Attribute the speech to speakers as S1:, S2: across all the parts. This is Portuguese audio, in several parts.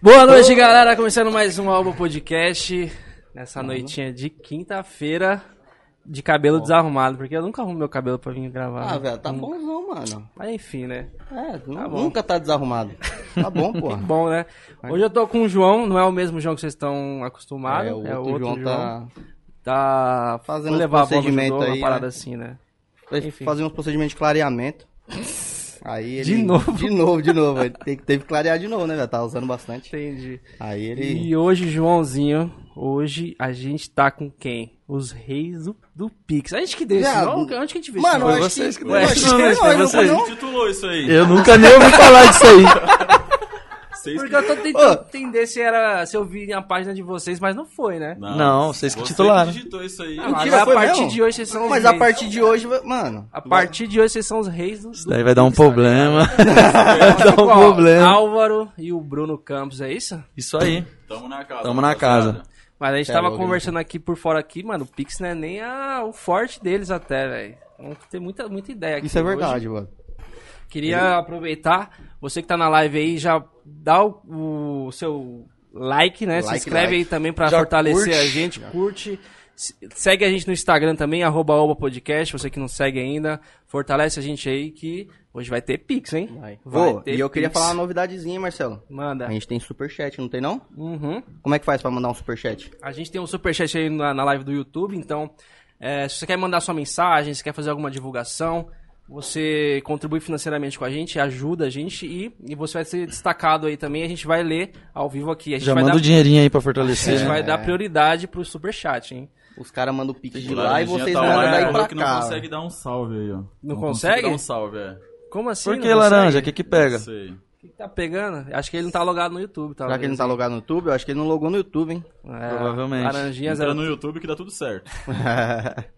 S1: Boa noite, galera. Começando mais um álbum podcast.
S2: Uhum.
S1: Nessa noitinha de quinta-feira, de cabelo desarrumado, porque eu nunca arrumo meu cabelo pra vir gravar.
S2: Ah,
S1: né?
S2: velho, tá
S1: Nunca.
S2: bonzão, mano.
S1: Mas enfim, né?
S2: É, nu-
S1: Tá bom.
S2: nunca tá desarrumado. Tá bom, porra.
S1: Bom, né? Hoje eu tô com o João, não é o mesmo João que vocês estão acostumados,
S2: É,
S1: é, o
S2: o outro,
S1: outro João.
S2: João tá
S1: Tá
S2: fazendo
S1: vou
S2: uns
S1: levar a bola do
S2: procedimento
S1: João, uma
S2: aí,
S1: parada
S2: né?
S1: assim, né?
S2: vai
S1: Enfim.
S2: fazer uns procedimentos de clareamento. Aí ele...
S1: De novo?
S2: De novo, de novo. Ele tem- teve que clarear de novo, né, velho? Tá usando bastante.
S1: Entendi.
S2: Aí ele...
S1: E hoje, Joãozinho, hoje a gente tá com quem? Os reis do, do Pix. A gente que deu esse
S2: Viado.
S1: nome? Onde que a gente viu
S2: Mano,
S1: esse
S2: eu
S1: nome?
S2: acho que...
S3: vocês que-
S2: eu acho que-
S1: Ué,
S2: não,
S1: foi
S2: eu não-
S1: vocês.
S2: não-
S3: titulou isso aí.
S4: Eu nunca nem ouvi falar disso aí.
S3: Vocês
S1: Porque eu tô tentando entender se era. se eu vi a página de vocês, mas não foi, né?
S4: Não, vocês que titularam.
S3: Você digitou isso aí.
S1: Ah,
S2: Mentira,
S1: agora, a
S2: foi
S1: partir
S2: mesmo?
S1: de hoje vocês são os
S2: Mas
S1: reis.
S2: a partir de hoje, vai- mano...
S1: A partir de hoje vocês são os reis do.
S4: Isso daí vai dar um problema.
S1: Tá
S4: vai dar um
S1: qual?
S4: problema.
S1: Álvaro e o Bruno Campos, é isso?
S4: Isso aí.
S3: Tamo na casa.
S4: Tamo na
S3: rapaziada.
S4: casa.
S1: Mas a gente
S2: É,
S1: tava
S2: logo,
S1: conversando aqui por fora aqui, mano, o Pix não é nem a- o forte deles até, velho. Vamos ter muita, muita ideia aqui.
S2: Isso é
S1: hoje.
S2: verdade, mano.
S1: Queria aproveitar, você que tá na live aí, já dá o, o seu like, né? Se
S2: Like,
S1: inscreve
S2: like.
S1: aí também pra
S4: Já
S1: fortalecer
S4: curte.
S1: a gente, curte. Se- Segue a gente no Instagram também, arroba Oba Podcast, você que não segue ainda, fortalece a gente aí que hoje vai ter Pix, hein?
S2: Vai.
S1: Vai
S2: Ô,
S1: ter É.
S2: e eu queria
S1: Pix.
S2: falar uma novidadezinha, Marcelo.
S1: Manda.
S2: A gente tem superchat, não tem não?
S1: Uhum.
S2: Como é que faz pra mandar um superchat?
S1: A gente tem um superchat aí na, na live do YouTube, então é, se você quer mandar sua mensagem, se quer fazer alguma divulgação, você contribui financeiramente com a gente, ajuda a gente e, e você vai ser destacado aí também. A gente vai ler ao vivo aqui. A gente
S4: Já
S1: vai
S4: manda
S1: dar,
S4: o dinheirinho aí pra
S1: a
S4: fortalecer,
S1: gente
S4: né?
S3: É.
S1: vai dar prioridade pro superchat, hein?
S2: Os caras mandam o pix de
S3: Lá,
S2: lá e
S3: a Liginha
S2: vocês
S3: tá
S2: mandam
S3: online,
S2: daí
S3: falou
S2: pra
S3: que não
S2: cá.
S3: consegue dar um salve aí, ó. Não,
S1: consegue?
S3: Dar um salve, é.
S1: Como assim?
S4: Por que,
S1: não
S4: laranja? O
S1: consegue?
S4: que que pega?
S3: Não sei.
S1: O que que tá pegando? Acho que ele não tá logado no YouTube, É, tá?
S2: Será que ele não tá logado no YouTube? Eu acho que ele não logou no YouTube, hein?
S4: Provavelmente.
S1: Laranjinha
S3: Entra
S1: zero.
S3: no YouTube que dá tudo certo.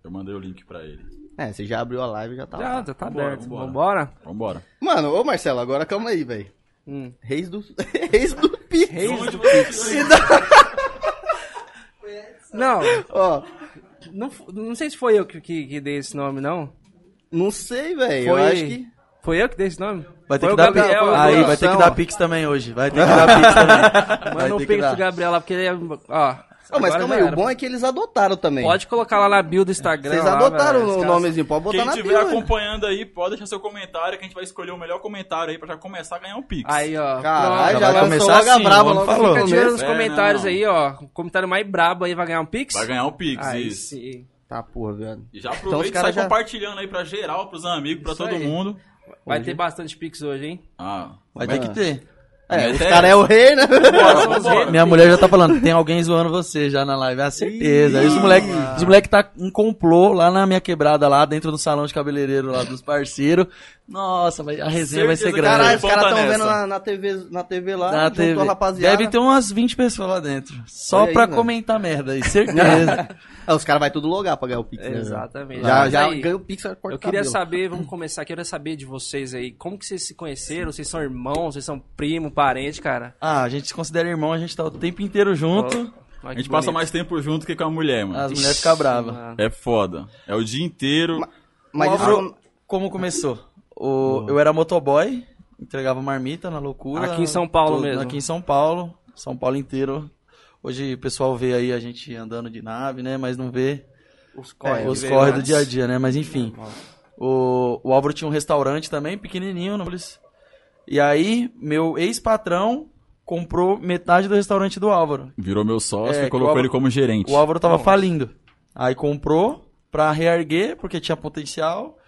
S3: Eu mandei o link pra ele.
S2: é, você já abriu a live já tá
S1: Já,
S2: lá.
S1: já tá
S3: Vambora,
S1: aberto. Vambora.
S3: vambora. Vambora.
S2: Mano, ô Marcelo, agora calma aí, velho.
S1: Hum.
S2: Reis do. Reis do Pix.
S3: Onde você-
S1: Não,
S2: Ó,
S1: não, f- não sei se foi eu que, que, que dei esse nome, não.
S2: não sei, velho. Eu
S1: Foi-
S2: acho que.
S1: Foi eu que dei esse nome?
S4: Vai ter
S1: Foi
S4: que
S1: o
S4: dar pix.
S1: Gabriel, foi o
S4: Aí,
S1: Gabriel.
S4: vai ter que
S2: Produção,
S4: dar
S2: ó.
S4: pix também hoje. Vai ter que dar pix também. Vai
S1: Manda
S4: ter
S1: um
S4: que
S1: pix
S4: dar.
S1: pro Gabriel lá, porque ele é. Ó,
S2: Ô, mas
S1: agora
S2: calma
S1: já
S2: aí, o
S1: era.
S2: bom é que eles adotaram também.
S1: Pode colocar lá na bio do Instagram.
S2: Vocês
S1: lá,
S2: adotaram
S1: velho,
S2: o
S1: os caras-
S2: nomezinho, pode botar
S4: tá
S3: Quem
S2: na
S3: estiver
S2: bio. velho.
S3: acompanhando aí, pode deixar seu comentário que a gente vai escolher o melhor comentário aí pra já começar a ganhar um pix.
S1: Aí, ó.
S2: Caralho,
S1: pronto.
S4: vai
S2: já lançou
S4: começar
S2: logo a
S4: assim, o
S2: brava,
S4: homem
S2: logo no
S4: falou.
S1: Fica de olho
S2: começo.
S1: nos
S3: É,
S1: comentários
S3: não.
S1: aí, ó. O comentário mais brabo aí vai ganhar um pix?
S3: Vai ganhar um pix,
S1: Aí
S3: isso.
S1: sim.
S2: Tá, porra, velho.
S3: E
S4: Então
S3: já
S2: os
S3: aproveita e
S2: cara
S3: sai
S2: já-
S3: compartilhando aí pra geral, pros amigos, pra
S1: Isso
S3: todo
S1: aí.
S3: mundo.
S1: Vai
S2: Hoje-
S1: ter bastante pix hoje, hein?
S3: Ah,
S4: Vai ter que ter.
S2: É,
S3: Mete
S2: os
S3: essa.
S2: caras é o rei, né?
S3: Bora, vambora.
S4: Minha mulher já tá falando, tem alguém zoando você já na live, é certeza. Aí os moleque, os moleque tá em complô lá na minha quebrada, lá dentro do salão de cabeleireiro lá dos parceiros. Nossa, vai- a resenha vai ser
S3: Certeza,
S4: grande.
S2: Caralho, os caras
S3: Ponta
S2: tão
S3: nessa.
S2: vendo na, na TV, na TV lá,
S4: Na
S2: juntou
S4: TV.
S2: a rapaziada.
S4: Deve ter umas 20 pessoas lá dentro. Só
S2: Olha aí,
S4: pra
S1: né?
S2: mano.
S4: comentar merda aí, certeza.
S2: Ah, os caras vai tudo logar pra ganhar o Pix, né? velho?
S1: Exatamente.
S2: Já,
S1: Mas
S2: já
S1: aí,
S2: ganha o Pix, vai cortar
S1: Eu queria
S2: cabelo.
S1: saber, vamos começar aqui, eu queria saber de vocês aí, como que vocês se conheceram? Vocês são irmãos, vocês são primo, parente, cara?
S4: ah, a gente se considera irmão, a gente tá o tempo inteiro junto.
S3: A gente passa mais tempo junto que com a mulher, mano.
S4: As mulheres ficam bravas.
S1: Oh. Mano.
S3: É foda. É o dia inteiro.
S2: Mas isso
S4: Álvaro- Como começou? O- eu era motoboy, entregava marmita na loucura.
S1: Aqui em São Paulo mesmo.
S4: Aqui em São Paulo, São Paulo inteiro. Hoje o pessoal vê aí a gente andando de nave, né? Mas não vê
S1: Os
S4: é,
S1: corre,
S4: os corre do dia a dia, né? Mas enfim. O, o Álvaro tinha um restaurante também, pequenininho, no E aí, meu ex-patrão comprou metade do restaurante do Álvaro.
S3: Virou meu sócio
S4: É,
S3: e colocou
S4: que o
S3: ele como gerente.
S4: O Álvaro tava falindo. Aí comprou pra reerguer, porque tinha potencial,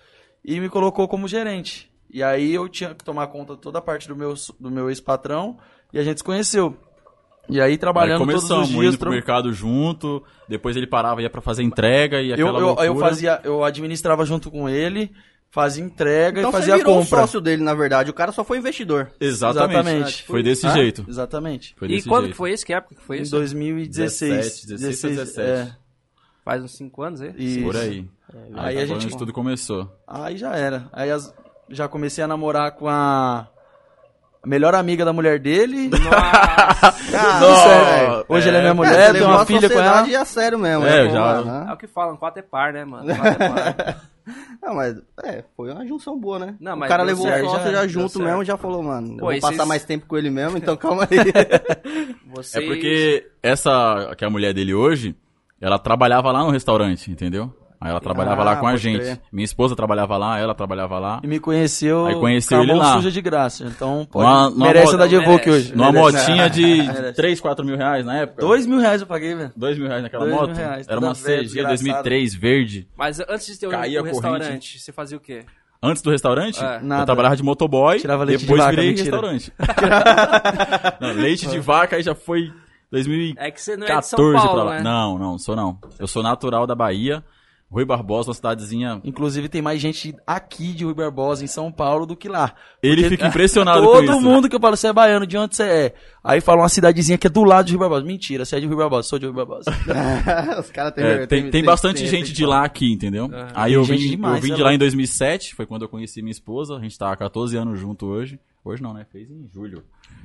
S4: e me colocou como gerente. E aí eu tinha que tomar conta de toda a parte do meu, do meu ex-patrão, e a gente se conheceu. E aí
S3: Aí
S4: trabalhando todos os
S3: começamos,
S4: dias...
S3: indo pro
S4: tro-
S3: mercado junto, depois ele parava, ia pra fazer entrega e
S4: Eu,
S3: aquela
S4: eu,
S3: loucura.
S4: eu fazia, eu administrava junto com ele, fazia entrega
S2: Então
S4: e fazia
S2: você virou o
S4: compra.
S2: sócio dele, na verdade. O cara só foi investidor.
S3: Exatamente.
S4: Exatamente.
S3: Foi desse
S4: Ah,
S3: jeito.
S4: Exatamente.
S3: Foi
S1: E
S3: desse
S1: quando
S3: jeito.
S1: que foi isso? Que época que foi
S4: Em
S1: isso?
S4: 2016.
S3: 17, 16 ou 17.
S1: Faz uns 5 anos aí?
S4: É, isso.
S3: Por aí.
S4: Aí a
S3: foi
S4: gente-
S3: onde tudo começou.
S4: Aí já era. Aí as- já comecei a namorar com a melhor amiga da mulher dele.
S1: Nossa!
S2: Ah,
S3: Nossa,
S2: sério,
S4: Hoje ela é minha
S3: É,
S2: velho. Você
S4: mulher, tem
S2: levou
S4: uma
S2: a
S4: filha com ela.
S2: sociedade a sério mesmo,
S3: É,
S2: né?
S3: já-
S2: Porra, né?
S1: É o que falam, quatro é par, né, mano? Quatro é par.
S2: Não, mas é, foi uma junção boa, né?
S1: Não,
S2: o
S1: mas
S2: cara
S1: deu
S2: levou
S4: certo,
S2: o Frota
S4: já-
S2: já,
S4: deu
S2: junto
S4: certo.
S2: mesmo e já falou, mano, eu
S1: Pô,
S2: vou
S1: e
S2: passar
S1: vocês-
S2: mais tempo com ele mesmo, então calma aí.
S1: Vocês...
S5: É porque essa, que é a mulher dele hoje, ela trabalhava lá no restaurante, entendeu? Aí ela trabalhava
S4: Ah,
S5: lá com a
S2: pode
S5: gente.
S2: crer.
S5: Minha esposa trabalhava lá, ela trabalhava lá.
S4: E me conheceu.
S5: Aí conheceu
S4: com a
S5: ele
S4: mão
S5: lá.
S4: suja de graça. Então, pode.
S5: Numa- numa
S4: merece
S5: moto-
S4: andar de
S1: Merece.
S4: Evoque hoje.
S5: Numa
S4: Merece.
S5: motinha de
S4: Merece.
S5: 3, 4 mil reais na época.
S4: Dois mil reais eu paguei, velho.
S5: Dois mil reais naquela
S4: Dois mil
S5: moto.
S4: reais,
S5: Era
S4: toda
S5: uma
S4: velha,
S5: CG
S4: desgraçada.
S5: 2003 verde.
S1: Mas antes de ter o,
S5: Caía
S1: o
S5: a
S1: restaurante, você fazia o quê?
S5: Antes do restaurante,
S1: É.
S4: Nada.
S5: eu trabalhava de motoboy,
S4: Tirava leite de
S5: depois
S4: vaca,
S5: virei
S4: mentira.
S5: restaurante. Não, leite de vaca aí já foi 2014
S1: É que você não é de São
S5: pra
S1: Paulo,
S5: lá.
S1: né?
S5: Não, não, sou não. Eu sou natural da Bahia, Rui Barbosa, uma cidadezinha...
S4: Inclusive, tem mais gente aqui de Rui Barbosa, em São Paulo, do que lá.
S5: Ele
S4: Porque
S5: fica impressionado com isso. né?
S4: Todo mundo que eu falo, você é baiano, de onde você é? Aí fala uma cidadezinha que é do lado de Rui Barbosa. Mentira, você é de Rui Barbosa, sou de Rui Barbosa.
S2: Os caras
S5: É, tem, tem, bastante gente de lá aqui, entendeu? Aí
S4: Tem
S5: eu
S4: gente
S5: vim,
S4: demais,
S5: eu vim
S4: é
S5: de lá em 2007, foi quando eu conheci minha esposa. A gente tá há 14 anos junto hoje. Hoje não, né? Fez em julho.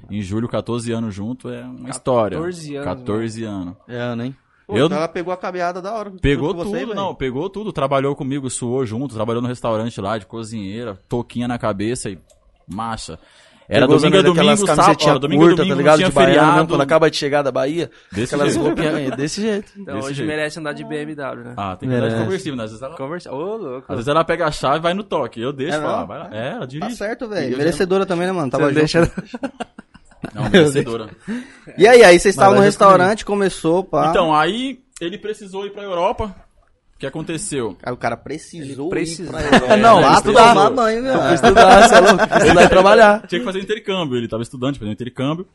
S5: Em julho, 14 anos junto é uma história.
S1: 14 anos,
S5: 14 anos.
S4: é, ano, hein?
S2: Pô,
S5: Eu-
S2: então ela pegou a cabeada da hora.
S5: Pegou
S2: com
S5: tudo,
S2: você, velho.
S5: não, pegou tudo. Trabalhou comigo, suou junto, trabalhou no restaurante lá, de cozinheira, toquinha na cabeça e marcha. Era
S4: Pegou os
S5: domingo a
S4: amigos
S5: domingo,
S4: daquelas
S5: sábado,
S4: camisetinha
S5: ó, domingo a
S4: curta,
S5: domingo,
S4: tá ligado?
S5: não tinha
S4: de baiano mesmo,
S5: feriado.
S4: quando acaba de chegar da Bahia,
S5: Desse
S4: aquelas
S5: jeito.
S4: roupinhas desse jeito.
S1: Então
S5: Desse
S1: hoje
S5: jeito.
S1: merece andar de BMW, né?
S5: Ah, tem que andar de
S4: Merece.
S5: conversível, né? Às vezes ela
S1: Conversa. Ô, louco.
S5: Às vezes ela pega a chave e vai no toque. Eu deixo
S2: É,
S5: pra lá,
S2: não?
S5: vai lá. É, ela
S2: Tá
S5: dirige.
S2: certo,
S5: E eu
S2: velho.
S5: já-
S2: Merecedora também, né, mano? Tava
S4: Você
S2: junto.
S4: deixa-
S5: Não, É merecedora.
S2: E aí, aí vocês estavam
S4: Mas
S2: no
S4: ela já
S2: restaurante, começou, pá.
S5: Então, aí ele precisou ir pra Europa. O que aconteceu?
S2: Aí o cara precisou.
S1: precisou.
S2: ir pra Europa.
S4: É, não,
S2: Lá
S4: mas
S2: tomar
S4: precisou.
S2: banho, velho.
S4: Fui estudar, sei lá, fui estudar e trabalhar.
S5: Tinha que fazer intercâmbio. Ele tava estudante, fazendo um intercâmbio.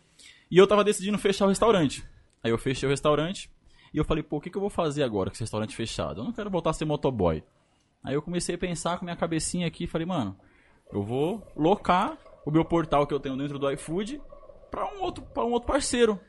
S5: E eu tava decidindo fechar o restaurante. Aí eu fechei o restaurante. E eu falei, pô, o que, que eu vou fazer agora com esse restaurante fechado? Eu não quero voltar a ser motoboy. Aí eu comecei a pensar com minha cabecinha aqui. Falei, mano, eu vou locar o meu portal que eu tenho dentro do iFood pra um outro, pra um outro parceiro.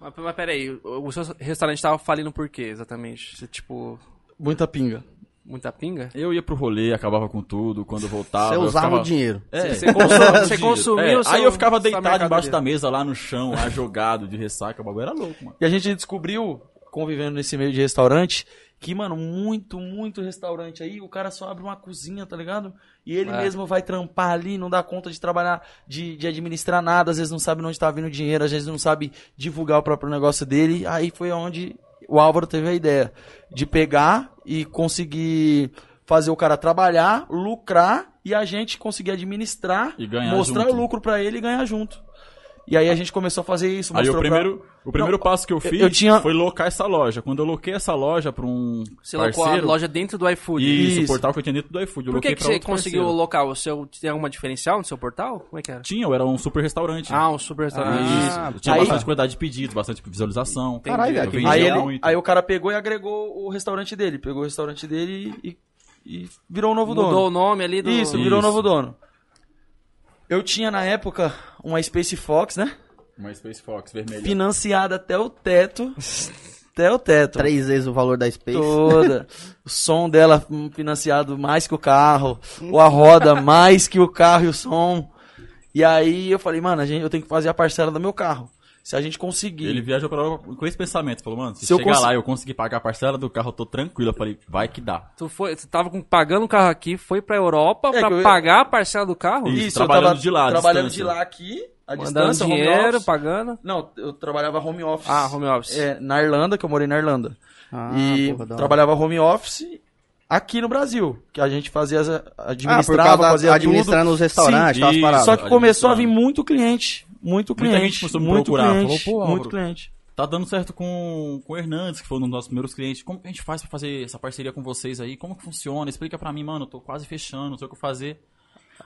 S1: Mas, mas peraí, o o seu restaurante tava falindo por quê, exatamente? Você, tipo,
S4: Muita pinga.
S1: muita pinga?
S5: Eu ia pro rolê, acabava com tudo, quando eu voltava.
S2: Você
S5: eu
S2: usava
S5: ficava-
S2: o dinheiro.
S5: É.
S1: Você consu- você consumiu
S5: É,
S1: o seu-
S5: Aí eu ficava
S1: sua
S5: deitado embaixo
S1: mercadoria.
S5: da mesa, lá no chão, lá jogado, de ressaca, o bagulho era louco, mano.
S4: E a gente descobriu, convivendo nesse meio de restaurante, que, mano, muito, muito restaurante aí, o cara só abre uma cozinha, tá ligado? E ele
S1: É.
S4: mesmo vai trampar ali, não dá conta de trabalhar, de, de administrar nada, às vezes não sabe onde tá vindo o dinheiro, às vezes não sabe divulgar o próprio negócio dele. Aí foi onde o Álvaro teve a ideia de pegar e conseguir fazer o cara trabalhar, lucrar e a gente conseguir administrar,
S5: E ganhar
S4: mostrar
S5: junto.
S4: o lucro pra ele e ganhar junto. E aí a gente começou a fazer isso,
S5: Aí o
S4: mostrou pra-
S5: primeiro, o primeiro passo que eu fiz
S4: eu tinha-
S5: foi locar essa loja. Quando eu loquei essa loja pra um
S1: Você
S5: parceiro...
S1: locou a loja dentro do iFood.
S5: Isso, o
S4: Isso.
S5: portal que eu tinha dentro do iFood. eu
S1: Por que,
S5: loquei
S1: que
S5: pra
S1: você
S5: outro
S1: conseguiu
S5: parceiro.
S1: locar? O seu, tem alguma diferencial no seu portal? Como é que era?
S5: Tinha, eu era um super restaurante.
S1: Ah, tá. um super restaurante.
S5: Isso.
S2: Ah,
S5: Eu tinha
S4: aí-
S5: bastante quantidade de pedidos, bastante visualização.
S2: Caralho, velho,
S5: Eu
S2: que
S5: vendia
S1: É
S4: Aí,
S2: Legal.
S4: ele,
S5: muito.
S4: aí o cara pegou e agregou o restaurante dele. Pegou o restaurante dele e, e virou o novo
S1: Mudou
S4: dono.
S1: o nome ali do...
S4: Isso, virou
S5: Isso.
S4: o novo dono. Eu tinha na época uma Space Fox, né?
S5: Uma Space Fox vermelha.
S4: Financiada até o teto. até o teto.
S2: Três vezes o valor da Space.
S4: Toda. O som dela hum, financiado mais que o carro.
S1: Hum.
S4: Ou a roda mais que o carro e o som. E aí eu falei, mano, a gente, eu tenho que fazer a parcela do meu carro. Se a gente conseguir.
S5: Ele viajou pra Europa com esse pensamento. Falou, mano, se,
S4: Se eu
S5: chegar
S4: consi-
S5: lá e eu conseguir pagar a parcela do carro, eu tô tranquilo. Eu falei, vai que dá.
S1: Tu foi, você tava com- pagando o carro aqui, foi pra Europa
S4: É,
S1: pra
S4: que eu-
S1: pagar a parcela do carro?
S5: Isso,
S4: eu
S5: trabalhando
S4: tava
S5: de lá, à
S4: Trabalhando de
S5: distância.
S4: lá aqui, a
S1: Mandando
S4: distância, home
S1: dinheiro,
S4: office.
S1: pagando.
S4: Não, eu trabalhava home office.
S1: Ah, home office.
S4: É, na Irlanda, que eu morei na Irlanda.
S2: Ah,
S4: e
S2: porra, da hora.
S4: trabalhava home office aqui no Brasil, que a gente fazia, as-
S2: Ah, por
S4: administrava,
S2: causa da-
S4: fazia tudo.
S2: administrando os restaurantes,
S5: Sim,
S2: tava
S5: e-
S2: parado.
S4: Só que começou a vir
S5: Administrando.
S4: muito cliente,
S5: Muita
S4: muito cliente,
S5: gente começou a me
S4: muito
S5: procurar,
S4: cliente,
S5: falou, "Pô,
S4: muito
S5: Álvaro,
S4: cliente.
S5: Tá dando certo com, com o Hernandes, que foi um dos nossos primeiros clientes. Como que a gente faz pra fazer essa parceria com vocês aí? Como que funciona? Explica pra mim, mano. Eu tô quase fechando, não sei o que fazer.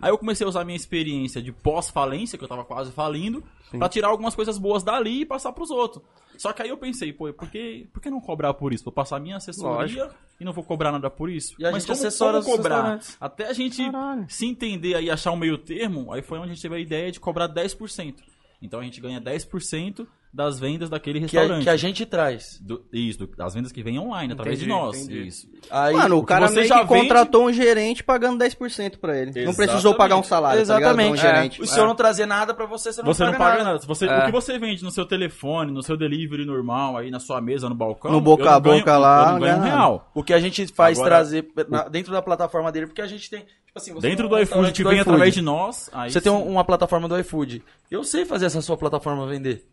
S5: Aí eu comecei a usar a minha experiência de pós-falência, que eu tava quase falindo, pra tirar algumas coisas boas dali e passar pros outros. Só que aí eu pensei, pô, por que, por que não cobrar por isso? Vou passar minha assessoria e não vou cobrar nada por isso.
S4: E a gente assessora os restaurantes.
S5: Até a gente se entender aí, achar um meio termo, aí foi onde a gente teve a ideia de cobrar 10%. Então a gente ganha 10% das vendas daquele
S4: Que a,
S5: restaurante.
S4: que é- a gente traz.
S5: Do- isso, do- das vendas que vêm online, através de
S1: Entendi,
S5: nós.
S1: entendi.
S5: Isso.
S4: Aí,
S2: Mano, o
S5: que
S2: cara
S5: você
S2: meio
S5: já
S2: que
S5: vende-
S2: contratou um gerente pagando 10% pra ele. Não precisou
S5: Exatamente.
S2: pagar um salário, tá ligado? Pra
S4: exatamente.
S2: um
S4: é.
S2: gerente.
S4: E se eu não trazer nada pra você, você não
S5: Você
S4: paga,
S5: não paga
S4: nada.
S5: nada. Se Você,
S1: É.
S5: O que você vende no seu telefone, no seu delivery normal, aí na sua mesa, no balcão.
S2: No boca
S5: eu não
S2: a boca
S5: ganho-
S2: lá,
S5: Eu
S4: né?
S5: não ganho um
S2: ganha nada.
S5: real.
S4: O que a gente faz
S5: Agora-
S4: trazer na- dentro da plataforma dele, porque a gente tem. Tipo assim, você
S5: Dentro
S4: é um
S5: do iFood,
S4: restaurante
S5: que
S4: do
S5: vem
S4: iFood.
S5: através de nós. Aí
S4: Você tem
S5: sim.
S4: um- uma plataforma do iFood. Eu sei fazer essa sua plataforma vender.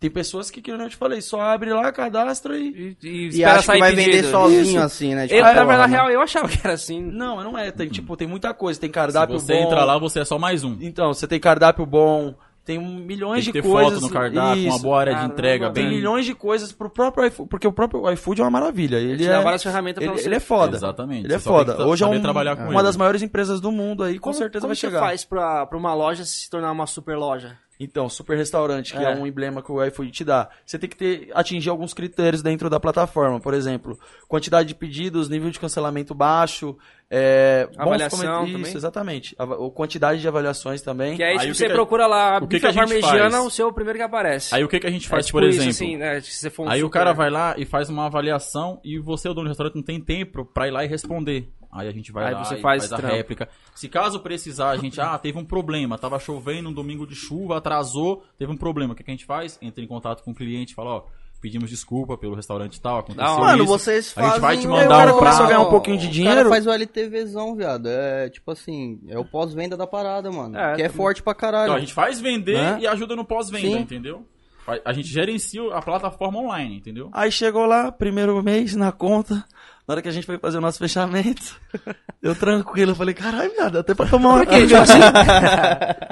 S4: Tem pessoas que, que nem eu te falei, só abre lá, cadastra e.
S1: E, e
S2: E
S1: espera
S2: acha que
S1: sair
S2: vai
S1: pedido.
S2: vender sozinho
S4: Isso.
S2: assim, né?
S1: Eu, É, na
S2: porra,
S1: verdade, na
S2: né?
S1: real, eu achava que era assim.
S4: Não, mas não é. Tem, tipo, tem muita coisa. Tem
S5: Se
S4: cardápio
S5: você
S4: bom.
S5: entra lá, você é só mais um.
S4: Então, você tem cardápio bom. Tem um-
S5: Tem
S4: milhões
S5: que
S4: de
S5: ter
S4: coisas.
S5: foto no cardápio, uma
S4: isso.
S5: boa área de
S1: Caramba,
S5: entrega
S1: velho.
S4: Tem
S5: bem.
S4: milhões de coisas pro próprio iFood. Porque o próprio iFood é uma maravilha. Ele
S1: te dá
S4: é,
S1: várias ferramentas pra
S4: ele,
S1: você.
S4: ele é foda.
S5: Exatamente.
S4: Ele é
S5: Você só tem que
S4: foda.
S5: sa-
S4: Hoje é
S5: saber
S4: um-
S5: trabalhar com
S4: uma
S5: ele.
S4: das maiores empresas do mundo aí, com
S1: Como-
S4: certeza
S1: como
S4: vai chegar.
S1: Como você faz pra, pra uma loja se tornar uma super loja?
S4: Então, super restaurante, que
S1: É.
S4: é. um emblema que o iFood te dá. Você tem que ter, atingir alguns critérios dentro da plataforma. Por exemplo, quantidade de pedidos, nível de cancelamento baixo, é, bons
S1: Avaliação
S4: comentários- Isso,
S1: também?
S4: exatamente. Ava- ou quantidade de avaliações também.
S1: Que aí,
S5: Aí
S1: tipo,
S5: o que
S1: você
S5: que a-
S1: procura lá,
S5: o
S1: o
S5: que
S1: que
S5: que a gente
S1: parmegiana,
S5: faz?
S1: o seu é o primeiro que aparece.
S5: Aí o que, que a gente
S1: É
S5: faz,
S1: tipo
S5: por
S1: isso,
S5: exemplo?
S1: assim, né? Se você for um
S5: Aí o
S1: super-
S5: cara vai lá e faz uma avaliação e você, o dono do restaurante, não tem tempo pra ir lá e responder. Aí a gente vai
S1: Aí
S5: lá
S1: você
S5: e
S1: faz
S5: faz,
S1: esse
S5: a
S1: trampo.
S5: réplica. Se caso precisar, a gente, ah, teve um problema, tava chovendo, um domingo de chuva, atrasou, teve um problema. O que, que a gente faz? Entra em contato com o cliente, fala, ó, pedimos desculpa pelo restaurante tal, aconteceu
S1: Da hora.
S2: Mano,
S5: Ah, isso.
S2: vocês
S5: a
S2: fazem...
S5: gente vai te
S4: Aí
S5: mandar
S4: o cara
S5: um
S4: começa a
S5: prato.
S4: ganhar um pouquinho de
S2: O cara
S4: dinheiro.
S2: faz o LTVzão, viado. É tipo assim, é o pós-venda da parada, mano.
S1: É,
S2: que
S1: também.
S2: é forte pra caralho.
S5: Então, a gente faz vender
S2: Né?
S5: e ajuda no pós-venda,
S2: Sim.
S5: entendeu? A- A gente gerencia a plataforma online, entendeu?
S4: Aí chegou lá, primeiro mês na conta. Na hora que a gente foi fazer o nosso fechamento, eu tranquilo, eu falei, caralho, viado, até pra tomar uma
S1: Porque, tipo assim,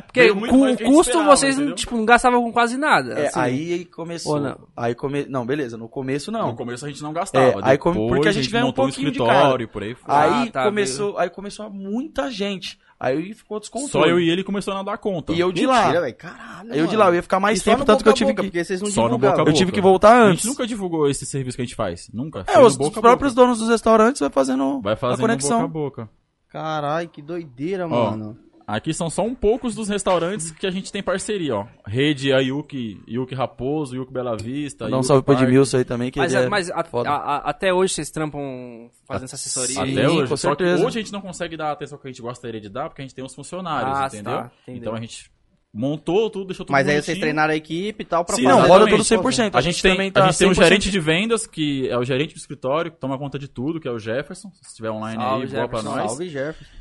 S1: porque
S5: Veio
S1: o
S5: muito
S1: cu-
S5: mais do que a gente
S1: custo
S5: esperava,
S1: vocês não,
S5: entendeu?
S1: tipo, não gastavam com quase nada.
S4: É,
S1: assim.
S4: aí começou.
S1: Ou não?
S4: Aí come... Não, beleza, no começo não.
S5: No começo a gente não gastava.
S4: É, aí como-
S5: depois
S4: porque a gente ganha um
S5: montou
S4: pouquinho de
S5: escritório, por aí. foi.
S1: Ah,
S4: aí
S1: tá,
S4: começou, aí começou a muita gente. Aí ficou
S5: Só
S4: descontrole.
S5: eu e ele começou a não dar conta.
S4: E eu de lá.
S2: Mentira, velho. Caralho,
S4: eu de lá, eu ia ficar mais tempo, tanto que eu tive que
S2: Porque vocês não
S5: Só no
S2: divulgavam.
S5: boca
S4: eu
S5: a
S4: tive que voltar
S5: A
S4: antes.
S5: gente nunca divulgou esse serviço que a gente faz. Nunca. Foi
S4: É,
S5: no
S4: os
S5: boca a
S4: próprios
S5: boca.
S4: donos dos restaurantes vai fazendo,
S5: Vai
S4: a
S5: fazendo
S4: conexão.
S5: boca a boca.
S2: Caralho, que doideira,
S5: Ó.
S2: mano.
S5: Aqui são só um poucos dos restaurantes que a gente tem parceria, ó. Rede Ayuki, Yuki Raposo, Yuki Bela Vista.
S4: Dá um
S5: Yuki
S4: salve pro
S5: Park.
S4: Edmilson aí também, que
S1: mas
S4: ele é
S1: mas a-
S4: foda.
S1: a- a- até hoje vocês trampam fazendo essa assessoria.
S4: Sim,
S1: aí?
S5: Até hoje.
S4: com
S5: Só que
S4: certeza.
S5: hoje a gente não consegue dar a atenção que a gente gostaria de dar, porque a gente tem os funcionários,
S1: Ah,
S5: entendeu?
S1: tá, entendi.
S5: Então a gente montou tudo, deixou tudo
S2: Mas aí
S5: bonitinho.
S2: vocês treinaram a equipe e tal pra
S5: Sim,
S4: não,
S5: Exatamente.
S4: roda tudo 100%.
S5: A gente, tem,
S4: também
S5: a
S4: tá
S5: gente tem um
S4: 100%.
S5: gerente de vendas, que é o gerente do escritório, que toma conta de tudo, que é o Jefferson. Se estiver online
S1: Salve,
S5: aí, boa pra
S1: Jefferson,
S5: nós.
S2: Salve, Jefferson.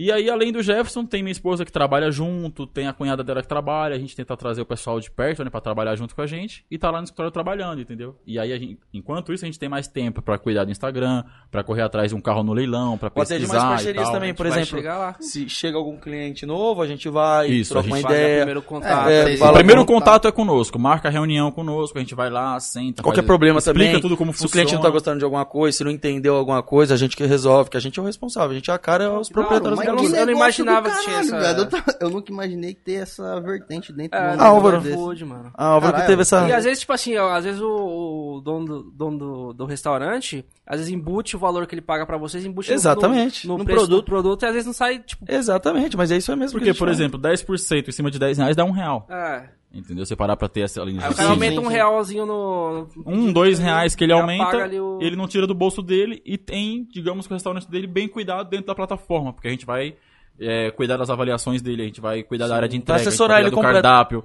S5: E aí, além do Jefferson, tem minha esposa que trabalha junto, tem a cunhada dela que trabalha, a gente tenta trazer o pessoal de perto, né, pra trabalhar junto com a gente, e tá lá no escritório trabalhando, entendeu? E aí, a gente- enquanto isso, a gente tem mais tempo pra cuidar do Instagram, pra correr atrás de um carro no leilão, pra
S4: Pode ter
S5: pesquisar
S4: demais
S5: e
S4: parcerias
S5: tal.
S4: também, por
S1: Vai
S4: exemplo.
S1: chegar lá.
S4: Se chega algum cliente novo, a gente vai,
S5: Isso,
S4: troca
S5: a
S4: uma
S5: gente
S1: Faz o
S4: ideia.
S1: primeiro contato.
S4: é,
S1: aí.
S4: fala-
S5: O primeiro
S2: Vamos
S5: contato é conosco, marca a reunião conosco, a gente vai lá, senta,
S4: Qualquer
S5: faz-
S4: problema
S5: explica
S4: também.
S5: tudo como
S4: se
S5: funciona.
S4: o cliente não tá gostando de alguma coisa, se não entendeu alguma coisa, a gente que resolve, que a gente é o responsável, a gente é a cara, é os proprietários
S2: Mas
S4: da
S1: eu não-
S2: que
S4: loja.
S1: eu não
S2: negócio
S1: imaginava
S2: do
S1: que tinha
S2: caralho,
S1: essa-
S2: velho. Eu, ta- eu nunca imaginei ter essa vertente dentro um
S1: É,
S2: do
S1: não,
S4: Ah, Álvaro.
S1: food, mano.
S4: A obra que
S2: Caralho.
S4: Ah, teve essa.
S1: E às vezes, tipo assim, ó, às vezes o, o dono, do, dono do, do restaurante, às vezes embute o valor que ele paga pra vocês, embute no-
S4: Exatamente. Um
S1: no, no,
S2: No
S1: preço do
S2: produto.
S1: produto e às vezes não sai, tipo,
S4: Exatamente, mas é isso mesmo. que
S5: Porque,
S4: a gente
S5: por
S4: faz.
S5: exemplo, 10% em cima de 10 reais dá um real,
S1: é.
S5: entendeu? Você parar pra ter essa linha de
S4: É,
S1: Aí o cara
S5: raciocínio.
S1: aumenta
S2: sim,
S1: um
S2: sim.
S1: realzinho no...
S5: um, dois reais que ele
S1: Já
S5: aumenta,
S1: paga ali o-
S5: ele não tira do bolso dele e tem, digamos que o restaurante dele bem cuidado dentro da plataforma, porque a gente vai é, cuidar das avaliações dele, a gente vai cuidar da área de entrega, a gente
S4: assessorar
S5: vai cuidar
S4: ele
S5: do
S4: completo.
S5: cardápio.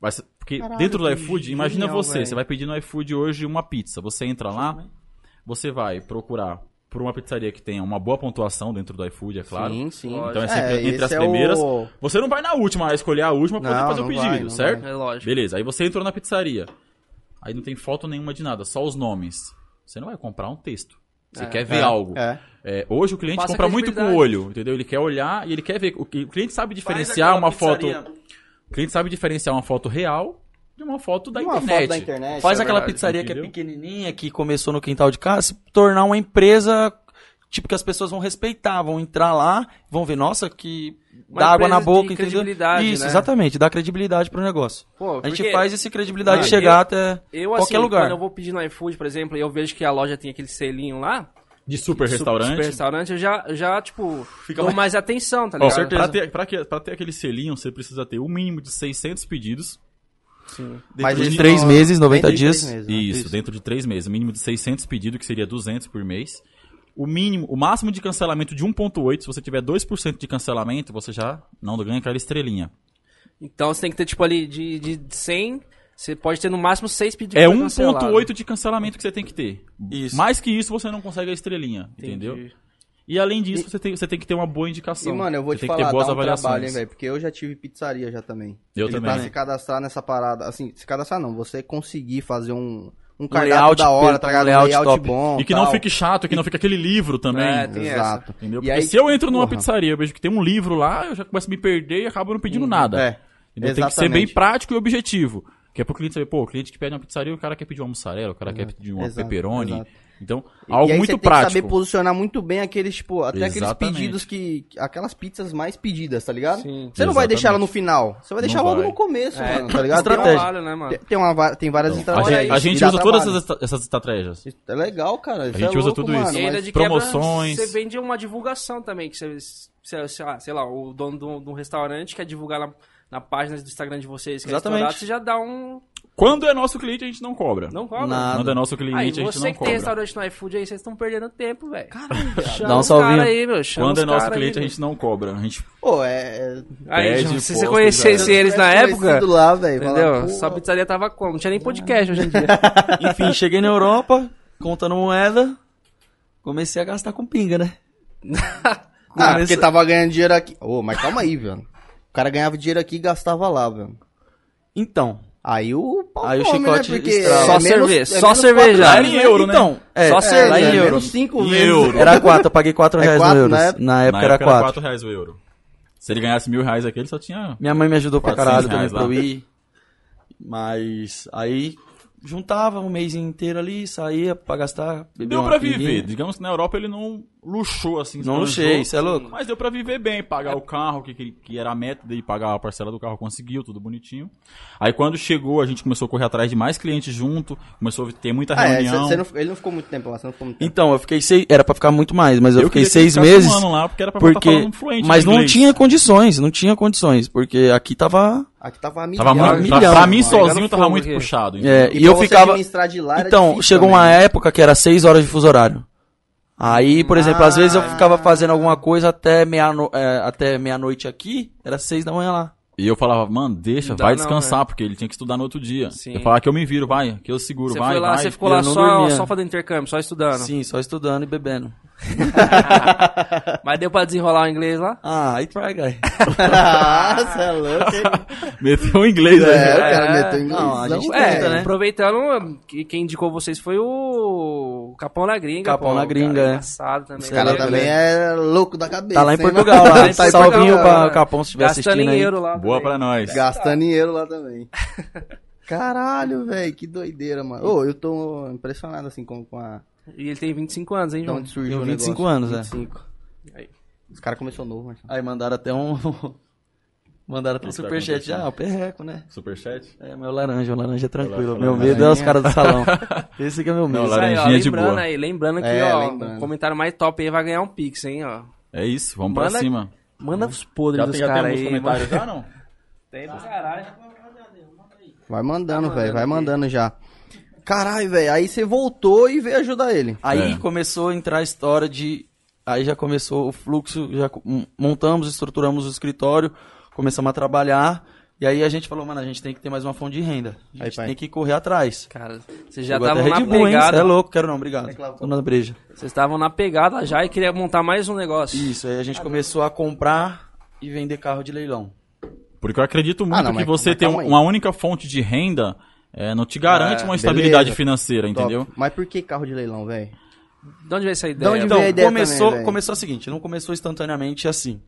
S5: Vai ser- porque
S2: Caralho,
S5: dentro do
S2: que
S5: iFood, imagina
S1: genial,
S5: você,
S1: velho.
S5: você vai pedir no iFood hoje uma pizza, você entra lá, você vai procurar por uma pizzaria que tenha uma boa pontuação dentro do iFood, é claro.
S2: Sim, sim.
S1: Então
S5: é sempre entre
S2: esse
S5: as primeiras.
S2: O...
S5: Você não vai na última, vai escolher a última pra poder
S2: Não,
S5: fazer o
S2: não
S5: pedido,
S2: vai, não
S5: certo?
S1: É lógico.
S5: Beleza, aí você entrou na pizzaria. Aí não tem foto nenhuma de nada, só os nomes. Você não vai comprar um texto. Você
S1: É.
S5: quer ver
S2: É,
S5: algo.
S2: É.
S5: É, hoje o cliente
S1: Passa
S5: compra muito com o
S1: credibilidade.
S5: olho, entendeu? Ele quer olhar e ele quer ver. O que- o cliente sabe diferenciar uma foto. O cliente sabe diferenciar uma foto real de uma foto da
S2: Uma
S5: internet.
S2: foto da internet.
S4: Faz
S2: é
S4: aquela
S2: verdade.
S4: pizzaria que
S5: entendeu?
S4: é pequenininha, que começou no quintal de casa, se tornar uma empresa, tipo, que as pessoas vão respeitar, vão entrar lá, vão ver, nossa, que
S1: Uma
S4: dá água
S1: empresa
S4: na
S1: de
S4: boca, entendeu?
S1: credibilidade,
S4: Isso,
S1: né?
S4: exatamente, dá credibilidade pro negócio.
S1: Pô,
S4: A gente
S1: porque
S4: faz esse credibilidade
S1: Ah,
S4: chegar
S1: eu-
S4: até
S1: eu,
S4: qualquer
S1: assim,
S4: lugar.
S1: Quando eu vou pedir no iFood, por exemplo, e eu vejo que a loja tem aquele selinho lá,
S5: De super
S1: super-
S5: restaurante.
S1: super restaurante, eu já, já tipo,
S5: Fica
S1: dou mais...
S5: mais-
S1: atenção, tá
S5: Ó,
S1: ligado?
S5: pra, ter, pra, que- pra ter aquele selinho, você precisa ter o mínimo de 600 pedidos.
S1: Sim.
S4: Mas
S5: de
S4: isso
S5: três
S4: não-
S6: meses, 90
S2: Dentro de três
S6: dias.
S2: meses, né?
S5: Isso, dentro de três meses. Mínimo de 600 pedidos, que seria 200 por mês. O mínimo, o máximo de cancelamento de 1.8, se você tiver 2% de cancelamento, você já não ganha aquela estrelinha.
S1: Então você tem que ter, tipo, ali de, de 100, você pode ter no máximo 6 pedidos.
S5: É
S2: tá
S1: pra cancelar, né?
S5: 1.8 de cancelamento que você tem que ter.
S4: Isso.
S5: Mais que isso, você não consegue a estrelinha, entendeu?
S1: Entendi.
S5: E além disso, você, tem, você tem que ter uma boa indicação.
S2: E, mano, eu vou te
S5: você tem que ter
S2: falar,
S5: boas
S2: dá um
S5: avaliações.
S2: trabalho, hein, velho? Porque eu já tive pizzaria já também.
S5: Eu
S2: Ele
S5: também.
S2: Tá se cadastrar nessa parada, assim, se cadastrar não, você conseguir fazer um, um
S4: layout
S2: cardápio da hora,
S4: perfeito,
S2: tá
S4: um
S2: ligado? Um
S4: layout
S2: layout,
S4: top.
S2: bom
S5: e que não
S2: tal.
S5: fique chato, que não fique aquele livro também.
S1: É, tem
S2: Exato.
S5: Entendeu?
S2: E
S5: Porque
S2: aí-
S5: se eu entro numa
S2: porra.
S5: pizzaria, eu vejo que tem um livro lá, eu já começo a me perder e acabo não
S2: Uhum.
S5: pedindo nada.
S4: É.
S5: Entendeu? Tem que ser bem
S2: Exatamente.
S5: prático e objetivo. Que é pro cliente saber, pô, o cliente que pede uma pizzaria, o cara quer pedir uma mussarela, o cara quer pedir uma
S2: exato,
S5: pepperoni.
S2: exato.
S5: Então,
S2: e
S5: algo
S2: aí
S5: muito
S2: você
S5: prático.
S2: Tem que saber posicionar muito bem aqueles, tipo, até
S5: Exatamente.
S2: aqueles pedidos que. Aquelas pizzas mais pedidas, tá ligado?
S1: Sim.
S2: Você não vai
S5: Exatamente.
S2: deixar ela no final. Você vai deixar
S5: Não
S2: logo
S5: vai.
S2: no começo,
S1: É,
S2: mano, tá
S1: Tem
S2: ligado?
S4: estratégia.
S1: trabalho, né, mano?
S2: Tem, tem, uma, va- tem várias
S5: Então, A gente-
S2: estratégias.
S5: a
S2: e
S5: gente
S2: dá
S5: usa todas
S2: trabalho.
S5: essas, estra- essas estratégias.
S2: É legal, cara. isso
S5: gente
S2: é
S5: usa
S2: louco,
S5: tudo
S2: mano,
S5: isso.
S1: E ainda
S2: mas-
S1: de quebra,
S5: promoções.
S1: você vende uma divulgação também, que você, sei, sei lá, sei lá, o dono de um- de um restaurante quer divulgar na, na página do Instagram de vocês, que é
S4: Exatamente.
S1: estourado, você já dá um...
S5: Quando é nosso cliente, a gente não cobra.
S1: Não cobra.
S4: Nada.
S5: Quando é nosso cliente,
S1: Aí,
S5: a gente
S1: você
S5: não
S1: que tem
S5: cobra.
S1: restaurante no iFood aí, vocês estão perdendo tempo, velho. Caralho,
S4: Dá um salvinho.
S1: aí, meu, chama
S5: Quando
S1: os
S5: é nosso
S1: cara aí,
S5: cliente, a
S1: meu.
S5: gente não cobra. A gente
S2: Pô, é.
S1: Aí,
S5: pede,
S1: se
S5: posta,
S1: você conhecesse
S5: já
S1: eles na
S2: Tivesse
S1: época,
S2: conhecido Lá, velho, falar,
S1: entendeu?
S2: pô,
S1: Sua pizzaria tava como? Não tinha nem podcast hoje em dia.
S4: Enfim, cheguei na Europa, contando moeda, comecei a gastar com pinga, né?
S2: Ah,
S4: Começa-
S2: porque
S1: tá-
S2: tava ganhando dinheiro aqui. Ô, mas calma aí, velho. O cara ganhava dinheiro aqui e gastava lá, velho.
S4: Então,
S2: Aí o pau
S4: Aí o
S2: come, né,
S4: chicote
S2: Porque é
S4: estrala.
S1: Só cerveja, só cerveja.
S2: quatro
S5: Lá em
S2: reais,
S5: euro, né?
S4: então, é,
S2: Só
S4: só
S2: cerveja.
S4: lá em
S2: é,
S4: euro.
S2: menos cinco
S5: Em
S2: vezes.
S5: euro.
S4: Era 4, eu paguei 4
S2: É
S4: reais
S2: quatro,
S4: no euros.
S2: né?
S4: Na
S5: Na
S4: época era 4.
S5: 4 reais o euro. Se ele ganhasse mil reais aqui, ele só tinha.
S4: Minha mãe me ajudou pra
S5: 400
S4: caralho também
S5: reais
S4: pra eu
S5: lá.
S4: ir. Mas aí juntava um mês inteiro ali, saía pra gastar, bebia
S5: Deu
S4: uma
S5: pra viver.
S4: pinguinha.
S5: Digamos que na Europa ele não luxou assim. esbanjou,
S4: Não luxei, isso é louco.
S5: Mas deu pra viver bem, pagar o carro, que, que, que era a meta dele, pagar a parcela do carro, conseguiu, tudo bonitinho. Aí quando chegou, a gente começou a correr atrás de mais clientes junto, começou a ter muita
S2: Ah, é,
S5: reunião.
S2: cê- cê não- ele não ficou muito tempo lá, você não ficou muito tempo.
S4: Então, eu fiquei seis, era pra ficar muito mais, mas eu, fiquei
S5: queria ter
S4: seis
S5: ficado
S4: meses.
S5: Um ano lá, porque era pra
S4: porque
S5: estar falando fluente
S4: mas não
S5: inglês.
S4: tinha condições, não tinha condições, porque aqui tava
S2: Aqui tava milhão,
S5: Tava muito,
S4: milhão,
S5: pra, pra mim
S2: mano.
S5: sozinho
S1: Pegando
S5: tava
S1: fogo
S5: muito
S1: aqui.
S5: puxado.
S4: É,
S2: pra
S4: e eu
S2: você
S4: ficava.
S2: administrar de lá era
S4: Então,
S2: difícil
S4: chegou
S2: também. né?
S4: uma época que era 6 horas de fuso horário. Aí, por exemplo, às vezes eu
S2: Ah.
S4: ficava fazendo alguma coisa até meia-noite até meia aqui, era 6 da manhã lá.
S5: E eu falava, mano, deixa,
S1: Não dá
S5: vai
S1: não,
S5: descansar, porque ele tinha que estudar no outro dia.
S1: Sim.
S5: Eu falava que eu me viro, vai, que eu seguro,
S1: Você
S5: vai,
S1: foi lá,
S5: vai.
S1: você ficou
S4: eu
S1: lá
S4: não
S1: só,
S4: dormia.
S1: só fazendo intercâmbio, só estudando.
S4: Sim, só estudando e bebendo.
S1: Mas deu pra desenrolar o inglês lá?
S4: Ah, aí try, guy.
S2: Ah, cê é louco, hein?
S5: Meteu o inglês aí.
S2: É, o
S5: né?
S2: cara meteu inglês.
S4: Não, a gente
S1: É,
S4: tenta, né?
S1: aproveitando, que- quem indicou vocês foi o Capão na Gringa.
S4: Capão na
S1: o
S4: Gringa,
S1: cara
S4: é.
S1: Engraçado também.
S4: Esse
S2: O cara
S4: É,
S2: também é um louco da cabeça.
S4: Tá lá em
S2: hein, mano?
S4: Portugal, lá.
S1: Tá em
S4: Salvinho
S1: Portugal,
S4: pra
S1: né?
S4: Capão se estiver
S1: Gastando
S4: assistindo
S1: em
S4: aí.
S1: euro lá.
S5: Boa pra
S1: também.
S5: nós.
S2: Gastando dinheiro lá também. Caralho, velho, que doideira, mano. Ô, eu tô impressionado assim com, com a.
S1: E ele tem 25 anos, hein,
S2: De
S1: João?
S2: onde surgiu
S4: Tenho
S2: o
S4: 25
S2: negócio.
S4: anos, é.
S2: 25.
S1: Aí.
S2: Os caras começou novo, mas.
S4: Aí mandaram até um. mandaram até um
S5: Isso tá
S4: superchat.
S5: acontecendo.
S4: Ah, o perreco, né?
S5: Superchat?
S4: É, meu laranja, o laranja é tranquilo.
S5: Laranja.
S4: Meu medo é os caras do salão. Esse que é meu medo.
S5: Não,
S1: Isso aí, ó,
S5: Laranjinha de
S1: lembrando
S5: boa.
S1: aí, lembrando que,
S2: É,
S1: ó,
S2: lembrando.
S1: o comentário mais top aí vai ganhar um Pix, hein, ó.
S5: É isso, vamos
S1: Manda-
S5: pra cima.
S1: Manda
S2: Uhum.
S1: os podres dos caras aí. mano.
S5: já, não?
S1: Tem pra caralho.
S2: Vai mandando, velho, vai mandando já. Caralho, velho, aí você voltou e veio ajudar ele.
S4: Aí
S5: É.
S4: começou a entrar a história de. Aí já começou o fluxo, já co- m- montamos, estruturamos o escritório, começamos a trabalhar. E aí a gente falou, mano, a gente tem que ter mais uma fonte de renda.
S2: Aí,
S4: A gente
S2: pai.
S4: tem que correr atrás.
S1: Cara, vocês já
S4: Chegou até
S1: estavam na
S4: Red Bull, hein? Cê
S1: pegada.
S4: é louco, quero não, obrigado.
S2: claro.
S4: Tô na breja.
S1: Vocês estavam na pegada já e queria montar mais um negócio.
S4: Isso, aí a gente começou a comprar e vender carro de leilão.
S5: Porque eu acredito muito
S2: Ah, não,
S5: que
S2: mas-
S5: você
S2: mas
S5: ter
S2: calma aí.
S5: uma única fonte de renda eh, não te garante
S1: É,
S5: uma estabilidade
S2: beleza.
S5: financeira, entendeu?
S2: Top. Mas por que carro de leilão, velho?
S1: De onde veio essa ideia?
S2: onde
S4: Então,
S2: veio a ideia
S4: começou,
S2: também, velho?
S4: começou o seguinte, não começou instantaneamente assim.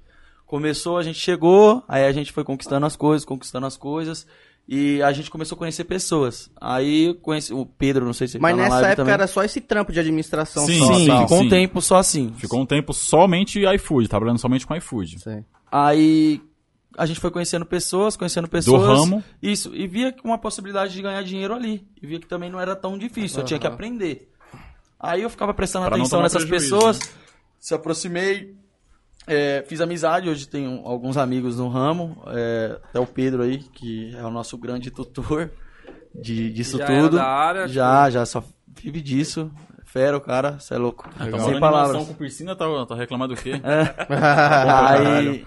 S4: Começou, a gente chegou, aí a gente foi conquistando as coisas, conquistando as coisas, e a gente começou a conhecer pessoas. Aí eu conheci o Pedro, não sei se ele
S2: Mas
S4: tá na
S2: nessa
S4: live
S2: época
S4: também.
S2: era só esse trampo de administração
S5: Sim,
S2: só.
S4: Sim,
S5: tal,
S4: ficou
S5: sim.
S4: um tempo só assim.
S5: Ficou um tempo somente iFood, tá trabalhando somente com iFood.
S2: Sim.
S4: Aí a gente foi conhecendo pessoas, conhecendo
S5: Do
S4: pessoas.
S5: ramo, tá
S4: Isso, e via que uma possibilidade de ganhar dinheiro ali. E via que também não era tão difícil, eu tinha que aprender. Aí eu ficava prestando
S5: Pra não
S4: atenção
S5: tomar né?
S4: nessas
S5: prejuízo,
S4: pessoas, se aproximei, É, fiz amizade, hoje tenho alguns amigos no ramo, é, até o Pedro aí, que é o nosso grande tutor de, disso
S1: Já era
S4: tudo.
S1: da área,
S4: já, já, só vive disso. Fera o cara, você é louco.
S5: Tá
S4: Sem
S5: falando
S4: palavras. É.
S5: animação com piscina, tá, tá reclamando do quê?
S4: Aí,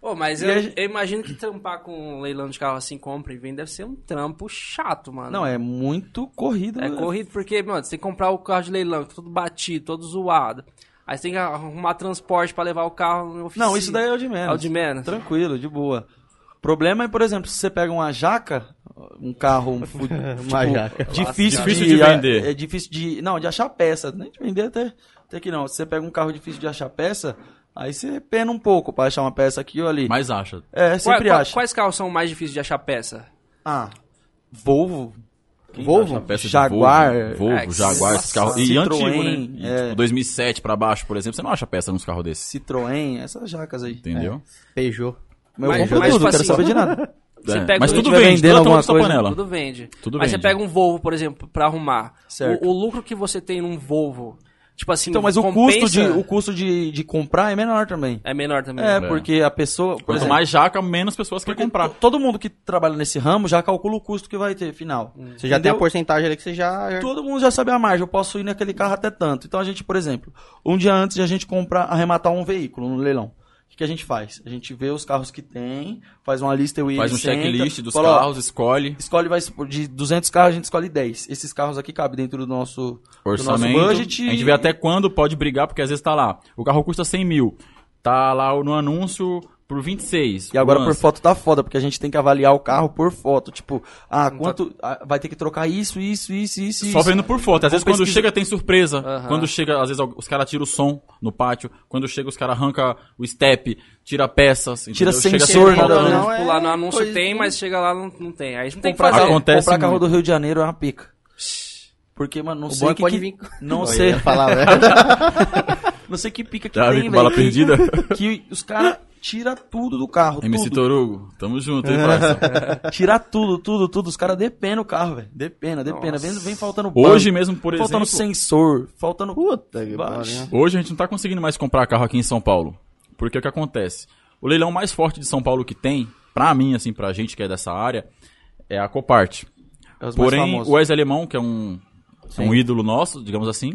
S1: Pô, mas
S4: E
S1: eu,
S4: a gente-
S1: eu imagino que trampar com um leilão de carro assim, compra e vende, deve ser um trampo chato, mano.
S4: não, é muito corrido.
S1: É
S4: né?
S1: corrido porque, mano, você tem que comprar o carro de leilão, todo batido, todo zoado. Aí você tem que arrumar transporte pra levar o carro no oficina.
S4: Não, isso daí é o de menos.
S1: É o de menos.
S4: Tranquilo, de boa. problema é, por exemplo, se você pega uma jaca, um carro um fu-
S2: Uma jaca.
S4: difícil,
S5: Difícil de vender.
S4: É, difícil de. Não, de achar peça. Nem de vender até, até que não. Se você pega um carro difícil de achar peça, aí você pena um pouco pra achar uma peça aqui ou ali.
S5: Mas acha.
S4: é,
S1: Qua-
S4: sempre
S1: qua-
S4: acha.
S1: Quais carros são mais difíceis de achar peça?
S4: Ah, Volvo.
S2: Volvo?
S5: Acha peça de
S4: Jaguar.
S5: Volvo,
S1: É,
S5: Volvo Jaguar, esses carros. E
S4: Citroën,
S5: antigo, né? E,
S4: é.
S5: tipo, 2007 pra baixo, por exemplo, você não acha peça nos carros desses.
S4: Citroën, essas jacas aí.
S5: Entendeu?
S2: Peugeot.
S4: Mas eu
S1: Mas-
S4: compro
S1: mas,
S4: tudo,
S1: tipo
S4: não quero
S1: assim,
S4: saber de nada.
S1: Você
S5: É.
S1: pega um
S5: Mas
S1: o
S5: tudo
S4: tiver
S5: vende,
S4: vendendo
S5: toda
S4: alguma
S5: sua
S4: coisa,
S5: panela.
S1: Tudo vende.
S5: Tudo
S1: Mas
S5: vende.
S1: você pega um Volvo, por exemplo, pra arrumar.
S4: Certo.
S1: O, o lucro que você tem num Volvo, tipo assim,
S4: Então, mas o
S1: compensa-
S4: custo, de, o custo de, de comprar é menor também.
S1: É menor também.
S4: É,
S1: né?
S4: porque a pessoa. Por
S5: Quanto
S4: exemplo,
S5: mais jaca, menos pessoas querem comprar.
S4: to- todo mundo que trabalha nesse ramo já calcula o custo que vai ter final.
S2: Você já tem a
S4: Entendeu?
S2: porcentagem ali que você já. já-
S4: Todo mundo já sabe a margem, eu posso ir naquele carro até tanto. Então a gente, por exemplo, um dia antes de a gente comprar, arrematar um veículo no leilão, o que, que a gente faz? A gente vê os carros que tem, faz uma lista eu e
S5: Faz um
S4: ele senta,
S5: checklist dos
S4: fala, ó,
S5: carros, escolhe.
S4: Escolhe, vai, de 200 carros, a gente escolhe 10. Esses carros aqui cabem dentro do nosso, do nosso
S5: orçamento.
S4: budget.
S5: A gente vê até quando pode brigar, porque às vezes tá lá. O carro custa 100 mil. Tá lá no anúncio por 26.
S4: E agora
S5: o
S4: por
S5: lance.
S4: foto tá foda, porque a gente tem que avaliar o carro por foto. Tipo, ah, quanto. ah, vai ter que trocar isso, isso, isso, isso.
S5: Só
S4: isso.
S5: vendo por foto. Às
S4: Vou
S5: vezes quando
S4: pesquisar.
S5: chega tem surpresa.
S1: Aham.
S5: Quando chega, às vezes al- os caras tiram o som no pátio. Quando chega, os caras arrancam o step, tira peças.
S4: Tira
S5: entendeu? Chega
S4: sensor,
S5: sempre faltando.
S1: Não,
S4: Não,
S1: tipo,
S4: é
S1: lá no anúncio
S4: coisa-
S1: tem, mas chega lá não, não tem. Aí a gente não tem que
S4: comprar,
S1: fazer.
S4: carro,
S5: Acontece
S4: comprar carro
S5: muito.
S4: do Rio de Janeiro é uma pica. Porque, mano, não
S2: O
S4: sei
S2: boy
S4: que,
S2: pode
S4: que-
S2: vir.
S4: não
S2: Eu
S4: sei,
S2: ia falar, velho.
S4: não sei que pica que
S5: Já vi
S4: tem,
S5: com
S4: velho.
S5: bala
S4: que-
S5: perdida.
S4: Que os caras tira tudo do carro,
S5: MC
S4: tudo.
S5: Torugo, tamo junto, hein, parça?
S4: Tira tudo, tudo, tudo. Os caras depenam o carro, velho. Depena, depena. Vem, vem faltando
S5: Hoje
S4: banco,
S5: mesmo, por
S4: faltando
S5: exemplo.
S4: sensor, faltando
S2: Puta que
S4: Baixo.
S2: pariu.
S5: Hoje a gente não tá conseguindo mais comprar carro aqui em São Paulo. Porque o que acontece? O leilão mais forte de São Paulo que tem, pra mim, assim, pra gente que é dessa área, é a Copart.
S4: É os mais
S5: Porém,
S4: famosos.
S5: o Wesley Alemão, que é um, um ídolo nosso, digamos assim,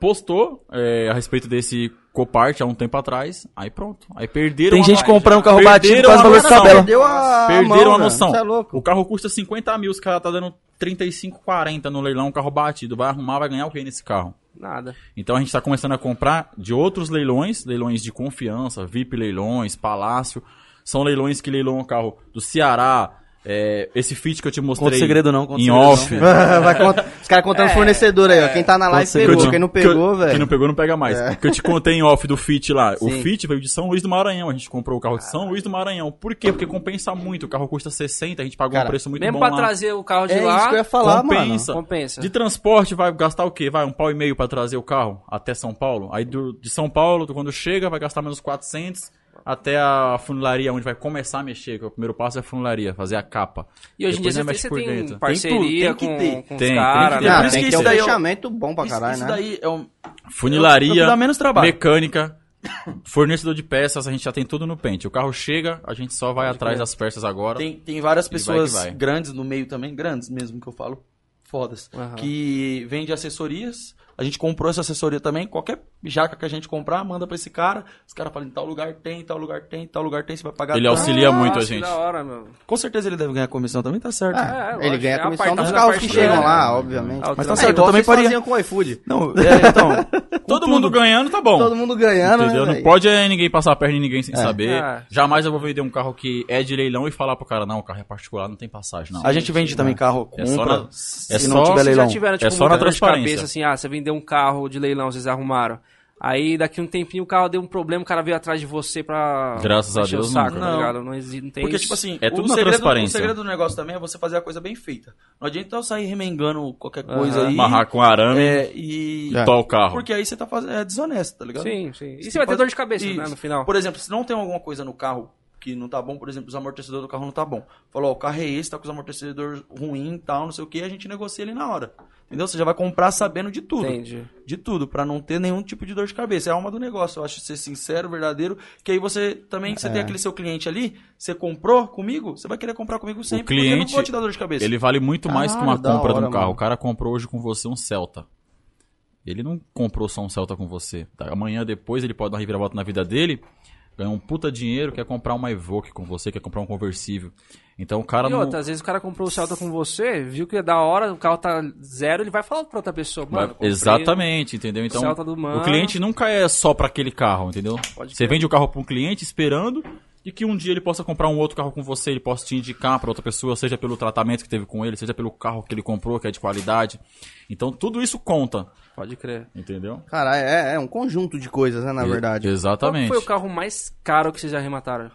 S5: postou é, a respeito desse Copart há um tempo atrás. Aí pronto. Aí perderam
S4: Tem
S5: a
S4: gente tá
S5: noção.
S4: comprando um carro batido
S5: Perderam a né?
S4: quase valor de
S5: noção.
S4: tabela.
S2: Deu a.
S5: Perderam a
S4: né?
S2: mão,
S5: noção.
S2: velho. Você é louco.
S5: O carro custa 50 mil, os caras tá dando 35, 40 no leilão, um carro batido. Vai arrumar, vai ganhar o que nesse carro?
S1: Nada.
S5: Então a gente está começando a comprar de outros leilões, leilões de confiança, VIP leilões, Palácio. São leilões que leiloam o carro do Ceará. é, esse fit que eu te mostrei
S4: Conta segredo não, conta
S5: em
S4: segredo
S5: off.
S2: Vai conta- Os caras contando
S1: É,
S2: fornecedor aí, ó. Quem tá na live
S4: Conseguiu.
S2: pegou, quem não
S5: Que eu-
S2: pegou,
S5: Quem não
S2: velho.
S5: pegou, não pega mais.
S2: É.
S5: Que eu te contei em off do Fit lá. O
S2: Sim.
S5: Fit veio de São Luís do Maranhão. A gente comprou o carro de São Luís do Maranhão. Por quê? Porque compensa muito. O carro custa 60, a gente pagou
S2: Cara,
S5: um preço muito
S1: Mesmo
S5: bom
S1: pra
S5: lá.
S1: trazer o carro de
S2: É
S1: lá,
S2: isso que eu ia falar, mano.
S5: compensa.
S1: compensa.
S5: De transporte vai gastar o quê? Vai um pau e meio pra trazer o carro até São Paulo. Aí do- de São Paulo, quando chega, vai gastar menos 400 até a funilaria, onde vai começar a mexer. que o primeiro passo é a funilaria, fazer a capa.
S1: E hoje em dia
S5: Depois
S1: você
S5: ainda
S1: tem,
S5: mexe
S1: você
S5: por
S1: tem
S5: dentro.
S1: parceria
S4: Tem
S1: com,
S4: tudo, tem que ter.
S1: com
S5: Tem,
S1: os
S5: tem
S1: caras,
S5: que
S1: né?
S5: ter.
S2: Ah,
S5: Por isso
S2: tem
S5: que
S2: que ter
S5: isso
S2: um
S4: daí é o-
S2: fechamento bom pra caralho,
S4: isso,
S2: né?
S4: isso daí é um...
S5: Funilaria,
S4: Dá menos trabalho.
S5: mecânica, fornecedor de peças, a gente já tem tudo no pente. O carro chega, a gente só vai atrás das peças agora.
S4: Tem, tem várias
S5: E vai que
S4: pessoas
S5: vai.
S4: grandes no meio também, grandes mesmo que eu falo, fodas,
S1: Aham.
S4: que vende assessorias. A gente comprou essa assessoria também. Qualquer jaca que a gente comprar, manda pra esse cara. Os caras falam, em tal lugar tem, em tal lugar tem, em tal lugar tem, você vai pagar.
S5: Ele
S4: tanto.
S5: auxilia- Auxilia muito a
S1: que
S5: gente.
S1: Ah, é Da hora, meu.
S4: Com certeza ele deve ganhar comissão também, tá certo.
S2: Ah,
S1: É,
S2: ele
S1: lógico,
S2: ganha
S1: é
S2: a
S1: a
S2: comissão
S1: parte-
S2: dos
S1: a
S2: carros
S1: parte
S2: que
S1: dele,
S2: chegam
S1: né?
S2: lá, obviamente.
S1: Ah, o tra-
S4: Mas tá
S2: É,
S4: certo, eu
S2: igual
S4: também
S2: vocês
S4: faria.
S2: faziam com o iFood.
S4: Não, é, então, com
S5: Todo
S4: tudo.
S5: mundo ganhando, tá bom.
S2: Todo mundo ganhando,
S5: Entendeu?
S2: né,
S5: Não
S2: velho?
S5: pode é, ninguém passar a perna em ninguém sem saber.
S1: É.
S5: Jamais eu vou vender um carro que é de leilão e falar pro cara, não, o carro é particular, não tem passagem, não.
S4: A gente vende também carro,
S5: É só
S4: compra,
S5: na-
S4: se
S5: é só- se
S4: não tiver
S1: Vocês
S4: leilão.
S1: já tiveram, tipo,
S5: É só
S1: uma
S5: na
S1: dor de
S5: transparência.
S1: cabeça, assim, ah, você vendeu um carro de leilão, vocês arrumaram. Aí daqui um tempinho o carro deu um problema, o cara veio atrás de você pra.
S5: Graças
S1: pra
S5: a
S1: encher
S5: Deus,
S1: o saco,
S5: nunca.
S1: tá
S4: Não.
S1: ligado? Não, exi- não tem
S4: Porque,
S1: isso.
S4: tipo assim,
S5: É
S4: o,
S5: tudo na
S4: segredo, o
S5: transparência.
S4: segredo do negócio também é você fazer a coisa bem feita. Não adianta eu sair remengando qualquer coisa
S1: Aham.
S4: aí.
S5: Amarrar com arame
S4: é, e.
S5: e tal o carro.
S4: Porque aí você tá fazendo. É desonesto, tá ligado?
S1: Sim, sim. E
S4: Você
S1: você vai ter
S4: faz-
S1: dor de cabeça, né,
S4: Isso.
S1: no final.
S4: Por exemplo, se não tem alguma coisa no carro que que não tá bom, por exemplo, os amortecedores do carro não tá bom. Falou, ó, o carro é esse, tá com os amortecedores ruim e tal, não sei o que, a gente negocia ele na hora. Entendeu? Você já vai comprar sabendo de tudo.
S1: Entendi.
S4: De tudo, pra não ter nenhum tipo de dor de cabeça. É a alma do negócio, eu acho ser sincero, verdadeiro, que aí você também, você
S5: É.
S4: tem aquele seu cliente ali, você comprou comigo, você vai querer comprar comigo sempre, porque eu não
S5: cliente,
S4: vou te dar dor de cabeça.
S5: Ele vale muito mais que uma
S2: Caralho, da
S5: compra de um
S2: hora,
S5: carro.
S2: mano.
S5: O cara comprou hoje com você um Celta. Ele não comprou só um Celta com você. tá? Amanhã depois ele pode dar uma reviravolta na vida dele, ganhar um puta dinheiro, quer comprar uma Evoque com você, quer comprar um conversível. Então o cara
S1: E
S5: não.
S1: outra, às vezes o cara comprou o Celta com você, viu que é da hora, o carro tá zero, ele vai falar pra outra pessoa,
S5: vai-
S1: mano. comprei
S5: Exatamente, entendeu?
S1: o
S5: Então
S1: Celta do mano.
S5: o cliente nunca é só pra aquele carro, entendeu?
S1: Pode
S5: Você
S1: crer.
S5: vende o carro pra um cliente esperando e que um dia ele possa comprar um outro carro com você, ele possa te indicar pra outra pessoa, seja pelo tratamento que teve com ele, seja pelo carro que ele comprou, que é de qualidade. Então tudo isso conta,
S1: Pode crer.
S5: entendeu?
S2: Cara, é, é um conjunto de coisas, né, na
S5: E-
S2: verdade.
S5: Exatamente. É,
S1: Qual que foi o carro mais caro que vocês já arremataram?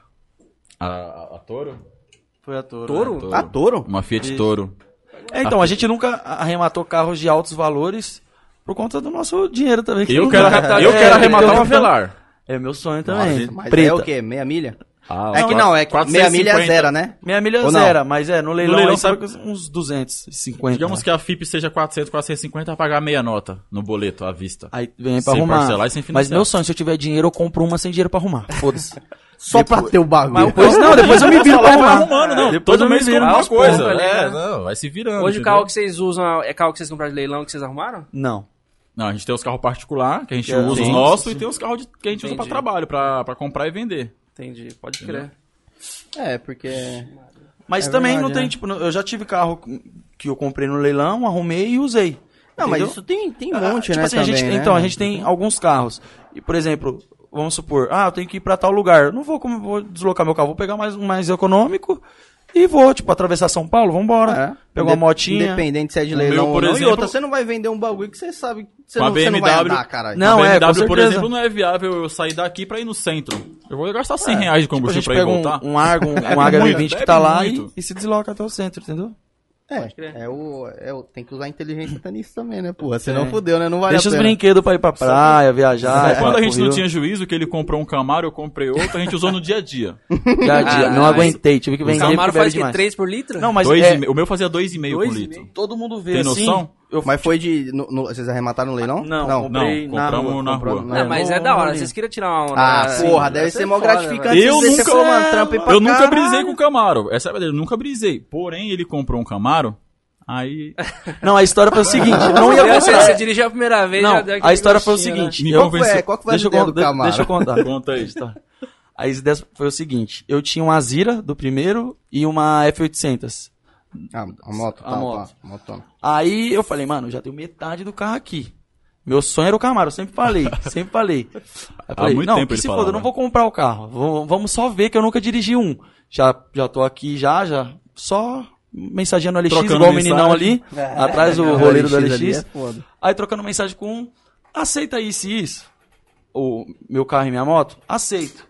S5: A, a- a Toro?
S4: Foi a Toro.
S1: Touro?
S5: Toro.
S2: Ah, touro?
S5: Uma Fiat
S4: Isso.
S5: Toro.
S4: É, então, a gente nunca arrematou carros de altos valores por conta do nosso dinheiro também. que
S5: Eu
S4: não
S5: quero,
S4: dá.
S5: arre- eu
S4: É,
S5: quero arrematar um uma
S4: entendeu?
S5: Velar.
S4: É meu sonho
S5: Nossa,
S4: também.
S2: Mas
S4: Preta.
S2: é o quê? Meia milha?
S5: Ah,
S2: é que não, é que meia milha é zero, né?
S4: Minha milha é
S2: Ou não?
S4: zero, mas é, no leilão,
S5: leilão
S4: aí
S5: sabe-
S4: sabe uns 250.
S5: Digamos que a FIP seja 400, 450, vai pagar meia nota no boleto, à vista.
S4: Aí vem
S5: Sem
S4: pra arrumar.
S5: parcelar e sem financiar.
S4: Mas meu sonho, se eu tiver dinheiro, eu compro uma sem dinheiro pra arrumar. Foda-se.
S2: Só pra ter o
S5: Ah,
S2: bagulho.
S4: Depois não, depois eu me viro pra
S5: Vai
S4: arrumar.
S5: arrumando, não.
S4: Depois
S5: Todo
S4: eu me
S5: mês
S4: viro
S5: compra uma
S4: aos
S5: coisa.
S1: poucos ali,
S5: É,
S1: né?
S5: não, vai se
S1: Hoje
S5: virando.
S1: o
S5: entendeu?
S1: carro que vocês usam é carro que vocês compraram de leilão que vocês arrumaram?
S4: Não.
S5: Não, a gente tem os carros particulares, que a gente
S4: É,
S5: usa os
S4: sim,
S5: nossos, e tem os carros de- que a gente usa pra
S1: Entendi.
S5: trabalho, pra, pra comprar e vender.
S1: Entendi, pode crer.
S2: É, porque.
S4: Mas
S2: É
S4: também não
S2: verdade,
S4: tem,
S2: né?
S4: tipo, não- eu já tive carro que eu comprei no leilão, arrumei e usei.
S2: Não, mas
S4: Entendeu?
S2: isso tem, tem um
S4: Ah,
S2: monte,
S4: tipo
S2: né?
S4: assim, a gente-
S2: também, né?
S4: Então, a gente tem alguns carros. E, por exemplo, vamos supor, ah, eu tenho que ir pra tal lugar. Eu Não vou, como eu vou deslocar meu carro, vou pegar mais um mais econômico e vou, tipo, atravessar São Paulo, vambora.
S2: É.
S4: Pegar tá uma
S2: Inde-
S4: motinha.
S2: Independente se é de
S5: O
S2: leilão
S5: meu,
S2: ou
S5: por
S2: não.
S5: exemplo-
S2: e outra, você não vai vender um bagulho que você sabe que você,
S5: Com a
S2: não, você não vai
S5: BMW
S2: andar, caralho.
S4: Não,
S5: a
S4: é, com
S5: BMW, por
S4: certeza.
S5: exemplo, não é viável eu sair daqui pra ir no centro. Eu vou gastar 100 reais de
S4: Tipo, a
S5: combustível
S4: gente
S5: pra ir
S4: pega um,
S5: voltar.
S4: um Argo, um,
S5: Bebe muito,
S4: um HB20 que tá
S5: bebe
S4: lá e,
S5: muito.
S4: e se desloca até o centro, entendeu?
S2: É, é o, é o- tem que usar inteligência até nisso também, né, porra? Senão fudeu, né? Não vale
S4: É.
S2: a
S4: Deixa os
S2: pena.
S4: brinquedos pra ir pra praia, viajar.
S5: Mas quando a gente não tinha
S4: dia,
S5: juízo, que ele comprou um Camaro, eu comprei outro, a gente usou no dia a dia.
S4: a dia, não
S1: Ah,
S4: aguentei, tive que
S1: O
S4: vender
S1: Camaro
S4: porque bebe
S1: faz que
S4: demais.
S1: 3 por litro?
S4: Não, mas
S5: Dois
S4: é,
S5: e me- O meu fazia 2,5 por
S1: Dois e
S5: litro.
S4: todo mundo vê
S5: Tem
S4: assim.
S5: noção?
S4: Eu
S2: Mas foi de. no- no- vocês arremataram no leilão?
S4: Não,
S2: não.
S4: comprei
S5: Não,
S4: na
S5: compramos
S4: rua.
S5: na
S4: compramos
S5: rua.
S4: na
S1: Não, mas é
S4: Não,
S1: da hora,
S4: olha.
S1: vocês queriam tirar uma onda.
S2: Ah,
S1: assim,
S2: porra,
S1: né?
S2: deve
S1: Isso é
S2: ser mó
S1: foda,
S2: gratificante.
S1: velho.
S5: Eu
S2: Você
S5: nunca-
S2: falou, mano, trampa aí pra
S5: Eu nunca
S2: caralho.
S5: brisei com o Camaro. Essa é a verdade, eu nunca brisei. Porém, ele comprou um Camaro, aí
S4: Não, a história foi o seguinte, não
S2: é
S4: ia
S1: Você,
S4: comprar.
S1: você dirigiu a primeira vez, já
S4: Não,
S1: deu aquele
S4: a história foi o
S1: gostinho, né?
S4: seguinte.
S5: Me
S4: eu-
S2: Qual que é? Qual que foi a
S4: deixa, eu
S2: ideia do
S4: con- de-
S2: Camaro?
S4: deixa eu contar.
S5: Conta aí.
S4: Tá. A ideia foi o seguinte, eu tinha uma Azira do primeiro e uma F800.
S2: Ah, a moto,
S4: A
S2: tá,
S4: moto.
S2: tá, motona.
S4: Aí eu falei, mano, eu já tenho metade do carro aqui. Meu sonho era o Camaro, eu sempre falei, sempre falei. Aí eu falei,
S5: muito
S4: não,
S5: tempo
S4: que
S5: ele
S4: se
S5: falava. né?"
S4: foda, eu não vou comprar o carro. Vamos, vamos só ver que eu nunca dirigi um. Já, já tô aqui, já, já. Só mensageando no LX,
S5: Trocando
S4: igual
S5: mensagem. É.
S4: o meninão ali, atrás do
S2: O
S4: roleiro do LX.
S2: ali é foda.
S4: Aí trocando mensagem com um, aceita isso e isso? O meu carro e minha moto? Aceito.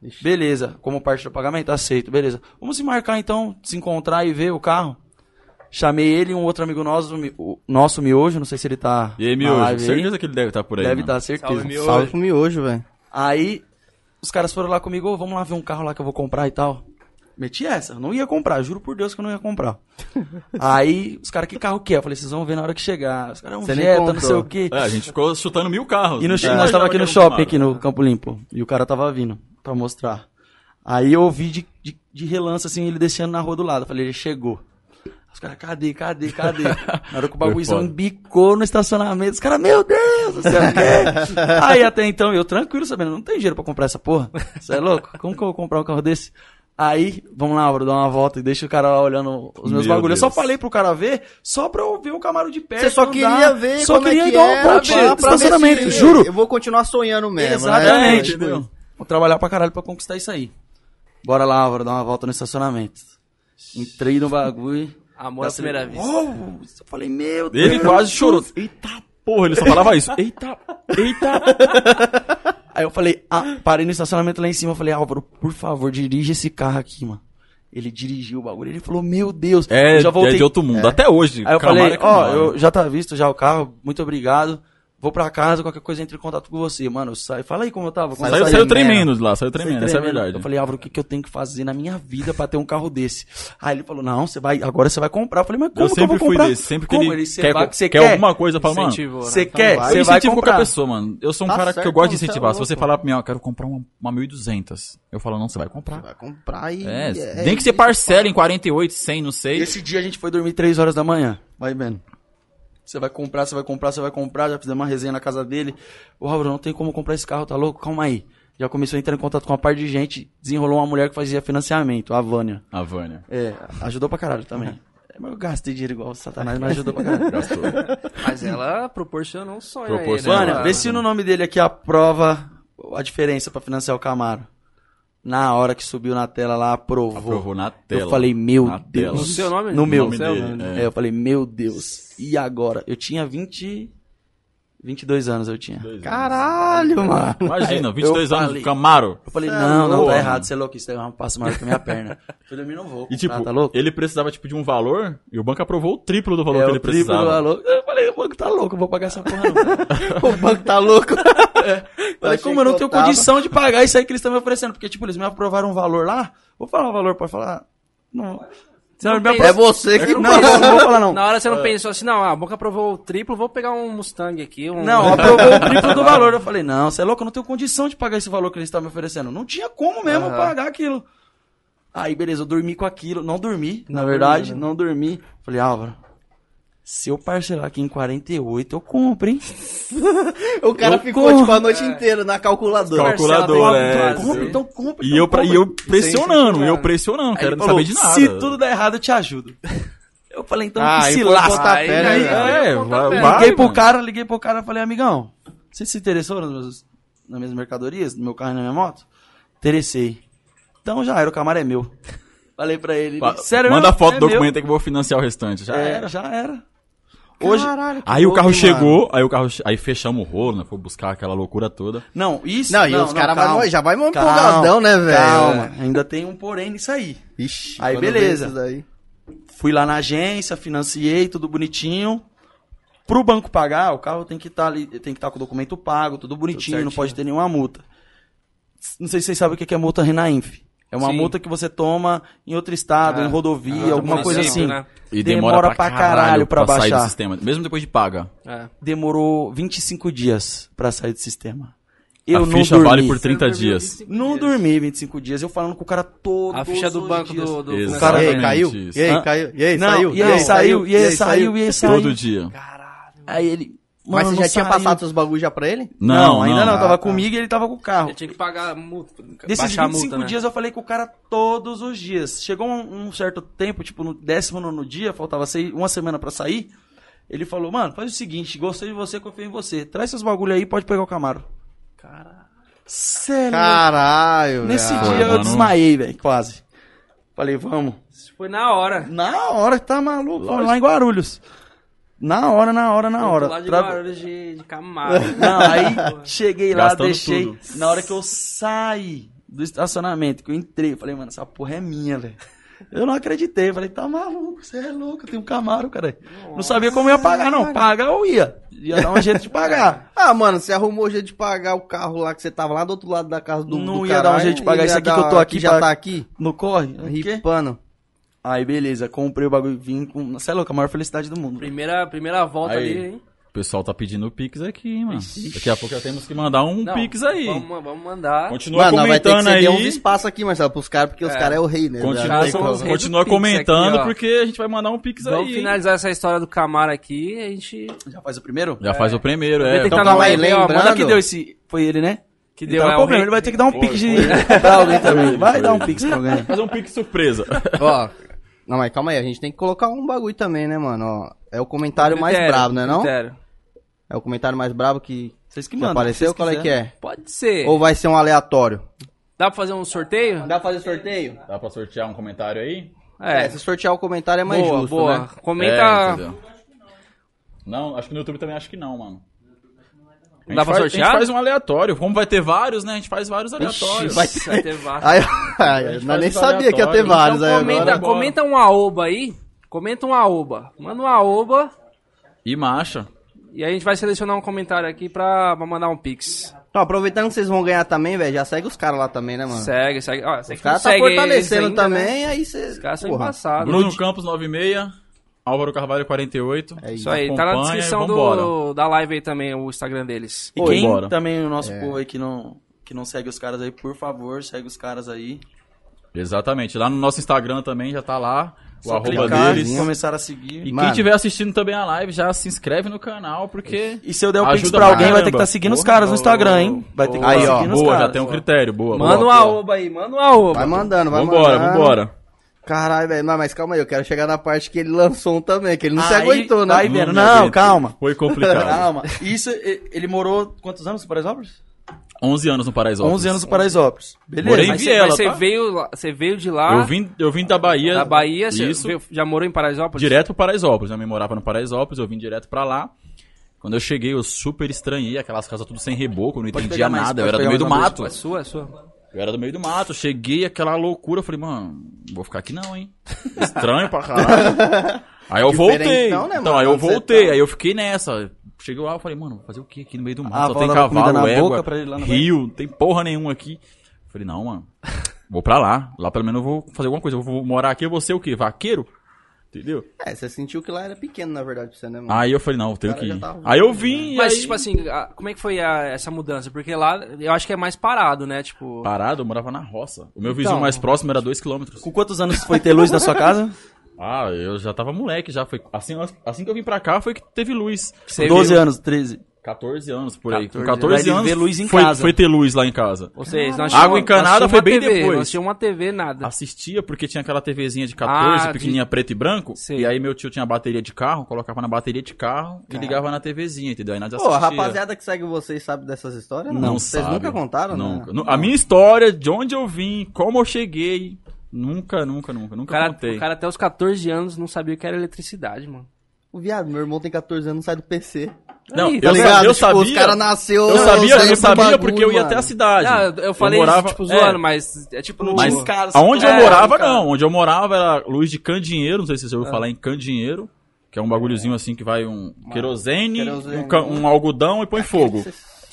S2: Ixi.
S4: Beleza. Como parte do pagamento? Aceito, beleza. Vamos se marcar então, se encontrar e ver o carro. Chamei ele e um outro amigo nosso, o Mi- o nosso Miojo, não sei se ele tá
S5: E aí,
S4: na
S5: Miojo,
S4: live
S5: certeza que tá ele deve estar por aí. né?
S4: Deve tá
S5: mano.
S4: estar, certeza.
S1: Salve, Miojo.
S2: Salve pro miojo, velho.
S4: Aí os caras foram lá comigo, ô, vamos lá ver um carro lá que eu vou comprar e tal. Meti essa, eu não ia comprar, juro por Deus que eu não ia comprar. Aí os caras, que carro que é? Eu falei, vocês vão ver na hora que chegar. Os caras, é um
S2: Você nem
S4: Jetta, não
S2: contou.
S4: sei o quê.
S5: É, a gente ficou chutando mil carros.
S4: E no,
S5: Ninguém
S4: nós
S5: achava
S4: tava aqui
S5: que
S4: no
S5: era um
S4: shopping,
S5: Camaro.
S4: aqui
S2: né?
S4: no Campo Limpo. E o cara tava vindo pra mostrar. Aí eu ouvi de, de, de relance, assim, ele descendo na rua do lado. Eu falei, ele chegou. Os caras, cadê, cadê, cadê? Na hora que o bagulhozão
S5: foda.
S4: bicou no estacionamento, os caras, meu Deus, não sei o quê. Aí até então, eu tranquilo, sabendo, não tem dinheiro pra comprar essa porra. Você é louco? Como que eu vou comprar um carro desse? Aí, vamos lá, bro, dar uma volta e deixa o cara lá olhando os meus
S5: Meu
S4: bagulhos. Eu só
S5: Deus.
S4: falei pro cara ver, só pra eu ver o Camaro de perto.
S2: Você só
S4: andar,
S2: queria ver
S4: É Só
S2: como
S4: queria
S2: é que
S4: dar uma
S2: é,
S4: volta
S2: pra-
S4: no
S2: pra ver se-
S4: estacionamento, juro.
S2: Eu vou continuar sonhando mesmo, né?
S4: Exatamente.
S2: Tipo,
S4: entendeu? Vou trabalhar pra caralho pra conquistar isso aí. Bora lá, Álvaro, dar uma volta no estacionamento. Entrei no bagulho.
S1: Amor à primeira vista.
S4: Oh, eu falei, meu Deus.
S5: Ele quase chorou. Eita porra, ele só falava isso. Eita, eita.
S4: Aí eu falei, ah, parei no estacionamento lá em cima. Eu falei, Álvaro, por favor, dirige esse carro aqui, mano. Ele dirigiu o bagulho. Ele falou, meu Deus.
S5: É,
S4: eu já voltei.
S5: é de outro mundo, até hoje.
S4: Aí eu
S5: Camaro
S4: falei,
S5: é
S4: ó,
S5: Camaro.
S4: eu já tá visto já o carro, muito obrigado. vou pra casa, qualquer coisa entre em contato com você. Mano, eu saio. Fala aí como eu tava. Como eu
S5: Saiu,
S4: saí?
S5: saiu tremendo de lá, saiu tremendo, essa é a
S4: tremendo.
S5: verdade.
S4: Eu falei, Álvaro, o que, que eu tenho que fazer na minha vida pra ter um carro desse? Aí ele falou, não, você vai, agora você vai comprar. Eu falei, mas como
S5: eu
S4: que eu vou
S5: sempre fui
S4: comprar?
S5: desse, sempre que
S4: Como
S5: ele,
S4: Você
S5: quer,
S4: vai-
S5: co-
S4: você tá
S5: quer alguma coisa, eu falo, mano,
S1: Incentivou, né?
S4: Você
S1: Então
S4: quer?
S2: vai.
S4: Você
S5: eu
S4: vai
S5: incentivo qualquer
S4: comprar.
S5: pessoa, mano. Eu sou um
S2: Tá
S5: cara que eu
S2: certo,
S5: gosto de
S2: você é
S5: incentivar. Se você
S2: louco.
S5: falar pra mim, ó, eu quero comprar uma, uma 1200, eu falo, não, você vai comprar.
S2: Vai comprar e.
S5: É,
S2: é
S5: tem que ser
S2: isso,
S5: parcela em 48, 100, não sei.
S4: Esse dia a gente foi dormir 3 horas da manhã. Vai vendo. Você vai comprar, você vai comprar, você vai comprar. Já fizemos uma resenha na casa dele. Ô, Álvaro, não tem como comprar esse carro, tá louco? Calma aí. Já começou a entrar em contato com uma parte de gente. Desenrolou uma mulher que fazia financiamento, a Vânia.
S5: A Vânia.
S4: É, ajudou pra caralho também. É, mas eu gastei dinheiro igual o Satanás, mas ajudou pra caralho.
S5: Gastou.
S1: Mas ela proporcionou um sonho.
S5: Proporcionou.
S1: aí, né,
S4: Vânia,
S1: mano?
S4: vê se no nome dele aqui aprova a diferença pra financiar o Camaro. Na hora que subiu na tela lá, aprovou.
S5: Aprovou na tela.
S4: Eu falei, meu
S5: Na
S4: Deus.
S5: tela.
S1: No seu nome?
S4: No meu.
S5: nome
S1: seu
S5: dele,
S1: nome.
S4: É, eu falei, meu Deus, e agora? Eu tinha 20. 22 anos eu tinha.
S2: Caralho, mano.
S5: Imagina, 22 anos,
S4: falei-
S5: Camaro.
S4: Eu falei,
S2: Cê é
S4: não, não,
S2: louco,
S4: tá
S5: mano.
S4: errado, você é louco, isso daí é um passo maior que a minha perna. Eu falei, eu não
S5: E
S4: vou. comprar,
S5: tipo,
S4: tá louco?
S5: ele precisava tipo de um valor e o banco aprovou o triplo do valor
S4: É,
S5: que
S4: o
S5: ele
S4: triplo
S5: precisava.
S4: do valor. Eu falei, o banco tá louco, eu vou pagar essa porra não. o banco tá louco. Falei,
S2: achei
S4: como eu não
S2: que
S4: tenho
S2: eu tava.
S4: condição de pagar isso aí que eles estão me oferecendo? Porque, tipo, eles me aprovaram um valor lá, vou falar um valor, pode falar. Não. Senão ele me
S1: tem-
S4: apro-
S2: É você que
S4: não, não, não vou falar não.
S1: Na hora você não pensou assim, não, a boca aprovou o triplo, vou pegar um Mustang aqui. Um...
S4: Não, aprovou o triplo do valor. Eu falei, não, você é louco, eu não tenho condição de pagar esse valor que eles estavam me oferecendo. Não tinha como mesmo
S1: Aham.
S4: pagar aquilo. Aí, beleza, eu dormi com aquilo. Não dormi, na
S1: Não
S4: verdade,
S2: né?
S1: dormiu,
S4: não dormi. Falei, Álvaro, se eu parcelar aqui em 48, eu compro, hein?
S2: O cara
S4: Eu
S2: ficou,
S4: corro.
S2: tipo, a noite inteira na calculadora.
S1: Calcula-
S5: Calculador,
S1: Marcelo,
S5: é.
S1: tu-
S4: Compra, então compra.
S5: E
S4: então
S5: eu, pra,
S4: compra.
S5: e eu pressionando,
S1: incentivar,
S5: eu
S1: né?
S5: pressionando,
S4: Aí ele
S5: cara, não
S4: falou,
S5: sabia de nada.
S4: Se tudo der errado, eu te ajudo. Eu falei, então
S2: Ah,
S4: que
S2: aí
S4: se
S2: foi
S4: lasca.
S2: botar a perna,
S4: Aí,
S2: né?
S5: É, vai,
S1: Liguei
S4: Eu
S5: vai,
S4: liguei pro
S5: mano.
S4: cara, liguei pro cara e falei, amigão, você se interessou nos meus- nas minhas mercadorias, no meu carro e na minha moto? Interessei. Então já era, o camaro é meu. Falei pra ele.
S5: Fa-
S4: ele, Sério,
S5: Manda
S4: mesmo?
S5: foto
S4: é
S5: do
S4: meu." É,
S5: documento aí que eu vou financiar o restante. Já
S4: Já
S5: era.
S4: era, já era. Hoje.
S2: Caralho, que
S5: Aí o
S2: louco,
S5: carro
S2: mano.
S5: chegou, aí o carro, che- aí fechamos o rolo, né? Foi buscar aquela loucura toda.
S4: Não, isso.
S2: Não, e os cara vai
S4: calma.
S2: mo- já vai mó
S4: Calma,
S2: empolgadão, né, velho?
S4: Calma, ainda tem um porém nisso aí.
S2: Ixi,
S4: Aí,
S2: quando vem
S4: beleza.
S2: esses Aí.
S4: Fui lá na agência, financiei, tudo bonitinho. Pro banco pagar, o carro tem que estar ali, tem que estar com o documento pago, tudo bonitinho, não
S1: certinho.
S4: pode ter nenhuma multa. Não sei se vocês sabem o que que é multa Renainf. É uma
S1: Sim.
S4: multa que você toma em outro estado,
S1: Ah,
S4: em rodovia,
S1: ah,
S4: alguma
S1: município,
S4: coisa assim.
S1: né?
S5: E
S4: Demora
S5: demora,
S4: pra caralho
S5: sair
S4: pra
S5: do
S4: baixar.
S5: sistema. Mesmo depois de paga.
S1: É.
S4: Demorou 25 dias pra sair do sistema.
S5: a
S4: Eu não
S5: ficha
S4: dormi.
S5: vale por 30 dias.
S4: Não dormi 25 dias, eu falando com o cara todo.
S1: A ficha do banco do, do
S5: Exato.
S2: O
S4: cara-
S2: cara e aí,
S5: Exatamente
S2: caiu?
S5: isso.
S2: E aí,
S4: Hã?
S2: caiu? E aí,
S4: não,
S2: saiu?
S4: E aí saiu, e aí saiu, e aí saiu.
S5: Todo dia.
S4: Aí ele.
S2: Mas você
S4: "Mano,
S2: já
S4: não
S2: tinha
S4: saiu."
S2: passado os bagulhos já pra ele?
S4: Não, ainda não,
S2: Ah,
S4: tava
S2: tá.
S4: comigo e ele tava com o carro.
S1: Ele tinha que pagar a multa.
S4: Desses
S1: baixar a
S4: 25
S1: multa, né?
S4: dias eu falei com o cara todos os dias. Chegou um, um certo tempo, tipo no 19 dia, faltava seis- uma semana pra sair. Ele falou, mano, faz o seguinte, gostei de você, confio em você. Traz seus bagulho aí, pode pegar o Camaro.
S1: Caralho.
S4: Sério?
S2: Caralho,
S4: Nesse
S2: velho.
S5: Foi,
S4: dia eu
S5: mano.
S4: desmaiei, velho, quase. Falei, vamos.
S1: Isso foi na hora.
S4: Na hora, tá maluco? Lá em Guarulhos. Na hora, na hora, na hora.
S1: Lá de
S4: Tra-
S1: Guarulhos de, de Camargo.
S4: Não, aí cheguei lá,
S5: Gastando
S4: deixei.
S5: tudo.
S4: Na hora que eu saí do estacionamento, que eu entrei, eu falei, mano, essa porra é minha, velho. Eu não acreditei, eu falei, tá maluco, você é louco, eu tenho um Camaro, cara. Não sabia como eu ia pagar, não. Pagar ou ia. Ia dar um jeito de pagar.
S2: Ah, mano, você arrumou o jeito de pagar o carro lá que você tava lá do outro lado da casa do
S4: Não
S2: do
S4: ia dar um
S2: caralho,
S4: jeito de pagar
S2: ia
S4: isso aqui
S2: dar-
S4: que eu tô aqui
S2: já
S4: pra-
S2: tá aqui?
S4: No corre? O quê?
S2: Ripando.
S4: Aí, beleza, comprei o bagulho, vim com. Você é louco, a maior felicidade do mundo.
S1: Primeira, primeira volta
S5: Aí.
S1: ali, hein?
S5: O pessoal tá pedindo o Pix aqui, hein, mano. Daqui a pouco já temos que mandar um
S1: Não,
S5: Pix aí.
S1: Vamos, vamos mandar.
S5: Continua comentando
S2: vai ter que ceder uns
S5: aí.
S2: espaço aqui, Marcelo, pros caras, porque os
S1: É.
S2: caras é o rei, né?
S1: um Já
S5: Continua,
S2: Não tem
S1: são os
S2: como.
S4: Então
S1: reis do
S5: continua
S1: Pix
S5: comentando,
S1: aqui, ó.
S5: porque a gente vai mandar um Pix
S1: Vamos
S5: aí. hein?
S1: finalizar essa história do Camaro aqui e a gente.
S4: Já faz o primeiro?
S5: Já faz o primeiro,
S1: Vai
S5: é.
S1: ter que
S2: então
S1: tá
S2: calma
S1: no
S2: aí,
S1: ar, né, ó,
S2: lembrando-
S4: Manda que deu esse. Foi ele, né?
S1: Que
S4: Então
S1: deu é,
S4: é o
S1: o
S4: problema,
S1: rei-
S4: ele vai ter que dar um pix de. pra alguém também. Vai dar um pix pra alguém.
S5: Fazer um Pix surpresa.
S2: Ó, não, mas calma aí, a gente tem que colocar um bagulho também, né, mano? Ó, é o comentário mais
S1: Critério,
S2: bravo, né, não?
S1: critério.
S2: É o comentário mais bravo que,
S4: Vocês que
S2: que
S4: mandam.
S2: apareceu,
S4: vocês
S2: qual é que
S4: quiserem.
S2: é?
S1: Pode ser.
S2: Ou vai ser um aleatório?
S1: Dá pra fazer um sorteio?
S2: Dá pra fazer sorteio?
S5: Dá pra sortear um comentário aí?
S2: É,
S1: É.
S2: se sortear o comentário é mais
S1: boa,
S2: justo,
S1: boa.
S2: né?
S5: É,
S1: Comenta.
S5: entendeu? não, acho que no YouTube também acho que não, mano. A gente
S1: Dá pra
S5: faz- A
S1: sortear?
S5: gente faz um aleatório. Como vai ter vários, né? A gente faz vários aleatórios.
S1: vai ter vários.
S2: Aí, aí, nós nem sabia que ia ter vários aí
S5: Então
S1: comenta,
S2: agora.
S5: Bora.
S1: comenta um aoba aí. Comenta um aoba. Manda um aoba.
S5: E macha.
S1: E aí a gente vai selecionar um comentário aqui pra, pra mandar um pix.
S2: Então, aproveitando que vocês vão ganhar também, velho, já segue os caras lá também, né, mano?
S1: Segue, segue. Ó, você
S2: Os
S1: que
S2: caras
S1: não
S2: tá
S1: segue eles
S2: fortalecendo
S1: ainda,
S2: também,
S1: né?
S2: aí vocês.
S1: Os caras são
S2: Porra.
S1: embaçados.
S5: Bruno Campos, 96. Álvaro Carvalho, 48.
S2: É
S1: Isso aí, tá na
S5: Acompanha e
S1: descrição do,
S5: vambora.
S1: da live aí também, o Instagram deles.
S4: E
S5: Pô,
S4: quem
S5: embora.
S4: também, o nosso
S2: É.
S4: povo aí que não, que não segue os caras aí, por favor, segue os caras aí.
S5: Exatamente. Lá no nosso Instagram também já tá lá. O
S4: Só
S5: arroba
S4: clicar,
S5: deles.
S4: começaram a seguir.
S5: E quem
S2: Mano.
S5: estiver assistindo também a live, já se inscreve no canal, porque.
S4: E se eu der o pix
S5: Ajuda
S4: pra alguém,
S5: caramba.
S4: vai ter que estar seguindo os caras no Instagram, hein? Vai ter que estar
S2: Aí, ó,
S4: seguindo os
S5: boa,
S4: caras. um
S5: já tem um critério, boa.
S1: Manda o
S5: boa.
S1: arroba aí, manda o arroba.
S2: Vai mandando, vai
S5: Vambora,
S2: mandando.
S5: vambora.
S2: Caralho, velho, mas, mas calma aí, eu quero chegar na parte que ele lançou um também, que ele não se
S4: Aí-
S2: aguentou, né?
S4: aí, vendo.
S5: me
S4: Não,
S5: aguento.
S4: calma.
S5: Foi complicado.
S4: Calma. Isso, e- ele morou quantos anos no Paraisópolis?
S5: 11 anos no Paraisópolis.
S4: 11 anos no Paraisópolis. Beleza.
S5: Morei em
S1: Mas você,
S5: Viela,
S1: mas você
S5: tá?
S1: veio, lá- você veio de lá,
S5: Eu vim, eu vim da Bahia.
S1: da Bahia, você
S5: Isso.
S1: veio- já morou em Paraisópolis?
S5: Direto pro Paraisópolis. Minha mãe morava no Paraisópolis, eu vim direto pra lá. Quando eu cheguei, eu super estranhei aquelas casas tudo sem reboco, eu não
S4: Pode
S5: entendia
S4: pegar mais,
S5: nada. Eu
S4: pode
S5: era do
S4: pegar
S5: meio do
S4: mais uma
S5: mato.
S1: É sua, é sua.
S5: Eu era do meio do mato, cheguei, aquela loucura, eu falei, mano, não vou ficar aqui não, hein? Estranho pra caralho. Aí eu voltei.
S2: Diferentão,
S5: Então,
S2: né, mano?
S5: aí eu
S2: Quando você
S5: voltei,
S2: tá-
S5: aí eu fiquei nessa. Cheguei lá, eu falei, mano, vou fazer o que aqui no meio do mato?
S4: Ah,
S5: Só
S4: vou
S5: tem
S4: dar uma comida
S5: cavalo,
S4: na
S5: égua,
S4: boca pra ele lá na
S5: rio, não tem porra nenhuma aqui. Eu falei, não, mano, vou pra lá. Lá pelo menos eu vou fazer alguma coisa. Eu vou morar aqui, eu vou ser o quê? Vaqueiro? Entendeu?
S2: É, você sentiu que lá era pequeno, na verdade, pra você, né, mano?
S1: Ah,
S5: Aí eu falei, não, eu tenho
S2: Cara,
S5: que
S2: já
S5: ir.
S2: tá ruim,
S5: Aí eu vim,
S1: Mas,
S5: e aí...
S1: tipo assim, a- como é que foi a- essa mudança? Porque lá, eu acho que é mais parado, né? Tipo,
S5: Parado, eu morava na roça. O meu vizinho
S4: Então.
S5: mais próximo era 2km.
S4: Com quantos anos foi ter luz na sua casa?
S5: Ah, eu já tava moleque, já foi. Assim, assim que eu vim pra cá foi que teve luz.
S1: você
S4: 12
S1: viu-
S4: anos, 13.
S5: 14 anos por aí. Com
S4: 14
S5: 14
S4: Vai
S5: anos.
S4: ver luz em
S5: foi,
S4: casa.
S5: foi ter luz lá em casa.
S1: Ou seja, nós
S5: Água
S1: tínhamos-
S5: encanada
S1: nós tínhamos
S5: foi
S1: uma
S5: bem
S1: TV,
S5: depois. Assim
S1: Nós tínhamos uma TV, nada.
S5: Assistia porque tinha aquela TVzinha de 14,
S1: Ah,
S5: pequenininha preto e branco.
S1: Sei.
S5: E aí meu tio tinha bateria de carro, colocava na bateria de carro e ligava na TVzinha, entendeu? Aí nós
S2: Pô, a
S5: assistia.
S2: rapaziada que segue vocês sabe dessas histórias? Não, vocês
S5: sabe.
S2: nunca contaram,
S5: Nunca.
S2: né?
S5: Nu- A minha história, de onde eu vim, como eu cheguei, nunca, nunca, nunca,
S1: O
S5: nunca
S1: cara,
S5: contei.
S1: o cara até os 14 anos não sabia o que era eletricidade, mano.
S2: O viado, meu irmão tem 14 anos, não sai do PC.
S5: Não,
S1: Aí,
S5: eu,
S2: Tá
S5: sa-
S2: ligado?
S5: eu
S2: Tipo,
S5: sabia.
S2: Os caras nasceu.
S5: Eu sabia,
S2: saiu
S5: eu
S2: do
S5: sabia
S2: bagulho,
S5: porque eu ia
S2: mano.
S5: até a cidade.
S1: Ah, eu- eu falei isso,
S5: morava-
S1: tipo,
S5: é.
S1: zoando, mas é tipo... no-
S4: Mas
S1: no-
S4: caras.
S5: Aonde eu
S1: É,
S5: morava, não. Onde eu morava era luz de candinheiro, não sei se você ouviu falar em candinheiro, que é um bagulhozinho assim que vai um querosene,
S2: querosene.
S5: um ca- Um, algodão e põe fogo.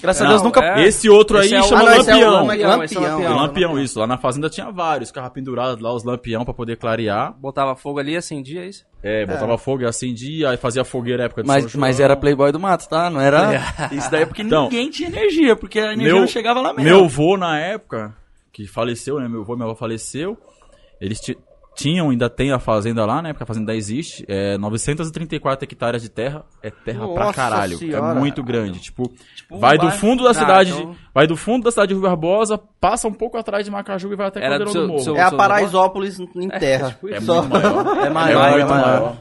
S4: Graças a
S1: Não,
S4: Deus nunca.
S1: é-
S5: Esse outro aí
S1: Esse é o-
S5: chama
S1: Ah, não, esse é o
S5: lampião. né?
S1: lampião.
S2: Lampião,
S1: lampião.
S2: lampião.
S5: Lampião, isso. Lá na fazenda tinha vários, carros pendurados lá, os lampião pra poder clarear.
S1: Botava fogo ali, acendia é isso.
S5: É, botava fogo e acendia, aí fazia fogueira na época de São
S4: Mas,
S5: João.
S4: mas é era Playboy do Mato, tá? Não era. Isso daí é porque
S5: Então,
S4: ninguém tinha energia, porque a energia
S5: meu-
S4: não chegava lá mesmo.
S5: Meu vô, na época, que faleceu, né? Meu vô, minha avó faleceu. Eles ti- tinham, ainda tem a fazenda lá, né? Porque a fazenda ainda existe. É 934 hectares de terra. É terra pra
S2: Nossa
S5: caralho.
S2: senhora.
S5: É muito grande. Tipo,
S4: Tipo, um
S5: vai do
S4: bairro-
S5: fundo da
S1: Ah,
S5: cidade. de-
S1: então-
S5: Vai do fundo da cidade de Rui Barbosa, passa um pouco atrás de Macajuba e vai até
S1: Era do
S5: Caldeirão
S1: seu-
S5: do Morro.
S1: do seu-
S2: É a
S1: Sou-
S2: Paraisópolis em terra.
S1: tipo isso.
S5: É
S2: Só-
S5: muito maior.
S4: É maior, é maior.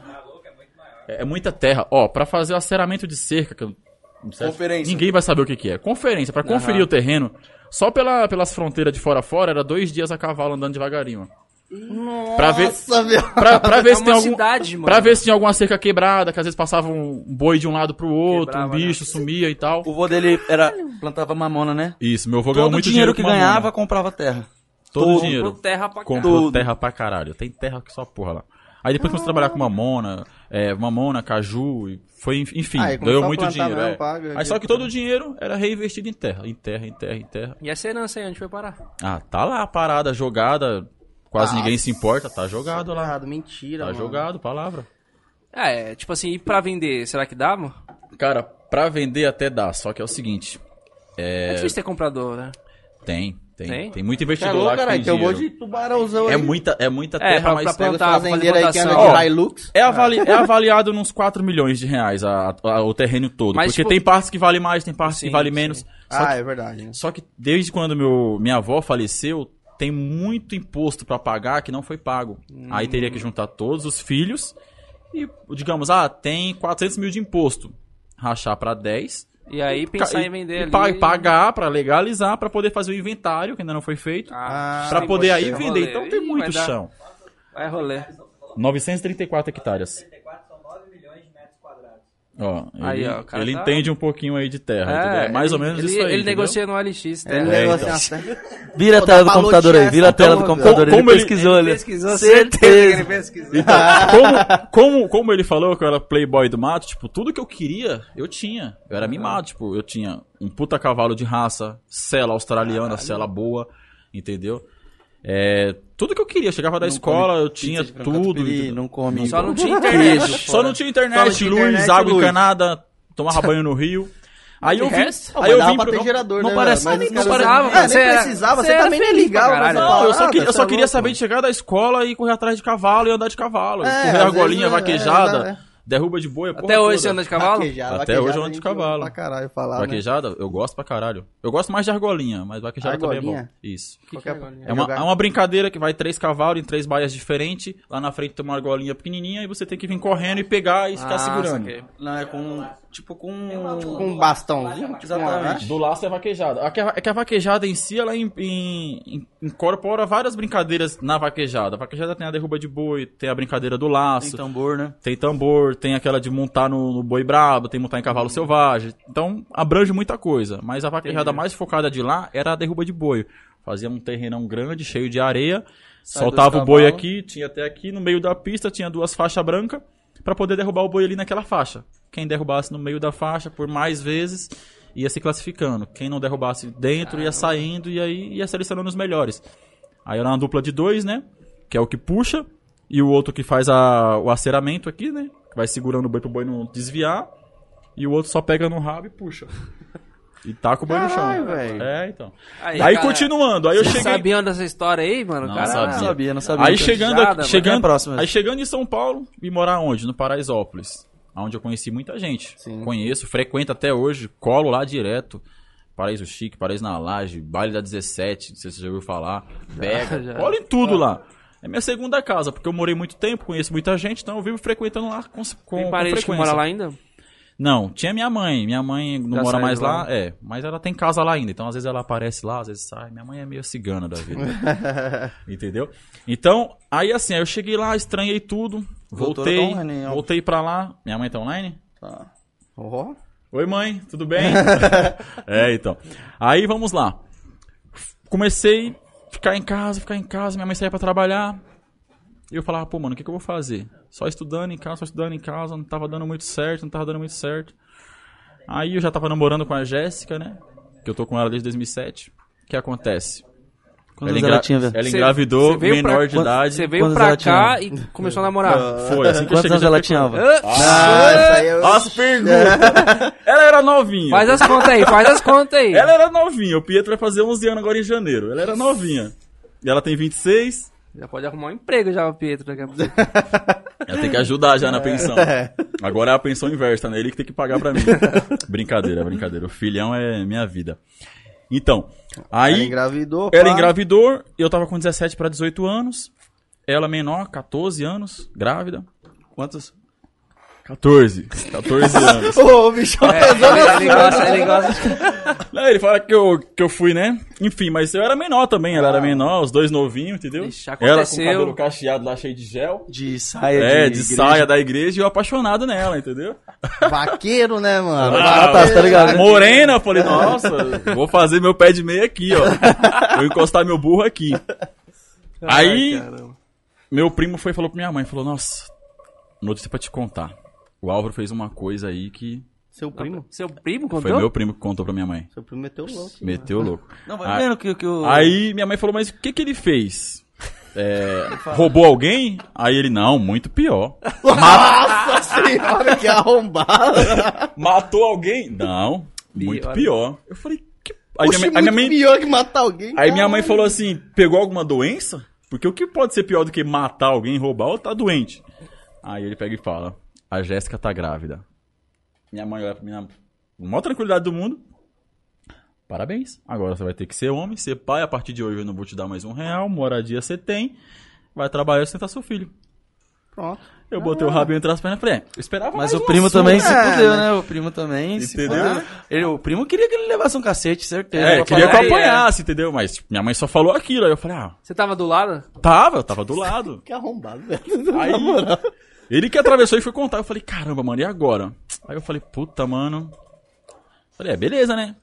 S5: É é muita terra. Ó, pra fazer o aceramento de cerca, que eu não sei-
S4: Conferência.
S5: ninguém vai saber o que, que é. Conferência, pra conferir o terreno, só pela, pelas fronteiras de fora a fora, era dois dias a cavalo andando devagarinho. ó. Pra ver,
S2: Nossa, meu.
S5: pra, pra ver
S1: É
S5: se tem
S1: uma
S5: algum,
S1: cidade, mano.
S5: pra ver se tinha alguma cerca quebrada, que às vezes passava um boi de um lado pro outro,
S1: Quebrava,
S5: um bicho sumia e tal.
S4: O vô dele era, plantava mamona, né?
S5: Isso, meu avô ganhou
S4: Todo o
S5: muito
S4: dinheiro que
S5: com mamona.
S4: ganhava, comprava terra.
S5: Todo
S4: todo
S5: o dinheiro.
S1: Comprou terra pra cá.
S5: Comprou
S4: Tudo.
S5: terra pra caralho. Tem terra que só porra lá. Aí depois começou a trabalhar com mamona, é, mamona, caju, e foi, enf- enfim,
S2: Aí começou
S5: ganhou
S2: a
S5: muito
S2: plantar
S5: dinheiro.
S2: mesmo,
S5: é.
S2: paga,
S5: Aí só
S2: dinheiro.
S5: que todo o dinheiro era reinvestido em terra, em terra, em terra, em terra.
S1: E essa herança aí, onde foi parar?
S5: Ah, tá lá a parada jogada, quase ninguém se importa, tá jogado lá.
S2: Errado, Mentira,
S5: Tá
S2: mano.
S5: jogado, palavra.
S1: É, tipo assim, e pra vender, será que dá, mano?
S5: Cara, pra vender até dá, só que é o seguinte,
S1: É, difícil ter comprador, né?
S5: tem, tem,
S1: Tem?
S5: tem, muito
S2: Tá
S5: investidor
S2: louco,
S5: lá que tem
S2: caralho. Tem um monte
S5: dinheiro.
S2: de tubarãozão
S5: É
S2: aí.
S5: muita, é muita
S1: É,
S5: terra,
S1: pra-
S5: mas...
S1: pra
S2: Pega os
S1: plantar, fazer
S2: fazendeiros aí que anda
S1: plantação.
S2: de Hilux.
S5: É, avali- é avaliado nos 4 milhões de reais a- a- o terreno todo.
S1: Mas,
S5: porque
S1: tipo-
S5: tem partes que vale mais, tem partes
S1: Sim,
S5: que vale
S1: sim.
S5: menos. Só,
S2: Ah,
S5: que,
S2: é verdade.
S5: só que desde quando meu, minha avó faleceu, tem muito imposto pra pagar que não foi pago. Aí teria que juntar todos os filhos e, digamos, ah, tem 400 mil de imposto. Rachar pra 10.
S1: E aí pensar
S5: ca-
S1: em vender ali.
S5: e pa- pagar pra legalizar, pra poder fazer o inventário, que ainda não foi feito.
S1: Ah,
S5: pra
S1: tem
S5: poder aí
S1: rolê.
S5: vender. Então tem
S1: Ih,
S5: muito
S1: vai dar-
S5: chão. É,
S1: Vai rolê.
S5: 934 hectares. Ó, ele,
S1: Aí, ó, o cara
S5: ele
S1: tá-
S5: entende um pouquinho aí de terra, entendeu? É mais ou
S1: ele-
S5: menos
S1: ele,
S5: isso aí.
S1: Ele
S5: entendeu?
S1: negocia no OLX, tá?
S2: Ele
S5: É,
S2: negócio
S5: então.
S2: assim,
S4: Vira a
S2: Pô,
S4: tela do
S2: falou
S4: computador aí,
S2: essa,
S4: vira a tela do
S2: então,
S4: computador. Ele
S5: como ele-
S4: pesquisou
S1: Ele
S4: ali.
S1: pesquisou, é certeza. que ele
S4: Certeza.
S1: pesquisou.
S5: Então, como, como, como ele falou que eu era playboy do mato, tipo, tudo que eu queria, eu tinha. Eu era mimado, tipo, eu tinha um puta cavalo de raça, cela australiana, cela boa, entendeu? É, tudo que eu queria, eu chegava da
S4: Não
S5: escola,
S4: come
S5: eu tinha
S4: pizza de frango
S5: tudo.
S4: catupiry,
S5: entendeu?
S4: Não come.
S1: Só não tinha internet.
S5: Só não tinha
S2: Só não
S5: internet,
S2: tinha
S5: luz,
S2: internet,
S5: água
S2: luz.
S5: encanada, tomava banho no rio. Aí
S1: De
S5: eu vim,
S1: resto,
S5: aí
S2: mas
S5: eu
S2: dava
S5: vim
S2: pra
S5: pro...
S2: ter gerador,
S5: não
S2: né,
S5: parece,
S2: velho? Mas
S5: nem
S2: os caras-
S5: precisava,
S2: Ah, nem precisava, você também nem ligava,
S1: Caralho,
S2: você
S1: não,
S2: tava-
S5: não, eu só,
S2: parada,
S5: que- eu só
S2: você é
S5: queria
S2: louco,
S5: saber de chegar da escola e correr atrás de cavalo e andar de cavalo.
S2: É,
S5: correr
S2: às
S5: a golinha
S2: vezes, né,
S5: vaquejada,
S2: é, é.
S5: derruba de boi, a porra
S1: Até hoje você
S5: toda.
S1: anda de cavalo?
S2: Vaquejada,
S5: Até hoje eu
S2: vaquejada
S5: ando de
S2: a gente
S5: cavalo.
S2: ouve Pra caralho falar, né?
S5: Vaquejada, eu gosto pra caralho. Eu gosto mais de argolinha, mas vaquejada também é bom.
S2: Argolinha?
S5: Isso.
S2: Qualquer-
S5: É uma,
S2: jogar-
S5: é uma brincadeira que vai três cavalos em três baias diferentes. Lá na frente tem uma argolinha pequenininha e você tem que vir correndo e pegar e ficar
S1: Ah,
S5: tá segurando.
S1: saquei.
S4: Não, é com. Tipo com.
S2: Com um bastãozinho. tipo,
S4: Exatamente.
S5: Do laço é vaquejada. É que a, é que a vaquejada em si, ela em- em- em- incorpora várias brincadeiras na vaquejada. A vaquejada tem a derruba de boi, tem a brincadeira do
S4: Tem
S5: laço,
S4: tambor, né?
S5: tem tambor, tem aquela de montar no, no boi brabo, tem montar em
S4: Uhum.
S5: cavalo selvagem. Então, abrange muita coisa. Mas a vaquejada mais focada de lá era a derruba de boi. Fazia um terrenão grande, cheio de areia,
S4: Sai
S5: soltava
S4: dois
S5: o boi
S4: cavalos.
S5: aqui, tinha até aqui, no meio da pista tinha duas faixas brancas pra poder derrubar o boi ali naquela faixa. Quem derrubasse no meio da faixa por mais vezes ia se classificando. Quem não derrubasse dentro ia saindo e aí ia selecionando os melhores. Aí era uma dupla de dois, né? Que é o que puxa e o outro que faz a- o aceramento aqui, né? Que vai segurando o boi pro boi não desviar. E o outro só pega no rabo e puxa. E taca o boi no chão.
S2: Caralho, velho.
S5: É, então.
S1: Aí,
S5: Aí,
S1: cara,
S5: continuando, aí eu
S1: Vocês
S5: cheguei.
S1: sabiam dessa história aí, mano?
S5: Não
S1: cara,
S4: Não
S5: Ah, sabia.
S4: sabia, não sabia.
S5: Aí
S4: Então,
S5: chegando,
S1: Jada, mano.
S5: aqui, chegando,
S4: É próximo.
S5: aí chegando em São Paulo e morar onde? No Paraisópolis, onde eu conheci muita gente.
S2: Sim.
S5: Conheço, frequento até hoje, colo lá direto. Paraíso Chique, Paraíso na Laje, Baile da 17, não sei se você já ouviu falar. Pega,
S1: já.
S5: colo em tudo lá. É minha segunda casa, porque eu morei muito tempo, conheço muita gente, então eu vivo frequentando lá com, com,
S1: Tem
S5: com
S1: parente que mora
S5: frequência.
S1: lá ainda?
S5: Não, tinha minha mãe. Minha mãe não
S1: Já
S5: mora
S1: saiu
S5: mais
S1: de
S5: lá,
S1: lá.
S5: é. Mas ela tem casa lá ainda. Então, às vezes ela aparece lá, às vezes sai. Minha mãe é meio cigana da vida. Entendeu? Então, aí assim, aí eu cheguei lá, estranhei tudo.
S4: Voltou,
S5: Voltei.
S4: tá online, ó.
S5: voltei pra lá. Minha mãe tá online?
S4: Tá.
S2: Ó,
S5: Oi, mãe, tudo bem? é, então. Aí vamos lá. Comecei a ficar em casa, ficar em casa. Minha mãe saía pra trabalhar. E eu falava, pô, mano, o que, que eu vou fazer? Só estudando em casa, só estudando em casa. Não tava dando muito certo, não tava dando muito certo. Aí eu já tava namorando com a Jéssica, né? Que eu tô com ela desde 2007. O que acontece?
S4: Quantos anos ela tinha, velho?
S5: ela engravidou,
S1: Você veio
S5: menor
S1: pra-
S5: de idade. Ah.
S1: Você veio
S4: Quantos
S1: pra
S4: ela
S1: cá e começou a namorar.
S5: Foi, assim que eu
S4: Quantos
S5: cheguei.
S4: anos
S5: já
S4: ela
S5: fiquei
S4: tinha? velho?
S2: Ah, isso aí eu...
S5: com- As perguntas! ela era novinha.
S1: Faz as contas aí, faz as contas aí.
S5: Ela era novinha. O Pietro vai fazer 11 anos agora em janeiro. Ela era novinha. E ela tem 26.
S1: Já pode arrumar um emprego já, o Pietro. daqui a pouco.
S5: Ela tem que ajudar já na pensão. Agora é a pensão inversa, né? Ele que tem que pagar pra mim. brincadeira, brincadeira. O filhão é minha vida. Então,
S2: Ela é Ah.
S5: aí
S2: engravidou.
S5: ela
S2: pá.
S5: engravidou. Eu tava com 17 pra 18 anos. Ela menor, 14 anos, grávida.
S4: Quantos?
S5: 14. 14 anos.
S2: Ô, o bichão
S1: É, ele, ele gosta, ele gosta.
S5: Não, ele fala que eu, que eu fui, né? Enfim, mas eu era menor também, ela era menor, os dois novinhos, entendeu?
S1: Ah. Ixi,
S5: ela com o
S1: aconteceu.
S5: cabelo cacheado lá, cheio de gel.
S4: De saia
S5: É, de,
S4: igreja.
S5: saia da igreja e eu apaixonado nela, entendeu?
S2: vaqueiro, né, mano?
S4: Ah, tá, tá ligado?
S5: Morena, eu falei, nossa, vou fazer meu pé de meia aqui, ó. Vou encostar meu burro aqui. Aí,
S1: Ai, caramba.
S5: meu primo foi e falou pra minha mãe, falou, nossa, notícia pra te contar. O Álvaro fez uma coisa aí que...
S2: Seu primo?
S1: Seu primo
S5: Foi
S1: contou?
S5: meu primo que contou pra minha mãe.
S2: Seu primo meteu louco.
S5: Meteu louco.
S4: Não,
S5: Ah,
S4: vai vendo que, que o.
S5: Aí minha mãe falou, mas o que que ele fez? É, roubou alguém? Aí ele, não, muito pior.
S2: Nossa senhora, que arrombada.
S5: Matou alguém? Não, muito
S1: Pior.
S5: pior. Eu falei, que... Aí,
S2: Oxe,
S5: minha,
S2: muito
S5: mãe- aí minha mãe,
S2: pior que matar alguém.
S5: aí minha mãe
S2: caralho.
S5: falou assim, pegou alguma doença? Porque o que pode ser pior do que matar alguém, roubar ou tá doente? Aí ele pega e fala, a Jéssica tá grávida. Minha mãe olha pra minha... com maior tranquilidade do mundo. Parabéns. Agora você vai ter que ser homem, ser pai. A partir de hoje eu não vou te dar mais um real. Moradia você tem. Vai trabalhar e sustentar seu filho.
S2: Pronto.
S5: Eu botei o rabinho entre as pernas e falei, é, eu esperava
S4: Mas
S5: mais
S4: o
S5: um
S4: primo
S5: assunto.
S4: também se
S2: é,
S4: fudeu,
S2: né?
S4: né? O primo também se
S5: Entendeu?
S4: fudeu. Ele, o primo queria que ele levasse um cacete, certeza.
S5: É,
S4: Pra
S5: queria que eu
S4: falar,
S1: aí, é.
S5: apanhasse, entendeu? Mas tipo, minha mãe só falou aquilo. Aí eu falei, ah,
S1: Você tava do lado?
S5: tava, eu tava do lado.
S2: Que arrombado, velho.
S5: Aí, ele que atravessou e foi contar. Eu falei, caramba, mano, e agora? Aí eu falei, puta, mano. Falei, é, beleza, né?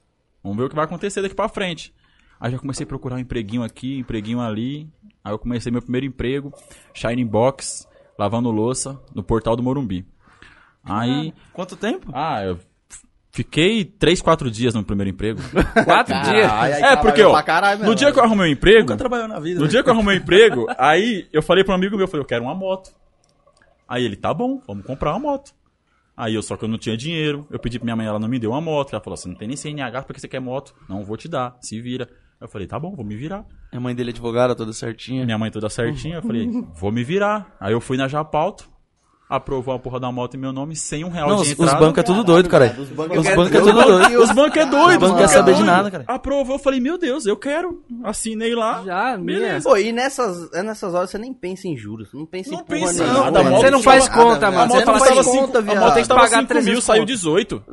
S5: Vamos ver o que vai acontecer daqui pra frente. Aí já comecei a procurar um empreguinho aqui, empreguinho ali. Aí eu comecei meu primeiro emprego, Shining Box, lavando louça, no portal do Morumbi. Aí.
S4: Quanto tempo?
S5: Ah, eu f- fiquei 3, 4 dias no primeiro emprego.
S1: Quatro dias.
S2: Aí, aí
S5: é, porque,
S2: trabalhou
S5: ó,
S2: pra caralho
S5: no
S2: mesmo,
S5: dia
S2: né?
S5: que eu arrumei o emprego.
S4: Nunca trabalhou na vida.
S5: No dia que eu arrumei um emprego, aí eu falei pra um amigo meu, eu falei, eu quero uma moto. Aí ele, tá bom, vamos comprar uma moto. Aí eu, só que eu não tinha dinheiro, eu pedi pra minha mãe, ela não me deu uma moto. Ela falou, você não tem nem CNH, porque você quer moto? Não vou te dar, se vira. Eu falei, tá bom, vou me virar.
S4: A mãe dele é advogada, toda certinha.
S5: Minha mãe toda certinha, eu falei, vou me virar. Aí eu fui na Japauto, aprovou a porra da moto em meu nome, sem um real
S4: Não,
S5: de
S4: os, os
S5: entrada.
S4: bancos é tudo doido, cara.
S2: Os
S4: Os
S2: bancos
S4: bancos
S2: é
S4: é
S2: doido.
S4: tudo doido.
S5: Os bancos é doido,
S4: Os bancos não quer
S5: é
S4: saber de
S5: doido.
S4: nada, cara.
S5: Aprovou, eu falei, meu Deus, eu quero. Assinei lá.
S1: Já, minha.
S5: Beleza.
S2: Pô, e nessas, é nessas horas você nem pensa em juros. Não pensa
S5: Não
S2: em porra
S5: pensa em
S2: nenhuma,
S5: nada,
S2: né?
S5: a moto
S1: Você não faz
S2: nada,
S1: conta,
S2: velho.
S1: mano.
S2: Você
S1: Você
S2: não
S1: não
S2: faz
S1: faz
S2: conta,
S5: A moto
S2: viado.
S1: que
S5: estava
S1: Pagar
S5: 5 mil,
S1: 300
S5: saiu
S1: conto.
S5: 18.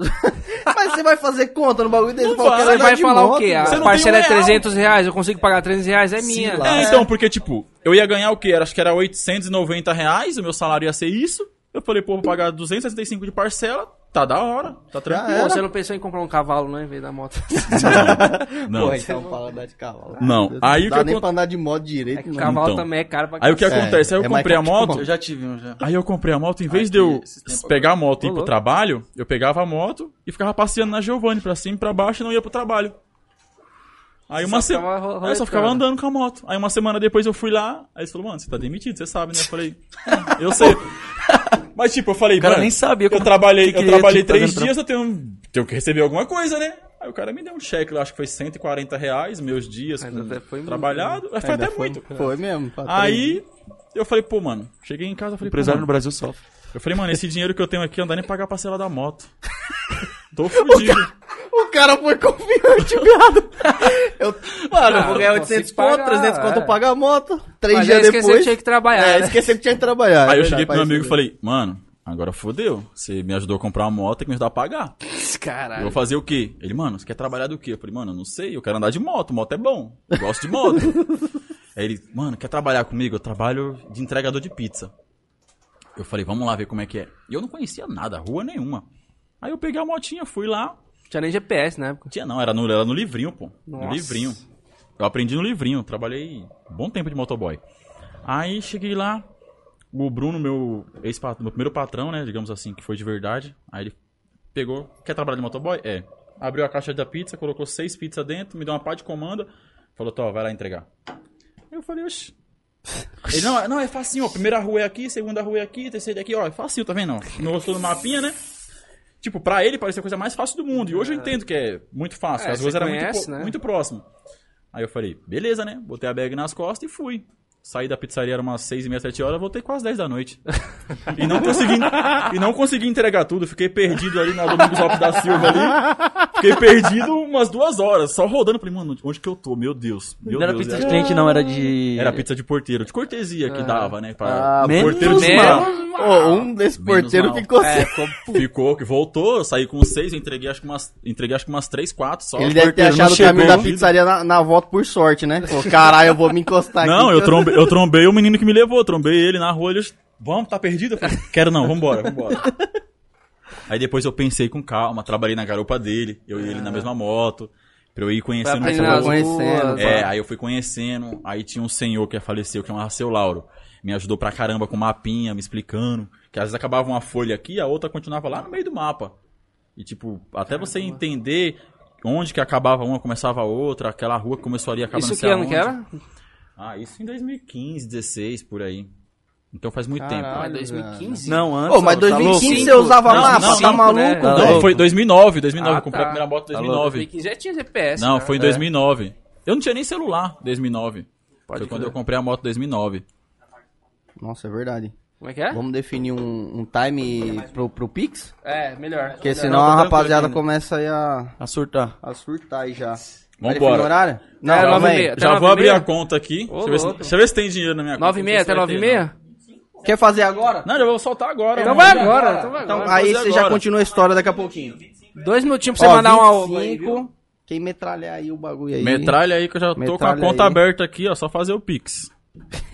S2: Mas você vai fazer conta no bagulho dele?
S5: Não
S2: Pô, eu quero
S5: vai.
S1: Você
S2: andar
S1: vai
S2: de
S1: falar
S2: moto,
S1: o quê?
S2: velho.
S5: tá Você
S1: A
S5: não
S1: parcela
S5: tem
S1: é
S5: um real.
S1: 300 reais, eu consigo pagar 300 reais, é minha.
S2: lá. É.
S5: É, então, porque, tipo, eu ia ganhar o que? Acho que era 890 reais, o meu salário ia ser isso. Eu falei, pô, vou pagar 265 de parcela, tá da hora, tá
S1: Pô,
S5: tranquilo.
S1: você não pensou em comprar um cavalo, né, em vez da moto.
S5: Não.
S2: Pô, então fala andar de cavalo.
S5: Não. Aí o
S2: dá
S5: que
S2: nem
S5: acon-
S2: pra andar de moto direito, mano.
S1: cavalo
S5: Então.
S1: também é caro pra
S5: Aí o que
S1: cacete.
S5: acontece? Aí
S2: é
S5: eu
S2: mais
S5: comprei a
S2: complicado que
S5: moto,
S4: Eu já tive um já.
S5: aí eu comprei a moto, em vez
S4: Aqui,
S5: de eu
S4: esse tempo
S5: pegar a moto e ir pro
S1: Rolou.
S5: trabalho, eu pegava a moto e ficava passeando na Giovanni, pra cima e pra baixo, e não ia pro trabalho. Aí
S1: Só
S5: uma
S1: ficava ro-
S5: semana. Eu só
S1: roletando.
S5: ficava andando com a moto. Aí uma semana depois eu fui lá, aí eles falaram, mano, você tá demitido, você sabe, né? Eu falei, "Ah, eu sei. Mas tipo, eu falei,
S4: O cara
S5: mano,
S4: nem sabia
S5: Eu
S4: como-
S5: trabalhei,
S4: que que
S5: eu trabalhei
S4: ele tá
S5: três
S4: fazendo
S5: dias, eu tenho, um, tenho que receber alguma coisa, né? Aí o cara me deu um cheque lá, acho que foi 140 reais, meus dias
S1: Ainda
S5: com-
S1: até foi muito,
S5: trabalhado. Foi
S2: Ainda
S5: até muito. né?
S2: Foi um mesmo. pra três.
S5: Aí eu falei, pô, mano, cheguei em casa, eu falei,
S4: Empresário
S5: pô,
S4: no
S5: mano,
S4: Brasil sofre.
S5: eu falei, mano, esse dinheiro que eu tenho aqui não dá nem pra pagar a parcela da moto. Tô fudido.
S2: O cara foi confiante, viado. Eu, mano, eu vou ganhar
S1: eu
S2: 800
S1: consigo pagar,
S2: conto, 300 conto eu
S1: é.
S2: pago a moto. Três
S1: Mas
S2: dias
S1: aí esqueceu
S2: depois...
S1: que tinha que trabalhar.
S2: É,
S1: né?
S2: esqueceu que tinha que trabalhar.
S5: Aí
S2: é
S5: eu cheguei
S2: verdade,
S5: pro meu amigo e
S2: parece
S5: falei, mano, agora fodeu. Você me ajudou a comprar uma moto, tem que me ajudar a pagar. Eu vou
S1: Caralho.
S5: fazer o quê? Ele, mano, você quer trabalhar do quê? Eu falei, mano, eu não sei, eu quero andar de moto, moto é bom, eu gosto de moto. Aí ele, mano, quer trabalhar comigo? Eu trabalho de entregador de pizza. Eu falei, vamos lá ver como é que é. E eu não conhecia nada, rua nenhuma. Aí eu peguei a motinha, fui lá.
S1: Tinha nem GPS na época.
S5: Tinha não, era no, era no livrinho, pô. No
S1: Nossa.
S5: livrinho. Eu aprendi no livrinho, trabalhei um bom tempo de motoboy. Aí cheguei lá, o Bruno, meu ex meu primeiro patrão, né, digamos assim, que foi de verdade. Aí ele pegou, quer trabalhar de motoboy? É. Abriu a caixa da pizza, colocou seis pizzas dentro, me deu uma pá de comanda, falou, Tó, vai lá entregar. Eu falei, oxi. Ele, não, não, é facinho, ó. Primeira rua é aqui, segunda rua é aqui, terceira é aqui, ó. É facinho, tá vendo? ó? Não gostou do mapinha, né? Tipo, pra ele parecia a coisa mais fácil do mundo. E hoje eu entendo que é muito fácil,
S1: É,
S5: que as
S1: você
S5: ruas eram muito,
S1: conhece,
S5: po-
S1: né?
S5: muito próximas. Aí eu falei, beleza, né? Botei a bag nas costas e fui. Saí da pizzaria, era umas 6 e meia, 7 horas, voltei quase 10 da noite. E não consegui, e não consegui entregar tudo, fiquei perdido ali na Domingos Lopes da Silva ali. Fiquei perdido umas duas horas, só rodando. Falei, mano, onde que eu tô? Meu Deus. Meu
S4: Não era
S5: Deus,
S4: pizza
S5: é
S4: de cliente, não, era de.
S5: era pizza de porteiro, de cortesia que dava, né?
S2: Ah,
S5: Pra... o
S4: menos
S5: porteiro
S1: mal.
S5: ficava-
S2: que- Ô, um desse
S5: Menos
S2: porteiro
S5: mal.
S2: ficou sem.
S5: ficou, que voltou, eu saí com seis, eu entreguei acho que umas, entreguei acho que umas três, quatro só.
S2: Ele deve ter
S4: porteiro não
S2: achado o caminho
S4: chegou.
S2: da pizzaria na, na volta por sorte, né? Falou, caralho, eu vou me
S1: tá
S2: encostar aqui.
S5: Não,
S2: que
S5: eu trombei, eu trombei o menino que me levou, eu trombei ele na rua, ele, vamos, tá perdido? Eu falei, quero não, vambora, vambora. Aí depois eu pensei com calma, trabalhei na garupa dele, eu e ele na mesma moto, pra eu ir conhecendo um
S1: Ah. aprender
S5: pouco.
S1: as ruas.
S2: Conhecendo,
S1: né?
S5: É, aí eu fui conhecendo, aí tinha um senhor que faleceu, que chamava Seu Lauro. Me ajudou pra caramba com mapinha, me explicando. Que às vezes acabava uma folha aqui, a outra continuava lá no meio do mapa. E tipo, até você entender onde que acabava uma, começava a outra, aquela rua que começou ali, acaba não
S1: Isso que
S5: sei
S1: ano
S5: aonde.
S1: que era?
S5: Ah, isso em 2015, 16, por aí. Então faz muito
S2: Caralho.
S5: tempo.
S1: Ah, 2015?
S4: Não, antes.
S2: Ô, mas
S4: tá louco?
S2: 2015 você usava
S5: Não,
S2: mapa,
S5: não,
S2: tá
S5: cinco,
S1: né?
S2: maluco?
S1: Tá
S5: Não,
S4: louco.
S5: foi 2009, 2009,
S1: Ah,
S5: eu comprei a
S1: tá.
S5: primeira moto em
S4: Tá louco.
S5: 2009.
S1: 2015 já tinha GPS.
S5: Não,
S1: né?
S5: foi em
S1: É.
S5: 2009. Eu não tinha nem celular em 2009.
S1: Pode
S5: foi quando
S1: crer.
S5: eu comprei a moto em 2009.
S2: Nossa, é verdade.
S1: Como é que é?
S2: Vamos definir um, um time pro, pro Pix?
S1: É, melhor.
S2: Porque
S1: Melhor.
S2: senão
S4: tá
S2: a
S4: tranquilo
S2: rapaziada
S4: ainda.
S2: começa aí a,
S4: A surtar.
S2: a surtar aí já.
S5: Vambora.
S2: Vai definir o horário? Não,
S1: É,
S2: não
S1: nove e
S2: vem.
S1: meia. Até
S5: Já
S1: nove
S5: vou
S1: e
S5: abrir
S1: meia?
S5: a conta aqui.
S1: Ô,
S5: deixa, eu ver se,
S1: louco.
S5: deixa eu ver se tem dinheiro na minha conta.
S1: 9 e meia até 9 e meia?
S2: Quer fazer agora?
S5: Não, já vou soltar agora. né?
S1: Então
S5: mano.
S1: vai agora. Então vai
S2: Então,
S1: agora.
S2: aí
S5: fazer
S2: você já
S5: agora.
S2: continua a história daqui a pouquinho.
S1: Dois minutinhos pra você
S2: Ó,
S1: mandar um uma...
S2: 25, Quem metralhar aí o bagulho aí.
S5: Metralha aí que eu já tô com a
S2: Metralha
S5: conta
S2: aí.
S5: aberta aqui, ó. Só fazer o Pix.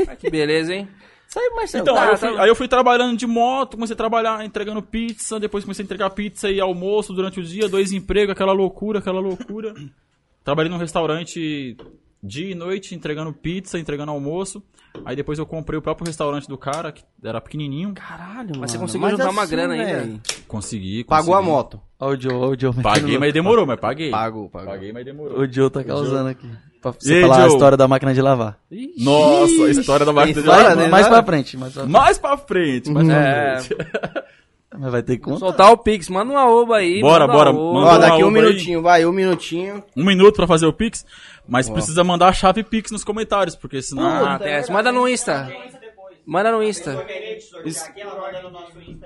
S1: Ah, que beleza, hein?
S2: Isso aí, Marcelo.
S5: Então,
S2: tá,
S5: aí, eu
S2: tá-
S5: fui, aí eu fui trabalhando de moto, comecei a trabalhar entregando pizza, depois comecei a entregar pizza e almoço durante o dia, dois empregos, aquela loucura, aquela loucura. Trabalhei num restaurante dia e noite, entregando pizza, entregando almoço. Aí depois eu comprei o próprio restaurante do cara, que era pequenininho.
S2: Caralho,
S1: Mas
S2: mano.
S1: é assim, você conseguiu juntar uma grana ainda?
S2: velho,
S5: Consegui, consegui.
S2: Pagou a moto.
S4: Olha o Joe, olha o Joe.
S5: Paguei, mas demorou, mas paguei.
S2: Pagou, pagou.
S5: Paguei, mas demorou.
S4: O Joe tá causando aqui. Pra você
S5: E aí,
S4: falar a
S5: Joe?
S4: história da máquina de lavar.
S1: Ixi.
S5: Nossa, a história da máquina de
S2: história,
S5: lavar.
S2: né?
S4: mais, mais
S2: agora?
S4: pra frente, mais pra frente.
S5: Mais pra frente, mais pra
S1: É.
S5: frente.
S4: Mas vai ter que contar.
S1: Soltar o Pix, manda uma oba aí.
S5: Bora,
S1: manda
S5: bora,
S1: uma oba.
S5: manda
S2: Ó,
S5: uma
S2: daqui um
S5: alba aí.
S2: minutinho, vai, um minutinho.
S5: Um minuto pra fazer o Pix, mas precisa mandar a chave Pix nos comentários, porque senão...
S1: Ah, acontece. Manda no Insta. Manda no Insta.
S5: Isso.
S7: tá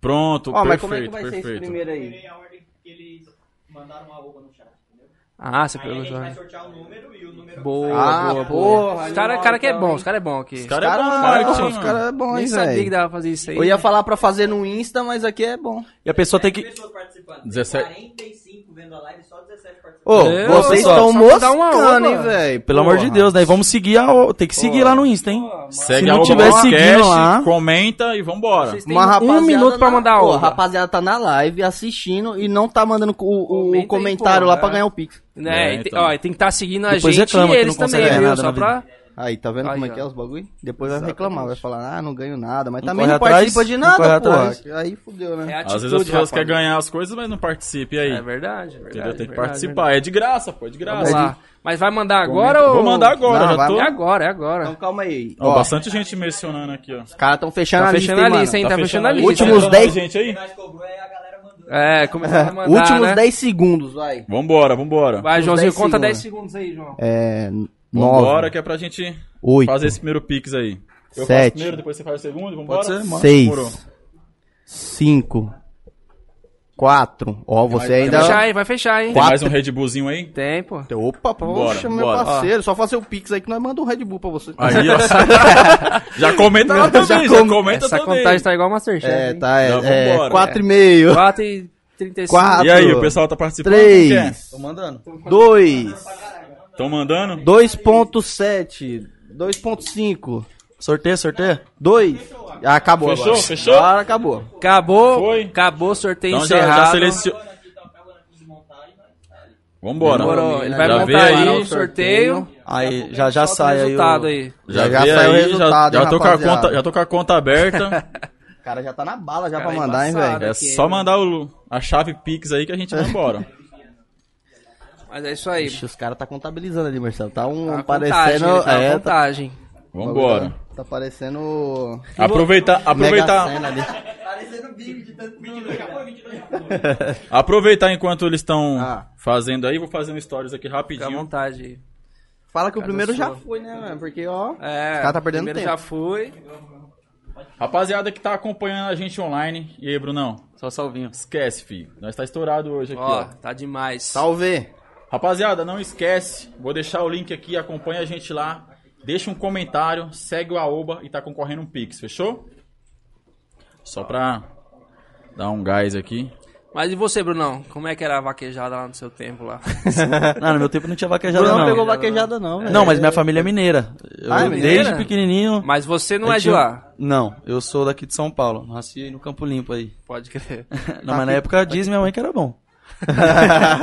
S5: Pronto,
S2: Ó, mas
S5: perfeito,
S2: como é que vai ser esse
S5: perfeito.
S2: primeiro aí?
S7: a ordem que eles mandaram uma roupa no chat, entendeu?
S1: Ah, você
S7: Aí a gente
S1: perguntou.
S7: vai sortear o número e o número
S1: Boa,
S2: Ah,
S1: boa,
S2: porra,
S1: boa. Os cara, cara que é bom, os cara é bom aqui.
S5: Esse cara, é bom no
S2: Cara,
S5: marketing,
S2: os
S5: mano.
S2: caras é bom,
S1: Nem
S2: hein,
S1: sabia que
S2: velho.
S1: dava pra fazer isso aí.
S2: Eu ia falar pra fazer no Insta, mas aqui é bom.
S4: E a pessoa tem
S7: que...
S4: que.
S7: pessoas participando. Tem
S5: 17.
S7: 45 vendo a live e só 17 participando.
S4: Ô,
S1: É,
S4: vocês
S1: só-
S4: estão
S1: só
S4: moscando,
S1: dá
S2: um
S1: uma aula.
S2: hein, velho.
S4: Pelo amor de
S2: Porra.
S4: Deus, daí vamos seguir a. o- Tem que seguir lá no Insta, hein?
S5: Segue
S4: Se não
S5: arroba
S4: tiver
S5: podcast,
S4: seguindo lá-
S5: comenta e vambora.
S1: Vocês têm
S2: Uma rapaziada
S1: um minuto pra
S2: na-
S1: mandar a
S2: Pô,
S1: oba.
S2: rapaziada tá na live assistindo e não tá mandando o, o
S1: Comenta aí,
S2: comentário
S1: pô,
S2: lá pra
S1: é.
S2: ganhar o Pix.
S1: Né,
S5: É,
S1: e te-
S5: então.
S1: ó, e tem que estar seguindo a
S4: Depois
S1: gente
S4: reclama
S1: e
S4: que
S1: eles
S4: não consegue
S1: também,
S4: ganhar
S1: viu?
S4: nada
S1: Só
S4: na
S1: pra...
S2: Aí, tá vendo
S1: Aí,
S2: como é
S1: ó.
S2: que é os bagulho? Depois vai
S4: Exatamente.
S2: reclamar, vai falar, ah, não ganho nada. Mas
S4: Não
S2: também não
S4: corre atrás,
S2: participa de
S4: não
S2: nada,
S4: corre
S2: pô.
S4: atrás.
S2: Aí fudeu, né?
S1: É
S5: Às vezes
S1: atitude,
S5: as pessoas
S1: rapaz.
S5: querem ganhar as coisas, mas não participam, e aí?
S1: É verdade, é verdade.
S5: Entendeu? Tem que
S1: verdade,
S5: participar. É de graça, pô, é de
S1: verdade. Vamos
S5: graça.
S1: lá. Mas vai mandar agora ou...
S5: Vou mandar agora,
S2: Não,
S5: já
S2: vai
S5: tô.
S1: É agora, é
S2: Então
S1: agora.
S2: calma aí.
S5: Ó,
S2: Ó,
S5: bastante gente mencionando aqui, ó.
S2: os caras tão fechando
S1: Tá
S2: a
S1: fechando
S2: lista,
S1: a
S2: hein,
S1: lista, hein?
S2: mano.
S1: Tá fechando a lista.
S2: Últimos
S5: Tá
S2: 10
S5: entrando gente
S7: Quem
S5: aí?
S7: mais cobrou é a galera mandando.
S1: É, começando a mandar,
S2: Últimos
S1: né?
S2: 10 segundos, vai.
S5: Vambora, vambora.
S1: Vai,
S2: Uns
S1: Joãozinho,
S2: 10
S1: conta
S2: segundos.
S1: 10 segundos aí, João.
S2: É.
S5: Vambora,
S2: 9,
S5: que é pra gente
S2: 8,
S5: fazer esse primeiro pix aí. Eu faço
S2: Sete.
S5: primeiro, depois você faz o segundo, vambora?
S4: Pode ser, mano.
S5: Demorou.
S2: 6, 5, 4. Ó, você ainda.
S1: Vai fechar, hein? Vai fechar, hein?
S5: Tem mais um Red Bullzinho aí?
S1: Tem, pô.
S2: Opa,
S5: Então, Bora,
S2: poxa, meu
S5: bora.
S2: parceiro, só fazer o Pix aí que nós manda um Red Bull pra você.
S5: Aí, ó. já comenta lá também, já,
S1: com-
S5: comenta
S1: Essa
S5: também.
S1: contagem tá igual Masterchef.
S2: É,
S1: hein?
S2: tá,
S5: Não,
S2: é,
S5: vambora.
S2: é 4 e meio,
S1: 4 e 35.
S2: Quatro.
S5: E aí, o pessoal tá participando?
S2: Três.
S5: Quem que
S4: Tô mandando.
S2: 2,
S5: é? Tão mandando?
S2: 2.7, 2.5,
S4: Sorteio, sorteio?
S2: 2. Ah, Acabou
S5: Fechou,
S2: agora.
S5: fechou?
S2: Agora acabou.
S1: Acabou,
S5: Foi.
S1: acabou o sorteio
S5: Então já,
S1: encerrado.
S5: já seleciona. Vambora.
S1: Demorou. Ele vai
S5: já
S1: montar
S5: vê aí,
S1: aí o sorteio.
S4: Aí já já sai aí.
S1: resultado
S4: o-
S1: aí.
S5: Já,
S2: Já
S5: vê
S2: saiu o
S5: aí,
S2: resultado,
S5: já,
S2: hein,
S5: já, tô com a
S2: rapaziada?
S5: conta, já tô com a conta aberta.
S2: O cara já tá na bala já
S1: Cara,
S2: pra mandar, hein,
S1: embaçado.
S2: velho.
S5: é
S1: Ok.
S5: só mandar o, a chave Pix aí que a gente vai embora.
S1: Mas é isso aí.
S2: Ixi, os caras tá contabilizando ali, Marcelo. Tá um
S1: Tá
S2: parecendo.
S1: contagem, tá
S2: é, tá,
S1: contagem.
S5: Vambora.
S2: tá parecendo.
S5: Aproveitar, aproveitar.
S2: Mega Sena ali.
S7: Parecendo vídeo de tanto número. Já foi 22
S5: Aproveitar enquanto eles estão
S2: Ah.
S5: fazendo aí, vou fazer um stories aqui
S1: Fica à
S5: rapidinho.
S1: vontade aí.
S2: Fala que o primeiro
S1: sua.
S2: já foi, né, mano? Porque, ó.
S1: É,
S2: Os cara tá perdendo
S1: primeiro
S2: tempo.
S1: já foi.
S5: Rapaziada que tá acompanhando a gente online. E aí, Brunão?
S4: Só salvinho.
S5: Esquece, filho. Nós tá estourado hoje aqui,
S1: Ó,
S5: ó.
S1: tá demais.
S2: Salve!
S5: Rapaziada, não esquece. Vou deixar o link aqui, acompanha a gente lá. Deixa um comentário, segue o Aoba e tá concorrendo um Pix, fechou? Só pra dar um gás aqui.
S1: Mas e você, Brunão? Como é que era a vaquejada lá no seu tempo lá?
S4: Não, no meu tempo não tinha vaquejada,
S2: Bruno não pegou
S4: não.
S2: vaquejada, não, velho.
S4: Não, mas minha família é mineira. Eu,
S2: Ah, é
S1: mineira?
S4: Desde pequenininho.
S1: Mas você não
S4: eu
S1: é de
S4: tinha- um-
S1: lá.
S4: Não, eu sou daqui de São Paulo. Nasci no Campo Limpo
S2: um-
S4: aí.
S1: Pode crer.
S4: Não, mas na época diz minha mãe que era bom.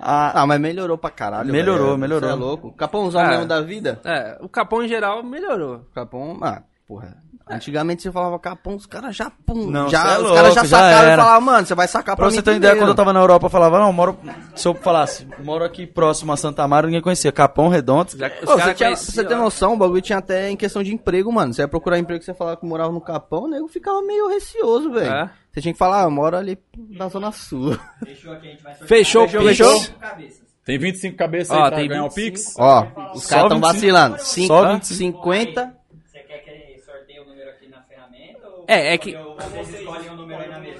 S2: Ah, mas melhorou pra caralho.
S4: Melhorou,
S2: velho.
S4: melhorou.
S2: Você é louco. Capãozão
S1: Ah.
S2: mesmo da vida?
S1: É, o Capão em geral melhorou.
S2: Capão, ah, porra. Antigamente você falava capão, os caras já pum.
S4: Não,
S2: já,
S4: cê é
S2: os
S4: louco,
S2: caras já
S4: já
S2: sacaram e
S4: era.
S2: falavam, mano, você vai sacar pra,
S4: Pra
S2: mim.
S4: você ter uma ideia,
S2: primeiro.
S4: quando eu tava na Europa, eu falava, não, moro. Se eu falasse, moro aqui próximo a Santa Amaro, ninguém conhecia. Capão Redondo.
S1: Já, os né?
S2: Ô,
S1: cara
S2: você tinha, pra
S1: conhecia
S2: você ter
S1: lá.
S2: noção, o bagulho tinha até em questão de emprego, mano. Você ia procurar emprego, você falava que morava no Capão, o nego ficava meio receoso, velho.
S1: É?
S2: Você tinha que falar, ah, eu moro ali na Zona Sul.
S7: Fechou aqui, a gente vai sortear.
S1: Fechou,
S7: Fechou,
S1: fechou?
S7: fechou? Cabeças.
S5: Tem 25 cabeças
S1: Ó,
S5: aí pra
S1: tem
S5: ganhar o
S1: 25.
S5: Pix.
S2: Ó, os
S4: Só
S2: caras tão
S4: 25.
S2: vacilando.
S4: Só
S2: 5, 50.
S7: Você quer que sorteie o número aqui na ferramenta? Ou
S1: É, é que-
S7: Ou vocês escolhem o número aí na mesa?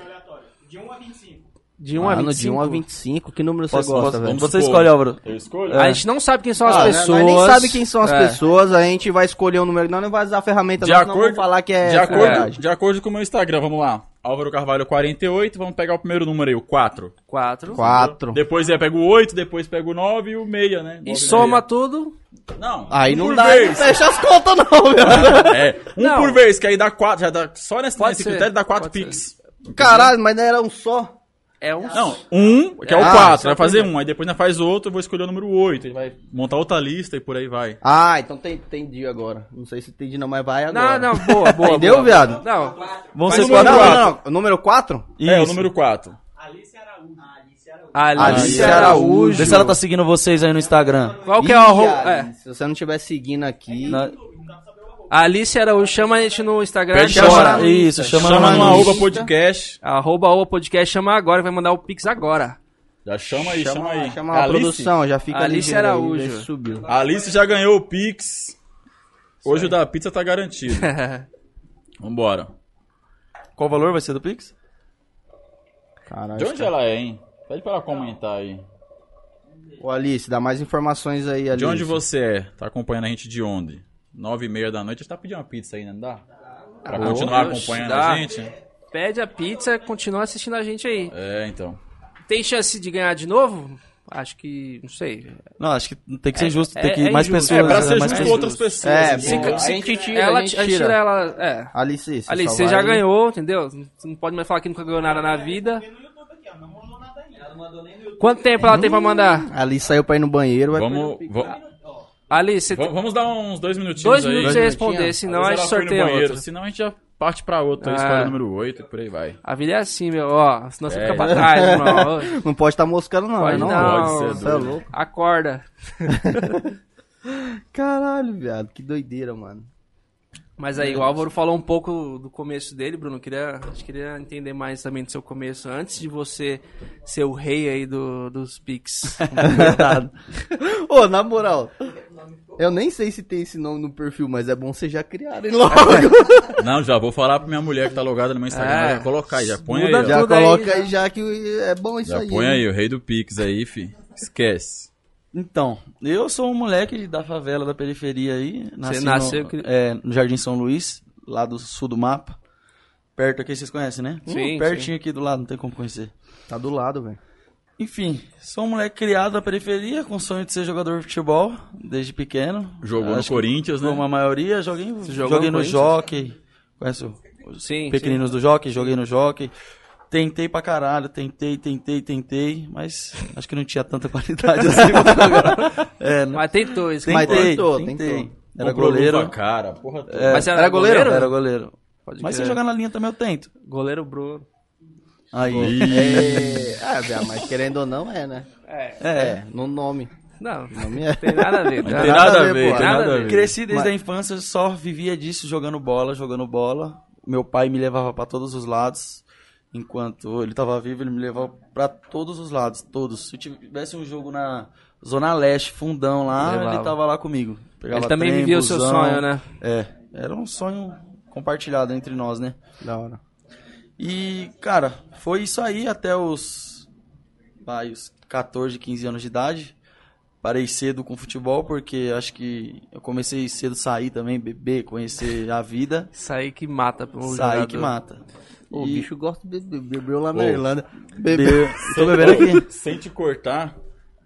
S7: De 1 a 25.
S1: De 1 a 25.
S2: Ah, de 1 a 25, que número você
S4: Posso-
S2: gosta,
S4: posso-
S2: velho?
S4: Você escolhe, Álvaro.
S8: Eu escolho.
S5: É.
S1: A gente não sabe quem são as
S2: é. Ah, né?
S1: pessoas.
S2: Nós nem sabe quem são as
S1: É.
S2: pessoas, a gente vai escolher um número. Nós não vai usar a ferramenta,
S5: De
S2: nós não
S5: acordo-
S2: vamos falar que é
S5: de, acordo,
S2: verdade.
S5: de acordo com o meu Instagram, vamos lá. Álvaro Carvalho 48, vamos pegar o primeiro número aí, o 4.
S1: 4.
S2: 4.
S5: Depois eu pego o 8, depois pego o 9 e o meia, né? Nove
S1: E soma
S5: meia.
S1: tudo.
S5: Não.
S2: Aí não
S5: um por
S2: dá, né? não
S5: Vez.
S2: fecha as contas não, velho.
S5: É, um
S1: Não.
S5: por vez, que aí dá 4, já dá só nesse,
S1: Pode
S5: nesse
S1: ser.
S5: critério dá 4
S1: Pode
S5: pix.
S2: Caralho, mas não era um só.
S1: É um.
S5: Não, um, que é o
S2: Ah,
S5: 4, vai fazer um, aí depois ainda faz outro, eu vou escolher o número 8, aí vai montar outra lista e por aí vai.
S2: Ah, então tem- entendi agora. Não sei se entendi não, mas vai agora.
S1: Não, não, boa, boa.
S2: Entendeu,
S1: boa.
S2: viado?
S1: Não. é
S4: Vão
S5: Mas
S4: ser
S5: o meu
S2: Não,
S4: quatro.
S5: número-
S2: não, não. O número 4?
S5: É, o
S4: Isso.
S5: número 4.
S7: Alice Araújo. Alice
S1: Alice
S7: Araújo.
S4: Alice
S1: Araújo.
S4: Vê se ela tá seguindo vocês aí no Instagram.
S1: Qual que é o arroba?
S2: Ih,
S1: É.
S2: Se você não estiver seguindo aqui...
S4: Na-
S1: Alice Araújo, chama a gente no Instagram.
S5: Pede
S1: É chama-
S5: chora.
S4: Chama, isso, chama,
S5: Chama no
S4: no
S5: arroba
S2: lista.
S5: podcast.
S1: Arroba o podcast, chama agora, vai mandar o Pix agora.
S5: Já chama aí, chama, aí.
S2: Chama a produção, já fica
S1: Alice
S2: ligando aí,
S1: Araújo.
S2: vê se Subiu.
S5: Alice já ganhou o Pix. Hoje o da pizza tá garantido. Vambora.
S4: Qual o valor vai ser do Pix?
S2: Caralho.
S5: De onde ela é, hein? Pede pra ela comentar aí.
S2: Ô, Alice, dá mais informações aí, Alice.
S5: De onde você é? Tá acompanhando a gente de onde? Nove e meia da noite, a gente tá pedindo uma pizza ainda, não dá? Pra
S1: Dá.
S5: continuar
S1: Oxe,
S5: acompanhando
S1: dá.
S5: a gente?
S1: Pede a pizza, continua assistindo a gente aí.
S5: É, então.
S1: Tem chance de ganhar de novo? Acho que, não sei.
S4: Não, acho que tem que ser justo, tem
S1: é-
S4: que ir
S1: é
S4: mais
S1: injusto.
S4: pessoas.
S5: É, pra
S4: né,
S5: ser
S4: mais
S5: justo com
S4: pessoas.
S5: outras pessoas.
S2: É,
S5: né?
S2: se-
S5: Boa.
S2: a gente tira,
S1: ela,
S2: a gente
S1: a gente
S2: tira.
S1: tira ela, é.
S2: Alice, você,
S1: Alice,
S2: só
S1: você
S2: vai-
S1: já ganhou, entendeu? Você não pode mais falar que nunca ganhou nada na vida.
S7: Ela não mandou nem no YouTube.
S1: Quanto tempo ela tem pra mandar?
S2: A Alice saiu pra ir no banheiro, vai
S5: Vamos, va-
S1: Alice, você
S5: va-
S1: tem
S5: vamos dar uns dois minutinhos
S1: dois
S5: aí.
S1: minutos pra você responder, senão a
S5: Talvez
S1: gente
S5: ela foi no
S1: sorteia
S5: banheiro,
S1: outro.
S5: Senão a gente já parte pra outro,
S1: Ah.
S5: aí escolhe o número 8 e por aí vai.
S1: A vida é assim, meu, ó. Senão você
S5: É.
S1: fica pra trás, irmão. Ô,
S2: Não pode estar moscando, não.
S1: Pode
S2: né, não,
S1: não,
S5: pode ser
S2: Você é
S5: doido.
S2: louco.
S1: Acorda.
S2: Caralho, viado. Que doideira, mano.
S1: Mas aí, o Álvaro falou um pouco do começo dele, Bruno. Queria, acho que queria entender mais também do seu começo, antes de você ser o rei aí do, dos Pix.
S2: Coitado. Ô, na moral. Eu nem sei se tem esse nome no perfil, mas é bom vocês já criarem logo.
S5: Não, já vou falar pra minha mulher que tá logada no meu Instagram,
S1: É.
S5: ela já colocar aí, já põe
S1: Muda
S5: aí. ó.
S1: tudo
S2: já
S1: aí,
S2: coloca
S1: já.
S2: aí já que é bom isso
S5: Já
S2: aí.
S5: põe
S2: né?
S5: aí, o rei do Pix aí, fi. Esquece.
S4: Então, eu sou um moleque da favela da periferia aí. Nasci
S1: nasceu
S4: no,
S1: cri-
S4: é, no Jardim São Luís, lá do sul do mapa. Perto aqui, vocês conhecem, né?
S1: Sim,
S4: pertinho aqui do lado, não tem como conhecer.
S2: Tá do lado, velho.
S4: Enfim, sou um moleque criado na periferia, com sonho de ser jogador de futebol, desde pequeno.
S5: Jogou
S4: Acho
S5: no Corinthians,
S4: que
S5: né?
S4: Como a maioria, joguei,
S1: jogou
S4: joguei
S1: no
S4: no jockey. Conhece o
S1: Sim, sim.
S4: Pequeninos do Jockey, joguei no Jockey. Tentei pra caralho, tentei, tentei, tentei, mas acho que não tinha tanta qualidade assim pra jogar. É, não.
S1: Mas tem dois.
S4: Tentei,
S1: cara.
S2: Mas tentou,
S4: tentei.
S2: tentou.
S4: Era
S5: Comprou luva,
S4: goleiro.
S5: cara, porra toda.
S4: É,
S1: Mas você era goleiro?
S4: Era goleiro.
S1: Pode
S4: Mas se eu
S1: crer.
S4: jogar na linha também eu tento.
S1: Goleiro Bruno.
S4: Aí.
S2: É, ah, viado, mas querendo ou não, é, né?
S1: É.
S4: É.
S2: É, no nome.
S1: Não,
S2: O
S1: não
S2: nome é.
S1: tem nada a ver.
S5: Não
S1: tá?
S5: tem nada a ver,
S2: pô.
S5: tem nada a ver.
S4: Cresci desde a infância, só vivia disso, jogando bola, jogando bola. Meu pai me levava pra todos os lados. Enquanto ele tava vivo, ele me levava pra todos os lados, todos. Se tivesse um jogo na Zona Leste, fundão lá,
S1: Levava.
S4: ele tava lá comigo. Pegava
S1: Ele também
S4: trem,
S1: vivia o seu
S4: busão.
S1: sonho, né?
S4: É, era um sonho compartilhado entre nós, né?
S2: Da hora.
S4: E, cara, foi isso aí até os, vai, os 14, 15 anos de idade. Parei cedo com futebol, porque acho que eu comecei cedo a sair também, beber, conhecer a vida.
S1: Isso aí que mata. o
S4: sair
S1: jogador.
S4: que mata.
S2: O
S4: E
S2: bicho gosta de beber. Bebeu lá na
S5: Ô.
S2: Irlanda. Bebeu.
S4: beber- Tô bebendo aqui.
S5: Sem te cortar,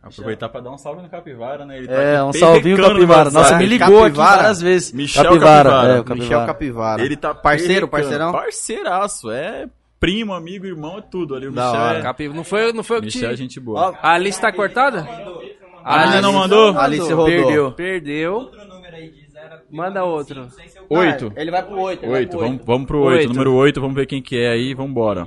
S5: aproveitar pra dar um salve no Capivara, né? Ele tá
S4: É,
S5: aqui
S4: um
S5: bem
S4: salvinho
S5: recando no
S4: Capivara. Nossa,
S5: WhatsApp.
S4: me ligou aqui
S2: Capivara?
S4: várias vezes.
S5: Michel Capivara.
S4: É, o
S2: Michel
S4: Capivara.
S2: Capivara.
S5: Ele tá
S2: Parceiro,
S5: bem
S2: parceirão?
S5: recando. Parceiraço, é primo, amigo, irmão, é tudo ali. O
S2: Da
S5: Michel,
S2: hora.
S5: é...
S1: Capi- Não foi, não foi o que
S5: Michel é
S1: te...
S5: gente boa.
S1: A lista tá cortada?
S5: A menina
S2: Ah,
S5: não mandou?
S2: Alice rodou.
S4: Perdeu.
S1: Perdeu.
S7: Outro número aí de 0.
S1: Manda outro.
S7: assim, Sem ser o
S5: Oito.
S2: Ele vai pro 8.
S5: Oito, vamos, vamos pro oito.
S1: Oito.
S5: Número oito, vamos ver quem que é aí, vambora.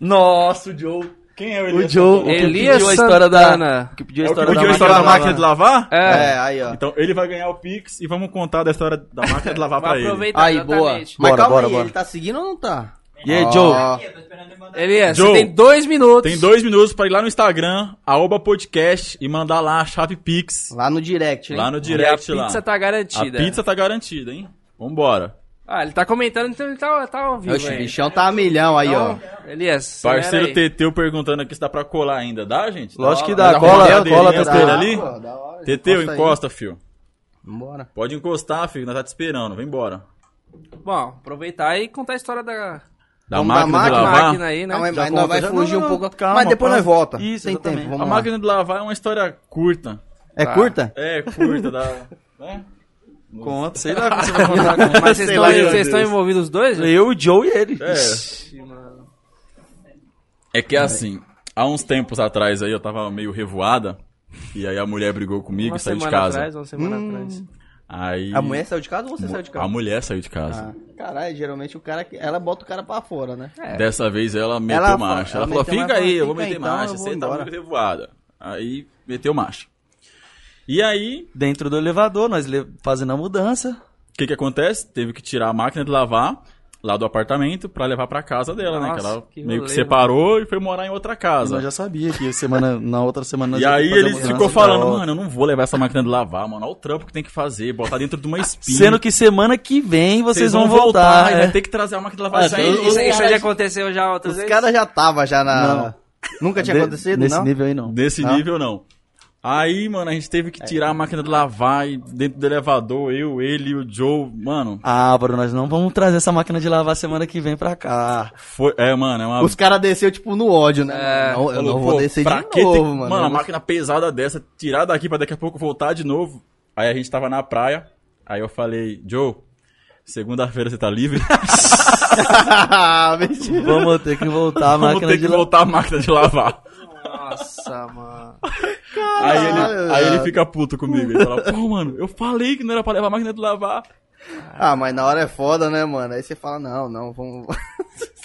S4: Nossa, o Joe.
S5: Quem é
S4: O Joe, o que
S1: Elias
S4: pediu a história da...
S1: Santana.
S4: o que pediu a
S5: É o que
S4: história
S5: pediu a
S4: da
S5: história da
S4: máquina de
S5: máquina de
S4: lavar.
S5: lavar?
S1: É.
S2: É, aí, ó.
S5: Então ele vai ganhar o Pix e vamos contar da história da máquina de lavar pra ele.
S1: Aproveita
S2: Aí, boa.
S1: exatamente.
S2: Mas
S4: Bora,
S2: calma
S4: bora,
S2: aí,
S4: bora.
S2: ele tá seguindo ou não tá?
S4: E aí,
S2: Ah.
S4: Joe?
S7: Aqui, eu tô esperando ele mandar.
S1: Elias,
S5: Joe,
S1: você tem dois minutos.
S5: Tem dois minutos pra ir lá no Instagram, arroba podcast e mandar lá a chave Pix
S2: Lá no direct, hein?
S5: lá no
S1: E a
S5: direct lá.
S1: pizza tá garantida.
S5: A pizza tá garantida, hein? Vambora.
S1: Ah, ele tá comentando, então ele tá, tá ao vivo.
S2: Oxe, o
S1: aí.
S2: bichão tá a milhão aí, ó.
S1: Então, Elias,
S5: Parceiro
S1: acelera aí.
S5: Teteu perguntando aqui se dá pra colar ainda. Dá, gente?
S4: Lógico que
S5: Mas
S4: dá.
S5: arruma
S4: Cola,
S5: uma cadeirinha
S4: cola,
S5: pra
S4: Teteu.
S2: Ah,
S5: ele ali.
S2: tá? Pô, da hora.
S5: Teteu,
S2: aí.
S5: encosta, fio.
S2: Vambora.
S5: Pode encostar, filho. Nós tá te esperando. Vem embora.
S1: Bom, aproveitar e contar a história da
S5: Da
S2: Vamos dar
S5: máquina, de
S2: máquina,
S5: lavar.
S1: máquina aí, né?
S2: Não, mas
S4: Já
S2: nós
S4: conta,
S2: vai
S4: já-
S2: fugir
S4: não,
S2: um
S4: não,
S2: pouco.
S4: calma,
S2: mas depois nós
S4: calma.
S2: volta.
S4: Isso,
S2: Tem
S4: exatamente.
S2: tempo,
S5: A
S2: vamos lá.
S5: máquina de lavar é uma história curta.
S2: É
S1: Tá.
S2: curta?
S5: É, curta. da... né?
S4: Conta, sei lá como você vai contar. cara.
S1: Mas vocês
S2: Sei
S1: estão-
S2: lá,
S1: vocês
S2: meu
S1: estão
S2: Deus.
S1: envolvidos os dois? gente?
S4: Eu, o Joe e ele.
S5: É.
S1: Ixi, mano.
S5: É que é assim, há uns tempos atrás aí eu tava meio revoada. E aí a mulher brigou comigo
S1: Uma
S5: e saiu de
S1: semana
S5: casa.
S1: atrás, uma semana
S2: Hum.
S1: atrás.
S5: Aí.
S2: A mulher saiu de casa ou você
S5: Mu-
S2: saiu de
S5: A
S2: casa?
S5: mulher saiu de casa.
S2: Ah, Caralho, geralmente o cara. que- Ela bota o cara pra fora, né?
S1: É.
S5: Dessa vez ela meteu
S2: Ela fa-
S5: marcha.
S2: ela
S5: Ela, falou:
S2: meteu
S5: fica
S2: marcha,
S5: aí, eu vou
S2: fica
S5: meter
S2: então, eu
S5: marcha,
S2: vou
S5: você tá
S2: embora."
S5: muito revoada. Aí meteu marcha. E aí,
S4: Dentro do elevador, nós le- fazendo a mudança.
S5: o que que acontece? Teve que tirar a máquina de lavar lá do apartamento pra levar pra casa dela, né? Que
S1: Nossa,
S5: ela
S1: que
S5: meio que
S1: rolê,
S5: separou e foi morar em outra
S4: Mas
S5: casa.
S4: nós já sabia que semana, na outra semana... nós
S5: E
S4: ia ter
S5: aí
S4: que fazer a
S5: ele
S4: mudança
S5: ficou
S4: e
S5: falando,
S4: tal.
S5: mano, eu não vou levar essa máquina de lavar, mano. Olha o trampo que tem que fazer, botar dentro de uma espinha.
S4: Sendo que semana que vem vocês, vão, voltar.
S5: e
S4: é.
S5: vai ter que trazer a máquina de lavar.
S4: Ah,
S5: já
S4: então
S5: é
S1: Isso,
S5: isso.
S1: isso já aconteceu já outras
S2: Os
S1: vezes?
S2: caras já tava já na.
S4: Não.
S2: Nunca tinha
S4: De-
S2: acontecido,
S4: Nesse
S2: não? É.
S4: nível aí, não.
S5: Desse
S2: Ah.
S5: nível, não. Aí, mano, a gente teve que tirar a máquina de lavar e dentro do elevador, eu, ele e o Joe, mano.
S4: Ah, Álvaro, nós não vamos trazer essa máquina de lavar semana que vem pra cá.
S5: Foi, é, mano, é uma.
S2: Os caras desceu, tipo, no ódio, né?
S1: É,
S2: Não, eu
S5: Falou,
S2: não vou
S5: pô,
S2: descer de
S5: pra
S2: novo,
S5: que ter-
S2: mano.
S5: Mano, a máquina pesada dessa, tirar daqui pra daqui a pouco voltar de novo. Aí a gente tava na praia, aí eu falei, Joe, segunda-feira você tá livre?
S2: Ah, mentira.
S4: Vamos ter que voltar a
S5: Vamos
S4: máquina
S5: ter
S4: de
S5: que
S4: lavar.
S5: voltar a máquina de lavar.
S1: Nossa, mano.
S5: Aí ele,
S2: Caralho,
S5: aí ele
S2: velho.
S5: fica puto comigo. Ele fala, pô, mano, eu falei que não era pra levar a máquina de lavar.
S2: Ah, mas na hora é foda, né, mano? Aí você fala, não, não, vamos.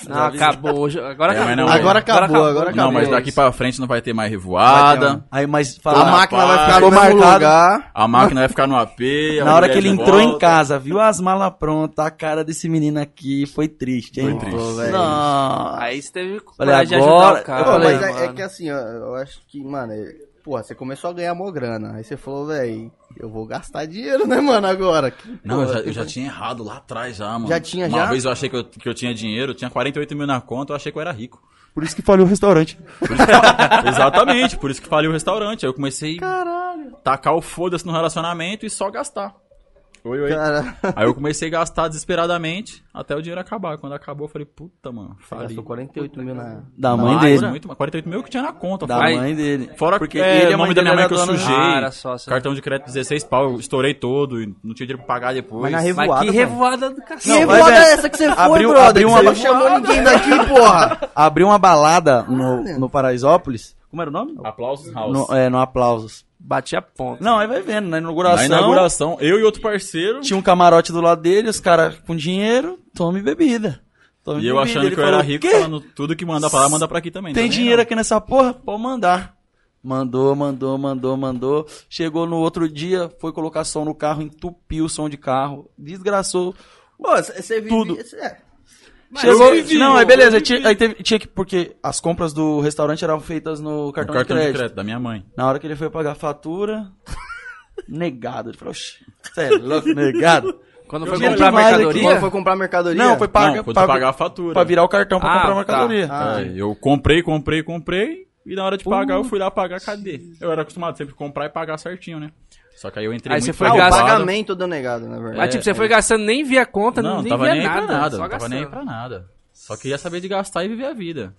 S1: Não, acabou. hoje- Agora
S5: É,
S1: acabou.
S5: mas não,
S2: agora acabou, agora acabou.
S5: Não, mas daqui pra frente não vai ter mais revoada.
S4: um- Aí, mas
S2: A
S4: fala,
S2: máquina vai
S5: rapaz,
S2: ficar no
S4: Ah, ficou
S2: mesmo
S4: marcado.
S2: lugar.
S5: A máquina vai ficar no AP. a
S4: na hora
S5: mulher
S4: que ele
S5: de
S4: entrou em
S5: volta.
S4: casa, viu as malas prontas, a cara desse menino aqui, foi triste, hein?
S5: Foi triste.
S2: Pô, velho.
S4: Não.
S1: Aí você teve coragem
S4: Falei,
S1: de ajudar
S4: agora-
S1: o cara.
S4: Eu
S2: Pô,
S4: falei,
S2: mas é- é,
S1: mano.
S2: que assim, ó, eu acho que, mano, é- porra, você começou a ganhar mó grana. Aí você falou, velho, eu vou gastar dinheiro, né, mano, agora. Que
S5: Não, eu
S2: porra,
S5: já, eu
S2: que-
S5: já tinha errado lá atrás, já, mano.
S2: Já tinha,
S5: Uma
S2: já?
S5: vez eu achei que eu, que eu tinha dinheiro, eu tinha 48 mil na conta, eu achei que eu era rico.
S4: Por isso que falhou o restaurante.
S5: Por isso que- exatamente, por isso que faliu o restaurante. Aí eu comecei a tacar o foda-se no relacionamento e só gastar. Oi, oi.
S2: Cara,
S5: Aí eu comecei a gastar desesperadamente até o dinheiro acabar. Quando acabou, eu falei, puta, mano,
S2: gastou
S5: faliu.
S2: 48 mil na.
S4: Da
S5: Não,
S4: mãe
S5: mas
S4: dele.
S5: Muito, mais, 48 mil que tinha na conta.
S4: Da
S5: fora-
S4: mãe dele.
S5: Fora
S4: Porque
S5: porque é,
S4: ele e
S5: o
S4: a mãe
S5: nome da minha mãe
S4: dele era
S5: que eu
S4: dona-
S5: sujei.
S1: Ah, era só, só.
S5: Cartão de crédito 16 pau, eu estourei todo e não tinha dinheiro pra pagar depois.
S2: Mas na revo-
S1: Mas
S2: Revoada,
S1: que
S2: mano.
S1: revoada do cacete.
S4: Não,
S2: que
S4: mas
S2: moda
S4: é-
S2: é essa que você foi,
S4: abriu-
S2: brother?
S4: abriu
S2: que
S4: uma
S2: você não chamou ninguém daqui, porra.
S4: Abriu uma balada no, no Paraisópolis. Como era o nome?
S5: Aplausos, House.
S4: No, é, no Aplausos.
S1: Bati a ponta.
S4: Não, aí vai vendo, na inauguração.
S5: Na inauguração, eu e outro parceiro.
S4: Tinha um camarote do lado dele, os caras com dinheiro, tome bebida. Tome
S5: E eu
S4: bebida.
S5: achando
S4: Ele
S5: que eu era
S4: falou,
S5: rico,
S4: "Quê?
S5: falando tudo que manda pra lá, manda pra aqui também. tá
S4: Tem
S5: Também
S4: dinheiro
S5: não.
S4: aqui nessa porra? Pode mandar. Mandou, mandou, mandou, mandou. Chegou no outro dia, foi colocar som no carro, entupiu o som de carro, desgraçou.
S2: Pô, você vive.
S4: Tudo.
S2: cê- é.
S4: Chegou.
S5: eu vivi,
S4: não,
S5: eu
S4: aí beleza.
S5: vivi.
S4: Tinha, aí teve- tinha que. Porque as compras do restaurante eram feitas no
S5: O
S4: cartão,
S5: Um cartão
S4: de,
S5: de
S4: crédito.
S5: da minha mãe.
S4: Na hora que ele foi pagar a fatura, negado. Ele falou, oxi, você é louco, negado.
S1: Quando
S4: Eu
S1: foi
S4: tinha
S1: comprar a
S4: demais aqui.
S1: mercadoria...
S2: Quando foi comprar mercadoria?
S4: Não, foi paga,
S5: não, quando
S4: paga-
S5: pagar a fatura.
S4: pra virar o cartão pra
S1: Ah,
S4: comprar a
S1: tá.
S4: mercadoria.
S2: Ah,
S5: É, eu comprei, comprei, comprei. E na hora de
S4: Uh.
S5: pagar, eu fui lá pagar, cadê? Eu era acostumado sempre comprar e pagar certinho, né? Só que aí eu entrei
S1: Aí
S5: muito
S1: você foi
S2: Ah, o
S1: gastar-
S5: preocupado.
S2: pagamento do negado, na verdade.
S1: Mas tipo, você foi gastando, nem via a conta,
S5: é. Não,
S1: nem
S5: tava
S1: via
S5: nem aí
S1: nada.
S5: pra nada.
S1: só
S5: Não tava
S1: gastando.
S5: nem aí pra nada. Só queria saber de gastar e viver a vida.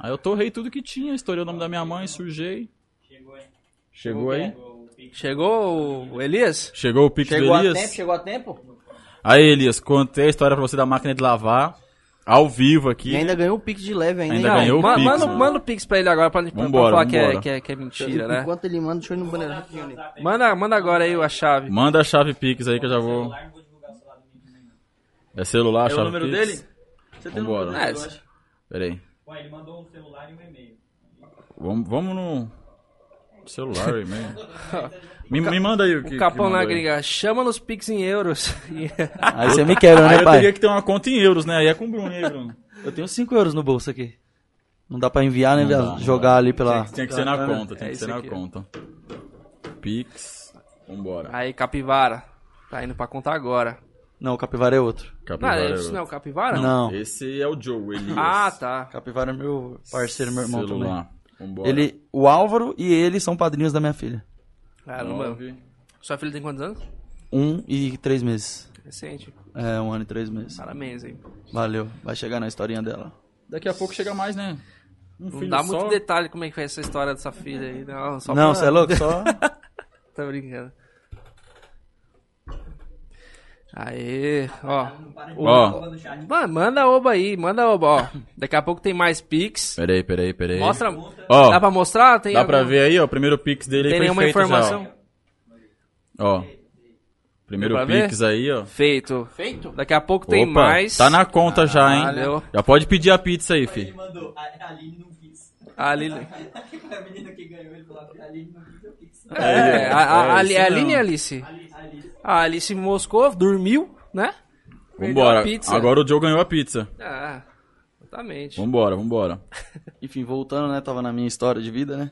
S5: Aí eu torrei tudo que tinha, estourei o nome da minha mãe, sujei.
S7: Chegou, hein?
S5: Chegou aí.
S7: O Pix.
S1: Chegou o Elias?
S5: Chegou o Pix
S2: Chegou
S5: do
S2: a tempo,
S5: Elias.
S2: chegou a tempo?
S5: Aí, Elias, contei a história pra você da máquina de lavar. Ao vivo aqui.
S2: E ainda ganhou o pique de leve ainda.
S5: Ainda
S2: hein?
S1: Não,
S5: ganhou o
S1: ma-
S5: Pix,
S1: manda, um,
S5: né?
S1: manda o Pix pra ele agora pra, pra, pra
S5: Vambora,
S1: falar que é,
S5: vambora.
S1: que, é, que é mentira, né?
S2: Enquanto ele manda, deixa eu ir no banheiro rapidinho ali.
S1: Manda, manda agora aí a chave.
S5: Manda a chave Pix aí que eu já vou.
S7: Celular, não vou divulgar o celular do menino ainda.
S5: É celular, chave Pix. tem um
S4: Você
S5: o número Vambora.
S1: É,
S5: dele, Pera aí.
S7: Ué, ele mandou um celular e um e-mail.
S5: Vamos, vamos no celular, e me, me manda aí o que.
S1: o capão
S5: que
S1: na
S5: mandou aí.
S1: gringa, chama nos Pix em euros. E-
S4: Aí você me quebra,
S5: Aí
S4: né,
S5: eu teria
S4: pai?
S5: que ter uma conta em euros, né? Aí é com o Bruno, hein, Bruno?
S4: Eu tenho 5 euros no bolso aqui. Não dá pra enviar, né?
S5: Não
S4: via-
S5: dá, não
S4: jogar ali pela.
S5: Tinha que ser na
S4: Ah,
S5: conta, tinha
S1: é
S5: que ser
S1: isso
S5: na
S1: aqui, ó.
S5: conta. Pix. Vambora.
S1: aí, capivara. Tá indo pra contar agora.
S4: Não, o capivara é outro.
S1: Não,
S5: Capivara. é
S1: isso
S5: outro.
S1: não é o capivara?
S4: Não.
S5: Esse é o Joe, Elias.
S1: Ah, tá.
S4: Capivara é meu parceiro, meu irmão também.
S5: Celular. Vambora.
S4: Ele, o Álvaro e ele são padrinhos da minha filha.
S1: Caramba.
S5: Nove.
S1: Sua filha tem quantos anos?
S4: Um e três meses.
S1: Recente.
S4: É, um ano e três meses.
S1: Parabéns, hein?
S4: Valeu. Vai chegar na historinha dela.
S3: Daqui a pouco chega mais, né? Um
S1: Não
S3: filho
S1: dá
S3: só.
S1: muito detalhe como é que foi essa história dessa filha aí. Não, só
S4: não,
S1: pra-
S4: você é louco? Só.
S1: Tô brincando. Aê, ó.
S5: Ó,
S1: Mano, manda oba aí, manda oba, ó. Daqui a pouco tem mais Pix.
S5: peraí, peraí, peraí.
S1: Mostra.
S5: Ó,
S1: Dá pra mostrar? Tem
S5: Dá pra
S1: algum-
S5: ver aí, ó. O primeiro Pix dele
S1: Tem
S5: aí foi
S1: nenhuma
S5: feito
S1: informação?
S5: já, ó. Ó. Primeiro
S1: Deu pra ver?
S5: Pix aí, ó.
S1: Feito. Feito? Daqui a pouco tem mais.
S5: Tá na conta já, hein?
S1: Valeu.
S5: Já pode pedir a pizza aí, fi.
S9: Mandou, a a Aline não quis.
S1: Ali.
S9: A menina que ganhou, ele falou, a Aline não quis, eu quis.
S1: É, a, a, a,
S5: é isso
S1: a Aline e
S5: mesmo.
S1: a Alice.
S9: Alice.
S1: A Alice moscou, dormiu, né? Perdeu a
S5: Vambora.
S1: pizza.
S5: Agora o Joe ganhou a pizza.
S1: Ah, exatamente.
S5: Vambora, vambora.
S4: Enfim, voltando, né? Tava na minha história de vida, né?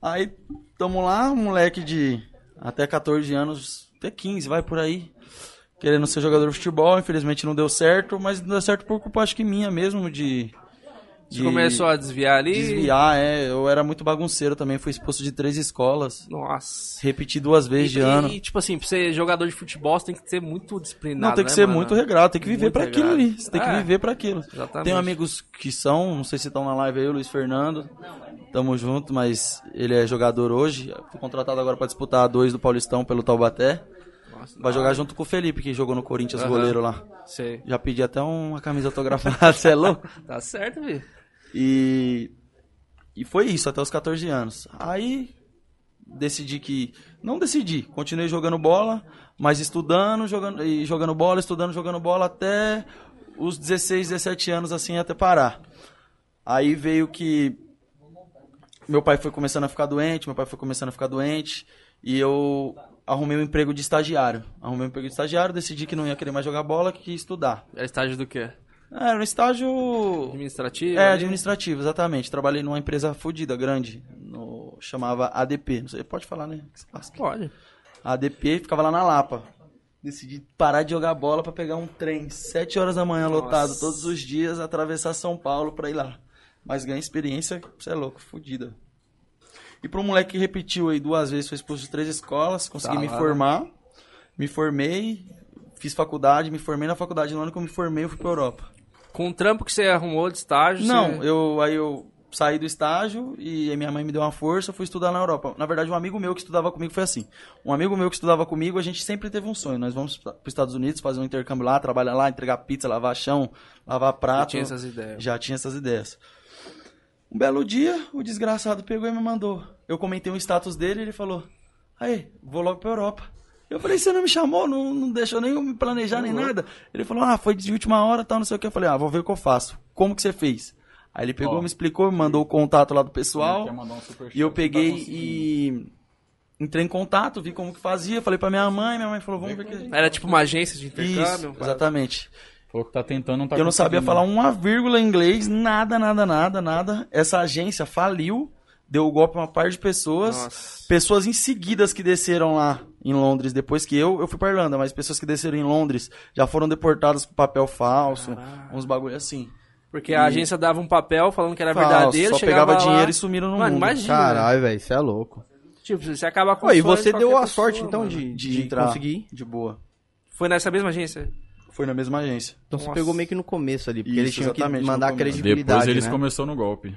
S4: Aí, tamo lá, um moleque de até 14 anos, até 15, vai por aí. Querendo ser jogador de futebol, infelizmente não deu certo, mas não deu certo por culpa, acho que minha mesmo, de.
S1: Você começou a desviar ali.
S4: desviar, é. Eu era muito bagunceiro também, fui expulso de três escolas.
S1: Nossa.
S4: Repeti duas vezes de ano.
S1: E, tipo assim, pra ser jogador de futebol, você tem que ser muito disciplinado.
S4: Não, tem que
S1: né,
S4: ser
S1: mano?
S4: muito regrado, tem que viver
S1: Muito
S4: pra aquilo
S1: regrado.
S4: ali. Você tem que
S1: É.
S4: viver pra aquilo.
S1: Exatamente.
S4: Tenho amigos que são, não sei se estão na live aí, o Luiz Fernando. Tamo junto, mas ele é jogador hoje. Fui contratado agora pra disputar a 2 do Paulistão pelo Taubaté.
S1: Nossa,
S4: Vai jogar junto com o Felipe, que jogou no Corinthians,
S1: Ah. Aham.
S4: goleiro lá.
S1: Sei.
S4: Já pedi até uma camisa autografada, você é louco?
S1: Tá certo, vi.
S4: E, e foi isso, até os 14 anos. Aí decidi que. Não decidi, continuei jogando bola, mas estudando, jogando, e jogando bola, estudando, jogando bola até os 16, 17 anos, assim, até parar. Aí veio que. Meu pai foi começando a ficar doente, meu pai foi começando a ficar doente, e eu arrumei um emprego de estagiário. Arrumei um emprego de estagiário, decidi que não ia querer mais jogar bola, que ia estudar.
S1: Era É estágio do quê?
S4: Era um estágio
S1: Administrativo?
S4: é,
S1: ali?
S4: administrativo, exatamente. Trabalhei numa empresa fodida, grande. no- chamava ADP. Não sei, pode falar, né? Que se lasque.
S1: Pode.
S4: ADP ficava lá na Lapa. Decidi parar de jogar bola pra pegar um trem. Sete horas da manhã, lotado, todos os dias, atravessar São Paulo pra ir lá. Mas ganha experiência, você é louco, fodida. E pra um moleque que repetiu aí duas vezes, foi expulso de três escolas, consegui
S1: Tá
S4: me
S1: lá, né?
S4: formar. Me formei, fiz faculdade, me formei na faculdade. No ano que eu me formei, eu fui pra Europa.
S1: Com o trampo que você arrumou de estágio,
S4: Não,
S1: você...
S4: eu aí eu saí do estágio e aí minha mãe me deu uma força, eu fui estudar na Europa. Na verdade, um amigo meu que estudava comigo foi assim. Um amigo meu que estudava comigo, a gente sempre teve um sonho. Nós vamos para os Estados Unidos fazer um intercâmbio lá, trabalhar lá, entregar pizza, lavar chão, lavar
S1: eu
S4: prato.
S1: tinha essas ideias.
S4: Já tinha essas ideias. Um belo dia, o desgraçado pegou e me mandou. Eu comentei um status dele e ele falou: Aí, vou logo pra Europa. Eu falei: Você não me chamou? Não, não deixou nem eu me planejar nem nada? Ele falou: Ah, foi de última hora, tal, não sei o que. Eu falei: Ah, vou ver o que eu faço. Como que você fez? Aí ele pegou,
S3: Ó.
S4: me explicou, me mandou o contato lá do
S5: é
S4: pessoal.
S3: Quer mandar um superchat,
S4: E eu
S3: tá
S4: peguei
S3: conseguindo.
S4: e entrei em contato, vi como que fazia. Falei pra minha mãe, minha mãe falou: Vamos ver o que.
S1: Era tipo uma agência de intercâmbio?
S4: Isso, exatamente.
S3: Falou que tá tentando, não tá
S4: Eu não sabia
S3: conseguindo.
S4: falar um uma vírgula em inglês, nada, nada, nada, nada. Essa agência faliu, deu o golpe a uma par de pessoas.
S1: Nossa.
S4: Pessoas em seguidas que desceram lá em Londres, depois que eu, eu fui pra Irlanda, mas pessoas que desceram em Londres já foram deportadas com papel falso, uns bagulho assim.
S1: Porque a agência dava um papel falando que era
S4: Falso,
S1: verdadeiro,
S4: só
S1: chegava
S4: pegava
S1: lá,
S4: dinheiro e sumiram no
S1: Mano,
S4: mundo.
S1: imagina.
S2: Caralho, velho, você é louco.
S1: né? Tipo, você acaba com
S2: Pô, e
S1: o sonho de
S2: você deu a
S1: qualquer
S2: sorte,
S1: pessoa,
S2: então,
S1: mano.
S2: de,
S4: De
S2: de
S4: entrar.
S2: conseguir?
S4: De boa.
S1: Foi nessa mesma agência?
S4: Foi na mesma agência.
S2: Então
S1: Nossa.
S2: você pegou meio que no começo ali, porque
S4: Isso,
S2: eles tinham que
S4: exatamente,
S2: mandar
S4: no
S2: a
S4: começo.
S5: Depois
S2: credibilidade,
S5: eles
S2: né?
S5: começou no golpe.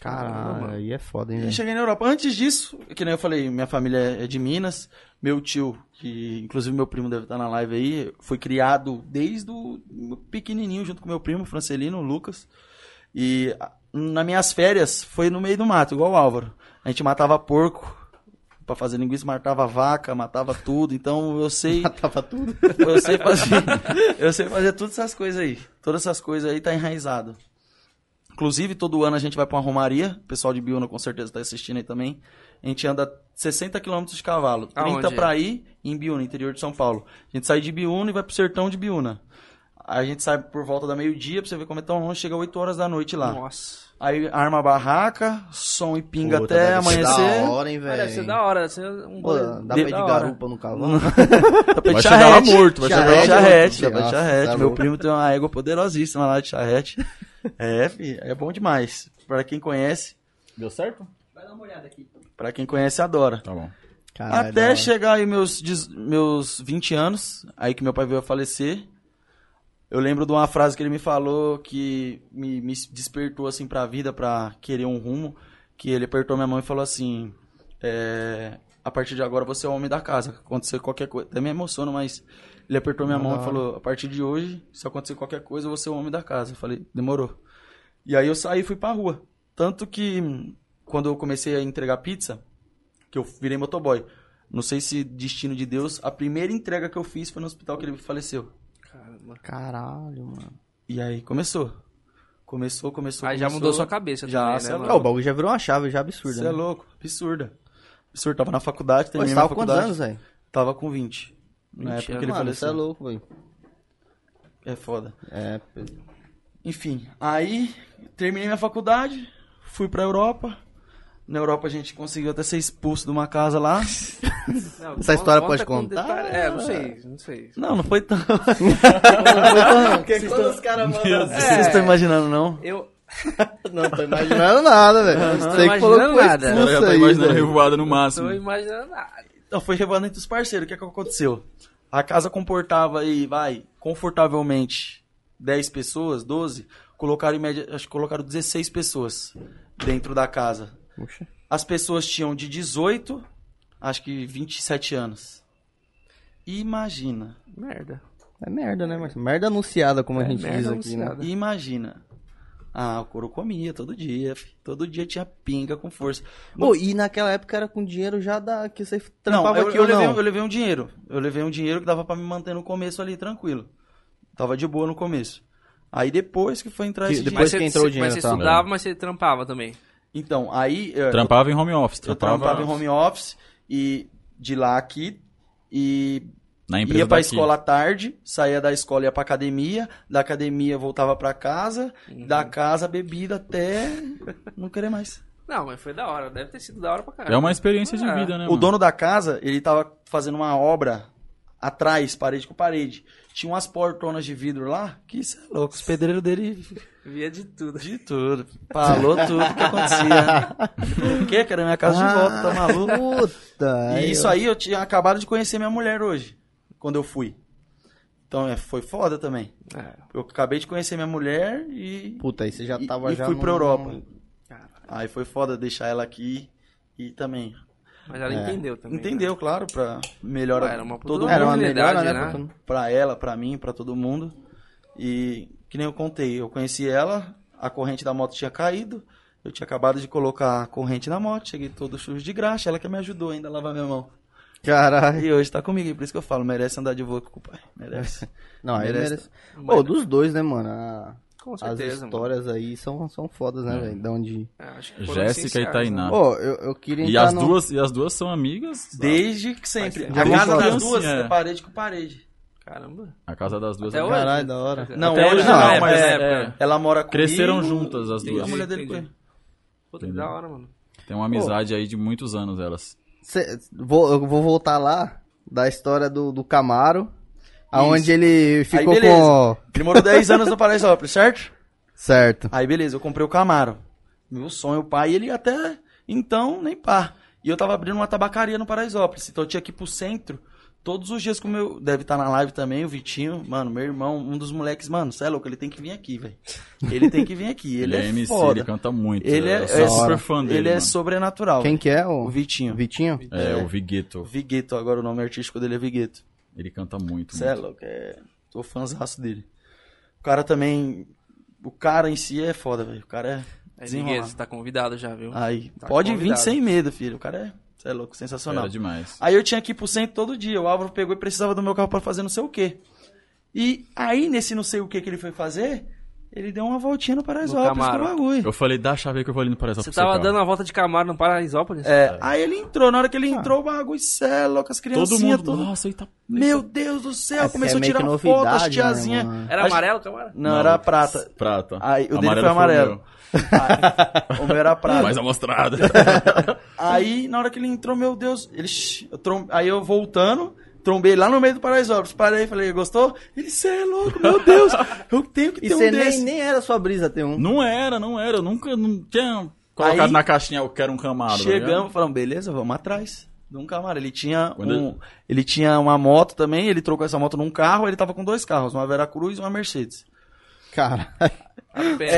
S2: Caralho, aí é foda, hein,
S4: E
S2: velho.
S4: cheguei na Europa. Antes disso, que nem eu falei, minha família é de Minas. Meu tio, que inclusive meu primo deve estar na live aí, foi criado desde o pequenininho junto com meu primo, Francelino, Lucas. E ah, nas minhas férias foi no meio do mato, igual o Álvaro. A gente matava porco pra fazer linguiça, matava vaca, matava tudo. Então eu sei,
S2: Tava tudo.
S4: eu sei fazer, eu sei fazer todas essas coisas aí. Todas essas coisas aí tá enraizado. Inclusive, todo ano a gente vai pra uma romaria. O pessoal de Biúna com certeza tá assistindo aí também. A gente anda 60 km de cavalo. 30
S1: Aonde é?
S4: pra ir em Biúna, interior de São Paulo. A gente sai de Biúna e vai pro sertão de Biúna. A gente sai por volta da meio-dia pra você ver como é tão longe, chega 8 horas da noite
S2: Ah,
S4: lá.
S1: Nossa.
S4: Aí arma a barraca, som e pinga
S5: Puta,
S4: até
S5: deve ser
S2: é Da
S4: amanhecer.
S2: hora, hein,
S1: Mas
S2: velho.
S1: Deve ser é da hora, deve ser um
S2: Pô,
S1: rolê
S2: dá pra
S1: da
S2: ir de
S1: hora.
S2: garupa no cavalo.
S4: Tá pra
S5: Vai
S4: de
S5: chegar lá
S4: charrete.
S5: morto, Ah, vai chegar
S4: Charrete,
S5: lá
S2: Charrete,
S4: charrete,
S2: mano.
S4: vai
S2: Nossa,
S4: charrete.
S2: tá
S4: Meu
S2: louco.
S4: primo tem uma égua poderosíssima lá de charrete. É, filho, é bom demais. Pra quem conhece,
S5: Deu certo?
S9: Vai dar uma olhada aqui.
S4: pra quem conhece, adora.
S5: Tá bom.
S2: Caralho, da
S4: Até
S2: hora.
S4: chegar aí meus, dez- meus 20 anos, aí que meu pai veio a falecer. Eu lembro de uma frase que ele me falou que me, me despertou assim pra vida, pra querer um rumo. Que ele apertou minha mão e falou assim: é, A partir de agora você é o homem da casa. Acontecer qualquer coisa. Até me emociono, mas ele apertou minha
S2: né?
S4: mão e falou: A partir de hoje, se acontecer qualquer coisa, você é o homem da casa. Eu falei: Demorou. E aí eu saí e fui pra rua. Tanto que hum, quando eu comecei a entregar pizza, que eu virei motoboy. Não sei se destino de Deus, a primeira entrega que eu fiz foi no hospital que ele faleceu.
S1: Caramba.
S2: Caralho, mano.
S4: E aí começou. Começou, começou.
S1: Aí já
S4: começou.
S1: mudou sua cabeça
S4: Já,
S1: também,
S4: cê
S1: né,
S4: é
S2: Ah, o
S1: mano?
S2: bagulho já virou uma chave, já absurda.
S4: Você é
S2: né?
S4: louco, absurda. Absurda, tava na faculdade,
S2: Pô, você
S4: terminei minha
S2: tava com quantos
S4: faculdade.
S2: anos, velho?
S4: Tava com 20.
S1: 20
S4: Na época
S1: anos.
S4: que
S2: Mano,
S4: ele
S2: você
S4: faleceu.
S2: é louco, velho.
S4: É foda.
S2: É,
S4: Enfim, aí terminei minha faculdade, fui pra Europa. Na Europa a gente conseguiu até ser expulso de uma casa lá.
S1: Não,
S2: Essa história pode
S1: com
S2: contar?
S1: detalhe. É, não sei, não sei.
S4: Não, não foi tão. não foi tão.
S2: Porque quando os caras mandam. É.
S4: Vocês estão imaginando, não?
S1: Eu,
S2: Não tô imaginando nada, velho.
S1: Não tô
S2: Você que falou que
S1: imaginando
S2: foi
S1: nada.
S5: O cara
S2: expulso
S5: já tá
S2: aí,
S5: imaginando
S2: velho.
S5: revoada no
S1: tô
S5: máximo.
S1: imaginando nada.
S4: Não, Então, foi revelando entre os parceiros. O que, é que aconteceu? A casa comportava aí, vai, confortavelmente 10 pessoas, 12. Colocaram em média, acho que colocaram 16 pessoas dentro da casa.
S2: Puxa.
S4: As pessoas tinham de 18, acho que 27 anos. Imagina.
S1: Merda.
S2: É merda, né? Mas merda anunciada, como a
S1: É
S2: gente diz
S1: merda
S2: aqui, né?
S1: anunciada.
S4: Imagina. Ah, o couro comia todo dia. fi. Todo dia tinha pinga com força.
S2: Pô, e naquela época era com dinheiro já da... que você
S4: Não,
S2: trampava
S4: eu,
S2: aqui
S4: eu
S2: ou
S4: levei,
S2: não?
S4: um- eu levei um dinheiro. Eu levei um dinheiro que dava pra me manter no começo ali, tranquilo. Tava de boa no começo. Aí depois que foi entrar
S2: Que
S4: esse
S2: depois-
S1: Mas
S4: dinheiro.
S1: você-
S2: que entrou o
S1: você-
S2: dinheiro,
S1: Mas você
S2: tá?
S1: estudava, mas você trampava também.
S4: Então, aí eu,
S5: Trampava em home office.
S4: eu trampava em
S5: office.
S4: home office e de lá aqui. E
S5: Na empresa
S4: ia pra
S5: daqui.
S4: escola à tarde, saía da escola ia pra academia, da academia voltava pra casa, da casa bebida até não querer mais.
S1: Não, mas foi da hora. Deve ter sido da hora pra caralho.
S5: É uma experiência de
S1: Ah.
S5: vida, né,
S4: O
S5: mano?
S4: dono da casa, ele tava fazendo uma obra atrás, parede com parede. Tinha umas portonas de vidro lá, que isso é louco. Os pedreiros dele
S5: né?
S1: Via de
S2: É.
S1: tudo.
S4: de tudo. Falou tudo que acontecia. né? o quê? Quero minha casa de volta, tá maluco?
S2: Ah, Puta.
S4: E isso aí eu tinha acabado de conhecer minha mulher hoje, quando eu fui. Então é, foi foda também.
S1: É.
S4: Eu acabei de conhecer minha mulher e,
S2: Puta, aí você já
S4: e-
S2: tava
S4: e
S2: já
S4: fui
S2: num-
S4: pra Europa.
S1: Caralho.
S4: Aí foi foda deixar ela aqui e também.
S1: Mas ela
S2: É.
S1: entendeu também.
S4: Entendeu, claro, pra melhor
S1: Ué, era uma puta
S4: todo
S1: do
S4: mundo.
S2: Era uma melhora,
S1: Oportunidade,
S2: né?
S1: né?
S2: pra todo mundo.
S4: pra ela, pra mim, pra todo mundo. E que nem eu contei, eu conheci ela, a corrente da moto tinha caído, eu tinha acabado de colocar a corrente na moto, cheguei todo sujo de graxa, ela que me ajudou ainda a lavar minha mão.
S2: Caralho.
S4: E hoje tá comigo, e por isso que eu falo, merece andar de voga com o pai, merece.
S2: Não, aí
S4: Merece.
S2: merece. Pô, dos dois, né, mano? A-
S1: Com
S2: As
S1: certeza, mano.
S2: histórias aí são, são fodas, né, velho? Da onde...
S1: É, acho que foram
S5: Jéssica e
S1: essenciais,
S5: Tainá.
S1: né?
S2: Pô, eu, eu queria
S5: E
S4: tá
S2: entrar
S5: as,
S2: no-
S5: duas, e as duas são amigas. tá?
S4: Desde que sempre.
S1: Faz
S4: A
S5: tempo.
S4: casa
S5: Desde
S4: das duas
S5: criancinha,
S4: é
S5: é.
S4: parede com parede.
S1: Caramba.
S5: A casa das duas
S1: Até
S5: é
S1: hoje.
S2: Caralho, da hora.
S4: Não,
S5: Até
S4: hoje
S5: hoje
S4: não,
S5: não,
S4: mas
S5: mas
S4: é,
S5: época.
S4: Ela mora comigo.
S5: Cresceram juntas as
S4: e
S5: duas.
S4: A mulher dele com
S1: Entendi.
S4: ele.
S1: Puta, que
S5: Entendeu?
S1: da hora, mano.
S5: Tem uma amizade aí de muitos anos, elas.
S2: Cê- vou, eu vou voltar lá da história do, do Camaro,
S4: Isso.
S2: aonde ele ficou
S4: beleza.
S2: com.
S4: Ele morou 10 anos no Paraisópolis, certo?
S2: Certo.
S4: Aí beleza, eu comprei o Camaro. Meu sonho, o pai, ele até então nem pá. E eu tava abrindo uma tabacaria no Paraisópolis, então eu tinha que ir pro centro todos os dias com o meu, deve estar na live também, o Vitinho, mano, meu irmão, um dos moleques, mano, cê é louco, ele tem que vir aqui, velho. Ele tem que vir aqui, ele, é,
S5: MC,
S4: foda.
S5: ele canta muito.
S4: Ele é,
S5: eu
S4: é
S5: sou super
S4: super-
S5: fã dele.
S4: ele é
S5: mano.
S4: sobrenatural.
S2: Quem que é?
S4: O
S2: O
S4: Vitinho.
S2: Vitinho?
S5: É, o
S4: O
S5: Vigueto.
S4: Vigueto, agora o nome artístico dele é Vigueto.
S5: Ele canta muito.
S4: Cê é
S5: muito.
S4: louco, é... Tô fãzaço dele. O cara também... O cara em si é foda, velho. O cara
S1: É
S4: é
S1: ninguém, você
S4: desenrolado.
S1: tá convidado já, viu?
S4: Aí,
S1: Tá
S4: pode
S1: convidado.
S4: vir sem medo, filho. O cara é... Cê é louco, sensacional.
S5: Era demais.
S4: Aí eu tinha que ir pro centro todo dia. O Álvaro pegou e precisava do meu carro pra fazer não sei o quê. E aí, nesse não sei o que que ele foi fazer, Ele deu uma voltinha no
S1: No
S4: Paraisópolis com o
S1: Camaro.
S4: bagulho.
S5: Eu falei, dá a chave aí que eu vou ali no Paraíso
S1: Você tava dando uma volta de Camaro no Paraisópolis?
S4: É, aí ele entrou. Na hora que ele
S2: Ah.
S4: entrou, o bagulho, cê é louco, as
S5: Todo
S4: criancinhas,
S5: mundo.
S4: todo
S5: Nossa, aí tá.
S4: Meu Deus do céu,
S2: Essa
S4: começou
S2: é
S4: a
S2: meio
S4: tirar
S2: que
S4: foto,
S2: novidade,
S4: as
S2: né,
S4: tiazinha.
S2: mano?
S1: Era
S4: Acho-
S1: amarelo o Camaro?
S4: Não, era a prata.
S5: Prata.
S4: Aí, o dele
S5: Amarelo
S4: foi amarelo.
S5: meu.
S4: o meu era prata.
S5: Mais amostrado.
S4: Aí, na hora que ele entrou, meu Deus, ele. shh, eu trom- Aí eu voltando, trombei lá no meio do Paraisópolis. Parei, falei, gostou? Ele, cê é louco, meu Deus, eu tenho que
S2: E
S4: ter um
S2: você
S4: desse.
S2: nem, nem era sua brisa ter um.
S5: não era, não era. Eu nunca não tinha colocado
S4: Aí-
S5: na caixinha eu quero um camaro. tá
S4: Chegamos,
S5: ligado?
S4: falamos, beleza, vamos atrás. De um camarada. Ele tinha,
S5: Quando
S4: um- ele tinha uma moto também, ele trocou essa moto num carro, ele tava com dois carros, uma Veracruz e uma Mercedes.
S2: Cara.
S1: É.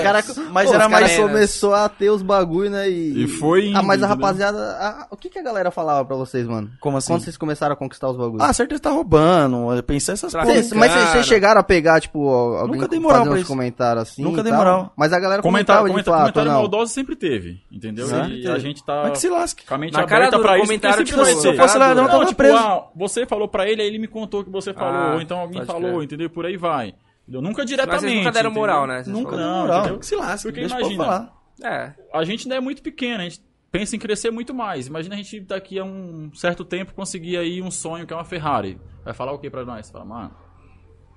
S2: cara-
S4: Mas
S2: Pô,
S4: era
S2: os cara
S4: mais.
S2: começou a ter os bagulho, né? E,
S5: E foi indo,
S2: Ah, mas a
S5: entendeu?
S2: rapaziada. a- O que, que a galera falava pra vocês, mano?
S4: Como assim?
S2: Quando vocês começaram a conquistar os bagulhos?
S4: Ah, certeza tá roubando. Eu pensei essas
S1: Será
S4: coisas.
S2: Vocês- mas vocês-
S1: cara.
S2: vocês chegaram a pegar, tipo, ó, alguém
S4: Nunca dei moral
S2: fazendo
S4: pra
S2: uns
S4: isso.
S2: comentários assim
S4: Nunca
S2: e
S4: dei
S2: tal?
S4: moral.
S2: Mas a galera
S5: Comentário,
S2: comentava
S5: comenta-
S2: de fato,
S5: comentário
S2: ou não?
S5: maldoso sempre teve, entendeu?
S4: Sempre
S5: e
S4: teve.
S5: a gente tá
S4: Mas que se lasque.
S5: com a mente
S1: Na cara
S5: aberta
S1: do
S5: pra isso.
S1: comentário,
S5: porque
S1: tipo,
S5: sempre vai
S1: se eu
S5: ser.
S1: fosse lá,
S4: não,
S5: Não,
S4: tava
S5: tipo,
S4: preso.
S5: ah, você falou pra ele, aí ele me contou o que você falou,
S1: Ah,
S5: ou então alguém
S1: pode
S5: falou,
S1: crer.
S5: entendeu? E por aí vai. Entendeu? Nunca
S1: Mas
S5: diretamente.
S1: vocês nunca deram
S5: entendeu?
S1: moral, né? Vocês
S4: Nunca dei
S1: falaram-
S5: Não,
S4: moral.
S5: entendeu?
S4: Que se lasque,
S5: Porque
S4: deixa o povo
S5: imagina.
S4: falar.
S1: É.
S5: A gente ainda é muito pequeno, a gente pensa em crescer muito mais. Imagina a gente daqui a um certo tempo conseguir aí um sonho que é uma Ferrari. Vai falar o que pra nós? Fala, mano,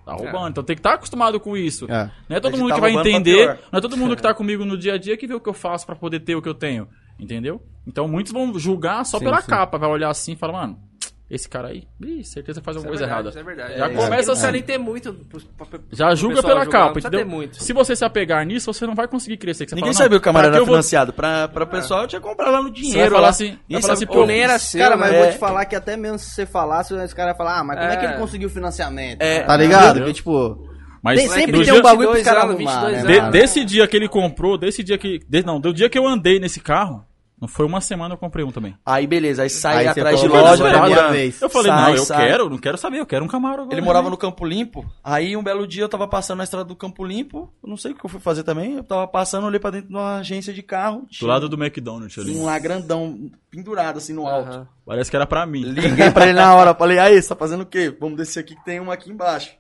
S4: É.
S5: tá roubando, então tem que estar acostumado com isso.
S2: É.
S5: Não é
S4: A
S5: todo
S4: gente
S5: mundo
S4: tá
S5: que vai
S4: roubando pra
S5: entender,
S4: pior.
S5: não é todo mundo que tá comigo no dia a dia que vê o que eu faço pra poder ter o que eu tenho, entendeu? Então muitos vão julgar só
S2: Sim,
S5: pela
S2: sim.
S5: capa, vai olhar assim e falar, mano, esse cara aí, ih, certeza faz alguma coisa errada.
S1: É verdade.
S5: Já
S1: É,
S5: começa
S1: isso. Não precisa
S5: assim.
S1: nem ter muito. pro- pra- pra-
S5: Já
S1: pro
S5: julga
S1: pessoal
S5: pela
S1: julgar,
S5: capa,
S1: não precisa
S5: entendeu?
S1: ter muito.
S5: Se você se apegar nisso, você não vai conseguir crescer. que Você
S4: Ninguém
S5: fala, não,
S4: sabia que o camarada
S5: pra que
S4: era
S5: eu vou- É.
S4: financiado. Pra, pra pessoal, tinha que comprar lá no dinheiro.
S5: Você vai falar
S4: lá.
S5: assim,
S4: Ninguém
S5: vai falar
S4: sabe
S5: assim,
S4: pô,
S1: Ou nem era seu,
S2: Cara, mas
S1: né?
S2: eu vou
S4: É.
S2: te falar que até mesmo se você falasse, os caras iam falar, ah, mas como é que
S1: É.
S2: ele conseguiu o financiamento?
S4: É.
S2: tá ligado?
S5: Entendeu?
S2: Porque, tipo,
S5: Mas
S2: tem, sempre
S5: do
S2: tem
S5: dia-
S2: um bagulho pros
S1: 22
S2: caras
S1: anos,
S2: arrumar,
S1: 22
S2: né,
S1: anos.
S5: De-
S2: mano?
S5: desse dia que ele comprou, desse dia que. de- não, do dia que eu andei nesse carro, não foi uma semana eu comprei um também.
S4: Aí beleza, aí sai
S2: Aí você
S4: atrás de
S2: falou, mas é
S4: loja,
S5: eu,
S2: a minha
S4: procurando.
S2: vez.
S5: eu falei,
S4: Sai,
S5: não, eu
S4: sai.
S5: quero, não quero saber, eu quero um Camaro agora.
S4: Ele morava no Campo Limpo. Aí um belo dia eu tava passando na estrada do Campo Limpo. eu Não sei o que eu fui fazer também. Eu tava passando, olhei pra dentro de uma agência de carro.
S5: Do lado do McDonald's ali.
S4: Um lá grandão, pendurado assim no alto.
S1: Aham.
S5: Parece que era pra mim.
S4: Liguei pra ele na hora, falei, aí, você tá fazendo o quê? Vamos descer aqui que tem uma aqui embaixo.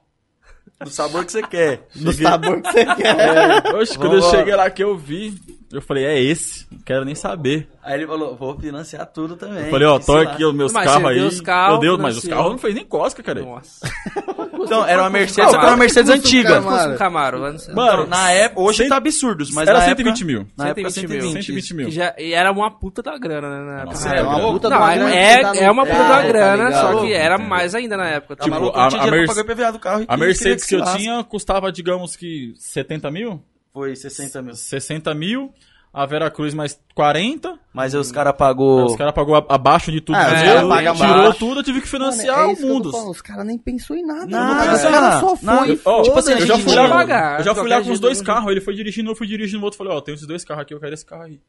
S4: Do sabor que você quer.
S2: Do sabor Tá que você quer.
S5: Oxe, quando É, eu
S4: Vambora.
S5: cheguei lá que eu vi, eu falei, é esse, não quero nem saber.
S4: Aí ele falou, vou financiar tudo também.
S5: Eu falei, ó,
S4: Isso
S5: tô
S4: É lá.
S5: aqui os meus
S1: Mas
S5: carros
S1: você
S5: aí.
S1: deu os carros, né,
S5: Meu Deus, mas os
S1: financiou.
S5: carros não fez nem cosca, cara.
S1: Nossa.
S4: Então, era uma Mercedes, só que era uma
S1: Quanto
S4: Mercedes antiga.
S2: cara,
S1: Custa um
S2: Mano.
S1: Camaro. lá no-
S4: Mano, na época, hoje
S5: cento-
S4: tá absurdos, mas
S5: era
S4: na
S5: 120
S4: época,
S5: mil.
S4: Na época,
S1: 120 mil.
S5: 120 mil.
S1: Que já, e era uma puta da grana, né? na época.
S5: Nossa,
S1: Na
S5: é uma
S1: época.
S5: puta
S1: Não,
S2: da grana
S1: É,
S2: que dá no
S1: é uma
S2: pé,
S1: puta da
S2: tá
S1: grana,
S2: ligado?
S1: só que era mais ainda na época. Tá
S4: Tá
S5: Tipo,
S1: maluco?
S4: maluco, não
S5: a-
S4: tinha
S5: a
S4: dinheiro
S5: Merce-
S4: pra pagar o IPVA do carro. e
S5: A
S4: queria
S5: Mercedes que eu
S4: se lasque.
S5: tinha custava, digamos que 70 mil?
S4: Foi 60 mil.
S5: 60 mil. A Veracruz mais 40.
S4: Mas aí os caras
S5: Aí
S4: pagou...
S5: É, Os caras pagou a- abaixo de tudo.
S2: Ah,
S5: que
S2: os
S5: deu,
S2: cara paga
S5: tirou
S2: abaixo.
S5: tudo, eu tive que
S2: Mano,
S5: financiar
S2: é
S5: o
S2: isso que eu tô
S5: mundo.
S2: falando, Os caras nem pensou em nada.
S4: Nada,
S2: mano. Os caras só
S4: nada.
S2: foi.
S5: Ó,
S4: Tipo assim, a
S5: eu já
S4: gente
S5: fui
S4: tinha-
S5: lá,
S1: pagar,
S5: eu já fui
S1: qualquer
S5: lá com os
S1: jeito,
S5: dois
S1: né?
S5: carros, ele foi dirigindo, eu fui dirigindo o outro, falei, ó, tem esses dois carros aqui, eu quero esse carro aí.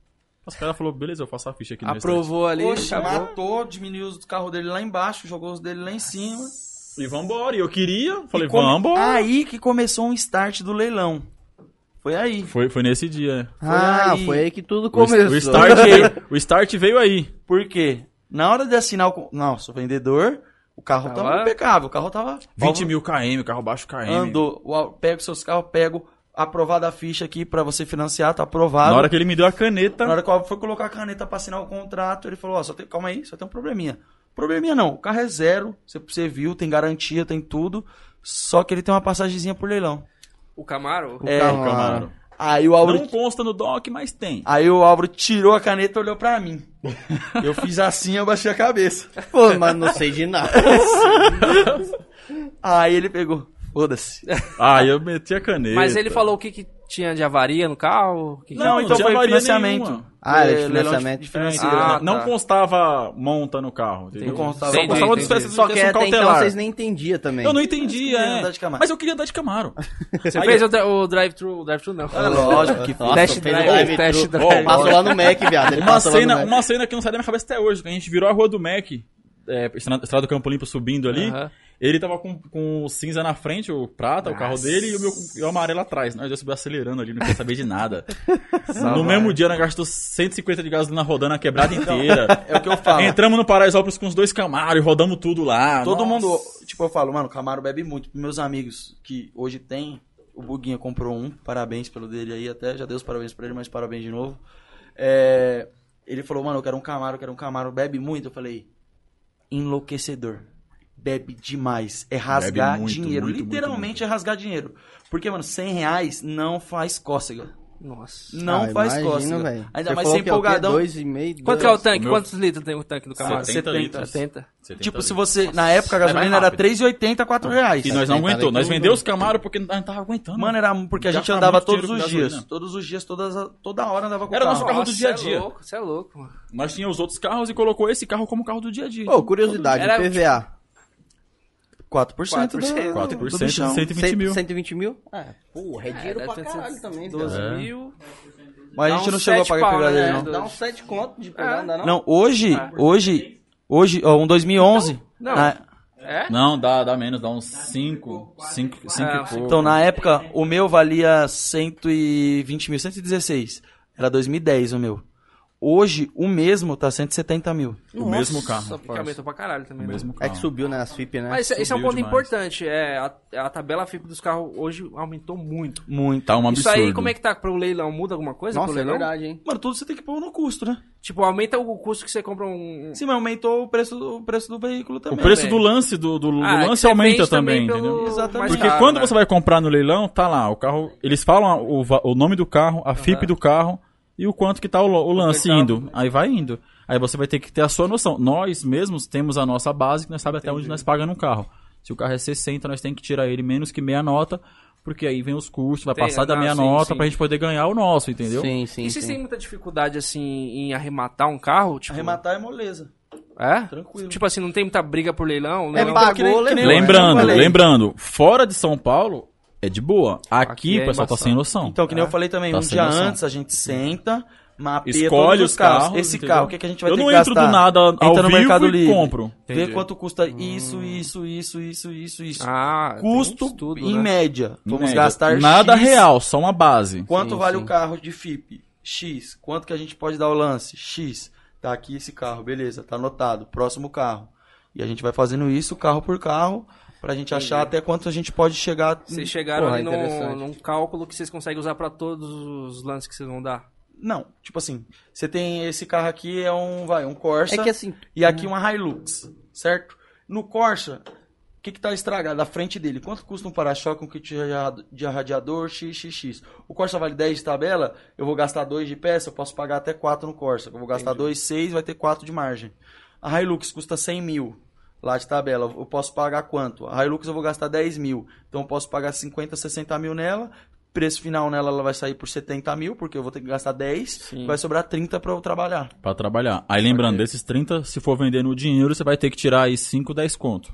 S5: Os caras falaram, beleza, eu faço a ficha aqui no restaurante.
S1: Aprovou ali.
S4: Poxa,
S1: acabou.
S4: matou, diminuiu os carros dele lá embaixo, jogou os dele lá em cima.
S5: E vambora, e eu queria, falei,
S4: E come-
S5: vambora.
S4: Aí que começou um start do leilão. Foi aí.
S5: Foi, foi nesse dia.
S2: Ah,
S4: aí.
S2: foi aí que tudo
S5: O,
S2: começou.
S5: o, start veio, o start veio aí.
S4: Por quê? Na hora de assinar o. con- Nossa, o vendedor, o carro tava,
S1: Tava-
S4: impecável. O carro tava.
S5: 20 mil KM, carro baixo KM.
S4: Andou. Uau, Pega os seus carros, pego. Aprovada a ficha aqui pra você financiar, tá aprovado.
S5: Na hora que tá- ele me deu a caneta,
S4: Na hora que eu foi colocar a caneta pra assinar o contrato, ele falou: Ó, só tem, calma aí, só tem um probleminha. Probleminha não, o carro é zero, você, você viu, tem garantia, tem tudo. Só que ele tem uma passagemzinha por leilão.
S1: O Camaro?
S4: É,
S2: Camaro.
S5: Camaro.
S4: Aí o Álvaro
S5: Não consta no doc, mas tem.
S4: Aí o Álvaro tirou a caneta e olhou pra mim. Eu fiz assim, eu baixei a cabeça.
S2: Pô, mas não sei de nada.
S4: Aí ele pegou. Foda-se.
S5: Ah, eu meti a caneta.
S1: Mas ele falou o que, que tinha de avaria no carro? o que que-
S5: Não, então
S4: tinha
S5: foi
S4: avaria
S5: financiamento.
S4: nenhuma.
S2: Ah, era de
S4: É, leilão
S2: financiamento.
S4: de
S5: É,
S4: financiamento.
S5: então,
S1: Ah,
S5: não
S1: tá.
S5: constava monta no carro.
S2: Ah,
S5: entendeu?
S4: Não constava.
S5: Só
S1: Entendi,
S5: constava
S1: entendi.
S5: dispensa de
S2: Só que até então
S5: cautelar.
S2: vocês nem entendiam também.
S5: Eu não entendi,
S4: Mas eu queria
S5: é.
S4: andar de Camaro.
S5: Mas eu queria andar de Camaro.
S1: Você fez o, dra- o drive-thru? O drive-thru não.
S4: Ah, lógico que
S2: Nossa,
S1: Test
S2: fez
S1: drive,
S2: o drive-thru.
S1: test drive.
S2: Ó, Passou lá no Mac, viado. Ele
S5: Uma
S2: passou lá no
S5: cena,
S2: Mac.
S5: uma cena que não sai da minha cabeça até hoje. que A gente virou a rua do Mac, é, estra- estrada do Campo Limpo subindo ali.
S1: Aham.
S5: Ele tava com, com o cinza na frente, o prata, o carro dele, e o meu e o amarelo atrás. Nós já subimos acelerando ali, não queria saber de nada. no mesmo dia, nós gastou 150 de gasolina rodando a quebrada inteira.
S4: É o que eu falo.
S5: Entramos no Paraisópolis com os dois Camaro e rodamos tudo lá.
S2: Ah,
S4: Todo
S5: Nossa.
S4: mundo. Tipo, eu falo, mano, Camaro bebe muito. Meus amigos que hoje tem, O Buguinha comprou um, parabéns pelo dele aí, até já dei os parabéns pra ele, mas parabéns de novo. É, ele falou, mano, eu quero um Camaro, eu quero um Camaro, bebe muito. Eu falei, enlouquecedor. Bebe demais. É rasgar
S5: muito,
S4: dinheiro.
S5: muito, muito,
S4: Literalmente é rasgar dinheiro. Porque, mano, 100 reais não faz cócega.
S1: Nossa.
S4: Não
S2: Ah,
S4: faz
S2: imagino,
S4: cócega.
S2: velho.
S4: Ainda
S2: Você
S4: mais
S2: falou
S4: sem
S2: que é o quê?
S4: empolgadão.
S2: Dois e meio,
S1: Quanto
S2: dois-
S1: que é o tanque?
S5: meu-
S1: Quantos litros tem o tanque do Camaro?
S5: 70 litros.
S1: 70.
S4: Tipo, se você. Na
S5: Nossa.
S4: época a gasolina
S5: Vai
S4: era
S5: rápido. Ah.
S4: 3,80 a 4 reais.
S5: E nós não
S2: Tem
S5: aguentou. Nós
S2: talento,
S5: vendeu os Camaro porque não tava aguentando.
S4: Mano, era porque a gente
S5: Gastava
S4: andava
S5: muito
S4: todos
S5: dinheiro
S4: os
S5: com
S4: dias.
S5: gasolina.
S4: Todos os dias, todas, a- toda hora andava com
S5: Era
S4: o
S5: nosso
S4: carro.
S5: carro do dia a
S1: Você é
S5: dia.
S1: louco, você é louco, mano.
S5: Nós tínhamos os outros carros e colocou esse carro como carro do dia a dia.
S2: Ô, curiosidade,
S1: Era-
S2: o PVA.
S4: 4%. do-
S5: 4%
S4: do
S5: de
S4: bichão.
S5: 120 mil.
S2: 120 mil? É. Porra, é dinheiro
S1: deve
S2: pra
S1: ter
S2: caralho
S1: sido
S2: também,
S1: 12
S2: velho.
S5: É.
S1: mil.
S4: Mas a
S1: Dá
S4: gente não
S1: uns
S4: chegou a
S1: sete
S4: pagar
S1: pau,
S4: pegar
S1: né?
S4: dele,
S1: É,
S4: não.
S2: Dá uns 7 conto de pegar,
S1: É.
S2: não dá não?
S4: Não, hoje, hoje, hoje, ó, um 2011.
S1: Não.
S4: na-
S1: É?
S5: Não, dá, dá menos, dá uns 5, 5, 5
S1: Ah,
S5: e pouco.
S4: então, na época, o meu valia 120 mil, 116. Era 2010 o meu. Hoje, o mesmo tá 170 mil.
S5: O mesmo carro.
S1: Porque aumentou pra caralho também.
S5: O
S1: né?
S5: mesmo
S2: É
S5: carro.
S2: que subiu, né, as FIP, né?
S1: Mas esse, esse é um
S5: Subiu
S1: ponto
S5: demais.
S1: importante. É, a, a tabela FIP dos carros hoje aumentou muito.
S4: Muito.
S5: Tá um absurdo.
S1: Isso aí, como é que tá pro leilão? Muda alguma coisa
S2: Nossa,
S1: pro
S2: é
S1: leilão?
S2: verdade, hein?
S4: Mano, tudo você tem que pôr no custo, né?
S1: Tipo, aumenta o custo que você compra um...
S4: Sim, mas aumentou o preço, o preço do veículo
S5: O
S4: também.
S5: preço
S1: né?
S5: do lance, do, do- do
S1: Ah, que
S5: lance
S1: você
S5: aumenta
S1: vende
S5: também,
S1: pelo
S5: entendeu?
S1: mais
S4: Exatamente.
S5: Porque
S1: caro,
S5: quando
S1: né?
S5: você vai comprar no leilão, tá lá, o carro. Eles falam a- o, va- o nome do carro, a FIP do carro e o quanto que tá o, lo- o lance
S1: carro-
S5: indo. Aí vai indo. Aí você vai ter que ter a sua noção. Nós mesmos temos a nossa base, que nós sabemos até onde nós pagamos um carro. Se o carro é 60, nós temos que tirar ele menos que meia nota, porque aí vem os custos, vai
S1: Tem,
S5: passar da
S1: não,
S5: meia
S1: sim,
S5: nota
S1: sim.
S5: pra gente poder ganhar o nosso, entendeu?
S2: Sim, sim, É
S1: e vocês têm muita dificuldade, assim, em arrematar um carro? Tipo,
S4: Arrematar é moleza.
S1: É?
S4: Tranquilo.
S1: Tipo assim, não tem muita briga por leilão?
S2: É
S1: leilão-
S2: pagou,
S4: que nem- que nem-
S2: lembrou.
S5: Lembrando,
S4: Eu falei.
S5: lembrando, fora de São Paulo é de boa. Aqui,
S1: Aqui é
S5: o pessoal tá
S1: embaçado.
S5: sem noção.
S4: Então, que nem eu falei também,
S5: Tá
S4: um
S5: sem
S4: dia
S5: noção.
S4: antes a gente senta, mapeia
S5: Escolhe
S4: todos
S5: os carros.
S4: Esse
S5: entendeu?
S4: carro, o que, é que a gente vai
S5: Eu
S4: ter
S5: não
S4: que gastar?
S5: entro do nada ao
S4: Entra no
S5: vivo
S4: Mercado
S5: e
S4: Livre.
S5: compro.
S4: Vê quanto custa isso, isso, isso, isso, isso, isso.
S1: Ah,
S4: Custo, em média.
S5: Em
S4: Vamos
S5: média,
S4: gastar
S5: Nada
S4: X.
S5: real, só uma base.
S4: Quanto
S2: Sim,
S4: vale
S2: sim.
S4: o carro de FIP? X. Quanto que a gente pode dar o lance? X. Tá aqui esse carro, beleza, tá anotado. Próximo carro. E a gente vai fazendo isso carro por carro, pra gente achar até quanto a gente pode chegar.
S1: Vocês chegaram
S2: Porra,
S1: ali num,
S2: interessante.
S1: num cálculo que vocês conseguem usar pra todos os lances que vocês vão dar.
S4: Não, tipo assim, você tem esse carro aqui é um, vai, um Corsa.
S2: É que assim,
S4: E aqui uma Hilux, certo? No Corsa, o que, que tá estragado? A frente dele. Quanto custa um para-choque, um kit de radiador, xxx? O Corsa vale 10 de tabela, eu vou gastar 2 de peça, eu posso pagar até 4 no Corsa. Eu vou gastar 2, 6, vai ter 4 de margem. A Hilux custa 100 mil lá de tabela, eu posso pagar quanto? A Hilux eu vou gastar 10 mil, então eu posso pagar 50, 60 mil nela. Preço final nela ela vai sair por 70 mil, porque eu vou ter que gastar 10, vai sobrar 30 para eu trabalhar.
S5: Pra trabalhar. Aí lembrando, desses 30, se for vender no dinheiro, você vai ter que tirar aí 5, 10 conto.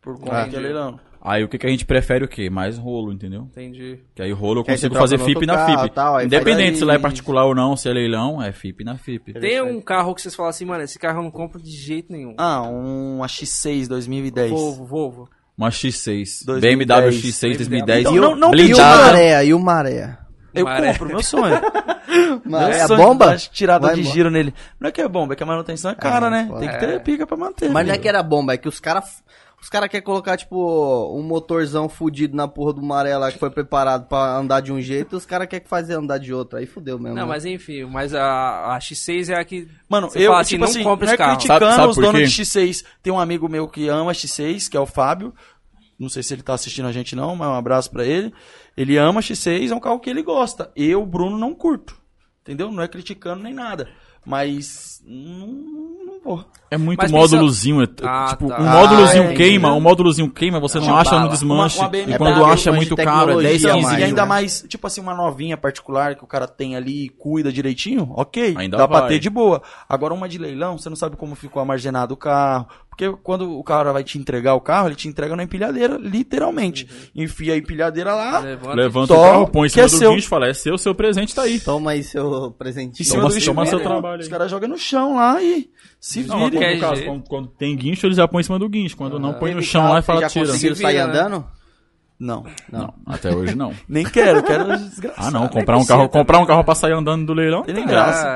S4: Por conta
S2: Ah.
S4: de leilão.
S5: Aí o que, que a gente prefere o quê? Mais rolo, entendeu?
S1: Entendi.
S5: Que aí rolo eu
S2: Que aí você
S5: consigo
S2: troca
S5: fazer
S2: no
S5: FIP
S2: outro
S5: na
S2: carro,
S5: FIP.
S2: tal, aí
S5: Independente
S2: faz
S5: se lá é
S2: aí.
S5: particular ou não, se é leilão, é FIP na FIP.
S1: Tem um carro que vocês falam assim, mano, esse carro eu não compro de jeito nenhum.
S4: Ah, é uma X6 2010.
S1: Volvo, Volvo.
S5: Uma X6.
S4: 2010.
S5: BMW X6 2010.
S4: Então, não- não-
S2: e o
S5: blindado.
S2: maré, e o maré?
S4: Eu
S1: Maré.
S4: compro, meu sonho.
S2: Maré, é a
S4: Meu sonho de dar
S2: bomba?
S4: uma tirada
S2: Vai
S4: de
S2: embora.
S4: giro nele. Não é que é bomba, é que a manutenção é cara,
S2: É,
S4: né?
S2: pô,
S4: Tem que ter pica pra manter.
S2: Mas não é
S4: filho.
S2: que era bomba, é que os caras. Os caras querem colocar, tipo, um motorzão fudido na porra do maré lá que foi preparado pra andar de um jeito e os caras querem fazer andar de outro. Aí fudeu mesmo.
S1: Não,
S2: né?
S1: mas enfim, mas a, a X6 é a que...
S4: Mano,
S1: Você
S4: eu,
S1: fala assim,
S4: tipo
S1: não
S4: assim, não,
S1: compra
S4: é
S1: esse carro.
S4: criticando
S5: Sabe- sabe
S4: os
S5: por
S4: donos
S5: quê?
S4: de X6. Tem um amigo meu que ama X6, que é o Fábio. Não sei se ele tá assistindo a gente não, mas um abraço pra ele. Ele ama X6, é um carro que ele gosta. Eu, Bruno, não curto. Entendeu? Não é criticando nem nada. Mas não, não vou.
S5: É muito
S1: Mas pensa-
S5: módulozinho. é t-
S1: Ah,
S5: tipo,
S1: tá.
S5: um
S1: Ah,
S5: módulozinho
S2: entendi.
S5: queima, um módulozinho queima, você não
S1: Uma
S5: acha no
S1: bala.
S5: desmanche.
S4: Uma- uma BMW
S5: e quando acha é
S2: hoje
S5: muito
S2: de
S5: caro, é 10,
S2: tecnologia,
S5: 15
S4: Então,
S2: mais,
S4: e ainda
S2: né?
S4: mais, tipo assim, uma novinha particular que o cara tem ali e cuida direitinho, ok.
S5: Ainda
S4: dá pra
S5: vai.
S4: ter de boa. Agora, uma de leilão, você não sabe como ficou amargenado o carro. Porque quando o cara vai te entregar o carro, ele te entrega na empilhadeira, literalmente. Enfia a empilhadeira lá.
S1: Levanta.
S5: Levanta o
S4: Toma,
S5: carro, põe em
S4: que
S5: cima
S4: é
S5: do
S4: seu. Então,
S5: guincho e fala, é seu, seu presente tá aí.
S2: Toma aí seu presentinho.
S4: em cima
S5: Toma-
S4: do
S5: toma seu
S4: né?
S5: trabalho aí.
S4: Os caras jogam no chão lá e se
S5: Não,
S1: Vira.
S5: mas quando,
S4: virem.
S1: Qualquer
S5: no caso,
S1: jeito. Ah, é
S5: quando- quando tem guincho, eles já põem em cima do guincho. Quando não, põe no
S2: Teve
S5: chão
S2: carro
S5: lá e
S2: que
S5: fala,
S2: já
S5: tira.
S2: conseguiram
S1: Se vira,
S2: sair
S1: né?
S2: andando?
S4: Não. é
S5: Não, até hoje não.
S4: Nem quero, quero desgraçar.
S5: Ah, não, comprar um carro, comprar um carro pra sair andando do leilão.
S4: Tem nem
S5: tá.
S4: graça.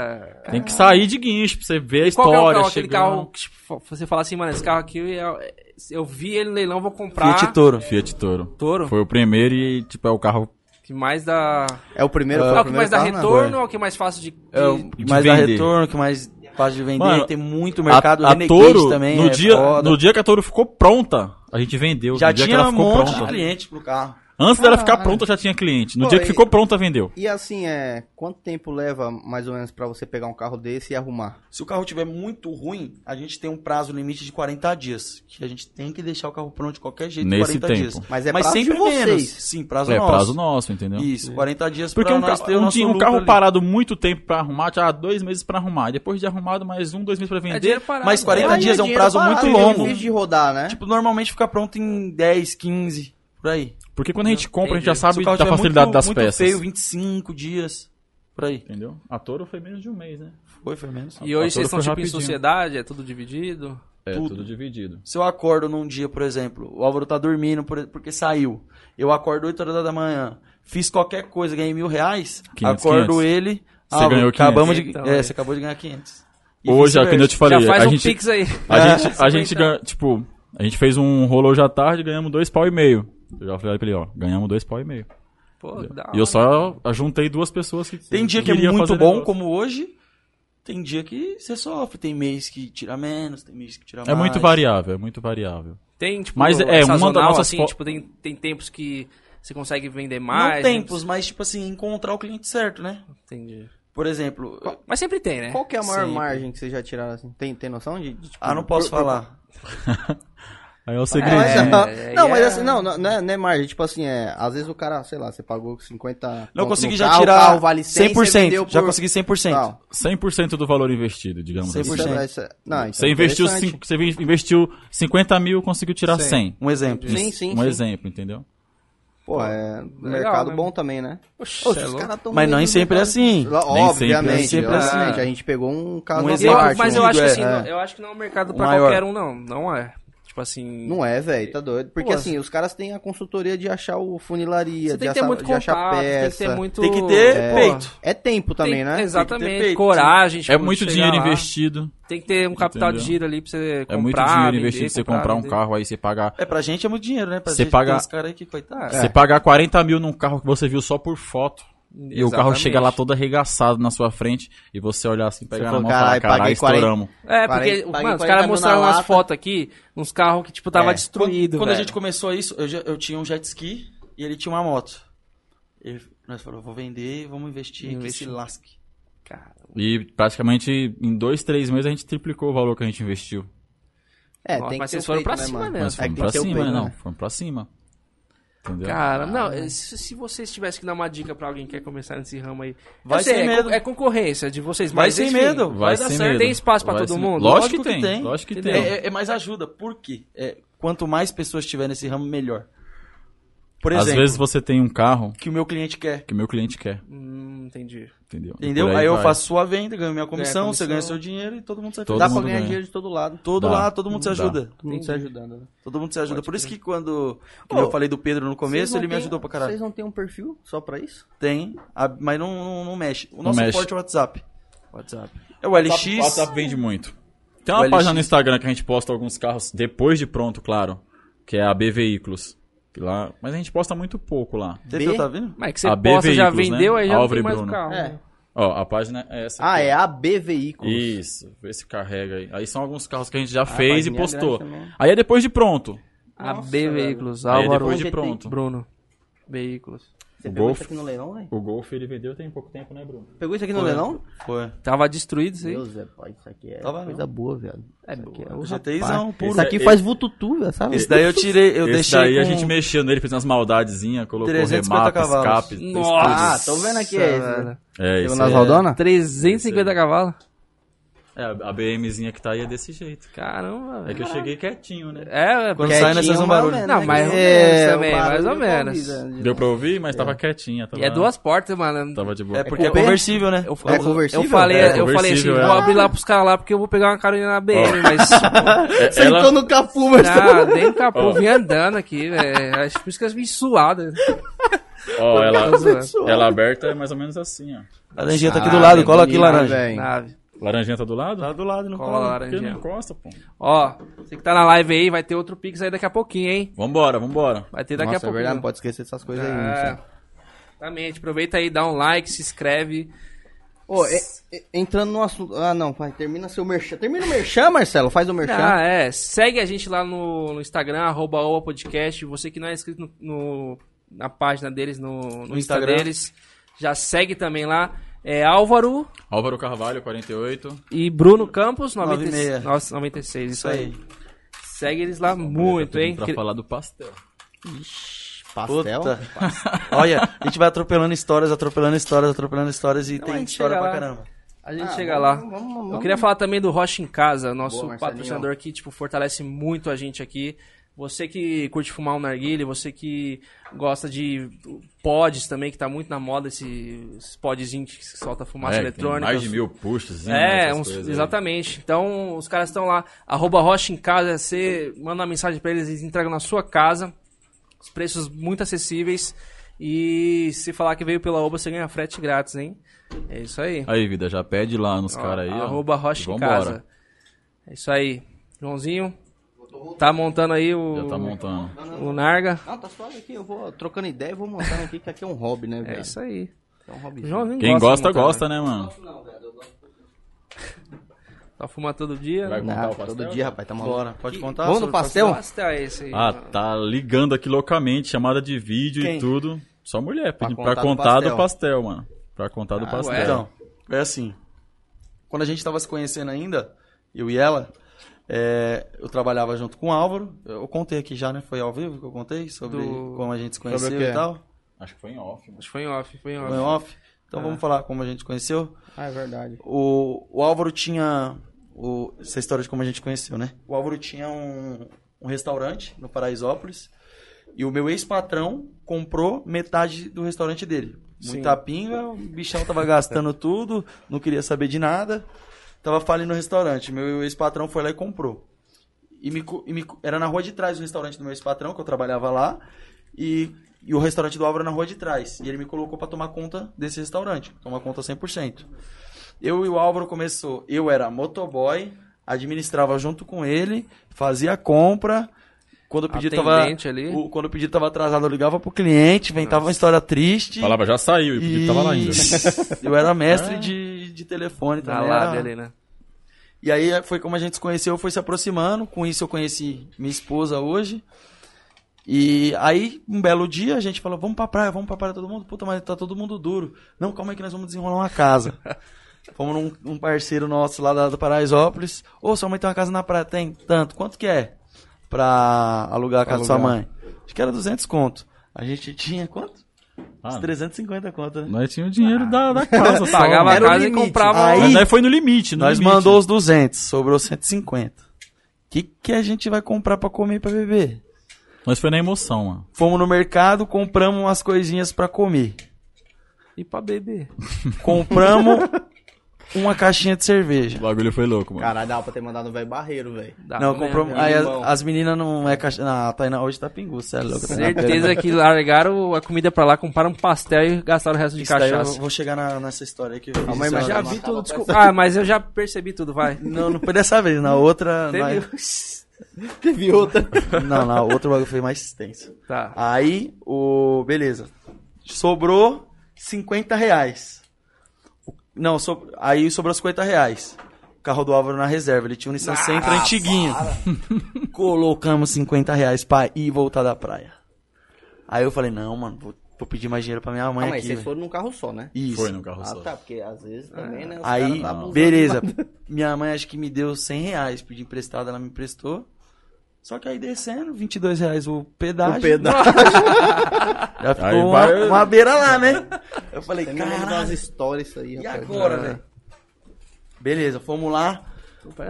S1: Ah,
S5: Tem que sair de guincho pra você ver a
S1: qual que é o
S5: história.
S1: carro, aquele
S5: chegando.
S1: carro que tipo, você fala assim, mano, esse carro aqui, eu, é, eu vi ele no leilão, vou comprar.
S4: Fiat Toro.
S5: Fiat Toro.
S1: Toro.
S5: Foi o primeiro e, tipo, é o carro
S1: Que mais dá.
S2: É o primeiro,
S1: é
S2: foi
S1: o que mais dá
S2: carro, né?
S1: retorno, é o que mais fácil de. de-
S4: É o que
S5: de
S4: mais dá
S5: vender.
S4: retorno, que mais fácil de vender.
S5: Mano,
S4: tem muito mercado.
S5: a, a
S4: Renegade
S5: Toro,
S4: também
S5: no,
S4: é
S5: dia,
S4: foda.
S5: no dia que a Toro ficou pronta, a gente vendeu.
S4: já
S5: no dia que
S4: tinha
S5: ela
S4: um
S5: ficou
S4: monte de
S5: pronta.
S4: cliente pro carro.
S5: Antes dela ficar
S1: Ah,
S2: Caralho.
S5: pronta, já tinha cliente. No
S2: Pô,
S5: dia que
S2: e-
S5: ficou pronta, vendeu.
S2: E assim, é, quanto tempo leva mais ou menos pra você pegar um carro desse e arrumar?
S4: Se o carro tiver muito ruim, a gente tem um prazo limite de 40 dias. Que a gente tem que deixar o carro pronto de qualquer jeito
S5: Nesse
S4: em 40
S5: tempo.
S4: dias.
S2: Mas é
S4: Mas
S2: prazo de
S4: sempre
S2: vocês.
S4: menos. Sim, prazo
S5: é
S4: nosso.
S5: prazo nosso, entendeu?
S4: Isso, 40 dias
S5: Porque
S4: pra
S5: um,
S4: nós
S5: ca-
S4: ter o
S5: um
S4: nosso
S5: dia- um
S4: lucro
S5: carro
S4: ali.
S5: parado muito tempo pra arrumar, tinha dois meses pra arrumar. E depois de arrumado, mais um, dois meses pra vender.
S1: parado.
S4: mas 40
S2: Aí
S4: dias é um
S2: dinheiro
S4: prazo
S2: parado,
S4: muito
S2: né?
S4: longo.
S2: Difícil de rodar, né?
S4: Tipo, normalmente fica pronto em 10, 15, por aí.
S5: Porque quando a gente compra, a gente já
S1: Entendi.
S4: Se
S5: sabe
S4: o carro
S5: Tá da
S4: tiver
S5: facilidade
S4: muito,
S5: das
S4: muito
S5: peças.
S4: feio, 25 dias, por aí.
S5: Entendeu? A Toro foi menos de um mês, né?
S4: Foi, foi
S1: E
S4: menos.
S5: A Toro
S1: hoje vocês estão
S5: foi
S1: tipo em
S5: rapidinho.
S1: sociedade, é tudo dividido.
S5: É,
S4: Tudo.
S5: dividido.
S4: Se eu acordo num dia, por exemplo, o Álvaro tá dormindo por- porque saiu. Eu acordo 8 horas da manhã, fiz qualquer coisa, ganhei mil reais,
S5: 500,
S4: acordo
S5: 500.
S4: ele.
S5: Você ganhou
S4: acabamos
S1: 500.
S4: de,
S1: Então,
S4: é,
S1: é.
S4: você acabou de ganhar 500. E
S5: Hoje, é,
S4: vice-versa.
S5: como eu te falei,
S1: já faz
S5: a
S1: um
S5: gente,
S1: pix aí.
S5: a gente, a gente
S1: 50.
S5: ganha, tipo, a gente fez um rolo hoje à tarde, ganhamos dois pau e meio. Eu já falei pra ele, ó, ganhamos dois pau e meio.
S1: Pô, da
S5: E eu
S1: hora.
S5: só juntei duas pessoas que
S4: Tem dia que é
S5: queriam
S4: muito
S5: fazer
S4: bom,
S5: negócio.
S4: como hoje. Tem dia que você sofre. Tem mês que tira menos, tem mês que tira mais.
S5: É muito variável, é muito variável.
S1: Tem, tipo,
S5: Mas é, uma
S1: sazonal,
S5: das nossas
S1: assim,
S5: fo-
S1: tipo, tem, tem tempos que você consegue vender
S4: Não
S1: mais. né?
S4: tempos, mas tipo assim, encontrar o cliente certo, né?
S1: Entendi.
S4: Por exemplo,
S1: Mas sempre tem, né?
S2: Qual que é a maior
S4: Sempre.
S2: margem que vocês já tiraram assim? Tem, tem noção de? de, tipo,
S4: ah, não posso
S2: por-
S4: falar.
S5: Aí é o
S2: por-
S5: segredo.
S2: Mas,
S1: É,
S2: ah,
S1: é,
S2: não, mas
S1: é.
S2: assim, não, não, não é, não é margem. Tipo assim, é, às vezes o cara, sei lá, você pagou 50.
S4: Não
S2: conto
S4: consegui
S2: no
S4: já
S2: carro,
S4: tirar
S2: o carro vale 100, você
S4: 100%.
S2: vendeu
S4: Já
S2: por-
S4: consegui 100%.
S2: Tal.
S5: 100% do valor investido, digamos assim.
S4: 100%.
S2: Isso é- isso é- não, então
S5: Você
S2: é
S5: investiu,
S2: interessante.
S5: cinco- você investiu 50 mil, conseguiu tirar 100.
S4: Um exemplo.
S2: Sim, sim,
S5: um
S2: sim.
S5: exemplo, entendeu?
S2: Pô, é um mercado
S1: né?
S2: bom também, né?
S1: Poxa,
S2: Pô,
S1: é
S2: os
S1: louco.
S2: caras tão
S4: Mas não
S2: meio
S4: é sempre
S2: inventando.
S4: assim.
S2: Obviamente,
S4: é sempre assim.
S2: obviamente. A gente pegou um caso
S4: Um
S2: à
S4: exemplo.
S2: parte,
S1: mas eu
S2: né?
S1: acho que
S4: é,
S1: assim,
S2: é.
S1: não- eu acho que não é um mercado
S4: O
S1: pra
S4: maior.
S1: qualquer um, não. Não é. Tipo assim.
S2: Não é, velho, tá doido. Porque
S1: Pô,
S2: assim, os caras têm a consultoria de achar o funilaria,
S1: Você tem
S2: de,
S1: que ter
S2: achar-
S1: muito
S2: de achar
S1: contato, tem que
S2: peça.
S1: ter muito.
S4: Tem que ter
S1: É.
S4: peito.
S2: É tempo também,
S1: Tem-
S2: né?
S4: Tem que
S1: Exatamente.
S4: ter peito.
S1: coragem.
S5: É
S1: tipo,
S5: muito
S1: chegar
S5: dinheiro
S1: lá.
S5: investido.
S1: Tem que ter um capital de
S5: Entendeu?
S1: giro ali pra você comprar.
S5: é muito dinheiro
S1: vender,
S5: investido pra você comprar um
S1: vender.
S5: carro, aí você pagar.
S4: É, pra gente é muito dinheiro, né? Pra
S5: Você
S4: gente
S5: paga-
S4: tem uns caras aí que, coitado.
S1: É. Tá,
S5: Você pagar 40 mil num carro que você viu só por foto. E o carro
S1: Exatamente.
S5: chega lá todo arregaçado na sua frente. E você olhar assim, pegar na
S2: falou,
S5: mão e falar,
S2: "Carai, paguei
S5: caralho,
S2: 40
S5: estouramos.
S1: É, porque
S2: Parei- paguei
S1: mano, os
S2: 40
S1: caras
S2: mil
S1: mostraram
S2: na
S1: umas
S2: lata.
S1: fotos aqui, uns carros que, tipo, tava
S2: É.
S1: destruído.
S4: Quando a
S1: velho.
S4: gente começou isso, eu, já- eu tinha um jet ski e ele tinha uma moto. Ele- nós falamos, vou vender, vamos investir,
S1: Investir.
S4: que se lasque.
S1: Cara,
S5: E praticamente em dois, três meses a gente triplicou o valor que a gente investiu.
S2: É,
S1: Nossa,
S2: tem
S1: mas
S2: que ter
S1: vocês
S2: o
S1: foram
S2: peito,
S1: pra
S2: né,
S1: cima
S2: mano?
S1: mesmo.
S5: Mas
S2: É que
S5: fomos
S2: tem
S5: pra
S2: que ter o
S5: cima,
S2: peito,
S5: né? Não,
S2: né?
S5: fomos pra cima. Entendeu?
S1: Cara,
S5: né?
S1: não, se, se vocês tivessem que dar uma dica pra alguém que quer começar nesse ramo aí. eu
S4: Vai
S1: sei,
S4: sem
S1: é,
S4: medo.
S1: con- É concorrência de vocês,
S4: Vai
S1: mas.
S4: sem
S1: enfim,
S4: medo.
S5: Vai,
S4: Vai dar
S5: sem
S4: certo.
S5: medo.
S1: Tem espaço pra
S5: Vai
S1: todo
S5: sem-
S1: mundo?
S5: Lógico que
S4: Lógico que
S5: tem.
S4: tem.
S5: Lógico que
S4: É,
S1: Entendeu?
S5: tem.
S4: é- é mais ajuda, por quê? É, quanto mais pessoas tiver nesse ramo, melhor. Por
S5: Às
S4: exemplo,
S5: vezes você tem um carro
S4: que o meu cliente quer.
S5: que o meu cliente quer,
S1: Hum, entendi.
S5: entendeu? E
S4: Entendeu?
S5: por
S4: Aí,
S5: aí
S4: eu
S5: vai.
S4: faço sua venda, ganho minha comissão,
S1: comissão.
S4: você ganha seu dinheiro e todo mundo se ajuda.
S5: Todo
S2: Dá pra
S5: mundo
S2: ganhar
S5: ganha.
S2: dinheiro de todo lado.
S4: Todo
S5: Dá.
S4: lá, todo mundo se
S5: Dá.
S4: ajuda.
S2: Todo mundo se ajudando, né?
S4: Todo mundo se ajuda. Por isso que quando que
S2: Ô,
S4: eu falei do Pedro no
S2: Vocês
S4: começo,
S2: não
S4: ele me
S2: têm-
S4: ajudou pra caralho.
S2: Vocês não têm um perfil só pra isso?
S4: Tem, a- mas não, não, não mexe. O nosso
S5: mexe.
S4: suporte é o WhatsApp.
S1: WhatsApp.
S4: É o LX.
S5: Tá- O WhatsApp vende muito. Tem
S4: O
S5: uma
S4: LX.
S5: página no Instagram que a gente posta alguns carros depois de pronto, claro. Que é a B Veículos. Que lá... Mas a gente posta muito pouco lá.
S4: Teve,
S2: B?
S4: tá vendo?
S1: Mas é que você
S5: A B
S1: posta, já
S5: Veículos, né?
S1: vendeu, aí já
S5: Álvaro e
S1: não tem mais o
S5: Bruno.
S1: carro.
S2: É.
S1: né?
S5: Ó, a página é essa.
S2: Ah,
S5: aqui,
S2: é
S5: ó.
S2: AB Veículos.
S5: Isso, vê se carrega aí. Aí são alguns carros que a gente já fez
S2: página é
S5: e
S2: grande
S5: postou.
S2: também.
S5: Aí é depois de pronto.
S1: A B Veículos,
S5: Aí é
S1: Álvaro
S5: depois de
S2: GT.
S5: pronto.
S1: Bruno. Veículos.
S2: Você
S5: O
S2: pegou
S5: Golf.
S2: isso aqui no leilão, velho?
S5: O Golf ele vendeu tem pouco tempo, né, Bruno?
S2: Pegou isso aqui no leilão?
S4: Foi.
S1: Tava destruído isso aí.
S2: Deus, é, pai, isso aqui é
S4: Tava
S2: coisa boa, velho.
S1: É,
S2: isso aqui é
S1: boa.
S2: o
S4: GTIzão,
S2: rapaz.
S4: puro.
S2: Isso aqui faz vututu, velho, sabe?
S4: Esse daí eu tirei, eu
S5: Esse
S4: deixei
S5: daí a
S4: com-
S5: gente mexeu nele, fez umas maldadezinhas, colocou
S4: 350
S5: remata,
S4: cavalos.
S5: escape. fez
S1: Nossa,
S2: Ah, tô vendo aqui, é esse, né?
S1: velho.
S5: tudo. É
S2: Pegou
S5: isso.
S2: nas
S5: aí.
S2: rodonas?
S1: 350 cavalos.
S5: É, a BMzinha que tá aí é desse jeito.
S1: Caramba,
S5: É que eu
S1: velho.
S5: cheguei quietinho, né?
S1: É,
S4: Quando sai, nós
S2: Quietinho,
S4: faz um
S2: mais ou
S4: barulho.
S2: menos,
S1: Não,
S2: né?
S1: mais ou
S2: É,
S1: menos
S2: o
S1: também, mais
S2: barulho
S1: ou menos.
S2: convida.
S5: É. Deu pra ouvir, mas tava quietinha. Tava,
S1: E é duas portas, mano.
S5: Tava de boa.
S4: É porque é
S2: Coupé?
S4: conversível, né?
S1: Eu,
S2: É conversível?
S1: Eu falei,
S5: Tá É
S1: eu falei assim,
S5: conversível, é.
S1: vou abrir lá pros caras lá porque eu vou pegar uma carona na BM, mas...
S5: É,
S2: Sentou
S5: ela...
S2: no capu, mas...
S1: Ah, nem o capô,
S5: Ó.
S1: vim andando aqui, velho. Acho que por isso que elas me suadas.
S5: Ó,
S1: Tô
S5: ela...
S1: tá zoando.
S5: ela aberta é mais ou menos assim, ó.
S4: Laranjinha tá
S2: Ah,
S4: aqui do lado, cola aqui, laranja.
S1: Nave.
S5: Laranjinha tá do lado?
S4: Tá do lado, não
S1: Cola
S4: cola.
S5: Por que não
S1: laranja.
S5: encosta, pô?
S1: Ó, você que tá na live aí, vai ter outro Pix aí daqui a pouquinho, hein?
S5: Vambora, vambora.
S1: Vai ter daqui
S2: Nossa,
S1: a
S2: é
S1: pouquinho.
S2: verdade, não pode esquecer essas coisas aí. não,
S1: É,
S2: gente.
S1: exatamente. Aproveita aí, dá um like, se inscreve.
S2: Ô, e- e- entrando no assunto... Ah, não, vai, termina seu merchan. Termina o merchan, Marcelo, faz o merchan.
S1: Ah, é. Segue a gente lá no, no Instagram, arroba Oa Podcast. Você que não é inscrito no, no- na página deles, no, no, Insta
S4: Instagram.
S1: deles, já segue também lá. É Álvaro
S5: Álvaro Carvalho, 48.
S1: e Bruno Campos, 90,
S4: 96.
S1: Nossa, 96, isso
S4: Isso
S1: aí.
S4: aí.
S1: Segue eles lá muito, hein?
S5: Pra
S1: Que-
S5: falar do pastel.
S2: Pastel.
S4: Puta. Olha, a gente vai atropelando histórias, atropelando histórias, atropelando histórias e
S1: a
S4: tem
S1: gente
S4: história
S1: chega
S4: pra
S1: lá.
S4: caramba.
S1: A gente
S2: Ah,
S1: chega
S2: vamos-
S1: lá.
S2: vamos- vamos-
S1: Eu queria falar também do Rocha em Casa, nosso
S2: Boa, Marcelinho.
S1: patrocinador que, tipo, fortalece muito a gente aqui. Você que curte fumar um narguilé, você que gosta de pods também, que tá muito na moda esse, esse podzinho que solta fumaça
S5: É, tem
S1: eletrônica.
S5: mais de mil né, puxos.
S1: É, uns- exatamente. Então, os caras estão lá, arroba Rocha em Casa, você manda uma mensagem pra eles, eles entregam na sua casa. Os preços muito acessíveis. E se falar que veio pela Oba, você ganha frete grátis, hein? É isso aí.
S5: Aí, vida, já pede lá nos
S1: Ó,
S5: caras aí. ó,
S1: Arroba Rocha
S5: e
S1: em
S5: vambora.
S1: Casa. É isso aí. Joãozinho, tá montando aí
S5: Já
S1: o,
S5: tá montando.
S1: o Narga.
S2: Não, tá suave aqui, eu vou trocando ideia e vou montando aqui, que aqui é um hobby, né, velho?
S1: É isso aí.
S2: É um hobby.
S1: Joãozinho
S5: Quem
S1: de
S5: gosta,
S1: montar,
S5: gosta, né, mano?
S1: né? Tá fumando todo dia.
S5: Vai contar o
S2: Não,
S5: pastel?
S2: Ah, todo dia, rapaz, tá maluco.
S4: Bora, pode contar?
S2: Vamos
S4: sobre
S2: no
S4: o
S1: Que
S2: pastel?
S1: pastel é esse aí?
S5: Ah,
S1: mano?
S5: tá ligando aqui loucamente, chamada de vídeo e
S4: Quem?
S5: tudo. Só mulher, pedindo pra
S2: contar do
S5: contar
S2: pastel.
S5: do pastel, mano. Pra contar do
S1: ué.
S5: pastel.
S4: Então, é assim. Quando a gente tava se conhecendo ainda, eu e ela, é, eu trabalhava junto com o Álvaro. Eu contei aqui já, né? Foi ao vivo que eu contei sobre
S1: Do-
S4: como a gente se
S2: o
S4: conheceu
S2: quê?
S4: e tal.
S5: Acho que foi em off. mano.
S1: Acho que foi em off, foi em off.
S4: Foi off. Então
S1: Ah.
S4: vamos falar como a gente se conheceu.
S2: Ah, é verdade.
S4: O, o Álvaro tinha. o- essa história de como a gente conheceu, né? O Álvaro tinha um, um restaurante no Paraisópolis. E o meu ex-patrão comprou metade do restaurante dele. Muita pinga, o bichão tava gastando tudo, não queria saber de nada. Tava falindo o restaurante. Meu ex-patrão foi lá e comprou. E me, co- e me co- era na rua de trás do restaurante do meu ex-patrão, que eu trabalhava lá. E, e o restaurante do Álvaro é na rua de trás. E ele me colocou pra tomar conta desse restaurante. Tomar conta 100%. Eu e o Álvaro começou. Eu era motoboy, administrava junto com ele, fazia a compra. Quando o pedido tava,
S1: Atendente ali.
S4: o- quando o pedido tava atrasado, eu ligava pro cliente, inventava uma história triste.
S5: Falava, já saiu, e o pedido tava lá ainda.
S4: E Eu era mestre de, de telefone
S1: Da
S4: também.
S1: lábia
S4: era-
S1: Ah. ali, né?
S4: E aí é, foi como a gente se conheceu, foi se aproximando. Com isso eu conheci minha esposa hoje. E aí, um belo dia, a gente falou, vamos pra praia, vamos pra praia todo mundo. Puta, mas tá todo mundo duro. Não, calma aí que nós vamos desenrolar uma casa. Fomos num, num parceiro nosso lá da, da Paraisópolis. Ô, sua mãe tem uma casa na praia? Tem tanto. Quanto que é pra alugar a casa da sua
S2: Alugar.
S4: mãe? Acho que era 200 conto. A gente tinha quanto? Uns
S5: Ah,
S4: 350 conto, né?
S5: nós tínhamos o dinheiro da,
S4: Ah.
S5: da casa só.
S1: Pagava a
S5: mano.
S4: Era o
S1: casa e
S4: limite.
S1: comprava.
S4: Aí-
S5: Mas nós foi no limite, no
S4: Nós
S5: limite.
S1: né?
S4: mandou os 200, sobrou 150. O que, que a gente vai comprar pra comer e pra beber?
S5: Nós foi na emoção, mano.
S4: Fomos no mercado, compramos umas coisinhas pra comer.
S1: E pra beber.
S4: Compramos uma caixinha de cerveja.
S5: O bagulho foi louco, mano.
S2: Caralho, dava pra ter mandado o velho barreiro, velho.
S1: Dá
S4: não,
S1: pra
S4: compramos.
S1: beber.
S4: Aí é as,
S2: Limão.
S4: as meninas não é caixa. Não, a Tainá hoje tá pingu, você é louco.
S1: Certeza que largaram a comida pra lá, compraram um pastel e gastaram o resto de
S4: Isso daí eu
S1: cachaça.
S4: vou chegar na- nessa história aí que eu fiz.
S2: mas
S4: isso,
S2: mas
S4: ó.
S1: Já vi tudo, desculpa. Ah, mas eu já percebi tudo, vai.
S4: Não, não foi dessa vez, na outra.
S1: Teve-
S2: Teve outra.
S4: na- Não, na outra o bagulho foi mais extenso.
S1: Tá.
S4: Aí, o. Beleza. Sobrou 50 reais. O- Não, so- aí sobrou 50 reais. O carro do Álvaro na reserva. Ele tinha um Nissan Sentra antiguinho. Colocamos 50 reais pra ir e voltar da praia. Aí eu falei, não, mano, vou, vou pedir mais dinheiro pra minha mãe
S2: Calma aí,
S4: aqui.
S2: vocês
S4: velho.
S2: foram num carro só, né?
S4: Isso.
S5: Foi no carro
S2: Ah,
S5: só.
S2: tá, porque às vezes também, né? os
S4: Aí,
S2: caras abusam
S4: beleza. Minha mãe acho que me deu 100 reais, pedi emprestado, ela me emprestou. Só que aí descendo, 22 reais o pedágio.
S2: do pedaço.
S4: Já
S5: Aí
S4: ficou uma,
S5: vai-
S4: uma beira lá, né? Eu falei,
S2: Você me lembra
S4: caralho.
S2: das histórias aí,
S4: E
S2: rapaz.
S4: agora, velho? Beleza, fomos lá.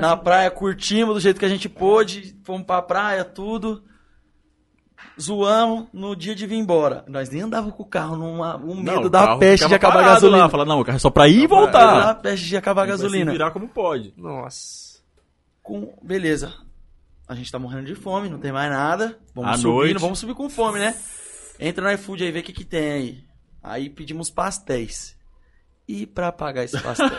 S4: Na praia, curtimos do jeito que a gente pôde. Fomos pra praia, tudo. Zoamos no dia de vir embora. Nós nem andávamos com o carro, numa, um
S5: Não,
S4: medo
S5: o
S4: da
S5: carro
S4: peste de
S5: ficava
S4: acabar a
S5: parado
S4: gasolina.
S5: Lá, fala, não, o carro é só pra ir e
S4: Medo da
S5: voltar.
S4: peste de acabar a gasolina.
S5: Vai se virar como pode.
S1: Nossa.
S4: com beleza. A gente tá morrendo de fome, não tem mais nada. Vamos
S5: À
S4: subindo,
S5: noite.
S4: vamos subir com fome, né? Entra no iFood aí, vê o que, que tem aí. Aí pedimos pastéis. E pra pagar esse pastel?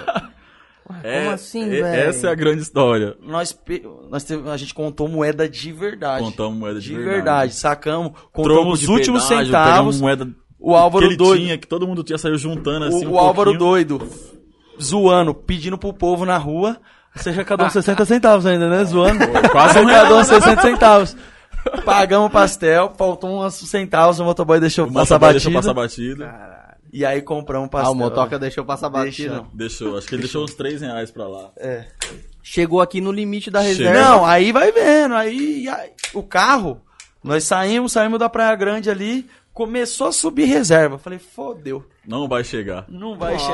S2: Como assim,
S5: e-
S2: velho?
S5: Essa é a grande história.
S4: nós, pe- nós teve- a gente contou moeda de verdade.
S5: Contamos moeda de,
S4: de verdade. sacamos, contamos
S5: Trocamos
S4: os últimos
S5: pegamos
S4: centavos.
S5: moeda
S4: O Álvaro
S5: que ele
S4: doido,
S5: tinha, que todo mundo tinha saiu juntando
S4: o,
S5: assim. um
S4: o Álvaro
S5: pouquinho.
S4: doido, zoando, pedindo pro povo na rua. Você arrecadou 60 centavos ainda, né? Zoando.
S5: Quase um
S4: arrecadou uns 60 centavos. Pagamos o pastel, faltou uns centavos, o motoboy
S5: O
S4: deixou passar
S5: motoboy deixou passar
S4: batido.
S5: batido.
S4: E aí compramos um
S2: Ah,
S4: pastel.
S2: o
S5: tá
S2: motoca deixou passar batida.
S4: Deixa.
S5: Deixou, acho que ele deixou uns 3 reais pra lá.
S4: É.
S2: Chegou aqui no limite da
S5: Chegou.
S2: reserva.
S4: Não, aí vai vendo, aí, aí- o carro, nós saímos, saímos da Praia Grande ali, começou a subir reserva. Falei, fodeu,
S5: Não vai chegar.
S4: não vai
S1: Nossa,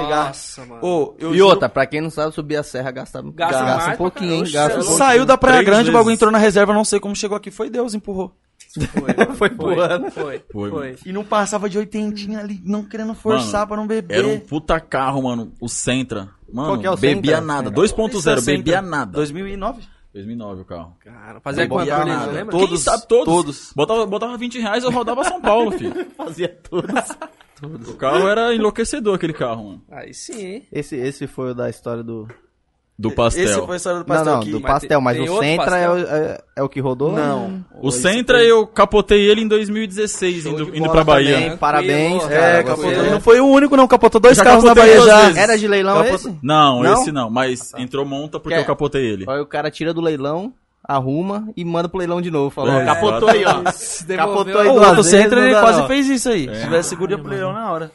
S4: chegar.
S1: mano.
S4: Ô, eu
S2: E
S4: juro-
S2: outra, pra quem não sabe, subir a serra gasta,
S1: Gasta
S2: gasta,
S1: mais
S2: um pouquinho, hein?
S1: pra
S2: Gasta um
S1: caramba.
S2: pouquinho.
S4: Saiu da Praia
S5: Três
S4: Grande, o bagulho
S5: vezes.
S4: entrou na reserva, não sei como chegou aqui, foi Deus, empurrou.
S1: Foi voando. Foi,
S5: Foi,
S1: foi.
S5: mano.
S1: foi.
S4: E não passava de oitentinha ali, não querendo forçar
S5: Mano,
S4: pra não beber.
S5: Era um puta carro, mano. O Sentra. Mano,
S2: Qual que é o
S5: bebia
S2: Sentra?
S5: nada.
S2: Sentra.
S5: 2.0,
S4: Sessenta.
S5: bebia nada.
S4: 2009?
S5: 2009 o carro.
S1: Cara, fazia
S4: Não
S1: quanto
S4: bobeava
S1: ali,
S4: nada.
S1: lembra?
S4: Todo-
S5: Quem
S4: Todos,
S5: sabe todos.
S4: todos.
S5: Botava, botava 20 reais eu rodava São Paulo, filho.
S2: Fazia tudo.
S5: O carro era enlouquecedor, aquele carro, mano.
S1: Aí sim, hein?
S2: Esse, esse foi o da história do.
S5: Do pastel.
S4: Esse foi a história do pastel
S2: não, não,
S4: aqui.
S2: do
S1: mas
S2: pastel, mas
S1: tem
S2: o
S1: outro
S2: Sentra é
S1: pastel?
S2: o, é, é o que rodou?
S4: Não.
S5: O Sentra eu capotei ele em
S1: Show
S5: 2016,
S1: de
S5: indo, indo
S1: bola
S5: pra Bahia.
S1: também.
S2: Parabéns, parabéns,
S1: Tranquilo,
S2: cara.
S4: É,
S1: É,
S4: capotou.
S2: você-
S4: Ele não foi o único, não. Capotou dois
S5: Já
S4: carros na
S5: capotei
S4: Bahia
S5: duas
S4: já.
S5: vezes.
S2: Era de leilão
S4: Capota-
S2: esse?
S5: Não,
S2: Não?
S5: esse não, mas entrou monta porque
S2: Quer?
S5: eu capotei ele.
S2: Aí o cara tira do leilão, arruma e manda pro leilão de novo. Falou,
S5: É,
S2: capotou aí, ó. Capotou aí
S4: O
S2: duas
S4: outro
S2: vezes,
S4: centro
S2: não
S4: ele
S2: dá,
S4: quase
S2: não.
S4: fez isso aí. Se tivesse seguro, ia pro leilão na hora.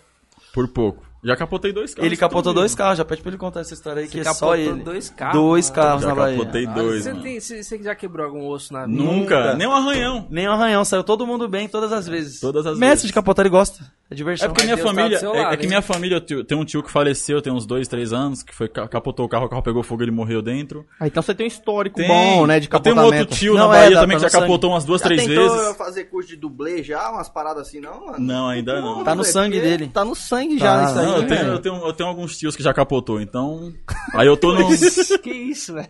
S5: Por pouco. Já capotei dois carros.
S4: Ele capotou
S5: também.
S4: dois carros. Já pede pra ele contar essa história aí, que é
S1: capotou
S4: só ele.
S1: dois carros,
S4: Dois
S1: mano.
S4: carros na
S5: Já
S4: Bahia.
S5: capotei
S1: Ah,
S5: dois,
S1: você,
S5: mano.
S1: tem- você- você já quebrou algum osso na vida?
S5: Nunca, nem um arranhão.
S4: Nem o arranhão. Saiu todo mundo bem todas as vezes.
S5: Todas as
S4: Mestre
S5: vezes.
S4: de capotar, ele gosta.
S5: É
S4: É diversão.
S5: porque minha
S1: Deus tá do
S5: família.
S1: seu
S5: é- é,
S1: lado,
S5: que
S1: hein?
S5: minha família. eu tio- Tem um tio que faleceu, tem uns dois, três anos, que foi, ca- capotou o carro, o carro pegou fogo, ele morreu dentro.
S2: Ah, então você tem um histórico
S5: Tem,
S2: bom, né? De
S5: eu tenho um
S2: capotamento.
S5: outro tio
S4: Não,
S5: na
S4: é,
S5: Bahia
S4: dá
S5: também que
S4: pra
S5: já
S4: no sangue.
S5: capotou umas duas, três vezes.
S2: fazer curso de dublê já? Umas paradas assim, não, mano?
S5: Não, ainda não.
S4: Tá no sangue dele.
S2: Tá no sangue
S4: Tá,
S2: já isso aí.
S5: Não, eu
S2: né?
S5: tenho, eu, tenho, eu tenho alguns tios que já capotou, então. Aí eu tô num. É,
S1: Que isso, velho?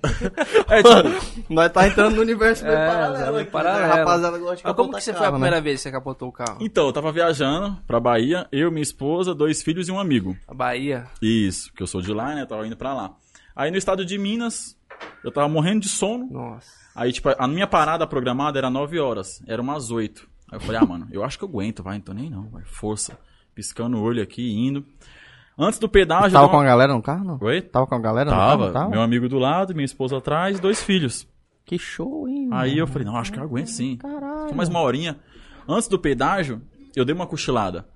S5: tipo,
S2: Nós tá entrando no universo meio
S1: É,
S2: paralelo.
S1: meio
S2: aqui, né?
S1: paralelo.
S2: A Rapaziada, gosta
S1: Mas
S2: de
S1: como
S2: capotar
S1: que você foi a
S2: carro, né?
S1: primeira vez que você capotou o carro?
S5: então, eu tava viajando pra Bahia, eu, minha esposa, dois filhos e um amigo.
S1: A Bahia.
S5: Isso, porque eu sou de lá, né? Tava indo pra lá. Aí no estado de Minas, eu tava morrendo de sono.
S1: Nossa.
S5: Aí, tipo, a minha parada programada era 9 horas, era umas 8. Aí eu falei, ah, mano, eu acho que eu aguento, vai, então nem não, vai, força. Piscando o olho aqui, indo. Antes do pedágio. eu
S2: Tava
S5: dou
S2: com a
S5: uma-
S2: galera no carro, não?
S5: Oi?
S2: Tava com a galera no carro?
S5: Tava,
S2: não Tava.
S5: meu amigo do lado, minha esposa atrás, dois filhos.
S2: Que show, hein?
S5: Aí eu falei, não, acho que eu aguento sim.
S2: Caralho.
S5: Só mais uma horinha. Antes do pedágio, eu dei uma cochilada.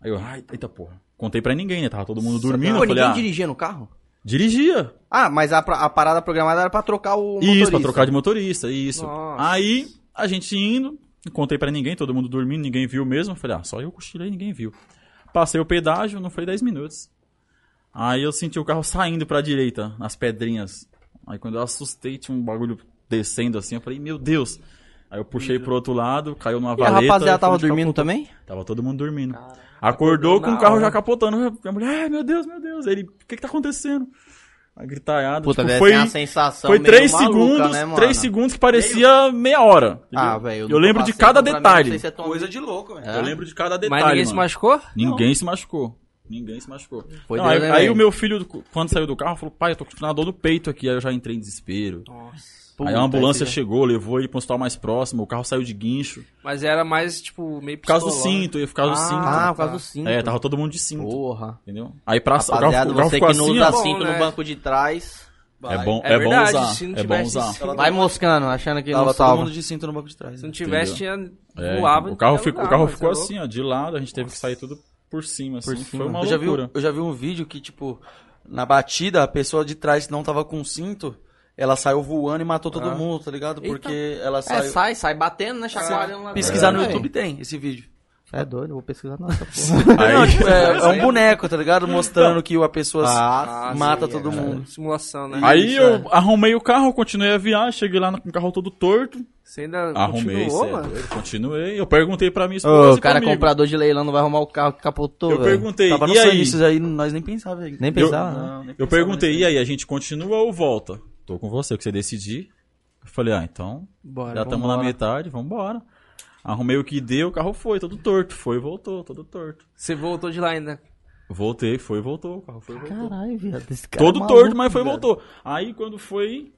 S5: Aí eu, ai, eita porra. Contei pra ninguém, né? Tava todo mundo dormindo.
S2: Pô,
S5: Eu falei,
S2: ninguém
S5: ah,
S2: dirigia no carro?
S5: dirigia.
S2: Ah, mas a, pra- a parada programada era pra trocar o motorista.
S5: Isso, pra trocar de motorista, isso.
S1: Nossa.
S5: Aí, a gente indo, não contei pra ninguém, todo mundo dormindo, ninguém viu mesmo. Falei, ah, só eu cochilei, ninguém viu. Passei o pedágio, não foi 10 minutos. Aí eu senti o carro saindo pra direita, nas pedrinhas. Aí quando eu assustei, tinha um bagulho descendo assim, eu falei, meu Deus. Aí eu puxei pro outro lado, caiu numa
S2: E a
S5: valeta.
S2: rapaziada
S5: e foi
S2: tava
S5: tipo, de capotou.
S2: dormindo também?
S5: Tava todo mundo dormindo. Acordou com
S1: na
S5: o carro
S2: né?
S1: hora.
S5: já capotando. Minha mulher, ai meu Deus, meuUs. Ele, o que que tá acontecendo? Aí gritaiada.
S2: Puta,
S5: tipo,
S2: deve
S5: foi
S2: ter uma sensação
S5: foi
S2: meio
S5: 3
S2: maluca,
S5: segundos,
S2: né, mano?
S5: 3 segundos que parecia meia hora.
S2: Ah,
S5: entendeu?
S2: velho.
S5: Eu,
S2: nunca
S5: lembro de
S2: passei,
S5: cada
S2: então, pra mim,
S5: detalhe.
S2: não sei se é tão
S4: Coisa de louco, velho.
S5: Eu lembro de cada detalhe.
S1: Mas ninguém se
S5: mano.
S1: machucou?
S5: Ninguém se machucou. Ninguém se machucou.
S2: Foi
S5: Não,
S2: Deus,
S5: aí,
S2: né,
S5: aí
S2: velho?
S5: o meu filho, quando saiu do carro, falou: pai, eu tô com a dor no peito aqui. Aí eu já entrei em desespero.
S1: Nossa.
S5: aí a
S2: Puta,
S5: ambulância
S2: esse- é-
S5: chegou, levou ele pro hospital mais próximo. O carro saiu de guincho.
S1: Mas era mais, tipo, meio
S5: Por causa do
S1: pistolão.
S5: cinto, ia por causa do cinto.
S2: Ah, por causa do cinto.
S5: É, tava todo mundo de cinto.
S2: Porra.
S5: Entendeu? Aí pra o
S2: Rapaziada,
S5: carro, o carro
S2: você
S5: ficou
S2: que não
S5: assim,
S2: usa
S5: ó.
S1: bom,
S2: cinto no
S1: né?
S2: banco de trás.
S5: É bom, é,
S1: É
S5: bom
S1: verdade,
S5: usar.
S1: se não
S5: É bom
S1: tivesse
S5: usar.
S1: cinto, Ela
S2: Vai moscando, achando que não
S4: Tava todo
S2: salva.
S4: mundo de cinto no banco de trás.
S1: Se não
S4: né?
S1: tivesse, tinha...
S5: É,
S1: voava.
S5: o carro,
S1: de qualquer
S5: ficou, o
S1: lugar,
S5: carro
S1: mas
S5: ficou
S1: é louco.
S5: assim, ó, de lado, a gente teve que sair tudo por cima, assim.
S2: cima.
S5: Foi uma
S4: eu, já vi,
S5: loucura.
S4: eu já vi um vídeo que, tipo, na batida, a pessoa de trás que não tava com cinto, ela saiu voando e matou todo mundo, tá ligado? Porque ela
S2: É,
S4: saiu.
S2: sai, sai batendo, né? Chacoalhando lá.
S4: Pesquisar no
S2: É.
S4: YouTube tem esse vídeo.
S2: É doido, eu vou pesquisar nossa porra.
S4: Não, tipo, é, é um boneco, tá ligado? Mostrando que a pessoa
S2: Ah,
S4: mata
S1: sim,
S4: todo
S1: é,
S4: mundo.
S1: Simulação, né?
S2: É
S5: Aí
S4: Isso,
S5: eu arrumei o carro, continuei a viagem, cheguei lá no- com o carro todo torto.
S1: Você ainda
S5: Arrumei,
S1: continuou,
S5: cê é
S1: mano?
S5: doido, continuei. Eu perguntei pra minha
S2: Ô,
S5: esposa. e
S2: o
S5: pra
S2: cara
S5: amigo.
S2: comprador de leilão não vai arrumar o carro que capotou,
S5: Eu
S2: velho.
S5: perguntei,
S4: Tava no
S5: e aí?
S4: serviço aí, nós nem pensava. aí.
S2: Nem pensava, né?
S4: Não, nem
S5: Eu
S4: pensava
S5: perguntei,
S4: nisso
S5: e aí, a gente continua ou volta? Tô com você, o que você decidir. Eu falei, ah, então,
S1: Bora.
S5: já estamos na
S1: vambora.
S5: metade, vambora. Arrumei o que deu, o carro foi, todo torto. Foi e voltou, todo torto.
S1: Você voltou de lá ainda.
S5: Voltei, foi e voltou, o carro foi e voltou.
S2: Caralho, viado, esse cara é
S5: Todo
S2: maluco,
S5: torto, mas foi e
S2: velho.
S5: voltou. Aí, quando foi...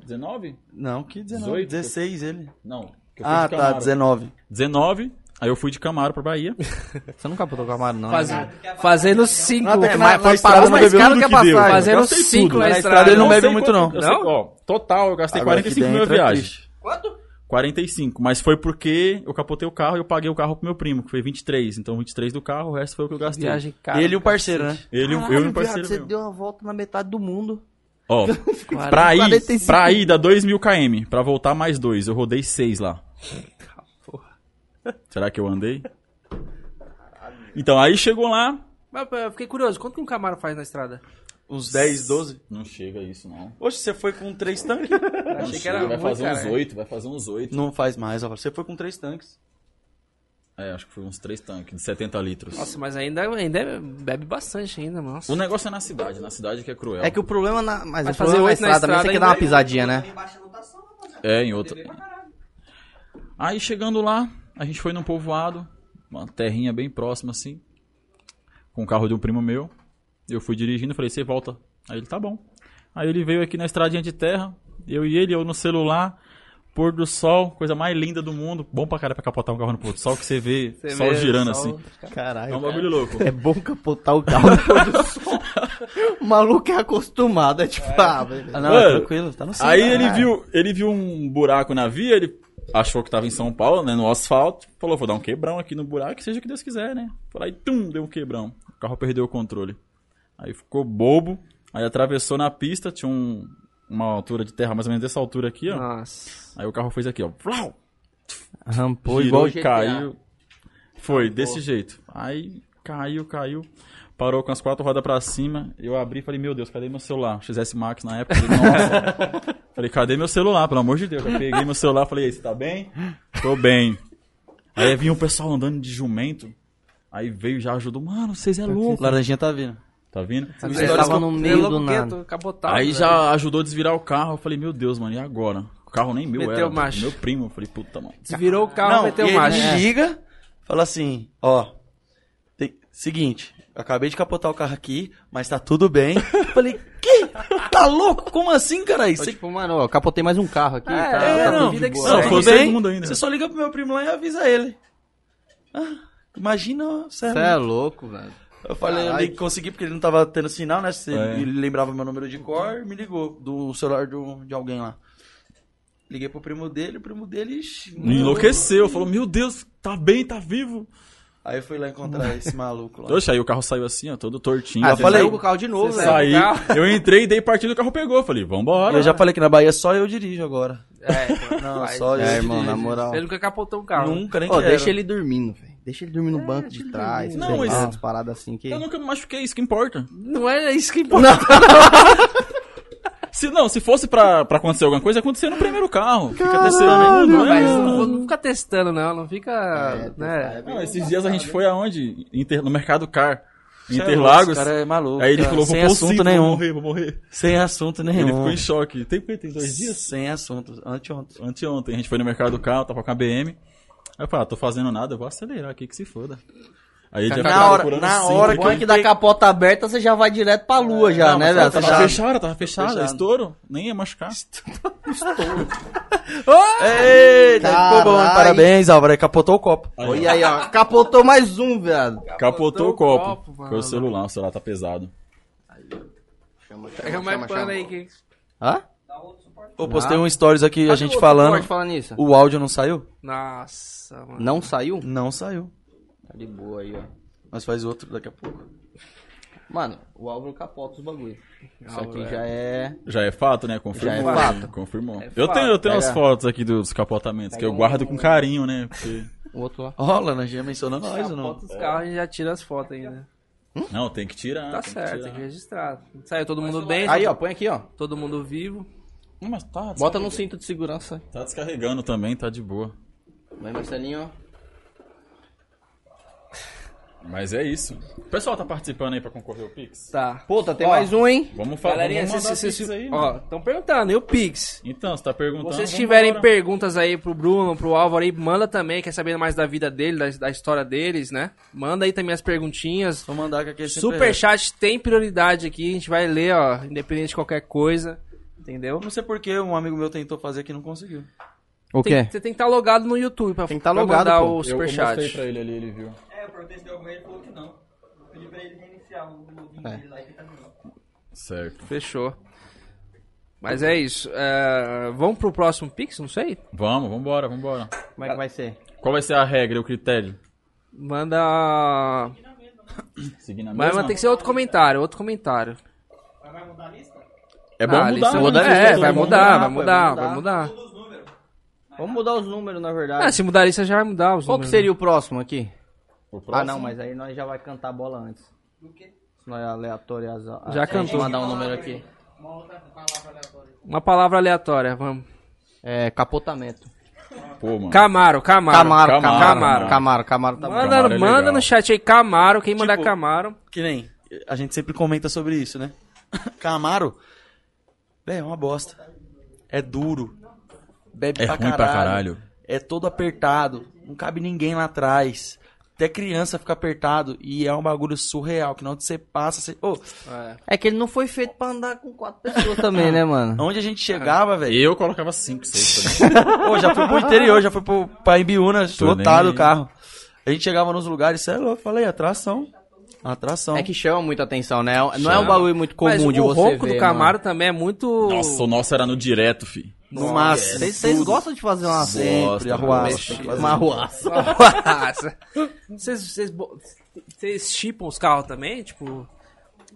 S5: 2019?
S4: Não, que 19.
S5: 18?
S4: 16 ele.
S5: Não. que eu fui
S4: Ah,
S5: de
S4: tá,
S5: Camaro.
S4: 19.
S5: 19, aí eu fui de Camaro pra Bahia.
S2: Você não capotou com a Amaro, não.
S1: Faz-
S2: né?
S1: fazendo cinco.
S4: Ah, tem-
S1: cara.
S4: mas-
S2: Mas
S4: na
S2: foi
S4: estrada
S2: parado
S4: não
S2: mais
S4: bebeu
S2: caro
S4: tudo
S2: que a
S4: que deu,
S2: passagem.
S1: fazendo
S5: gastei
S1: cinco
S5: tudo.
S1: na
S4: Na
S1: estrada.
S4: estrada ele não bebe
S5: Ah, sei
S4: muito,
S5: quanto-
S4: não.
S5: eu sei-
S1: Não?
S5: ó, total, eu gastei
S4: Agora
S5: 45 mil
S4: aqui
S5: na
S4: dentro é
S5: viagem.
S4: triste.
S5: 45, mas foi porque eu capotei o carro e eu paguei o carro pro meu primo, que foi 23. Então 23 do carro, o resto foi o que eu gastei.
S1: Viagem, cara.
S4: ele e o parceiro, né?
S5: Ele, e um-
S2: Caralho,
S5: eu e um
S2: viado,
S5: parceiro
S2: Você
S5: meu.
S2: deu a volta na metade do mundo.
S5: Ó,
S1: Quarenta-
S5: pra ir,
S2: 45.
S5: pra ir dá 2 mil km, pra voltar mais 2. Eu rodei 6 lá. Será que eu andei? Então, aí chegou lá...
S1: Mas, pô, eu fiquei curioso, quanto que um Camaro faz na estrada?
S4: Uns 10, 12.
S5: Não chega isso, não.
S4: Oxe, você foi com 3 tanques?
S1: Eu achei que era
S5: vai
S1: muito,
S5: fazer
S1: cara.
S5: uns 8, vai fazer uns 8.
S4: não faz mais, ó. Você foi com 3 tanques.
S5: É, acho que foi uns 3 tanques de 70 litros.
S1: Nossa, mas ainda, ainda é, bebe bastante ainda, nossa.
S5: O negócio é na cidade, na cidade que é cruel.
S2: É que o problema na. Mas
S1: Mas
S2: o problema
S1: fazer
S2: na
S1: oito na
S2: estrada também, você
S1: estrada
S2: quer dar uma
S1: ainda-
S2: pisadinha, né?
S9: Baixa lotação, rapaziada.
S5: É, em outra.
S9: Bebê pra caralho.
S5: Aí chegando lá, a gente foi num povoado, uma terrinha bem próxima assim, com o carro de um primo meu. Eu fui dirigindo, falei, você volta. Aí ele, tá bom. Aí ele veio aqui na estradinha de terra, eu e ele, eu no celular, pôr do sol, coisa mais linda do mundo. Bom pra caralho pra capotar um carro no pôr do sol, que você vê
S1: Você
S5: sol
S1: vê
S5: girando
S1: sol-
S5: assim. É um
S2: Caralho.
S5: bagulho louco.
S2: É bom capotar o carro no pôr do sol. O maluco é acostumado, é tipo, ah,
S4: Ah,
S2: velho.
S4: não,
S5: Mano,
S4: é tranquilo. Tá no céu.
S5: Aí ele viu, ele viu um buraco na via, ele achou que tava em São Paulo, né, no asfalto, falou, vou dar um quebrão aqui no buraco, seja o que Deus quiser, né? Foi lá e tum, deu um quebrão. O carro perdeu o controle. Aí ficou bobo, aí atravessou na pista, tinha um- uma altura de terra mais ou menos dessa altura aqui, ó.
S1: Nossa.
S5: Aí o carro fez aqui, ó. Flau!
S2: Rampou igual
S5: girou e caiu. Foi, desse jeito. Aí caiu, caiu. Parou com as quatro rodas pra cima. Eu abri e falei, meu Deus, cadê meu celular? XS Max na época. Falei, Nossa. falei, cadê meu celular? Pelo amor de Deus. Eu peguei meu celular falei, e aí, você tá bem? Tô bem. Aí vinha o pessoal andando de jumento. Aí veio e já ajudou. Mano, vocês é louco.
S4: Laranjinha tá vindo.
S5: Tá vindo?
S2: Você tava no meio do nada.
S1: Cabotado,
S5: Aí já ajudou a desvirar o carro. Eu falei, meu Deus, mano, e agora? O carro nem meu
S1: Meteu
S5: era.
S1: marcha.
S5: Meu primo. Eu falei, puta, mano.
S1: Virou o carro,
S4: não,
S1: meteu
S4: e
S1: marcha. é.
S4: ele liga, fala assim, ó, tem- seguinte, eu acabei de capotar o carro aqui, mas tá tudo bem. Eu falei, que? Tá louco? Como assim, caralho?
S2: Eu,
S4: Você...
S2: Tipo, mano, ó, capotei mais um carro aqui.
S1: É,
S2: tá,
S1: é,
S2: tá
S1: não,
S2: tudo de
S1: vida que
S2: boa.
S5: Não,
S4: Tá
S5: foi
S4: tudo
S5: o segundo ainda.
S4: Você só liga pro meu primo lá e avisa ele. Ah, imagina,
S2: Você
S4: sério.
S2: é louco, velho.
S4: Eu falei, eu
S2: Caralho.
S4: li- consegui porque ele não tava tendo sinal, né? Se
S5: É.
S4: Ele lembrava meu número de cor, me ligou do celular do, de alguém lá. Liguei pro primo dele, o primo dele... ixi,
S5: Enlouqueceu, falou, meu Deus, tá bem, tá vivo.
S4: Aí eu fui lá encontrar esse maluco lá.
S5: Oxe, aí o carro saiu assim, ó, todo tortinho.
S2: Ah,
S4: eu
S2: você
S4: falei-
S2: saiu com o carro de novo, né?
S1: Você
S2: velho.
S1: saiu.
S5: Saí, eu entrei, dei partida, o carro pegou. Falei, vambora.
S4: Eu já falei que na Bahia só eu dirijo agora.
S1: É,
S4: Não,
S1: faz.
S4: só eu
S2: É,
S4: dirijo.
S2: irmão, na moral.
S1: Ele nunca capotou um carro.
S4: Nunca nem
S2: Ó,
S4: quero.
S2: deixa ele dormindo, velho. É, Deixa ele dormir no banco de trás.
S5: Não,
S2: Não,
S5: mas-
S2: umas paradas assim que.
S5: Eu nunca me machuquei, isso que importa.
S1: Não é isso que importa.
S5: Se não, se fosse pra, pra acontecer alguma coisa, ia acontecer no primeiro carro. Fica até segundo,
S1: Não,
S5: não é?
S1: mas não, vou- não fica testando, não. Não fica.
S4: É,
S1: né?
S5: Não, esses dias a gente foi aonde? Inter- no Mercado Car, em
S4: Cê é louco,
S5: Interlagos.
S4: Esse cara é maluco.
S5: Aí ele
S4: cara.
S5: falou, vou
S4: sem
S5: pôr o
S4: assunto
S5: cinto, vou
S4: nenhum.
S5: morrer, vou morrer.
S4: Sem assunto nenhum.
S5: Ele ficou em choque. Tem, tem dois dias?
S4: Sem assunto. Anteontem.
S5: Anteontem, a gente foi no mercado do carro, tava com a BM. Aí eu falei, ah, tô fazendo nada, eu vou acelerar aqui que se foda. Aí ele já
S4: Na
S5: ficava
S4: hora-
S5: procurando
S4: na
S5: cinto,
S4: hora
S2: O bom é
S5: ele-
S2: que da capota aberta você já vai direto pra lua, já,
S4: não,
S2: né,
S4: mas
S2: velho?
S4: tá
S2: Você
S5: Tava
S2: já-
S5: fechada, tava fechada,
S4: Fechado.
S5: É estouro, nem ia machucar.
S4: Ah! Eita, ficou bom.
S2: Caralho.
S4: Parabéns, Álvaro. Aí Capotou o copo.
S2: Olha aí, ó. Capotou mais um, velho.
S5: Capotou o
S1: Capotou o
S5: copo.
S1: copo,
S5: Foi
S1: mano.
S5: o celular, o celular tá pesado.
S4: é,
S2: É
S1: Pega mais pano aí que.
S2: Hã?
S4: Eu postei um stories aqui, a
S2: Cadê
S4: gente
S2: outro
S4: falando.
S2: corte falando isso?
S4: O áudio não saiu?
S1: Nossa, mano.
S2: Não saiu?
S4: Não saiu.
S2: Tá de boa aí, ó.
S4: Mas faz outro daqui a pouco.
S2: Mano, o Álvaro capota os bagulho. Isso
S1: Álvaro,
S2: aqui
S1: é.
S2: já é.
S5: Já é fato, né? Confirmou.
S2: Já é fato.
S5: Confirmou.
S1: É
S5: eu
S1: fato.
S5: tenho, eu tenho
S2: Pega.
S5: as fotos aqui dos capotamentos, que eu guardo com carinho, né? Porque
S2: O um outro lá.
S4: Rola, né? Já mencionou nós ou
S1: a
S4: não?
S1: foto dos carros, a gente já tira as fotos ainda.
S5: Não, tem que tirar.
S1: Tá
S5: tem
S1: certo,
S5: Que
S1: tem que
S5: tirar.
S1: registrar. Saiu todo mundo bem,
S2: Aí, ó, põe aqui, ó.
S1: todo mundo vivo.
S5: Não, mas tá, descarregando.
S2: Bota no cinto de segurança.
S5: tá descarregando também, tá de boa.
S2: Vai, Marcelinho, ó.
S5: Mas é isso. O pessoal tá participando aí pra concorrer ao Pix?
S1: Tá.
S2: Puta, tem
S1: Ó,
S2: mais um, hein?
S5: Vamos falar.
S1: Galerinha,
S5: vamos mandar
S1: vocês
S5: Pix aí, né?
S1: Ó, estão perguntando, e o Pix?
S5: Então, você tá perguntando.
S1: vocês
S5: vamos
S1: tiverem
S5: embora.
S1: perguntas aí pro Bruno, pro Álvaro aí, manda também, quer saber mais da vida dele, da, da história deles, né? Manda aí também as perguntinhas.
S4: Vou mandar com aquele
S1: Superchat tem prioridade aqui, a gente vai ler, ó, independente de qualquer coisa, entendeu?
S4: Eu não sei porquê, um amigo meu tentou fazer que não conseguiu.
S2: O
S1: Tem- Você tem que estar logado no YouTube pra,
S2: Tem que tá
S1: pra
S2: logado,
S1: mandar
S2: pô.
S1: o
S5: Eu, eu mostrei pra
S1: superchat.
S5: ele ali, ele viu.
S9: É, eu perguntei se deu alguma, ele falou que não. Eu pedi pra ele reiniciar o login
S7: É.
S9: dele lá e fica de novo.
S5: Certo.
S1: Fechou. Mas é isso. é, Vamos pro próximo Pix, não sei?
S5: Vamos, vambora, vambora.
S2: Como é que vai ser?
S5: Qual vai ser a regra, o critério?
S1: Manda.
S5: Seguir na
S1: Mas,
S5: mesma?
S1: mas tem que ser outro comentário, outro comentário.
S9: Mas vai mudar a lista?
S5: É bom
S1: Ah,
S5: mudar,
S1: Alisson,
S5: né?
S1: muda-
S5: Não precisa
S1: É,
S5: todo
S1: vai
S5: mundo.
S1: mudar, vai
S2: pô,
S1: mudar,
S2: vai
S1: vai mudar.
S9: Todos os números.
S2: Vamos mudar os números, na verdade.
S1: Ah, se mudar isso já vai mudar os
S2: Qual que
S1: números.
S2: seria o próximo aqui?
S5: O
S2: Ah,
S5: próximo?
S2: não, mas aí nós já vai cantar a bola antes.
S9: Do quê?
S2: Se Nós é aleatório as...
S1: Já cantou.
S2: mandar um número aqui.
S9: Uma outra palavra aleatória.
S1: Uma palavra aleatória, vamos.
S2: É, capotamento.
S5: Pô, mano.
S1: Camaro, Camaro.
S2: Camaro, Camaro,
S5: Camaro,
S2: Camaro,
S5: Camaro.
S2: Camaro, Camaro, tá bom.
S1: Manda,
S5: Camaro é
S1: manda
S5: legal.
S1: no chat aí Camaro, quem mandar
S4: Tipo-
S1: Camaro.
S4: Que nem, a gente sempre comenta sobre isso, né? Camaro, véi, é uma bosta. É duro. Bebe
S5: É
S4: pra,
S5: ruim pra
S4: caralho,
S5: caralho.
S4: É todo apertado. Não cabe ninguém lá atrás. Até criança fica apertado. E é um bagulho surreal. Que na hora que você passa, você... Ô,
S2: É que ele não foi feito pra andar com quatro pessoas também, né, mano?
S4: onde a gente chegava, velho?
S5: Eu colocava 5, 6.
S4: Ô, já fui pro interior, já fui pro, pra Imbiúna,
S5: Tô
S4: lotado
S5: nem
S4: o
S5: aí.
S4: carro. A gente chegava nos lugares, cê é louco, falei, atração. Atração.
S2: É que chama muita atenção, né? Não é
S5: Chama.
S2: um bagulho muito comum
S1: Mas
S2: de
S1: o
S2: você
S1: ronco
S2: ver, né?
S1: do Camaro também é muito.
S5: Nossa, o nosso era no direto, fi.
S4: No máximo.
S2: Vocês vocês gostam de fazer uma
S4: Sempre,
S5: Gosta,
S4: arruaça.
S5: gosta.
S2: Uma arruaça.
S1: Nossa. Vocês, vocês, bo- vocês chipam os carros também? Tipo.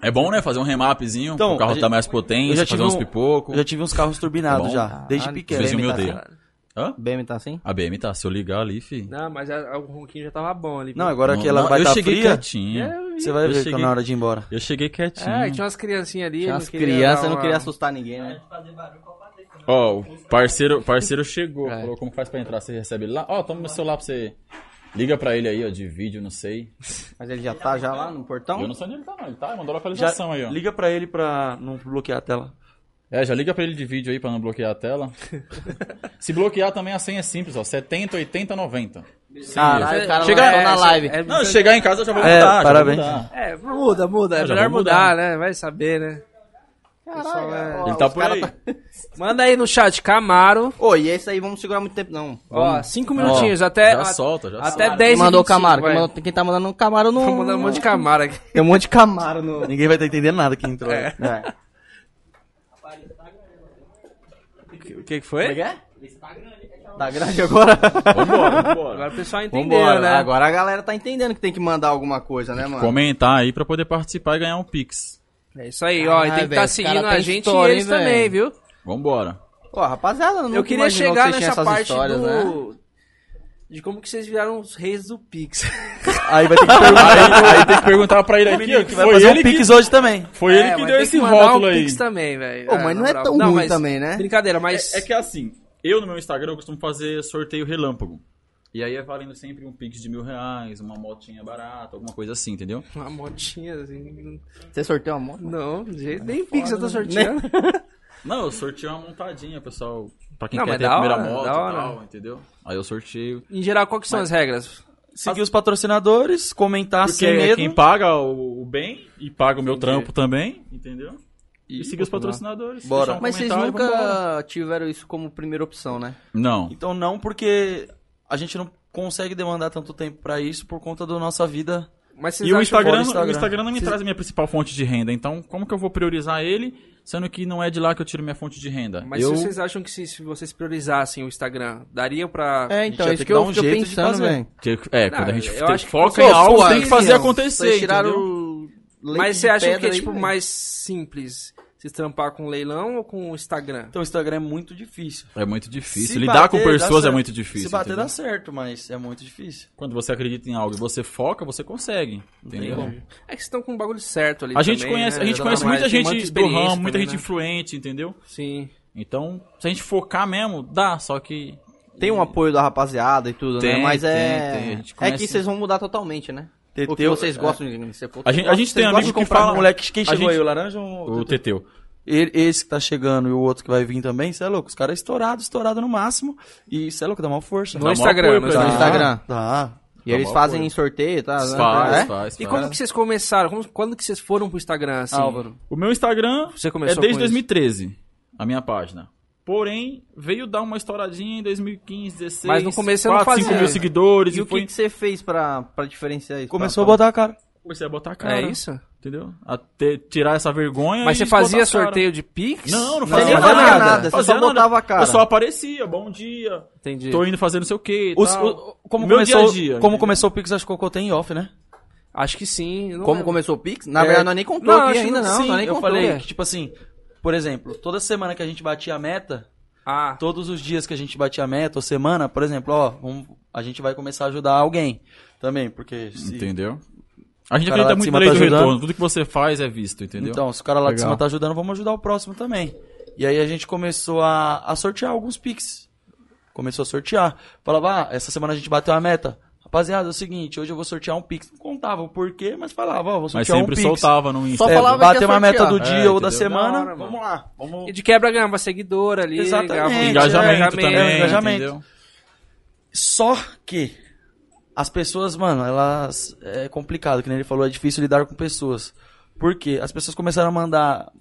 S5: É bom, né? Fazer um remapzinho,
S4: Então,
S5: o carro
S4: a gente-
S5: tá mais
S4: Eu
S5: potente,
S4: já
S5: fazer
S4: tive
S5: uns
S4: um-
S5: pipocos.
S4: Eu já tive uns carros
S5: Tá
S4: turbinados
S5: bom?
S4: já, desde pequeno.
S5: Vizinho me
S2: tá
S5: odeia. Hã?
S2: BM tá assim?
S5: A BM tá, se eu ligar ali, fi.
S1: Não, mas a- a- o ronquinho já tava bom ali.
S4: Não, agora
S5: Não,
S4: que ela
S5: não,
S4: vai
S5: Eu
S4: estar tá
S5: cheguei
S4: fria,
S5: quietinho.
S4: você vai
S5: Eu
S4: ver tá
S5: cheguei-
S4: na hora de ir embora.
S5: Eu cheguei quietinho.
S1: É, tinha umas criancinhas ali.
S2: Tinha
S1: não
S2: umas
S1: queria
S2: crianças,
S1: dar
S2: eu não
S1: uma-
S2: queria assustar ninguém, né?
S9: Fazer barulho pra fazer, senão
S5: Ó, o parceiro, parceiro chegou. Falou como faz pra entrar. Você recebe lá. Ó, toma meu celular pra você. Liga pra ele aí, ó, de vídeo, não sei.
S2: Mas ele já tá já lá no portão?
S5: Eu não sei onde ele tá, não. Ele tá, mandou
S4: Já,
S5: localização aí, ó.
S4: liga pra ele pra não bloquear a tela.
S5: É, já liga pra ele de vídeo aí pra não bloquear a tela. Se bloquear também a senha é simples, ó. 70, 80, 90.
S2: Caralho, o cara
S1: Chega-
S2: não tá na
S1: é,
S2: live.
S1: é-
S5: Não, se chegar em casa eu já vou
S4: É,
S5: mudar. já
S4: parabéns.
S5: vou mudar.
S1: É, muda, muda. É
S5: Ah, já
S1: melhor
S5: vou
S1: mudar,
S5: mudar.
S1: né? Vai saber, né? Pessoal, é-
S5: Ele tá por aí.
S1: Manda aí no chat, Camaro.
S2: Ô, e esse aí vamos segurar muito tempo, não.
S1: Ó, cinco minutinhos, até.
S5: Já
S1: a-
S5: solta, já
S1: Até
S5: solta.
S1: 10
S2: Quem mandou
S1: e 25,
S2: Camaro? Quem,
S1: vai.
S2: mandou- quem tá mandando um Camaro no.
S1: Tô mandando um monte de Camaro aqui.
S2: Tem um monte de Camaro no.
S4: Ninguém vai estar entendendo nada que entrou.
S2: É. Como
S1: O que, que foi?
S2: é que é? Tá grande agora?
S5: Vambora, vambora.
S1: Agora o pessoal entendeu,
S2: Vambora,
S1: né?
S2: Agora a galera tá entendendo que tem que mandar alguma coisa, né, mano?
S5: Comentar aí pra poder participar e ganhar um Pix.
S1: É isso aí, ó. E tem
S2: Ah,
S1: que
S2: velho,
S1: estar
S2: os
S1: seguindo
S2: cara
S1: a
S2: tem
S1: gente
S2: história,
S1: e eles
S2: hein, velho?
S1: também, viu?
S5: Vambora.
S2: Ó, rapaziada,
S1: Eu queria chegar nessa parte
S2: histórias, né?
S1: do... De como que vocês viraram os reis do Pix.
S4: Aí vai ter que perguntar.
S5: Aí, aí tem que perguntar pra ele aqui, ó, que
S4: Vai
S5: foi
S4: fazer um
S5: ele que,
S4: pix hoje também.
S5: foi
S1: É,
S5: ele que
S1: mas
S5: deu
S1: tem
S5: esse
S1: mandar
S5: rótulo
S1: um
S5: aí.
S1: Pix também, velho.
S2: Pô, mas não é
S1: na
S2: tão
S1: moral.
S2: ruim também, né?
S1: Brincadeira, mas...
S5: É, é que assim, eu no meu Instagram eu costumo fazer sorteio relâmpago. E aí é valendo sempre um pix de mil reais, uma motinha barata, alguma coisa assim, entendeu?
S1: Uma motinha, assim...
S2: Você sorteou
S5: um
S2: uma
S5: né?
S2: moto?
S1: Não, É né? de jeito... Nem Pix eu tô sorteando.
S5: Não, eu sorteio uma montadinha, pessoal. Pra quem
S1: Não,
S5: quer
S1: mas
S5: ter a
S1: da
S5: primeira
S1: hora,
S5: moto e
S1: da hora.
S5: tal, entendeu? Aí eu sorteio.
S1: em geral, qual que são as regras?
S4: Seguir os patrocinadores, comentar
S5: Porque
S4: sem
S5: é
S4: medo.
S5: quem paga o, o bem e paga o meu trampo também, entendeu? E, seguir os patrocinadores.
S4: Bora.
S5: deixar um
S2: Mas vocês
S5: comentário, vambora.
S2: nunca tiveram isso como primeira opção, né?
S5: Não.
S4: Então não, porque a gente não consegue demandar tanto tempo pra isso por conta da nossa vida.
S1: Mas vocês
S5: E o
S1: acham-
S5: Instagram,
S4: fora o Instagram.
S5: o Instagram não me traz a minha principal fonte de renda, então como que eu vou priorizar ele, sendo que não é de lá que eu tiro minha fonte de renda?
S1: Mas
S5: eu...
S1: se vocês acham que se, se vocês priorizassem o Instagram, daria pra...
S2: É,
S4: então,
S2: então, é
S4: isso
S2: isso
S4: que
S2: que
S4: eu
S5: um
S2: eu
S4: fico
S2: fico
S4: pensando,
S2: pensando, velho.
S5: Que- é, quando a
S1: Não,
S5: gente
S1: eu
S5: te-
S1: acho que-
S5: foca
S1: Pô,
S5: em algo,
S1: pô,
S5: tem que fazer
S1: vocês
S5: acontecer.
S2: Vocês tiraram
S5: entendeu?
S2: o leite
S1: Mas
S2: de
S1: você acha que
S2: pedra né?
S1: é
S2: aí,
S1: tipo
S2: velho.
S1: mais simples? se trampar com leilão ou com o Instagram?
S4: Então o Instagram é muito difícil.
S5: É muito difícil.
S4: Se
S5: Lidar com
S4: bater, dá
S5: pessoas é
S4: certo.
S5: muito difícil.
S4: Se bater
S5: entendeu?
S4: dá certo, mas é muito difícil.
S5: Quando você acredita em algo e você foca, você consegue. Entendeu?
S1: É que vocês estão com o bagulho certo ali
S5: A gente
S1: também,
S5: conhece,
S1: né?
S5: a gente
S1: Já
S5: conhece
S1: dá mais-
S5: muita
S1: tem
S5: gente do
S1: experiência
S5: ramo, muita
S1: também,
S5: gente
S1: né?
S5: influente, entendeu?
S1: Sim.
S5: Então, se a gente focar mesmo, dá, só que.
S2: Tem um apoio da rapaziada e tudo, né?
S5: Tem,
S2: Mas é.
S5: tem, tem. A gente
S2: É
S5: conhece-
S2: que vocês vão mudar totalmente, né?
S4: TT,
S2: o que vocês
S4: é.
S2: gostam de. Se for-
S5: A gente, a gente
S4: um
S5: tem amigo que fala.
S4: O moleque, quem
S5: a
S4: chegou
S5: gente-
S4: aí, o laranja ou
S5: O Teteu.
S4: Ele- Esse que tá chegando e o outro que vai vir também, cê é louco. Os caras estourados, estourado no máximo. E cê é louco, dá uma força.
S1: No
S5: Dá
S4: Dá
S5: uma
S1: Instagram,
S5: apoio
S1: no
S5: pra
S1: Instagram.
S2: No
S5: gente.
S2: Instagram.
S4: Dá.
S2: E eles fazem sorteio, tá?
S5: Faz,
S2: É?
S5: faz, faz.
S1: E quando que vocês começaram? Como- quando que vocês foram pro Instagram, assim?
S4: Álvaro.
S5: O meu Instagram
S1: Você
S5: é
S1: começou
S5: desde
S1: com isso?
S5: 2013, a minha página. Porém, veio dar uma estouradinha em 2015, 16.
S1: Mas no começo eu não
S5: 4, 5
S1: fazia.
S5: mil seguidores
S2: E
S5: e,
S2: o
S5: foi.
S2: que, que você fez pra, pra diferenciar
S5: Tá,
S2: isso?
S4: Começou a
S2: Pra-
S4: botar a cara.
S5: Comecei a botar a cara.
S1: É isso?
S5: Entendeu? A ter- tirar essa vergonha.
S1: Mas
S5: e
S1: você fazia
S5: botar a cara.
S1: sorteio de Pix?
S5: Não, não
S2: Você nem
S5: fazia
S2: fazia
S5: nada.
S2: nada, você
S5: Fazia
S2: só botava a cara.
S5: Eu só aparecia, bom dia.
S1: Entendi.
S5: Tô indo fazer não sei o que.
S4: Os- o- como,
S5: Meu
S4: começou,
S5: dia a dia,
S4: como
S5: né?
S4: começou o Pix, acho que eu contei em off, né?
S1: Acho que sim. eu não
S2: Como
S1: lembro.
S2: começou o Pix? Na
S4: É.
S2: verdade, nós nem contou
S1: Não,
S2: aqui
S1: acho que
S2: ainda,
S1: não-
S2: não.
S1: sim,
S2: nós nem
S4: eu
S2: contou.
S4: falei
S5: né?
S1: é.
S4: que, tipo assim, por exemplo, toda semana que a gente batia a meta,
S1: Ah,
S4: todos os dias que a gente batia a meta ou semana, por exemplo, ó, vamos- a gente vai começar a ajudar alguém também, porque se-
S5: Entendeu? A gente
S4: O cara lá
S5: acredita
S4: de
S5: muito
S4: cima
S5: na lei
S4: tá
S5: do
S4: ajudando.
S5: retorno. Tudo que você faz é visto, entendeu?
S4: então, se o cara lá de
S2: Legal.
S4: cima tá ajudando, vamos ajudar o próximo também. E aí a gente começou a, a sortear alguns pix. Começou a sortear. Falava, ah, essa semana a gente bateu a meta. Rapaziada, é o seguinte, hoje eu vou sortear um pix. Não contava o porquê, mas falava, ó, vou
S5: Mas
S4: sortear um
S5: sempre
S4: pix.
S5: soltava no Insta.
S2: Só
S4: É,
S2: falava que ia
S4: bater uma meta
S2: sortear.
S4: do dia
S5: É,
S4: ou da
S5: entendeu?
S4: semana.
S1: Da hora, mano.
S4: vamos lá, vamos
S1: e de quebra ganhava seguidor ali.
S4: Exatamente,
S1: ganhava um
S4: é.
S5: Engajamento
S1: engajamento.
S5: também,
S4: engajamento.
S5: entendeu?
S4: Só que as pessoas, mano, elas. É complicado, que nem ele falou, é difícil lidar com pessoas. Por quê? As pessoas começaram a mandar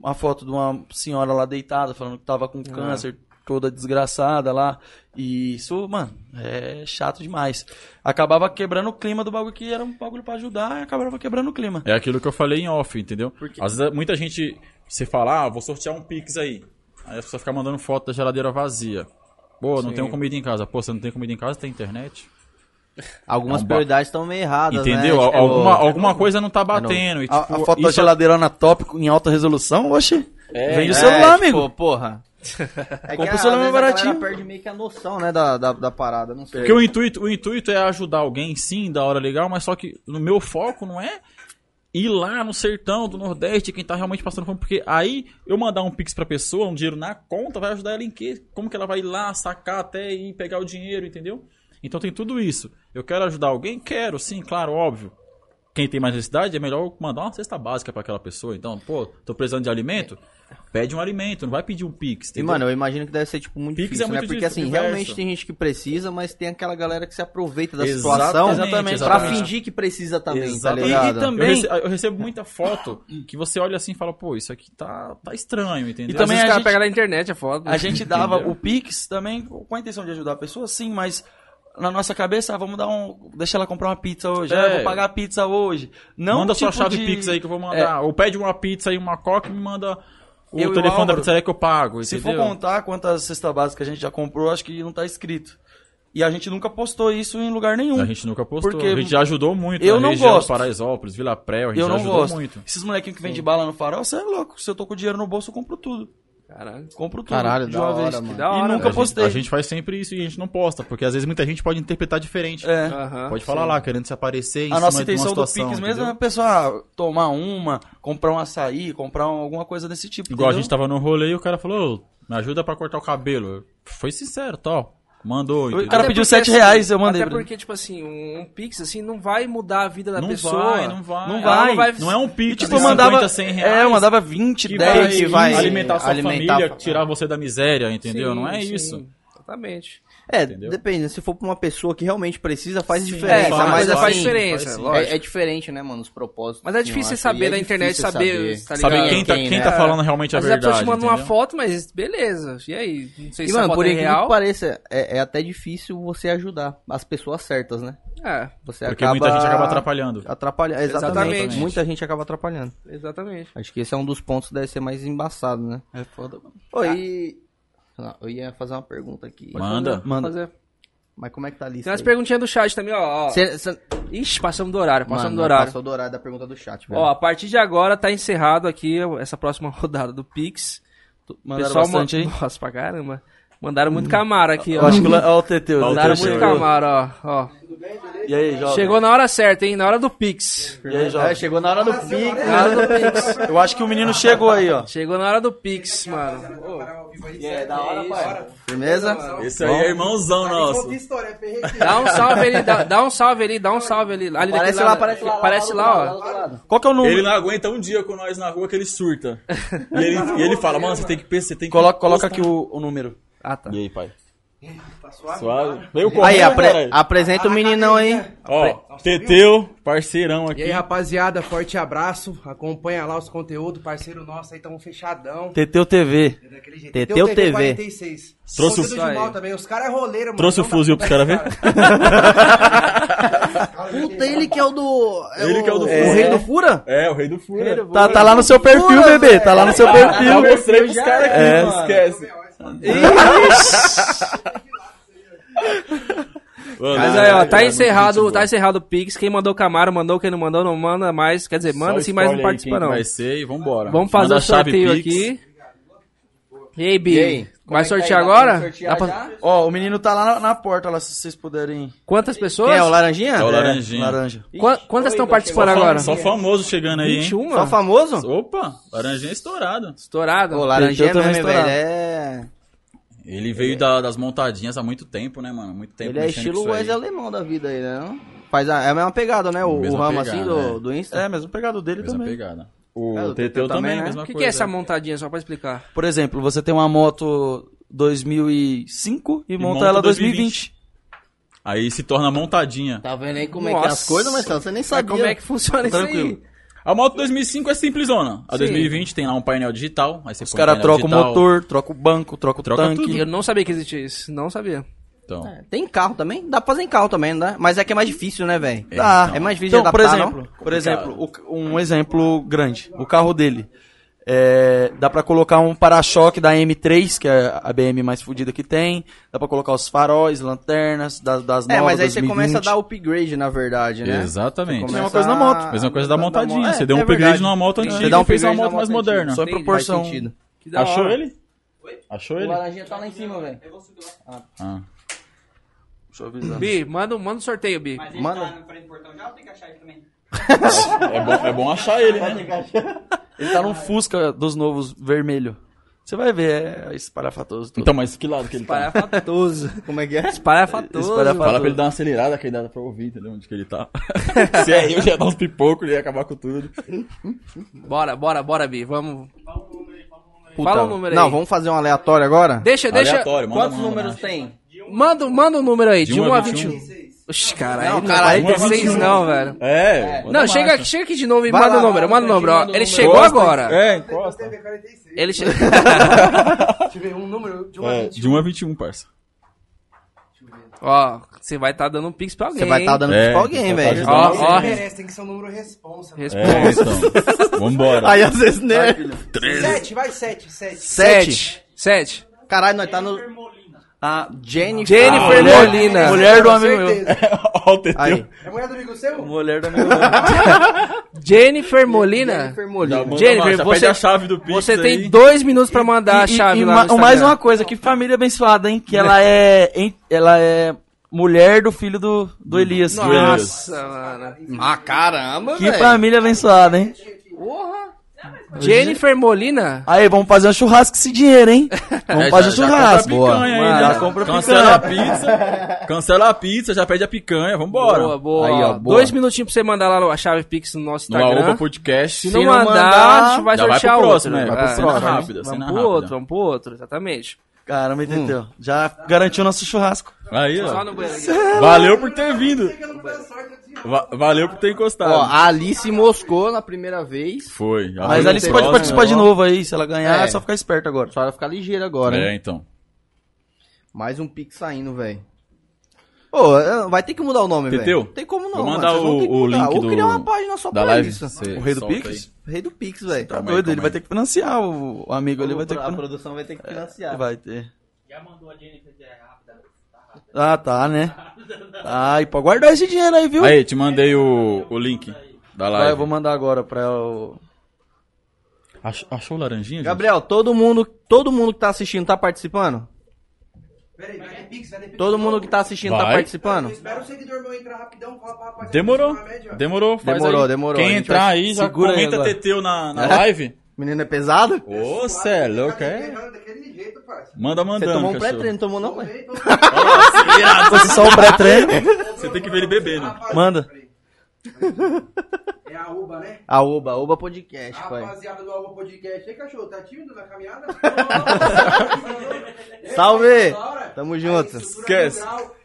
S4: uma foto de uma senhora lá deitada, falando que tava
S2: É.
S4: com câncer, toda desgraçada lá. E isso, mano, é chato demais. Acabava quebrando o clima do bagulho que era um bagulho pra ajudar, e acabava quebrando o clima.
S5: É aquilo que eu falei em off, entendeu? Às vezes muita gente se fala, ah, vou sortear um Pix aí. Aí a pessoa fica mandando foto da geladeira vazia. Pô, não tenho comida em casa. Pô, você não tem comida em casa, tem internet?
S2: Algumas
S5: É um ba-
S2: prioridades estão meio erradas, né?
S5: Entendeu? Al-
S2: Tipo,
S5: alguma alguma coisa não tá batendo. E,
S4: A,
S5: tipo,
S4: a foto da
S5: isso-
S4: geladeira na top em alta resolução, oxe. vende
S2: é,
S4: o celular,
S2: tipo,
S4: amigo.
S2: porra. É que
S4: Compra o
S2: às
S4: celular mais
S2: vezes a galera
S4: baratinho.
S2: perde meio que a noção, né, da, da, da parada, não sei.
S5: Porque o intuito, o intuito é ajudar alguém, sim, da hora legal, mas só que no meu foco não é ir lá no sertão do Nordeste, quem tá realmente passando fome, porque aí eu mandar um pix pra pessoa, um dinheiro na conta, vai ajudar ela em quê? Como que ela vai ir lá sacar até e pegar o dinheiro, entendeu? Então tem tudo isso. Eu quero ajudar alguém? Quero, sim, claro, óbvio. Quem tem mais necessidade é melhor eu mandar uma cesta básica pra aquela pessoa. Então, pô, tô precisando de alimento? Pede um alimento, não vai pedir um pix,
S2: E,
S5: entendeu?
S2: mano, eu imagino que deve ser, tipo, muito
S5: Pix é
S2: difícil, né?
S5: muito
S2: Porque,
S5: difícil,
S2: assim,
S5: diverso.
S2: realmente tem gente que precisa, mas tem aquela galera que se aproveita da
S5: Exatamente,
S2: situação
S5: exatamente.
S2: pra fingir que precisa também,
S5: Exatamente.
S2: tá
S4: E- e
S2: ligado?
S4: também-
S5: Eu, rece- eu recebo muita foto que você olha assim e fala, pô, isso aqui tá, tá estranho, entendeu?
S4: E
S1: Às
S4: também
S1: vezes
S4: a
S1: os caras
S4: gente-
S1: pegam na internet, é foda.
S4: A gente
S5: Uhum.
S4: dava
S5: Entendeu?
S4: o Pix também com a intenção de ajudar a pessoa, sim, mas na nossa cabeça, ah, vamos dar um. Deixa ela comprar uma pizza hoje.
S5: É.
S4: Ah, eu vou pagar a pizza hoje. Não
S5: manda sua
S4: tipo
S5: chave
S4: de- é.
S5: Pix aí que eu vou mandar. Ou pede uma pizza e uma coca e me manda o
S4: Eu e o
S5: telefone da
S4: Álvaro,
S5: pizzaria que eu pago,
S4: Se for
S5: entendeu?
S4: contar quantas cestas básicas a gente já comprou, acho que não tá escrito. E a gente nunca postou isso em lugar nenhum.
S5: A gente nunca postou.
S4: um Porque
S5: a gente já ajudou muito.
S4: eu
S5: na
S4: não
S5: região,
S4: gosto.
S5: Paraisópolis, Vila Pré, a gente já
S4: eu não
S5: ajudou
S4: gosto.
S5: muito.
S4: Esses molequinhos que vendem bala no farol, você é louco. Se eu tô com dinheiro no bolso, eu compro tudo.
S1: Caralho.
S4: Compro tudo.
S2: Caralho,
S4: de
S2: da
S4: uma
S2: hora,
S4: vez.
S2: mano.
S1: Da hora,
S4: e
S1: velho.
S4: nunca
S5: A gente,
S4: postei.
S5: a gente faz sempre isso e a gente não posta, porque às vezes muita gente pode interpretar diferente.
S4: É.
S1: Aham.
S5: Pode falar lá, querendo se aparecer em
S4: A nossa
S5: cima de uma
S4: intenção do Pix
S5: situação,
S4: mesmo
S5: entendeu?
S4: é a pessoa tomar uma, comprar um açaí, comprar um- alguma coisa desse tipo.
S5: Igual a
S4: entendeu?
S5: gente tava no rolê e o cara falou, "Ô, me ajuda pra cortar o cabelo. Foi sincero, tal. Mandou,
S4: O
S5: entendeu?
S4: cara
S1: Até
S4: pediu
S1: porque,
S4: 7
S1: assim,
S4: reais, eu mandei.
S1: Até
S4: pra ele.
S1: porque, tipo assim, um, um Pix, assim, não vai mudar a vida da
S5: não
S1: pessoa.
S5: vai, não vai.
S4: Não
S1: Ela
S4: vai.
S5: Não é um pix,
S4: E, tipo,
S5: de
S4: eu
S5: 50,
S4: mandava.
S5: 100
S4: É,
S5: reais.
S4: eu mandava 20,
S5: que
S4: 10.
S5: vai,
S2: vai
S5: alimentar sua
S2: alimentar a
S5: família,
S2: fa-
S5: tirar você da miséria, entendeu?
S1: Sim,
S5: não é
S1: sim,
S5: isso.
S1: Exatamente.
S2: É,
S5: Entendeu?
S2: depende, se for pra uma pessoa que realmente precisa, faz
S1: É,
S2: diferença.
S1: faz,
S2: mas
S1: faz
S2: assim,
S1: diferença,
S5: faz sim.
S1: lógico.
S2: é, é diferente, né, mano, os propósitos.
S1: Mas é
S2: assim, eu
S1: difícil
S2: acho,
S1: saber
S2: e é
S1: na internet,
S2: difícil
S1: saber, tá ligado?
S5: Saber quem, tá,
S2: quem,
S5: quem
S2: né?
S5: tá falando realmente a
S1: Às vezes é a pessoa
S5: verdade.
S1: te manda uma
S5: entendeu?
S1: foto, mas beleza. E aí? Não sei
S2: E,
S1: se a
S2: mano,
S1: foto
S2: por
S1: é
S2: incrível que
S1: real.
S2: pareça, é, é até difícil você ajudar as pessoas certas, né?
S1: É,
S2: Você
S5: Porque
S2: acaba...
S5: muita gente acaba atrapalhando.
S2: Atrapalhando, exatamente.
S1: Exatamente.
S2: Muita gente acaba atrapalhando.
S1: exatamente.
S2: Acho que esse é um dos pontos que deve ser mais embaçado, né?
S4: É foda, mano.
S1: Tá.
S2: Oi, e... Não, eu ia fazer uma pergunta aqui.
S5: Manda.
S1: Manda.
S4: Manda.
S1: Fazer.
S2: Mas como é que tá a lista?
S1: Tem umas
S2: aí?
S1: perguntinhas do chat também, ó. ó.
S2: Cê- cê-
S1: Ixi, passamos do horário, passamos
S2: Mano,
S1: do horário.
S2: Passou do horário da pergunta do chat, velho.
S1: Ó, a partir de agora tá encerrado aqui essa próxima rodada do Pix.
S4: Mandaram
S1: Pessoal
S4: bastante,
S1: man-
S4: hein?
S1: Nossa, pra caramba. Mandaram muito camaro aqui, ó.
S4: Eu acho que... Olha o TT. o
S1: Mandaram
S4: TT
S1: muito
S4: chegou.
S1: camaro, ó. ó.
S4: E aí, Jota?
S1: Chegou na hora certa, hein? Na hora do Pix.
S4: E aí, Jota?
S2: É, chegou na hora do pique.
S1: Na hora do Pix.
S4: Eu acho que o menino chegou aí, ó.
S1: Chegou na hora do Pix, mano.
S7: é,
S2: Firmeza?
S5: Esse aí é irmãozão nosso.
S7: é
S1: Dá um salve ali, dá, dá um salve ali, dá um salve ali. ali
S2: Aparece
S1: daquele
S2: lá,
S1: lado.
S2: aparece lá.
S1: Aparece lá, ó.
S4: Qual que é o número?
S5: Ele não aguenta um dia com nós na rua que ele surta. E ele, e ele fala, mano, você tem que pensar, você tem que.
S4: Coloca, coloca aqui o, o número.
S1: Ah, tá.
S5: E aí, pai? Suave. Veio correndo,
S2: Aí, apre-
S5: caralho.
S2: apresenta o meninão aí.
S5: Ó, Teteu, parceirão
S7: E
S5: aqui.
S7: aí, rapaziada, forte abraço. Acompanha lá os conteúdos, parceiro nosso aí, tamo fechadão.
S4: TT TV.
S7: É Daquele jeito.
S2: TT
S7: Teu
S2: ou TV?
S7: 46.
S5: Trouxe o-
S7: Conteúdo de mal também. Os caras é roleiro, mano.
S5: Trouxe o
S7: Não dá-
S5: fuzil pros caras ver?
S2: Puta, ele que é o do.
S5: Ele que é o do
S2: O
S5: furo.
S2: rei do Fura?
S5: É, o rei do furo.
S4: Tá, tá lá no seu perfil, bebê. Tá lá no seu
S5: Eu
S4: perfil.
S5: mostrei pros caras aqui,
S4: É.
S5: não esquece. Mano,
S1: Mas aí, ó,
S5: é
S1: tá encerrado, tá encerrado o Pix. Quem mandou Camaro, mandou, quem não mandou, não manda mais. Quer dizer, manda sim, mas não participa não.
S5: Vai ser e vambora.
S1: Vamos fazer
S5: Manda
S1: o sorteio
S5: chave Pix.
S1: aqui. E aí, Bi?
S2: E tá aí?
S1: Vai sortear
S2: Vai
S1: agora?
S2: sortear
S1: Dá pra-
S2: já?
S4: Ó, o menino tá lá na, na porta, lá, se vocês puderem.
S1: Quantas
S2: Quem
S1: pessoas?
S2: é o Laranjinha?
S5: É o
S4: É,
S5: Laranjinha.
S4: laranja.
S1: Qua- Quantas estão participando agora?
S5: Só famoso chegando aí, hein?
S1: 21?
S2: Só famoso?
S5: Opa, Laranjinha é estourado.
S1: Estourado.
S2: Ô, Laranjinha
S4: Tenteu também
S2: mesmo, velho.
S4: estourar.
S2: É.
S5: Ele veio da- das montadinhas há muito tempo, né, mano? Muito tempo
S2: Ele é
S5: mexendo com
S2: estilo
S5: isso aí.
S2: Wes alemão da vida aí, né? não? Faz a, é a mesma pegada, né? O, o
S5: Mesma
S2: ramo
S5: pegada,
S2: assim do,
S5: é.
S2: do Insta.
S4: É, mesmo pegado dele
S5: Mesma
S4: também.
S5: pegada. O,
S2: É, o
S5: Teteu também,
S2: né?
S5: mesma
S1: O que, que é
S5: coisa.
S1: essa montadinha, só pra explicar?
S4: Por exemplo, você tem uma moto 2005 e, monta,
S5: monta
S4: ela
S5: 2020.
S4: 2020.
S5: Aí se torna montadinha.
S2: Tá vendo aí como é que é
S1: Nossa.
S2: as coisas, Marcelo? Você nem
S1: Mas
S2: sabia. Tá
S1: como é que funciona
S4: Tranquilo.
S1: isso aí?
S5: A moto 2005 é simplesona. A
S1: Sim.
S5: 2020 tem lá um painel digital. Aí você
S4: Os caras trocam o
S5: motor.
S4: motor, trocam o banco, trocam o
S5: Troca
S4: tanque.
S5: tudo.
S1: Eu não sabia que existia isso, não sabia.
S5: Então,
S2: É, Tem carro também? Dá pra fazer em carro também, não dá? Mas é que é mais difícil, né, velho?
S5: É,
S2: Dá.
S5: então.
S2: É mais difícil
S4: Então,
S2: de
S4: por
S2: adaptar,
S4: exemplo,
S2: não?
S4: por exemplo, o ca- um exemplo grande, o carro dele. É, dá pra colocar um para-choque da M3, que é a BM mais fodida que tem. Dá pra colocar os faróis, lanternas, das, das novas
S2: É, mas aí você
S4: 2020.
S2: começa a dar upgrade, na verdade, né?
S5: Exatamente.
S2: Você
S4: Mesma
S2: começa
S4: coisa na moto.
S2: a-
S5: Mesma coisa da montadinha.
S2: mo-
S5: Você deu um
S2: é
S5: upgrade
S2: verdade. um
S5: numa moto
S2: Tem-
S5: antiga
S2: você
S5: e fez uma moto mais
S2: antiga.
S5: moderna.
S4: Só em
S1: Entendi,
S4: proporção.
S2: Faz sentido.
S1: Que da
S5: Achou
S1: hora.
S5: ele? Achou ele?
S2: laranjinha tá lá em cima, velho.
S5: Ah.
S4: Deixa eu avisar.
S1: Bi, manda, um- manda um sorteio, Bi.
S9: Mas ele
S2: Manda.
S9: tá no frente do portão já ou tem que achar ele também?
S5: É bom, é bom achar ele, né?
S4: Ele tá num Fusca dos novos vermelho. Você vai ver, é espalhafatoso. todo.
S5: Então, mas que lado que ele tá?
S1: Espalhafatoso.
S2: Como é que é?
S1: Espalhafatoso.
S4: Espalhafatoso.
S5: Fala pra ele dar uma acelerada, que aí dá pra ouvir, entendeu? Onde que ele tá. Se é eu, já ia dar uns pipocos, já ia acabar com tudo.
S1: Bora, bora, bora, Bi. Vamos.
S2: Puta,
S1: Fala o número aí.
S2: Não, vamos fazer um aleatório agora?
S1: Deixa, deixa.
S5: Aleatório, manda
S2: Quantos
S5: mano,
S2: números
S5: né?
S2: tem?
S1: Manda, manda um número aí,
S5: De
S1: de,
S5: um
S1: 1
S5: a
S1: a
S5: 21.
S1: 21. Oxi, cara, aí não,
S2: cara,
S1: vai
S2: um
S5: a
S1: 16
S5: 21.
S1: não, velho.
S5: É, manda
S1: Não,
S5: marcha.
S1: chega, chega aqui de novo e
S2: Vai
S1: manda o
S2: lá,
S1: número,
S2: vai,
S1: manda o
S2: vai,
S1: número, ó.
S2: manda o
S1: Ele
S2: número.
S1: chegou
S5: Encosta,
S1: agora.
S5: É, encosta.
S1: Ele chegou.
S7: Deixa eu ver um número de uma
S5: É, de 1 a 21, parça.
S1: Ó, você vai estar dando um pix pra alguém.
S2: Você vai estar
S1: hein?
S2: dando
S5: É,
S2: é, pra alguém,
S5: então tá
S2: velho.
S5: ajudando.
S1: Ó,
S7: Você
S1: ó,
S7: não merece, tem que ser um número responsa. mano.
S1: responde.
S5: É, então. Vambora.
S2: Aí às vezes, né?
S7: Sete, vai, sete, sete.
S2: Sete.
S1: 7.
S2: Caralho, nós tá no... A Jennifer...
S1: Jennifer
S2: Ah,
S1: Molina. Molina.
S4: Mulher do amigo meu.
S7: Certeza.
S5: Ó o Teteu.
S2: Aí.
S7: É mulher do amigo seu?
S4: Mulher do amigo meu.
S1: Jennifer Molina.
S2: Jennifer
S5: Já
S2: Molina.
S5: manda
S1: Jennifer,
S5: lá, já pede
S1: você-
S5: a chave do Pix
S1: Você tem
S5: aí.
S1: dois minutos pra mandar a
S4: E- e-
S1: chave
S4: e
S1: lá
S4: ma-
S1: no
S4: mais
S1: Instagram.
S4: uma coisa, que família abençoada, hein? Que ela é, hein, ela é mulher do filho do, do Elias.
S1: Nossa, mano.
S2: Ah, caramba,
S4: Que
S5: É.
S2: velho.
S4: família abençoada, hein?
S1: Jennifer Molina?
S4: Aí, vamos fazer um churrasco com esse dinheiro, hein? Vamos
S5: É,
S4: fazer um
S5: já- já compra a
S4: churrasco.
S5: picanha
S4: Boa.
S5: aí,
S4: Mano,
S5: né?
S4: já compra a
S5: Cancela a
S4: picanha.
S5: pizza. Cancela a pizza, já pede a picanha. Vambora.
S1: Boa, boa.
S4: Aí, ó, boa.
S1: Dois minutinhos pra você mandar lá a chave Pix no nosso
S5: No Aoba
S1: Instagram.
S5: Podcast.
S1: Se não
S4: Se não
S1: mandar,
S4: mandar,
S1: a gente vai
S5: já vai
S1: sortear
S5: pro
S1: outro.
S5: próximo, né? Vai pro
S1: É.
S5: próximo.
S1: Vamos-
S5: Rápido, cena
S1: Vamos pro
S5: rápida.
S1: outro, vamos pro outro, exatamente.
S4: Caramba, entendeu? Já
S5: Ah,
S4: garantiu nosso churrasco.
S5: Aí,
S1: Só no
S5: ó.
S1: banheiro aqui.
S5: Valeu por ter vindo. Va- valeu por ter encostado.
S2: Ó, a Alice moscou na primeira vez.
S5: Foi. já
S4: Mas
S5: foi
S4: a
S5: no
S4: Alice pode
S5: próximo.
S4: participar de novo aí. Se ela ganhar, é,
S2: É.
S4: só ficar esperto agora.
S2: Só ela ficar ligeira agora,
S5: É,
S2: né?
S5: então.
S2: Mais um pix saindo, velho. Pô, é, vai ter que mudar o nome, velho.
S5: Teteu,
S2: Não tem como não,
S5: vou mandar
S2: mano. Vocês vão
S5: o-
S2: ter que
S5: o
S2: mudar.
S5: link
S2: Ou
S5: do-
S2: criar uma página só
S5: Da
S2: pra
S5: live.
S2: isso.
S5: cê
S4: O rei do
S5: solta
S4: Pix?
S5: aí.
S2: tá Rei do pix, velho.
S4: Tá
S5: Calma aí,
S4: doido, ele
S5: calma
S4: vai
S5: aí.
S4: ter que financiar o o amigo, ele vai ter que
S2: A
S4: financiar.
S2: produção vai ter que financiar.
S4: Vai ter.
S9: Já mandou a Jennifer de rápida. Tá rápido.
S4: Ah, tá, né? Tá, e pode guardar esse dinheiro aí, viu?
S5: Aí, te mandei o, o link da
S4: Vai, eu
S5: live.
S4: vou mandar agora pra ela. o-
S5: Ach- achou laranjinha, gente?
S2: Gabriel, todo mundo, todo mundo que tá assistindo tá participando?
S7: Peraí, vai ter pix, vai ter pix.
S2: Todo mundo que tá assistindo tá
S5: Vai.
S2: participando?
S7: Espera o seguidor meu entrar rapidão, fala pra rapaziada.
S5: Demorou.
S7: que tá na média, ó.
S5: Demorou, faz
S2: Demorou,
S5: aí.
S2: demorou. A
S5: Quem
S2: gente
S5: entrar
S2: vai-
S5: aí, já
S4: Segura aí
S5: comenta
S4: agora.
S5: TT na, na live.
S2: Menino é pesado?
S5: Ô, cê é louco, é?
S7: Guerreiro Tá daquele jeito, parça.
S5: Manda
S2: Você tomou
S5: mandando,
S2: um
S5: cachorro.
S2: pré-treino, não tomou não, velho?
S4: Fosse só o pré-treino.
S5: Você tem que ver ele beber, né?
S7: Rapaziada,
S4: Manda.
S7: peraí. É a UBA, né?
S2: A Oba, Oba Podcast, pai.
S7: Rapaziada do Alba Podcast. E aí, cachorro, tá tímido na caminhada? é
S2: Salve! Tamo junto.
S5: Esquece.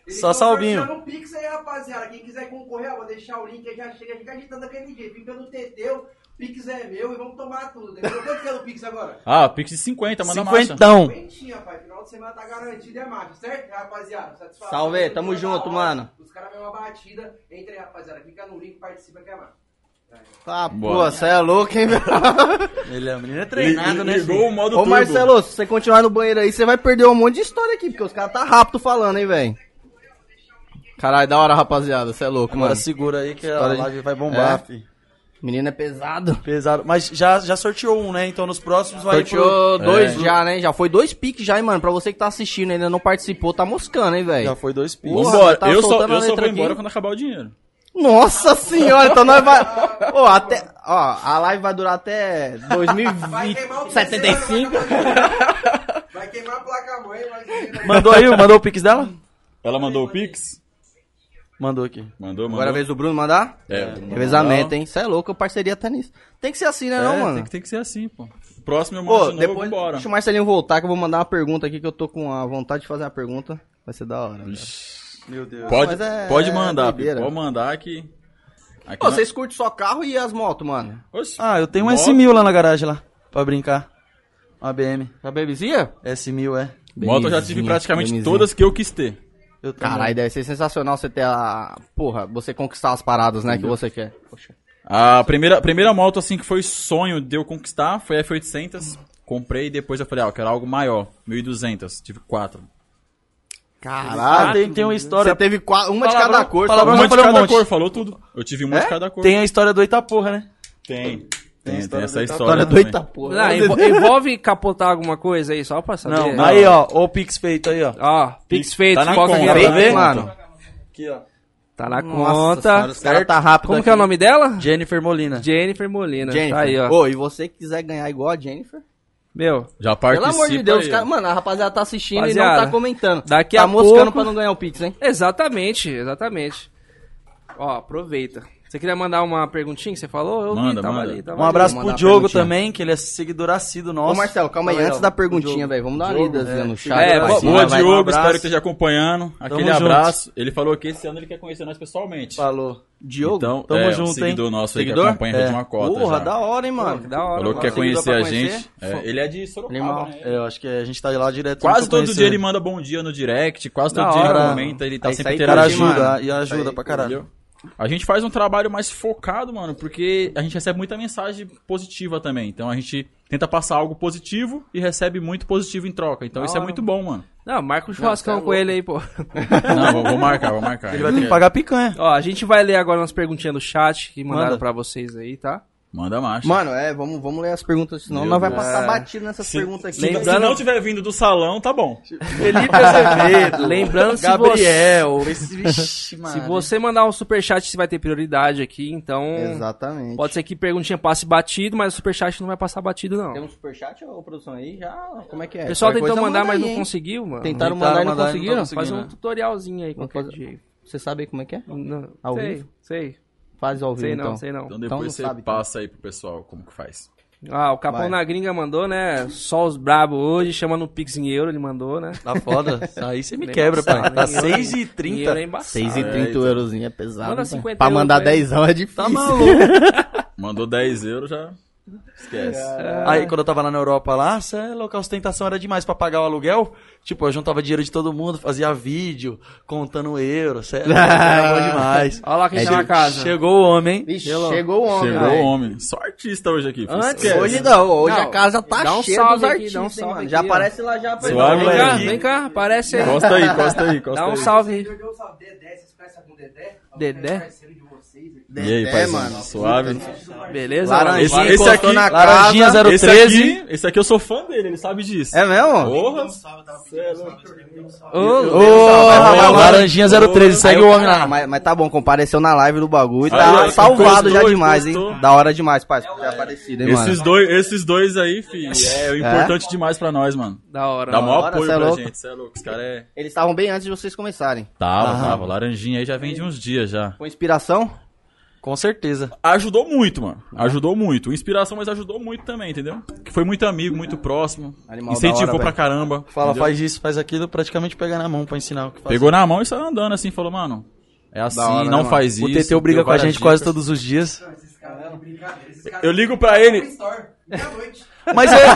S4: Só salvinho.
S7: Um pix aí, rapaziada. Quem quiser concorrer, eu vou deixar o link aí. Já chega, fica agitando daquele jeito. Fica no Teteu, o pix é meu e vamos tomar tudo. Entendeu? Quanto que é o pix agora?
S5: Ah, pix de 50, manda marcha.
S4: Cinquentão.
S7: Quentinha, pai. Final de semana tá garantido, é macho, certo, rapaziada? Satisfação.
S2: Salve, tamo
S7: Da
S2: junto,
S7: hora.
S2: mano.
S7: Os caras mesmo uma batida. Entra aí, rapaziada. Clica no link, participa que é macho.
S2: Tá, pô,
S5: Bora.
S2: você é louco, hein, velho?
S4: Ele é um menino é
S5: Li-
S4: treinado, né?
S5: Ligou
S4: filho?
S5: o modo
S2: Ô,
S5: turbo.
S2: Marcelo, se você continuar no banheiro aí, você vai perder um monte de história aqui, porque os caras tá rápido falando, hein, velho? Caralho, da hora, rapaziada. Você é louco,
S4: Agora
S2: mano.
S4: segura aí que a
S2: História de-
S4: live vai bombar,
S2: É.
S4: fi.
S2: Menino é pesado.
S4: Pesado. Mas já, já sorteou um, né? Então nos próximos vai pro-
S2: Sorteou dois
S5: É.
S2: já, né? Já foi dois piques já, hein, mano? Pra você que tá assistindo e ainda não participou, tá moscando, hein,
S4: Já
S2: velho?
S4: foi dois pins.
S2: Porra,
S5: Vambora,
S2: tá
S5: eu só,
S2: soltando a
S5: eu só
S2: letra
S5: vou
S2: aqui.
S5: embora quando acabar o dinheiro.
S2: Nossa senhora, então nós vai... Ó, até... Ó, a live vai durar até 2075.
S7: Vai queimar a placa-mãe, mas...
S4: Mandou aí, mandou o pix dela?
S5: Ela mandou o Pix?
S4: Mandou aqui.
S5: Mandou, mandou.
S2: Agora é a vez do Bruno mandar?
S5: É, vou mandar.
S2: Revezamento, hein? Cê é louco, eu parceria até nisso. Tem que ser assim, né,
S5: É,
S2: não,
S5: Tem
S2: mano?
S5: que, tem que ser assim, pô. O próximo
S4: um
S5: eu mando
S2: Pô,
S5: de novo,
S2: depois...
S5: vambora.
S2: Deixa o Marcelinho voltar que eu vou mandar uma pergunta aqui que eu tô com a vontade de fazer uma pergunta. Vai ser da hora. cara.
S4: Meu Deus.
S5: Pode,
S2: mas é-
S5: pode
S2: é
S5: mandar,
S2: doideira.
S5: pô. pode mandar aqui. aqui
S2: Pô,
S5: na-
S2: vocês curtem só carro e as motos, mano?
S5: Oxe,
S4: Ah, eu tenho um
S5: moto.
S4: S1000 lá na garagem lá, pra brincar. Uma BM.
S2: Já bebezinha?
S4: S1000, é.
S5: Moto eu já tive praticamente todas que eu quis ter.
S4: Eu também.
S2: Caralho, deve ser sensacional você ter a. Porra, você conquistar as paradas, né? Que você quer. Poxa.
S5: A primeira, primeira moto, assim, que foi sonho de eu conquistar foi a F800. Comprei e depois eu falei, ah, eu quero algo maior. 1200, tive quatro.
S4: Ah, tem, tem uma história.
S2: Você teve qua- uma de
S4: Palavrão-
S2: cada cor.
S4: palavrão- Agora
S5: uma
S4: eu
S5: de
S4: falei um
S5: cada
S4: monte.
S5: cor, falou tudo. Eu tive uma de cada cor.
S4: Tem a história do Itaporra, né?
S5: Tem. Tem,
S4: Tem a
S5: tem
S4: história
S5: essa
S4: do
S5: história.
S2: do
S5: também.
S2: Itapor.
S1: Não, envo- envolve capotar alguma coisa aí, só pra saber.
S4: Não, aí, ó, o Pix feito aí, ó.
S1: Ó, Pix
S5: Tá
S1: feito,
S5: na
S1: foca
S5: conta,
S1: aqui,
S5: tá
S1: ó.
S5: na
S1: Vê?
S5: conta.
S2: mano.
S4: Aqui, ó.
S1: Tá na
S2: Nossa
S1: conta.
S2: senhora, os cara tá rápido
S1: Como
S2: aqui.
S1: que é o nome dela?
S4: Jennifer Molina.
S1: Jennifer Molina.
S2: Jennifer.
S1: Tá aí, ó.
S2: Ô, e você que quiser ganhar igual a Jennifer?
S1: Meu,
S5: Já participa
S2: Pelo amor de Deus,
S5: aí,
S2: os
S5: ó.
S2: cara, mano, a rapaziada tá assistindo e não
S1: Rapaziada,
S2: tá comentando.
S1: daqui
S2: tá
S1: a
S2: moscando
S1: pouco-
S2: pra não ganhar o Pix, hein?
S1: exatamente, exatamente. Ó, aproveita. Você queria mandar uma perguntinha que você falou? Eu vi,
S5: Manda,
S1: tava
S5: manda.
S1: ali, tava
S4: Um abraço
S2: Vou
S4: pro
S2: mandar
S4: Diogo
S2: uma perguntinha.
S4: também, que ele é seguidor assíduo nosso.
S2: Ô, Marcelo, calma aí.
S4: Tá legal.
S2: Antes da
S4: O
S2: perguntinha,
S4: Diogo.
S2: velho, vamos dar uma
S4: Diogo,
S2: lidazinha no chat.
S1: É,
S5: Boa,
S1: vai,
S5: boa,
S1: vai, vai,
S5: Diogo,
S4: um abraço.
S5: espero que esteja acompanhando. Aquele
S4: junto.
S5: abraço. Ele falou que esse ano ele quer conhecer nós pessoalmente.
S4: Falou. Diogo,
S5: então,
S4: tamo
S5: é, um
S4: junto, hein?
S5: seguidor nosso aí
S2: Seguidor?
S5: que acompanha a Rede
S4: É.
S5: Uma Cota.
S2: Porra,
S5: já.
S2: da hora, hein,
S1: Que
S2: mano.
S1: da hora.
S5: Falou que quer
S1: mano.
S2: Seguidor
S5: conhecer
S2: pra
S5: a
S2: conhecer?
S5: gente. É, ele é de Sorocaba,
S2: Animal.
S5: né?
S4: É, eu acho que a gente tá lá direto.
S5: Quase
S4: eu tô
S5: todo dia
S4: conhecendo.
S5: ele manda bom dia no direct, quase
S4: Da
S5: todo dia
S4: hora. É
S5: ele comenta, ele tá
S2: Aí
S5: sempre
S2: sai
S4: cara
S2: Entendi,
S5: interagindo.
S2: mano.
S4: ajuda, e ajuda pra caralho.
S5: Tá Entendeu? A gente faz um trabalho mais focado, mano, porque a gente recebe muita mensagem positiva também. Então a gente tenta passar algo positivo e recebe muito positivo em troca. Então isso é muito bom, mano.
S1: Não, marca um churrascão
S4: tá
S1: com ele aí, pô.
S5: Não, vou, vou marcar, vou marcar.
S4: Ele vai ter que pagar picanha.
S1: Ó, a gente vai ler agora umas perguntinhas do chat que mandaram
S4: Manda.
S1: pra vocês aí, tá?
S5: Manda marcha.
S2: Mano, é, vamos, vamos ler as perguntas, senão
S5: Meu
S2: nós vai
S5: Deus.
S2: passar
S4: É.
S2: batido nessas perguntas aqui.
S5: se, não- se não tiver vindo do salão, tá bom.
S4: Felipe Azevedo.
S1: Lembrando, se
S4: Gabriel. Esse... Vixe,
S1: Se
S4: mano.
S1: você mandar um superchat, você vai ter prioridade aqui, então...
S2: Exatamente.
S1: Pode ser que perguntinha passe batido, mas o superchat não vai passar batido, não.
S2: Tem um superchat ou produção aí? Já. Como é que é?
S1: o pessoal
S2: Qualquer
S1: tentou
S2: coisa,
S1: mandar,
S2: manda
S1: mas
S2: aí,
S1: não
S2: hein?
S1: conseguiu, mano.
S2: Tentaram
S4: Tentaram
S2: mandar e não
S4: mandar e não
S2: conseguiram?
S4: conseguiram.
S1: Faz um
S4: né?
S1: tutorialzinho aí, qualquer
S2: fazer-
S1: dia.
S2: Você sabe aí como é que é?
S1: Não,
S2: Ao
S1: sei,
S2: vivo?
S1: sei.
S2: Faz ao vivo,
S1: Sei
S2: então.
S1: não, sei não.
S5: Então
S2: Então não
S5: depois
S2: sabe,
S5: você
S2: então.
S5: passa aí pro pessoal como que faz.
S1: Ah, o Capão
S2: Vai.
S1: na Gringa mandou, né? Só os brabo hoje, chamando o Pix em euro, ele mandou, né?
S4: Tá foda. Aí você me
S1: Nem
S4: quebra,
S1: embaçado,
S4: pai. Tá
S1: nem euro, Em euro é
S4: 6,30.
S1: embaçado.
S2: 6,30
S5: então.
S2: um eurozinho é pesado.
S1: Manda um
S2: né?
S1: 50
S2: pra
S1: euros
S2: mandar
S1: pra ele.
S2: 10 é difícil.
S4: Tá maluco.
S5: Mandou 10 euros já.
S4: Esquece.
S1: Então,
S4: Aí, quando eu tava lá na Europa lá, cê é louco, a ostentação era demais pra pagar o aluguel. Tipo, eu juntava dinheiro de todo mundo, fazia vídeo, contando euro, cê é louco, era bom demais.
S1: Olha lá quem
S4: Aí
S1: tá na
S4: che-
S1: casa.
S4: Chegou o homem,
S2: Vixe, chegou o homem.
S5: Chegou o
S2: velho.
S5: homem. Só artista hoje aqui. filho.
S1: Antes-
S5: Esquece.
S2: Hoje não, hoje
S1: Não,
S2: a casa tá
S1: dá um
S2: cheia
S1: salve
S2: dos
S1: aqui,
S2: artistas,
S1: dá um
S2: hein,
S1: salve
S2: mano.
S1: aqui,
S2: Já
S1: ó.
S2: aparece lá já.
S5: Suave,
S1: um Vem cá,
S5: moleque.
S1: vem cá, aparece aí.
S5: Encosta aí, encosta aí, encosta
S1: Dá um
S5: aí.
S1: salve aí.
S7: Deu um salve, Dedé, vocês conhecem com o Dedé? É o
S1: Dedé?
S7: grande parceiro de vocês aqui.
S5: E aí,
S2: é,
S5: parceiro?
S2: mano.
S5: Suave.
S7: tá?
S1: Beleza?
S2: Laranjinha
S1: mano?
S5: Esse- esse
S2: encostou
S5: aqui-
S2: na
S4: Laranjinha
S2: casa.
S4: 013.
S5: Esse aqui, esse aqui eu sou fã dele, ele sabe disso.
S2: É mesmo?
S5: Porra.
S1: Ô,
S4: Ô,
S1: louco.
S4: rapaz, Laranjinha 013, segue
S2: Aí
S4: o
S2: o
S4: homem
S2: cara-
S4: lá.
S2: Mas, mas tá bom, compareceu na live do bagulho.
S5: Aí,
S2: Tá
S5: ó,
S2: salvado já
S5: encostou,
S2: demais, hein?
S5: encostou.
S2: Da hora demais, pai.
S1: É,
S2: Já aparecido, hein, mano?
S5: Esses dois, esses dois aí, filho, é importante demais pra nós, mano.
S1: Da hora.
S5: Dá o
S1: mano.
S5: maior
S2: Bora,
S5: apoio
S2: cê é
S5: pra
S2: louco.
S5: gente, cê é louco. Os caras é...
S2: Eles estavam bem antes de vocês começarem.
S5: Tava, tava. Laranjinha aí já vem de uns dias já.
S2: Com inspiração?
S4: Com certeza.
S5: Ajudou muito, mano. Ajudou muito. Inspiração, mas ajudou muito também, entendeu? Que foi muito amigo, muito próximo.
S2: Animal da
S5: incentivou
S2: hora,
S5: pra
S2: velho.
S5: caramba.
S4: Fala,
S5: entendeu?
S4: faz isso, faz aquilo, praticamente pegar na mão pra ensinar o que fazer.
S5: Pegou na mão e saiu andando assim, falou, mano, é assim,
S2: hora, né,
S5: não
S2: mano?
S5: faz
S4: O
S5: isso.
S4: TT briga
S5: deu
S4: com a
S5: várias
S4: gente quase
S5: dicas.
S4: todos os dias.
S7: Esses caras não, brincadeira. Esses caras
S5: Eu ligo pra ele.
S7: Meia-noite.
S4: Mas é.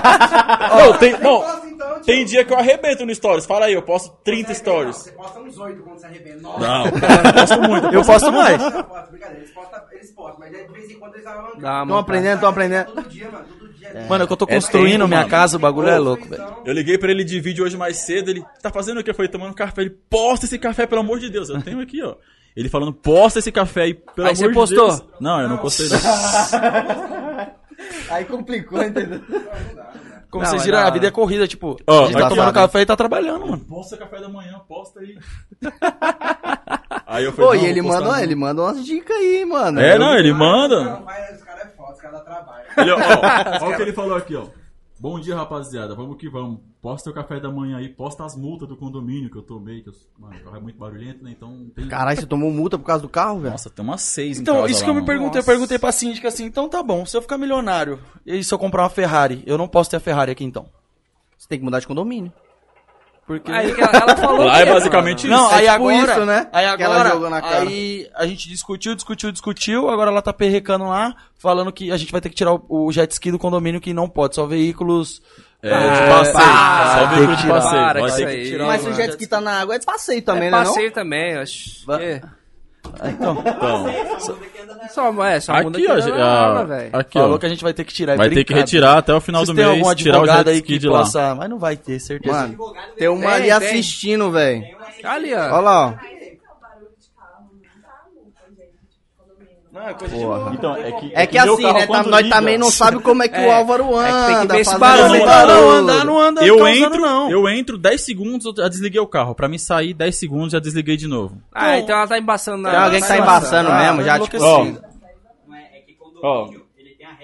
S5: Não, tem, não,
S7: Posta, então, tio.
S5: tem dia que eu arrebento no Stories. Fala aí, eu posto 30
S7: Você arrebenta,
S5: stories.
S7: Você posta uns 8 quando você arrebenta.
S5: Não, eu posto muito.
S4: Eu posto mais.
S7: Não, posta, brincadeira. Eles postam, eles postam, mas aí de vez em quando eles alavancam.
S1: Dá uma
S2: Tão aprendendo, tão aprendendo.
S7: Todo dia, mano. Todo dia. né?
S4: Mano, que eu tô
S5: É
S4: construindo
S5: tempo,
S4: minha
S5: mano.
S4: casa, o bagulho é
S7: Pô,
S4: louco,
S7: então,
S4: velho.
S5: Eu liguei pra ele de vídeo hoje mais cedo, ele tá fazendo o que? Eu falei, tomando café. Ele, posta esse café, pelo amor de Deus. Eu tenho aqui, ó. Ele falando, posta esse café aí, pelo
S1: Aí
S5: amor
S1: você
S5: de Deus.
S1: postou?
S5: Não, eu não postei não.
S2: Aí complicou, entendeu?
S4: Como
S1: Não,
S4: vocês
S1: mas
S4: viram,
S1: dá-
S4: a vida é corrida, tipo,
S5: Ó,
S4: a gente tá
S5: aqui,
S4: tomando
S2: ó.
S4: café e tá trabalhando, mano.
S5: Posta café da manhã, posta aí. aí eu falei,
S2: Pô,
S5: não,
S2: e
S5: vou
S2: ele
S5: postar
S2: manda,
S5: não.
S2: ele manda umas dicas aí, mano.
S5: É, não, ele
S7: Os caras
S5: manda.
S7: não vai, Os caras é foda, os caras dá trabalho.
S5: Ele, ó, ó, ó o que ele falou aqui, ó. Bom dia, rapaziada. Vamos que vamos. Posta o café da manhã aí, posta as multas do condomínio que eu tomei. Que eu, mano, o carro é muito barulhento, né? Então não tem.
S2: Caralho, você tomou multa por causa do carro, velho?
S5: Nossa, tem umas seis em
S4: Então,
S5: casa
S4: isso
S5: lá,
S4: que eu me
S5: mano.
S4: perguntei, eu perguntei pra síndica assim, então tá bom, se eu ficar milionário e se eu comprar uma Ferrari, eu não posso ter a Ferrari aqui então.
S2: Você tem que mudar de condomínio.
S4: Porque...
S1: Aí que ela, ela falou.
S5: Lá
S1: que
S5: é basicamente
S4: Não,
S2: É
S4: aí
S2: tipo
S4: agora,
S2: isso, né?
S4: aí
S2: Que ela
S4: agora,
S2: jogou na cara.
S4: aí a gente discutiu, discutiu, discutiu, agora ela tá perrecando lá, falando que a gente vai ter que tirar o, o jet ski do condomínio que não pode, só veículos... tipo,
S5: É, de passeio. só veículo de
S4: Ah, para,
S1: para
S5: passeio. Vai
S4: é
S1: com
S5: ter
S1: isso
S5: que
S1: aí.
S5: tirar.
S2: Mas
S5: o-
S2: se o jet ski tá na água, é de passeio também,
S1: É
S2: né? Não?
S1: passeio também, eu acho.
S2: Va-
S1: que- é
S4: Ah, Então,
S5: Então,
S1: Só, é, só muda
S5: aqui, ó.
S1: na- na aula, velho.
S5: a- Aqui,
S4: falou
S5: ó.
S4: que a gente vai ter que tirar, é
S5: Vai ter que
S4: brincadeira.
S5: retirar até o final do
S4: Vocês têm algum
S5: mês. Tirar o
S4: advogado
S5: jet
S4: aí
S5: ski
S4: que
S5: de lá.
S4: possa... Mas não vai ter, certeza.
S2: Mano, tem uma ali
S1: Tem,
S2: assistindo, velho.
S1: Ali,
S2: Olha
S1: ó.
S2: lá, ó.
S4: Não, é coisa
S2: Porra.
S5: Então, é que,
S2: É que assim,
S5: meu carro,
S2: né? tá-
S5: quando
S2: nós
S5: liga,
S2: também não sabemos como é que
S1: É,
S2: o Álvaro
S1: é que
S2: anda.
S1: tem que ver esse
S2: fazendo
S1: barulho.
S2: esse
S5: Não,
S2: barulho.
S4: anda
S5: Eu
S4: causando,
S5: entro, eu entro 10 segundos, eu já desliguei o carro. Pra mim sair 10 segundos, já desliguei de novo.
S1: Ah, então ela tá embaçando na.
S2: Tem alguém que tá embaçando
S1: Ah,
S2: mesmo, já, tipo
S4: Ó,
S2: assim.
S5: Ó,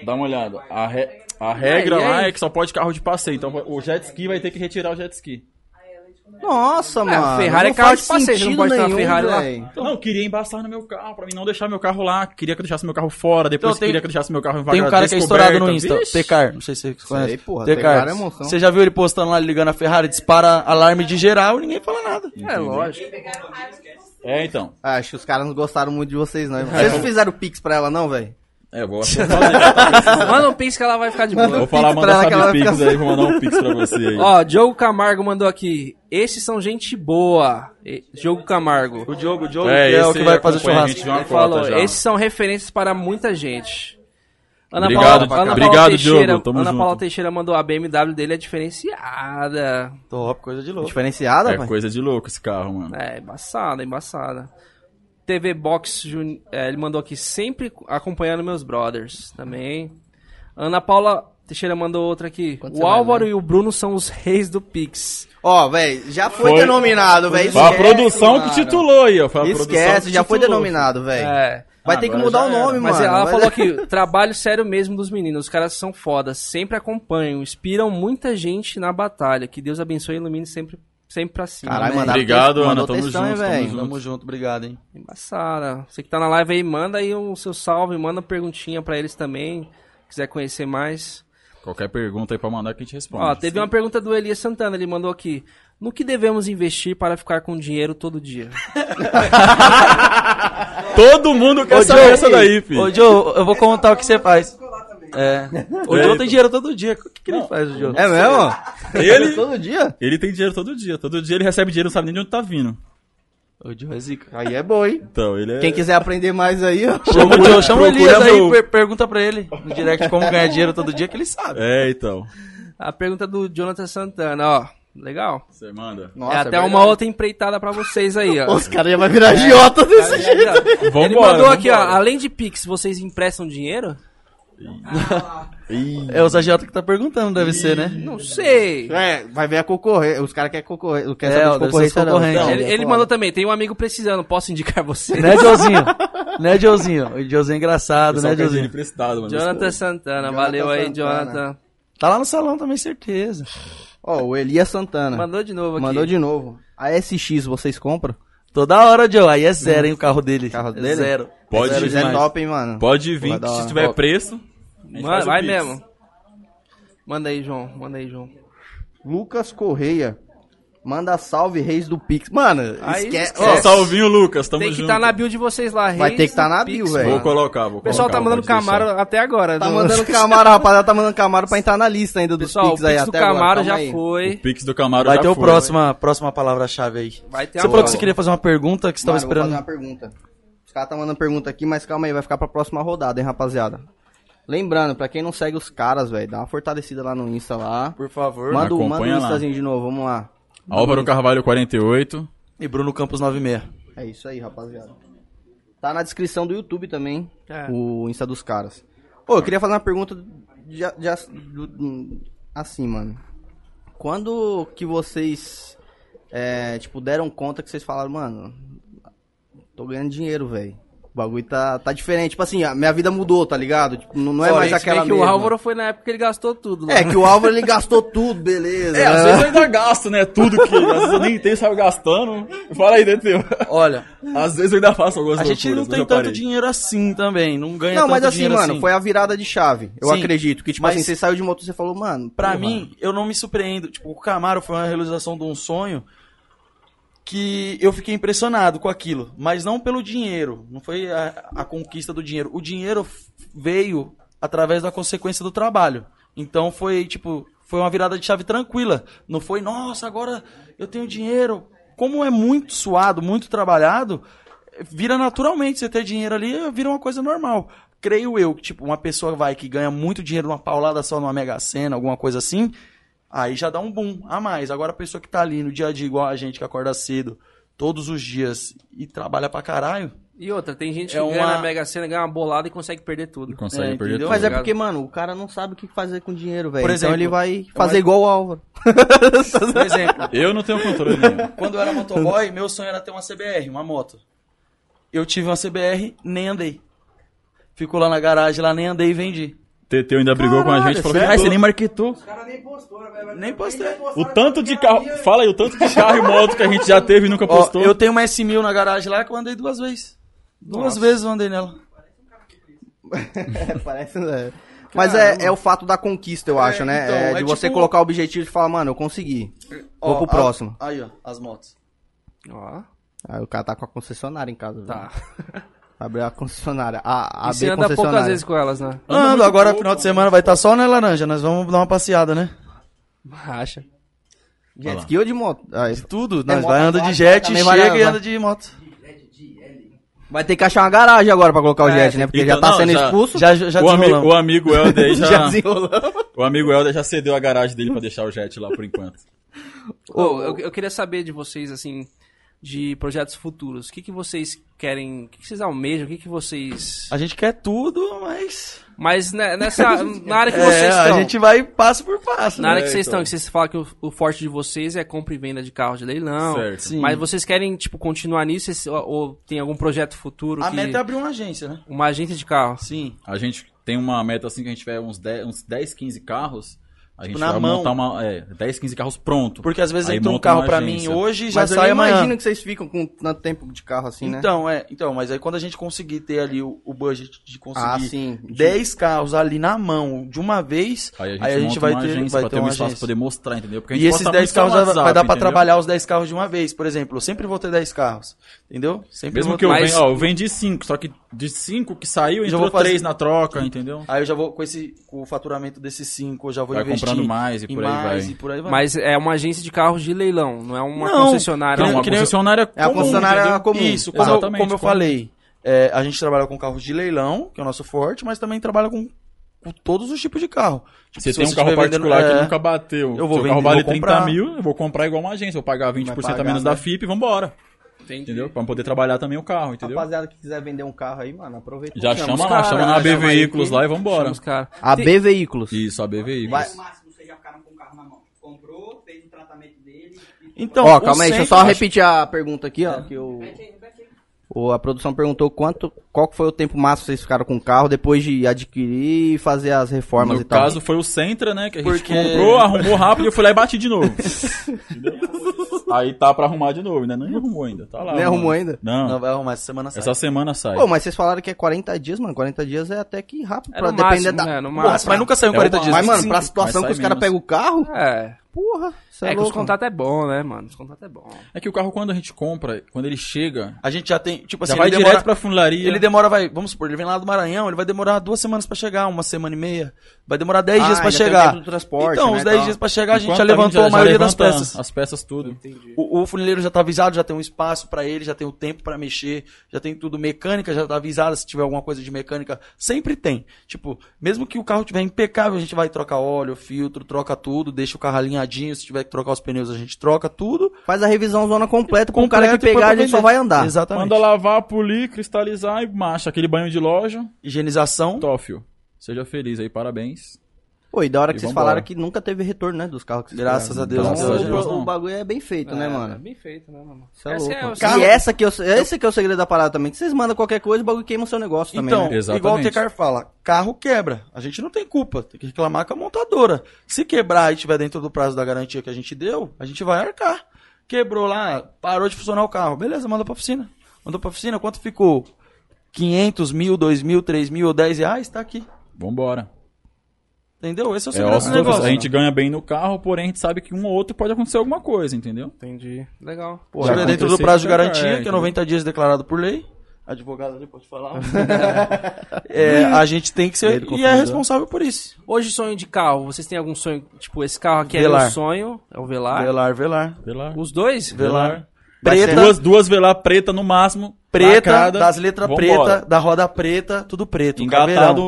S5: dá uma olhada. Ah. A, re- a regra
S1: Aí, aí.
S5: lá é que só pode carro de passeio. Então o jet ski vai ter que retirar o jet ski.
S2: assim. Nossa,
S1: É,
S2: mano.
S1: Ferrari
S2: não
S1: é carro
S2: faz
S1: de passeio, você não
S2: sentido
S1: pode ter uma
S2: nenhum,
S1: Ferrari lá.
S2: velho.
S5: Então, não, eu queria embaçar no meu carro, pra mim não deixar meu carro lá. Queria que eu deixasse meu carro fora, depois
S4: Então, tem-
S5: queria que eu deixasse meu carro em vaga
S4: Tem um cara que é estourado no Insta,
S5: descoberta. Vixe.
S4: Tecar, não sei se você conhece.
S2: porra,
S4: Tecar,
S2: Tecar é monção.
S4: você já viu ele postando lá, ele ligando a Ferrari, dispara alarme de geral e ninguém fala nada.
S1: É lógico.
S5: É, então.
S2: Ah, Acho que os caras não gostaram muito de vocês,
S1: É
S2: não. hein, mano? Vocês não fizeram pix pra ela, não, velho?
S5: É, eu vou acho que eu vou fazer.
S1: Manda um pix que ela vai ficar de
S5: Vou
S1: boa.
S5: falar,
S2: pix pra ela
S5: mandar
S2: que ela
S5: sabe
S2: vai
S5: pix
S2: ficar-
S5: aí, vou mandar um pix pra você aí.
S1: Ó, Diogo Camargo mandou aqui. Esses são gente boa. E- Diogo Camargo.
S4: O Diogo, o Diogo, que é o
S5: esse
S4: que vai
S5: acompanha
S4: fazer
S5: a
S4: churrasco.
S5: gente de uma
S1: Ele
S5: cota
S1: falou,
S5: é já.
S1: esses são referências para muita gente.
S5: Obrigado,
S1: Paula, Ana
S5: obrigado,
S1: Paula Teixeira,
S5: Diogo, tamo
S1: Ana
S5: junto.
S1: Paula Teixeira mandou a BMW dele é diferenciada.
S4: Top, coisa de louco.
S2: Diferenciada,
S5: É
S2: pai?
S5: coisa de louco esse carro, mano.
S1: É, embaçada, embaçada. TV Box, Juni- é, ele mandou aqui, sempre acompanhando meus brothers também. Ana Paula Teixeira mandou outra aqui.
S2: Quanto você
S1: o
S2: vai né?
S1: Álvaro e o Bruno são os reis do Pix.
S2: Ó, velho, já foi,
S5: Foi.
S2: denominado, velho.
S5: Foi a
S2: Esquece,
S5: produção
S2: mano.
S5: que titulou aí, ó. Foi a produção
S2: Esquece,
S5: que
S2: já foi
S5: titulou.
S2: denominado, velho.
S1: É.
S2: Vai ter que
S5: Agora
S2: mudar
S5: já
S2: o nome,
S1: Mas é,
S2: mano. é
S1: ela
S2: Vai-
S1: falou que trabalho sério mesmo dos meninos. Os caras são foda, sempre acompanham, inspiram muita gente na batalha. Que Deus abençoe e ilumine sempre, sempre pra cima.
S2: Caralho,
S1: Amém.
S2: mandaram
S5: Obrigado,
S2: textão,
S5: Ana,
S2: mandou
S5: tamo
S2: textão, hein,
S5: junto, tamo
S2: velho.
S5: junto.
S4: Tamo junto, obrigado, hein.
S1: Embaçada. Você que tá na live aí, manda aí o seu salve, manda uma perguntinha pra eles também. Quiser conhecer mais.
S5: Qualquer pergunta aí pra mandar que a gente responde.
S1: Ó, teve uma pergunta do Elias Santana, ele mandou aqui. No que devemos investir para ficar com dinheiro todo dia?
S5: Todo mundo quer saber essa daí,
S4: Ô,
S5: filho.
S4: Joe, eu vou contar o que você faz.
S7: Ficou lá também.
S4: É. O Joe tem dinheiro todo dia. O que, que ele
S5: Não.
S4: faz, o Joe?
S2: É mesmo? é
S5: Ele-
S2: Todo dia?
S5: Ele tem dinheiro todo dia. Todo dia ele recebe dinheiro, não sabe nem de onde tá vindo.
S4: O Joe é zica.
S2: Aí é bom, hein?
S5: Então, ele é.
S2: Quem quiser aprender mais aí, ó.
S4: Chama o Joe, chama o
S5: procura
S4: Elias aí,
S5: meu-
S4: per- pergunta pra ele no direct como ganhar dinheiro todo dia, que ele sabe.
S5: É, então.
S1: A pergunta do Jonathan Santana, ó. Legal.
S5: Você manda.
S2: Nossa,
S1: é até uma outra empreitada pra vocês aí, ó.
S2: Os caras já vai virar agiota desse jeito.
S5: Vambora.
S1: Ele mandou aqui, ó.
S5: vambora.
S1: Além de Pix, vocês emprestam dinheiro?
S5: Ih,
S4: É o Zagiota que tá perguntando, deve ser, né?
S1: Não sei.
S2: É, vai ver a concorrência. Os caras querem concorrer. Quer
S4: É,
S2: saber
S4: ó,
S2: de
S4: deve ser
S2: concorrência, não.
S4: concorrente.
S2: Então,
S1: ele
S2: é
S1: ele
S2: foda.
S1: mandou também, tem um amigo precisando, posso indicar você?
S4: Né, Jozinho? né, Jozinho? O Jozinho é engraçado,
S5: pessoal
S4: né,
S5: quer dinheiro
S4: Jozinho?
S5: emprestado, mano.
S1: Jonathan Santana, valeu aí,
S2: Santana.
S1: Jonathan.
S4: Tá lá no salão também, certeza.
S2: Ó, o Elias Santana. Mandou,
S1: Mandou de novo aqui.
S2: de novo. A SX vocês compram?
S4: Toda hora, Joe. Aí é zero, hein, o carro dele.
S2: Carro
S4: É
S2: dele?
S4: Zero.
S5: Pode
S2: Zero,
S5: vir,
S2: Zé
S5: mas-
S2: top, hein, mano?
S5: Pode
S2: Vai
S5: vir, que
S2: dar uma-
S5: se tiver preço. a gente
S1: Mano,
S5: faz o
S1: vai
S5: Pix.
S1: mesmo. Manda aí, João. Manda aí, João.
S2: Lucas Correia. Manda salve, reis do Pix. Mano,
S1: Aí
S2: esquece.
S1: esquece.
S5: Ó, salvinho, Lucas. Tamo
S1: tem que
S5: junto.
S1: estar na build de vocês lá,
S2: Vai
S1: Reis
S2: ter que tá
S1: do
S2: na
S1: Pix,
S2: bio, velho.
S1: mano.
S5: Vou colocar, vou colocar. um
S1: O pessoal tá mandando
S5: pode deixar.
S1: Camaro até agora.
S2: Tá
S1: não-
S2: mandando Camaro, rapaziada. Tá mandando Camaro pra entrar na lista ainda dos
S1: Pessoal, o
S2: Pix aí
S1: Pix do
S2: até agora.
S1: Camaro
S2: Calma
S1: já
S2: aí.
S1: foi.
S5: O Pix do Camaro
S4: Vai
S5: já
S4: ter o
S5: foi. né?
S4: próxima, próxima palavra-chave aí.
S1: Vai ter
S4: Você
S1: a
S4: falou que
S1: outra.
S4: você queria fazer uma pergunta, que você tava
S2: Mano, eu vou fazer
S4: esperando.
S2: uma pergunta. Os caras tá mandando pergunta aqui, mas calma aí, vai ficar pra próxima rodada, hein, rapaziada. Lembrando, pra quem não segue os caras, velho, dá uma fortalecida lá no Insta lá.
S4: Por favor.
S2: Manda, o-
S5: acompanha
S2: manda o
S5: lá.
S2: Instazinho de novo, vamos lá.
S5: Álvaro Carvalho, 48.
S4: E Bruno Campos 96.
S2: É isso aí, rapaziada. Tá na descrição do YouTube também,
S1: É.
S2: o Insta dos caras. Ô, eu queria fazer uma pergunta de, a- de a- do- do- assim, mano. Quando que vocês, é, tipo, deram conta que vocês falaram, mano, tô ganhando dinheiro, velho. O bagulho tá, tá diferente. Tipo assim, a minha vida mudou, tá ligado? Tipo, não, não é
S1: Ó,
S2: mais
S1: isso
S2: aquela
S1: bem que o
S2: mesma.
S1: Álvaro foi na época que ele gastou tudo. né? lá.
S2: É, que o Álvaro, ele gastou tudo, beleza. né?
S5: É, às vezes eu ainda gasto, né? Tudo que. Às vezes eu nem tenho, saio gastando. Fala aí, Deteu.
S4: Olha,
S5: Às vezes eu ainda faço algumas
S4: a gente não
S5: loucuras, mas eu
S4: tem tanto
S5: parei.
S4: dinheiro assim também. Não ganha
S2: Não,
S4: tanto
S2: mas assim,
S4: dinheiro
S2: mano, foi a virada de chave. Eu
S4: Sim.
S2: acredito. Que, tipo
S4: Mas-
S2: assim, você saiu de moto e você falou, mano.
S4: Pra
S2: porra,
S4: mim, eu não me surpreendo. Tipo, o Camaro foi uma realização de um sonho que eu fiquei impressionado com aquilo, mas não pelo dinheiro, não foi a, a conquista do dinheiro. O dinheiro f- veio através da consequência do trabalho. Então foi tipo, foi uma virada de chave tranquila. Não foi, nossa, agora eu tenho dinheiro. Como é muito suado, muito trabalhado, vira naturalmente você ter dinheiro ali, vira uma coisa normal. Creio eu que tipo uma pessoa vai que ganha muito dinheiro numa paulada só numa Mega Sena, alguma coisa assim, Aí já dá um boom a mais. Agora a pessoa que tá ali no dia a dia, igual a gente que acorda cedo, todos os dias e trabalha pra caralho.
S1: E outra, tem gente
S4: É
S1: que ganha
S4: uma-
S1: na Mega Sena, ganha uma bolada e consegue perder tudo.
S5: Consegue
S4: É,
S5: perder
S4: entendeu?
S5: tudo.
S2: Mas é
S1: ligado?
S2: porque, mano, o cara não sabe o que fazer com o dinheiro, velho.
S4: Por
S2: Então
S4: exemplo, é
S2: ele vai
S4: eu
S2: fazer
S4: acho-
S2: igual o Álvaro.
S4: Por exemplo,
S5: Eu não tenho controle nenhum.
S4: quando eu era motoboy, meu sonho era ter uma CBR, uma moto. Eu tive uma CBR, nem andei. Ficou lá na garagem, lá nem andei e vendi.
S5: Teteu ainda brigou com a gente, falou que "Ah, você nem marketou.
S7: Os caras nem né, postaram, velho.
S4: Nem postei.
S7: Eles postaram
S5: O tanto de
S7: porque
S5: carro.
S7: havia-
S5: Fala aí, o tanto de carro e moto que a gente já teve e nunca
S4: Ó,
S5: postou.
S4: eu tenho uma S1000 na garagem lá que eu andei duas vezes. Duas vezes eu andei nela.
S2: É, parece. né? Mas é, é o fato da conquista, eu acho, né?
S4: então,
S2: É
S4: é
S2: de você
S4: tipo-
S2: colocar o objetivo de falar, mano, eu consegui. Vou
S4: Ó,
S2: pro
S4: a-
S2: próximo.
S4: aí, ó, as motos.
S1: É. Ó,
S2: Aí o cara tá com a concessionária em casa.
S1: tá.
S2: velho. Abriu a concessionária.
S1: E
S2: A, a B
S1: você anda poucas
S2: concessionária.
S1: vezes com elas, né?
S4: Ando, agora final de semana vai estar só na laranja, nós vamos dar uma passeada, né?
S1: Racha.
S2: Jet ski ou de moto? Aí,
S4: Tudo,
S2: É,
S4: nós
S2: moto
S4: vai anda de
S2: aquática
S4: jet,
S2: também
S4: chega
S2: vai-
S4: e
S2: vai-
S4: anda de moto.
S2: vai ter que achar uma garagem agora pra colocar o jet, né? Porque
S5: então,
S2: já tá
S5: não,
S2: sendo
S5: já-
S2: expulso.
S4: É, Já, já
S5: o, ami
S4: desenrolamos.
S5: o amigo Helder aí
S2: já
S5: já.
S2: desenrolamos.
S5: o amigo Helder já cedeu a garagem dele pra deixar o jet lá por enquanto.
S1: Ô, eu, eu queria saber de vocês, assim, de projetos futuros. O que, que vocês querem, o que, que vocês almejam, o que, que vocês...
S4: A gente quer tudo, mas.
S1: Mas né, nessa, na área que
S4: É,
S1: vocês
S4: a
S1: estão,
S4: gente vai passo por passo.
S1: na área
S4: né?
S1: que
S2: É,
S1: vocês
S5: então.
S1: estão, que vocês falam que o, o forte de vocês é compra e venda de carro de leilão.
S5: certo.
S4: Sim.
S1: Mas vocês querem, tipo, continuar nisso Esse- ou, ou tem algum projeto futuro
S4: A
S1: que...
S4: meta é abrir uma agência, né?
S1: Uma agência de carro.
S4: Sim.
S5: A gente tem uma meta assim que a gente tiver uns 10, uns 10 15 carros. A
S4: Tipo,
S5: gente
S4: na
S5: vai
S4: mão.
S5: montar uma, é, 10, 15 carros pronto.
S4: Porque às vezes
S5: Aí
S4: entra um
S5: monta uma
S4: carro pra mim
S5: agência.
S4: hoje e já
S2: Mas eu
S4: sai
S2: nem
S4: amanhã.
S2: imagino que vocês ficam com tanto tempo de carro assim, né?
S4: Então, é, então, mas aí quando a gente conseguir ter ali o, o budget de
S2: ah,
S4: conseguir
S2: sim.
S4: 10 carros ali na mão de uma vez,
S5: Aí a gente,
S4: Aí a gente
S5: monta
S4: vai
S5: uma
S4: ter-
S5: agência
S4: vai
S5: pra
S4: ter
S5: ter um
S4: uma
S5: espaço pra
S4: agência.
S5: poder mostrar, entendeu? Porque a gente
S4: e esses
S5: posta
S4: 10
S5: muito no
S4: carros vai- vai
S5: WhatsApp,
S4: dar pra
S5: entendeu?
S4: trabalhar os 10 carros de uma vez. Por exemplo, eu sempre vou ter 10 carros, entendeu? Sempre
S5: Mesmo
S4: vou
S5: que eu,
S4: ter...
S1: Mas-
S5: venha, ó, eu vendi 5, só que de 5 que saiu,
S4: Já
S5: entrou
S4: vou fazer-
S5: 3 na troca, entendeu?
S4: Aí eu já vou com esse com o faturamento desses 5, eu já vou
S5: Vai
S4: investir
S5: comprando mais e
S4: em
S5: por aí vai.
S4: mais e por aí vai.
S1: Mas é uma agência de carros de leilão, não é uma
S4: Não,
S1: concessionária.
S5: Não,
S4: que nem-
S5: uma
S4: que nem-
S5: concessionária
S2: É a
S5: comum,
S2: concessionária
S5: entendeu?
S2: comum.
S4: Isso, como eu,
S5: Exatamente,
S4: como eu
S5: como-
S4: falei, é, a gente trabalha com carros de leilão, que é o nosso forte, mas também trabalha com, com todos os tipos de carro. Tipo,
S5: Você
S4: se
S5: tem um
S4: você
S5: carro
S4: estiver vendendo-
S5: particular
S4: é,
S5: que nunca bateu.
S4: Eu vou
S5: Se o carro
S4: vender,
S5: vale
S4: vou
S5: 30
S4: comprar.
S5: mil, eu vou comprar igual uma agência. Vou pagar 20% a
S2: pagar,
S5: menos
S2: né?
S5: da FIP e vambora.
S1: Entendi.
S5: Entendeu? Pra poder trabalhar também o carro, entendeu?
S2: Rapaziada que quiser vender um carro aí, mano, aproveita.
S5: Já
S1: Chama
S5: chama,
S1: os
S5: lá,
S1: cara,
S5: chama na AB
S1: chama aí
S5: Veículos
S1: que-
S5: lá e vambora.
S1: Chama os cara.
S2: AB Veículos.
S5: Isso, AB
S2: Vai.
S5: Veículos.
S9: No máximo, vocês já ficaram com o carro na mão. Comprou, fez o tratamento dele. E...
S4: Então,
S2: ó,
S4: o
S2: calma aí, deixa eu É.
S4: centro-
S2: só repetir a pergunta aqui, ó. Que o,
S9: Repete aí, repete aí.
S2: o- a produção perguntou quanto, qual que foi o tempo máximo que vocês ficaram com o carro depois de adquirir e fazer as reformas
S5: No
S2: e tal.
S5: caso foi o Sentra, né? Que a gente
S4: Porque-
S5: comprou, arrumou rápido e eu fui lá e bati de novo. Entendeu? Aí tá pra arrumar de novo, né? Nem arrumou ainda. Tá lá.
S2: Nem
S5: arrumando.
S2: arrumou ainda?
S5: Não.
S4: Não, vai arrumar essa semana sai.
S5: Essa semana sai.
S2: Pô, mas vocês falaram que é 40 dias, mano. 40 dias é até que rápido
S1: É
S2: pra
S1: no
S2: depender
S1: máximo,
S2: da.
S1: né? No
S4: Porra,
S1: máximo.
S4: mas nunca saiu
S5: É
S4: 40
S5: uma-
S4: dias.
S2: Mas, mano,
S5: Sim,
S2: pra
S5: mas
S2: situação
S5: sai
S2: que os caras
S5: menos.
S2: pegam o carro,
S1: É.
S2: porra, você é,
S1: É que os
S2: louco. mano.
S1: contatos é bom, né, mano? Os contatos é bom.
S5: É que o carro quando a gente compra, quando ele chega,
S4: A gente já tem, tipo assim,
S5: já vai
S4: ele
S5: direto
S4: demora,
S5: pra funilaria.
S4: ele demora, vai, vamos supor, ele vem lá do Maranhão, ele vai demorar duas semanas pra chegar, uma semana e meia, vai demorar 10
S2: Ah,
S4: dias pra
S2: ainda tem o
S4: chegar.
S2: tempo do transporte,
S4: então,
S2: né,
S4: os 10
S2: tal.
S4: dias pra chegar, a gente
S5: Enquanto
S4: já levantou a,
S5: já
S4: maioria das
S5: levanta
S4: peças.
S5: As peças tudo.
S4: O, o funileiro já tá avisado, já tem um espaço pra ele, já tem o tempo pra mexer, já tem tudo. Mecânica já tá avisada, se tiver alguma coisa de mecânica, sempre tem. Tipo, mesmo que o carro tiver impecável, a gente vai trocar óleo, filtro, troca tudo, deixa o carro alinhadinho, se tiver que trocar os pneus, a gente troca tudo.
S2: Faz a revisão zona completa com o
S4: Completo
S2: cara que
S4: e põe
S2: pegar,
S4: Então, é pra
S2: a gente só
S4: vender.
S2: vai andar.
S4: Exatamente.
S5: Manda lavar, polir, cristalizar e marcha. Aquele banho de loja.
S4: Higienização.
S5: Tófio, seja feliz aí, parabéns.
S2: Pô, e da hora que
S5: E
S2: vocês
S5: vambora.
S2: falaram que nunca teve retorno, né, dos carros que vocês
S4: Graças
S2: pegaram.
S4: a Deus, né?
S2: Então,
S5: graças a Deus,
S2: o,
S4: não.
S2: o bagulho é bem feito, né,
S1: É
S2: mano?
S1: bem feito, né, mano?
S2: Isso é
S1: Essa
S2: louco.
S1: é o-
S2: E essa que eu, esse que é o segredo da parada também. Que vocês mandam qualquer coisa, o bagulho queima o seu negócio também.
S4: Então,
S2: né?
S5: Exatamente.
S4: igual o Tecar fala, carro quebra. A gente não tem culpa, tem que reclamar com a montadora. Se quebrar e tiver dentro do prazo da garantia que a gente deu, a gente vai arcar. Quebrou lá, parou de funcionar o carro. Beleza, manda pra oficina. Mandou pra oficina, quanto ficou? 500 mil, 2 mil, 3 mil ou 10 reais? Tá aqui.
S5: Vambora.
S4: Entendeu? Esse é
S5: É,
S4: o segredo
S5: ócio
S4: do
S5: do ofício.
S4: negócio.
S5: a gente ganha bem no carro, porém a gente sabe que um ou outro pode acontecer alguma coisa, entendeu?
S1: Entendi. Legal.
S4: Se tiver
S5: Já
S4: dentro do
S5: aconteceu
S4: prazo de
S5: com o Tecar,
S4: garantia, que é
S5: entendeu?
S4: 90 dias declarado por lei. Advogado ali pode falar. É, a gente tem que ser e é responsável por isso.
S1: Hoje, sonho de carro. Vocês têm algum sonho? Tipo, esse carro aqui é
S4: Velar.
S1: meu sonho. É o Velar.
S4: Velar, velar.
S5: Velar.
S1: Os dois?
S4: Velar.
S5: Preta. Duas, duas velar preta no máximo.
S4: preta,
S5: lacrada.
S4: das letras
S5: Vambora.
S4: preta, da roda preta, tudo preto. um
S5: Engatado.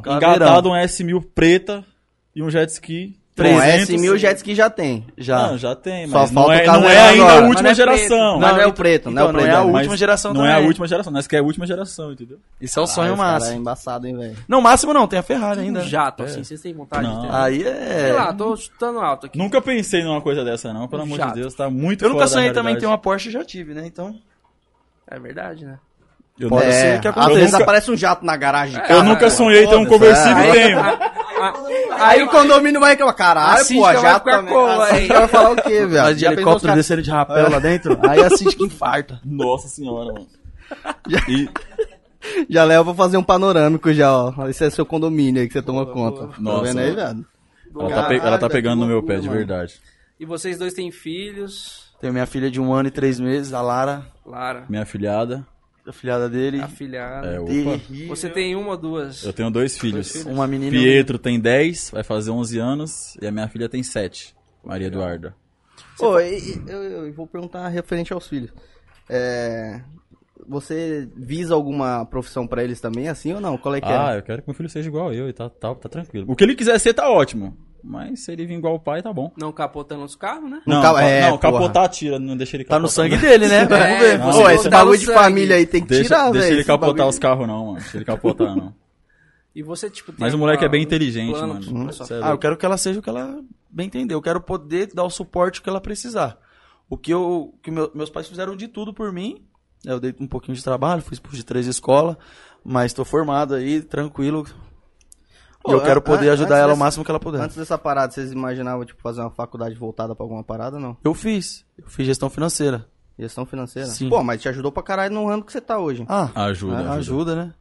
S2: Caveirão.
S5: Engatado um S1000 preta e um jet ski.
S2: Bom,
S5: 300.
S2: S1000 jet ski já tem.
S4: Já.
S5: Não, já tem,
S2: Só
S5: mas não
S2: falta
S5: é,
S2: o caveirão
S5: não é ainda
S2: agora.
S5: a
S2: Mas não
S5: última
S2: é
S5: geração.
S2: Mas não é o
S4: ent-
S2: preto, não é o
S4: então,
S2: preto
S4: Não é a
S2: ainda.
S5: Mas
S4: última geração
S5: Não
S4: também.
S5: é a última geração, nós queremos a última geração, entendeu?
S4: Isso é o
S2: Ah,
S4: sonho
S2: esse cara
S4: massa.
S2: É embaçado, hein, velho.
S4: Não, máximo não, tem a Ferrari ainda.
S1: Um jato, assim. Vocês têm vontade
S5: Não.
S1: de ter?
S4: Aí
S1: Sei
S4: é.
S1: lá, tô chutando alto aqui.
S5: Nunca pensei numa coisa dessa, não, pelo amor
S1: Chato.
S5: de Deus, tá muito
S4: Eu nunca
S5: fora da
S4: sonhei também
S5: realidade.
S4: ter uma Porsche, já tive, né? Então.
S1: É verdade, né?
S5: Eu
S4: Pode
S5: nunca-
S4: ser
S2: É,
S4: que
S2: às vezes
S5: aconteça.
S2: aparece um jato na garagem.
S1: É,
S5: Eu
S1: Ah,
S5: nunca
S1: é.
S5: sonhei ter um conversível,
S1: Aí-
S5: tenho.
S1: ah,
S2: Aí o condomínio vai reclamar, caralho,
S1: Assiste
S2: pô,
S1: que ela vai
S2: jato
S1: ficar
S2: também.
S1: com ela,
S2: Assiste
S1: hein?
S2: que ela vai falar o quê, velho?
S4: Mas de
S2: Já pensou os
S4: helicóptero
S2: caras-
S4: descendo de rapel lá dentro, aí assiste que infarta.
S5: Nossa senhora, mano. E-
S2: Já leva pra fazer um panorâmico já, ó. Esse é seu condomínio aí que você toma conta.
S5: Nossa,
S2: tá vendo aí,
S5: mano.
S2: velho?
S5: ela, tá pe- ela tá pegando no meu pé, de
S2: Mano.
S5: verdade.
S1: E vocês dois têm filhos.
S4: Tenho minha filha de um ano e três meses, a Lara,
S1: Lara,
S5: Minha filhada.
S4: a filhada dele.
S1: afilhada.
S5: É, opa.
S4: terrível. né?
S1: Você tem uma ou duas?
S5: Eu tenho dois filhos.
S4: Uma menina.
S5: Pietro tem 10, vai fazer 11 anos. E a minha filha tem 7, Maria Eduarda.
S2: Pô, e- e- eu, eu vou perguntar referente aos filhos. É, Você visa alguma profissão pra eles também, assim ou não? Qual é que
S5: Ah,
S2: é?
S5: eu quero que meu filho seja igual eu e tá, tá, tá tranquilo. O que ele quiser ser tá ótimo. Mas se ele vir igual o pai, tá bom.
S1: Não capotando os carros, né?
S2: Não
S5: Não,
S2: ca-
S5: ca-
S2: é,
S5: não
S2: porra.
S5: capotar, tira, não deixa ele
S4: Tá
S5: capotar.
S4: no sangue dele, né? Vamos ver.
S1: É,
S2: Pô, esse
S1: Tá no
S2: bagulho de
S1: sangue.
S2: família aí tem que
S5: Deixa,
S2: tirar, velho.
S5: deixa ele
S2: esse
S5: capotar
S2: bagulho.
S5: os carros, não, mano. Deixa ele capotar, não.
S1: E você, tipo, tem
S5: Mas o moleque
S1: alguma-
S5: é bem
S1: um
S5: inteligente,
S1: plano
S5: mano.
S1: pra sua-
S5: Cê é
S4: Ah, eu
S5: louco.
S4: quero que ela seja o que ela bem entender. Eu quero poder dar o suporte que ela precisar. O que eu, que meu- meus pais fizeram de tudo por mim. né, Eu dei um pouquinho de trabalho, fui expulso de três escolas, mas tô formado aí, tranquilo. e eu
S2: Pô,
S4: quero
S2: an-
S4: poder
S2: an-
S4: ajudar
S2: antes
S4: ela o
S2: dessa-
S4: máximo que ela puder.
S2: Antes dessa parada, vocês imaginavam, tipo, fazer uma faculdade voltada pra alguma parada ou não?
S4: Eu fiz. Eu fiz gestão financeira.
S2: Gestão financeira?
S4: Sim.
S2: Pô, mas te ajudou pra caralho no ramo que você tá hoje.
S4: Ah,
S5: Ajuda,
S4: ajuda,
S5: ajuda.
S4: né?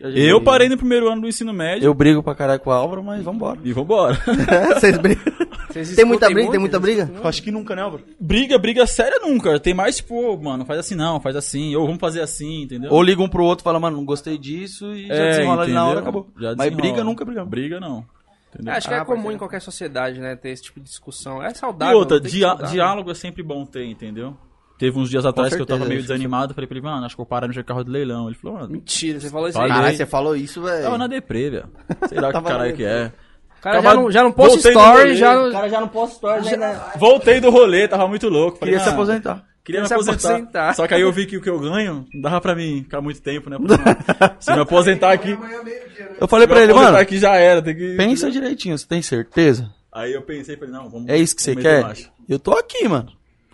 S5: Eu parei no primeiro ano do ensino médio
S4: Eu brigo pra caralho com o Álvaro, mas vambora.
S5: e vambora.
S2: vocês brigam.
S1: Vocês
S2: Tem muita
S1: escutem
S2: briga?
S1: muito?
S2: Tem muita briga?
S4: Acho que nunca, né, Álvaro?
S5: briga, briga séria nunca. Tem mais tipo, ô, mano, faz assim não, faz assim, ou vamos fazer assim, entendeu? É,
S4: Ou liga um pro outro e fala, mano, não gostei disso e já desenrola ali na
S5: entendeu?
S4: hora, acabou.
S5: Já
S4: Mas
S5: desenrola.
S4: briga nunca brigamos.
S5: Briga não. Entendeu?
S1: É, acho que é
S2: Ah,
S1: comum
S2: parceiro.
S1: em qualquer sociedade, né? Ter esse tipo de discussão. É
S5: E
S1: saudável.
S5: outra,
S1: tem que
S5: dia-
S1: estudar, né?
S5: diálogo é sempre bom ter, entendeu? Teve uns dias atrás que eu tava
S2: certeza,
S5: meio
S2: acho que
S5: desanimado, falei pra ele, mano, acho que eu vou parar no carro de leilão. Ele falou, mano,
S1: Mentira, você falou isso
S5: Olha
S1: aí.
S2: Caralho,
S5: aí.
S2: você falou isso,
S5: tava
S2: velho.
S5: na deprê, velho. Sei lá que
S2: É. Tava na
S5: caralho que é.
S1: O cara já
S5: Acabado-
S1: não, já não posta
S5: Voltei no
S1: story,
S5: rolê,
S1: já
S5: o
S1: não.
S2: já não posso torcer, né?
S5: Voltei do rolê, tava muito louco. Falei,
S4: Queria se
S5: "Ah,
S4: aposentar.
S5: Queria me
S1: Se
S5: aposentar.
S1: aposentar.
S5: Só que aí eu vi que o que eu ganho não dava pra mim ficar muito tempo, né? Porque, Se me aposentar aqui.
S7: Amanhã, meio-dia, né?
S4: Eu falei
S5: se me
S4: pra ele,
S5: aposentar
S4: mano,
S5: aqui já era, tem que.
S4: pensa direitinho, você tem certeza?
S5: Aí eu pensei, falei, não, vamos.
S4: É isso que você
S5: vamos meter
S4: quer?
S5: marcha.
S4: Eu tô aqui, mano.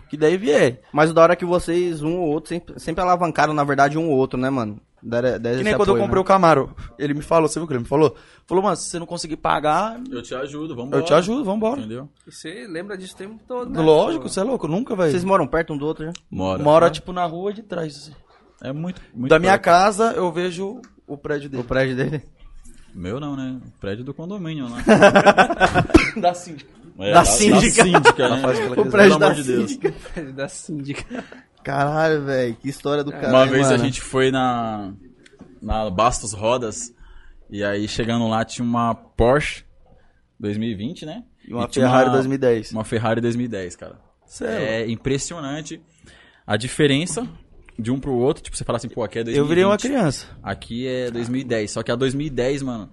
S4: Que daí vier.
S2: Mas o da hora é que vocês, um ou outro, sempre, sempre alavancaram, na verdade, um ou outro, né, mano? Deram, deram
S4: Que
S2: esse
S4: nem quando eu
S2: apoio,
S4: comprei o
S2: né?
S4: Camaro. Ele me falou, você viu o que ele me falou? Falou, mano, se você não conseguir pagar,
S5: Eu te ajudo, vamos
S4: eu te ajudo, vambora.
S5: Entendeu?
S1: Você lembra disso o tempo todo, né?
S4: Lógico,
S1: Pô.
S4: você é louco, nunca, velho.
S2: Vocês moram perto um do outro, né?
S5: Mora.
S4: Mora, tipo, na rua de trás. assim.
S5: Tá? É muito. muito
S4: Da minha
S5: perto.
S4: casa, eu vejo o prédio
S2: O
S4: dele.
S2: prédio dele.
S5: Meu não, né? O prédio do condomínio lá.
S4: da síndica.
S5: É,
S2: Da síndica.
S5: Da síndica, né?
S4: faz o que ela
S2: O prédio
S4: quiser.
S5: Pelo
S2: da
S5: amor de Deus.
S2: síndica.
S1: Da síndica.
S2: Caralho, velho, que história do caralho,
S5: Uma vez a
S2: mano.
S5: gente foi na. Na Bastos Rodas. E aí chegando lá tinha uma Porsche 2020, né?
S4: E uma
S5: E tinha
S4: Ferrari 2010.
S5: Uma Ferrari 2010, cara. É impressionante a diferença de um pro outro. Tipo, você fala assim, pô, aqui é 2020.
S4: Eu virei uma criança.
S5: Aqui é 2010. Só que a 2010, mano,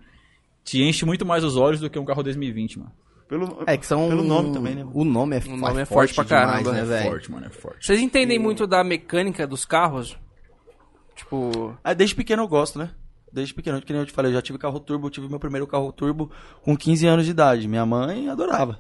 S5: te enche muito mais os olhos do que um carro 2020, mano.
S4: Pelo...
S2: É que são...
S4: Pelo nome também, né?
S2: O nome é,
S1: O nome é forte pra caramba.
S2: demais, né,
S5: é
S2: velho?
S5: forte, mano, é forte.
S1: Vocês entendem muito da mecânica dos carros? Tipo.
S4: Ah, desde pequeno eu gosto, né? Desde pequeno, que nem eu te falei, eu já tive carro turbo, eu tive meu primeiro carro turbo com 15 anos de idade. Minha mãe adorava.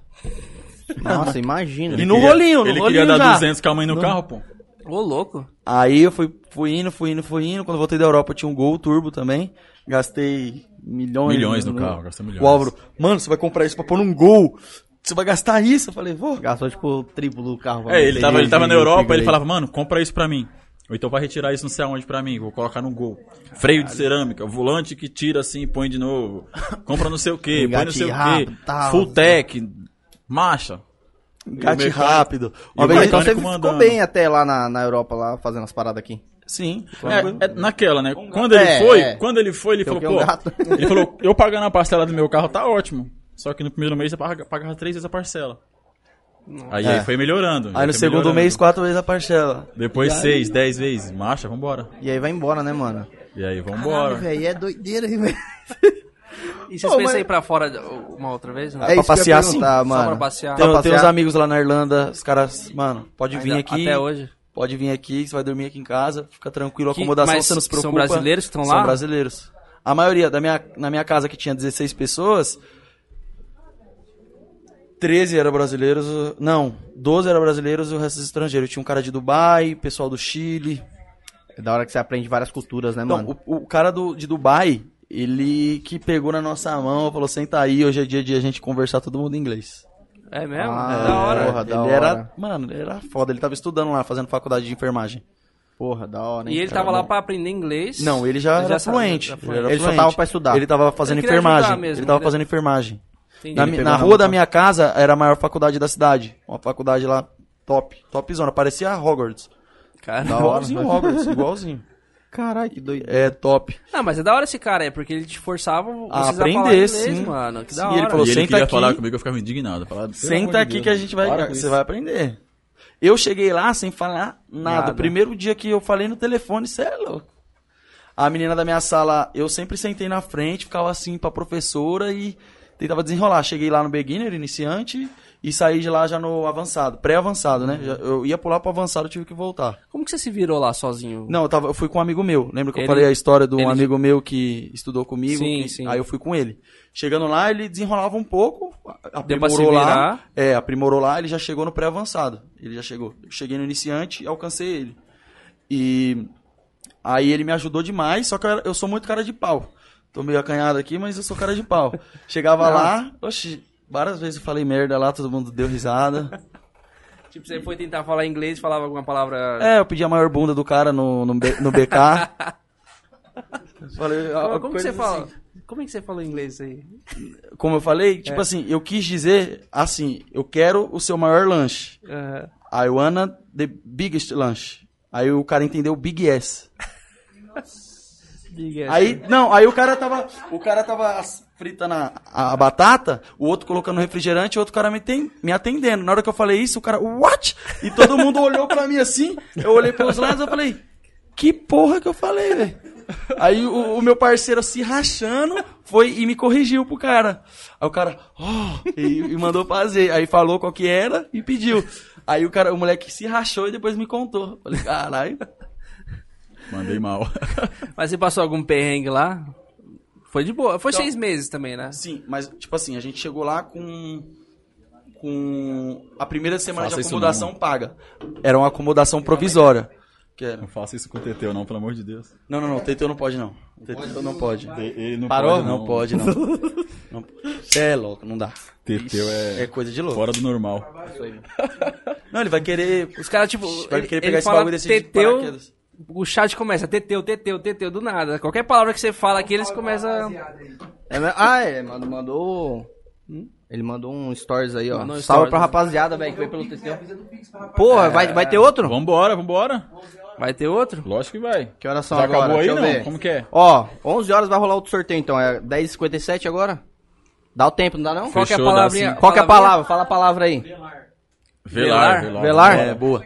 S2: Nossa, imagina.
S4: E no rolinho, no
S5: Ele
S4: rolinho
S5: queria dar
S4: já.
S5: 200 com a mãe no
S4: No-
S5: carro, pô.
S1: Ô, louco.
S4: Aí eu fui, fui indo, fui indo, fui indo. Quando eu voltei da Europa, eu tinha um Gol Turbo também. Gastei milhões.
S5: Milhões no carro, gastei milhões.
S4: O Álvaro, mano, você vai comprar isso pra pôr num Gol? Você vai gastar isso? Eu falei, vou.
S2: Gastou, tipo, o triplo do carro. pra
S5: É, ele
S2: meter
S5: tava, ele tava na
S2: e-
S5: Europa, ele
S2: e-
S5: falava, mano, compra isso pra mim. Ou então vai retirar isso não sei aonde pra mim, vou colocar no gol. Freio de cerâmica, volante que tira assim e põe de novo. Compra não sei o que, põe não sei o
S2: Engate
S5: que.
S2: rápido, tal.
S4: né?
S5: Full tech, marcha. E o
S4: Gate
S5: mecânico-
S4: rápido.
S5: e o
S4: Uma
S2: Mas
S4: vez,
S5: mecânico-
S2: então você
S5: mandando.
S2: ficou bem até lá na, na Europa, lá, fazendo as paradas aqui.
S4: sim.
S5: É, é naquela, né? Quando ele
S2: É,
S5: foi,
S2: é.
S5: quando ele foi, ele
S2: Porque
S5: falou,
S2: é um
S5: pô,
S2: gato.
S5: ele falou, eu pagando a parcela do meu carro tá ótimo. Só que no primeiro mês você paga- pagava três vezes a parcela. Aí,
S4: É.
S5: aí foi melhorando.
S4: Aí no
S5: foi
S4: segundo
S5: melhorando.
S4: mês, quatro vezes a parcela.
S5: Depois seis, dez vezes. Marcha, vambora.
S2: E aí vai embora, né, mano?
S5: E aí, vambora.
S2: Velho, é doideira, hein, velho?
S1: E vocês
S2: Ô,
S1: pensam
S2: mas-
S1: em ir pra fora de- uma outra vez? né? Não?
S2: É isso que eu ia
S4: passear, sim.
S2: perguntar, mano.
S1: pra passear.
S4: Tem,
S2: Pra
S4: tem Então, uns
S2: passear?
S4: amigos lá na Irlanda, os caras, mano, pode vir
S1: Ainda-
S4: aqui.
S1: Até hoje.
S4: Pode vir aqui, você vai dormir aqui em casa, fica tranquilo, a
S1: Que-
S4: acomodação
S1: mas
S4: você não se
S1: são
S4: preocupa.
S1: brasileiros que estão lá?
S4: São brasileiros. A maioria, da minha, na minha casa que tinha 16 pessoas, 13 eram brasileiros, não, 12 eram brasileiros e o resto estrangeiros. Tinha um cara de Dubai, pessoal do Chile.
S2: É da hora que você aprende várias culturas, né,
S4: Não,
S2: mano?
S4: o, o cara do, de Dubai, ele que pegou na nossa mão, falou, senta aí, hoje é dia de a gente conversar todo mundo em inglês.
S1: É mesmo?
S2: Ah,
S1: da hora.
S2: porra,
S4: ele
S2: da
S4: era,
S2: hora.
S4: mano, ele era foda, ele tava estudando lá, fazendo faculdade de enfermagem.
S2: Porra, da hora, hein?
S1: E ele tava lá pra aprender inglês.
S4: Não, ele já
S1: Ele
S4: era
S1: já sabia,
S4: fluente.
S1: já
S4: Ele,
S1: foi.
S4: era
S2: Ele só
S4: fluente.
S2: tava pra estudar.
S4: Ele tava fazendo
S1: Ele queria
S4: enfermagem.
S1: ajudar mesmo,
S4: ele tava
S1: né?
S4: fazendo enfermagem.
S1: Entendi.
S4: Na,
S2: Ele
S4: mi-
S2: pegou
S4: na
S2: na
S4: rua da
S2: mão.
S4: minha casa era a maior faculdade da cidade. Uma faculdade lá top. Topzona. Parecia a Hogwarts.
S1: um Cara.
S4: Igualzinho Hogwarts. Igualzinho.
S2: Caralho, que doideira.
S4: É top.
S1: Não, mas é da hora esse cara, é porque ele te forçava vocês
S4: A
S1: a
S4: aprender,
S1: falar inglês,
S4: sim.
S1: mano. Que
S4: Sim,
S1: da
S4: ele
S1: hora.
S4: falou,
S5: e ele
S4: senta
S5: queria
S4: aqui.
S5: falar comigo, eu ficava indignado. Falava, "Pelo amor de
S4: Senta aqui
S5: Deus,
S4: que a gente vai.
S5: para com
S4: Você
S5: isso."
S4: vai aprender. Eu cheguei lá sem falar nada.
S1: Nada.
S4: O primeiro dia que eu falei no telefone, você é louco. A menina da minha sala, eu sempre sentei na frente, ficava assim pra professora e tentava desenrolar. Cheguei lá no beginner, iniciante, e saí de lá já no avançado, pré-avançado,
S5: Uhum.
S4: né? Já- Eu ia pular pro avançado, eu tive que voltar.
S1: Como que você se virou lá sozinho?
S4: Não, eu, tava, eu fui com um amigo meu. Lembra que
S1: Ele-
S4: eu falei a história de um
S1: ele-
S4: amigo meu que estudou comigo?
S1: Sim,
S4: que-
S1: sim.
S4: Aí eu fui com ele. Chegando lá, ele desenrolava um pouco, a-
S1: Deu pra se
S4: aprimorou lá.
S1: virar.
S4: É, aprimorou lá, ele já chegou no pré-avançado. Ele já chegou. Eu cheguei no iniciante e alcancei ele. E aí ele me ajudou demais, só que eu, era- eu sou muito cara de pau. Então, Tô meio acanhado aqui, mas eu sou cara de pau. Chegava lá, oxi, várias vezes eu falei merda lá, todo mundo deu risada.
S1: Tipo, você foi tentar falar inglês e falava alguma palavra.
S4: É, eu pedi a maior bunda do cara no, no, B- no BK. falei, ó,
S1: Como, como que
S4: coisas
S1: você fala?
S4: assim.
S1: Como é que você fala inglês aí?
S4: Como eu falei, tipo assim, eu quis dizer assim, eu quero o seu maior lanche.
S1: Aham.
S4: I wanna the biggest lunch. Aí o cara entendeu Big S.
S1: Diga.
S4: Aí, não, aí o cara tava, o cara tava as- fritando a, a batata, o outro colocando refrigerante, o outro cara me, tem, me atendendo. Na hora que eu falei isso, o cara, what? E todo mundo olhou pra mim assim, eu olhei pelos lados, eu falei, que porra que eu falei, velho? Aí o, o meu parceiro se rachando foi e me corrigiu pro cara. Aí o cara, ó, e, e mandou fazer. Aí falou qual que era e pediu. Aí o cara, o moleque se rachou e depois me contou. Eu Falei, caralho.
S5: Mandei mal.
S1: Mas você passou algum perrengue lá? Foi de boa.
S4: Então-
S1: Foi seis meses também, né?
S4: Sim, mas tipo assim, a gente chegou lá com com a primeira semana
S5: Faça
S4: de
S5: isso
S4: acomodação paga. Era uma acomodação provisória. Que era.
S5: Não faça isso com o Teteu, não, pelo amor de Deus.
S4: Não, não, não, Teteu não pode não. Teteu não pode.
S5: Ele não
S4: Parou?
S5: pode,
S4: Não pode não. Não- Você é louco, não dá.
S5: Teteu é,
S4: É coisa de louco.
S5: fora do normal.
S4: Não, ele vai querer
S1: Os caras, tipo,
S4: vai
S1: ele,
S4: querer
S1: ele
S4: pegar esse
S1: fala
S4: bagulho desse de
S1: teteu,
S4: paraquedas.
S1: o chat começa teteu, teteu, teteu, do nada. Qualquer palavra que você fala aqui, eles começam...
S2: É, mas- ah, é, mano, mandou. Ele mandou um stories aí, ó.
S1: Mandou um
S2: Salve
S1: stories.
S2: pra rapaziada, velho, que veio pelo
S7: Pix, né?
S2: TCU.
S7: Avisa do Pix pra rapaz.
S2: Porra, vai, vai ter outro?
S5: Vambora, vambora.
S1: Vai ter outro?
S5: Lógico que vai.
S2: Que horas são
S5: Já
S2: agora?
S5: acabou aí,
S2: Deixa eu
S5: não?
S2: ver.
S5: Como que é?
S2: Ó, 11 horas vai rolar outro sorteio então. É 10h57 agora? Dá o tempo, não dá não?
S1: Qual que é a
S5: Fechou, dá
S1: palavrinha?
S5: sim.
S2: Qual que é a palavra? Fala a palavra aí.
S1: Velar.
S2: Velar?
S4: É, boa.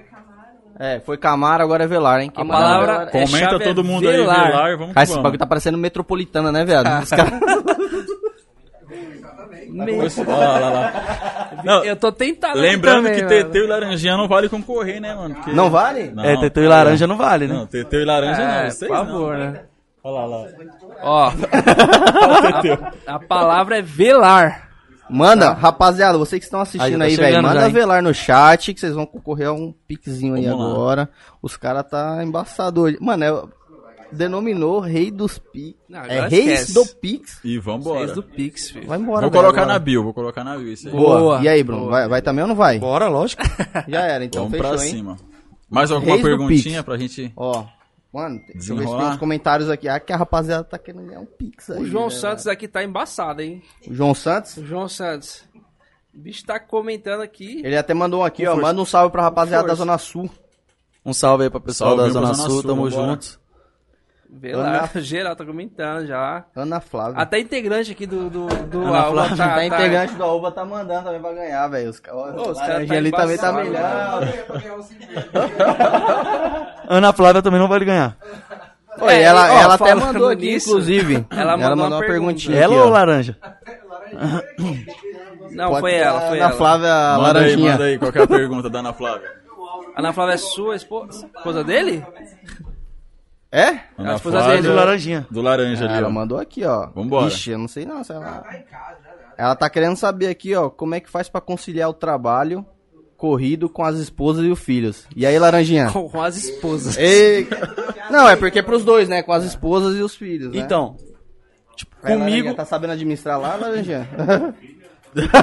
S2: É, foi Camaro, agora é Velar, hein? Quem
S1: A
S2: mandar
S1: palavra
S2: agora-
S1: é
S5: Comenta
S1: chave
S5: todo mundo
S1: velar.
S5: aí, velar,
S2: Cara,
S5: vamos que
S2: esse
S5: vamos.
S2: bagulho tá parecendo metropolitana, né, viado? Os caras-
S5: Olha lá, olha lá. Não,
S1: Eu tô tentado
S5: lembrando
S1: também,
S5: que
S1: mano.
S5: Teteu e Laranjinha não vale concorrer, né, mano? Porque-
S2: Não vale?
S5: Não, É.
S4: É, Teteu e laranja não vale, né?
S5: Não, Teteu e Laranja
S1: É,
S5: não, vocês
S1: por
S5: não.
S1: favor, né?
S5: Olha lá, olha lá.
S1: Ó, a, a palavra é velar.
S2: Manda,
S5: Tá.
S2: rapaziada, vocês que estão
S4: Aí,
S2: assistindo
S4: tá
S2: aí, velho,
S4: chegando
S2: manda
S4: já, hein?
S2: velar no chat que vocês vão concorrer a um piquezinho aí
S5: Vamos lá.
S2: agora. Os caras tá embaçado hoje. Mano, é, denominou rei dos pix.
S1: Não,
S2: É
S1: agora
S2: rei
S1: esquece.
S2: do pix.
S5: E
S1: Desde
S5: vambora.
S1: do Pix, filho.
S2: Vai embora,
S5: Vou
S2: velho,
S5: colocar
S2: agora.
S5: na bio, vou colocar na bio isso aí.
S2: Boa.
S1: Boa.
S2: E aí, Bruno, vai, vai também ou não vai?
S4: Bora, lógico.
S2: Já era, então
S5: Vamos
S2: fechou,
S5: pra
S2: hein?
S5: cima. Mais alguma
S2: Reis do
S5: perguntinha pra gente...
S2: Ó, mano, deixa eu ver se tem
S5: Desenrolar.
S2: uns comentários aqui. Ah, que a rapaziada tá querendo ganhar um pix aí.
S1: O João
S2: velho.
S1: Santos aqui tá embaçado, hein?
S2: O João Santos?
S1: O João Santos. O bicho tá comentando aqui.
S2: Ele até mandou um aqui, ó. Manda um salve pra rapaziada da Zona Sul.
S4: Um salve aí pra pessoal
S5: Salve
S4: da
S5: aí pra
S4: Zona
S5: Zona
S4: Sul,
S5: Sul,
S4: tamo
S5: vambora.
S4: junto. tá
S1: Velar. Geral tá comentando já.
S2: Ana Flávia.
S1: Até Ah, tá integrante aqui do. do, do
S4: Ana
S1: Alba
S4: Flávia
S2: Tá, integrante do Aoba tá mandando também pra ganhar, velho. Os caras
S1: Ô, os
S2: tá
S1: cara tá
S2: ali também tá
S1: embaçado,
S2: melhor.
S7: Eu ia pra ganhar
S9: assim
S7: um 50.
S4: Ana Flávia também não vai ganhar.
S2: Oi,
S1: É,
S2: ela,
S1: ó,
S2: ela até
S1: falando
S2: mandou aqui,
S1: nisso,
S2: inclusive.
S1: ela mandou uma pergunta.
S4: Ela
S2: aqui,
S4: ou
S2: ó.
S4: laranja?
S1: Não,
S2: Pode-
S1: foi ela, foi
S2: Ana
S1: ela.
S2: Flávia
S5: Manda aí,
S2: Ah, Laranjinha.
S5: manda aí, qual que é a pergunta da Ana Flávia?
S1: Ana Flávia é sua esposa, esposa dele?
S2: É?
S1: Acho
S5: Ana
S1: que foi das
S4: Ela
S1: vezes
S4: do laranjinha.
S5: Do laranja ali,
S2: ela
S5: ó.
S2: mandou aqui, ó.
S5: Vambora.
S2: Ixi, eu não sei não, sei lá. Ela tá querendo saber aqui, ó, como é que faz pra conciliar o trabalho corrido com as esposas e os filhos. E aí, Laranjinha?
S1: Com, com as esposas.
S2: Ei, Não, é porque é pros dois, né? Com as esposas e os filhos, né?
S4: Então, tipo,
S2: Vai, Laranjinha,
S4: comigo,
S2: Tá sabendo administrar lá, Laranjinha?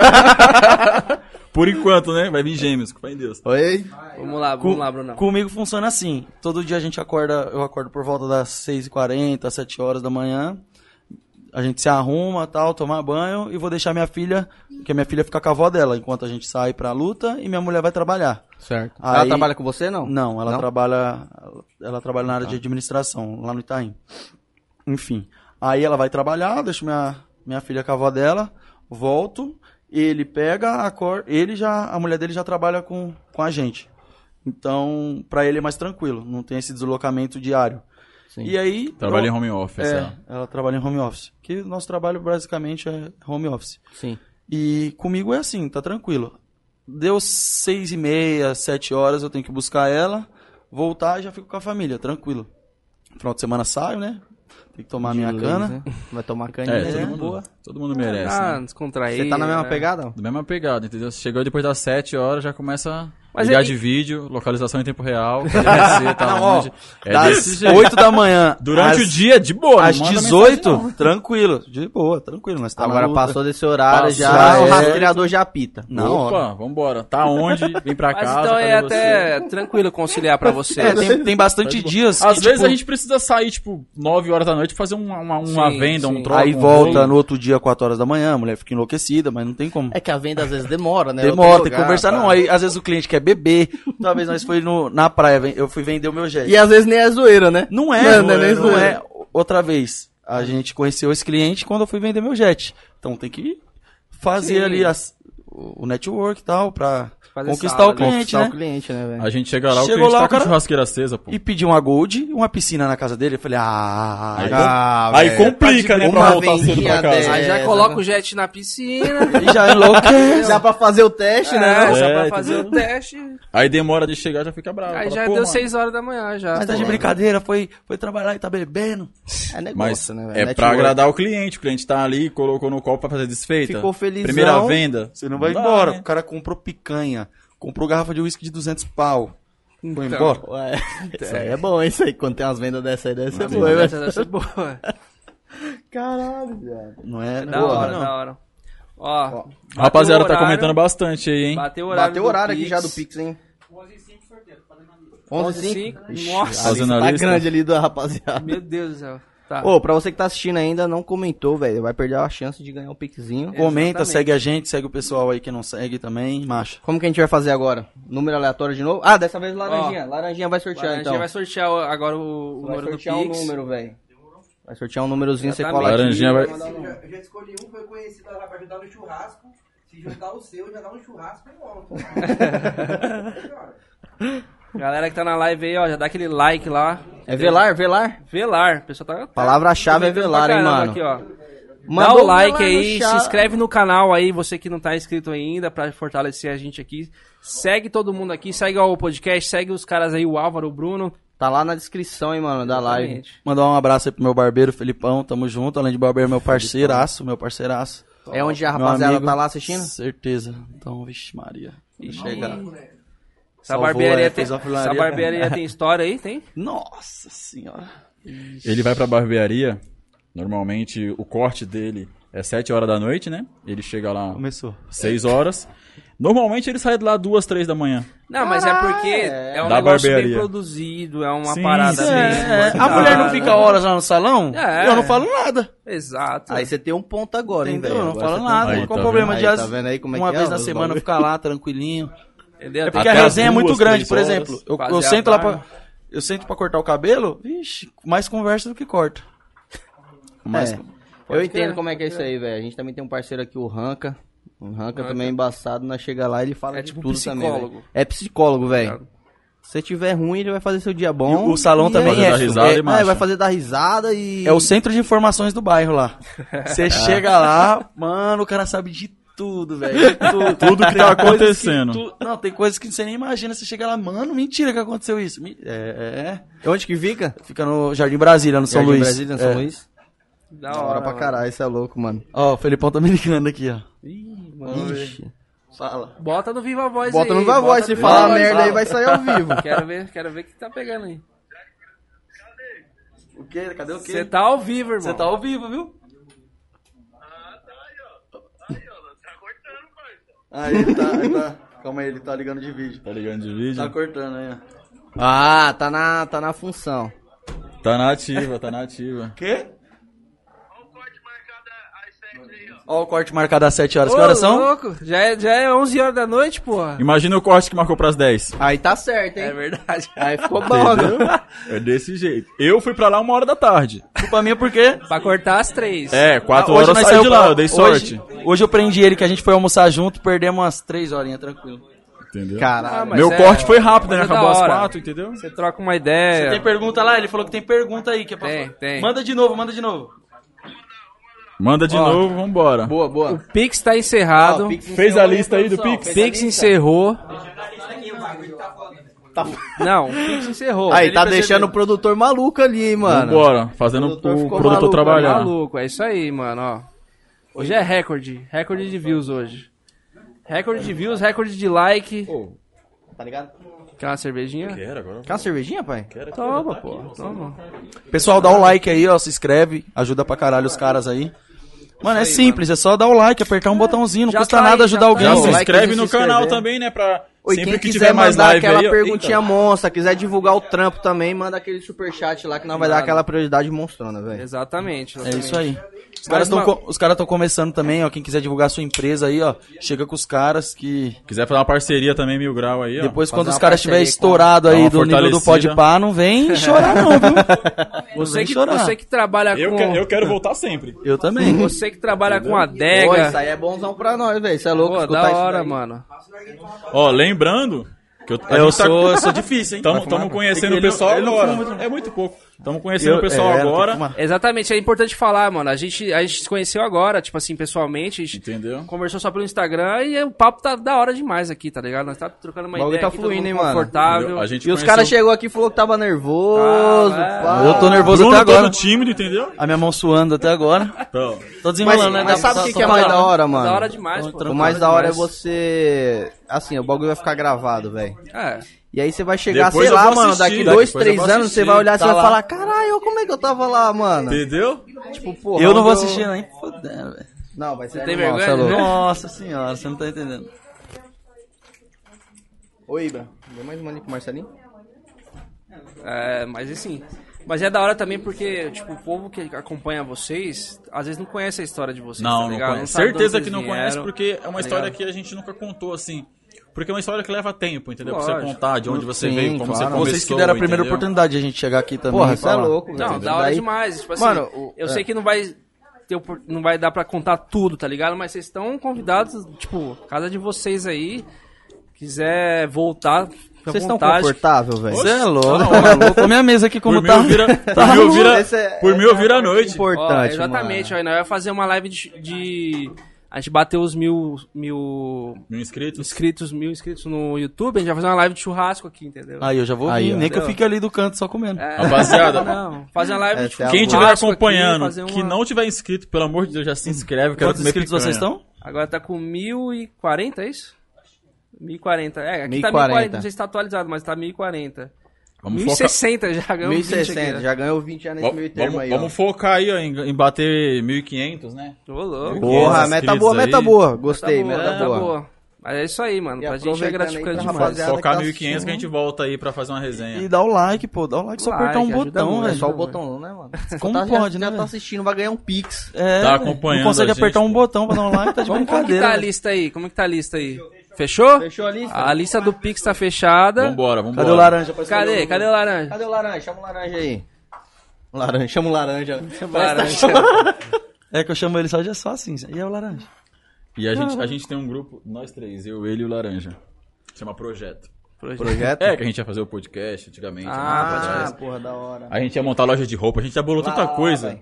S5: Por enquanto, né? Vai vir gêmeos, com fé em Deus.
S2: Oi?
S1: Vamos lá,
S4: com-
S1: vamos lá, Brunão.
S4: comigo funciona assim. Todo dia a gente acorda, eu acordo por volta das 6h40, 7 horas da manhã. A gente se arruma, tal, tomar banho e vou deixar minha filha, que a minha filha fica com a avó dela, enquanto a gente sai pra luta e minha mulher vai trabalhar.
S2: Certo.
S4: Aí-
S2: Ela trabalha com você, não? Ah.
S4: Não, ela trabalha. Ela trabalha na área de administração, lá no Itaim. Enfim. Aí ela vai trabalhar, deixo minha, minha filha com a avó dela, volto, ele pega a cor. Ele já. A mulher dele já trabalha com, com a gente. Então, pra ele é mais tranquilo, não tem esse deslocamento diário.
S2: Sim.
S4: E aí.
S5: Trabalha em
S4: eu-
S5: home office,
S4: é,
S5: é.
S4: ela trabalha em home office. Que o nosso trabalho basicamente é home office.
S2: Sim.
S4: E comigo é assim, tá tranquilo. Deu seis e meia, sete horas, eu tenho que buscar ela, voltar e já fico com a família, tranquilo. Final de né? semana saio, né? Tem que tomar a minha cana.
S2: Vai tomar cana
S5: É,
S2: de
S5: todo
S2: leite.
S5: mundo, todo mundo merece.
S1: Ah,
S5: né?
S1: descontrair.
S2: Você tá na mesma
S1: né?
S2: pegada?
S5: Do mesma pegada, entendeu? Você chegou depois das 7 horas, já começa a
S1: Mas
S5: ligar
S1: é-
S5: de vídeo, localização em tempo real, KDC, tá
S4: Não, ó,
S5: onde. É desse
S4: das
S5: jeito.
S4: 8 da manhã.
S5: Durante
S4: às,
S5: o dia, de boa.
S4: Às
S5: não manda
S4: 18,
S5: mensagem, não.
S4: tranquilo. De boa, tranquilo, mas tá na
S2: Agora
S4: luta.
S2: passou desse horário,
S5: Passou,
S2: já
S4: é.
S2: o rastreador já apita.
S4: Na hora.
S5: Opa, vambora. Tá onde? Vem pra
S1: Mas
S5: casa.
S1: então é
S5: cadê você?
S1: até tranquilo conciliar pra você. assim,
S4: É, tem, tem bastante dias
S5: Às
S4: que,
S5: vezes
S4: tipo,
S5: a gente precisa sair, tipo, 9 horas da noite fazer um, uma, uma, uma
S1: Sim,
S5: venda,
S1: sim.
S5: um troco.
S4: aí
S5: um
S4: volta
S5: rolo.
S4: no outro dia, 4 horas da manhã, a mulher fica enlouquecida, mas não tem como.
S2: É que a venda às vezes demora, né?
S4: Demora,
S2: Outro
S4: tem que
S2: lugar,
S4: conversar,
S2: pá.
S4: não. Aí às vezes o cliente quer beber. Uma vez nós foi no, na praia, ven- eu fui vender o meu jet.
S2: E às vezes nem é zoeira, né?
S4: Não é, não, é, não é. Outra vez, a gente conheceu esse cliente quando eu fui vender meu jet. Então tem que fazer
S1: Sim.
S4: ali as- o o network e tal, pra
S1: Fazer
S4: conquistar
S1: sala,
S4: o cliente,
S2: Conquistar
S4: né?
S2: o cliente, né, velho?
S5: A gente chega lá, o
S4: Chegou
S5: cliente tá
S4: lá, o
S5: com a
S4: cara-
S5: churrasqueira acesa, pô.
S4: E pedi uma gold e uma piscina na casa dele. Eu falei, ah...
S5: Aí,
S4: já-
S2: Ah,
S5: aí
S2: velho.
S5: complica, né, pra
S2: Uma
S5: voltar cedo pra
S2: vendinha
S5: casa.
S2: dessa.
S1: Aí já
S2: É,
S1: coloca
S2: tá-
S1: o jet na piscina.
S4: E já enlouquece.
S2: Dá pra fazer o teste, né?
S1: É, só
S5: É,
S1: pra
S5: entendeu?
S1: fazer o teste.
S5: Aí demora de chegar, já fica bravo.
S1: Aí
S5: Fala,
S1: já
S5: pô,
S1: deu
S5: mano,
S1: 6 horas da manhã já. Então,
S4: Mas tá de brincadeira, foi, foi trabalhar e tá bebendo.
S2: É negócio,
S5: Mas
S2: né, velho?
S5: é pra
S2: Network.
S5: agradar o cliente. O cliente tá ali, colocou no copo pra fazer desfeita.
S2: Ficou felizão.
S5: Primeira venda.
S4: Você não vai
S5: dá,
S4: embora.
S5: né?
S4: O cara comprou picanha, comprou garrafa de uísque de 200 pau. Foi
S1: Então.
S4: embora.
S2: Ué, isso aí é bom, isso aí. Quando tem umas vendas dessa aí, deve ser boa, né? velho.
S1: Essa deve ser boa.
S2: Caralho, velho.
S4: Não é
S1: Da
S4: boa,
S1: hora,
S4: não.
S1: da hora. Ó,
S5: A
S1: bateu
S5: Rapaziada,
S1: o
S5: tá
S1: horário,
S5: comentando bastante aí, hein?
S1: Bateu o horário.
S2: Bateu o horário aqui
S1: Pix.
S2: já do Pix, hein? 11 h 05
S1: 11
S2: sorteio. 11 h 05
S1: h Nossa,
S2: A lista
S5: Fazendo a
S2: tá
S5: lista.
S2: grande ali da rapaziada.
S1: meu Deus do céu. Tá.
S2: Ô, pra você que tá assistindo ainda, não comentou, velho. Vai perder a chance de ganhar um pixinho.
S1: É.
S4: Comenta,
S1: Exatamente.
S4: segue a gente, segue o pessoal aí que não segue também, macho.
S2: Como que a gente vai fazer agora? Número aleatório de novo? Ah, dessa vez laranjinha. laranjinha vai
S1: a gente
S2: sortear, então.
S1: vai sortear o- agora o, o
S2: Vai
S1: número do Pix.
S2: sortear um número, velho. Vai sortear um númerozinho, você
S1: Exatamente.
S2: cola aqui.
S5: Laranjinha vai-
S9: Assim,
S7: Eu já, eu já escolhi um, foi conhecido lá pra ajudar no churrasco. Se juntar o seu, já dá um
S9: é
S7: churrasco e volta.
S1: Galera que tá na live aí, ó, já dá aquele like lá.
S2: É velar, velar?
S1: Velar, o pessoal tá. tá
S2: Palavra-chave é
S1: comentando pra
S2: velar, hein,
S1: caramba
S2: mano.
S1: Aqui, ó. Dá
S2: Mandou um
S1: o like
S2: velar no
S1: aí, se
S2: chat.
S1: inscreve no canal aí, você que não tá inscrito ainda, pra fortalecer a gente aqui. Segue todo mundo aqui, segue o podcast, segue os caras aí, o Álvaro, o Bruno.
S2: Tá lá na descrição, hein, mano, da live.
S1: Exatamente.
S4: Mandar um abraço aí pro meu barbeiro, Felipão, tamo junto. Além de barbeiro, meu parceiraço, meu parceiraço.
S2: É onde a
S4: Meu
S2: rapaziada
S4: amigo.
S2: tá lá assistindo?
S4: Certeza. Então, vixe Maria. E chega.
S1: Essa
S4: Salvou,
S1: barbearia,
S4: é,
S1: tem,
S4: fez uma
S1: essa
S4: filaria.
S1: barbearia tem história aí, tem?
S4: Nossa senhora.
S5: Ele vai pra barbearia. Normalmente o corte dele é 7 horas da noite, né? Ele chega lá
S4: Começou.
S5: 6 horas. Normalmente ele sai de lá 2, 3 da manhã.
S1: Não, mas é porque é um
S5: Da
S1: negócio bem
S5: barbearia.
S1: produzido, é uma
S5: Sim,
S1: parada
S5: sim.
S1: bem.
S4: É, a
S1: montada.
S4: mulher não fica horas lá no salão?
S1: É.
S4: Eu não falo nada.
S1: Exato.
S2: Aí você tem um ponto agora, hein,
S4: Entendeu?
S2: velho?
S4: Eu não
S2: Agora
S4: falo
S2: você
S4: nada.
S5: Aí,
S4: Qual
S5: tá
S4: o problema
S2: vendo?
S4: de
S2: Aí,
S4: as-
S2: tá vendo aí como é
S4: uma
S2: que é
S4: vez
S2: os
S4: na semana
S2: bagulho?
S4: ficar lá tranquilinho?
S1: entendeu?
S4: É porque a
S5: Até as
S4: resenha é
S5: duas,
S4: muito grande,
S5: três
S4: por
S5: horas.
S4: exemplo. Eu,
S1: Fazer
S4: eu
S1: a
S4: sento lá
S1: barba.
S4: pra. Eu sento pra cortar o cabelo, vixe, mais conversa do que corta. Mais
S2: É.
S4: con-
S2: Eu entendo como é que é isso aí, velho. A gente também tem um parceiro aqui, o Ranca. O Ranca também é embaçado, nós chega lá ele fala
S1: É
S2: de
S1: tipo
S2: tudo também.
S1: psicólogo.
S2: velho. É psicólogo, velho.
S1: Claro.
S2: Se tiver ruim, ele vai fazer seu dia bom.
S4: E o salão também
S5: Fazer
S4: tipo,
S5: é- dar risada e
S2: é,
S5: marcha.
S2: vai fazer dar risada e.
S4: É o centro de informações do bairro lá. Você chega lá, mano, o cara sabe de tudo, velho. de Tudo.
S5: Tudo que
S4: Tem
S5: tá
S4: coisas que
S5: acontecendo.
S4: tu- Não, tem coisas que você nem imagina. Você chega lá, mano, mentira que aconteceu isso. Me- É,
S2: Onde que fica?
S4: é. Fica no Jardim Brasília, no São
S2: Jardim
S4: Luís.
S2: Brasília, São
S4: É. Ah.
S2: Luís.
S1: Da
S2: Da hora pra
S1: mano.
S2: caralho, isso é louco, mano.
S4: Ó, o Felipão tá me ligando aqui, ó.
S1: Ih, mano.
S2: Ixi.
S4: Fala.
S1: Bota no Viva Voz
S2: Bota
S1: aí.
S2: no Viva Voz,
S1: no
S2: se
S1: Viva
S2: falar
S1: Voz.
S2: merda aí vai sair ao vivo.
S1: Quero ver, quero ver o que tá pegando aí.
S4: O quê? Cadê o quê?
S1: Você tá ao vivo, irmão.
S4: Você tá ao vivo, viu? Ah, tá aí, ó. Tá cortando, Aí, tá, tá. Calma aí, ele tá ligando de vídeo.
S5: Tá ligando de
S4: Tá
S5: vídeo?
S4: cortando aí, ó.
S2: Ah, tá na, tá na função.
S5: Tá na ativa, tá na ativa.
S4: Quê? Ó o corte marcado às 7 horas. Que
S1: Ô,
S4: horas são?
S1: louco, já é, já é 11 horas da noite, porra.
S5: Imagina o corte que marcou pras 10.
S2: Aí tá certo, hein?
S1: É verdade.
S2: Aí ficou bom, né?
S5: É desse jeito. Eu fui pra lá uma hora da tarde.
S4: Culpa minha por quê?
S1: pra cortar as três.
S5: É, 4
S4: Ah,
S5: horas eu
S4: nós
S5: saí
S4: saiu
S5: de lá,
S4: pra-
S5: eu dei
S4: hoje-
S5: sorte.
S4: Hoje eu prendi ele, que a gente foi almoçar junto, perdemos umas 3 horinhas, tranquilo.
S5: Entendeu?
S1: Ah,
S2: Caralho.
S1: mas
S5: Meu
S1: é-
S5: corte foi rápido, né?
S1: coisa da
S5: Acabou às
S1: hora.
S5: 4, entendeu?
S1: Você troca uma ideia.
S4: Tem pergunta lá? Ele falou que tem pergunta aí. Que é pra
S1: É. Tem,
S4: falar.
S1: tem.
S4: Manda de novo, manda de novo.
S5: Manda de novo, vambora.
S2: Boa,
S1: O
S2: boa.
S1: Pix tá encerrado.
S2: Ó, o tá
S1: Pix,
S5: Fez a lista aí do Pix?
S1: encerrou. Não, o Pix encerrou.
S2: Aí,
S1: Ele
S2: tá
S1: percebeu.
S2: deixando o produtor maluco ali, mano.
S5: Bora, fazendo
S2: O
S5: o
S2: produtor ficou
S5: produtor
S2: maluco,
S5: trabalhar.
S1: Maluco, é isso aí, mano, ó. Hoje é recorde, recorde de views hoje. Recorde de views, recorde de like.
S2: Tá ligado?
S1: Quer uma cervejinha?
S10: Quero agora.
S2: Quer uma cervejinha, pai?
S1: Toma, pô, toma.
S4: Pessoal, dá o like aí, ó, se inscreve, ajuda pra caralho os caras aí. Mano, é simples, é só dar o like, apertar um botãozinho, não
S1: Já
S4: custa
S1: tá aí,
S4: nada
S1: já
S4: ajudar
S1: tá
S4: alguém.
S5: Já
S2: Não,
S5: se
S2: like,
S5: inscreve
S2: se
S5: no
S2: inscrever.
S5: canal também, né? Pra
S2: Oi,
S5: sempre
S2: quem
S5: que
S2: quiser
S5: tiver mais
S2: mandar
S5: live
S2: aquela
S5: aí, ó, então.
S2: perguntinha
S5: eita.
S2: monstra, quiser divulgar o trampo também, manda aquele superchat lá que nós vai dar aquela prioridade monstrona, velho.
S1: Exatamente.
S4: É
S1: exatamente.
S4: isso aí. Os caras estão
S1: uma-
S4: os caras tão começando também, ó. Quem quiser divulgar a sua empresa aí, ó, chega com os caras que.
S5: Quiser fazer uma parceria também, Mil Grau aí, ó.
S4: Depois,
S2: fazer
S4: quando os
S2: uma
S4: caras estiver
S2: parceria com-
S4: estourado
S5: Dá
S4: aí
S5: uma
S4: do nível do
S5: fortalecida.
S4: Podpah, não vem chorar não, viu?
S1: Você que,
S4: chorar.
S1: você que trabalha
S5: eu,
S1: tá com.
S5: que- eu quero voltar sempre.
S4: Eu também.
S1: Você que trabalha com
S2: Pô, isso
S1: adega.
S2: aí é bonzão pra nós, velho. Isso é louco,
S1: Pô,
S2: escutar
S1: da
S2: isso
S1: hora,
S2: daí.
S1: mano.
S5: Ó, lembrando que eu, a
S4: Eu
S5: gente tá-
S4: sou, eu sou difícil, hein?
S5: Tamo,
S4: Vai
S5: tamo
S4: fumar?
S5: conhecendo o
S4: Ele não-
S5: pessoal
S4: ele não
S5: agora.
S4: fuma muito,
S5: é muito pouco. Tamo conhecendo o pessoal
S4: um é,
S5: agora.
S4: tem que fumar.
S1: Exatamente, é importante falar, mano. A gente, a gente se conheceu agora, tipo assim, pessoalmente. A gente
S5: Entendeu?
S1: conversou só pelo Instagram e o papo tá da hora demais aqui, tá ligado? Nós tá trocando uma
S2: O bagulho
S1: ideia
S2: tá
S1: aqui, todo
S2: fluindo,
S1: mundo
S2: hein, mano?
S1: confortável.
S5: A gente
S2: E os
S5: conheceu-
S2: caras chegou aqui e falou que tava nervoso.
S1: Ah, é.
S2: pá.
S4: Eu tô nervoso
S5: Bruno
S4: até agora.
S5: todo tímido, entendeu?
S4: A minha mão suando até agora.
S5: Então,
S4: Tô
S2: Mas,
S4: desenrolando, né?
S2: mas sabe o que, que é mais da hora, mano?
S1: Da hora demais, pô.
S4: Tranquilo.
S2: O mais da hora é
S1: demais.
S2: você. Assim, o bagulho vai ficar gravado, velho.
S1: É.
S2: E aí você vai chegar,
S5: Depois
S2: sei
S5: eu
S2: lá,
S5: vou
S2: mano,
S5: assistir,
S2: daqui dois,
S5: depois eu
S2: três
S5: vou
S2: anos, você
S5: assistir,
S2: vai olhar e você
S4: tá
S2: vai
S4: lá.
S2: falar, caralho, como é que eu tava lá, mano?
S5: entendeu?
S2: Tipo, porra,
S4: Eu não vou
S2: onde
S4: assistir nem fodendo, velho.
S2: Não, vai ser
S1: tem
S2: animal,
S1: vergonha,
S2: cê é louco.
S1: né?
S4: Nossa senhora, você não tá entendendo.
S2: Ô, Ibra, deu mais uma ali pro Marcelinho?
S1: É, mas assim. Mas é da hora também porque, tipo, o povo que acompanha vocês, às vezes não conhece a história de vocês,
S5: Não,
S1: tá
S5: não
S1: ligado?
S5: conhece.
S1: sabe de onde
S5: Certeza
S1: vocês
S5: que não
S1: vieram.
S5: conhece, porque é uma
S1: tá
S5: história
S1: ligado?
S5: que a gente nunca contou, assim. Porque é uma história que leva tempo, entendeu? Pra você
S1: Lógico.
S5: contar de onde você
S2: Sim,
S5: veio, como
S2: claro.
S5: você começou,
S4: Vocês que deram a primeira
S5: entendeu?
S4: oportunidade de a gente chegar aqui também.
S2: Porra,
S4: e
S2: você é
S4: falar.
S2: louco, velho.
S1: Não, da hora
S2: Daí-
S1: demais. Tipo assim,
S2: Mano, o-
S1: eu
S2: é.
S1: sei que não vai ter opor- não vai dar pra contar tudo, tá ligado? Mas vocês estão convidados, tipo, casa de vocês aí, quiser voltar, fica à
S2: Vocês estão
S1: vontade.
S2: confortável, velho?
S4: Você é louco. Tá maluco. Olha minha mesa aqui
S5: Por
S4: como
S5: mim
S4: tá.
S5: eu vira, por
S4: Tá
S5: mim eu
S4: louco.
S5: vira,
S2: Esse é-
S5: por mim eu vira à noite.
S1: Ó,
S2: Importante,
S1: exatamente,
S2: mano.
S1: aí nós vamos fazer uma live de, de- A gente bateu os mil, mil
S5: Mil inscritos.
S1: inscritos, mil inscritos no YouTube, a gente vai fazer uma live de churrasco aqui, entendeu?
S4: Aí eu já vou
S2: Aí,
S4: vir,
S2: ó.
S4: nem que eu fique ali do canto só comendo.
S1: É,
S5: Rapaziada.
S1: Não, fazer uma live tipo, de
S2: Essa é
S1: churrasco.
S2: a
S4: Tá
S5: Quem estiver
S1: aqui,
S5: acompanhando,
S1: fazer
S5: que
S1: uma-
S5: não tiver inscrito, pelo amor de Deus, já se inscreve. eu Quero
S4: Quantos
S5: comer
S4: inscritos
S5: picanha.
S4: vocês estão?
S1: Agora tá com 1040, é isso? 1040. É, aqui tá
S2: 1040.
S1: 1040, não sei se tá atualizado, mas tá 1040.
S5: Vamos focar,
S1: 1060 já ganhou 1060
S2: 1060, já ganhou 20 anos nesse
S5: vamos,
S2: meio termo
S5: vamos-
S2: aí, ó.
S5: vamos focar aí ó, em, em bater 1.500, né?
S1: Ô, louco.
S2: Porra,
S5: 500
S2: meta
S5: inscritos
S2: boa,
S5: aí.
S2: meta boa.
S1: Tá
S2: Gostei,
S1: boa,
S2: meta
S1: tá
S2: boa.
S1: boa. Mas é isso aí, mano.
S2: E
S1: Pra gente é
S2: aproveitando aí
S1: gratificante
S2: pra
S1: demais.
S2: rapaziada.
S5: Focar
S2: que tá
S5: 1.500 que a gente volta aí pra fazer uma resenha.
S4: E dá o like, pô. Dá o like, só
S1: Like,
S4: apertar um
S1: ajuda
S4: botão,
S1: muito,
S2: É
S4: velho.
S2: só o botão, né, mano?
S4: Como
S2: Tá- já-
S4: pode, né,
S2: Já tá
S4: velho?
S2: assistindo, vai ganhar um pix.
S4: É,
S5: Tá
S4: velho.
S5: acompanhando
S4: Não consegue
S5: a gente,
S4: apertar um
S5: pô.
S4: botão pra dar um like, tá de
S1: Como, como que
S4: brincadeira.
S1: tá a
S2: né?
S1: lista aí? Como que tá a lista aí? Fechou?
S2: Fechou a lista?
S1: A lista do Pix tá fechada.
S5: Vambora, vambora.
S4: Cadê o laranja? Pra escolher
S1: Cadê?
S4: o-
S1: Cadê o laranja?
S2: Cadê o laranja? Chama o laranja aí. Laranja, chama o laranja.
S1: Laranja.
S4: É que eu chamo ele só de só assim. E é o laranja.
S1: Ah,
S5: E a gente, a gente tem um grupo, nós três, eu, ele e o Laranja. Chama Projeto.
S2: Projeto.
S5: É, que a gente ia fazer o podcast antigamente. né, pra
S1: Ah,
S5: trás.
S2: Ah, porra, da hora.
S5: A gente ia montar loja de roupa, a gente já bolou tanta
S2: Lá,
S5: coisa.
S2: velho.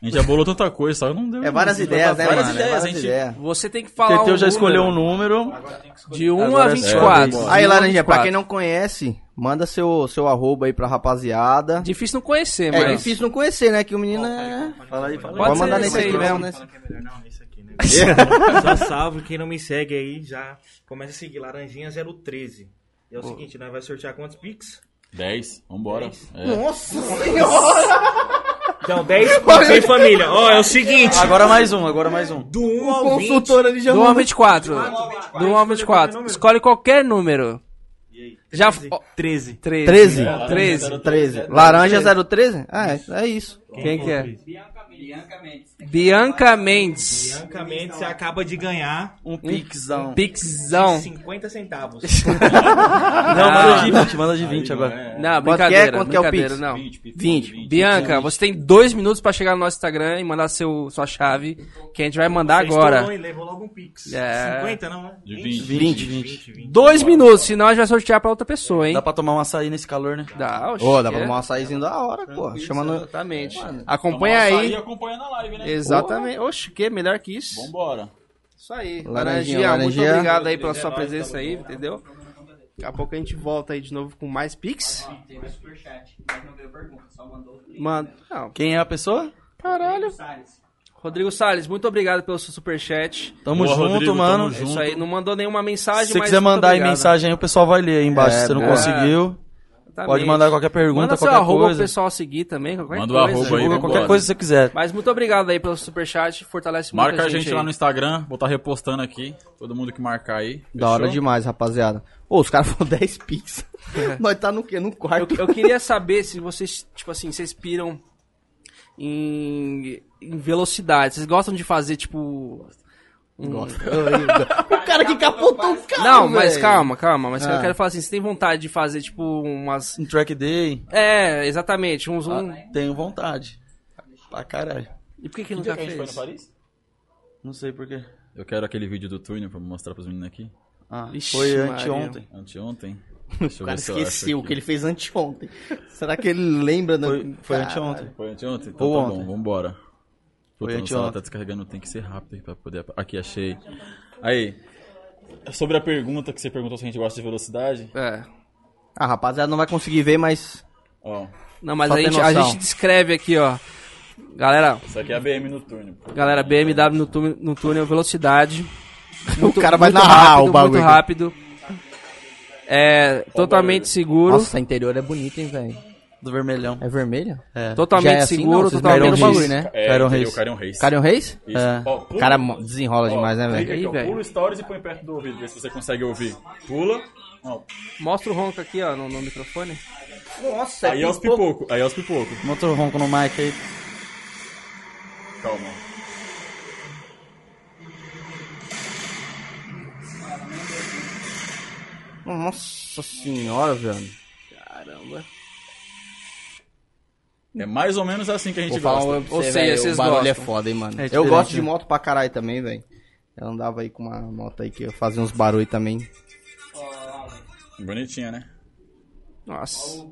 S5: A gente já bolou tanta coisa, só não deu.
S2: É várias ideias, né,
S5: várias
S2: mano?
S5: Ideias,
S2: é várias
S5: a gente...
S2: ideias.
S1: Você tem que
S4: O
S1: falar
S4: Teteu
S1: um
S4: já escolheu um
S1: número.
S4: número.
S1: De 1
S4: Agora
S1: a
S4: é
S1: 24.
S4: sua
S2: Aí,
S1: De um a
S2: Laranja, pra
S1: 24.
S2: quem não conhece, manda seu, seu arroba aí pra rapaziada.
S1: Difícil não conhecer,
S2: É
S1: mas...
S2: difícil não conhecer, né? Que o menino é.
S4: Fala aí, fala
S1: Pode
S2: Pode
S1: ser
S2: mandar
S1: esse
S2: nesse aqui
S1: aí,
S2: mesmo,
S1: né?
S2: né?
S10: Fala que é melhor. Não, isso aqui, né? Só salve, quem não me segue aí, já começa a seguir. Laranjinha 013. E é o seguinte, nós vai sortear quantos pix?
S5: 10, vambora. É.
S2: né? Nossa senhora!
S10: Então, 10 pix aí, família. Ó, é o seguinte.
S4: Agora mais um, agora mais um.
S10: Do 1 ao 20.
S2: Consultora ali já
S1: Do 1 ao
S2: mandou.
S1: 24. Do 1 ao
S2: é
S1: 24. Escolhe qualquer número. Já. ó,
S10: 13.
S1: 13.
S2: 13.
S1: 13.
S2: 13. Laranja 013? Ah, é, é isso.
S1: Quem que é?
S9: Bianca Mendes.
S1: Bianca Mendes.
S10: Francamente, você acaba de ganhar
S4: Um pixão.
S1: Pixão.
S10: 50 centavos.
S1: Ah.
S4: Não, manda de 20, manda de 20 agora.
S5: É,
S1: Não,
S2: Quanto que é?
S1: brincadeira.
S2: Quanto que é o
S1: brincadeira,
S2: Pix?
S1: não.
S5: 20, pico,
S2: 20.
S1: Bianca, você tem dois minutos pra chegar no nosso Instagram e mandar seu, sua chave, que a gente vai mandar
S10: Você estourou
S1: agora.
S10: e levou logo um pix.
S1: É.
S10: 50 não, né?
S5: De 20.
S4: 20,
S10: 20, 20.
S1: Dois minutos, senão a gente vai sortear pra outra pessoa, hein?
S4: Dá pra tomar um açaí nesse calor, né?
S1: Dá, oxe,
S2: Ô, dá pra
S1: é.
S2: tomar um açaizinho da hora, pô. Chama no.
S1: Exatamente.
S5: Toma um
S1: Acompanha
S5: açaí
S1: aí.
S5: e acompanha na live, né?
S1: Exatamente. Oxe, que melhor que isso.
S5: Vambora.
S1: Isso aí.
S2: Laranjinha,
S1: Laranjinha, muito
S2: laranjinha.
S1: obrigado aí pela sua presença aí, entendeu? Daqui a pouco a gente volta aí de novo com mais Pix.
S9: Tem um superchat, mas não veio pergunta, só mandou.
S1: Mano, não,
S4: Quem é a pessoa?
S1: caralho.
S9: Salles.
S1: Rodrigo Salles, muito obrigado pelo seu superchat.
S4: Tamo
S5: Boa,
S4: junto,
S5: Rodrigo, tamo
S4: mano.
S1: É Isso aí, não mandou nenhuma mensagem,
S4: Se você
S1: mas
S4: quiser
S1: muito
S4: mandar aí
S1: obrigado.
S4: mensagem aí, o pessoal vai ler aí embaixo.
S2: É,
S4: se você não
S2: boa.
S4: conseguiu, pode
S1: Exatamente.
S4: mandar qualquer pergunta,
S1: Manda seu
S4: qualquer
S1: arroba
S4: coisa.
S1: pro pessoal seguir também. Qualquer
S5: Manda o
S1: coisa.
S5: arroba aí,
S4: Divulga
S5: vambora.
S4: qualquer coisa que você quiser.
S1: Mas muito obrigado aí pelo superchat, fortalece muito
S5: Marca a gente
S1: aí.
S5: lá no Instagram, vou estar repostando aqui. Todo mundo que marcar aí.
S2: Da hora
S5: fechou?
S2: demais, rapaziada. Ô, os caras foram 10 pix. Nós tá no quê? No
S1: É. Eu,
S2: quarto.
S1: eu queria saber se vocês, tipo assim, vocês piram em, em velocidade. Vocês gostam de fazer, tipo... um-
S2: o cara que capotou os caras.
S1: Não, mas
S2: velho.
S1: calma, calma. Mas eu
S2: Ah.
S1: quero falar assim, você tem vontade de fazer, tipo, umas...
S4: Um track day,
S1: É, exatamente. Uns, um...
S5: Ah,
S4: tenho vontade. Pra caralho.
S1: E por que que nunca
S5: é que a gente foi
S1: fez?
S5: no Paris?
S4: Não sei porquê.
S5: Eu quero aquele vídeo do túnel pra mostrar pros meninos aqui.
S4: Ah,
S1: Ixi,
S4: foi
S1: Maria.
S4: anteontem.
S5: Anteontem.
S2: O
S5: Deixa eu
S2: cara
S5: ver se eu acho
S2: esqueceu o
S5: aqui.
S2: que ele fez anteontem. Será que ele lembra? da-
S4: Foi, foi
S2: Cara,
S4: anteontem.
S5: Foi anteontem? Então
S4: Ou
S5: tá
S4: ontem.
S5: bom, vambora. Puta,
S4: Foi
S5: meu celular
S4: anteontem.
S5: tá descarregando, tem que ser rápido aí pra poder... Aqui, achei. Aí, sobre a pergunta que você perguntou se a gente gosta de velocidade.
S1: É.
S2: Ah, rapaziada, não vai conseguir ver, mas...
S5: Ó,
S1: Não, mas
S2: Só
S1: a
S2: ter
S1: gente, a
S2: noção.
S1: gente descreve aqui, ó. Galera,
S5: isso aqui é a BM no túnel. pô.
S1: galera, BMW no túnel, no túnel velocidade. Muito-
S2: o cara vai
S1: muito
S2: narrar
S1: rápido,
S2: o bagulho.
S1: Muito rápido. É, totalmente seguro.
S2: Nossa, a interior é bonita, hein, velho.
S4: Do vermelhão.
S2: É vermelha?
S4: É.
S1: Totalmente
S2: Já é assim,
S1: seguro,
S2: não, vocês
S1: totalmente.
S2: meteram o bagulho, né?
S5: É,
S4: Carion
S5: Carion
S4: Reis.
S5: Reis. Carion Reis.
S2: Carion Reis?
S5: Isso.
S4: É.
S5: Ó, pula-
S2: O cara mo- desenrola
S5: Ó,
S2: demais, né,
S5: clica
S2: velho?
S1: Aí,
S5: aqui, ó,
S1: velho.
S5: Pula o stories e põe perto do ouvido, ver se você consegue ouvir. Pula. Tá Ó,
S1: Mostra o ronco aqui, ó, no, no microfone.
S2: Nossa,
S5: aí é os pipoco, aí é os pipoco.
S4: Monta o ronco no mic aí.
S5: Calma.
S2: Nossa senhora, velho.
S1: Caramba.
S5: É mais ou menos assim que a gente
S2: Vou falar
S5: gosta.
S2: um pra
S1: Ou
S2: você,
S1: seja,
S2: velho,
S1: vocês
S2: o barulho
S1: gostam.
S2: é foda, hein, mano.
S4: É
S2: eu
S4: diferente,
S2: gosto de
S4: né?
S2: moto pra caralho também, velho. Eu andava aí com uma moto aí que eu fazia uns barulho também.
S5: Bonitinha, né?
S1: Nossa. Ó,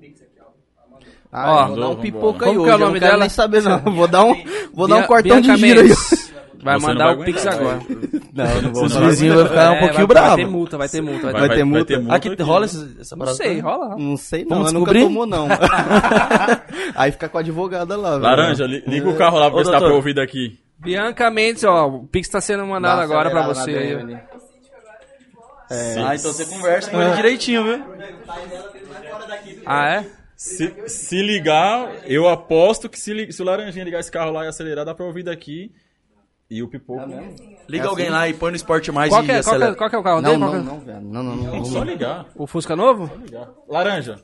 S2: Ah, eu vou dar um
S5: vambora.
S2: pipoca aí
S1: Como
S2: hoje,
S1: que é o
S2: eu
S1: nome
S2: não quero
S1: dela?
S2: nem saber não. Vou dar um, vou dar um
S1: Bia-
S2: cortão
S1: Bianca
S2: de giro aí.
S1: Mendes. Vai
S5: Você não
S1: mandar
S5: vai
S1: o Pix
S5: aguentar, né?
S1: agora. É,
S5: vai.
S2: Não, não vou
S5: Vocês não
S4: Os
S2: falar.
S5: vai
S4: vizinhos vão ficar um pouquinho
S1: vai, Vai ter
S4: bravos.
S1: multa, vai ter multa. Vai,
S2: Vai Hum.
S1: ter
S2: ter multa?
S4: Aqui rola
S5: né?
S4: essa, essa
S1: Não
S4: parada
S1: sei,
S4: toda?
S1: rola. lá.
S2: Não sei não,
S4: Vamos
S2: ela nunca
S4: descobrir?
S2: tomou não. aí fica com a advogada lá, velho.
S5: Laranja, li- liga o carro lá pra
S4: Ô,
S5: ver se tá
S4: doutor.
S5: pra ouvir daqui.
S1: Bianca Mendes, ó, o Pix tá sendo
S2: Dá
S1: mandado
S2: uma
S1: agora pra
S2: acelerada
S1: você
S2: na
S1: aí. ó.
S2: DM ali.
S4: Ah, então você conversa com ele direitinho, viu?
S1: Ah, é?
S5: Se, se ligar, eu aposto que se, li- se o Laranjinha ligar esse carro lá e acelerar, dá pra ouvir daqui. E o pipoco.
S4: Liga alguém lá e põe no esporte mais
S1: Qual
S4: e
S1: que é, qual que é-
S4: acelera.
S1: qual que é o carro
S2: Não,
S1: dele? Qual que
S2: não,
S1: é-
S2: não, velho. Não, não, não.
S5: Só ligar.
S1: O Fusca novo?
S5: ligar. Laranja.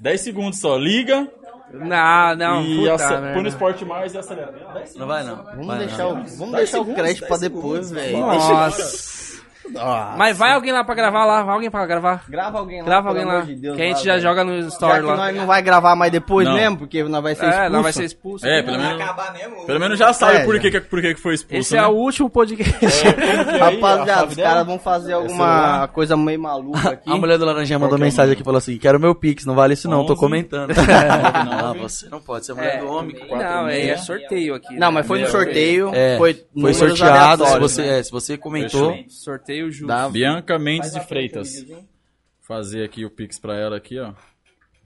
S5: 10 segundos só. Liga
S1: Não, não.
S5: e
S1: puta
S5: ace-
S1: merda.
S5: põe no esporte mais e acelera. 10 segundos.
S4: Não vai não.
S2: Vamos
S4: vai
S2: deixar
S4: não.
S2: o, vamos deixar o crédito pra depois, velho.
S1: Nossa. Mas vai alguém lá pra gravar lá, vai alguém pra gravar.
S2: Grava alguém lá.
S1: Grava
S2: um pelo
S1: alguém
S2: amor
S1: lá.
S2: de Deus,
S1: que a gente
S2: lá,
S1: já
S2: velho.
S1: joga no
S2: Já
S1: story
S2: que
S1: lá.
S2: nós não vai gravar mais depois
S5: Não.
S2: mesmo, porque nós vai ser expulso.
S1: É, lá vai ser expulso.
S5: É, pelo menos,
S9: Acabar né, mesmo?
S5: pelo menos já sabe
S2: É,
S5: por,
S2: já.
S5: que, que- por que que foi expulso.
S1: Esse
S5: né?
S1: é o último podcast.
S2: Rapaziada, os caras vão fazer alguma coisa meio maluca aqui.
S4: A mulher do Laranjinha mandou
S5: Qual que é o
S4: mensagem
S5: nome?
S4: aqui e falou assim: quero meu Pix, não vale isso não, tô
S5: 11.
S4: comentando. ah, você
S5: tá-
S4: não pode
S2: É,
S4: ser mulher do homem. com quatro
S1: É. Não, é,
S4: meia.
S1: é sorteio aqui.
S2: né? Não,
S1: né?
S2: mas foi no sorteio.
S4: É,
S2: foi
S4: foi,
S2: números
S4: sorteado. Se
S2: aleatórios,
S4: você,
S2: né?
S4: é, se você comentou,
S5: Fechou.
S1: Sorteio justo.
S2: Dá-
S5: Bianca Mendes de Freitas. Fazer aqui o pix pra ela aqui, ó.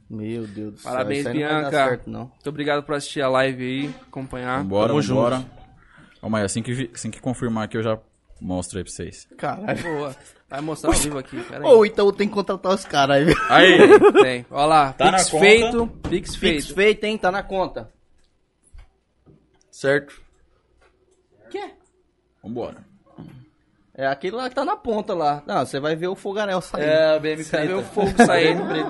S2: Meu Deus do céu.
S1: Parabéns,
S2: isso aí Não vai
S1: Bianca.
S2: dar certo, não.
S1: Muito obrigado por assistir a live aí, acompanhar.
S5: Vambora,
S4: tamo
S5: vambora. Ó, Maia, assim que, vi- assim que confirmar aqui eu já mostro aí pra vocês.
S2: Caralho.
S1: Boa. Vai mostrar ao vivo aqui, peraí.
S2: Ou então tem que contratar os caras aí, viu?
S5: Aí!
S1: Tem. Olha lá,
S5: Tá na
S1: Pix
S5: conta.
S1: feito, Pix
S2: Pix
S1: feito.
S2: feito, hein? Tá na conta.
S4: certo?
S5: vambora.
S2: É aquele lá que tá na ponta lá. Não, você vai ver o fogaréu saindo.
S4: a BM
S1: Você vê o fogo saindo.
S11: Não, é,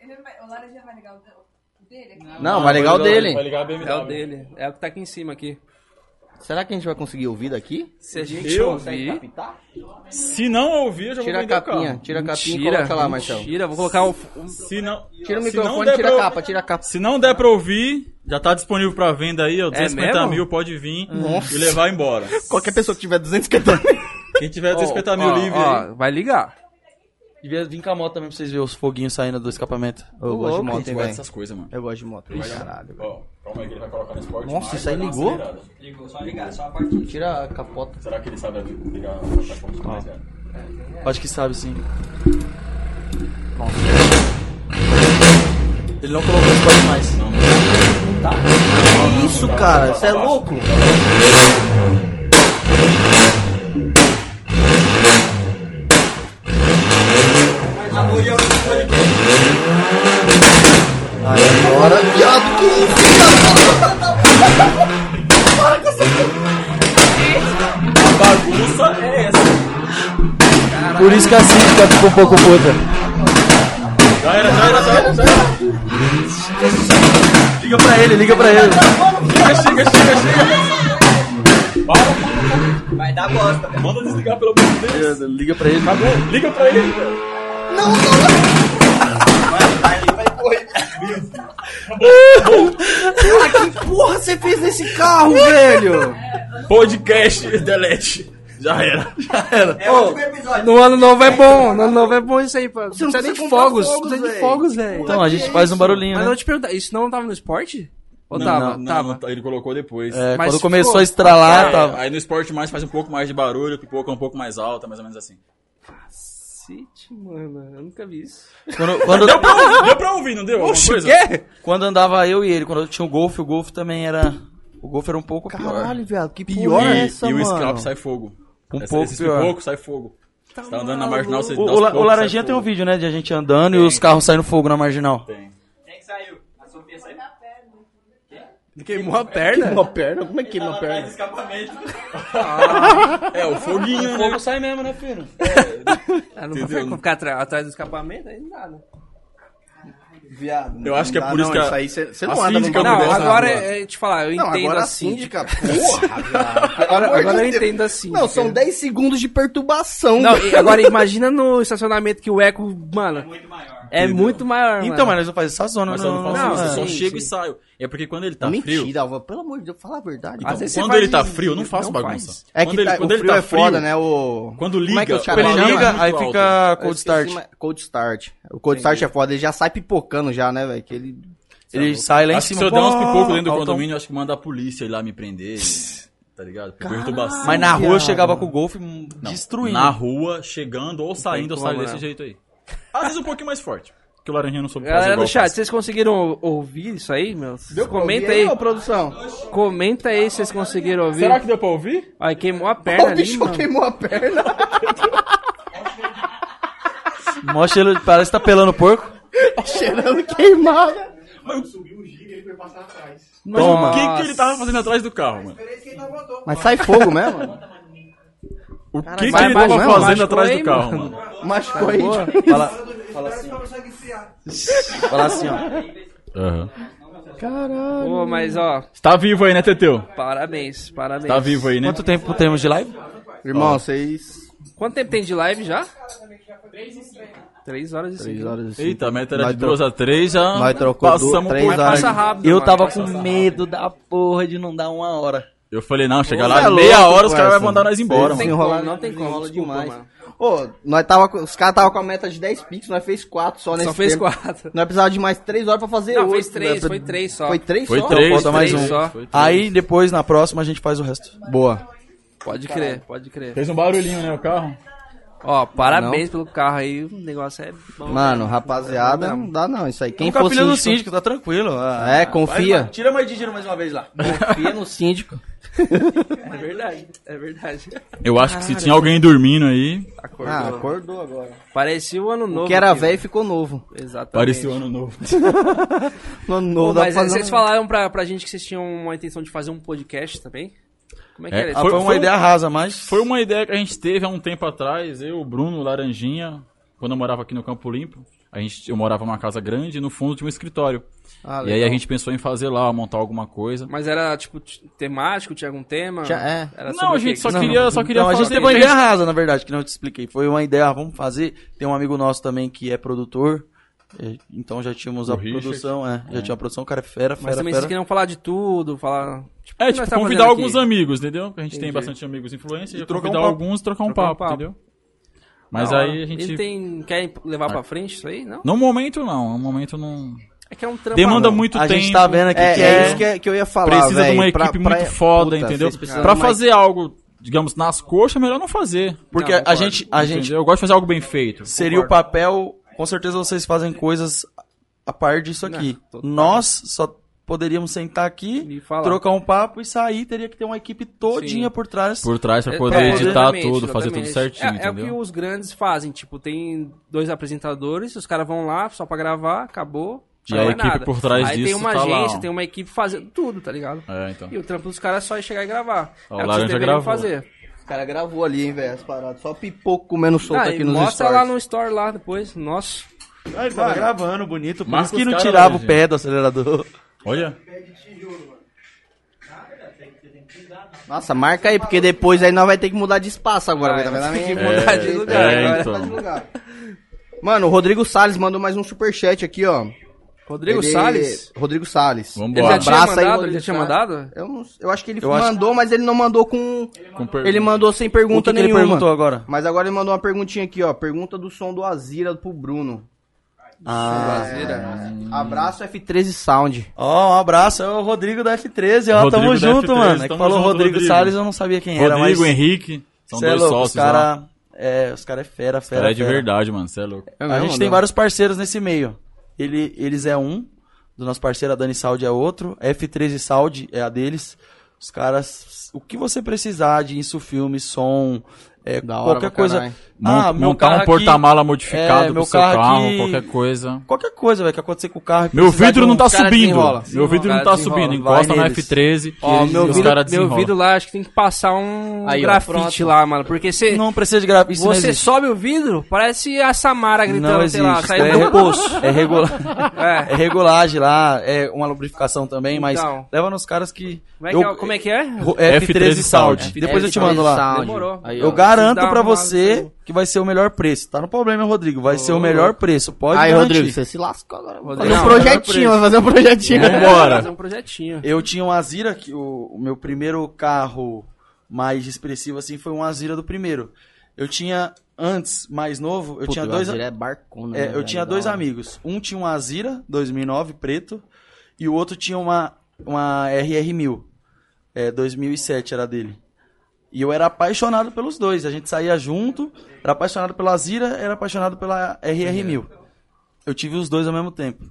S11: ele não vai- o Laranja vai ligar o de- o dele aqui?
S2: Não, Ah, vai ligar o dele.
S5: Vai ligar a BMW.
S1: É o dele. É o que tá aqui em cima aqui.
S2: Será que a gente vai conseguir ouvir daqui?
S1: Se a gente ouvir...
S5: Se não ouvir, eu já
S2: Tira
S5: vou
S2: a
S5: vender o
S2: capinha,
S5: carro.
S2: tira a capinha e
S1: Mentira,
S2: coloca lá, Marcelo.
S1: Mentira, vou colocar o...
S5: Se não,
S2: Tira o
S5: se não
S2: microfone,
S5: der
S2: tira
S5: pra
S2: a
S5: eu-
S2: capa, tira a capa.
S5: Se não der pra ouvir, já tá disponível pra venda aí, ó.
S2: É
S5: 250
S1: mesmo?
S5: mil, pode vir e levar embora.
S2: Qualquer pessoa que tiver 250
S5: Quem tiver 250 mil
S1: ó,
S5: Tá livre aí.
S1: ó, vai ligar.
S4: Devia vir com a moto também pra vocês verem os foguinhos saindo do escapamento.
S2: Eu gosto de moto, hein,
S5: Guarda
S2: velho.
S5: essas coisas, mano.
S2: Eu gosto de moto. Ih,
S4: É
S2: caralho.
S5: Ó, calma aí que ele vai colocar no esporte.
S2: Nossa,
S5: mais,
S2: isso aí
S5: vai dar uma
S2: ligou?
S5: acelerada.
S9: Ligou, só ligar, só a partir.
S2: Tira a capota.
S4: Ah.
S5: Será que ele sabe ligar a plataforma mais velho?
S4: Acho que sabe sim. Ele não colocou os quadros mais. Não.
S2: Que isso, cara? Você é louco? Aí agora, viado, que isso,
S4: Por isso que a síndica ficou um pouco puta. Já era, já era, já era, já era. Liga pra ele, liga pra ele.
S9: Vai dar bosta, velho.
S5: Manda desligar pelo amor de Deus.
S4: Liga pra ele.
S5: Liga pra ele, velho.
S2: que porra você fez nesse carro, velho?
S5: Podcast, delete. Já era.
S9: É o último episódio.
S1: No ano novo é bom, no ano novo é bom isso aí, pô. Não
S2: não
S1: precisa nem
S2: precisa
S1: de
S2: comprar
S1: fogos, não
S2: fogos,
S1: precisa de
S2: véi.
S1: fogos, velho.
S4: Então, a gente faz um barulhinho,
S1: Mas eu
S4: né?
S1: vou te perguntar, isso não tava no esporte? Ou
S5: Não,
S1: tava?
S5: não,
S1: tava.
S5: não, tá- ele colocou depois.
S4: É,
S1: Mas
S4: quando começou
S1: ficou-
S4: a estralar,
S5: É,
S4: tava.
S5: Aí no esporte mais faz um pouco mais de barulho, pipoca um pouco mais alta, mais ou menos assim.
S1: Cacete, mano, eu nunca vi isso.
S4: Quando, quando,
S5: Deu pra ouvir, não deu? Oxi, coisa?
S4: quando andava eu e ele, quando eu tinha o Golf, o Golf também era. O Golf era um pouco pior.
S2: Caralho, viado, que
S4: Pior.
S2: pior
S5: E,
S2: é essa,
S5: e o
S2: mano?
S5: scalp sai fogo.
S4: Um
S5: Essa-
S4: pouco
S5: esses
S4: pior.
S5: pipocos sai fogo. Você tá andando na marginal, você
S4: O,
S5: dá
S4: o
S5: os
S4: la- o
S5: pipocos,
S4: Laranjinha
S5: sai
S4: tem um
S5: fogo.
S4: vídeo, né? De a gente andando e os carros saindo fogo na marginal.
S5: Tem.
S9: Quem que saiu? A Sofia saiu.
S1: Queimou a perna?
S2: Queimou a perna? Como é que queimou a
S9: Faz
S2: perna?
S9: escapamento.
S5: É, o foguinho, né?
S4: sai mesmo, né, filho?
S1: Ah, não
S5: Entendeu?
S1: vai ficar atra- atrás do escapamento? Aí não dá, né?
S2: Viado,
S5: Eu acho que é por isso que a-
S2: aí você você
S5: a
S2: Assim, não anda
S5: síndica
S2: no
S1: Não,
S5: mudou
S2: carro.
S5: essa
S1: agora,
S5: rua.
S1: é, te falar, eu
S2: Não,
S1: entendo
S2: agora a
S1: assim.
S2: síndica, porra, viado. Pelo
S1: Agora,
S2: amor de
S1: agora eu
S2: Deus.
S1: entendo assim.
S2: Não, são 10 segundos de perturbação.
S1: Não, e agora imagina no estacionamento que o eco, mano,
S9: Muito maior.
S1: é muito maior,
S4: Então,
S2: é.
S1: mano.
S4: mas nós não faz essa zona,
S5: Mas eu
S4: não.
S5: não faço isso, eu
S1: é.
S5: só
S1: Sim,
S5: chego e
S1: sim.
S5: saio. É porque quando ele tá
S2: Mentira,
S5: frio.
S2: Alva, pelo amor de Deus, fala a verdade.
S5: Então,
S1: Às vezes você
S5: quando
S1: faz
S5: ele tá
S1: isso,
S5: frio, eu não faço bagunça.
S2: É que
S5: quando
S2: tá,
S5: ele, quando
S2: o
S5: ele
S2: frio
S5: tá
S2: é
S5: frio,
S2: foda, né? O...
S5: Quando liga,
S2: Como é que os
S4: Quando
S2: caras
S4: ele
S2: chamam?
S5: Barulho é
S4: liga,
S5: muito
S4: aí
S5: alto.
S4: fica cold
S2: Eu esqueci,
S4: start.
S2: mas- Cold start. O cold start é foda, ele já sai pipocando já, né, velho? Que ele...
S4: Ele sai lá em
S5: acho que
S4: cima.
S5: se
S2: é
S5: eu der uns
S4: pô,
S5: pipocos dentro do
S4: alto.
S5: condomínio, eu acho que manda a polícia ir lá me prender. Tá ligado? Por perturbação.
S4: Mas na rua eu
S2: Viado.
S4: chegava com o Golf hum,
S5: Não,
S4: destruindo.
S5: Na rua, chegando ou saindo, eu
S1: como,
S5: saio desse
S1: né?
S5: jeito aí. Às vezes um pouquinho mais forte. Que o laranjinha não soube fazer
S1: Galera
S5: igual
S1: do
S5: eu
S1: chat,
S5: faço.
S1: vocês conseguiram ouvir isso aí, meu? Comenta
S2: E
S1: aí,
S2: ô, produção.
S1: comenta aí se vocês conseguiram ouvir.
S5: Será que deu pra ouvir?
S1: Aí queimou a
S2: Ó,
S1: perna
S2: o
S1: ali,
S2: bicho
S1: mano.
S2: queimou a perna.
S4: Mostra ele, parece que tá pelando porco.
S2: cheirando queimada.
S1: Mas
S4: Toma.
S5: O que, que ele tá- tava fazendo atrás do carro, mano?
S9: Parece que ele não voltou.
S2: Mas sai fogo mesmo?
S5: O que, que
S1: mas
S5: ele tava
S1: machucou mesmo?
S5: fazendo atrás
S1: Machucou,
S5: do
S1: hein,
S5: carro, mano?
S2: Machucou aí.
S4: Fala, assim,
S9: Parece que começou a esfriar.
S4: fala assim, ó.
S5: Aham.
S1: Pô, mas ó,
S5: Você tá vivo aí, né, Teteu?
S1: parabéns, parabéns.
S5: Tá vivo aí, né?
S4: Quanto tempo temos de live?
S2: Irmão, vocês...
S1: Quanto tempo tem de live já? Três horas e cinco.
S2: horas
S5: Eita, a meta era
S2: Nós
S5: de
S2: tro-
S5: 2 a 3, já
S2: nós trocou du-
S5: passamos
S2: três
S5: por...
S1: Mas passa
S2: horas.
S1: rápido,
S4: Eu
S1: mano,
S4: tava
S1: passa
S4: com
S1: rápido.
S4: medo da porra de não dar uma hora.
S5: Eu falei, não, chegar
S2: Você
S5: lá
S2: é
S5: meia
S2: louco,
S5: hora, os caras
S2: parça.
S5: vão mandar nós embora,
S1: Não tem
S5: mano.
S1: como,
S2: Enrolar-
S1: não tem como,
S2: enrola
S1: desculpa,
S2: demais.
S1: mano.
S2: Ô, nós tava, com- os caras tava com a meta de 10 pix, nós fez 4 só nesse
S1: Só fez
S2: tempo.
S1: quatro.
S2: Nós precisava de mais 3 horas pra fazer
S1: Não,
S2: oito,
S1: fez três,
S2: né?
S1: foi três só.
S2: Foi 3
S5: Foi
S2: só?
S5: três,
S4: falta mais
S1: três
S4: um.
S1: só.
S4: Aí depois, na próxima, a gente faz o resto.
S2: Boa.
S1: Pode crer, pode crer.
S5: Fez um barulhinho, né, o carro?
S1: Ó, parabéns pelo carro aí, o negócio é bom.
S2: Mano, rapaziada, não dá não isso aí. Quem for
S4: filho do
S2: síndico-
S4: síndico, tá tranquilo. Ah,
S2: É, confia.
S4: Tira mais de dinheiro mais uma vez lá.
S2: Confia no síndico.
S1: É verdade, é verdade.
S5: Eu acho que se tinha alguém dormindo aí,
S1: Acordou.
S2: Ah, acordou agora.
S1: Parecia o ano novo.
S2: O que era
S1: aqui,
S2: velho ficou novo.
S1: ó. Exatamente.
S5: parecia o ano novo.
S2: No
S1: Pô,
S2: novo, dá pra
S1: mas
S2: fazer
S1: vocês
S2: um-
S1: falaram pra, pra gente que vocês tinham uma intenção de fazer um podcast também? Como é que
S5: É,
S1: era
S4: Ah,
S1: isso?
S4: foi,
S5: Foi-
S4: uma
S5: foi-
S4: ideia rasa, mas.
S5: Foi um- uma ideia que a gente teve há um tempo atrás, eu, o Bruno, o Laranjinha, quando eu morava aqui no Campo Limpo, a gente, eu morava numa casa grande e no fundo tinha um escritório.
S2: Ah,
S5: e aí a
S2: legal.
S5: gente pensou em fazer lá, montar alguma coisa.
S1: Mas era, tipo, t- temático? Tinha algum tema?
S2: Tinha- é.
S1: Era sobre
S5: não, a
S1: o quê?
S5: gente só
S1: Não,
S5: queria, só queria
S4: Então, a
S5: fazer.
S4: gente teve uma ideia rasa, na verdade, que não te expliquei. Foi uma ideia, vamos fazer. Tem um amigo nosso também que é produtor. eh, Então já tínhamos
S5: O
S4: a
S5: Richard.
S4: produção, é, Já tinha a produção, o cara é fera,
S1: Mas
S4: fera,
S1: também
S4: fera.
S1: vocês queriam falar de tudo, falar... Tipo, o
S5: É,
S1: que
S5: tipo,
S1: nós tá
S5: convidar
S1: fazendo aqui?
S5: alguns amigos, entendeu? Porque a gente tem
S1: Entendi.
S5: bastante amigos influentes, e
S4: trocar um
S5: convidar
S4: papo.
S5: alguns trocar um
S1: Trocar um
S5: papo,
S1: papo.
S5: entendeu? Mas
S1: Da hora.
S5: aí a gente.
S1: Ele tem... Quer levar pra frente isso aí? Não?
S5: No momento não, no momento não.
S1: É que é um trampo.
S5: Demanda muito
S4: a
S5: tempo.
S4: gente tá vendo aqui
S2: É,
S4: que
S2: é
S4: é-
S2: isso que, é- que eu ia falar,
S5: precisa de uma
S2: velho.
S5: equipe
S2: Pra-
S5: muito
S2: pra-
S5: foda,
S2: puta,
S5: entendeu?
S2: vocês precisam
S5: Pra
S2: de uma-
S5: fazer algo, digamos, nas coxas, é melhor não fazer.
S4: Porque
S1: Não,
S4: a
S1: concordo.
S4: gente, a gente
S5: Entendeu? Eu gosto de fazer algo bem feito.
S4: seria o papel Com certeza vocês fazem coisas a par disso aqui.
S1: Não, total.
S4: Nós só poderíamos sentar aqui,
S1: E falar.
S4: trocar um papo e sair. Teria que ter uma equipe todinha por trás.
S5: Por trás pra
S1: É,
S5: poder
S1: pra
S5: editar
S1: exatamente,
S5: tudo, fazer tudo
S1: exatamente.
S5: certinho,
S1: É, é o que
S5: entendeu?
S1: os grandes fazem, tipo, tem dois apresentadores, os caras vão lá só pra gravar, acabou.
S5: E
S1: não
S5: a
S1: é
S5: equipe
S1: nada.
S5: por trás
S1: Aí tem
S5: disso
S1: uma
S5: tá lá,
S1: agência,
S5: ó.
S1: tem uma equipe fazendo tudo, tá ligado?
S5: É, então.
S1: E o trampo dos caras é só ir chegar e gravar.
S5: Ó,
S1: é o que
S5: o
S1: vocês
S5: Laranja
S1: deveriam
S5: gravou.
S1: fazer.
S2: O cara gravou ali, hein, velho, as paradas. Só pipoco comendo solto
S1: Ah,
S2: aqui
S1: e
S2: nos
S1: mostra
S2: stories.
S1: lá no store lá depois. Nossa.
S4: Ah, ele tava gravando bonito, por
S5: Marca
S4: isso que
S5: os
S4: não
S5: caras,
S4: tirava
S5: né,
S4: o pé do acelerador.
S5: Olha.
S2: Nossa, marca aí, porque depois aí nós vai ter que mudar de espaço agora,
S1: Ah,
S2: velho. Tá
S1: nós
S2: vendo?
S1: tem que
S2: Aí-
S1: mudar
S5: É,
S1: de lugar.
S5: é,
S1: agora.
S5: então.
S2: Mano, o Rodrigo Salles mandou mais um superchat aqui, ó.
S1: Rodrigo
S2: Ele-
S1: Salles?
S2: Rodrigo Salles.
S5: Vambora.
S1: Ele
S5: Bora.
S1: já tinha
S2: Abraça aí,
S1: mandado? Ele
S2: Rodrigo
S1: já tinha
S2: Salles.
S1: mandado?
S2: Eu, não- eu acho que ele
S4: Eu acho-
S2: mandou, mas ele não mandou com.
S5: Com per-
S2: Ele mandou sem pergunta
S4: o que que ele
S2: nenhuma.
S4: perguntou agora?
S2: Mas agora ele mandou uma perguntinha aqui, ó. Pergunta do som do Azira pro Bruno.
S4: Ah,
S2: Azira. Abraço F13 Sound.
S4: Ó, um abraço, é o Rodrigo da F13, ó,
S5: Rodrigo
S4: tamo
S5: da
S4: junto,
S5: F13,
S4: mano. É que
S5: tamo
S4: falou
S5: junto,
S4: Rodrigo,
S5: Rodrigo.
S4: Salles, eu não sabia quem era, mas...
S5: Rodrigo, Henrique. São
S4: Cê é
S5: dois
S4: louco,
S5: sócios
S4: os
S5: lá.
S4: cara... É, os cara é fera,
S5: Cara,
S4: fera,
S5: é de
S4: fera.
S5: verdade, mano. Você é louco.
S4: A gente tem vários parceiros nesse meio. Ele, eles é um, do nosso parceiro, a Dani Saudi é outro, a F13 Saudi é a deles. Os caras, o que você precisar de isso, filme, som, é,
S2: Da hora
S4: qualquer
S2: pra
S4: coisa.
S2: caralho.
S5: Mon- montar um
S4: Ah, carro aqui-
S5: porta-mala modificado
S4: É,
S5: pro
S4: meu
S5: seu
S4: carro
S5: carro,
S4: aqui-
S5: qualquer coisa.
S4: Qualquer coisa, velho, que acontecer com o carro. e
S5: Meu
S4: precisar
S5: vidro
S4: de
S5: não
S4: um-
S5: tá
S4: Os caras
S5: subindo.
S4: desenrola.
S5: Meu vidro
S1: Desenrola,
S5: não tá
S1: desenrola.
S5: subindo.
S4: Vai
S5: Encosta na
S4: neles.
S5: F13.
S1: Ó,
S5: eles-
S1: meu
S5: os
S1: vidro,
S5: caras
S1: meu
S5: desenrolam.
S1: vidro lá, acho que tem que passar um
S2: Aí, ó,
S1: grafite
S2: pronto.
S1: lá, mano. Porque você,
S4: Não precisa de grava, isso não
S1: você
S4: existe.
S1: sobe o vidro, parece a Samara gritando,
S4: Não
S1: sei lá,
S4: existe.
S1: saindo
S4: É
S1: do
S4: re-
S1: poço.
S4: É regular.
S1: É.
S4: É regulagem lá, é uma lubrificação também, mas
S1: Então.
S4: leva nos caras que.
S1: Como, é que é, como é que é?
S4: Ro- F13
S5: F13 Saudi.
S4: Saudi. Depois eu te mando lá.
S2: Sound.
S1: Demorou.
S2: Aí, ó.
S4: Eu garanto
S1: Dá uma
S4: pra
S1: arrumada,
S4: você
S1: então.
S4: que vai ser o melhor preço. Tá no problema, Rodrigo. Vai ser o melhor preço. Pode
S2: Aí,
S4: garantir.
S2: Rodrigo, você se lascou agora. Vou fazer
S1: Rodrigo,
S2: um
S1: não,
S2: projetinho, vou fazer um projetinho.
S1: Fazer um projetinho.
S4: Eu tinha um Azira, que o, o meu primeiro carro mais expressivo assim foi um Azira do primeiro. Eu tinha antes, mais novo, eu tinha dois,
S2: É né? barcona,
S4: é, eu tinha dois amigos. Um tinha um Azira 2009 preto e o outro tinha uma uma RR1000. É, 2007 era dele. E eu era apaixonado pelos dois. A gente saía junto, era apaixonado pela Azira, era apaixonado pela RR1000. Eu tive os dois ao mesmo tempo.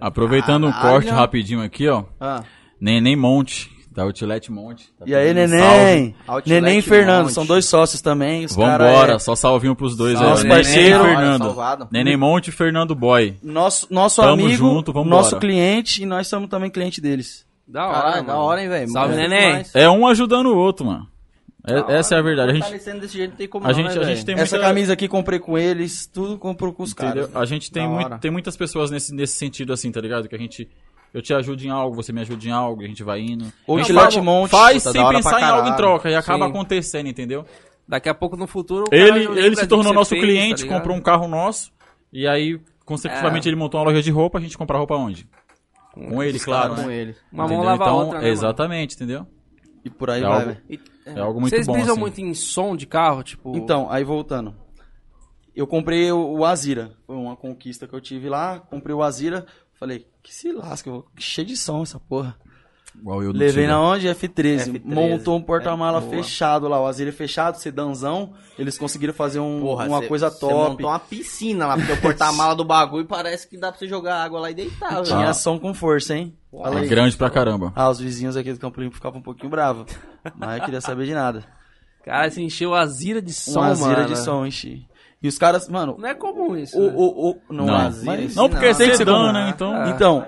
S5: Aproveitando um corte rapidinho aqui, ó.
S4: Ah.
S5: Neném Monte, da Outlet Monte. Tá
S4: E aí,
S5: pedindo um
S4: neném?
S2: Outlet
S4: neném e Fernando,
S2: Monte.
S4: são dois sócios também. Os cara
S5: Vambora,
S4: é-
S5: só salvinho pros dois
S4: Salve,
S5: aí.
S4: Neném,
S5: Neném e
S4: Fernando.
S5: Fernando. Né? Neném Monte e Fernando Boy.
S4: Nosso, nosso
S5: Tamo
S4: amigo,
S5: junto, vambora.
S4: nosso cliente e nós somos também cliente deles.
S1: Da hora,
S2: Caralho, da
S1: mano.
S2: hora, hein, velho.
S1: Salve,
S2: Muito
S1: neném.
S2: mais. Tá
S5: É um ajudando o outro, mano. É- essa é a verdade. A gente,
S2: Fortalecendo desse jeito não tem como
S5: a
S2: não,
S5: gente,
S2: né,
S5: a
S2: velho?
S5: gente tem
S4: Essa
S5: muita-
S4: camisa aqui comprei com eles, tudo comprou com os
S5: Entendeu?
S4: caras.
S5: A gente tem,
S2: da
S5: muito-
S2: hora.
S5: tem muitas pessoas nesse, nesse sentido assim, tá ligado? Que a gente. Eu te ajudo em algo, você me ajuda em algo, e a gente vai indo.
S4: Ou
S5: a gente
S4: Outlet
S5: fala-
S4: Um Monte,
S5: Então, faz
S4: puta, da
S5: sem
S4: hora pra
S5: pensar em algo em
S4: caralho.
S5: troca e acaba
S1: Sim.
S5: acontecendo, entendeu?
S1: Daqui a pouco no futuro. o cara
S5: Ele,
S1: lembra
S5: ele
S1: do
S5: se
S1: que
S5: tornou
S1: você
S5: nosso
S1: fez, tá
S5: cliente,
S1: ligado?
S5: comprou um carro nosso e aí, consecutivamente, ele montou uma loja de roupa, a gente compra roupa onde? Com ele, claro,
S2: tá com
S5: né?
S2: ele.
S1: Uma mão
S5: Entendeu?
S1: lava a
S5: Então,
S1: outra, né, mano?
S5: Exatamente, entendeu?
S4: E por aí
S5: É
S4: vai,
S5: algo-
S4: velho.
S5: É algo muito
S1: Vocês
S5: bom.
S1: brisam
S5: assim.
S1: muito em som de carro, tipo.
S4: Então, aí voltando. Eu comprei o, o Azira. Foi uma conquista que eu tive lá. Comprei o Azira. Falei, que se lasca, eu vou... cheio de som essa porra.
S5: Igual eu do
S4: Levei
S5: Tigre.
S4: na onde? F13.
S2: F13,
S4: Montou um porta-mala
S2: é boa.
S4: fechado lá. O Azira é fechado, sedanzão. Eles conseguiram fazer um-
S2: Porra,
S4: uma
S2: cê-
S4: coisa
S2: cê
S4: top.
S2: montou uma piscina lá, porque o porta-mala do bagulho parece que dá pra você jogar água lá e deitar, velho.
S4: Tinha som com força, hein? Fala
S5: É
S4: aí.
S5: grande pra caramba.
S4: Ah, os vizinhos aqui do Campo Limpo ficavam um pouquinho bravos. Mas eu queria saber de nada.
S1: Cara, se encheu a zira de som,
S4: Som, uma Azira
S1: mano.
S4: de som, enchi. E os caras, mano...
S1: Não é comum isso.
S4: O,
S1: né?
S4: o, o, não,
S5: Não.
S4: Azira,
S2: Mas-
S5: Não, porque
S2: Não,
S5: é
S4: tem que ser
S5: sedã,
S4: comum.
S5: né? Então.
S1: Ah.
S4: Então,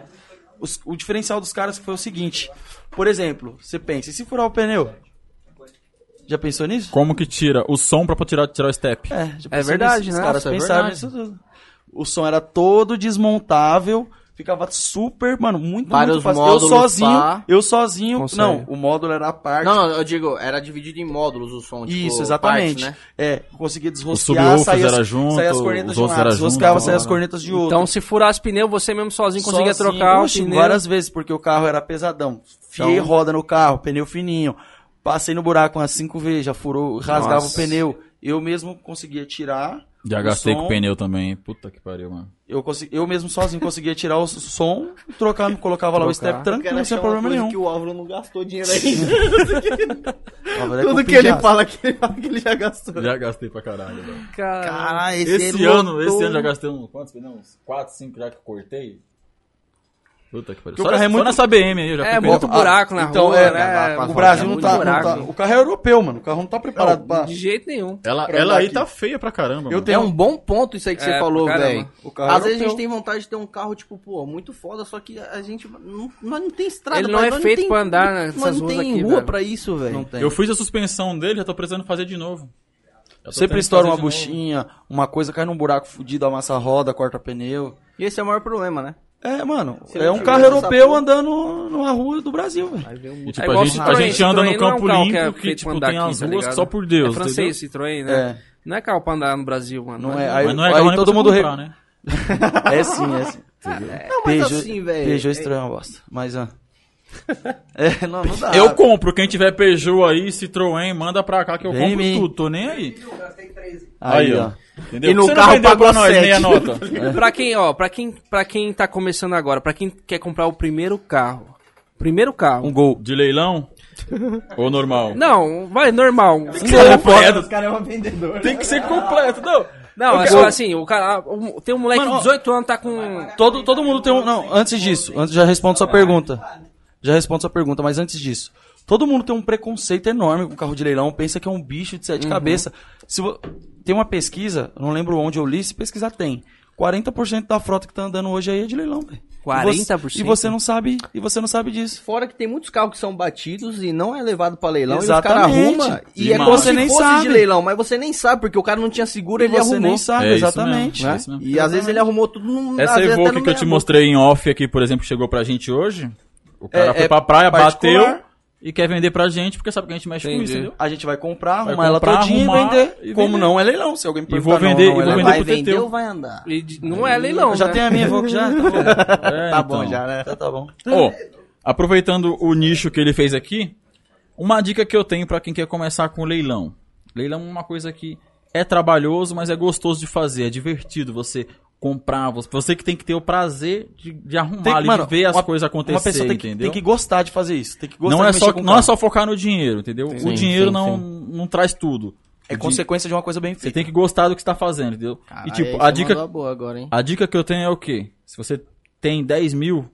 S4: os- o diferencial dos caras foi o seguinte. Por exemplo, você pensa, e se furar o pneu? Já pensou nisso?
S5: Como que tira o som pra tirar, tirar o step?
S4: É, já pensou nisso?
S1: verdade,
S4: Os
S1: né?
S4: caras
S1: Nossa, é
S4: pensaram
S1: verdade.
S4: nisso tudo. O som era todo desmontável, ficava super, mano, muito,
S2: Vários
S4: muito fácil. eu
S2: módulos,
S4: sozinho,
S2: pá.
S4: eu sozinho,
S1: Consegue.
S4: não, o módulo era à parte.
S2: Não, eu digo, era dividido em módulos o som, tipo,
S4: Isso, exatamente.
S2: partes, né?
S4: É, conseguia desrosquear,
S5: subwoofers
S4: saía,
S5: era junto,
S4: saía as
S5: os
S4: cornetas de um
S5: outros
S4: lado,
S5: era
S4: desroscava,
S5: junto,
S4: saía as
S5: né?
S4: cornetas de outro.
S1: Então, se furasse pneu, você mesmo sozinho conseguia
S4: Sozinho,
S1: trocar
S4: oxe,
S1: o pneu.
S4: várias vezes, porque o carro era pesadão. Fiei
S1: Então-
S4: roda no carro, pneu fininho. Passei no buraco umas cinco vezes, já furou, rasgava
S1: Nossa.
S4: o pneu. Eu mesmo conseguia tirar
S5: Já gastei
S4: som.
S5: com pneu também. Puta que pariu, mano.
S4: Eu, consegui, eu mesmo sozinho conseguia tirar o som, trocar, colocava lá o step
S2: Eu quero
S4: tranquilo,
S2: achar
S4: sem
S2: uma
S4: problema
S2: coisa
S4: nenhum.
S2: que o Álvaro não gastou dinheiro ainda.
S4: Ah, velho, é
S2: Tudo
S4: cupim
S2: que
S4: de
S2: ele
S4: aço.
S2: fala que ele, que ele já gastou.
S5: Já gastei pra caralho, velho.
S1: Cara,
S2: Caralho,
S5: Esse
S2: ele
S5: ano,
S2: lotou.
S5: esse ano já gastei uns quantos pneus? Uns 4, 5 já que eu cortei. Puta que pariu.
S4: Porque o
S5: Só,
S4: carro é
S5: só
S4: muito-
S5: nessa BM aí, eu já
S1: é
S5: fui
S1: muito
S5: pego.
S1: buraco na
S4: Então,
S1: rua,
S4: é,
S1: né?
S4: O Brasil não
S1: Muito
S4: tá, não
S1: buraco.
S4: tá- O carro é europeu, mano. O carro não tá preparado pra.
S1: De jeito nenhum.
S5: Ela,
S4: Pra
S5: ela
S4: andar
S5: aí
S4: aqui.
S5: tá feia pra caramba,
S4: Eu
S5: mano.
S4: tenho
S2: É um bom ponto isso aí que
S1: É,
S2: você falou,
S1: pra caramba.
S2: velho.
S4: O carro
S2: Às vezes a
S4: europeu.
S2: gente tem vontade de ter um carro, tipo, pô, muito foda, só que a gente não, nós não tem estrada.
S1: Ele não
S2: pra-
S1: é
S2: nós
S1: feito
S2: tem-
S1: pra andar
S2: nós
S1: nessas
S2: não
S1: ruas
S2: tem
S1: aqui,
S2: rua
S1: velho.
S2: pra isso, velho. Não tem.
S5: Eu fiz a suspensão dele, já tô precisando fazer de novo. Já tô
S4: Sempre
S5: tentando
S4: estoura
S5: fazer
S4: uma
S5: de novo.
S4: buchinha, uma coisa cai num buraco fudido, amassa a roda, corta pneu.
S2: E esse é o maior problema, né?
S4: É, mano,
S2: Se
S4: é
S2: não
S4: um
S2: tiver
S4: carro
S2: essa
S4: europeu
S2: porra-
S4: andando numa rua do Brasil, velho.
S2: Aí vem um
S5: E,
S1: É
S5: tipo,
S1: igual
S5: a gente, a
S1: Citroën,
S5: gente anda
S1: Citroën
S5: no
S1: não é um
S5: campo
S1: carro que é
S5: limpo,
S1: feito
S5: que,
S1: pra
S5: tipo,
S1: andar
S5: tem
S1: aqui,
S5: as
S1: tá
S5: ruas que
S1: ligado?
S5: só por Deus,
S1: É francês,
S5: entendeu?
S1: Citroën, né? Não é carro pra andar no Brasil, mano.
S4: Não é, aí,
S5: Mas não é
S4: aí
S5: carro nem
S4: todo
S5: pra você
S4: mundo re-
S5: comprar, né?
S4: É sim, é sim.
S2: Não, mas
S4: Peugeot,
S2: assim, velho.
S4: Peugeot
S2: é-
S4: estranho é uma bosta. Mas, ó.
S2: É, não, não dá.
S4: Ah.
S5: Eu compro, quem tiver Peugeot aí, Citroën, manda pra cá que eu
S4: Vem em
S5: compro
S4: mim.
S5: tudo, tô nem aí.
S7: Eu gastei 13.
S4: Aí, ó.
S5: Entendeu?
S2: E no
S5: Por que
S2: carro
S5: vendeu
S2: pagou
S5: pra nós
S2: sete.
S5: meia nota.
S4: é.
S1: Pra quem, ó, pra quem, pra quem tá começando agora, pra quem quer comprar o primeiro carro. Primeiro carro.
S5: Um gol. De leilão? Ou normal?
S1: Não, vai, normal. Um
S5: Cara, foda.
S2: Os caras é um vendedor.
S5: Tem que ser completo, não.
S1: Não, é só assim, o cara. um- Tem um moleque de 18 anos, tá com.
S4: Todo, todo mundo tem um. Não, antes disso, antes já respondo sua pergunta. Já respondo sua pergunta, mas antes disso. Todo mundo tem um preconceito enorme com carro de leilão, pensa que é um bicho de sete cabeças. Se vo- Tem uma pesquisa, eu não lembro onde eu li, se pesquisar tem. 40% da frota que tá andando hoje aí é de leilão, velho. E você-
S1: 40%?
S4: E você não sabe, e você não sabe disso.
S2: Fora que tem muitos carros que são batidos e não é levado pra leilão e
S4: Exatamente.
S2: os caras arrumam e
S5: E
S2: é
S5: mas
S2: como
S4: você
S2: se
S4: nem
S2: fosse
S4: sabe.
S2: de leilão, mas você nem sabe porque o cara não tinha seguro, ele
S4: você
S2: arrumou.
S4: nem sabe,
S5: É isso
S4: exatamente.
S5: mesmo, é
S4: né?
S5: isso mesmo.
S2: E às vezes ele arrumou tudo num às
S5: Essa é
S2: vezes até
S5: Evoque
S2: no
S5: que eu te
S2: meia
S5: mostrei em off aqui, por exemplo, que chegou pra gente hoje. O cara
S4: É,
S5: foi
S4: é
S5: pra praia,
S4: particular.
S5: bateu e quer vender pra gente porque sabe que a gente mexe com
S1: Entendi.
S5: isso, entendeu?
S4: A gente vai comprar,
S5: Vai
S4: arrumar ela
S5: comprar,
S4: todinha e
S5: arrumar
S4: vender.
S5: e
S4: Como
S5: vender.
S4: não é leilão, se alguém perguntar.
S5: vou
S4: não,
S5: vender- e
S4: não
S5: vou
S4: é
S2: boca.
S4: leilão.
S5: vender
S2: Vai
S5: pro
S2: vender
S5: Teteu.
S2: ou vai andar?
S1: E de- Não é leilão.
S4: Já
S1: né?
S4: tem a minha Evoque já? Tá bom,
S5: É,
S4: tá
S5: então.
S4: bom já, né? Tá, tá bom.
S5: Ó, aproveitando o nicho que ele fez aqui, uma dica que eu tenho pra quem quer começar com leilão. Leilão é uma coisa que é trabalhoso, mas é gostoso de fazer, é divertido você comprar, você- você que tem que ter o prazer de, de arrumar
S4: Tem que-
S5: ali, de
S4: mano,
S5: Um ver as
S4: uma-
S5: coisas acontecerem,
S4: Uma pessoa tem que,
S5: entendeu?
S4: tem que gostar de fazer isso. Tem que gostar
S5: não
S4: de
S5: é
S4: mexer
S5: só
S4: com
S5: não é
S4: carro.
S5: só focar no dinheiro, entendeu?
S4: Sim,
S5: o dinheiro
S4: sim,
S5: não não traz tudo.
S4: É
S5: O di-
S4: consequência de uma coisa bem
S5: Você
S4: feita.
S5: tem que gostar do que está fazendo, entendeu? e tipo, a dica
S2: é boa agora, hein?
S5: a dica que eu tenho é o quê? Se você tem 10 mil,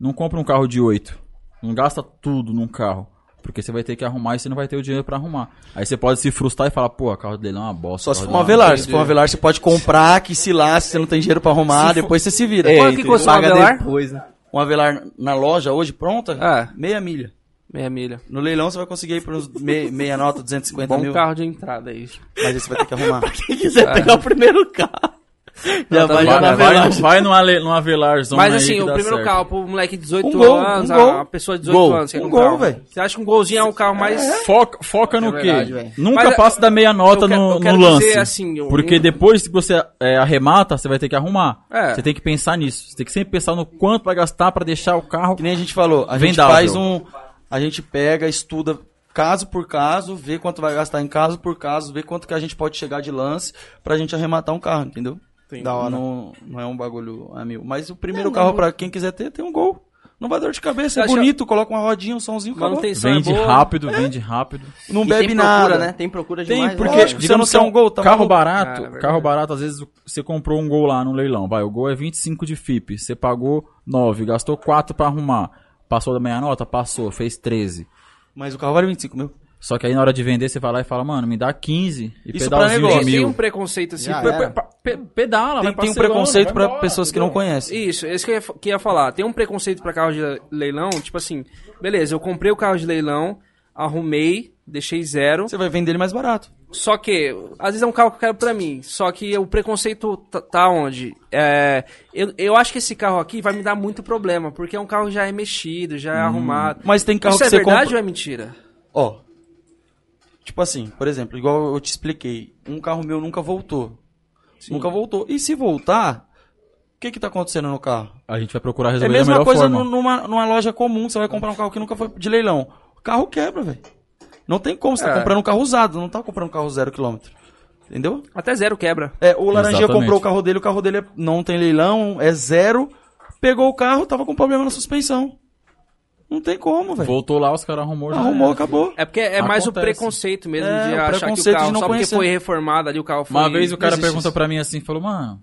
S5: não compra um carro de 8. Não gasta tudo num carro. Porque você vai ter que arrumar e você não vai ter o dinheiro pra arrumar. Aí você pode se frustrar e falar, pô, carro de leilão é uma bosta.
S4: Só se
S5: carro
S4: for
S5: de
S4: uma
S5: leilão é
S4: velar. Se for uma velar, você pode comprar, que se lá, se você não tem dinheiro pra arrumar, depois você se
S2: É,
S4: vira.
S1: Quanto que custa uma
S4: Paga
S1: velar?
S4: Depois, né? Uma velar na loja hoje pronta,
S1: Ah.
S4: meia milha.
S1: Meia milha.
S4: No leilão você vai conseguir ir por uns meia, meia nota, 250
S1: Bom
S4: mil.
S1: carro de entrada, é isso.
S4: Mas aí você vai ter que arrumar.
S2: Quem quiser pegar o primeiro carro. Já
S1: tá
S2: vai
S1: bom.
S2: já na
S5: uma bosta. Vai, vai,
S2: velar.
S5: vai numa, le- numa velarzona
S1: Mas
S5: aí
S1: assim,
S5: que
S1: o
S5: dá
S1: primeiro
S5: certo.
S1: carro pro moleque de 18
S4: Um gol,
S1: anos,
S4: um
S1: a
S4: gol.
S1: pessoa de 18
S4: Gol,
S1: anos. quer
S4: um
S1: comprar
S4: gol, velho.
S1: Você acha que um golzinho é um carro mais.
S5: Foca, foca no
S2: verdade,
S5: quê?
S2: velho.
S5: Nunca
S1: É Mas,
S5: passa da meia nota
S1: eu quero-
S5: no,
S1: eu quero
S5: no lance.
S1: dizer, assim, um-
S5: porque depois que você é, arremata, você vai ter que arrumar.
S1: É.
S5: Você tem que pensar nisso. Você tem que sempre pensar no quanto vai gastar pra deixar o carro.
S4: Que nem a gente falou, a gente
S5: Vendável.
S4: faz um. A gente pega, estuda caso por caso, vê quanto vai gastar em caso por caso, vê quanto que a gente pode chegar de lance pra gente arrematar um carro, entendeu? Da hora. Não, não é um bagulho a mil. Mas o primeiro carro pra quem quiser ter, tem um gol. Não vai dor de cabeça, é
S1: Acha-
S4: bonito, coloca uma rodinha, um somzinho,
S1: Mas não
S4: acabou.
S1: tem
S5: Vende
S1: É.
S5: rápido, vende rápido.
S4: Não
S2: E
S4: bebe
S2: tem
S4: nada.
S2: procura, né? Tem procura
S5: Tem,
S2: demais.
S5: porque
S4: lógico,
S5: digamos
S4: se eu não
S5: que é
S4: quer um gol, tá
S5: carro
S4: maluco?
S5: barato,
S1: Ah, é
S5: carro
S1: verdade.
S5: barato, às vezes você comprou um gol lá no leilão, vai, o gol é 25 de FIP, você pagou 9, gastou 4 pra arrumar, passou da meia nota, passou, fez 13.
S4: Mas o carro vale 25 mil.
S5: Só que aí na hora de vender você vai lá e fala, mano, me dá 15 e
S4: Isso pra
S1: Tem,
S5: pedalzinho de
S4: negócio.
S1: tem um
S5: mil.
S1: preconceito assim.
S2: Já
S1: pe-
S2: era.
S1: pe- pe- pedala, vai
S4: Tem, tem um
S1: parcelando,
S4: preconceito
S1: Ah, vai
S4: pra
S1: embora,
S4: pessoas que não conhecem.
S1: Isso, esse que eu ia, fa- que eu ia falar. Tem um preconceito pra carro de leilão, tipo assim, beleza, eu comprei o carro de leilão, arrumei, deixei zero.
S4: Você vai vender ele mais barato.
S1: Só que, às vezes é um carro que eu quero pra mim, só que o preconceito tá, tá onde? É, eu, eu acho que esse carro aqui vai me dar muito problema, porque é um carro que já é mexido, já é arrumado.
S4: Mas tem Hum. Um carro
S1: Isso
S4: que
S1: é
S4: você
S1: verdade
S4: compra.
S1: ou é mentira?
S4: Ó. Tipo assim, por exemplo, igual eu te expliquei, um carro meu nunca voltou. Nunca voltou. E se voltar, o que que tá acontecendo no carro?
S5: A gente vai procurar
S4: É a
S5: resolver da
S4: mesma
S5: melhor
S4: coisa
S5: forma.
S4: nu- numa, numa loja comum, você vai comprar um carro que nunca foi de leilão. O carro quebra, velho. Não tem como, você
S1: É.
S4: tá comprando um carro usado, não tá comprando um carro zero quilômetro. Entendeu?
S1: Até zero quebra.
S4: É, o Laranjinha
S5: Exatamente.
S4: comprou o carro dele, o carro dele é- não tem leilão, é zero. Pegou o carro, tava com problema na suspensão. Não tem como, velho.
S5: Voltou lá, os caras arrumou já.
S4: Arrumou, acabou.
S1: É porque é mais o
S5: Acontece.
S1: preconceito mesmo
S4: É,
S1: de
S4: o
S1: achar que o
S4: preconceito de
S1: carro,
S4: não
S1: só
S4: conhecer.
S1: porque foi reformado ali, o carro foi...
S5: Uma vez o cara
S4: existe
S5: perguntou
S4: isso.
S5: pra mim assim, falou, mano,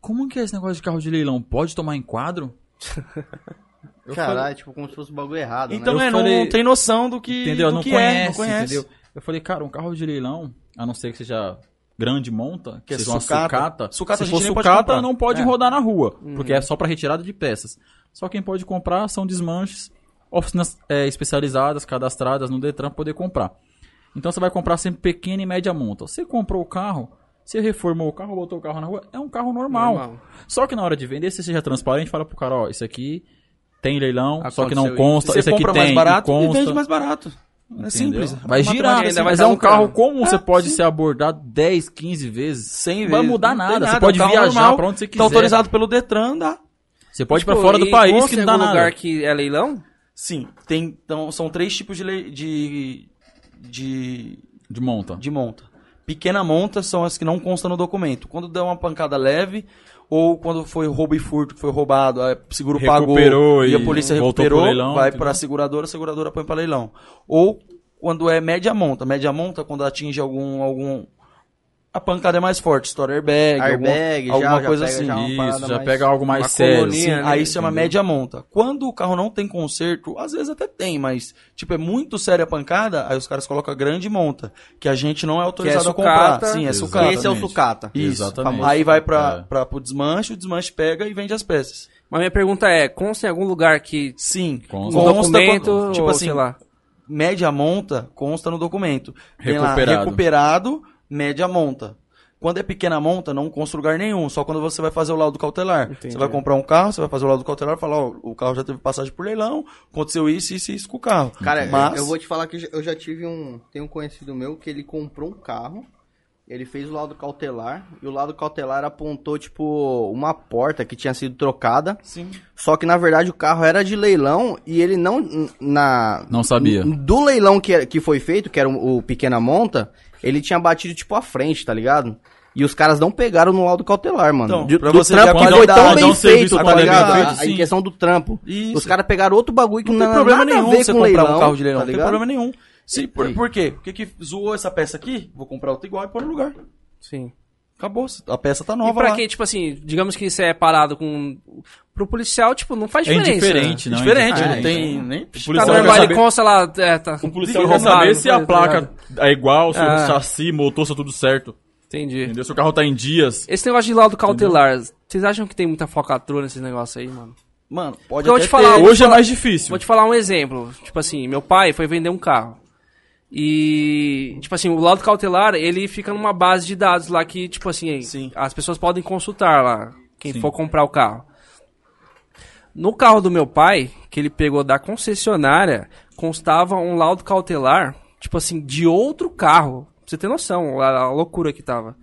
S5: como que é esse negócio de carro de leilão? Pode tomar em quadro?
S2: Caralho, tipo, como se fosse um bagulho errado,
S4: Então
S2: né?
S4: é,
S5: falei-
S4: não tem noção do que,
S5: entendeu?
S4: do
S5: Não
S4: que
S5: conhece,
S4: é, não conhece.
S5: entendeu? Eu falei, cara, um carro de leilão, a não ser que seja grande monta, que
S4: Que é
S5: seja uma
S4: sucata.
S5: sucata,
S4: Sucata a
S5: se
S4: gente
S5: for
S4: nem pode
S5: sucata,
S4: comprar.
S5: não pode
S4: É.
S5: rodar na rua, porque é só pra retirada de peças. Só quem pode comprar são desmanches, oficinas é, especializadas, cadastradas no Detran, pra poder comprar. Então você vai comprar sempre pequena e média monta. Você comprou o carro, você reformou o carro, botou o carro na rua, é um carro normal.
S1: Normal.
S5: Só que na hora de vender, você seja transparente, fala pro cara, ó, isso aqui tem leilão, só que
S1: Aconteceu
S5: não
S1: isso.
S5: consta,
S4: Ah, Você
S5: esse aqui
S4: compra
S5: tem
S4: mais barato
S5: e
S4: e
S5: consta.
S4: vende mais barato. É
S5: Entendeu?
S4: simples.
S5: Vai girar,
S1: ainda vai
S5: mas
S1: dar
S5: é um
S1: lucrando.
S5: carro comum, você pode
S4: sim.
S5: ser abordado 10, 15 vezes.
S4: 100
S5: Vai
S4: vezes,
S5: mudar
S4: não
S5: nada,
S4: tem
S5: você
S4: é
S5: pode
S4: um carro
S5: viajar
S4: normal,
S5: pra onde você quiser.
S4: Tá autorizado pelo Detran, dá.
S5: Você pode ir pra
S1: Pô,
S5: fora
S1: e
S5: do país
S1: consta
S5: que não
S1: em
S5: dá
S1: algum
S5: nada.
S1: lugar que é leilão?
S4: Sim, tem, então são três tipos de, lei- de, de,
S5: De monta.
S4: de monta. Pequena monta são as que não constam no documento. Quando der uma pancada leve ou quando foi roubo e furto, que foi roubado, aí o seguro
S5: Recuperou
S4: pagou e
S5: e
S4: a polícia
S5: voltou pro
S4: recuperou,
S5: leilão,
S4: vai
S5: entendeu?
S4: para a seguradora, a seguradora põe para leilão. Ou quando é média monta, média monta quando atinge algum algum a pancada é mais forte, estoura airbag, alguma-
S2: Airbag, né? já-
S4: alguma,
S2: já
S4: coisa
S2: pega
S4: assim.
S2: já é uma
S5: Isso,
S2: parada
S5: já
S2: mais-
S5: pega algo mais
S1: uma
S5: sério.
S1: colonia,
S5: assim.
S1: né?
S4: Aí se chama média monta. Quando o carro não tem conserto, às vezes até tem, mas tipo é muito séria a pancada, aí os caras colocam a grande monta, que a gente não é autorizado a
S1: sucata.
S4: comprar. Sim, é
S5: Exato.
S4: sucata.
S2: Esse é o
S5: Exatamente.
S2: sucata.
S4: Isso.
S5: Exatamente.
S4: Aí vai pra,
S5: É.
S4: pra, pro desmanche, o desmanche pega e vende as peças.
S1: Mas minha pergunta é, consta em algum lugar que...
S4: Sim.
S5: Consta.
S1: Um documento,
S4: quando- tipo
S1: ou
S4: assim,
S1: sei lá.
S4: média monta consta no documento. Tem lá,
S5: Recuperado.
S4: recuperado, média monta. Quando é pequena monta, não consta em lugar nenhum, só quando você vai fazer o laudo cautelar. Você vai comprar um carro, você vai fazer o laudo cautelar e falar, ó, o carro já teve passagem por leilão, aconteceu isso, isso e isso com o carro.
S2: Cara,
S4: Mas-
S2: eu vou te falar que eu já tive um. Tem um conhecido meu que ele comprou um carro, ele fez o lado cautelar, e o lado cautelar apontou, tipo, uma porta que tinha sido trocada.
S4: Sim.
S2: Só que na verdade o carro era de leilão e ele não. n- Na,
S5: Não sabia.
S2: n- Do leilão que, é, que foi feito, que era o, o Pequena Monta, ele tinha batido tipo à frente, tá ligado? E os caras não pegaram no laudo cautelar, mano.
S4: Então,
S2: de,
S4: pra
S2: do
S4: você ver a
S2: trampo que foi
S4: qualidade,
S2: tão
S5: dá
S2: bem
S5: um
S2: feito,
S5: serviço
S2: tá
S5: quando é bem
S2: ligado?
S5: feito,
S2: A- a
S5: sim.
S2: questão do trampo.
S4: Isso.
S2: Os caras pegaram outro bagulho que
S4: Não
S2: não,
S4: tem problema
S2: nada
S4: nenhum
S2: a ver
S4: você
S2: com
S4: comprar
S2: leilão,
S4: um carro de leilão,
S2: tá
S4: não tem
S2: ligado?
S4: problema nenhum. Sim, por,
S2: Sim.
S4: por quê? Porque que zoou essa peça aqui, vou comprar outra igual e pôr no lugar.
S1: Sim.
S4: Acabou, a peça tá
S1: E
S4: nova
S1: pra
S4: lá.
S1: que, tipo assim, digamos que você é parado com... Pro policial, tipo, não faz
S5: É
S1: diferença.
S5: indiferente,
S4: É
S5: não. é
S4: Diferente,
S5: indiferente.
S4: não tem nem...
S5: O
S1: Tá
S5: policial
S1: normal,
S5: quer
S1: ele
S5: saber-
S1: consta lá... É, tá...
S5: O policial
S1: Não
S5: quer saber
S1: não
S5: se a
S1: foi, tá
S5: placa
S1: ligado?
S5: é igual, se
S1: Ah.
S5: o chassi, motor, se tá tudo certo.
S1: Entendi.
S5: Entendeu? Se o carro tá em dias.
S1: Esse negócio de laudo cautelar, vocês acham que tem muita falcatrua nesse negócio aí, mano?
S4: Mano, pode
S1: Eu vou
S4: até
S1: te falar,
S4: ter.
S1: eu vou te
S5: Hoje é
S1: falar-
S5: mais difícil.
S1: Vou te falar um exemplo. Tipo assim, meu pai foi vender um carro. E, tipo assim, o laudo cautelar, ele fica numa base de dados lá que, tipo assim,
S4: Sim.
S1: as pessoas podem consultar lá, quem
S5: Sim.
S1: for comprar o carro. No carro do meu pai, que ele pegou da concessionária, constava um laudo cautelar, tipo assim, de outro carro. Pra você ter noção, a, a loucura que tava.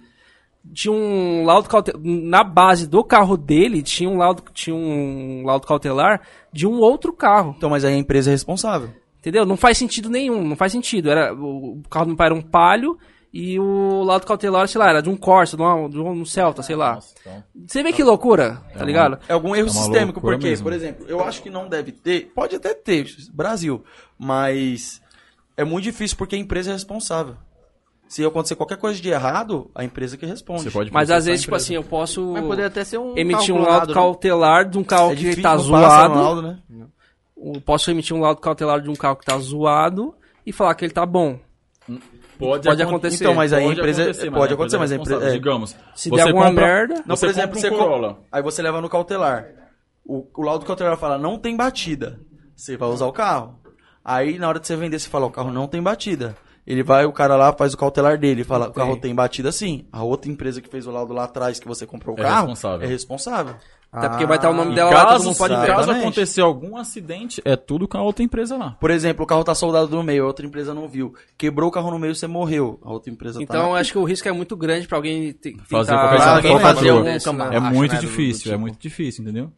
S1: Tinha um laudo cautelar. Na base do carro dele, tinha um laudo, tinha um laudo cautelar de um outro carro.
S4: Então, mas aí a empresa é responsável.
S1: Entendeu? Não faz sentido nenhum, não faz sentido. Era, o, o carro do meu pai era um palio e o laudo cautelar, sei lá, era de um Corsa, de, uma, de um Celta, sei lá.
S5: então-
S1: Você vê que loucura, tá ligado?
S4: É algum erro
S5: uma
S4: sistêmico,
S5: loucura
S4: porque,
S5: mesmo.
S4: por exemplo, eu acho que não deve ter, pode até ter, Brasil, mas é muito difícil porque a empresa é responsável. Se acontecer qualquer coisa de errado, a empresa que responde.
S5: Você pode
S1: Mas
S5: processar
S1: às vezes,
S4: tá
S5: a
S1: tipo assim, eu posso
S2: Mas poderia até ser um.
S1: emitir
S2: carro
S1: um laudo
S2: clonado, né?
S1: cautelar de um carro
S4: É
S1: que
S4: difícil,
S1: tá
S4: não passa no
S1: zoado.
S4: laudo, né?
S1: Eu posso emitir um laudo cautelar de um carro que tá zoado e falar que ele tá bom.
S5: Pode,
S1: pode
S5: acon-
S1: acontecer.
S4: Então, mas aí a
S5: pode
S4: empresa
S5: acontecer, mas
S4: pode
S5: a
S4: acontecer, mas a
S5: é
S4: empresa
S5: responsável.
S4: é-
S5: Digamos.
S1: Se der alguma merda.
S4: Não,
S5: Você
S4: por exemplo,
S5: compra um
S4: você co-
S5: Corolla.
S4: aí você leva no cautelar. O, o laudo cautelar fala, não tem batida. Você vai usar o carro. Aí na hora de você vender, você fala, o carro não tem batida. Ele vai, o cara lá faz o cautelar dele, fala, o carro tem batida sim. A outra empresa que fez o laudo lá atrás que você comprou o
S5: É
S4: carro
S5: responsável.
S4: é responsável.
S1: Até porque vai estar o
S4: Ah,
S1: nome
S5: E
S1: dela lá, todo
S5: caso,
S1: mundo pode
S5: caso
S1: ver.
S4: Exatamente.
S5: acontecer algum acidente, é tudo com a outra empresa lá.
S4: Por exemplo, o carro tá soldado no meio, a outra empresa não viu. Quebrou o carro no meio, você morreu. A outra empresa
S1: Então, eu
S4: tá...
S1: acho que o risco é muito grande pra alguém te-
S5: Fazer
S1: tentar-
S5: qualquer
S1: pra alguém
S5: falcatrua.
S1: fazer um algum
S2: É
S1: cambada.
S5: é
S2: acho,
S5: muito
S2: né, do- do
S5: difícil, é
S2: tipo.
S5: muito difícil, entendeu?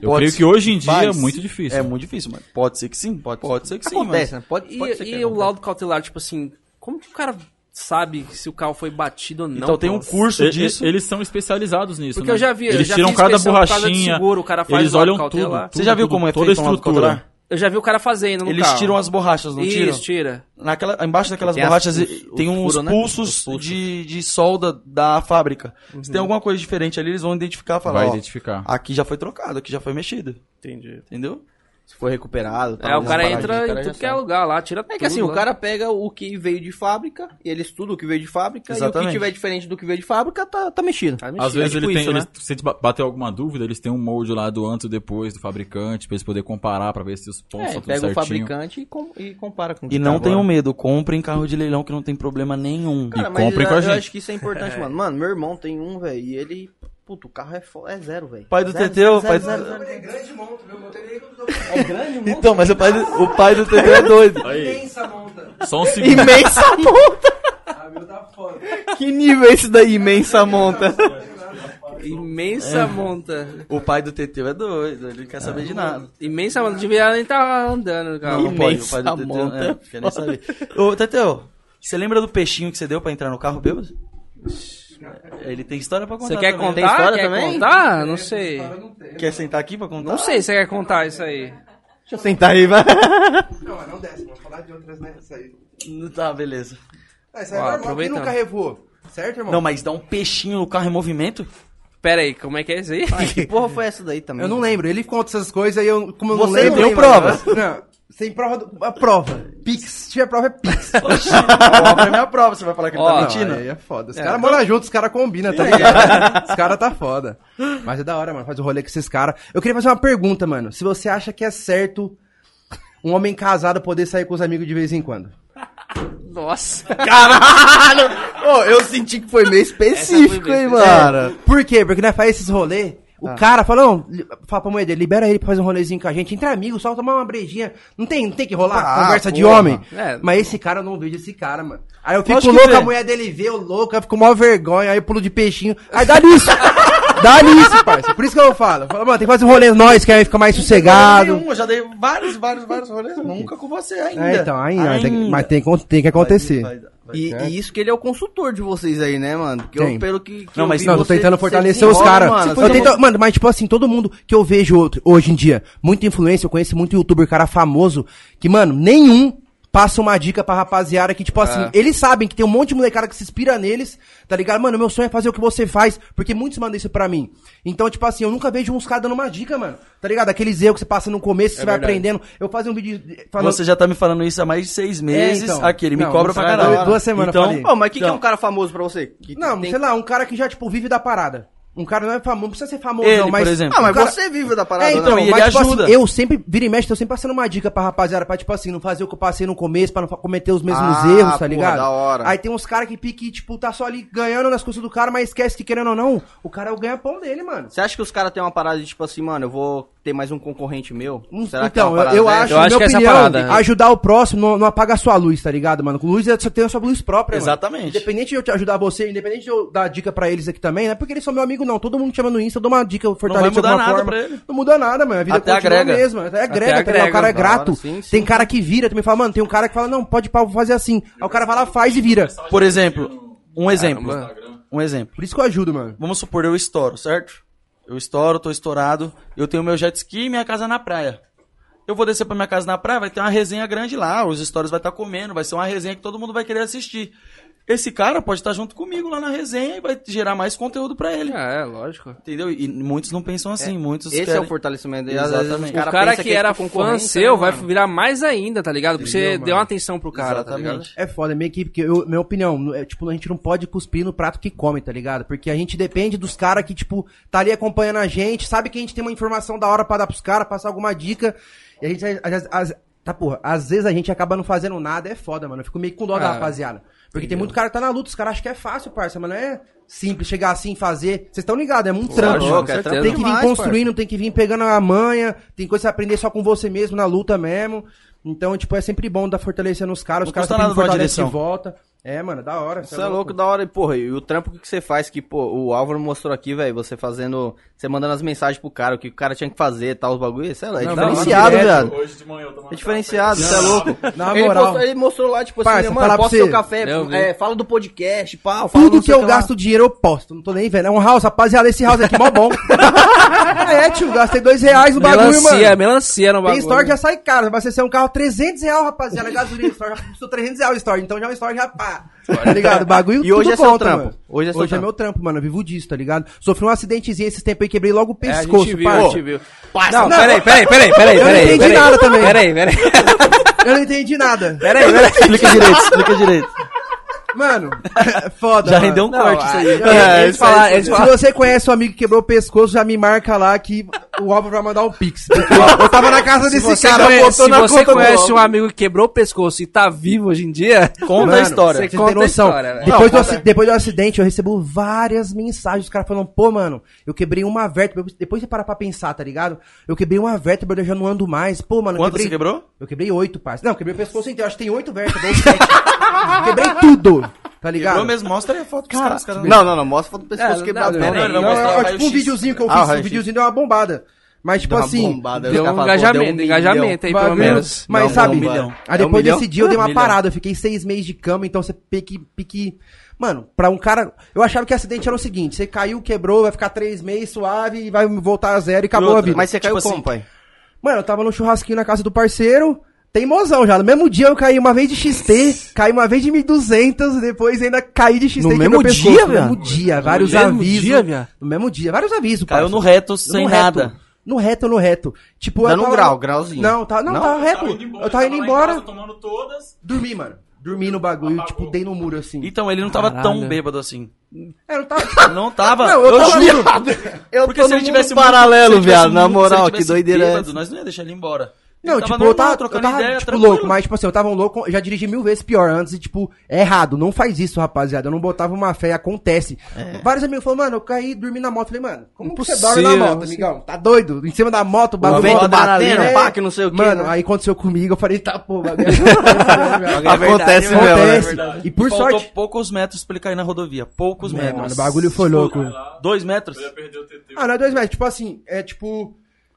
S5: Eu
S4: Pode
S5: creio
S4: ser.
S5: que hoje em dia é
S4: Mas-
S5: muito difícil.
S4: É muito difícil, mano. É, Pode ser que sim, pode, pode ser que sim.
S2: Acontece,
S4: mas-
S2: né? Pode, pode ser
S1: E,
S2: que
S1: e o
S2: aconteça.
S1: laudo cautelar, tipo assim, como que o cara sabe se o carro foi batido ou não.
S4: Então tem um
S1: nossa.
S4: curso
S5: E- e-
S4: disso.
S5: Eles são especializados nisso.
S1: Porque
S5: né?
S1: eu já vi, eu
S5: Eles
S1: já
S5: tiram
S1: fiz
S5: cada
S1: inspeção por causa de
S5: borrachinha.
S1: seguro, o cara faz
S5: eles
S1: lá o
S5: olham tudo,
S1: cautelar.
S4: Você já viu como é
S5: toda a
S4: feito um laudo
S5: estrutura?
S4: cautelar?
S1: Eu já vi o cara fazendo no
S4: Eles
S1: carro.
S4: tiram as borrachas, não
S1: Isso,
S4: tiram?
S1: tira.
S4: Naquela, embaixo daquelas
S2: Tem as
S4: borrachas e-
S2: pulso-
S4: tem
S2: o
S4: uns
S2: furo, né?
S4: pulsos,
S2: Os pulsos.
S4: De, de solda da fábrica. Se tem alguma coisa diferente ali, eles vão identificar e falar,
S5: Vai
S4: ó,
S5: identificar.
S4: aqui já foi trocado, aqui já foi mexido,
S1: Entendi.
S4: entendeu?
S2: Se foi recuperado. tá
S1: É, o cara
S4: paradinha,
S1: entra
S4: o
S1: em
S4: cara já
S1: tudo que é
S4: sabe.
S1: lugar lá, tira
S2: É que assim,
S1: tudo
S2: o
S1: lá.
S2: cara pega o que veio de fábrica, ele estuda o que veio de fábrica, e o
S4: Exatamente.
S2: que tiver diferente do que veio de fábrica tá, tá mexido.
S1: Tá
S4: Ah,
S5: Às
S1: mexido.
S5: vezes
S2: é tipo
S5: ele tem,
S2: isso, né?
S5: eles, se ba- bater alguma dúvida, eles têm um molde lá do antes e depois do fabricante, pra eles poderem comparar, pra ver se os pontos
S2: É,
S5: estão
S2: pega
S5: tudo
S2: o
S5: certinho.
S2: fabricante e, com- e compara com o
S4: E
S2: que
S4: não
S2: tá
S4: tenham
S2: agora.
S4: medo, comprem carro de leilão que não tem problema nenhum.
S2: Cara,
S5: E
S2: mas
S5: comprem
S2: eu,
S5: com a
S2: eu
S5: gente.
S2: acho que isso é importante, mano. Mano, meu irmão tem um, velho, e ele... Puto, o carro é, fo- é zero, velho.
S4: Pai do
S2: Zero,
S4: Teteu,
S2: zero,
S4: pai
S2: zero,
S4: do-
S2: zero,
S7: É
S2: zero.
S7: grande monta, meu monta ele
S2: É grande, mano.
S4: Então, mas o pai do, o pai do Teteu é doido.
S7: imensa monta.
S5: Só um segundo.
S4: Imensa monta!
S7: A meu tá foda.
S4: Que nível é esse daí, imensa monta?
S5: É.
S1: Imensa monta.
S4: O pai do Teteu é doido, ele não quer saber de nada.
S1: Imensa monta. Devia nem estar andando, cara.
S4: Ah, Não, não pode, o pai do
S2: Imensa
S4: Teteu.
S2: monta.
S4: é, não quer nem saber. Ô, Teteu, você lembra do peixinho que você deu pra entrar no carro bêbado? Ele tem história pra contar.
S1: Você quer
S4: também.
S1: contar?
S2: Tem história
S1: quer
S2: também?
S1: contar? Não sei.
S4: Quer sentar aqui pra contar?
S1: Não sei se você quer contar isso aí.
S2: Deixa eu sentar aí, vai.
S9: Não, mas não desce, vamos falar de outras nessa aí.
S4: Tá, beleza.
S9: Ah, isso aí
S1: Ó,
S9: é normal, quem
S1: aproveitando.
S9: nunca revou? Certo, irmão?
S4: Não, mas dá um peixinho no carro em movimento?
S1: Pera aí, como é que é isso aí?
S2: Que porra foi essa daí também?
S9: Eu não lembro, ele conta essas coisas e eu, como eu não
S2: Você
S9: lembro...
S2: não
S9: eu-
S2: deu prova.
S9: Não, sem prova, do- a prova. Pix, se tiver prova é Pix.
S4: Cobra é minha prova, você vai falar que ele
S1: Ó,
S4: tá
S9: Não,
S4: mentindo.
S9: aí é foda. Os caras moram juntos, os caras combinam, tá ligado? os caras tá foda. Mas é da hora, mano, faz o rolê com esses caras. Eu queria fazer uma pergunta, mano. Se você acha que é certo um homem casado poder sair com os amigos de vez em quando?
S1: Nossa.
S2: Caralho! Ô, eu senti que foi meio
S1: Essa
S2: específico,
S1: foi bem
S2: hein, mano. Ah.
S9: Por quê? Porque nós faz esses rolê. O cara fala, não, li- fala pra mulher dele, libera ele pra fazer um rolezinho com a gente, entre amigos, só tomar uma brejinha. Não tem, não tem que rolar
S2: Ah,
S9: conversa de
S2: porra.
S9: homem.
S1: É.
S9: Mas esse cara, eu não vejo esse cara, mano. Aí eu fico
S4: Lógico que
S9: louco,
S4: vê.
S9: a mulher dele vê, eu louco, eu fico mó vergonha, aí eu pulo de peixinho. Aí dá nisso! dá nisso, parça. Por isso que eu falo. Eu falo, mano, tem que fazer um rolê nós, que aí fica mais
S2: um
S9: sossegado.
S4: Nenhum, eu já dei vários, vários, vários rolês. Nunca com você ainda.
S9: É, então, aí, mas tem que-
S4: Ainda.
S9: mas tem, que- tem que acontecer.
S4: Vai dar, vai dar.
S2: E, e isso que ele é o consultor de vocês aí, né, mano? Porque eu,
S9: Quem?
S2: pelo que, que
S4: Não,
S2: eu
S4: mas
S2: vi,
S9: Não, eu tô
S2: você-
S9: tentando
S2: você
S9: fortalecer os
S2: desenrola,
S9: caras.
S2: mano.
S9: Mano,
S2: Você tem uma-
S9: mano, mas tipo assim, todo mundo que eu vejo outro- hoje em dia, muita influência, eu conheço muito youtuber, cara famoso, que, mano, nenhum passa uma dica pra rapaziada que, tipo assim, eles sabem que tem um monte de molecada que se inspira neles, tá ligado? Mano, meu sonho é fazer o que você faz, porque muitos mandam isso pra mim. Então, tipo assim, eu nunca vejo uns caras dando uma dica, mano, tá ligado? Aqueles erros que você passa no começo, você vai aprendendo. Eu fazia um vídeo de- falando...
S4: Você já tá me falando isso há mais de seis meses.
S9: então.
S4: Aqui, ele me
S9: Não,
S4: cobra
S9: não
S4: pra
S9: sai da
S4: caralho.
S9: hora. Duas semanas eu
S4: então,
S9: falei.
S2: Ô, mas o que, que é um cara famoso pra você? Que
S9: Não,
S2: tem-
S9: sei lá, um cara que já, tipo, vive da parada. Um cara não é famoso, não precisa ser famoso,
S4: Ele,
S9: não, mas...
S4: por exemplo.
S2: Ah, mas
S9: um cara-
S2: você vive da parada,
S9: é, então,
S2: né?
S4: e ele
S9: mas, tipo,
S4: ajuda.
S9: assim, eu sempre, vira e mexe, tô sempre passando uma dica pra rapaziada, pra, tipo assim, não fazer o que eu passei no começo, pra não fa- cometer os mesmos
S2: Ah,
S9: erros, tá
S2: porra,
S9: ligado?
S2: da hora.
S9: Aí tem uns caras que pique, tipo, tá só ali ganhando nas costas do cara, mas esquece que, querendo ou não, o cara é o ganha-pão dele, mano.
S2: Você acha que os caras têm uma parada de tipo assim, mano, eu vou ter mais um concorrente meu?
S9: Hum,
S2: Será que é
S9: então,
S2: uma parada
S9: eu, eu
S2: dessa?
S9: acho,
S1: Eu
S9: na
S1: acho
S9: minha
S1: que essa
S9: opinião,
S1: parada.
S9: ajudar o próximo não, não apaga a sua luz, tá ligado, mano? Com luz você tem a sua luz própria, mano.
S4: Exatamente.
S9: Independente de eu te ajudar você, independente de eu dar dica pra eles aqui também, não é porque eles são meu amigo, não. Todo mundo te chama no Insta, eu dou uma dica, eu fortaleço de
S4: mudar
S9: alguma
S4: nada
S9: forma.
S4: pra ele.
S9: Não muda nada, mano. A vida
S4: Até
S9: continua
S4: agrega.
S9: a mesma. Até agrega, tá ligado?
S1: agrega.
S9: O cara é
S1: Da
S9: grato.
S2: hora, sim, sim.
S9: Tem cara que vira, também fala, mano, tem um cara que fala, não, pode pau, vou fazer assim. Aí o cara vai lá, faz e vira.
S4: por exemplo, um exemplo. Um exemplo.
S9: Por isso que eu ajudo, mano.
S4: Vamos supor, eu estouro, certo? Eu estouro, tô estourado, eu tenho meu jet ski e minha casa na praia. Eu vou descer pra minha casa na praia, vai ter uma resenha grande lá, os stories vai estar comendo, vai ser uma resenha que todo mundo vai querer assistir. Esse cara pode estar junto comigo lá na resenha e vai gerar mais conteúdo pra ele.
S1: Ah, é, lógico.
S4: Entendeu? E muitos não pensam assim, muitos
S2: Esse é
S4: querem...
S2: o fortalecimento dele.
S4: Exatamente.
S2: Às vezes
S1: O cara
S2: pensa
S1: que,
S2: é
S1: era fã
S2: concorrente,
S1: seu
S2: né,
S1: vai
S2: mano?
S1: virar mais ainda, tá ligado? Porque você
S9: Entendeu,
S1: deu
S9: mano?
S1: uma atenção pro cara, tá ligado?
S4: Exatamente.
S9: É foda, é meio que, porque eu, minha opinião, não- é, tipo, a gente não pode cuspir no prato que come, tá ligado? Porque a gente depende dos caras que, tipo, tá ali acompanhando a gente, sabe que a gente tem uma informação da hora pra dar pros caras, passar alguma dica, e a gente, às- às- às- tá, porra, às vezes a gente acaba não fazendo nada, é foda, mano, eu fico meio com dó da
S1: Ah,
S9: rapaziada. Porque tem muito cara que tá na luta, os caras acham que é fácil, parça, mas não é simples chegar assim, fazer, vocês estão ligados, é muito
S2: Tá
S9: trampo,
S1: lógico,
S9: mano.
S1: com certeza.
S9: tem que vir
S2: Demais,
S9: construindo, tem que vir pegando a manha, tem coisa que você aprender só com você mesmo, na luta mesmo. Então, tipo, é sempre bom dar fortalecendo os caras,
S4: Não
S9: os caras
S4: custa
S9: sempre
S4: nada dar uma
S9: fortalecem
S4: direção.
S9: de volta. É, mano, da hora.
S2: Você é louco, da hora. E, porra, e o trampo que você faz, que, pô, o Álvaro mostrou aqui, velho, você fazendo, você mandando as mensagens pro cara, o que o cara tinha que fazer e tal, os bagulho, sei lá, é
S9: Não,
S2: diferenciado,
S9: mano,
S2: viado.
S5: Hoje de manhã eu tomando
S2: É diferenciado, você é louco.
S9: Na
S2: Ele,
S9: moral.
S2: postou- ele mostrou lá, tipo
S9: Parça,
S2: assim, mano,
S9: falar pra
S2: posta
S9: você.
S2: seu café,
S1: Eu vi.
S2: é, fala do podcast, pá, fala
S9: Tudo
S2: não
S9: que
S2: sei o
S9: eu
S2: lá.
S9: gasto dinheiro eu posto. Não tô nem vendo. É um house, rapaziada. Esse house aqui é mó bom. é, tio, gastei dois reais no bagulho, mano.
S1: Melancia, melancia no
S9: Tem
S1: bagulho.
S9: store que já sai caro. Vai ser um carro 300 reais, rapaziada. Gasolina, store já custou 300 reais o store. Então já é um store já pá. Tá ligado? O Bagulho
S2: E hoje
S9: tudo
S2: é seu
S9: conta,
S2: trampo.
S9: mano.
S2: Hoje é seu trampo.
S9: meu trampo, mano. Eu vivo disso, tá ligado? Sofri um acidentezinho esses tempos aí, quebrei logo o
S1: É, a
S9: pescoço,
S1: gente viu, a
S9: parça.
S1: gente viu. Não, peraí, peraí, peraí, peraí, peraí.
S9: Eu não entendi
S1: peraí.
S9: nada também.
S1: Peraí, peraí.
S9: Eu não entendi nada.
S1: Peraí, peraí.
S4: Explica direito, explica direito.
S9: Mano, é foda.
S4: Já
S9: mano.
S4: rendeu um corte isso aí.
S9: Eu-
S1: É,
S9: eles
S1: isso aí,
S9: falaram-
S1: isso aí.
S9: eles falaram, Se você conhece um amigo que quebrou o pescoço, já me marca lá que o Álvaro vai mandar um pix. Porque Eu tava na casa
S1: Se
S9: desse
S1: você
S9: cara,
S1: conhece,
S9: botou
S1: se
S9: na
S1: você
S9: conta do
S1: conhece
S9: Álvaro.
S1: um amigo que quebrou o pescoço e tá vivo hoje em dia,
S4: Conta a
S9: Mano,
S4: história.
S1: você-
S9: Você
S1: Conta
S9: tem
S1: a
S9: noção.
S1: história, velho.
S9: depois, do, aci- depois do acidente, eu recebo várias mensagens. Os caras falando, pô, mano, eu quebrei uma vértebra. Depois você para pra pensar, tá ligado? Eu quebrei uma vértebra, eu já não ando mais. Pô, mano, eu
S4: Quanto
S9: quebrei...
S4: você quebrou?
S9: Eu quebrei oito, parça. Não, eu quebrei o pescoço inteiro. Acho que tem oito vértebras, ou sete. quebrei tudo, tá ligado?
S4: Quebrou mesmo, mostra aí a é foto que os caras. os caras-
S2: Não, não, não, mostra a foto do pescoço
S1: É,
S2: quebrado.
S1: não,
S2: não,
S1: peraí,
S2: velho.
S1: não,
S9: Não, é, é
S4: raio-x.
S9: tipo um videozinho que eu
S2: Ah,
S9: fiz.
S2: o
S9: o
S2: raio-x.
S9: videozinho deu uma bombada. Mas, tipo
S2: Deu uma
S9: assim...
S2: bombada, os
S1: deu um
S2: caras falam, pô,
S1: engajamento,
S2: milhão.
S1: engajamento aí, pelo
S9: bagulho-
S1: menos.
S9: Mas
S2: Não,
S9: sabe,
S2: um milhão.
S9: aí
S2: É um
S9: depois
S2: milhão?
S9: desse dia eu dei uma
S4: Milhão.
S9: parada, eu fiquei seis meses de cama, então você pique, pique... Mano, pra um cara... Eu achava que acidente era o seguinte, você caiu, quebrou, vai ficar três meses suave, e vai voltar a zero e acabou
S4: outra,
S9: a vida.
S2: Mas você caiu
S4: Tipo
S2: como,
S4: assim,
S2: pai?
S9: Mano, eu tava no churrasquinho na casa do parceiro, teimosão já. No mesmo dia eu caí uma vez de XT, caí uma vez de 1200, depois ainda caí de XT.
S1: No
S9: e
S1: mesmo
S9: quebrei o pescoço.
S1: dia,
S9: No
S1: viado?
S9: mesmo dia, vários
S1: mesmo
S9: avisos.
S1: dia, viado?
S9: No mesmo dia, vários avisos,
S4: Caiu
S9: parça.
S4: no reto, sem
S9: no reto,
S4: nada.
S9: No reto, no reto. Tipo, eu
S2: Dando um
S9: tava-
S2: grau, grauzinho.
S9: Não, tá, não,
S2: Não?
S4: é
S9: tava reto. eu tava indo embora,
S5: tomando todas.
S9: dormi, mano. Dormi no bagulho, tipo, dei no muro assim.
S4: Então, ele não tava
S1: Caralho.
S4: tão bêbado assim.
S9: É, não tava.
S4: Não tava.
S9: Não, eu tava
S2: Eu
S4: Porque se ele tivesse muito- se
S2: paralelo,
S4: ele tivesse
S2: viado, na
S4: muito- se ele
S2: moral,
S4: tivesse
S2: que doideira é
S4: bêbado,
S2: essa?
S4: Nós não ia deixar ele ir embora. Ele
S9: Não, tipo, eu
S4: normal,
S9: tava, eu tava tipo,
S4: tranquilo.
S9: louco, mas, tipo assim, eu tava um louco, eu já dirigi mil vezes pior antes e, tipo, é errado, não faz isso, rapaziada, eu não botava uma fé, acontece. Vários amigos falaram, mano, eu caí, dormi na moto, falei, mano, como que você dorme na
S1: Impossível,
S9: moto, amigão? Tá doido? Em cima da moto, o
S2: O
S9: bagulho
S2: vento
S9: roda na
S2: batendo,
S9: linha.
S2: pá, que não sei o né? que.
S9: né? Mano, aí aconteceu comigo, eu falei, tá, pô, bagulho. acontece,
S2: Acontece mesmo, né?
S9: e por
S4: Faltou
S9: sorte...
S4: poucos metros pra ele cair na rodovia. Poucos metros.
S9: Mano, o bagulho foi louco.
S4: Dois metros?
S9: Ah, não é dois metros, tipo assim, é tipo...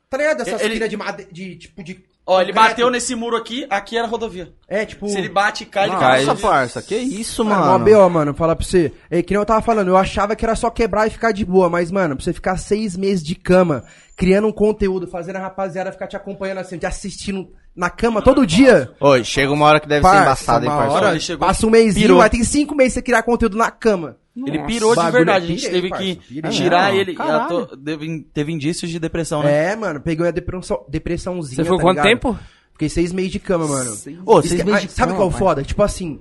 S9: Tá ligado? Essas
S4: Ele-
S9: pilhas de madeira, de, tipo, de...
S4: Ó, ele
S9: concreto?
S4: bateu nesse muro aqui, aqui era a rodovia.
S9: É, tipo...
S4: Se ele bate e cai, ele cai.
S2: Nossa, parça, que isso,
S9: Mano,
S2: mano.
S9: mó BO, mano, falar pra você. É que nem eu tava falando, eu achava que era só quebrar e ficar de boa, mas, mano, pra você ficar seis meses de cama, criando um conteúdo, fazendo a rapaziada ficar te acompanhando assim, te assistindo na cama todo dia.
S2: Oi, chega uma hora que deve ser
S9: Parça,
S2: embaçado, hein,
S9: uma
S2: parça.
S9: hora,
S4: Ele chegou,
S9: passa um mêsinho,
S4: pirou.
S9: aí tem cinco meses pra você criar conteúdo na cama.
S4: Ele pirou de
S9: bagulho
S4: verdade.
S9: é
S4: A gente
S9: pirei,
S4: teve
S9: parça,
S4: que
S9: pirei.
S4: tirar
S9: Não,
S4: ele.
S9: caralho.
S4: Eu tô- Teve, teve indícios de depressão, né?
S9: É, mano, peguei uma depressão, depressãozinha.
S1: Você ficou
S9: tá
S1: quanto
S9: ligado?
S1: tempo?
S9: Fiquei seis meses de cama, mano.
S2: Ô,
S9: Isso
S2: seis
S9: que-
S2: meses
S9: ah,
S2: de
S9: Sabe
S2: cama,
S9: qual é o
S2: pai.
S9: foda? Tipo assim.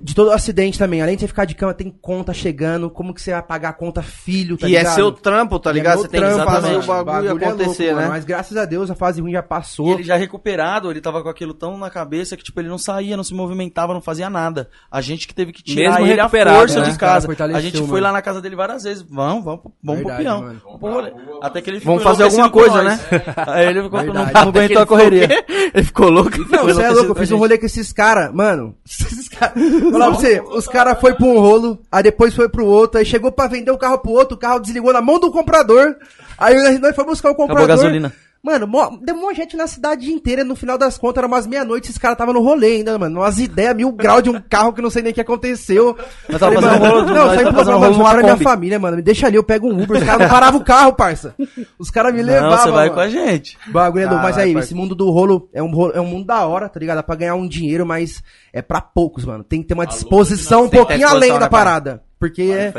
S9: De todo acidente também, além de você ficar de cama, tem conta chegando, como que você vai pagar a conta filho, tá
S2: E é
S9: ligado?
S2: seu trampo, tá
S9: E é
S2: ligado?
S9: meu
S2: Você tem que
S9: trampo,
S2: fazer o
S9: mano.
S2: bagulho
S9: é louco,
S2: acontecer,
S9: mano,
S2: né?
S9: Mas graças a Deus a fase ruim já
S4: E
S9: passou.
S4: ele já recuperado, ele tava com aquilo tão na cabeça que, tipo, ele não saía, não se movimentava, não fazia nada. A gente que teve que tirar
S1: Mesmo
S4: ele a
S1: recuperado,
S4: força
S1: né?
S4: de casa.
S9: Fortaleceu,
S4: A gente
S9: mano.
S4: foi lá na casa dele várias vezes. Vamos, vamos, pro- vamos pro
S9: Verdade,
S4: peão.
S9: mano.
S4: Vamos pro rolê. Até que ele
S2: Vamos
S4: ficou
S2: fazer alguma
S4: enlouquecido
S2: coisa,
S4: com
S2: né?
S4: nós. Aí ele ficou, não,
S9: Verdade.
S4: não aguentou a correria.
S2: Ele ficou louco.
S9: Não, você é louco, eu fiz um rolê com esses caras, mano. Esses caras. Falar pra você, os caras foi pra um rolo, aí depois foi pro outro, aí chegou pra vender o carro pro outro, o carro desligou na mão do comprador. Aí nós- nós foi buscar o comprador.
S4: a gasolina.
S9: Mano, mó, deu mó gente na cidade inteira, no final das contas, era umas meia-noite, esses caras tava no rolê ainda, mano. Umas ideias, mil grau de um carro que não sei nem o que aconteceu.
S4: Nós tava
S9: Falei,
S4: Tá fazendo um
S9: mano,
S4: rolo,
S9: Não,
S4: nós tava
S9: saiu pra
S4: fazendo
S9: falar,
S4: rolo
S9: mano,
S4: numa
S9: para minha
S4: Kombi.
S9: família, mano. Me deixa ali, eu pego um Uber, os caras não paravam o carro, parça. Os caras me levavam.
S4: Não, você vai
S9: mano.
S4: com a Ah, gente.
S9: Bagulho é louco, mas aí,
S2: Caralho,
S9: esse mundo do rolo é, um rolo é um mundo da hora, tá ligado? Dá pra ganhar um dinheiro, mas é pra poucos, mano. Tem que ter uma
S2: Tá
S9: disposição um
S2: tem que ter
S9: pouquinho além
S2: disposição,
S9: da
S2: né, pai?
S9: parada. Porque é,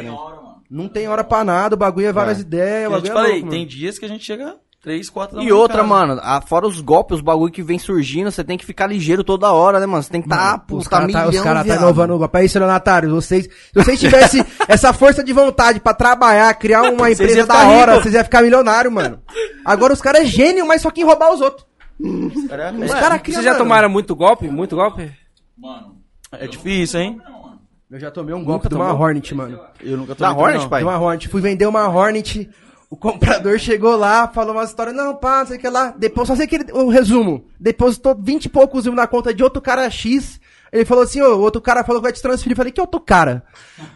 S9: não tem hora pra nada, o bagulho é várias
S2: É.
S9: ideias, o
S4: Eu
S9: bagulho
S4: te
S9: é
S4: falei,
S9: louco,
S4: tem
S9: mano.
S4: dias que a gente chega 3, 4 da
S2: E
S4: manhã em
S2: outra,
S9: é
S4: casa.
S2: mano, a- fora os golpes, os bagulho que vem surgindo, você tem que ficar ligeiro toda hora, né, mano? Você tem que tá,
S9: Mano,
S2: pô,
S9: os
S2: tá
S9: caras tá, os
S2: milhão,
S9: cara tá
S2: viado.
S9: inovando o golpe. É isso, Leonatário. Vocês, se vocês tivessem essa força de vontade pra trabalhar, criar uma
S4: Vocês
S9: empresa
S4: iam
S9: da
S4: ficar
S9: hora,
S4: rico.
S9: vocês iam ficar milionário, mano. Agora os caras é gênio, mas só quem roubar os outros.
S4: Caralho.
S9: Os caras criam.
S1: Vocês já
S9: mano.
S1: tomaram muito golpe? Muito golpe?
S5: Mano,
S4: É difícil, hein?
S9: Eu já tomei um golpe de uma Hornet, mano.
S4: Eu nunca
S2: Da
S4: tomei,
S2: Hornet,
S4: não.
S2: pai?
S9: De uma Hornet. Fui vender uma Hornet. O comprador chegou lá, falou uma história, não, pá, não sei o que lá. Depois, só sei que ele, um resumo. Depositou 20 e poucos mil na conta de outro cara X. Ele falou assim, ô, o outro cara falou que vai te transferir. Eu falei, que outro cara?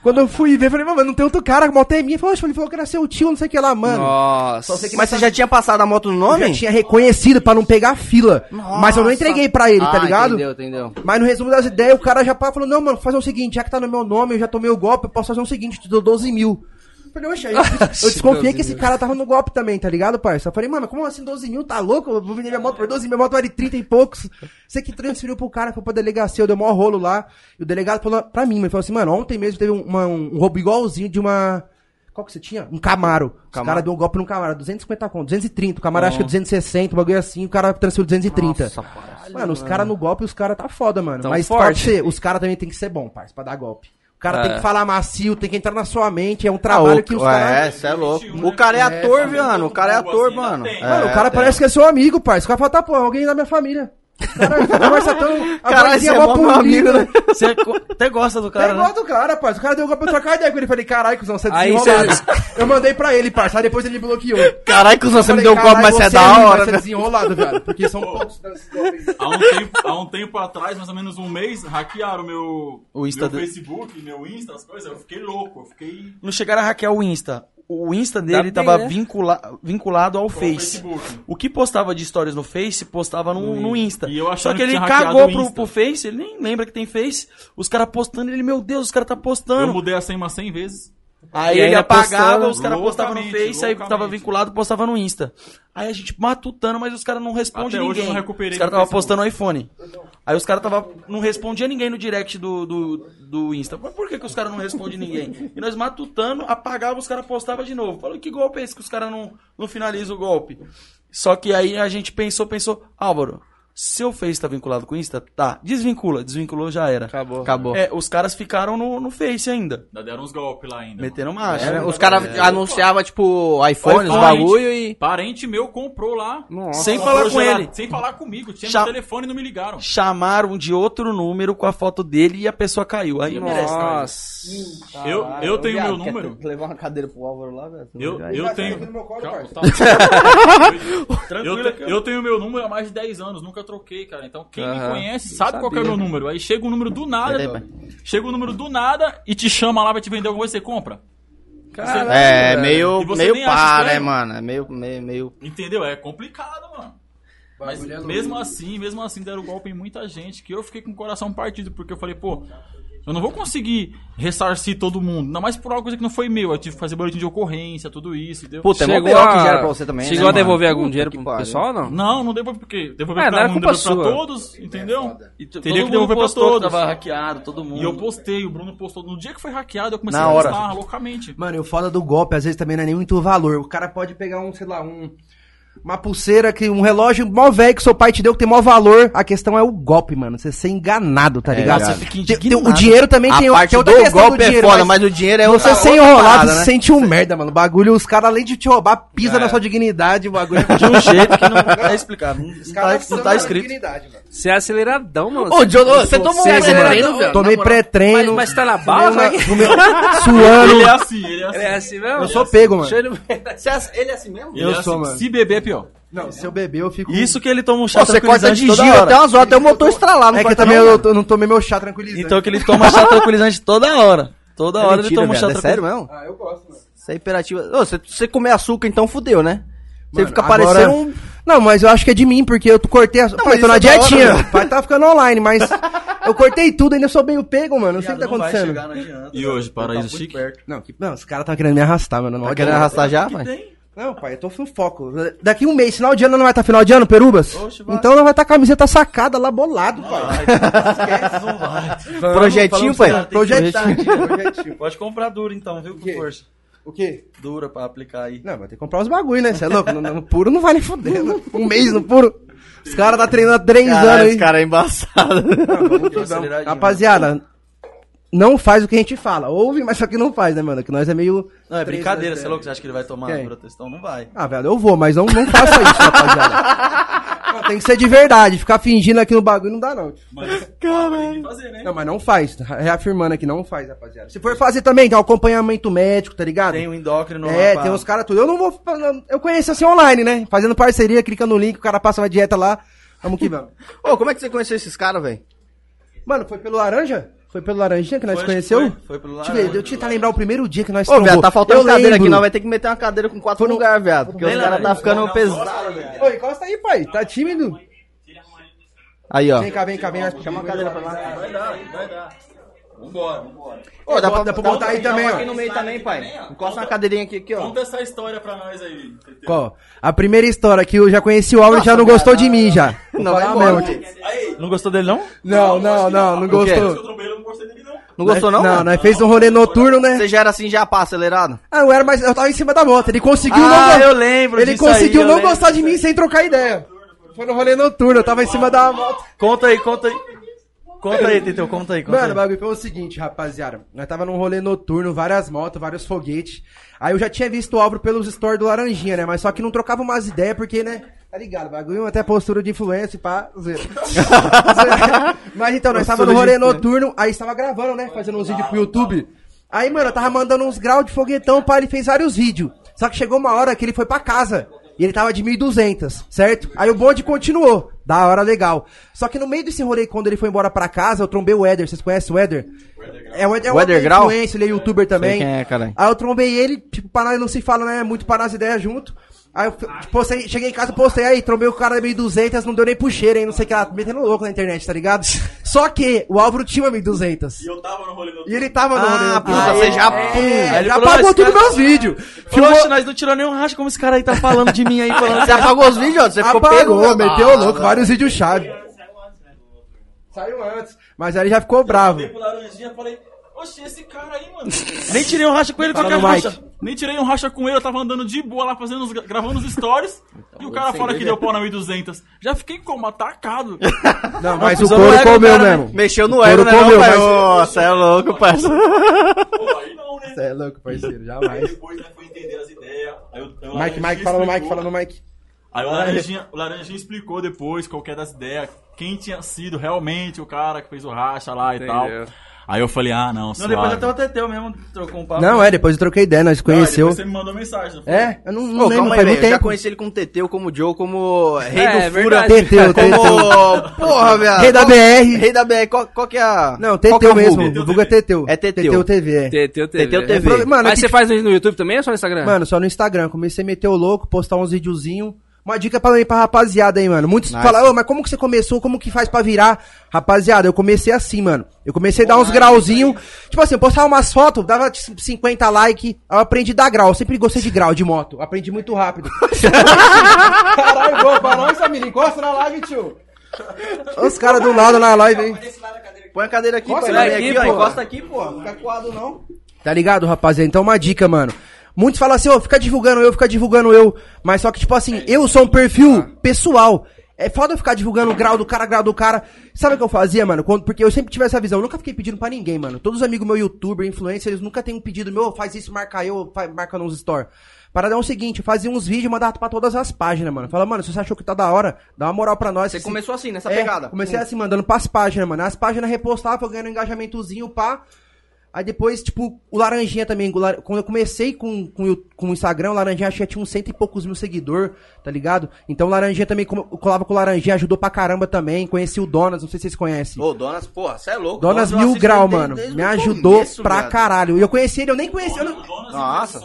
S9: Quando eu fui ver, eu falei, mano, não tem outro cara, a moto é minha. Ele falou, "Oxe", ele falou que era seu tio, não sei o que lá, mano.
S1: Nossa.
S9: Só sei que
S2: Mas você já tinha passado a moto no
S9: eu já
S2: nome?
S9: tinha reconhecido pra não pegar fila. Mas eu não entreguei pra ele,
S2: Ah,
S9: tá ligado?
S2: Entendeu, entendeu.
S9: Mas no resumo das ideias, o cara já pá- falou, não, mano, fazer o seguinte, já que tá no meu nome, eu já tomei o golpe, eu posso fazer o seguinte, te dou 12 mil. Eu Falei, oxe, aí eu, eu desconfiei que esse cara tava no golpe também, tá ligado, parça? Eu falei, mano, como assim 12 mil? Tá louco? Eu vou vender minha moto por 12 mil, minha moto vale 30 e poucos. Você que transferiu pro cara, foi pra delegacia, eu dei o maior rolo lá. E o delegado falou pra mim, mas falou assim, mano, ontem mesmo teve um- uma- um roubo igualzinho de uma... Qual que você tinha? Um Camaro. Os caras deu um golpe no Camaro, 250 conto, 230. O Camaro acho que é 260, um bagulho assim, o cara transferiu 230. Mano, os caras no golpe, os caras tá foda, mano.
S1: Tão
S9: Mas
S1: forte.
S9: pode ser, os caras também tem que ser bom, parça, pra dar golpe. O cara
S1: É.
S9: tem que falar macio, tem que entrar na sua mente, é um trabalho que os
S2: É,
S9: caras...
S2: você é louco. O cara é ator, mano. O cara é ator, mano.
S9: Mano,
S2: É,
S9: o cara
S2: tem.
S9: parece que é seu amigo, parça. O cara fala, tá, pô, alguém da minha família. O cara conversa tão... a
S2: Caralho,
S9: vozinha
S2: você é
S9: mó
S2: mó meu
S9: polida.
S2: amigo, né?
S4: Você é co- até gosta do
S9: É
S4: cara,
S9: igual
S4: né?
S9: do cara, parça. O cara deu um golpe, eu trocar ideia com ele. Falei, caralho, cuzão, você é
S1: Aí
S9: desenrolado. Eu mandei pra ele, parça. Aí depois ele me bloqueou.
S2: Caralho, cuzão, você me deu um copo, mas você é da hora,
S9: Você é
S2: né?
S9: desenrolado, velho. Porque são poucos...
S5: Há um, tempo, há um tempo atrás, mais ou menos um mês, hackearam meu,
S4: O Insta
S5: meu
S4: do-
S5: Facebook, meu Insta, as coisas. Eu fiquei louco, eu fiquei
S4: Não chegaram a hackear o Insta. O Insta dele tava vincula- vinculado ao
S5: com o
S4: Face.
S5: né? Facebook.
S4: O que postava de stories no Face, postava no, no Insta.
S5: E eu achando
S4: Só que
S5: que
S4: ele
S5: tinha hackeado
S4: cagou
S5: o
S4: pro,
S5: Insta.
S4: pro Face, ele nem lembra que tem Face. Os caras postando, ele, meu Deus, os caras tá
S5: Eu
S4: postando.
S5: mudei a senha umas 100 vezes.
S4: Aí
S1: E
S4: ele
S1: ainda
S4: apagava,
S1: postando.
S4: os caras postavam no
S5: Loucamente,
S4: Face, aí tava
S5: loucamente.
S4: vinculado, postava no Insta. Aí a gente matutando, mas os caras não
S5: Até
S4: respondem
S5: hoje
S4: ninguém.
S5: eu não recuperei
S4: os caras
S5: no
S4: tava
S5: Facebook.
S4: postando no iPhone. Aí os caras tava não respondia ninguém no direct do, do, do Insta. Mas por que, que os caras não respondem ninguém? E nós matutando, apagava, os caras postava de novo. Falou, que golpe é esse que os caras não, não finalizam o golpe? Só que aí a gente pensou, pensou, Álvaro, seu Face tá vinculado com o Insta? Tá, desvincula, desvinculou, já era.
S1: Acabou.
S2: Acabou.
S4: É, os caras ficaram no, no Face ainda,
S5: Ainda deram uns golpes lá ainda.
S4: metendo marcha.
S2: Era- Os caras
S4: ah,
S2: anunciavam, tipo, iPhone, os
S5: iPhone,
S2: bagulho e.
S5: Parente meu comprou lá.
S4: Sem
S5: Comprou
S4: falar com
S5: gelado-
S4: ele.
S5: Sem falar comigo. Tinha
S4: Cha-
S5: meu telefone e não me ligaram.
S4: chamaram de outro número com a foto dele e a pessoa caiu. Aí merece.
S1: Nossa.
S5: eu, eu tenho meu número.
S2: Levar uma cadeira pro Álvaro lá, velho.
S5: Eu, eu tenho. Calma, tá. eu,
S4: Tranquilo,
S5: te- eu tenho meu número há mais de 10 anos, nunca troquei, cara. Então quem me
S1: Aham.
S5: conhece sabe qual que é o meu número. Aí chega o número do nada.
S2: Peraí, pai.
S5: chega o número do nada e te chama lá pra te vender alguma coisa, você compra.
S1: Caralho,
S2: É,
S1: velho.
S2: meio,
S5: E você
S2: meio
S5: nem
S2: pá,
S5: acha
S2: né,
S5: estranho?
S2: mano? É meio, meio, meio.
S5: Entendeu? É complicado, mano. Mas mesmo assim, mesmo assim deram golpe em muita gente, que eu fiquei com o coração partido, porque eu falei, pô, eu não vou conseguir ressarcir todo mundo, ainda mais por alguma coisa que não foi meu. Eu tive que fazer boletim de ocorrência, tudo isso, entendeu?
S2: Puta, é mó pior que gera pra você também.
S1: Chegou
S2: né,
S1: a devolver
S2: mano?
S1: algum
S2: Puta
S1: dinheiro
S2: que
S1: pro
S2: pariu.
S1: pessoal ou não?
S5: Não, não devolvi porque devolver
S1: É, não
S5: pra
S1: era
S5: um,
S1: culpa
S5: devolver pra
S1: sua.
S5: todos,
S9: É
S5: entendeu?
S4: E
S5: Teria
S4: t- todo
S5: que
S4: mundo
S5: devolver pra
S4: postou que
S5: todos.
S4: Tava hackeado, todo mundo.
S5: E eu postei, o Bruno postou. No dia que foi hackeado, eu comecei
S4: Na
S5: a
S4: hora.
S5: postar loucamente.
S9: Mano, e o foda do golpe, às vezes também não é nem muito valor. O cara pode pegar um, sei lá, um. Uma pulseira, que um relógio mó velho que seu pai te deu, que tem mó valor. A questão é o golpe, mano. Você ser enganado, tá ligado?
S2: É verdade.
S9: Você fica tem- tem- o dinheiro também
S2: A
S9: tem,
S2: parte
S9: tem
S2: do golpe é foda, mas o dinheiro é
S9: Você
S2: outra-
S9: ser
S2: outra
S9: enrolado,
S2: parada,
S9: você
S2: né? É.
S9: se sente um merda, mano. O bagulho, os caras, além de te roubar, pisa na sua dignidade, o bagulho. é
S4: De um jeito que não tá explicado. Não, não tá, não tá escrito.
S1: Você é aceleradão, mano.
S2: Ô, John, ô, você tomou um
S1: Você é
S2: pré-treino,
S1: acelerado,
S2: velho?
S9: Tomei pré-treino.
S1: Mas, mas tá na bala, né?
S9: fumei uma- suando.
S5: Ele é assim, ele é assim.
S1: Ele é assim mesmo?
S9: Eu sou pego, mano.
S1: Cheio de-
S2: Você é- Ele é assim mesmo?
S5: Ele
S9: eu
S5: é
S9: sou,
S5: assim.
S9: mano.
S5: Se beber é pior.
S9: Não, se eu beber, eu fico.
S4: Isso que ele toma um chá
S2: Pô, Você corta
S4: tranquilizante
S2: de
S4: toda
S2: giro tá?
S4: hora.
S2: até umas horas, até o motor estralar, não
S9: É que
S2: corta
S9: também
S2: não,
S9: eu
S2: mano.
S9: to- não tomei meu chá tranquilizante.
S4: Então que ele toma chá tranquilizante toda hora. Toda hora ele toma um chá
S2: velho, é sério
S4: tranquilizante.
S2: mesmo? Ah, eu gosto, mano. Você é imperativa. Ô, se você comer açúcar, então fudeu, né? Você
S9: Mano,
S2: fica
S9: agora-
S2: parecendo um.
S9: Não, mas eu acho que é de mim, porque eu cortei as... Pai,
S2: mas
S9: tô na
S2: isso é da hora,
S9: dietinha.
S2: velho.
S9: Pai, tá ficando online, mas... Eu cortei tudo, ainda sou meio pego, mano. Não sei o que tá acontecendo.
S2: né?
S5: E hoje,
S4: Tá
S5: paraíso chique.
S9: Não, que... não, os caras tão querendo me arrastar, mano. Não,
S2: Tá
S9: ódio,
S2: querendo
S9: não.
S2: arrastar já, pai?
S9: Não, pai, eu tô com foco. Daqui um mês, final de ano não vai estar final de ano, Perubas? então não vai estar tá camiseta sacada lá, bolado, pai.
S2: Projetinho, pai?
S9: Projetinho. projetinho.
S4: Pode comprar dura então, viu? Com força.
S9: O quê?
S4: Dura pra aplicar aí.
S9: Não, vai ter que comprar os bagulho, né? Você é louco? No, no puro não vai nem fuder. né? Um mês no puro. Os caras tá treinando há três anos,
S2: Caralho,
S9: hein?
S2: esse cara é embaçado.
S4: Então, um Aceleradinho.
S9: um
S4: né?
S9: Rapaziada, não faz o que a gente fala. Ouve, mas só que não faz, né, mano? Que nós é meio.
S4: Não, é
S9: Três,
S4: brincadeira,
S9: dois,
S4: você é louco? Você acha que ele vai tomar
S9: Quem?
S4: protestão? Não vai.
S9: Ah, velho, eu vou, mas não, não faça isso, rapaziada. Não, tem que ser de verdade. Ficar fingindo aqui no bagulho não dá, não.
S4: né?
S9: Não, mas não faz. Reafirmando aqui, não faz, rapaziada. Se for fazer também, tem um acompanhamento médico, tá ligado?
S4: Tem um o endócrino
S9: é,
S4: lá,
S9: tem
S4: pá.
S9: uns caras tudo. Eu não vou. Eu conheço assim online, né? Fazendo parceria, clicando no link, o cara passa uma dieta lá. Vamos que vamos.
S2: Ô, como é que você conheceu esses caras, velho?
S9: Mano, foi pelo Laranja? Foi pelo Laranjinha que nós conheceu?
S4: Foi, foi pelo
S9: Deixa eu
S4: lado.
S9: ver, eu tentar lembrar o primeiro dia que nós
S2: Ô, viado,
S9: trombou.
S2: tá faltando
S9: Eu
S2: cadeira aqui,
S9: lembro.
S2: nós vai ter que meter uma cadeira com quatro lugares, viado. Porque os caras tá ficando pesado.
S9: Ô, encosta aí, pai. Tá tímido?
S2: Aí, ó.
S9: Vem cá, vem cá, vem. Chama uma cadeira pra lá.
S3: Vambora, vambora.
S2: Ô,
S9: Dá pra, dá pra botar um aí também,
S2: aqui no
S9: ó.
S2: meio também, pai. Encosta uma cadeirinha aqui, aqui, ó.
S3: Conta essa história pra nós aí. Teteu.
S9: Ó, a primeira história que eu já conheci o Álvaro já não gostou de mim, já.
S2: Não
S9: Vou
S2: vai
S9: falar
S2: embora.
S9: mesmo.
S4: Não gostou dele, não?
S9: Não, não, não, não
S2: O quê?
S3: Eu
S9: gostou.
S3: trombei, eu não gostei dele, não.
S2: Não gostou, não?
S9: Não,
S2: Não,
S9: nós fez um rolê noturno, né?
S2: Você já era assim, já pá, acelerado?
S9: Ah, eu era, mas eu tava em cima da moto. Ele conseguiu
S2: Ah,
S9: não go-
S2: eu lembro
S9: Ele
S2: disso
S9: conseguiu
S2: aí, eu
S9: não
S2: lembro
S9: gostar de mim sem trocar ideia. Foi no rolê noturno, eu tava em cima da moto.
S4: Conta aí, conta aí. Conta aí, Teteu, conta aí, conta
S9: Mano, o
S4: aí.
S9: bagulho foi o seguinte, rapaziada. Nós tava num rolê noturno, várias motos, vários foguetes. Aí eu já tinha visto o Álvaro pelos stories do Laranjinha, né? Mas só que não trocava umas ideias, porque, né? Tá ligado, bagulho até postura de influência, pá, zoeira. Zoeira. Mas então, nós tava no rolê noturno, aí estava gravando, né? Fazendo uns vídeos pro YouTube. Aí, mano, eu tava mandando uns graus de foguetão, pá, ele fez vários vídeos. Só que chegou uma hora que ele foi pra casa. E ele tava de 1.200, certo? Aí o bonde continuou. Da hora, legal. Só que no meio desse rolê, quando ele foi embora pra casa, eu trombei o Eder. Vocês conhecem o Eder? É o Eder, é um
S2: Eder
S9: outro
S2: Grau?
S9: influencer, ele é youtuber também.
S2: quem é, caralho.
S9: Aí eu trombei ele, tipo, para nós não se fala, né? Muito para as ideias junto. Aí eu
S3: Ah.
S9: tipo, postei, cheguei em casa, postei aí, trombei o cara da 1200, não deu nem puxeira, hein? Não sei o que lá, metendo louco na internet, tá ligado? Só que o Álvaro tinha uma 1200.
S3: Eu tava no rolê do
S9: E ele tava no
S2: Ah,
S9: rolê.
S2: puta, você já- pum.
S9: É,
S4: Aí ele
S9: já
S4: falou,
S9: apagou
S4: esse
S9: tudo
S4: cara-
S9: meus vídeos.
S4: Falou, "Oxe, nós não tirou nenhum racha, como esse cara aí tá falando de mim aí, falando
S2: Você apagou Ah, os vídeos, ó, você ficou
S9: Apagou,
S2: pego.
S9: meteu o louco, vários vídeos chave.
S3: né,
S9: Saiu antes. Mas aí ele já ficou bravo.
S3: Pro Laranjinha, falei, oxe, esse cara aí, mano.
S4: Nem tirei um racha com ele,
S9: Fala
S4: qualquer
S9: no mic.
S4: racha.
S5: Nem tirei um racha com ele, eu tava andando de boa lá, fazendo os, gravando os stories. e o cara fala que deu pau na 1200. Já fiquei como? Atacado.
S9: Não, mas o
S4: precisou
S9: couro
S4: do ego,
S9: comeu
S4: cara,
S9: mesmo.
S2: Mexeu no
S9: O
S2: ego, é né?
S9: couro
S2: Não,
S9: comeu,
S2: pai?
S9: mas-
S2: Nossa, é louco, parceiro.
S3: Pô, aí não, né?
S9: Você é louco, parceiro, jamais.
S3: Depois, né, foi entender as ideias. Aí o, o
S9: Mike,
S3: Laranjinha
S9: Mike, fala no Mike,
S3: explicou.
S9: fala no Mike.
S5: Aí o Laranjinha, o Laranjinha explicou depois qual que é das ideias, quem tinha sido realmente o cara que fez o racha lá e tal.
S1: Entendeu.
S5: Aí eu falei, ah, não,
S4: Não,
S5: suave.
S4: depois até o Teteu mesmo trocou um papo.
S9: Não, é, depois eu troquei ideia, nós
S5: Aí depois
S9: conheceu.
S5: Você me mandou mensagem.
S3: né?
S5: não foi?
S9: É, eu não, não
S2: Ô,
S9: lembro,
S2: calma
S9: faz
S2: aí,
S9: muito
S2: velho. Eu já
S9: tempo.
S2: conheci ele como Teteu, como Joe, como Rei
S1: É,
S2: do
S1: é
S2: Fura.
S1: verdade.
S9: Teteu, Teteu.
S2: Como... Porra, velho.
S9: Rei da
S2: Qual-
S9: BR.
S2: Ah, Rei da BR. Qual, qual que é a...
S9: Não,
S2: qual que é
S9: Teteu
S2: o vulgo?
S9: mesmo, o vulgo é Teteu.
S2: É Teteu.
S9: Teteu TV, é.
S1: Teteu TV.
S2: Teteu
S9: É
S2: TV.
S9: pro- Mano, é
S1: Mas
S9: que
S1: você faz isso no YouTube também ou só no Instagram?
S9: Mano, só no Instagram. Comecei a meter o louco, postar uns videozinhos. Uma dica pra, pra rapaziada aí, mano. Muitos falam, ô, mas como que você começou? Como que faz pra virar? Rapaziada, eu comecei assim, mano. Eu comecei a dar uns grauzinhos. Tipo assim, eu postava umas fotos, dava tipo, 50 like. Aí eu aprendi a dar grau. Eu sempre gostei de grau de moto. Aprendi muito rápido. Caralho, bom, pra nós, Samir, encosta na live, tio. Os caras do lado na live, hein?
S2: Põe a cadeira aqui,
S9: Encosta
S2: pai.
S9: ele
S2: Vem
S1: aqui,
S2: aqui, ó.
S1: pô.
S2: Encosta aqui, pô. Não fica coado, não.
S9: Tá ligado, rapaziada? Então, uma dica, mano. Muitos falam assim, ó, fica divulgando eu, fica divulgando eu. Mas só que, tipo assim, eu sou um perfil pessoal. É foda eu ficar divulgando o grau do cara, grau do cara. Sabe o que eu fazia, mano? Quando, porque eu sempre tive essa visão. Eu nunca fiquei pedindo pra ninguém, mano. Todos os amigos meu, youtuber, influencer, eles nunca têm um pedido meu, "Ô, faz isso, marca eu, fa- marca nos store. Parada é o seguinte, eu fazia uns vídeos e mandava pra todas as páginas, mano. Fala, mano, se você achou que tá da hora, dá uma moral pra nós.
S2: Você
S9: Se-
S2: começou assim, nessa
S9: é,
S2: pegada.
S9: Comecei assim, mandando pras páginas, mano. As páginas repostavam, eu ganhando um engajamentozinho, pá. Aí depois, tipo, o Laranjinha também. o Lar- Quando eu comecei com, com, o- com o Instagram, o Laranjinha acho que já tinha uns cento e poucos mil seguidor, tá ligado? Então o Laranjinha também, como eu colava com o Laranjinha, ajudou pra caramba também. Conheci o Donas, não sei se vocês conhecem.
S2: Ô, Donas, porra, você é louco.
S9: Donas
S2: eu
S9: Mil
S2: assisto
S9: Grau,
S2: desde-
S9: mano.
S2: desde
S9: me
S2: o
S9: ajudou
S2: começo,
S9: pra
S2: viado.
S9: caralho. E eu conheci ele, eu nem conheci. Eu não...
S2: Nossa.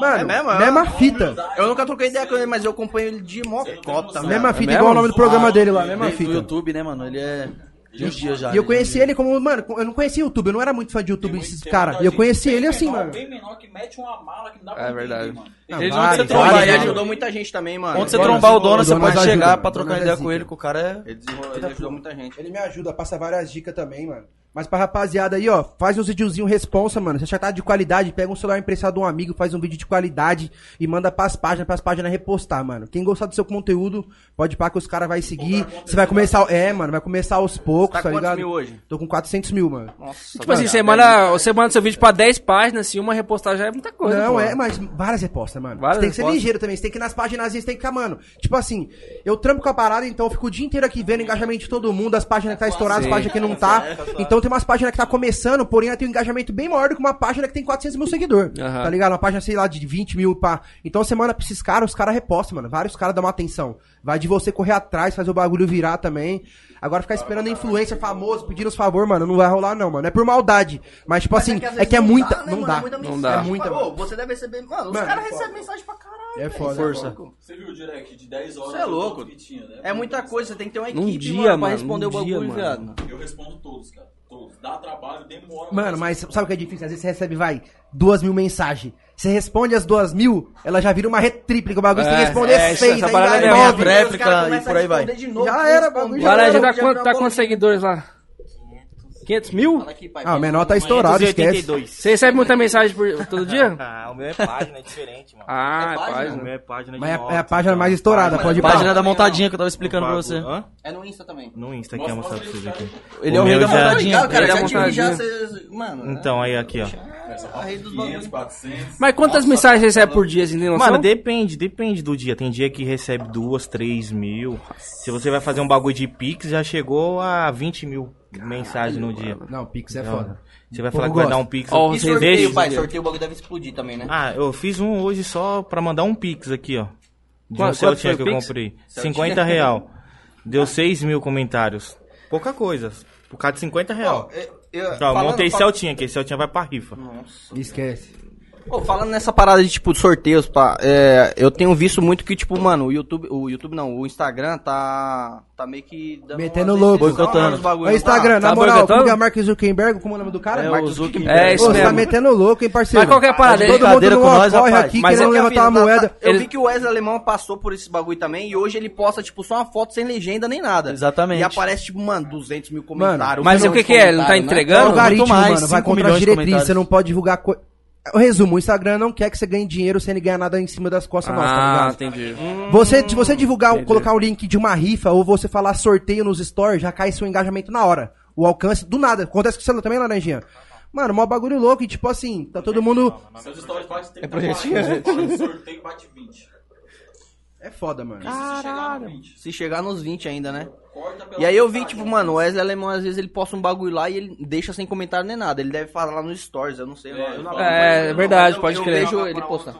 S9: Mano,
S2: É mesmo? É
S9: mesma
S2: uma
S9: fita.
S2: Eu nunca troquei ideia com ele, mas eu acompanho ele de mocota, velho.
S9: Mesma fita, igual o nome do programa dele lá, mesma
S4: Desde o
S9: fita.
S4: YouTube, né, mano? Ele é de uns dias já.
S9: E eu
S4: né?
S9: conheci ele como, mano, eu não conhecia YouTube, eu não era muito fã de YouTube, esses caras. E eu conheci ele assim, mano.
S5: Bem menor que mete uma mala que não dá pra
S1: É
S5: entender,
S1: verdade.
S5: mano.
S9: Não,
S4: Ele não
S9: vários,
S4: precisa
S2: Então,
S4: Olha,
S9: vários,
S2: ele
S4: mano.
S2: ajudou muita gente também, mano.
S4: Quando você
S9: Donas-
S4: trombar o dono, você
S9: Donas
S4: pode
S9: ajuda,
S4: chegar pra
S9: Donas
S4: trocar
S9: é
S4: ideia
S9: zica.
S4: com ele, que o cara é.
S2: Ele desenrolou, ele ajudou muita gente.
S9: Ele me ajuda, passa várias dicas também, mano. Mas pra rapaziada aí, ó, faz uns videozinhos responsa, mano. Se achar que tá de qualidade, pega um celular emprestado de um amigo, faz um vídeo de qualidade e manda pras páginas, pras páginas repostar, mano. Quem gostar do seu conteúdo, pode pá que os caras vai seguir. Você vai começar, é, mano, vai começar aos poucos,
S2: Tá
S9: tá
S2: quantos
S9: ligado?
S2: mil hoje?
S9: Tô com 400 mil, mano.
S2: Nossa,
S1: Tipo assim, você manda, você manda seu vídeo pra 10 páginas, e uma reportagem já é muita coisa.
S9: Não,
S1: pô.
S9: é, mas várias respostas, mano.
S1: Várias
S9: você tem que ser
S1: respostas.
S9: ligeiro também. Você tem que ir nas páginas, às vezes tem que ficar, mano. Tipo assim, eu trampo com a parada, então eu fico o dia inteiro aqui vendo engajamento de todo mundo, as páginas que tá estouradas, as páginas que não tá. Então tem umas páginas que tá começando, porém ela tem um engajamento bem maior do que uma página que tem 400 mil seguidores.
S1: Aham.
S9: Tá ligado? Uma página, sei lá, de 20 mil pá. Então você manda pra esses caras, os caras repostam, mano. Vários caras dão uma atenção. Vai de você correr atrás, fazer o bagulho virar também. Agora ficar esperando influencer famoso, pedindo os favor, mano, não vai rolar não, mano. É por maldade. Mas, tipo assim, é que é muita. Não dá.
S1: Não dá.
S9: É muita-
S2: Pô, você deve receber. Mano, os
S9: Mano,
S2: caras
S9: é foda.
S2: recebem mensagem pra caralho.
S9: É
S2: velho.
S9: foda.
S2: Isso é
S4: Força.
S2: louco.
S3: Você viu o direct de 10 horas?
S2: Você é louco.
S3: que tinha, né?
S2: É muita coisa, você tem que ter uma equipe
S1: Num dia,
S2: mano, pra
S1: mano,
S2: responder
S1: num
S2: o bagulho,
S1: dia, mano.
S2: viado.
S3: Eu respondo todos, cara. Todos. Dá trabalho, demora.
S9: Mano, mas sabe o que é difícil? Às vezes você recebe, vai, duas mil mensagens. Você responde as duas mil, ela já vira uma retríplica. O bagulho você tem que
S1: É,
S9: responder
S1: é, isso-
S9: seis,
S1: essa
S9: aí
S1: parada
S9: vai
S1: é
S9: nove.
S4: minha réplica
S2: Os caras começam
S4: e por aí
S2: a responder
S4: vai.
S2: de novo,
S9: Já era,
S2: responder.
S9: bagulho já né?
S1: Laranja, tá,
S2: Já virou
S1: quanto, tá
S2: uma bola
S1: quantos seguidores lá? 500 mil?
S10: Fala aqui, pai.
S9: Ah, o menor tá estourado, esquece.
S10: 82.
S1: Você recebe muita mensagem por, todo dia?
S10: Ah, o meu é página, é diferente, mano.
S1: Ah, é
S10: O meu
S1: página.
S10: é página de
S9: Mas é-
S10: notas,
S9: é a página mais estourada,
S10: Página-
S9: pode ir pra-
S4: Página da montadinha que eu tava explicando pra
S10: Bagulho.
S4: você.
S10: Hã?
S2: É no Insta também.
S10: No Insta aqui, eu vou mostrar pra vocês aqui.
S4: Ele
S10: O
S4: é o
S10: meu
S4: rei da
S10: já- Tá
S4: montadinha.
S2: legal, cara,
S1: Ele é
S2: já tive já,
S1: montadinha.
S2: cês- mano.
S10: Então, aí aqui, ó.
S2: a rede dos bagulhos.
S3: 400.
S1: Mas quantas mensagens você recebe por dia, assim, tem noção?
S10: Mano, depende, depende do dia. Tem dia que recebe duas, três mil. Se você vai fazer um bagulho de Pix, já chegou a 20 mil mensagens no dia.
S9: Não, Pix é
S10: Não.
S9: foda.
S10: Você vai
S9: Povo
S10: falar que vai
S9: gosta.
S10: dar um Pix.
S1: Ó,
S2: E
S1: Vocês
S2: sorteio,
S1: deixam,
S2: pai,
S1: gente.
S2: sorteio o bagulho deve explodir também, né?
S10: Ah, eu fiz um hoje só pra mandar um Pix aqui, ó. De
S1: Quanto-
S10: um
S1: quanto
S10: Celtinha que
S1: foi o
S10: eu
S1: Pix?
S10: comprei. 50 real.
S1: Ah.
S10: Deu 6 mil comentários. Pouca coisa. Por causa de 50 real.
S2: Ó, eu- eu-
S10: Ó,
S2: falando-
S10: montei
S2: fa-
S10: Celtinha aqui. Celtinha vai pra rifa.
S9: Esquece.
S2: Ô, falando nessa parada de, tipo, de sorteios, pá, é, eu tenho visto muito que, tipo, mano, o YouTube, o YouTube não, o Instagram tá, tá meio que... Dando
S9: Metendo
S2: umas
S9: louco.
S2: restrições nos bagulho,
S9: Ô, Instagram,
S1: tá
S9: na moral,
S1: boicotando?
S9: como é Mark Zuckerberg, como é o nome do cara?
S4: É
S9: Mark
S4: o
S9: Zuckerberg.
S4: Zuckerberg.
S1: É, isso
S9: Ô, você tá
S1: mesmo.
S9: metendo louco, hein, parceiro?
S1: Mas qual que é a parada?
S9: Todo mundo
S4: Brincadeira
S9: não
S4: com nós,
S9: corre
S4: rapaz.
S9: aqui
S2: Mas é
S9: querendo
S2: que a
S9: levantar
S2: vida
S9: uma
S2: tá-
S9: moeda.
S2: Eu
S1: Ele-
S2: vi que o Wesley Alemão passou por esse bagulho também e hoje ele posta, tipo, só uma foto sem legenda nem nada.
S4: Exatamente.
S2: E aparece, tipo, mano, 200 mil
S9: Mano,
S2: comentários.
S1: Mas
S2: milhões
S1: o que
S2: de
S1: que é? Ele não tá
S2: comentários, né?
S4: Não,
S1: entregando?
S4: vai-
S9: algoritmo,
S4: muito mais,
S9: mano, Então vai
S4: cinco
S9: contra
S4: milhões
S9: as
S4: de
S9: diretrizes, você
S4: comentários.
S9: não pode divulgar coisa. Resumo, o Instagram não quer que você ganhe dinheiro sem ele ganhar nada em cima das costas, não, tá
S1: Ah,
S9: ligado?
S1: entendi.
S9: Você, se você divulgar, colocar o link de uma rifa ou você falar sorteio nos stories, já cai seu engajamento na hora. O alcance, do nada. Acontece com o celular também, Laranjinha? Mano, mó bagulho louco e tipo assim, tá todo mundo...
S3: Seus stories bate 30
S4: É projetinho,
S3: páginas, sorteio bate 20.
S9: É foda, mano.
S2: Se chegar nos 20 ainda, né?
S3: Corta pela
S2: E aí eu vi, tipo, mano, o Wesley Alemão às vezes ele posta um bagulho lá e ele deixa sem comentário nem nada. Ele deve falar lá nos stories, eu não sei.
S3: É,
S2: eu não
S3: é,
S2: acompanho,
S1: é verdade,
S2: eu-
S1: pode
S2: eu
S1: crer.
S2: vejo ele
S10: tá
S2: postando.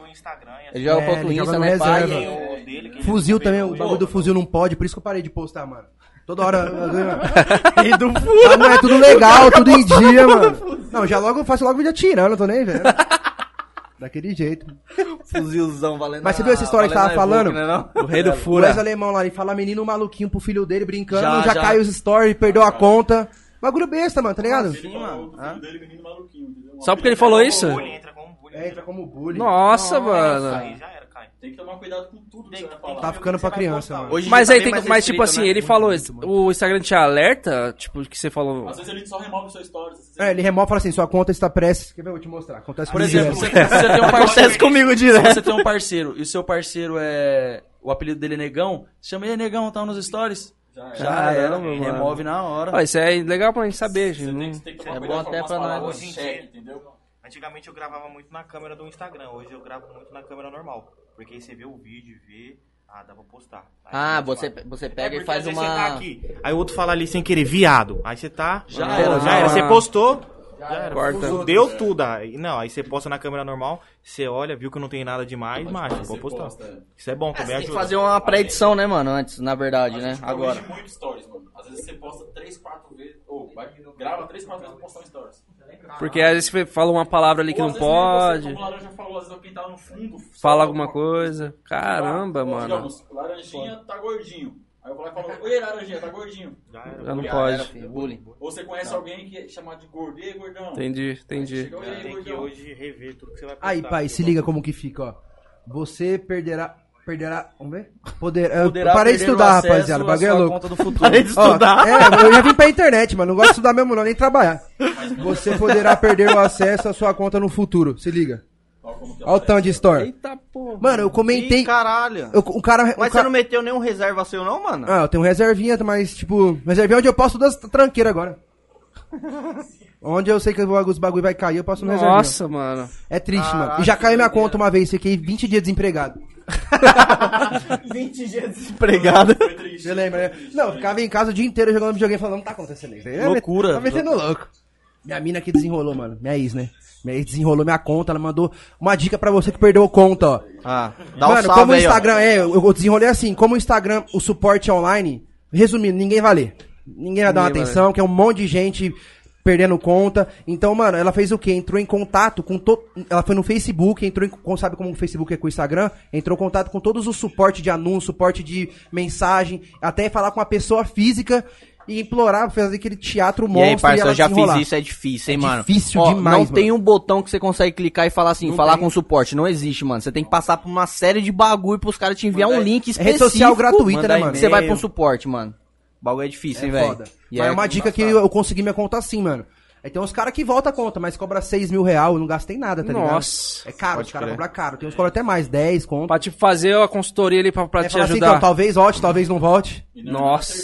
S2: Ele
S9: joga
S2: joga é,
S9: É, pro outro
S2: ponto
S9: ele joga Insta,
S2: Insta,
S9: no né,
S2: né,
S9: pai?
S2: pai?
S9: reserva. Fuzil também, o bagulho do fuzil não pode, por isso que eu parei de postar, mano. Toda hora. e do fuzil. Ah, não, é tudo legal, tudo em dia, mano. Não, já logo eu faço logo vídeo atirando, eu tô nem vendo. Daquele jeito.
S2: Fuzilzão valendo.
S9: Mas você
S4: Ah,
S9: viu essa história que tava falando?
S4: né?
S1: O rei do
S9: O ex
S1: fura.
S9: alemão lá, ele fala menino maluquinho pro filho dele brincando, já,
S4: Já, já.
S9: cai os stories, perdeu a conta. Bagulho besta, mano, tá ligado?
S2: Sim, mano. Hã?
S3: dele, menino maluquinho, entendeu?
S1: Só porque ele falou isso?
S10: um
S1: Ah,
S9: É, entra como bullying.
S1: Nossa,
S10: é
S1: mano.
S10: já era, cai.
S3: Tem que tomar cuidado com tudo que você vai
S9: Tá
S3: falar.
S9: ficando pra criança, mano.
S2: Hoje
S1: Mas
S2: tá
S1: aí
S2: bem
S1: tem.
S2: mais
S1: Mas tipo
S2: restrito,
S1: assim,
S2: né?
S1: ele falou. O Instagram te alerta, tipo, que você falou.
S3: Às vezes ele só remove seus stories. às vezes
S9: É, ele remove e fala assim, sua conta está prestes. Quer ver? Eu vou te mostrar. Acontece
S4: Por
S9: com
S4: exemplo, você,
S9: direto.
S4: você tem um
S2: Acontece
S4: parceiro.
S2: comigo
S4: Se
S2: direto.
S4: você tem um parceiro e o seu parceiro é. O apelido dele é Negão, chama ele Negão, tá nos stories. Já, era,
S1: meu mano.
S4: remove na hora.
S1: Ó, isso é legal pra gente saber, gente.
S3: Tem
S1: não-
S3: que, tem que tomar
S2: É bom
S3: cuidado
S2: até
S3: com
S2: pra
S3: algumas
S2: nós.
S3: palavras,
S5: É.
S10: Hoje em
S3: cheque,
S10: dia.
S3: entendeu?
S10: Antigamente eu gravava muito na câmera do Instagram, hoje eu gravo muito na câmera normal. Porque aí você vê o vídeo, vê. Ah, dá pra postar. Aí
S2: Ah,
S10: eu vou
S2: você,
S10: te falar.
S2: você
S10: É
S2: pega
S10: porque
S2: e faz
S10: às vezes você tá
S2: uma.
S10: aqui, aí o outro fala ali sem querer, viado. Aí você tá.
S4: Já
S10: Pô,
S4: era, já
S10: já era. Você
S1: era.
S10: postou. Já era.
S1: Corta.
S10: Corta. Deu tudo. Aí, não, aí você posta na câmera normal, você olha, viu que não tem nada demais, mas pode postar. Isso é bom,
S2: É, você
S10: também
S2: tem que
S10: ajuda.
S2: fazer uma pré-edição, né, mano? Antes, na
S5: É,
S2: verdade,
S3: A
S2: né?
S3: gente corrige
S2: Agora.
S3: muito stories, mano. Às vezes você posta 3, 4 vezes. Ou vai, grava 3, 4 vezes pra postar um stories.
S1: Porque às vezes você fala uma palavra ali que
S3: Ou,
S1: não
S3: às vezes, nem você,
S1: pode.
S3: Como o Laranja falou, às vezes alguém tá no fundo.
S1: Fala alguma coisa. Caramba,
S3: Ou,
S1: mano.
S3: Digamos, o Laranjinha tá gordinho. Aí eu vou lá e falo, ei, Laranjinha, tá gordinho.
S1: Já não pode.
S2: Filho, bullying.
S3: Ou você conhece alguém que é chamado de gordo, ei, gordão.
S1: Entendi, entendi.
S3: Chegou, ei,
S10: Tem que
S3: gordão.
S10: hoje rever tudo que você vai postar.
S9: Aí,
S4: Tá,
S9: pai, se liga como que fica, ó. Você perderá. Perderá. Vamos ver? Poderá.
S4: Poderá
S9: eu parei de
S4: perder o
S9: estudar,
S4: acesso
S9: rapaziada. O
S4: à
S9: bagulho é
S4: sua
S9: louco.
S4: conta do futuro.
S9: Ó, é, eu já vim pra internet, mano. Não gosto de estudar mesmo, não, nem trabalhar. Você poderá perder o acesso à sua conta no futuro. Se liga. Olha o tanto de store.
S1: Eita porra.
S9: Mano, eu comentei.
S2: Ih, caralho.
S9: Eu, o cara. o
S2: Mas
S9: cara-
S2: você não meteu nenhum reserva seu, não, mano?
S9: Ah, eu tenho reservinha, mas, tipo, reservinha onde eu posso das tranqueiras agora. onde eu sei que os bagulho né, vai cair, eu posso no reservinha.
S1: Nossa, mano.
S9: É triste, mano. E já caiu minha conta uma vez, fiquei 20 é dias desempregado.
S2: 20 dias desempregado.
S9: Você lembra, né? Não, eu ficava em casa o dia inteiro jogando videogame falando, não tá acontecendo isso. aí."
S4: Loucura.
S9: Tá metendo louco. Minha mina que desenrolou, mano. Minha ex, né? Minha ex desenrolou minha conta, ela mandou uma dica pra você que perdeu a conta, ó.
S4: Ah, dá um
S9: Mano,
S4: salve
S9: como o
S4: aí, ó.
S9: Instagram, é, eu, eu desenrolei assim, como o Instagram, o suporte online, resumindo, ninguém vai ler. Ninguém vai dar uma
S4: Ninguém vai
S9: atenção, que é um monte de gente perdendo conta. Então, mano, ela fez o quê? Entrou em contato com todo. Ela foi no Facebook, entrou em. com- Sabe como o Facebook é com o Instagram? Entrou em contato com todos os suporte de anúncio, suporte de mensagem, até falar com a pessoa física e implorar, fazer aquele teatro
S2: E
S9: monstro.
S2: aí, parça,
S9: ela
S2: eu já
S9: desenrolar.
S2: fiz isso, é difícil, hein,
S9: É
S2: mano?
S9: difícil
S2: Ó,
S9: demais,
S2: Não
S9: mano.
S2: tem um botão que você consegue clicar e falar assim,
S9: Não
S2: falar
S9: tem.
S2: com suporte. Não existe, mano. Você tem que passar por uma série de bagulho pros caras te enviar
S4: Manda
S2: um
S4: aí.
S2: link
S9: É
S2: específico.
S9: rede social gratuita, né,
S4: mandar
S9: mano?
S2: Você vai pro
S4: e-mail.
S2: suporte, mano. O bagulho é difícil, hein,
S9: é
S2: velho?
S9: foda.
S2: E
S9: Mas
S2: aí
S9: é uma dica que eu consegui minha conta assim, mano. Aí tem uns caras que volta a conta, mas cobra 6 mil real, eu não gastei nada, tá ligado?
S1: Nossa.
S9: É caro,
S4: Pode
S9: os caras
S4: crer.
S9: cobram caro. Tem uns que cobram até mais, 10 contas.
S1: Pra te fazer a consultoria ali pra, pra
S9: Aí
S1: te
S9: fala assim,
S1: ajudar.
S9: então, talvez volte, talvez não volte.
S1: Nossa.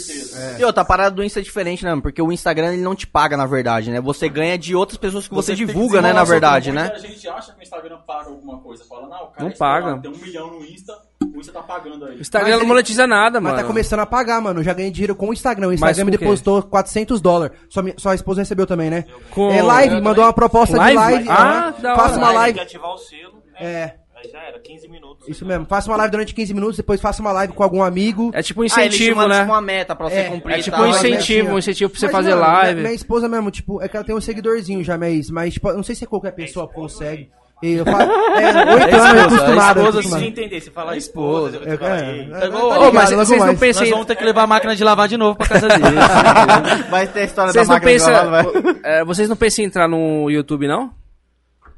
S2: E outra, a parada do Insta é diferente, né? mano? Porque o Instagram ele não te paga, na verdade, né? Você ganha de outras pessoas que você,
S5: tem que
S2: divulga, né, na
S5: desenrolar seu
S2: verdade,
S9: Ah,
S5: conteúdo.
S2: né?
S5: Muita gente acha que o Instagram paga alguma coisa. Fala, não, o cara
S1: Não
S5: está lá,
S1: paga.
S5: tem um milhão no Insta, o Insta tá pagando aí.
S1: O Instagram
S9: Mas
S1: não
S9: ele-
S1: monetiza nada,
S9: Mas
S1: mano.
S9: tá começando a pagar, mano. Eu já ganhei dinheiro com o Instagram. O
S1: Mas
S9: Instagram
S1: com
S9: me
S1: o quê?
S9: depositou 400 dólares. Sua, mi- sua esposa recebeu também, né?
S1: Com-
S9: É live, mandou uma proposta
S1: Live?
S9: de live.
S1: Ah,
S9: aham.
S1: que da hora.
S9: Faça uma live.
S10: ativar o selo, né?
S9: É,
S10: Aí já era, 15 minutos.
S9: isso mesmo. Faça uma live durante 15 minutos, depois faça uma live com algum amigo.
S1: É tipo um
S2: Ah, ele te
S1: incentivo,
S2: manda,
S1: né?
S2: tipo, uma meta pra você
S9: É,
S2: cumprir.
S1: É
S2: e
S1: tipo
S2: tal,
S1: um
S2: né?
S1: incentivo, um incentivo pra você
S9: Mas,
S1: fazer
S9: mano,
S1: live.
S9: Minha, minha esposa mesmo, tipo, é que ela tem um seguidorzinho já, minha ex, mas, tipo, eu não sei se qualquer pessoa consegue. E eu falo, é, oito
S4: esposa,
S9: anos eu
S4: é
S9: acostumado.
S4: esposa,
S9: acostumado.
S4: sim.
S10: entender, você fala
S4: esposa,
S10: esposa.
S9: É, é,
S10: Ah,
S9: é,
S4: igual-
S9: tá
S4: Ô,
S9: ligado,
S1: mas
S9: logo
S1: vocês não
S9: mais.
S1: pensam-
S4: Nós
S1: Sim.
S4: vamos ter que levar a máquina de lavar de novo pra casa dele.
S2: Vai ter a história
S1: Vocês
S2: da
S1: não,
S2: máquina
S1: pensam,
S2: de lavar, não vai?
S1: é, vocês não pensam em entrar no YouTube, não?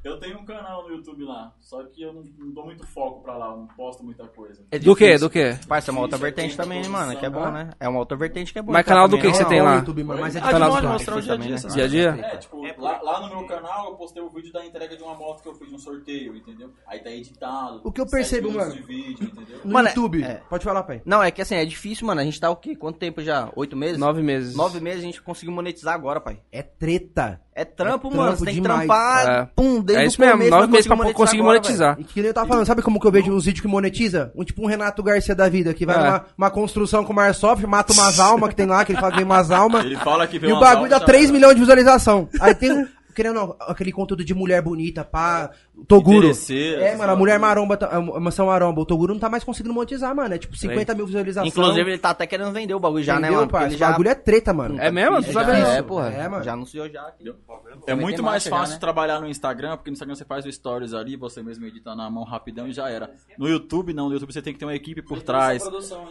S5: Eu tenho um canal no YouTube lá, só que eu não, não dou muito foco pra lá, eu não posto muita coisa.
S2: É
S1: Do que?
S2: difícil.
S1: Do que?
S2: Parça, é uma outra vertente também, né, mano? Que é bom, né? É uma outra vertente que é boa.
S1: Mas
S2: entrar
S1: canal do
S2: também,
S1: que
S2: né?
S1: você tem
S9: Não,
S1: lá?
S9: YouTube, mano, mas é de
S4: Ah, de
S9: canal
S4: nós
S9: do cara.
S4: mostrar o dia a dia. essas
S1: Dia a dia?
S5: É, tipo, lá, lá no meu canal eu postei o vídeo da entrega de uma moto que eu fiz num sorteio, entendeu? Aí tá editado.
S9: O que eu
S5: sete
S9: percebo,
S5: minutos
S9: mano?
S5: de vídeo, entendeu?
S9: No
S2: Mano, é-
S9: YouTube.
S2: é.
S9: Pode falar, pai.
S2: Não, é que assim, é difícil, mano. A gente tá o quê? Quanto tempo já? Oito meses?
S1: Nove meses.
S2: Nove meses a gente conseguiu monetizar agora, pai.
S9: É treta.
S2: É trampo,
S9: É
S2: mano.
S9: trampo
S2: Você tem que
S9: demais.
S2: trampar,
S1: É.
S2: pum, desde
S1: é
S2: o
S1: isso mesmo,
S2: começo
S1: nove meses pra
S2: monetizar
S1: conseguir
S2: agora,
S1: monetizar.
S9: E que nem eu tava falando, sabe como que eu vejo uns vídeos que monetiza? Um tipo um Renato Garcia da vida, que vai
S1: É.
S9: numa uma construção com o Marsoft, mata umas almas que tem lá, que ele fala que tem umas almas.
S5: Ele fala que vem
S9: E o
S5: umas
S9: bagulho
S5: almas,
S9: dá
S5: já
S9: 3
S5: era.
S9: milhões de visualização. Aí tem, querendo ou não, aquele conteúdo de mulher bonita, pá, Toguro.
S5: Interesseira,
S9: É,
S5: essas
S9: mano, a mulher
S5: coisas.
S9: maromba, tá- a mansão maromba, o Toguro não tá mais conseguindo monetizar, mano. É tipo 50
S2: velho.
S9: mil visualizações.
S2: Inclusive, ele tá até querendo vender o bagulho já, né, mano? Porque ele
S9: O
S2: já...
S9: bagulho é treta, mano.
S1: É mesmo? Tu
S2: É,
S1: sabe
S2: já,
S1: disso?
S2: é, porra.
S9: É, mano.
S2: Já anunciou já. aqui.
S5: É
S2: Vai
S5: muito
S2: ter
S5: mais
S2: marcha já,
S5: fácil
S2: né?
S5: trabalhar no Instagram, porque no Instagram você faz o stories ali, você mesmo edita na mão rapidão e já era. No YouTube não, no YouTube você tem que ter uma equipe por trás,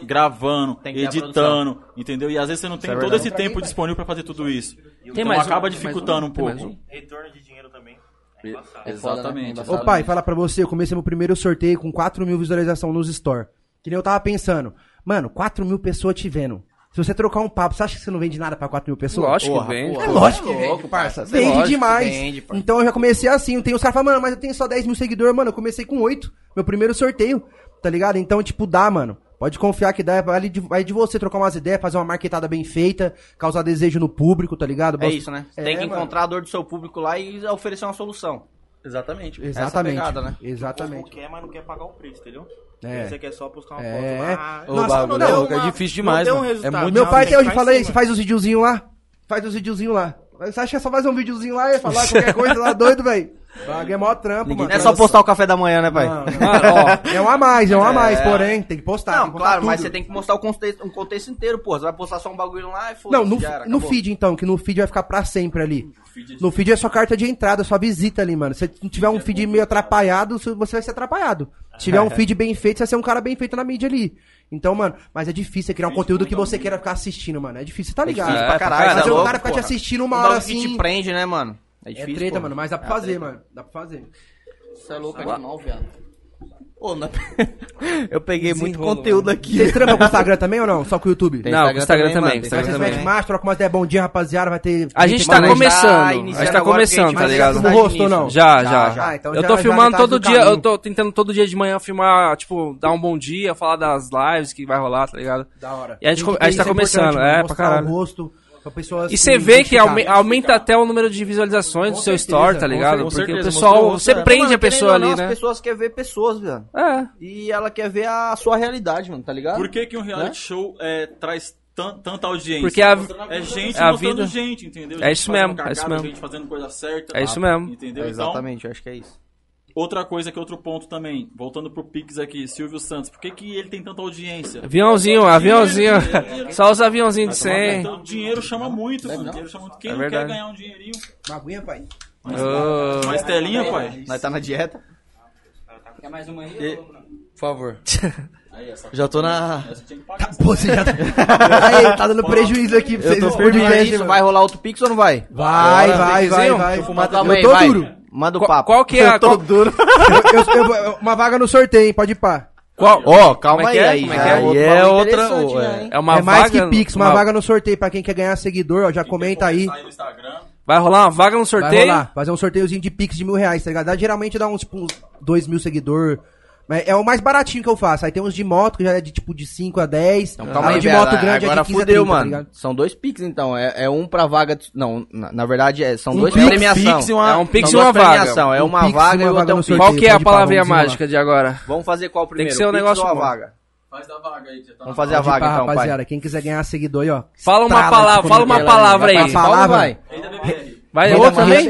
S5: gravando,
S2: Tem que ter a
S5: editando, entendeu? E às vezes você não
S9: é
S5: tem todo esse tempo disponível pra fazer tudo isso. Então
S1: mais um,
S5: acaba
S1: tem mais
S5: dificultando
S1: um,
S5: um
S1: tem mais
S5: pouco.
S10: assim, Retorno de dinheiro também. É embaçado.
S5: Exatamente.
S2: É foda,
S9: Ô
S2: Sabe,
S9: pai, fala pra você, eu comecei meu primeiro sorteio com 4 mil visualizações nos store. Que nem eu tava pensando. Mano, 4 mil pessoas te vendo. Se você trocar um papo, você acha que você não vende nada pra 4 mil pessoas?
S1: Lógico que vende.
S9: É lógico que vende, parça. Vende
S2: Lógico que
S9: demais.
S2: vende, parça.
S9: então eu já comecei assim. Tem os caras falando, mano, mas eu tenho só 10 mil seguidores, mano. Eu comecei com 8. Meu primeiro sorteio, tá ligado? Então, tipo, dá, mano. Pode confiar que dá. Vai de, vai de você trocar umas ideias, fazer uma marketada bem feita, causar desejo no público, tá ligado?
S2: É isso, né? Você
S9: É,
S2: tem que
S9: mano.
S2: encontrar a dor do seu público lá e oferecer uma solução.
S4: Exatamente.
S9: Exatamente.
S2: Essa pegada, né?
S10: Não
S9: Exatamente.
S10: quer, mas não quer pagar o preço, entendeu?
S9: É.
S10: Você quer só buscar uma
S9: É.
S10: foto lá.
S4: Ô,
S9: Nossa,
S4: bagulho
S9: não,
S4: é
S9: não,
S4: louco,
S10: uma-
S4: é difícil
S10: não
S4: demais,
S10: deu um
S4: mano. É
S10: resultado.
S4: muito
S9: Meu
S10: Não,
S9: pai
S2: né?
S10: tem
S9: até
S10: que
S9: hoje
S10: ficar
S9: fala
S10: em
S9: isso,
S10: cima.
S9: faz os videozinhos lá. Faz os videozinhos lá. Você acha que é só fazer um videozinho lá e falar qualquer coisa lá, doido, velho? Bagulho é mó trampo, mano.
S2: Não é só postar o café da manhã, né, pai?
S9: Não, não. É um a mais, é um a mais, porém, tem que postar. tem
S2: Não,
S9: que postar
S2: claro, mas
S9: tudo.
S2: você tem que mostrar o contexto, um contexto inteiro, pô. Você vai postar só um bagulho lá e foda
S9: Não, no, no feed então, que no feed vai ficar pra sempre ali. No feed é sua carta de entrada, sua visita ali, mano. Se tiver um feed meio atrapalhado, su- você vai ser atrapalhado. Se tiver um feed bem feito, você vai ser um cara bem feito na mídia ali. Então, mano, mas é difícil você criar um conteúdo que você queira ficar assistindo, mano. É difícil, tá ligado?
S1: difícil
S2: pra caralho,
S9: Fazer
S2: tá
S9: um
S2: louco,
S9: cara ficar te
S2: porra.
S9: assistindo
S2: Um
S9: uma hora
S2: bagulho que
S9: assim.
S2: te prende, né, mano?
S9: É
S2: difícil,
S9: treta,
S2: pô.
S9: mano, mas dá pra fazer, mano. Dá pra fazer.
S2: Você é louco, é animal, viado. Ô, na- eu peguei muito
S1: Desenrolo,
S2: conteúdo aqui.
S9: Vocês trampam com o Instagram também ou não? Só com o YouTube?
S2: Tem
S1: Não, com o Instagram também,
S2: mano, tem
S1: Instagram
S9: Vai ser
S1: também.
S9: smash mais, troca umas ideias, bom dia, rapaziada, vai ter...
S1: A gente tá
S2: Mano, a gente tá
S1: começando. A gente
S2: iniciando
S1: tá
S2: agora,
S1: começando,
S2: gente,
S1: tá
S2: mas
S1: ligado?
S2: já tá no
S9: rosto ou não?
S1: Já, já.
S9: já. Então
S1: eu
S9: já-
S1: tô
S9: já
S1: filmando
S9: metade
S1: todo
S9: do
S1: dia,
S9: caminho.
S1: eu tô tentando todo dia de manhã filmar, tipo, dar um bom dia, falar das lives que vai rolar, tá ligado?
S9: Da hora.
S1: E a gente
S9: Tem
S1: co-
S9: que
S1: a gente tá
S9: ter isso,
S1: começando,
S9: importante, mano,
S1: é, pra
S9: mostrar
S1: caralho.
S9: o rosto. Pra pessoa
S1: E
S9: se
S1: você vê que
S9: identificar.
S1: aume- aumenta até o número de visualizações do seu
S9: certeza,
S1: store, tá
S9: com
S1: ligado?
S4: cer- com
S1: Porque o
S4: certeza,
S1: pessoal,
S4: mostrou-
S1: você
S4: é.
S1: prende
S2: Mano,
S1: a pessoa
S2: querendo ou
S1: ali,
S2: não, As
S1: né?
S2: pessoas querem ver pessoas, velho.
S1: É.
S2: E ela quer ver a sua realidade, mano, tá ligado?
S5: Por que, que um reality show é, traz tan- tanta audiência?
S1: Porque a-
S5: é gente
S1: a
S5: mostrando
S1: vida-
S5: gente, entendeu?
S1: É
S5: Gente
S1: isso
S5: fazendo
S1: mesmo, é
S5: cagada,
S1: isso mesmo.
S5: Gente fazendo coisa certa.
S1: É isso mesmo.
S5: Entendeu?
S2: É,
S5: Então,
S2: exatamente, eu acho que é isso.
S5: Outra coisa que é outro ponto também, voltando pro Pix aqui, Silvio Santos, por que, que ele tem tanta
S1: É
S5: audiência?
S1: Aviãozinho, aviãozinho.
S5: dinheiro.
S1: Só os aviãozinhos de
S5: Então,
S1: 100.
S5: o dinheiro chama muito, mano. Dinheiro chama muito. Quem
S1: É
S5: não
S1: verdade.
S5: quer ganhar um dinheirinho?
S9: Baguinha, pai.
S1: Ô.
S5: Uma estelinha, pai.
S2: Nós tá na dieta.
S7: Quer mais uma aí?
S4: E-
S7: ou não?
S4: Por favor. Já tô na.
S5: Essa tinha que pagar.
S9: Pô, você já tá... Aí, tá dando prejuízo aqui pra
S4: Eu
S9: vocês.
S4: tô
S9: esse podcast,
S2: Vai
S9: mano.
S2: rolar outro pix ou não vai?
S9: Vai,
S4: Bora,
S9: vai, vai,
S1: piquezinho?
S9: vai.
S4: Tô fumando
S9: Eu
S4: também,
S9: tô
S2: vai.
S9: duro.
S2: Manda o
S1: Qual,
S2: papo.
S1: qual que é a. Qual,
S9: Eu- eu- eu- uma vaga no sorteio, hein? Pode ir pá.
S1: qual-
S2: Ó, calma
S1: Como é que
S2: aí.
S1: é?
S2: aí
S1: Como é que é?
S2: outro
S4: Aí é
S2: bagulho
S4: outra-
S2: interessante,
S4: ou é?
S2: né, hein?
S1: é uma
S9: é
S1: vaga.
S9: mais que Pix, uma,
S1: uma-
S9: vaga no sorteio. Pra quem quer ganhar seguidor, ó, já comenta aí.
S5: Sai no Instagram.
S1: Vai rolar uma vaga no
S9: Vai
S1: sorteio?
S9: rolar. Fazer um sorteiozinho de Pix de mil reais, tá ligado? Dá- Geralmente dá uns, tipo, uns dois mil seguidor. Mas é o mais baratinho que eu faço. Aí tem uns de moto, que já é de, tipo, de 5 a 10.
S2: Então, calma
S9: aí
S2: aí,
S9: de
S2: velho.
S9: moto grande
S2: Agora
S9: é de 15 a 30,
S2: fudeu,
S9: tá
S2: mano.
S9: ligado?
S2: são dois pix, então. É, é um pra vaga. de- Não, na, na verdade, é, são dois
S4: Pix,
S2: premiação.
S4: pix e uma-
S1: É um pix
S2: São
S1: e uma
S2: duas
S1: vaga.
S2: premiação, É
S9: Um
S2: uma
S9: pix e
S2: vaga e
S9: uma
S2: outra
S9: vaga
S2: é um
S9: no
S2: pix.
S9: sorteio.
S1: Qual que é a
S9: Pode ir, pá,
S1: palavrinha
S9: vamos desenrolar.
S1: mágica de agora?
S2: Vamos fazer qual primeiro?
S1: ser um
S2: pix
S1: negócio
S2: ou a
S1: bom.
S2: vaga?
S5: Faz da vaga aí. que já tá
S2: Vamos
S5: na-
S2: fazer a
S9: Pode ir,
S2: vaga,
S9: pá,
S2: então, pai.
S9: rapaziada. Quem quiser ganhar seguidor aí, ó.
S1: Fala uma
S9: Trala
S1: palavra,
S9: de
S1: fala uma
S9: comer,
S1: palavra
S9: né?
S1: é
S9: vai
S1: aí.
S9: pra palavra?
S5: Ainda BBR.
S1: Vai
S9: Vai
S1: outra
S9: dar
S1: também?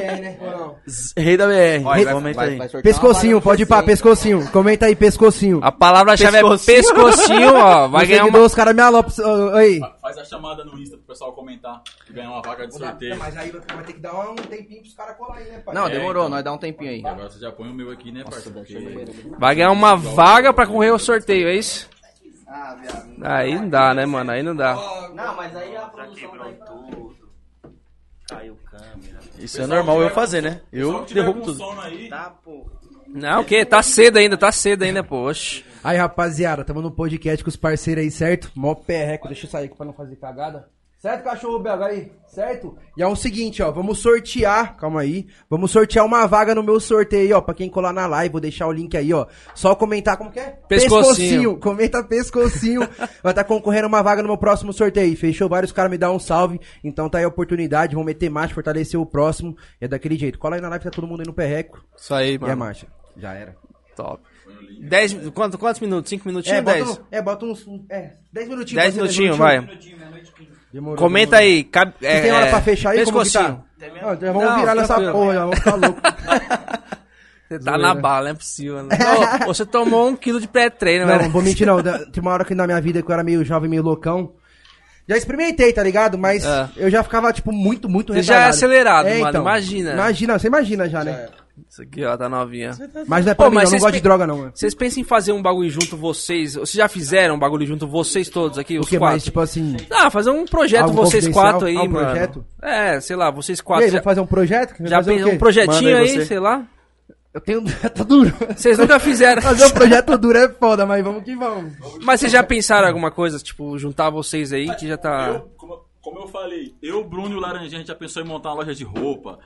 S4: Rei da BR.
S2: Ó, ele vai-
S4: Comenta
S2: vai-
S4: aí.
S2: vai sortear
S9: Pescocinho,
S2: uma vaga
S9: pode ir pá,
S2: pra você, hein?
S9: pescocinho. Comenta aí, pescocinho.
S1: A palavra-chave é pescocinho, ó. Vai
S9: Os
S1: ganhar
S9: seguidores,
S1: uma.
S9: Os caras me alopam. ó, Aí.
S5: Faz a chamada no Insta pro pessoal comentar e ganhar uma vaga de sorteio.
S9: Mas aí vai ter que dar um tempinho pros caras colarem, né, pai?
S2: Não,
S5: É,
S2: demorou.
S5: então.
S2: Nós dá um tempinho aí.
S5: Agora você já põe o meu aqui, né, parceiro? Porque...
S1: Vai ganhar uma vaga pra correr o sorteio, é isso? Aí não dá, né, mano? Aí não dá.
S2: Não, mas aí a
S10: Já quebrou tudo. Caiu câmera.
S4: Isso é normal eu fazer,
S5: Só
S4: né? Eu
S5: que tiver
S4: derrubo
S5: com
S4: tudo.
S5: sono aí,
S10: Tá, porra.
S1: Não, o quê? Tá cedo ainda, tá cedo ainda, poxa.
S9: Aí, rapaziada, tamo no podcast com os parceiros aí, certo? Mó perreco, deixa eu sair aqui pra não fazer cagada. Certo, cachorro BH aí? Certo? E é o seguinte, ó, vamos sortear, calma aí, vamos sortear uma vaga no meu sorteio, aí, ó, pra quem colar na live, vou deixar o link aí, ó. Só comentar como que é?
S1: Pescocinho.
S9: Comenta pescocinho. Vai estar concorrendo uma vaga no meu próximo sorteio. Fechou? Vários caras me dão um salve. Então tá aí a oportunidade, vão meter marcha, fortalecer o próximo. E é daquele jeito. Cola aí na live, tá todo mundo aí no perreco.
S4: Isso aí,
S9: E é marcha. Já era.
S1: Top. Dez, quanto, quantos minutos? Cinco minutinhos?
S9: É, bota,
S1: dez?
S9: um- é, bota uns. um- É, 10 minutinhos.
S1: Dez
S9: pode ser,
S1: minutinhos, vai.
S9: Demorou,
S1: Comenta
S9: demorou.
S1: aí. Cabe,
S9: Vocês têm hora pra fechar aí? Como que
S1: pescocinho.
S9: tá? Não, já vamos
S1: Não,
S9: virar nessa
S1: tranquilo.
S9: porra, já vamos ficar louco.
S1: Você tá na bala, não é possível, né? Ô, você tomou um quilo de pré-treino,
S9: não, não
S1: velho.
S9: vou mentir não. Da- Tem uma hora que na minha vida que eu era meio jovem, meio loucão. Já experimentei, tá ligado? Mas
S1: É.
S9: eu já ficava, tipo, muito, muito
S1: Você já é
S9: retardado. então.
S1: acelerado, mano, imagina.
S9: Imagina, você imagina já, né?
S1: Isso aqui, ó, tá novinha.
S9: Mas não é pra
S1: Pô,
S9: mim,
S1: mas
S9: não, eu não
S1: vocês
S9: gosto de
S1: pe-
S9: droga não, mano.
S1: Vocês pensam em fazer um bagulho junto, vocês? Vocês já fizeram um bagulho junto, vocês todos aqui, os
S9: Porque
S1: quatro?
S9: mais, tipo assim...
S1: Ah, fazer um projeto,
S9: Algo
S1: vocês
S9: confidencial?
S1: quatro aí,
S9: Ah, um
S1: mano.
S9: projeto?
S1: É, sei lá, vocês
S9: E
S1: quatro.
S9: aí, vou
S1: já
S9: fazer um projeto? Vai
S1: já
S9: fazer o
S1: fez um
S9: quê?
S1: projetinho
S4: Manda aí
S1: aí,
S4: você.
S1: sei lá.
S9: Eu tenho... tá duro.
S1: Vocês nunca fizeram.
S9: fazer um projeto duro é foda, mas vamos que vamos.
S1: Mas vocês já pensaram alguma coisa, tipo, juntar vocês aí, que já tá...
S5: eu, como, como eu falei, eu, Bruno e o Laranjinha, a gente já pensou em montar uma loja de roupa.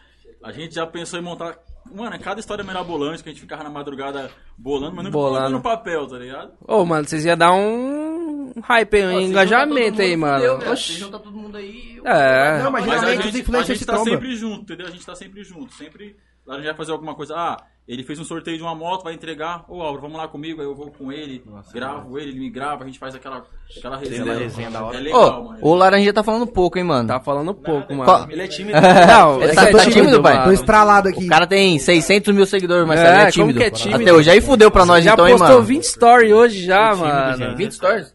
S5: A gente já pensou em montar. Mano, cada história mirabolante que a gente ficava na madrugada bolando, mas nunca
S1: Bolando.
S5: colocou no papel, tá ligado?
S1: Ô, mano, vocês iam dar um hype, aí, um engajamento aí, mano. Oxi.
S2: Tá todo mundo aí.
S1: É.
S9: Não, mas
S5: Mas a
S9: geralmente os
S5: gente, a
S9: influencers
S5: gente
S9: se
S5: tá
S9: trombam.
S5: sempre junto, entendeu? A gente tá sempre junto. Sempre. O Laranjinha vai fazer alguma coisa. Ah, ele fez um sorteio de uma moto, vai entregar. Ô, Álvaro, vamos lá comigo, aí eu vou com ele, gravo ele, ele me grava, a gente faz aquela, aquela resenha.
S10: aquela resenha da hora.
S5: É legal,
S2: Ô,
S5: mano.
S2: o Laranjinha tá falando pouco, hein, mano.
S1: Tá falando pouco,
S2: Qual-
S1: mano.
S10: Ele é tímido.
S1: Não,
S2: Ele
S1: esse
S2: tá-
S1: é
S2: tá
S1: tímido,
S2: tímido, pai?
S1: mano.
S9: Tô estralado aqui.
S2: O cara tem 600 mil seguidores, mas ele
S1: É,
S2: é
S1: como
S2: tímido.
S1: que é tímido?
S2: Até hoje. Aí fudeu pra nós,
S1: Já
S2: então, hein,
S1: postou É
S2: mano.
S1: 20 stories hoje já, mano.
S2: 20 stories?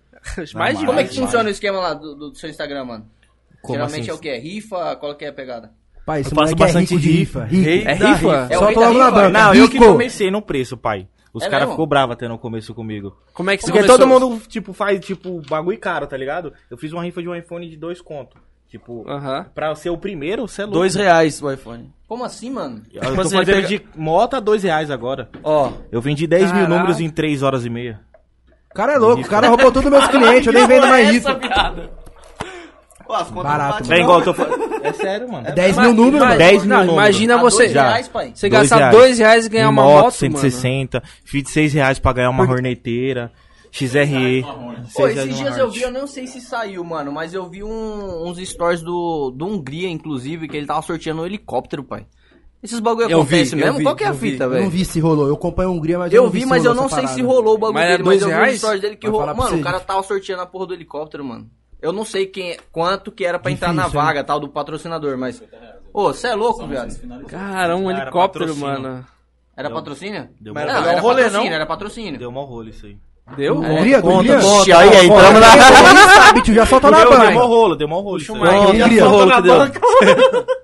S1: Mais de
S2: Como é
S1: 20.
S2: que funciona o esquema lá do, do seu Instagram, mano?
S10: Como
S2: Geralmente
S10: assim?
S2: é o quê? Rifa? Qual que é a pegada?
S9: Pai, esse
S10: Eu faço
S9: moleque é
S10: bastante
S9: rico de rifa.
S10: rifa.
S9: rico.
S4: Rei
S1: É
S4: da
S1: rifa?
S2: É o
S9: Solta
S2: rei da
S9: logo na
S2: rifa?
S9: banca.
S10: um Não, eu que
S9: Rico.
S10: comecei no preço, pai. Os
S2: É
S10: caras
S2: mesmo?
S10: ficou bravos até no começo comigo.
S1: Como é que você
S10: Porque
S1: começou?
S10: todo mundo, tipo, faz, tipo, bagulho caro, tá ligado? Eu fiz uma rifa de um iPhone de dois conto. Tipo,
S1: Aham.
S10: pra ser o primeiro, você é louco.
S4: Dois reais o iPhone.
S2: Como assim, mano?
S4: Tipo
S10: Eu tô
S4: assim,
S10: fazendo
S4: pega-
S10: de moto a dois reais agora.
S4: Ó,
S10: Eu vendi 10 mil
S1: Caraca.
S10: números em 3 horas e meia.
S9: O cara é louco, o cara roubou todos meus clientes, eu nem vendo mais rifa. Barato,
S10: É
S9: mano.
S10: igual eu tô falando. É sério, mano.
S9: É 10 mil números,
S1: Ima-
S9: mano.
S10: 10 mil
S1: não,
S10: números.
S1: Imagina
S2: A dois
S1: você,
S2: reais, pai.
S1: você
S10: Dois
S1: gastar
S10: reais.
S1: 2 reais e ganhar uma moto, mano.
S10: 160, fiz de 6 reais pra ganhar uma horneteira. XRE.
S2: Pô,
S1: é
S10: seis reais
S2: esses
S10: uma
S2: dias eu
S10: Hard.
S2: vi, eu não sei se saiu, mano, mas eu vi um- uns stories do, do Hungria, inclusive, que ele tava sorteando um helicóptero, pai. Esses bagulho
S1: Eu vi,
S2: acontece
S1: eu
S2: mesmo?
S1: vi,
S2: Qual que é a
S1: eu vi.
S2: fita,
S9: Eu não
S2: velho?
S9: vi se rolou. Eu acompanho a Hungria, mas
S2: Eu vi, mas eu não
S9: essa
S2: sei se
S9: parada.
S2: rolou o bagulho
S1: Mas era
S2: dele, mas
S1: dois
S2: eu vi
S1: reais?
S2: uns stories dele que
S9: Vai
S2: rolou.
S9: falar pra
S2: Mano, o
S9: você.
S2: cara tava sorteando a porra do helicóptero, mano. Eu não sei quem, quanto que era pra entrar na
S9: Difícil, hein?
S2: vaga, tal, do patrocinador, mas... Ô, cê é louco, viado?
S1: Cara, um
S10: Cara,
S1: helicóptero,
S10: patrocínio.
S1: mano.
S2: Era patrocínio? Não,
S10: Deu mó
S4: pra
S2: era
S4: dar um rolê,
S2: patrocínio,
S4: não?
S2: era patrocínio.
S10: Deu mó rolo isso aí.
S1: Deu?
S9: Hungria,
S4: Conta,
S9: Hungria?
S4: conta. Aí, aí,
S9: Conta.
S4: entramos na-
S9: Não sabe, tio, já soltou na
S10: Deu, deu mó
S9: banca.
S10: rolo, deu mó rolo. isso aí.
S9: Mike,
S4: Conta,
S9: eu queria.
S4: conta
S9: Rolo que
S4: na
S9: deu.
S4: banca.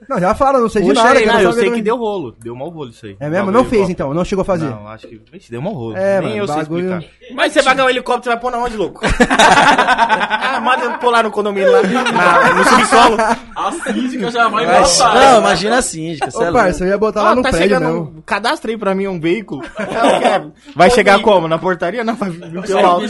S9: Não, já fala, não sei de
S10: Puxa
S9: nada.
S10: aí,
S9: quero
S10: não, eu
S9: saber
S10: sei
S9: do-
S10: que deu rolo. Deu mó rolo isso aí.
S9: É mesmo?
S10: Bagulho
S9: Não fez
S10: helicóptero.
S9: então, não chegou a fazer.
S10: Não, acho que. Vixe, deu mó rolo.
S9: É,
S10: Nem
S9: mano,
S10: eu
S9: bagulho-
S10: sei explicar. Mas você vai ganhar um helicóptero, vai pôr na onde, louco? ah, manda pôr lá no condomínio, lá na- no subsolo.
S5: A síndica jamais vai
S4: Mas-
S5: passar.
S10: né?
S4: Não, imagina assim, gente.
S9: Ô, parça, eu ia botar lá
S10: Ah,
S9: no
S10: tá
S9: prédio
S10: chegando.
S9: mesmo.
S10: um- Cadastra aí pra mim um veículo. Eu quero. Vai chegar como? Na portaria? Não, vai vir pelo alto.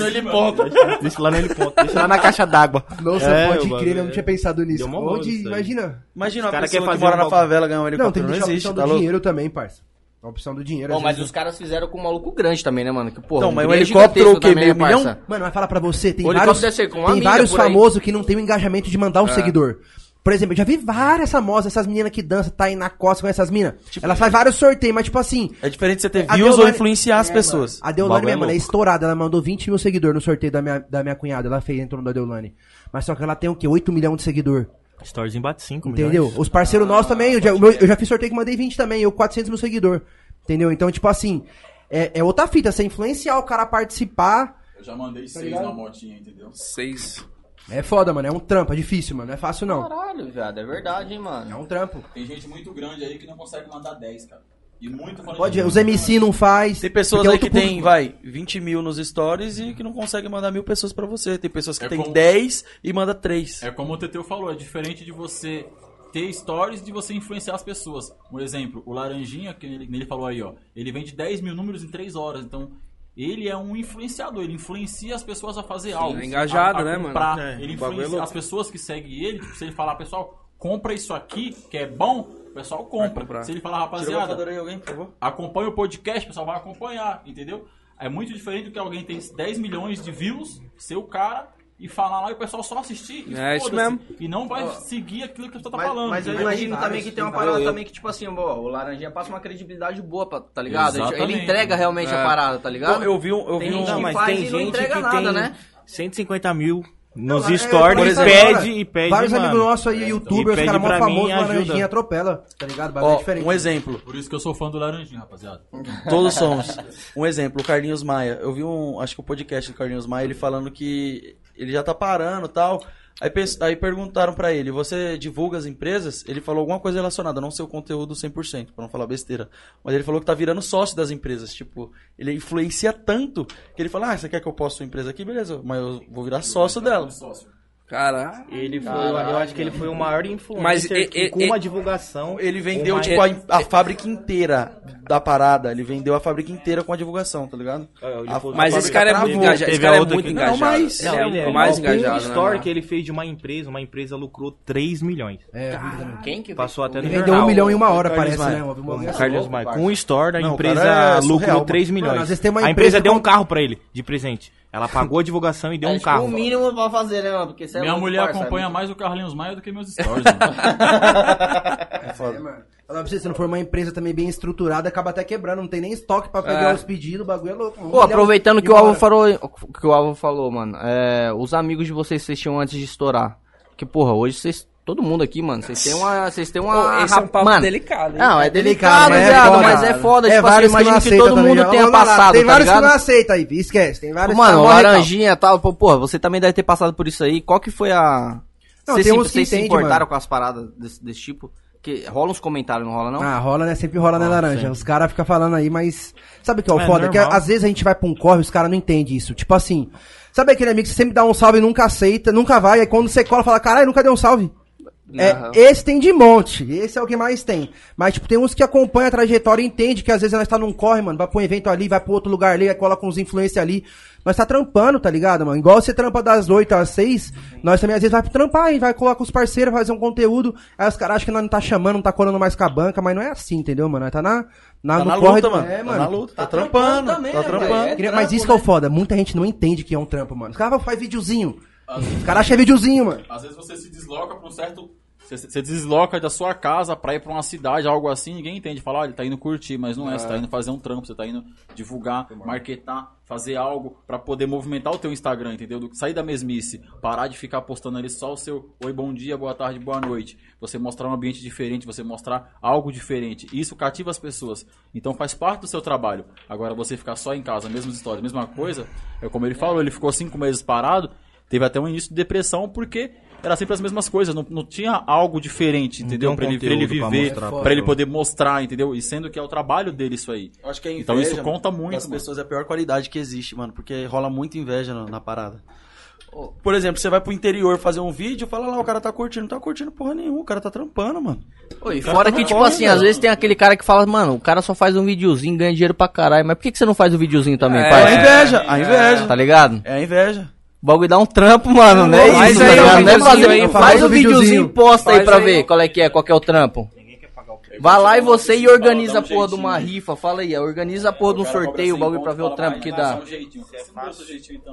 S10: Deixa lá no heliponto. Deixa lá na caixa d'água.
S9: Nossa,
S10: É, o
S9: pode
S10: bagulho,
S9: crer, eu não
S10: é.
S9: tinha pensado nisso.
S10: Deu mó rolo
S9: Onde,
S10: isso aí.
S9: imagina.
S4: Imagina
S10: Os
S4: uma pessoa
S10: cara
S4: que
S10: quer fazer
S4: mora
S10: um
S4: na
S10: bagulho.
S4: favela ganhar um
S9: Não, tem
S4: helicóptero.
S9: que
S4: Não,
S9: deixar a
S4: existe,
S9: opção do
S4: tá louco?
S9: dinheiro também, parça. A opção do dinheiro.
S2: Bom,
S9: às
S2: mas
S9: vezes-
S2: os caras fizeram com um maluco grande também, né, mano? Que porra.
S4: Então, mas
S2: Hungria
S4: um
S2: é
S4: helicóptero
S2: gigantesco
S4: o quê?
S2: também,
S4: Meio
S2: né,
S4: milhão?
S2: parça?
S9: Mano, vai falar pra você, tem
S2: O
S9: vários,
S2: helicóptero deve ser com uma
S9: tem
S2: milha
S9: vários
S2: por aí.
S9: famosos que não tem o engajamento de mandar o seguidor. Por exemplo, eu já vi várias famosas, essas meninas que dançam, tá aí na costa com essas minas. Elas fazem vários sorteios, mas tipo assim,
S4: É diferente você ter
S9: A
S4: views ou
S9: Deolane- É,
S4: influenciar as pessoas.
S9: A Deolane,
S4: O bagulho
S9: minha mano, é
S4: louco.
S9: estourada. Ela mandou 20 mil seguidores no sorteio da minha, da minha cunhada. Ela fez, entrou no da Deolane. Mas só que ela tem o quê? 8 milhões de seguidor.
S10: Stories bate 5,
S9: Entendeu? Os parceiros nossos também. Eu já, o meu- eu já fiz sorteio que mandei 20 também. Eu 400 mil seguidor. Entendeu? Então, tipo assim, é, é outra fita. Você influenciar o cara a participar.
S5: Eu já
S9: Tá
S5: mandei seis na motinha, entendeu?
S1: Seis.
S9: É foda, mano. É um trampo. É difícil, mano. Não é fácil, não.
S2: Caralho, viado, é verdade, hein,
S9: É
S2: mano.
S9: um trampo.
S5: Tem gente muito grande aí que não consegue mandar 10, cara. E muito fora de
S9: Pode,
S5: jogo.
S9: os MC não faz.
S4: Tem pessoas
S9: porque é
S4: aí
S9: outro
S4: que tem,
S9: público.
S4: vai, 20 mil nos stories e que não consegue mandar mil pessoas pra você. Tem pessoas que
S5: É
S4: tem
S5: como-
S4: 10 e manda 3.
S5: É como o Teteu falou, é diferente de você ter stories e de você influenciar as pessoas. Um exemplo, o Laranjinha, que ele, ele falou aí, ó, ele vende 10 mil números em 3 horas, então ele é um influenciador, ele influencia as pessoas a fazer algo.
S1: ele é engajado,
S5: a, a
S1: né,
S5: comprar.
S10: mano? É,
S5: ele
S10: o bagulho é
S5: influencia
S10: louco.
S5: as pessoas que seguem ele, tipo, se ele falar, pessoal, compra isso aqui, que é bom, o pessoal compra.
S1: comprar.
S5: Se ele falar, rapaziada,
S4: aí, alguém, por favor.
S5: acompanha o podcast, o pessoal vai acompanhar, entendeu? É muito diferente do que alguém tem 10 milhões de views, ser o cara, e falar lá e o pessoal só assistir e
S1: É, isso
S5: foda-se.
S1: mesmo.
S5: E não vai seguir aquilo que o pessoal tá
S2: Mas-
S5: falando.
S2: Mas eu
S5: entendeu?
S2: imagino também que tem uma parada também que, tipo assim, ó, o Laranjinha passa uma credibilidade boa, pra, tá ligado? Ele
S5: Exatamente.
S2: entrega realmente a parada, tá ligado?
S4: Eu vi um. Eu vi
S2: Tem
S4: um...
S2: gente
S10: Não,
S2: que
S10: mas
S2: faz
S10: tem
S2: e não
S10: gente
S2: entrega
S10: que
S2: nada,
S10: tem
S2: né?
S10: 150 mil nos
S9: É,
S10: stories,
S9: por exemplo,
S10: pede
S9: agora,
S10: e pede,
S9: Vários
S10: mano.
S9: amigos nossos aí,
S10: E
S9: youtuber, os
S10: pede
S9: caras mó
S10: pra mim,
S9: famosos,
S10: ajuda.
S9: laranjinha atropela, tá ligado? Bagulho
S4: Ó,
S9: diferente.
S4: um exemplo.
S5: Por isso que eu sou fã do Laranjinho, rapaziada.
S4: Todos somos. Um exemplo, o Carlinhos Maia. Eu vi um, acho que o podcast do Carlinhos Maia, ele falando que ele já tá parando e tal. Aí, pes- aí perguntaram pra ele, você divulga as empresas? Ele falou alguma coisa relacionada, não seu conteúdo 100%, pra não falar besteira. Mas ele falou que tá virando sócio das empresas, tipo, ele influencia tanto que ele fala, ah, você quer que eu poste sua empresa aqui? Beleza, mas eu vou virar sócio dela.
S5: Sócio.
S1: Caralho.
S10: Ele foi, eu acho que ele foi o maior influencer
S1: Mas e-
S10: que-
S1: e-
S10: com
S1: e-
S10: uma divulgação.
S4: Ele vendeu,
S10: uma-
S4: tipo, a, a fábrica inteira da parada. Ele vendeu a fábrica inteira com a divulgação, tá ligado?
S10: Ah, Ele
S4: A-
S10: foi-
S1: Mas
S4: a
S1: esse
S4: fábrica
S1: cara é
S4: travou.
S1: muito engajado. Esse
S10: Teve
S1: cara
S10: a
S1: é
S10: outra
S1: muito
S10: que-
S1: engajado.
S4: Não, mas-
S1: Ele é,
S10: Ele
S1: o mais
S10: um
S1: engajado. né,
S10: story
S1: mano?
S10: que ele fez de uma empresa, uma empresa lucrou 3 milhões.
S9: É, verdade.
S2: Quem que
S10: Passou até
S9: Ele
S10: no
S9: vendeu um
S10: jornal.
S9: milhão em uma hora,
S4: Carlos
S9: parece,
S4: Maia.
S9: né? Uma- uma-
S10: O Carlos
S2: louco,
S10: Maicon.
S2: parça.
S10: Com um store, a
S4: Não, o
S10: empresa
S4: cara é surreal,
S10: lucrou
S4: mano.
S10: 3 milhões.
S9: Mano, às vezes tem uma
S10: a
S9: empresa
S10: empresa
S9: que
S10: deu
S9: con-
S10: um carro pra ele, de presente. Ela pagou a divulgação e deu um carro.
S2: o mínimo pra fazer, né, mano? Porque você é
S5: Minha
S2: louco,
S5: mulher
S2: parça,
S5: acompanha
S2: né?
S5: mais o Carlinhos Maia do que meus
S4: Tá
S5: stories. mano.
S9: É, mano. Falar pra você, se não for uma empresa também bem estruturada, acaba até quebrando. Não tem nem estoque pra pegar
S1: É.
S9: os pedidos, o bagulho é louco. Um
S2: Pô,
S9: milhão
S2: aproveitando
S9: e
S2: que o
S9: uma
S2: Alvo
S9: hora.
S2: falou, que o Alvo falou, mano, é, os amigos de vocês que vocês tinham antes de estourar. Que porra, hoje vocês todo mundo aqui, mano, vocês têm uma, vocês têm uma,
S1: Pô, esse é
S9: Ah,
S1: um
S2: rap-
S1: papo
S2: mano,
S1: delicado, hein?
S2: Não, é
S9: Delicado, né?
S2: delicado, viado, mas é foda, tipo assim,
S9: vários não
S2: imagina que,
S9: aceita
S2: todo
S9: também.
S2: mundo
S9: Ó,
S2: tenha
S9: lá, lá,
S2: passado,
S9: Tem
S2: tá
S9: vários
S2: ligado?
S9: que não aceita aí, esquece. Tem vários
S2: Mano,
S9: que tá
S2: laranjinha e tal, pô, porra, você também deve ter passado por isso aí. Qual que foi a.
S9: Não,
S2: Vocês
S9: tem
S2: se-
S9: uns que
S2: vocês se
S9: entende,
S2: importaram
S9: mano.
S2: com as paradas desse, desse tipo? Que rola uns comentários, não rola não?
S9: Ah, rola, né? Sempre rola, né, laranja? Os caras ficam falando aí, mas. Sabe o que é o
S10: É
S9: foda? Que
S10: normal.
S9: às vezes a gente vai pra um corre e os caras não entendem isso. Tipo assim, sabe aquele amigo que você sempre dá um salve e nunca aceita, nunca vai, aí quando você cola, fala, caralho, nunca deu um salve. É, esse tem de monte, esse é o que mais tem. Mas, tipo, tem uns que acompanham a trajetória e entende que às vezes nós tá num corre, mano, vai pra um evento ali, vai pro outro lugar ali, aí cola com os influencers ali. Nós tá trampando, tá ligado, mano? Igual você trampa das 8 às 6, nós também às vezes vai trampar e vai colar com os parceiros, fazer um conteúdo. Aí os caras acham que nós não tá chamando, não tá colando mais com a banca, mas não é assim, entendeu, mano? Nós tá na, na,
S4: Tá
S9: no
S4: na
S9: corre
S4: luta, mano.
S9: É,
S4: Tá na luta. Tá, trampando.
S2: também,
S4: tá
S2: né, velho?
S4: trampando.
S2: É
S9: Queria- mas isso que é o foda, muita gente não entende que é um trampo, mano. Os caras fazem videozinho. Os caras acham que é videozinho, mano.
S5: Às vezes você se desloca pra um certo. Você, você desloca da sua casa pra ir pra uma cidade, algo assim, ninguém entende. Fala, olha, ele tá indo curtir, mas não é, você tá indo fazer um trampo, você tá indo divulgar, marketar, fazer algo pra poder movimentar o teu Instagram, entendeu? Do- Sair da mesmice, parar de ficar postando ali só o seu oi, bom dia, boa tarde, boa noite. Você mostrar um ambiente diferente, você mostrar algo diferente. Isso cativa as pessoas. Então faz parte do seu trabalho. Agora você ficar só em casa, mesmas histórias, mesma coisa, é como ele falou, ele ficou cinco meses parado, Teve até um início de depressão porque era sempre as mesmas coisas, não, não tinha algo diferente, entendeu?
S4: tem um
S5: pra, ele, pra ele
S4: conteúdo pra
S5: viver,
S4: mostrar
S5: pra,
S4: pro-
S5: ele poder mostrar, entendeu? E sendo que é o trabalho dele isso aí.
S4: Eu acho que a inveja,
S5: Então isso conta
S4: mano,
S5: muito,
S4: das
S5: mano.
S4: pessoas é a pior qualidade que existe, mano, porque rola muita inveja na, na parada. Por exemplo, você vai pro interior fazer um vídeo, fala lá, o cara tá curtindo, não tá curtindo porra nenhuma, o cara tá trampando, mano.
S2: Ô, e fora que, tipo assim, às vezes tem aquele cara que fala, mano, o cara só faz um videozinho, ganha dinheiro pra caralho, mas por que, que você não faz o videozinho também,
S4: É, a
S2: pai?
S4: inveja, a inveja.
S2: Tá ligado?
S4: É a inveja.
S2: O bagulho dá um trampo, mano, né?
S1: Faz
S2: Isso,
S1: aí
S2: tá
S1: um
S2: ligado? Não é
S1: videozinho
S2: fazer,
S1: aí,
S2: faz
S9: faz
S2: o
S9: um videozinho.
S2: videozinho, posta aí
S1: Faz
S2: pra
S1: aí.
S2: ver qual é que é, qual que é o trampo. Vai lá e você e organiza a porra um de uma rifa, fala aí, organiza a porra de um sorteio, o bagulho pra ver o trampo que dá.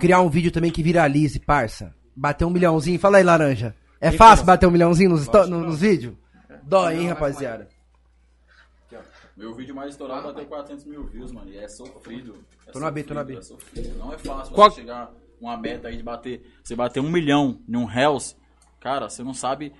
S9: Criar um vídeo também que viralize, parça. Bater um milhãozinho, fala aí, laranja. É fácil bater um milhãozinho nos, to- no- nos vídeos? Dói, hein, rapaziada.
S5: Meu vídeo mais
S2: Ah,
S5: estourado bateu 400 mil views, mano. E é sofrido. É
S9: Tô na B, tô na B.
S5: sofrido, é sofrido. Não é fácil
S1: Qual-
S5: você chegar uma meta aí de bater. Você bater um milhão em um Hells, cara, você não sabe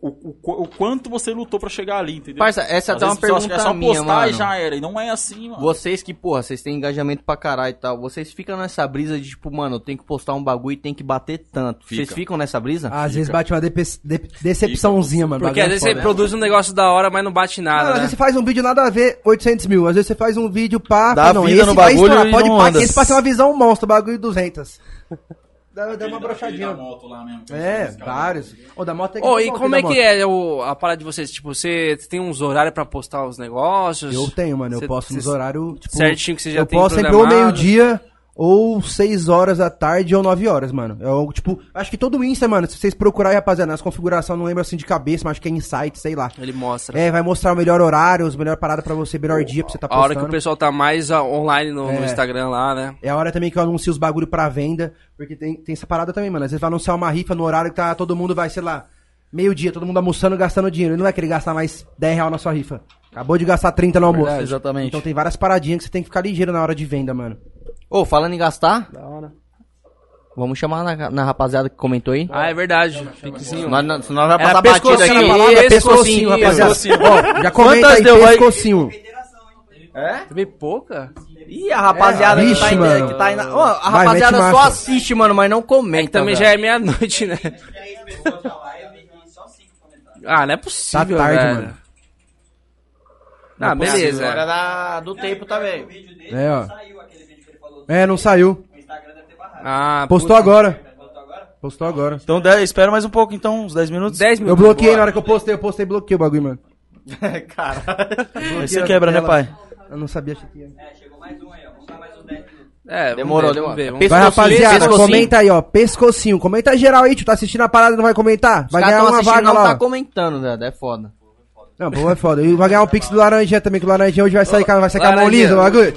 S5: o, o qu- o quanto você lutou pra chegar ali, entendeu?
S2: Parça, essa é
S5: Às
S2: até uma
S5: vezes as pessoas acham que
S2: pergunta
S5: é só
S2: minha,
S5: postar e
S2: mano.
S5: já era. E não é assim, mano.
S2: Vocês que, porra, vocês têm engajamento pra caralho e tal. Vocês ficam nessa brisa de tipo, mano, eu tenho que postar um bagulho e tem que bater tanto. Vocês
S5: Fica.
S2: ficam nessa brisa?
S9: Às vezes bate uma depe- de- decepçãozinha, mano.
S1: Porque
S9: Bagulho
S1: às vezes
S9: é
S1: você
S9: foda.
S1: produz um negócio da hora, mas não bate
S9: Mano,
S1: nada.
S9: às
S1: né?
S9: vezes você faz um vídeo nada a ver, 800 mil. Às vezes você faz um vídeo pá,
S4: Dá
S9: fala, não,
S4: vida no
S9: vai
S4: bagulho
S9: estourar,
S4: e
S9: pode
S4: não
S9: pá,
S4: anda.
S9: que esse passa uma visão monstro, bagulho 200. Dá, dá
S5: Aquele
S9: uma
S5: da- aquele
S9: brochadinha.
S5: da moto lá mesmo, que eu
S9: É,
S5: esqueci, cara.
S9: vários. Ô, da moto é
S1: Ô, e como é que é o- a parada de vocês? Tipo, você tem uns horários pra postar os negócios?
S9: Eu tenho, mano. Eu
S1: Cê-
S9: posso nos
S1: cê-
S9: horários. Tipo,
S1: certinho que você já
S9: Eu
S1: tem
S9: posso sempre ou
S1: programado.
S9: meio-dia, ou 6 horas da tarde, ou 9 horas, mano. É algo, tipo, acho que todo Insta, mano, se vocês procurarem, rapaziada, as configurações, não lembro assim de cabeça, mas acho que é insight, sei lá.
S1: Ele mostra.
S9: É, vai mostrar o melhor horário, as melhor parada pra você, melhor dia pra você tá
S1: a
S9: postando.
S1: hora que o pessoal tá mais ah, online no, no
S9: É.
S1: Instagram lá, né?
S9: É a hora também que eu anuncio os bagulho pra venda, porque tem, tem essa parada também, mano. Às vezes vai anunciar uma rifa no horário que tá, todo mundo vai, sei lá, meio-dia, todo mundo almoçando, gastando dinheiro. Ele não vai querer gastar mais 10 reais na sua rifa. Acabou de gastar 30 no almoço.
S4: Verdade, exatamente.
S9: Então tem várias paradinhas que você tem que ficar ligeiro na hora de venda, mano.
S2: Ô, falando em gastar. Da hora. Vamos chamar na, na rapaziada que comentou aí.
S1: Ah, é verdade. Piquezinho.
S2: Nós, nós, senão nós vai
S1: Era
S2: passar batida
S1: pescocinho,
S2: aqui.
S1: a palavra é pescocinho,
S2: rapaziada.
S9: Pescocinho. Ó, já comenta
S4: Quantas
S9: aí,
S4: deu, vai?
S9: pescocinho.
S1: Teve pouca?
S2: Ih, a rapaziada que
S9: Vixe,
S2: tá aí,
S9: mano.
S2: que tá aí na... Ô, a
S9: Vai,
S2: rapaziada
S9: mete
S2: só
S9: marcha.
S2: assiste, mano, mas não comenta.
S1: É que também já é meia-noite, né? Ah, não é
S9: Tá
S1: possível,
S9: tarde,
S1: velho.
S9: mano.
S1: Ah, beleza.
S2: Hora da, do tempo também.
S9: É, ó. É, não saiu.
S1: Ah,
S9: Postou agora. Postou agora.
S4: Então dez, espera mais um pouco, então, uns 10 minutos.
S1: 10
S9: Eu
S1: minutos.
S9: bloqueei na hora que eu postei, eu postei e bloqueei o bagulho, mano.
S4: Aí você quebra, né, pai?
S9: Eu não sabia, achei que ia.
S1: É, vamos ver,
S2: Demorou, demorou.
S1: vamos ver, vamos ver.
S9: Vai, rapaziada,
S2: pescocinho.
S9: comenta aí, ó. Pescocinho. Comenta geral aí, tio. Tá assistindo a parada e não vai comentar?
S2: Os
S9: Vai
S2: caras
S9: ganhar
S2: tão
S9: uma
S2: assistindo,
S9: vaga
S2: não
S9: lá.
S2: tá
S9: ó.
S2: comentando, velho. É foda.
S9: Não, pô, é foda. E vai ganhar o Pix do Laranjinha também, que o Laranjinha hoje vai sair, com- vai sair com a mão
S1: Laranjinha.
S9: lisa, o bagulho.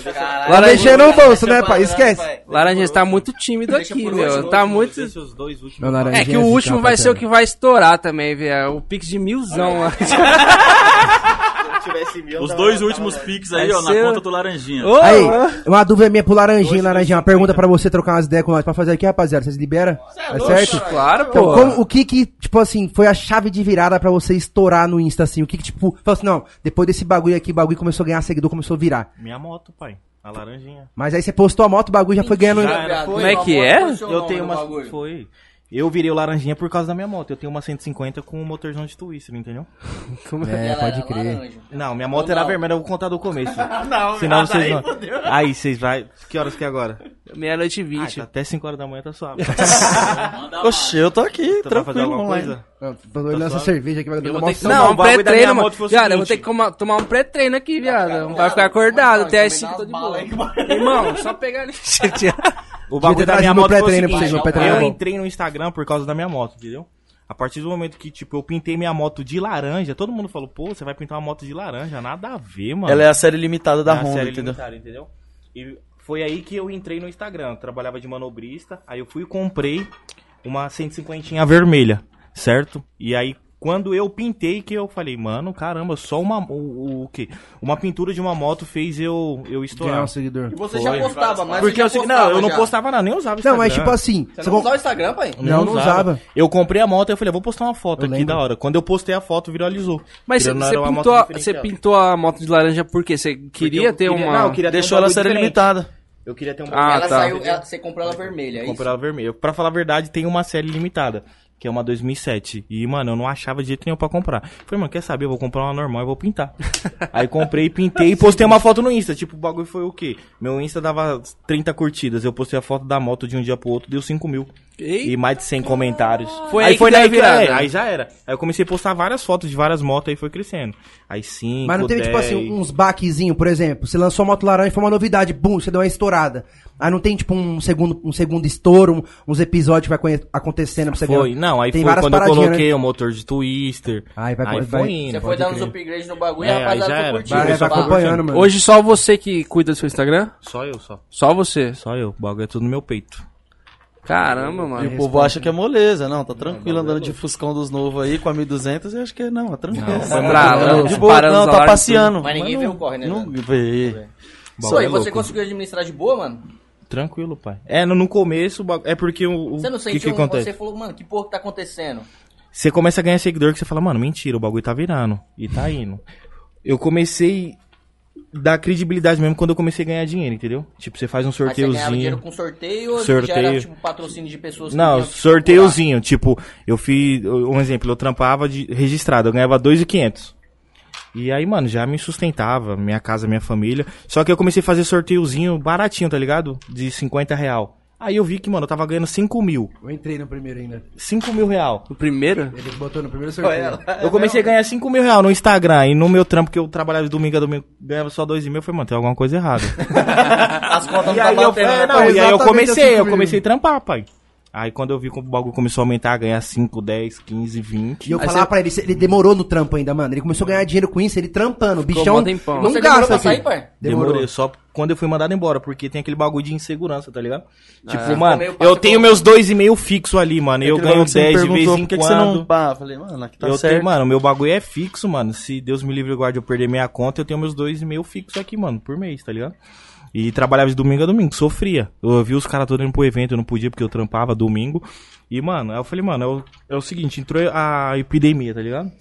S9: Vai mexer no bolso, né, pai? Esquece.
S1: Laranja está muito tímido aqui, meu. Tá muito.
S10: Deixa os dois últimos.
S9: Meu Laranjinha
S1: É que o
S9: assim,
S1: último vai ser o que vai estourar também, velho. É O Pix de milzão. lá.
S10: Se tivesse mil,
S5: Os
S10: tava-
S5: dois
S10: tava
S5: últimos
S10: dez.
S5: piques
S1: Vai
S5: aí, ó, na
S1: ser-
S5: conta do Laranjinha.
S1: Ô,
S9: Aí, uma dúvida minha pro Laranjinha, Laranjinha. Uma pergunta pra você trocar umas ideias com nós. Pra fazer aqui, rapaziada, vocês liberam? É certo?
S1: Claro,
S9: Então,
S1: pô.
S9: como- o que que, tipo assim, foi a chave de virada pra você estourar no Insta, assim? O que que, tipo, falou assim, não, depois desse bagulho aqui, o bagulho começou a ganhar seguidor, começou a virar.
S10: Minha moto, pai. A laranjinha.
S9: Mas aí você postou a moto, o bagulho já foi ganhando...
S1: Como é que é?
S10: Eu
S9: né,
S10: tenho uma. Foi. Eu virei o laranjinha por causa da minha moto. Eu tenho uma 150 com um motorzão de twister, entendeu?
S9: É, pode crer.
S10: Não, minha moto era vermelha, eu vou contar do começo. não, Senão vocês não. Aí vocês vai. Que horas que é agora?
S1: Meia-noite e
S10: Ah,
S1: vinte.
S10: tá até 5 horas da manhã tá suave.
S4: Oxe, eu tô aqui,
S10: Então vai fazer
S4: tranquilo,
S10: alguma
S4: vamos lá.
S10: coisa?
S9: Quando ele lança cerveja aqui, vai dar
S1: Eu
S9: uma
S1: vou ter que
S9: maldição.
S10: Não,
S1: tomar
S10: o
S1: um
S10: bagulho da minha
S1: pré-treino, mano.
S10: moto foi o
S1: Viado, eu vou ter
S10: seguinte.
S1: que coma- tomar um pré-treino aqui, viado. Vai ficar acordado até as 5 tô de boa. Irmão, só pegar ali.
S10: O bagulho
S9: ter
S10: da
S9: trazido
S10: minha
S9: meu
S10: moto foi o
S9: pré-treino pra
S10: seguinte,
S9: vocês, meu pré-treino
S10: eu
S9: era bom.
S10: entrei no Instagram por causa da minha moto, entendeu? A partir do momento que, tipo, eu pintei minha moto de laranja, todo mundo falou, pô, você vai pintar uma moto de laranja, nada a ver, mano.
S4: Ela é a série limitada da
S10: É a
S4: Honda,
S10: série
S4: entendeu?
S10: limitada, entendeu? E foi aí que eu entrei no Instagram, eu trabalhava de manobrista, aí eu fui e comprei uma 150 vermelha, certo? E aí quando eu pintei que eu falei, mano, caramba, só uma o, o, o quê? Uma pintura de uma moto fez eu eu
S9: Ganhar
S10: estourar.
S9: um seguidor.
S2: Você já postava, mas
S10: Porque eu,
S2: eu
S10: sei- não, eu não postava nada, nem usava
S9: Não,
S10: Instagram.
S9: mas tipo assim.
S2: Você
S9: você
S2: não
S9: com-
S2: usava o Instagram, pai?
S10: Nem
S9: Não, não usava.
S10: Eu comprei a moto e eu falei, eu vou postar uma foto
S9: Eu
S10: aqui
S9: lembro.
S10: da hora. Quando eu postei a foto, viralizou.
S1: Mas você
S10: Porque não era uma
S1: pintou,
S10: moto
S1: a- você
S10: diferenciada.
S1: pintou a moto de laranja por quê? Você queria
S10: eu
S1: ter
S10: queria-
S1: uma.
S10: Não, eu queria ter um
S4: Deixou ela
S10: bagulho
S4: série
S10: diferente.
S4: limitada.
S10: Eu queria ter um
S1: Ah,
S2: ela
S1: tá.
S2: saiu, ela- você comprou ela vermelha, é isso?
S10: Comprei ela vermelha. Pra falar a verdade, tem uma série limitada, que é uma 2007. E, mano, eu não achava de jeito nenhum pra comprar. Falei, mano, quer saber? Eu vou comprar uma normal e vou pintar. Aí comprei, pintei e postei uma foto no Insta. Tipo, o bagulho foi o quê? Meu Insta dava 30 curtidas. Eu postei a foto da moto de um dia pro outro, deu 5 mil.
S1: Ei,
S10: E mais de 100 comentários.
S1: Foi aí que deu a
S10: daí
S1: virada.
S10: é, aí já era. Aí eu comecei a postar várias fotos de várias motos, aí foi crescendo. Aí 5,
S9: Mas não teve, tipo assim, uns baquezinhos, por exemplo. Você lançou a moto laranja, foi uma novidade, bum, você deu uma estourada. Aí não tem, tipo, um segundo, um segundo estouro, um- uns episódios que vai conhe- acontecendo pra você
S10: Foi,
S9: ganhar.
S10: não, aí
S9: Tem
S10: foi
S9: várias
S10: quando eu
S9: paradinhas,
S10: coloquei
S9: né?
S10: o motor de twister.
S9: Aí vai-
S10: aí
S9: vai-
S10: foi indo.
S2: Você foi
S10: pode
S2: dando os
S10: crer.
S2: upgrades no bagulho e
S10: É,
S2: a
S10: aí já
S2: rapaziada foi
S10: era.
S2: curtindo. né,
S9: Vai,
S10: Tipo,
S9: vai
S10: só
S9: acompanhando, mano.
S1: Hoje só você que cuida do seu Instagram?
S10: Só eu, só.
S1: Só você.
S10: Só eu. O bagulho é tudo no meu peito.
S1: Caramba,
S4: E
S1: mano.
S4: o povo acha que é moleza, não, tá tranquilo andando de Fuscão dos novos aí com a 1200, eu acho que é, não, é tranquilo.
S1: foi bravo,
S4: de
S1: né?
S4: boa,
S1: Parando
S4: não,
S1: os
S4: tá
S1: alarmes,
S4: passeando.
S2: Mas ninguém vê o corre, né,
S4: Não
S2: velho?
S4: vê.
S2: Pô,
S9: Tá
S2: e
S10: é
S2: você
S10: louco.
S2: conseguiu administrar de boa, mano?
S10: Tranquilo, pai. É, no, no começo, o bagu- é porque o. o
S2: Você não
S10: que,
S2: sentiu,
S10: que
S2: um-
S10: acontece?
S2: você falou, mano, que porra que tá acontecendo?
S10: Você começa a ganhar seguidor que você fala, mano, mentira, o bagulho tá virando. E tá indo. Eu comecei a dar credibilidade mesmo quando eu comecei a ganhar dinheiro, entendeu? Tipo, você faz um
S2: Aí você ganhava
S10: sorteiozinho.
S2: dinheiro com sorteio ou já era
S10: Sorteio.
S2: tipo patrocínio de pessoas que
S10: Não,
S2: vinham te
S10: sorteiozinho. Tipo, eu fiz. Um exemplo, eu trampava de registrado, eu ganhava 2,500. E aí, mano, já me sustentava, minha casa, minha família. Só que eu comecei a fazer sorteiozinho baratinho, tá ligado? De 50 real. Aí eu vi que, mano, eu tava ganhando 5 mil.
S9: Eu entrei no primeiro ainda.
S10: 5 mil real.
S1: O primeiro?
S9: Ele botou no primeiro sorteio.
S10: Eu comecei a ganhar 5 mil real no Instagram. E no meu trampo, que eu trabalhava de domingo a domingo, ganhava só 2 mil. Eu falei, mano, tem alguma coisa errada.
S2: As contas
S10: E
S2: não
S10: aí
S2: tá
S10: eu,
S2: batendo,
S10: é,
S2: né,
S10: não,
S2: pai?
S10: e aí eu
S9: Exatamente
S10: comecei,
S9: assim
S10: eu
S9: comigo.
S10: comecei a trampar, pai. Aí quando eu vi que o bagulho começou a aumentar, ganhar 5, 10, 15, 20.
S9: E eu falava pra ele, ele demorou no trampo ainda, mano. Ele começou a ganhar dinheiro com isso, ele trampando. O bichão
S1: mó tempão.
S9: não
S2: Você demorou
S9: gasta,
S2: pra sair,
S9: filho.
S2: pai?
S10: Demorou.
S9: Demorou.
S10: só quando eu fui mandado embora, porque tem aquele bagulho de insegurança, tá ligado? Tipo,
S2: Ficou
S10: mano,
S2: meio
S10: eu
S2: passo
S10: tenho
S2: por-
S10: meus dois e meio fixo ali, mano. e eu
S4: É Aquele bagulho
S10: ganho
S4: que você me
S10: 10 de vez
S4: perguntou,
S10: em
S4: por que
S10: quando.
S4: que você não pá? Falei, mano, aqui tá
S10: eu
S4: certo.
S10: tenho, mano, meu bagulho é fixo, mano. Se Deus me livre e guarde eu perder minha conta, eu tenho meus dois e meio fixo aqui, mano, por mês, tá ligado? E trabalhava de domingo a domingo, sofria. Eu vi os caras todos indo pro evento, eu não podia porque eu trampava domingo. E, mano, aí eu falei, mano, é o, é o seguinte, entrou a epidemia, tá ligado?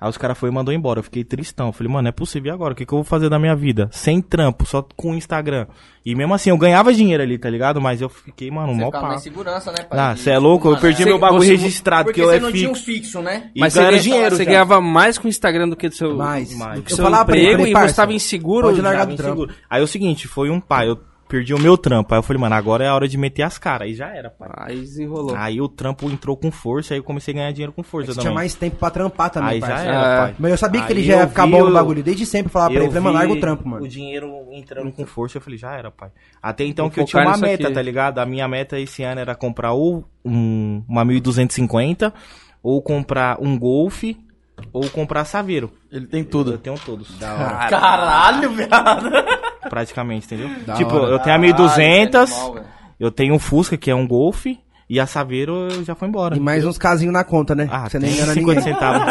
S10: Aí os caras foi e mandou embora. Eu fiquei tristão. Eu falei, mano, é possível e agora? O que, que eu vou fazer da minha vida? Sem trampo, só com Instagram. E mesmo assim, eu ganhava dinheiro ali, tá ligado? Mas eu fiquei, mano,
S2: Você
S10: mó
S2: ficava
S10: pá.
S2: mais segurança, né, pai?
S10: Ah,
S2: De-
S10: você é louco? Eu
S2: mano,
S10: perdi
S2: é-
S10: meu bagulho
S1: você-
S10: registrado,
S2: Porque
S10: que eu
S2: você
S10: é
S2: não tinha um
S10: fixo.
S2: fixo, né?
S10: E
S1: Mas você,
S10: ganhava
S1: ganha-
S10: dinheiro,
S1: você
S10: já.
S1: ganhava mais com o Instagram do que do seu,
S9: Mais.
S10: Mais.
S1: do que
S9: Eu
S1: seu
S9: falava pra ele,
S1: emprego
S9: falei,
S1: e
S9: parça,
S1: você estava inseguro.
S9: pode largar
S1: sabe?
S9: do
S10: Tava
S9: trampo.
S10: inseguro. Aí é o seguinte, foi um pai, eu perdi o meu trampo. Aí eu falei, mano, agora é a hora de meter as caras. Aí já era, pai.
S1: Aí desenrolou.
S10: Aí o trampo entrou com força, aí eu comecei a ganhar dinheiro com força
S9: Você
S10: também.
S9: É tinha mais tempo pra trampar também,
S10: aí já
S9: parça.
S1: Ah.
S10: era, pai.
S9: Mas eu sabia que
S10: Aí
S9: ele já ia
S10: eu
S9: ficar
S10: vi
S9: bom no
S10: o-
S9: bagulho. Desde sempre eu falava pra ele,
S10: eu
S9: eu falei, mano,
S10: vi
S9: larga o trampo, mano.
S10: O dinheiro entrando com força, eu falei, já era, pai. Até então
S1: Vou
S10: que eu tinha
S1: focar
S10: uma
S1: nisso
S10: meta,
S1: aqui.
S10: tá ligado? A minha meta esse ano era comprar ou um, uma 1250, ou comprar um Golf, ou comprar Saveiro.
S4: Ele tem tudo.
S10: Eu tenho todos.
S2: Caralho, viado.
S10: Praticamente, entendeu? tipo, eu tenho a 1200,
S1: é
S10: eu tenho um Fusca, que é um Golf, e a Saveiro eu já foi embora.
S9: E mais uns casinhos na conta, né?
S10: Ah,
S9: Você nem
S10: tem
S9: engana
S10: 50
S9: ninguém.
S10: centavos.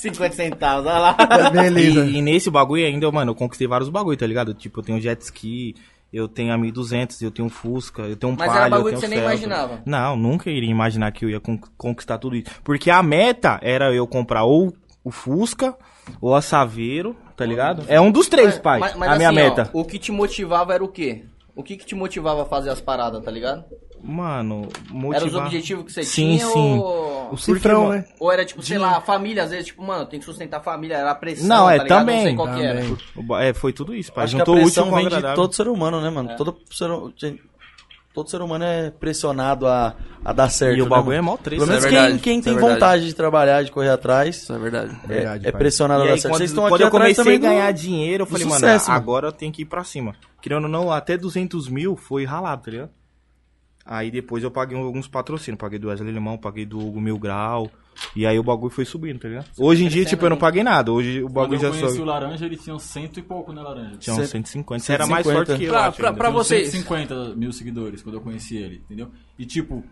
S2: 50 centavos, olha lá.
S9: Beleza.
S10: E, e nesse bagulho ainda, eu, mano, eu conquistei vários bagulho, tá ligado? Tipo, eu tenho jet ski, eu tenho a 1200, eu tenho um Fusca, eu tenho um
S2: Mas
S10: Palio,
S2: era
S10: eu
S2: bagulho
S10: tenho
S2: que você
S10: um
S2: nem
S10: Celta.
S2: imaginava.
S10: Não, nunca iria imaginar que eu ia con- conquistar tudo isso. Porque a meta era eu comprar ou o Fusca ou a Saveiro, tá ligado? É um dos três, pai,
S2: Mas- mas
S10: a minha
S2: assim, ó,
S10: meta.
S2: o que te motivava era o quê? O que, que te motivava a fazer as paradas, tá ligado?
S10: Mano, motivar...
S2: Era os objetivos que você
S10: Sim,
S2: tinha
S10: sim.
S2: ou...
S9: O cifrão,
S10: mano?
S9: né?
S2: Ou era tipo, sei lá, a família, às vezes, tipo, mano, tem que sustentar a família, era a pressão,
S10: Não, é,
S2: tá ligado? Não sei
S10: também,
S2: qual que era.
S9: também.
S10: É, foi tudo isso, pai.
S4: Acho que a
S10: Juntou o útil
S4: pressão
S10: com o
S4: vem de
S10: agradável.
S1: É.
S4: todo ser humano, né, mano? Todo ser humano... todo ser humano é pressionado a, a dar certo.
S10: E o
S4: né,
S10: bagulho é
S4: mano?
S10: mó triste.
S4: Pelo menos
S10: né?
S4: quem,
S10: Verdade.
S4: quem
S10: Isso
S4: tem
S10: é verdade.
S4: vontade de trabalhar, de correr atrás,
S1: Isso é verdade.
S4: é,
S9: Verdade,
S4: é
S9: pai.
S4: pressionado a
S10: E
S4: dar
S10: aí,
S4: certo.
S10: quando,
S4: Vocês estão
S10: quando
S4: aqui
S10: eu
S4: atrás
S10: comecei a
S4: também do-
S1: né?
S10: ganhar dinheiro, eu
S4: do
S10: falei,
S1: é
S10: mano,
S4: sucesso, mano.
S10: agora eu tenho que ir pra cima. Querendo ou não, até 200 mil foi ralado, tá ligado? Aí depois eu paguei alguns patrocínios. Paguei do Wesley Limão, paguei do Hugo Mil Grau. E aí o bagulho foi subindo, tá ligado? Hoje em dia, tipo, eu não paguei nada. Hoje o
S5: Quando
S10: bagulho
S5: eu
S10: já
S5: conheci
S10: sobe.
S5: o laranja, ele tinha uns cento e pouco, né, laranja?
S10: Tinha uns 150. Você era
S4: 150.
S10: mais forte que eu,
S1: Pra-
S10: acho,
S1: pra-
S10: ainda.
S1: pra
S5: Tinha uns
S1: vocês.
S5: 150 mil seguidores quando eu conheci ele, entendeu? E tipo,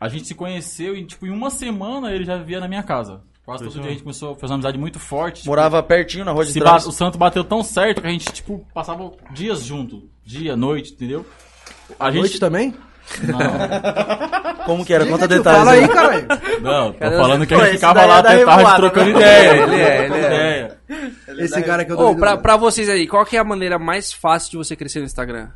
S5: a gente se conheceu e tipo, em uma semana ele já vivia na minha casa. Quase todo dia a gente começou a fazer uma amizade muito forte. tipo,
S4: Morava pertinho na rua de
S5: se ba-
S4: trás.
S5: o santo bateu tão certo que a gente, tipo, passava dias junto. Dia, noite, entendeu? A
S9: Noite
S5: gente.
S9: também?
S5: Não,
S4: Como que era? Conta
S9: Tio,
S4: detalhes.
S9: Fala aí,
S4: né?
S9: caralho.
S5: não, tô
S4: Cara,
S5: falando que a
S4: pô,
S5: gente
S4: esse
S5: ficava
S4: daí é
S5: lá
S4: da
S5: até tarde
S4: revoada,
S5: trocando
S4: né?
S5: ideia.
S4: Ele é, ele é.
S5: Ideia.
S9: Esse cara que eu
S1: Ô,
S9: dou.
S1: pra, pra vocês aí, qual que é a maneira mais fácil de você crescer no Instagram?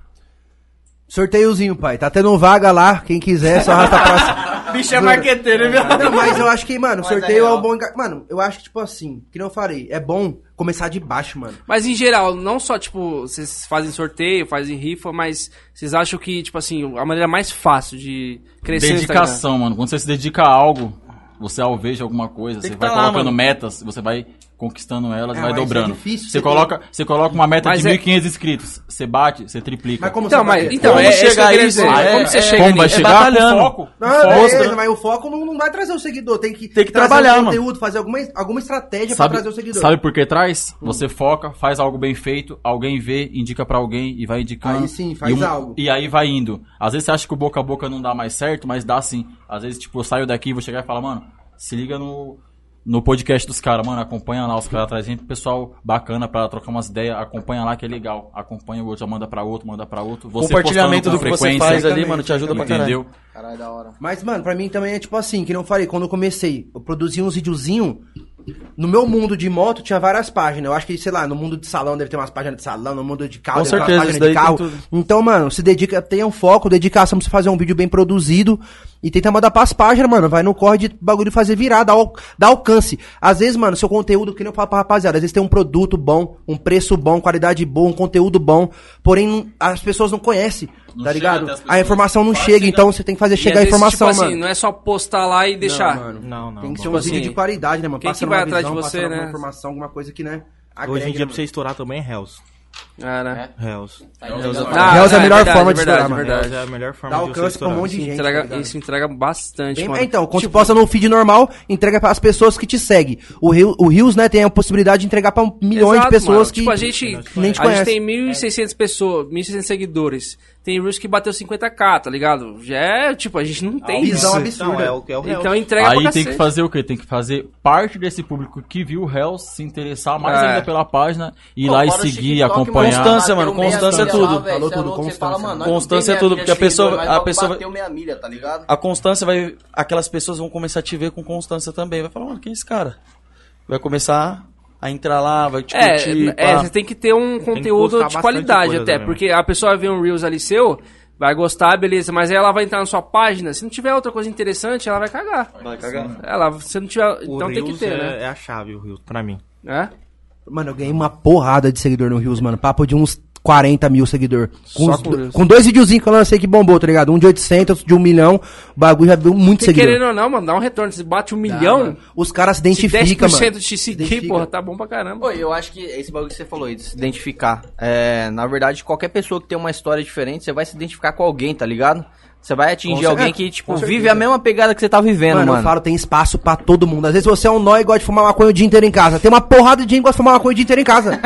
S9: Sorteiozinho, pai. Tá tendo vaga lá. Quem quiser, só arrasta pra cima.
S2: Bicho é marqueteiro, viu?
S9: Não, mas eu acho que, mano, o
S2: Mas é
S9: sorteio é,
S2: real.
S9: um bom. enga- Mano, eu acho que, tipo assim, que não farei. É bom começar de baixo, mano.
S1: Mas em geral, não só, tipo, vocês fazem sorteio, fazem rifa, mas vocês acham que, tipo assim, a maneira mais fácil de crescer no Instagram?
S5: Dedicação, mano. Quando você se dedica a algo, você alveja alguma coisa,
S4: Tem
S5: você
S4: que
S5: vai
S4: tá lá,
S5: colocando
S4: mano.
S5: metas, você vai conquistando elas
S9: É,
S5: e vai
S9: mas é
S5: dobrando.
S9: difícil,
S5: você,
S9: você
S5: coloca, você coloca uma meta
S1: Mas
S5: de
S1: é-
S5: 1.500 inscritos, você bate, você triplica.
S9: Mas como
S1: Então,
S9: você vai
S1: mas,
S9: ter?
S1: então
S4: Como
S1: é, é isso que eu
S4: chegar
S1: queria
S4: a isso?
S9: Ah,
S1: dizer.
S4: É,
S1: como você
S4: é,
S1: chega
S5: Como vai
S1: nisso?
S5: chegar?
S4: batalhando.
S5: Com foco.
S9: Não, é
S5: Foco.
S9: Ah,
S5: né?
S9: beleza, mas o foco não, não vai trazer o seguidor. Tem que,
S4: Tem que
S9: trazer
S4: trabalhar,
S9: um
S4: mano.
S9: conteúdo, fazer alguma, alguma estratégia pra trazer o seguidor. Hum.
S5: Sabe por que traz? Você foca, faz algo bem feito, alguém vê, indica pra alguém e vai indicando.
S9: Aí sim, faz
S5: e um-
S9: algo.
S5: E aí vai indo. Às vezes você acha que o boca a boca não dá mais certo, mas dá sim. Às vezes, tipo, eu saio daqui e vou chegar e falar, mano, se liga no, no podcast dos caras, mano, acompanha lá, os caras trazem sempre pessoal bacana pra trocar umas ideias, acompanha lá que é legal. Acompanha o outro, já manda pra outro, manda pra outro. Você
S4: Compartilhamento do
S5: postando
S4: que
S5: com
S4: você
S5: frequência,
S4: faz ali, mano, te ajuda pra caralho.
S5: Entendeu?
S9: Mas, mano, pra mim também é tipo assim, que não falei, quando eu comecei, eu produzi uns videozinhos. No meu mundo de moto tinha várias páginas. Eu acho que, sei lá, no mundo de salão deve ter umas páginas de salão, no mundo de
S4: Com
S9: carro deve ter umas
S4: certeza,
S9: páginas
S4: isso daí tem
S9: de carro.
S4: tudo.
S9: Então, mano, se dedica, tenha um foco, dedicação pra você fazer um vídeo bem produzido e tenta mandar pras páginas, mano. Vai no corre de bagulho fazer virar, dá, al- dá alcance. Às vezes, mano, seu conteúdo, que nem eu falo pra rapaziada, às vezes tem um produto bom, um preço bom, qualidade boa, um conteúdo bom, porém não- as pessoas não conhecem,
S5: Não chega
S9: tá ligado?
S5: até as pessoas. né?
S9: A informação não
S5: Fala,
S9: chega,
S5: chega-
S9: então você tem que fazer
S1: E
S9: chegar
S1: às
S9: a
S1: vezes,
S9: informação,
S1: tipo assim,
S9: mano.
S1: não é só postar lá e deixar.
S9: Não, mano.
S10: Não, não.
S9: Tem que ser
S10: não.
S9: um
S1: Tipo
S9: vídeo
S1: assim,
S9: de qualidade, né, mano?
S1: quem que
S9: Passando
S1: vai
S9: uma
S1: atrás de
S9: visão,
S1: você,
S9: passando
S1: né?
S9: alguma informação, alguma coisa que, né?
S10: Hoje em dia,
S9: né,
S10: pra você estourar também é Hells.
S1: Ah, né?
S10: Hells.
S2: Tá
S1: Ah,
S9: Reels é a
S1: não,
S9: melhor forma de
S1: verdade,
S9: estourar, mano.
S1: verdade.
S10: Hells é a melhor
S9: mano?
S10: forma de
S9: Dá
S10: você
S9: alcance pra um
S10: estourar.
S9: monte de gente.
S1: Entrega-
S9: tá ligado?
S1: isso entrega bastante,
S9: Bem-
S1: mano. Tipo,
S9: é, então, quando você posta no feed normal, entrega pras pessoas que te seguem. O Rio- o Rios, né, tem a possibilidade de entregar pra um- milhões
S1: Exato,
S9: de pessoas
S1: mano.
S9: que
S1: Tipo, a gente,
S9: nem te
S1: a gente
S9: conhecem.
S1: tem 1.600 pessoas, 1.600 seguidores. Tem Reels que bateu 50k, tá ligado? Já é, tipo, a gente não tem
S9: visão
S1: isso.
S9: absurda.
S10: Não, é o que é o Hells.
S1: Então entrega pra
S5: Aí tem
S1: cacete.
S5: que fazer o quê? Tem que fazer parte desse público que viu o Hells se interessar mais
S1: É.
S5: ainda pela página, ir
S2: Pô,
S5: lá e
S2: fora o
S5: seguir,
S2: TikTok,
S5: acompanhar.
S2: mano,
S4: Constância,
S2: bateu
S4: mano,
S2: meia
S4: constância é
S2: milha
S4: tudo.
S2: lá, velho,
S9: Falou
S2: cê é
S9: tudo,
S2: louco, cê fala,
S9: constância.
S2: mano, nós não
S4: Constância
S2: tem
S4: é tudo,
S2: meia
S4: porque
S2: milha
S4: a
S2: de
S4: pessoa-
S2: seguidor, nós
S4: a
S2: vamos
S4: pessoa-
S2: bater o meia milha, tá ligado?
S4: A constância Então vai. Aquelas pessoas vão começar a te ver com constância também. Vai falar, mano, quem é esse cara? Vai começar a entrar lá, vai te curtir.
S1: É, é,
S4: pá.
S1: você tem que ter um
S10: postar
S1: conteúdo de
S10: bastante
S1: qualidade
S10: coisa
S1: até,
S10: também.
S1: porque a pessoa vê um Reels ali seu, vai gostar, beleza, mas aí ela vai entrar na sua página, se não tiver outra coisa interessante, ela vai cagar.
S4: Vai cagar.
S1: Ela, se não tiver,
S10: O
S1: então tem que
S10: Reels
S1: ter,
S10: é,
S1: né?
S10: é a chave, o Rios, pra mim.
S1: É?
S9: Mano, eu ganhei uma porrada de seguidor no Rios, mano. Papo de uns 40 mil seguidor. Com,
S1: Só
S9: os
S1: com
S9: do-
S1: isso.
S9: com dois videozinhos que eu lancei que bombou, tá ligado? Um de 800, outro de 1 milhão. O bagulho já deu muito
S1: Porque
S9: seguidor.
S1: querendo ou não, mano, dá um retorno, você bate um milhão,
S9: Os caras se
S1: se
S9: identificam,
S1: 10%
S9: mano.
S1: de te seguir,
S9: Identifica.
S1: porra, tá bom pra caramba.
S2: Pô, eu acho que esse bagulho que você falou aí, de se identificar. É, na verdade, qualquer pessoa que tem uma história diferente, você vai se identificar com alguém, tá ligado? Você vai atingir
S9: Com
S2: alguém
S9: certeza.
S2: que, tipo,
S9: Com
S2: vive
S9: certeza.
S2: a mesma pegada que você tá vivendo,
S9: Mano,
S2: mano.
S9: eu falo, tem espaço pra todo mundo. Às vezes você é um nó e gosta de fumar maconha o dia inteiro em casa. Tem uma porrada de gente que gosta de fumar maconha o dia inteiro em casa.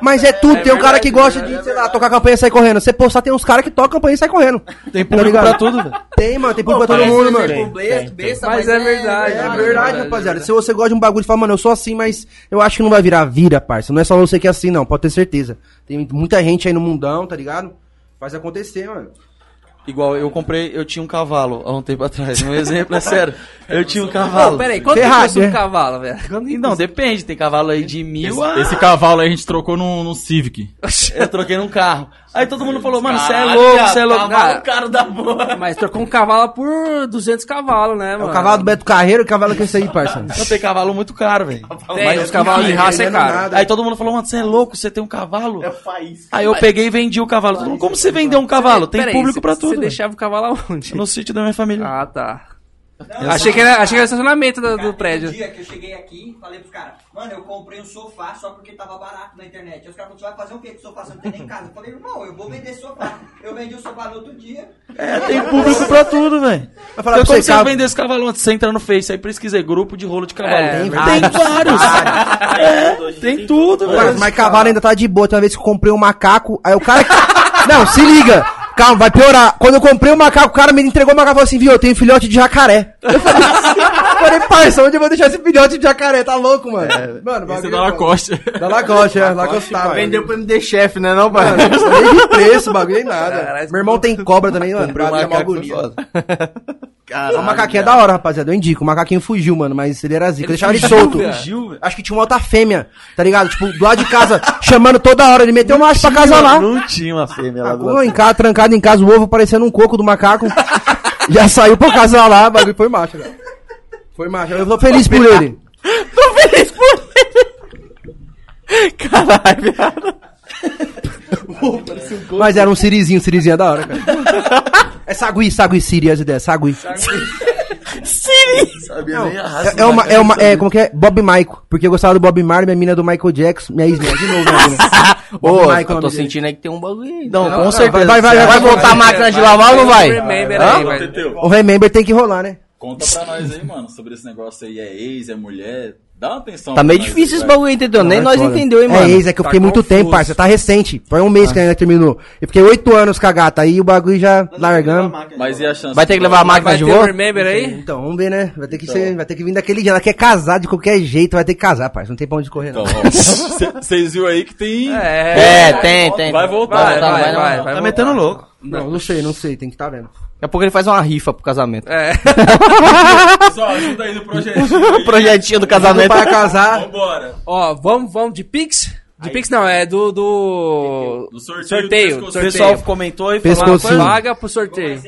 S9: Mas é tudo. tem um cara que gosta de, sei lá, tocar campanha e sair correndo. Você postar, tem uns caras que tocam campanha e saem correndo.
S4: É
S9: Tem público pra tudo, velho. Tem, mano. Tem público pra todo mundo, mano.
S2: é
S1: Mas é verdade,
S9: É verdade, rapaziada. Se você gosta de um bagulho e fala, mano, eu sou assim, mas eu acho que não vai virar vira, parça. Não é só você que é assim, não. Pode ter certeza. Tem muita gente aí no mundão, tá ligado? Faz acontecer, mano.
S4: Igual eu comprei, eu tinha um cavalo há um tempo atrás. Um exemplo, é sério. Eu tinha um
S1: Pô,
S4: cavalo.
S1: peraí, quanto que
S9: Ferrari,
S1: custa um
S9: né?
S1: cavalo, velho? Quanto que
S4: Não, depende, tem cavalo aí de mil a.
S5: Esse cavalo aí a gente trocou num, num Civic.
S4: Eu troquei num carro. Aí todo mundo falou, mano, você é
S1: Caralho,
S4: louco,
S1: viado,
S4: você é louco.
S1: cavalo
S4: Não, caro da boa.
S1: Mas trocou um cavalo por 200 cavalos, né,
S9: É
S1: mano?
S9: o cavalo do Beto Carreiro e o cavalo que é isso aí, parça.
S4: Não, tem cavalo muito caro, velho.
S1: Tem, os cavalos de raça é
S9: Ele não
S1: caro.
S9: nada.
S4: Aí todo mundo falou, mano, você é
S9: É
S4: louco, você tem um cavalo? Aí eu peguei e vendi o cavalo. Todo mundo, como você vendeu um cavalo? Tem
S1: Peraí,
S4: público pra
S1: cê- você
S10: velho.
S1: deixava o cavalo aonde?
S4: No sítio da minha família.
S1: Ah, tá. Achei que, era, achei que era o estacionamento do, do
S7: Um
S1: prédio.
S7: dia que eu cheguei aqui, falei pros caras, mano, eu comprei um sofá só porque tava barato na internet. Aí os caras falaram, você vai fazer o quê com o sofá? Você não tem nem casa. Eu falei, irmão, eu vou vender sofá. Eu vendi o sofá no outro dia.
S4: É, tem público pra tudo, velho. Eu
S9: Vai falar Ah. pra
S4: como
S9: você,
S4: você
S9: cara,
S4: vender esse cavalo antes? Você entra no Face, aí pesquisa aí, grupo de rolo de cavalo.
S1: É,
S4: tem
S9: vários.
S4: vários. É, tem tudo,
S9: Cara,
S4: velho.
S9: mas cavalo ainda tá de boa. Tem uma vez que eu comprei um macaco, aí o cara. Não, se liga! Calma, vai piorar. Quando eu comprei o macaco, o cara me entregou o macaco e falou assim: viu, eu tenho filhote de jacaré. Eu falei, eu falei parça, onde eu vou deixar esse filhote de jacaré? Tá louco, mano? mano,
S5: Esse é
S9: bagulho-
S5: da Lacoste.
S9: Da Lacoste, é. Lacoste tá.
S2: Vendeu pro MD Chef, né não, pai?
S9: Nem de preço, bagulho, nem nada. Meu irmão tem cobra também, mano. é Comprei O macaquinho é da hora, rapaziada. Eu indico. O macaquinho fugiu, mano, mas ele era zica. Eu deixava ele solto. Acho que tinha uma outra fêmea, tá ligado? Tipo, do lado de casa, chamando toda hora. Ele meteu um macho pra casa lá.
S4: Não tinha uma fêmea lá do
S9: Pô, em casa, trancado em casa, o ovo parecendo um coco do macaco. Já saiu pra casa lá, o bagulho foi macho, cara. Foi macho. Eu tô feliz por ele.
S4: Caralho, viado.
S9: Mas era um sirizinho, sirizinho é da hora, cara. É sagui, sagui, siri, as ideias, sagui.
S4: Sabia nem a raça.
S9: É, é uma, é uma, é, como que é? Bob Maico. Porque eu gostava do Bob Marley, minha mina do Michael Jackson, minha ex de novo, minha mina.
S2: Ô,
S9: Michael,
S2: eu
S9: amigo.
S2: tô sentindo aí que tem um bagulho.
S4: Não,
S9: Não,
S4: com certeza.
S9: vai, vai, vai,
S4: Vai
S9: vai.
S4: voltar a máquina de lavar ou não vai?
S1: Remember
S2: é-
S1: aí, vai.
S9: O Remember tem que rolar, né?
S5: Conta pra nós aí, mano, sobre esse negócio aí. É ex, é mulher. Dá uma atenção.
S2: Tá
S5: pra
S2: meio
S5: nós
S2: difícil
S5: aí,
S2: esse
S5: vai.
S2: bagulho, entendeu?
S1: Então,
S2: Nem nós
S9: Foda.
S2: entendeu, hein, mano?
S9: É ex, é que eu
S1: Tá
S9: fiquei muito
S1: confuso.
S9: tempo, parça. Tá recente. Foi um mês que ainda terminou. Eu fiquei oito anos com a gata, aí o bagulho já largando.
S5: Mas e a chance?
S2: Vai ter que levar a máquina
S1: Vai
S2: Ah, de
S1: ter o
S2: voo?
S1: Remember aí?
S9: Então, vamos ver, né? Vai ter que ser, vai ter que vir daquele dia. Ela quer casar de qualquer jeito, vai ter que casar, parça. Não tem pra onde correr,
S5: Então.
S9: não.
S5: Vocês viram aí que tem.
S1: É.
S2: É, tem, tem.
S5: Vai voltar,
S2: vai, vai, vai.
S1: vai
S4: Tá
S1: voltar.
S4: metendo louco.
S9: Não, não sei, não sei. Tem que tá vendo.
S2: Daqui a pouco ele faz uma rifa pro casamento.
S1: É.
S5: Pessoal, ajuda aí no projetinho.
S2: O projetinho do casamento.
S9: Para casar.
S5: Vambora.
S1: Ó, vamos, vamos de Pix? De Pix não, é do. Do,
S5: Do sorteio,
S1: sorteio.
S5: do
S4: O
S1: sorteio.
S4: pessoal comentou e falou.
S9: Pescocinho.
S1: Vaga pro sorteio.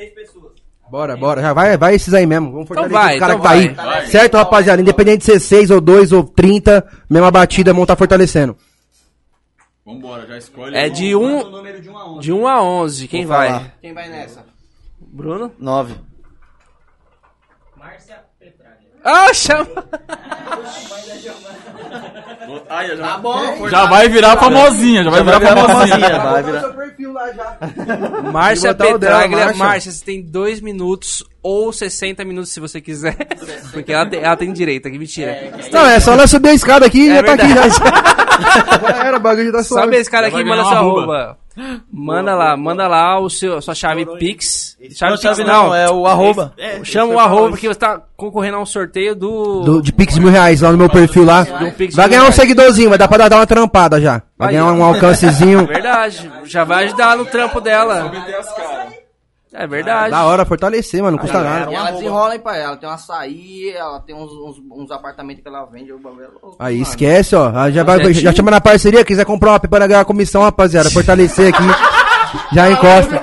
S9: Bora, bora. Já vai, vai esses aí mesmo. Vamos fortalecer
S1: vai,
S9: os caras
S1: então
S9: que tá
S1: vai.
S9: aí. Certo, rapaziada? Independente de ser 6 ou 2 ou 30, mesma batida, vamos tá fortalecendo.
S5: Vambora, já escolhe. né?
S1: É
S5: aí.
S1: de 1 um,
S7: número de 1 a 11.
S1: de um a 11. Quem
S4: Vou
S1: vai?
S4: falar.
S7: Quem vai nessa?
S1: Bruno?
S4: 9.
S7: Márcia Petralha.
S1: Ah, chama!
S5: Ai, eu já...
S7: Tá bom,
S5: Já vai virar famosinha, já vai virar famosinha.
S4: Vai
S7: Botou
S4: virar.
S7: seu perfil lá já.
S1: Márcia
S9: botar o dela,
S1: Petraglia.
S9: Márcia.
S1: Márcia, você tem 2 minutos ou 60 minutos se você quiser. Porque ela tem, ela tem direito aqui, mentira.
S9: Não, é só nós subir a escada aqui e
S1: É
S9: já tá
S1: verdade.
S9: aqui. Já, já era, o bagulho já tá suave.
S1: Sabe esse cara
S5: Já vai
S1: aqui, manda
S5: ganhar
S1: sua
S5: uma arroba.
S1: arroba. Manda lá, manda lá o seu, sua chave Pix. Chave
S4: Não,
S1: Pix
S4: chave não,
S5: né?
S4: é o arroba.
S1: Chama o arroba porque você tá concorrendo a um sorteio do.
S9: Do- de Pix mil reais lá no meu perfil lá.
S1: um Pix
S9: Vai
S1: mil
S9: ganhar um
S1: reais.
S9: seguidorzinho, vai dar pra dar uma trampada já. Vai
S1: Aí,
S9: ganhar
S1: ó.
S9: um alcancezinho.
S1: É Verdade, já vai ajudar no trampo dela. É verdade.
S9: Da hora, fortalecer, mano, não custa nada.
S2: E é ela desenrola, hein, pai? Ela tem um açaí, ela tem uns, uns, uns apartamentos que ela vende, o bagulho é louco,
S9: Aí
S2: mano.
S9: esquece, ó. Ah, Já, vai-
S1: Certinho.
S9: já chama na parceria, quiser comprar uma pipa, ganhar a comissão, rapaziada. Fortalecer aqui. Já encosta.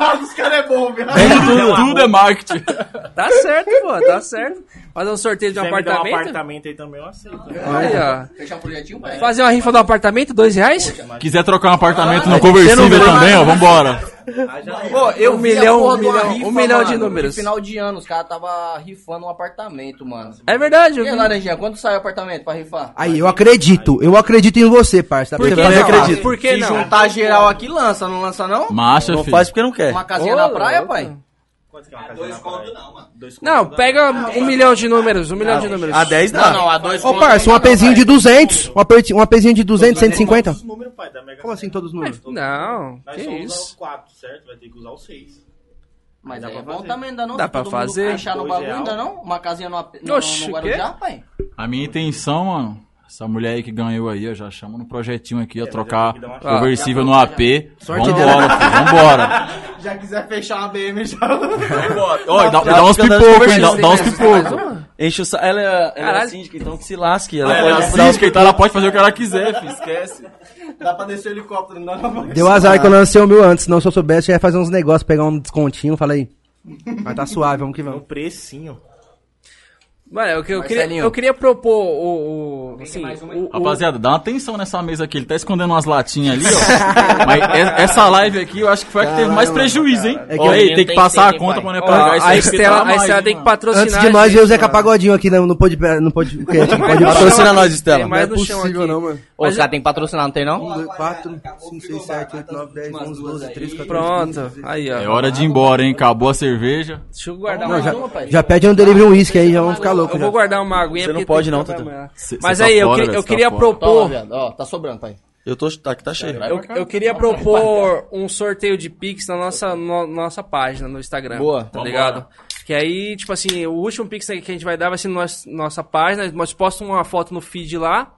S5: Tudo, tudo é marketing.
S1: Tá certo, pô, tá certo. Fazer um sorteio de um apartamento.
S10: aí também, eu aceito.
S1: Aí, ó.
S2: Fechar um projetinho, pai?
S1: Fazer uma rifa do apartamento, dois reais?
S5: Quiser trocar um apartamento no conversível também, ó, vambora.
S2: Pô, eu
S1: Um
S2: vi a
S1: milhão,
S2: porra
S1: um
S2: de uma
S1: milhão, um milhão de
S2: mano,
S1: números.
S2: No final de ano, os caras tava rifando um apartamento, mano.
S1: É verdade, eu
S2: E aí,
S1: vi.
S2: Laranjinha, quanto sai o apartamento pra rifar?
S9: Aí, eu acredito. Eu acredito em você, parça. Dá
S1: Por
S9: pra você
S1: que
S9: fazer
S1: não?
S9: fácil.
S1: Por que
S2: Se
S1: não?
S2: juntar geral aqui, lança, não lança não?
S5: Marcha,
S4: Não
S5: filho.
S4: faz porque não quer.
S2: Uma casinha
S1: Ô,
S2: na praia,
S1: louco.
S2: pai?
S7: Dois conto não, mano.
S1: Não, pega um milhão de números, um milhão de números.
S4: A 10
S2: Não,
S4: dá.
S2: não, a dois
S9: Ô,
S2: conto
S9: parça, um
S2: ainda não,
S9: apezinho
S2: pai.
S9: de 200. Um ape- um apezinho de 200, 150.
S10: números, pai, da Mega
S9: Como assim todos os números?
S1: Não,
S10: Nós
S1: que
S10: só usamos
S1: isso.
S10: 4, certo? Vai ter que usar o 6.
S2: Mas
S10: Dá
S2: aí é
S10: pra
S2: bom
S10: fazer.
S2: também ainda não?
S1: Dá
S2: se
S1: pra
S2: todo mundo
S1: fazer.
S2: Fechar no
S10: Dois
S2: bagulho
S10: real.
S2: ainda não? Uma casinha no, ape- no,
S1: Oxi,
S2: no Guarujá, pai?
S5: A minha intenção, mano, essa mulher aí que ganhou aí, eu já chamo no projetinho aqui, ó, trocar
S10: tem que dar uma
S5: conversível no AP.
S9: Sorte
S5: Vambora, filho, vambora.
S2: Já quiser fechar uma BM já.
S5: Ó, dá,
S4: Já
S5: dá uns
S4: fica dando
S5: pipocos, hein, dá, dá
S4: conversa.
S1: né?
S5: uns pipocos.
S4: Enche o sa... Ela, é, ela é
S1: Caralho.
S4: síndica, então que se lasque. Ela
S5: Ela
S4: pode
S5: é
S4: dar um o-
S5: síndica, então ela pode fazer o que ela quiser, filho, esquece.
S2: Dá pra descer o helicóptero, não dá pra
S9: Deu
S1: é
S9: azar que eu lancei o meu antes, senão se eu soubesse, eu ia fazer uns negócios, pegar um descontinho, falei. Mas tá suave, vamos que
S10: É um
S9: vamos.
S10: precinho.
S1: Mano, é eu, eu, queria,
S2: Marcelinho.
S1: eu queria propor o. o assim, o- o-
S5: Rapaziada, dá uma atenção nessa mesa aqui. Ele tá escondendo umas latinhas ali, ó. Mas e- essa live aqui, eu acho que foi a que teve mais prejuízo, hein?
S9: É que
S5: Ó,
S9: eu-
S5: aí,
S12: não
S5: tem que
S12: tem
S5: passar a
S12: tempo,
S5: conta
S12: hein,
S5: pra não é
S1: ó,
S5: pagar isso
S1: a
S5: aí,
S1: Estela, a
S5: porque tá
S1: Estela
S5: mais,
S1: tem
S5: hein,
S1: que
S5: mano.
S1: patrocinar.
S9: Antes de nós,
S1: gente,
S2: é
S1: né?
S9: eu o Zeca
S1: mano.
S9: Pagodinho aqui né? no, no pod, no podcast.
S1: Mas
S9: Pode
S1: no
S9: patrocinar
S1: chão
S9: nós,
S1: aqui,
S9: Estela.
S1: tem mais
S2: é
S1: no chão aqui.
S9: mano.
S2: Ô, os caras tem que patrocinar, não tem não?
S9: 1, 2, 4, 5, 6, 7, 8, 9, 10, 11, 12, 13, 14,
S1: Pronto,
S9: 15, 16.
S1: aí ó.
S5: É hora de ir embora, hein? Acabou a cerveja.
S1: Deixa eu guardar
S9: Não,
S1: mais
S9: já,
S1: uma, pai.
S9: já pede no delivery um uísque aí, já vamos ficar
S1: Eu
S9: louco. já.
S1: vou guardar uma aguinha.
S4: Você não
S1: porque
S4: pode
S1: tem
S4: não,
S1: que
S4: Tatu.
S1: trabalhar.
S5: Cê-
S1: Mas
S5: cê tá
S1: aí, eu,
S5: fora,
S1: que-
S5: velho,
S1: eu
S5: cê tá
S1: queria
S5: fora.
S1: propor.
S12: Toma, viado. Ó, tá sobrando, pai.
S4: Eu tô. Tá, aqui tá cheio.
S1: Eu, eu queria propor um sorteio de Pix na nossa, no- nossa página no Instagram.
S4: Boa.
S1: Tá ligado? Que aí, tipo assim, o último Pix que a gente vai dar vai ser na nossa, nossa página. Nós postamos uma foto no feed lá.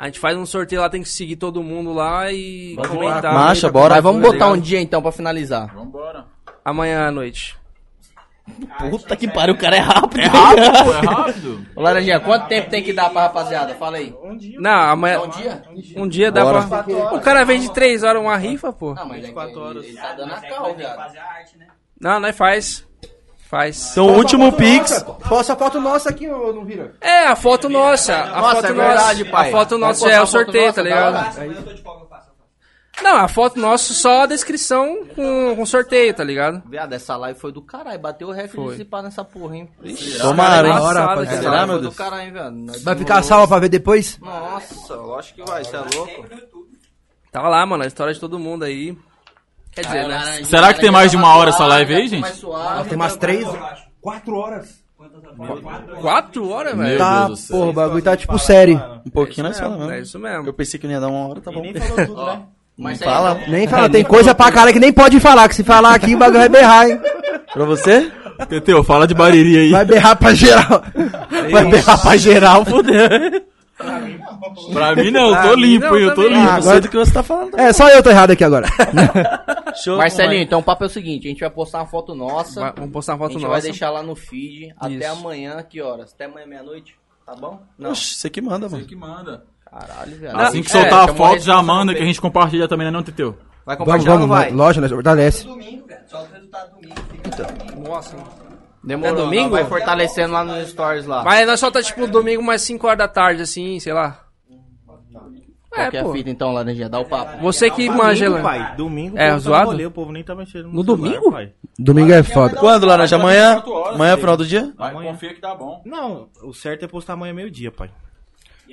S1: A gente faz um sorteio lá, tem que seguir todo mundo lá e comentar.
S4: Marcha,
S9: Bora,
S4: bora.
S2: Mas vamos
S1: tá
S2: botar um
S1: ligado?
S2: dia então pra finalizar.
S5: Vambora.
S1: Amanhã à noite.
S5: Ah,
S12: Puta que pariu, o cara é rápido.
S5: Pô, é rápido?
S2: Ô, Laranjinha, quanto tempo tem que dar pra rapaziada? Fala aí.
S1: Não, amanhã.
S2: Um dia?
S1: Um dia dá
S4: Bora.
S1: pra. O cara vende três horas uma rifa, pô.
S2: Não, mas é que ele, ele tá
S7: é
S5: é
S2: dando a cal, viado.
S7: Fazer a arte, né?
S1: Não, nós faz. Faz.
S4: Então, o último Pix.
S9: Posso a foto nossa aqui, ô, não vira?
S1: É, a foto nossa. A
S2: Nossa,
S1: foto
S2: é verdade,
S1: nossa.
S2: pai.
S1: A foto
S2: Vai
S1: nossa
S2: postar
S1: é
S2: a
S1: o
S2: foto
S1: sorteio,
S2: nossa,
S1: tá
S2: da
S1: ligado?
S2: hora.
S7: Faço, mas eu tô de folga, eu faço. eu faço.
S1: Não, a foto nossa só a descrição com, com sorteio, tá ligado?
S2: Viado, essa live foi do caralho. Bateu o ref
S1: Foi.
S2: de pá nessa porra, hein?
S5: ah,
S2: Ixi,
S4: Tomara, hein?
S1: Engraçado,
S9: Bora,
S1: cara.
S4: Será,
S9: rapaziada.
S2: essa live
S4: meu
S2: foi do
S4: Deus?
S2: caralho, hein, viado. Nós
S9: Vai ficar
S2: demorou.
S9: salva pra ver depois?
S2: Nossa, lógico que vai, você é louco.
S1: Tava lá, mano, a história de todo mundo aí. Quer dizer, né?
S5: Será que tem mais de
S2: tá
S5: uma hora essa live aí, gente?
S9: Tem umas três, quatro horas.
S1: Quatro horas,
S5: Meu
S1: velho.
S9: Tá,
S5: Deus do céu.
S9: porra, o bagulho tá tipo série.
S4: Um pouquinho nós falamos.
S1: É
S4: mesmo.
S1: isso mesmo.
S4: Eu pensei que não ia dar uma hora, tá bom.
S2: né? Mas
S4: Fala.
S2: fala.
S9: Nem
S1: É,
S9: fala, tem coisa pra cara que nem pode falar, que se falar aqui o bagulho vai berrar, hein?
S4: Pra você?
S5: Teteu, fala de Bariri aí.
S9: Vai berrar pra geral. Vai berrar pra geral, fodeu.
S5: Pra mim não, eu tô
S1: Pra mim
S5: limpo,
S1: não,
S5: eu tô
S1: também.
S5: limpo.
S4: Ah, agora do que você tá falando.
S9: É, só eu tô errado aqui agora.
S4: Show,
S2: Marcelinho, então o papo é o seguinte, a gente vai postar uma foto nossa,
S1: Vai- um Vamos postar uma
S2: a
S1: foto
S2: gente
S1: nossa.
S2: vai deixar lá no feed, até
S1: Isso.
S2: amanhã, que horas? Até amanhã meia-noite, tá bom?
S4: mano. Oxe, você que manda, mano.
S5: que manda.
S2: Caralho, velho.
S5: Assim que
S2: É,
S5: soltar a
S2: tem uma
S5: foto, já
S2: resposta
S5: manda
S2: no
S5: que a gente compartilha também, né, não, Teteu?
S2: feed. Vai
S9: Vamos,
S2: compartilhar ou
S9: vamos,
S2: não vai?
S9: lógico, né? Tá nós fortalece.
S7: Domingo, velho. Só o resultado domingo.
S1: Nossa.
S2: Demorou,
S1: É domingo?
S2: não, vai fortalecendo lá nos stories lá.
S1: Mas nós só tá tipo domingo mais cinco horas da tarde, assim, sei lá.
S2: Qual
S1: É,
S2: que é a
S1: pô. É.
S2: fita É um então, Laranjinha? Dá o papo.
S1: Você que manja,
S10: Domingo,
S1: né?
S10: pai. Domingo,
S1: É,
S10: o povo tá no
S1: zoado?
S10: rolê, o povo nem tá mexendo
S1: No
S10: celular,
S1: domingo?
S10: pai.
S9: Domingo é foda.
S4: Quando, Laranja? Amanhã?
S5: Quatro horas,
S4: Amanhã é
S5: filho.
S4: final do dia?
S5: Vai, confia que dá bom.
S10: Não, o certo é postar amanhã meio-dia, pai.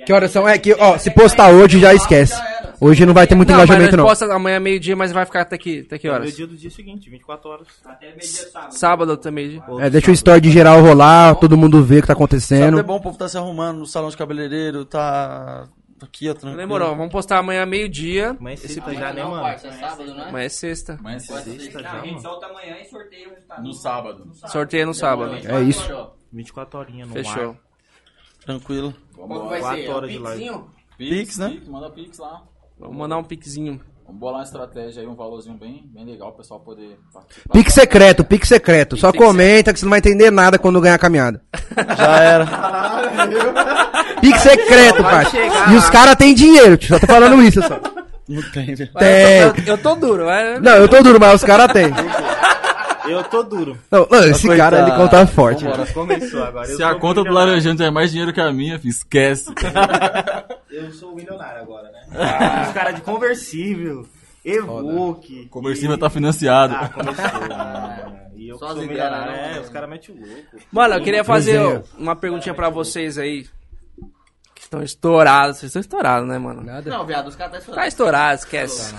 S9: Que horas são? É que, ó, se postar hoje, já esquece. Hoje não vai ter muito
S1: Não, mas nós
S9: engajamento, não.
S1: posta amanhã meio-dia, mas vai ficar até que, até que horas?
S10: Meio-dia do dia seguinte, 24 horas.
S7: Até meio-dia sábado.
S1: Sábado até meio-dia.
S9: É, deixa o story de geral rolar, todo mundo vê o que
S4: Sabe,
S9: tá
S4: é
S9: acontecendo.
S4: bom, o povo tá se arrumando no salão de cabeleireiro, tá aqui, ó, tranquilo.
S1: Demorou, vamos postar amanhã meio-dia.
S10: Mas sexta já, né,
S2: Não,
S10: mano?
S2: parça, é sábado, né?
S1: Amanhã é sexta.
S5: Amanhã é sexta.
S7: Não, a gente solta amanhã e sorteia o resultado.
S5: No sábado.
S1: Sorteio no sábado.
S9: É isso.
S10: 24 horinhas no ar.
S1: Fechou.
S4: Tranquilo.
S2: Qual que vai
S10: Quatro
S2: ser? É o
S10: horas de live.
S2: pixinho?
S4: Pix, né?
S5: manda Pix lá.
S1: Vamos mandar um piquezinho.
S5: Vamos bolar uma estratégia aí, um valorzinho bem, bem legal, o pessoal poder participar.
S9: Pique secreto, pique secreto. Só comenta que você não vai entender nada quando ganhar a caminhada.
S4: Já era.
S9: Pique secreto, parça. E os caras têm dinheiro, tio, só tô falando isso só.
S4: Não tem, velho.
S9: Tem.
S1: Eu, eu tô duro, é.
S9: Não, eu tô duro, mas os caras têm.
S10: Eu tô duro.
S9: Não, mano, esse
S4: Coitado.
S9: cara, ele conta forte.
S4: Vambora.
S10: Começou agora. eu
S5: Se a
S10: sou
S5: conta do
S10: milionário.
S5: Laranjando é mais dinheiro que a minha, filho, esquece.
S10: Eu sou milionário agora, né? Os caras de conversível, Evoque.
S5: Conversível tá financiado.
S10: Ah, começou. E eu
S2: Só
S10: que sou
S2: as ideias,
S10: milionário,
S2: né,
S10: né?
S2: mano?
S10: Os caras metem o louco.
S1: Mano, eu queria fazer
S9: Desenho.
S1: uma perguntinha pra vocês aí. Que estão estourados. Vocês estão estourados, né, mano?
S2: Não, viado, os caras tá estourando.
S1: Tá estourado, esquece.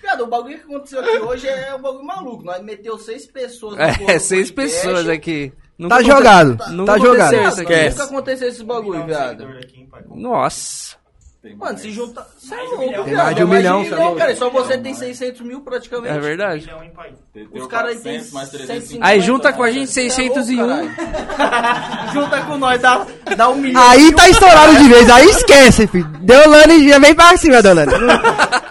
S2: Viado, o bagulho que aconteceu aqui hoje é um bagulho maluco. Nós meteu seis pessoas na porra
S1: É,
S2: do
S1: seis
S2: podcast.
S1: pessoas aqui. Nunca
S9: Tá
S1: aconte-
S9: jogado,
S1: Nunca
S9: tá jogado.
S1: aconteceu
S2: Viado,
S1: isso
S2: nunca
S1: aqui.
S2: aconteceu esse bagulho,
S9: um
S2: viado.
S1: Nossa.
S2: Mano, se juntar. Você é louco, viado.
S9: mais de
S2: Imagina,
S9: um milhão, cê é louco.
S2: cara. Só você tem 600 mil praticamente.
S1: É verdade.
S2: Os caras aí tem 150.
S1: Aí junta com a gente
S2: Cê é louco,
S1: 601.
S2: caralho. junta com nós, dá, dá um milhão.
S9: Aí tá estourado de vez, aí esquece, filho. Deolane já vem pra cima, Deolane.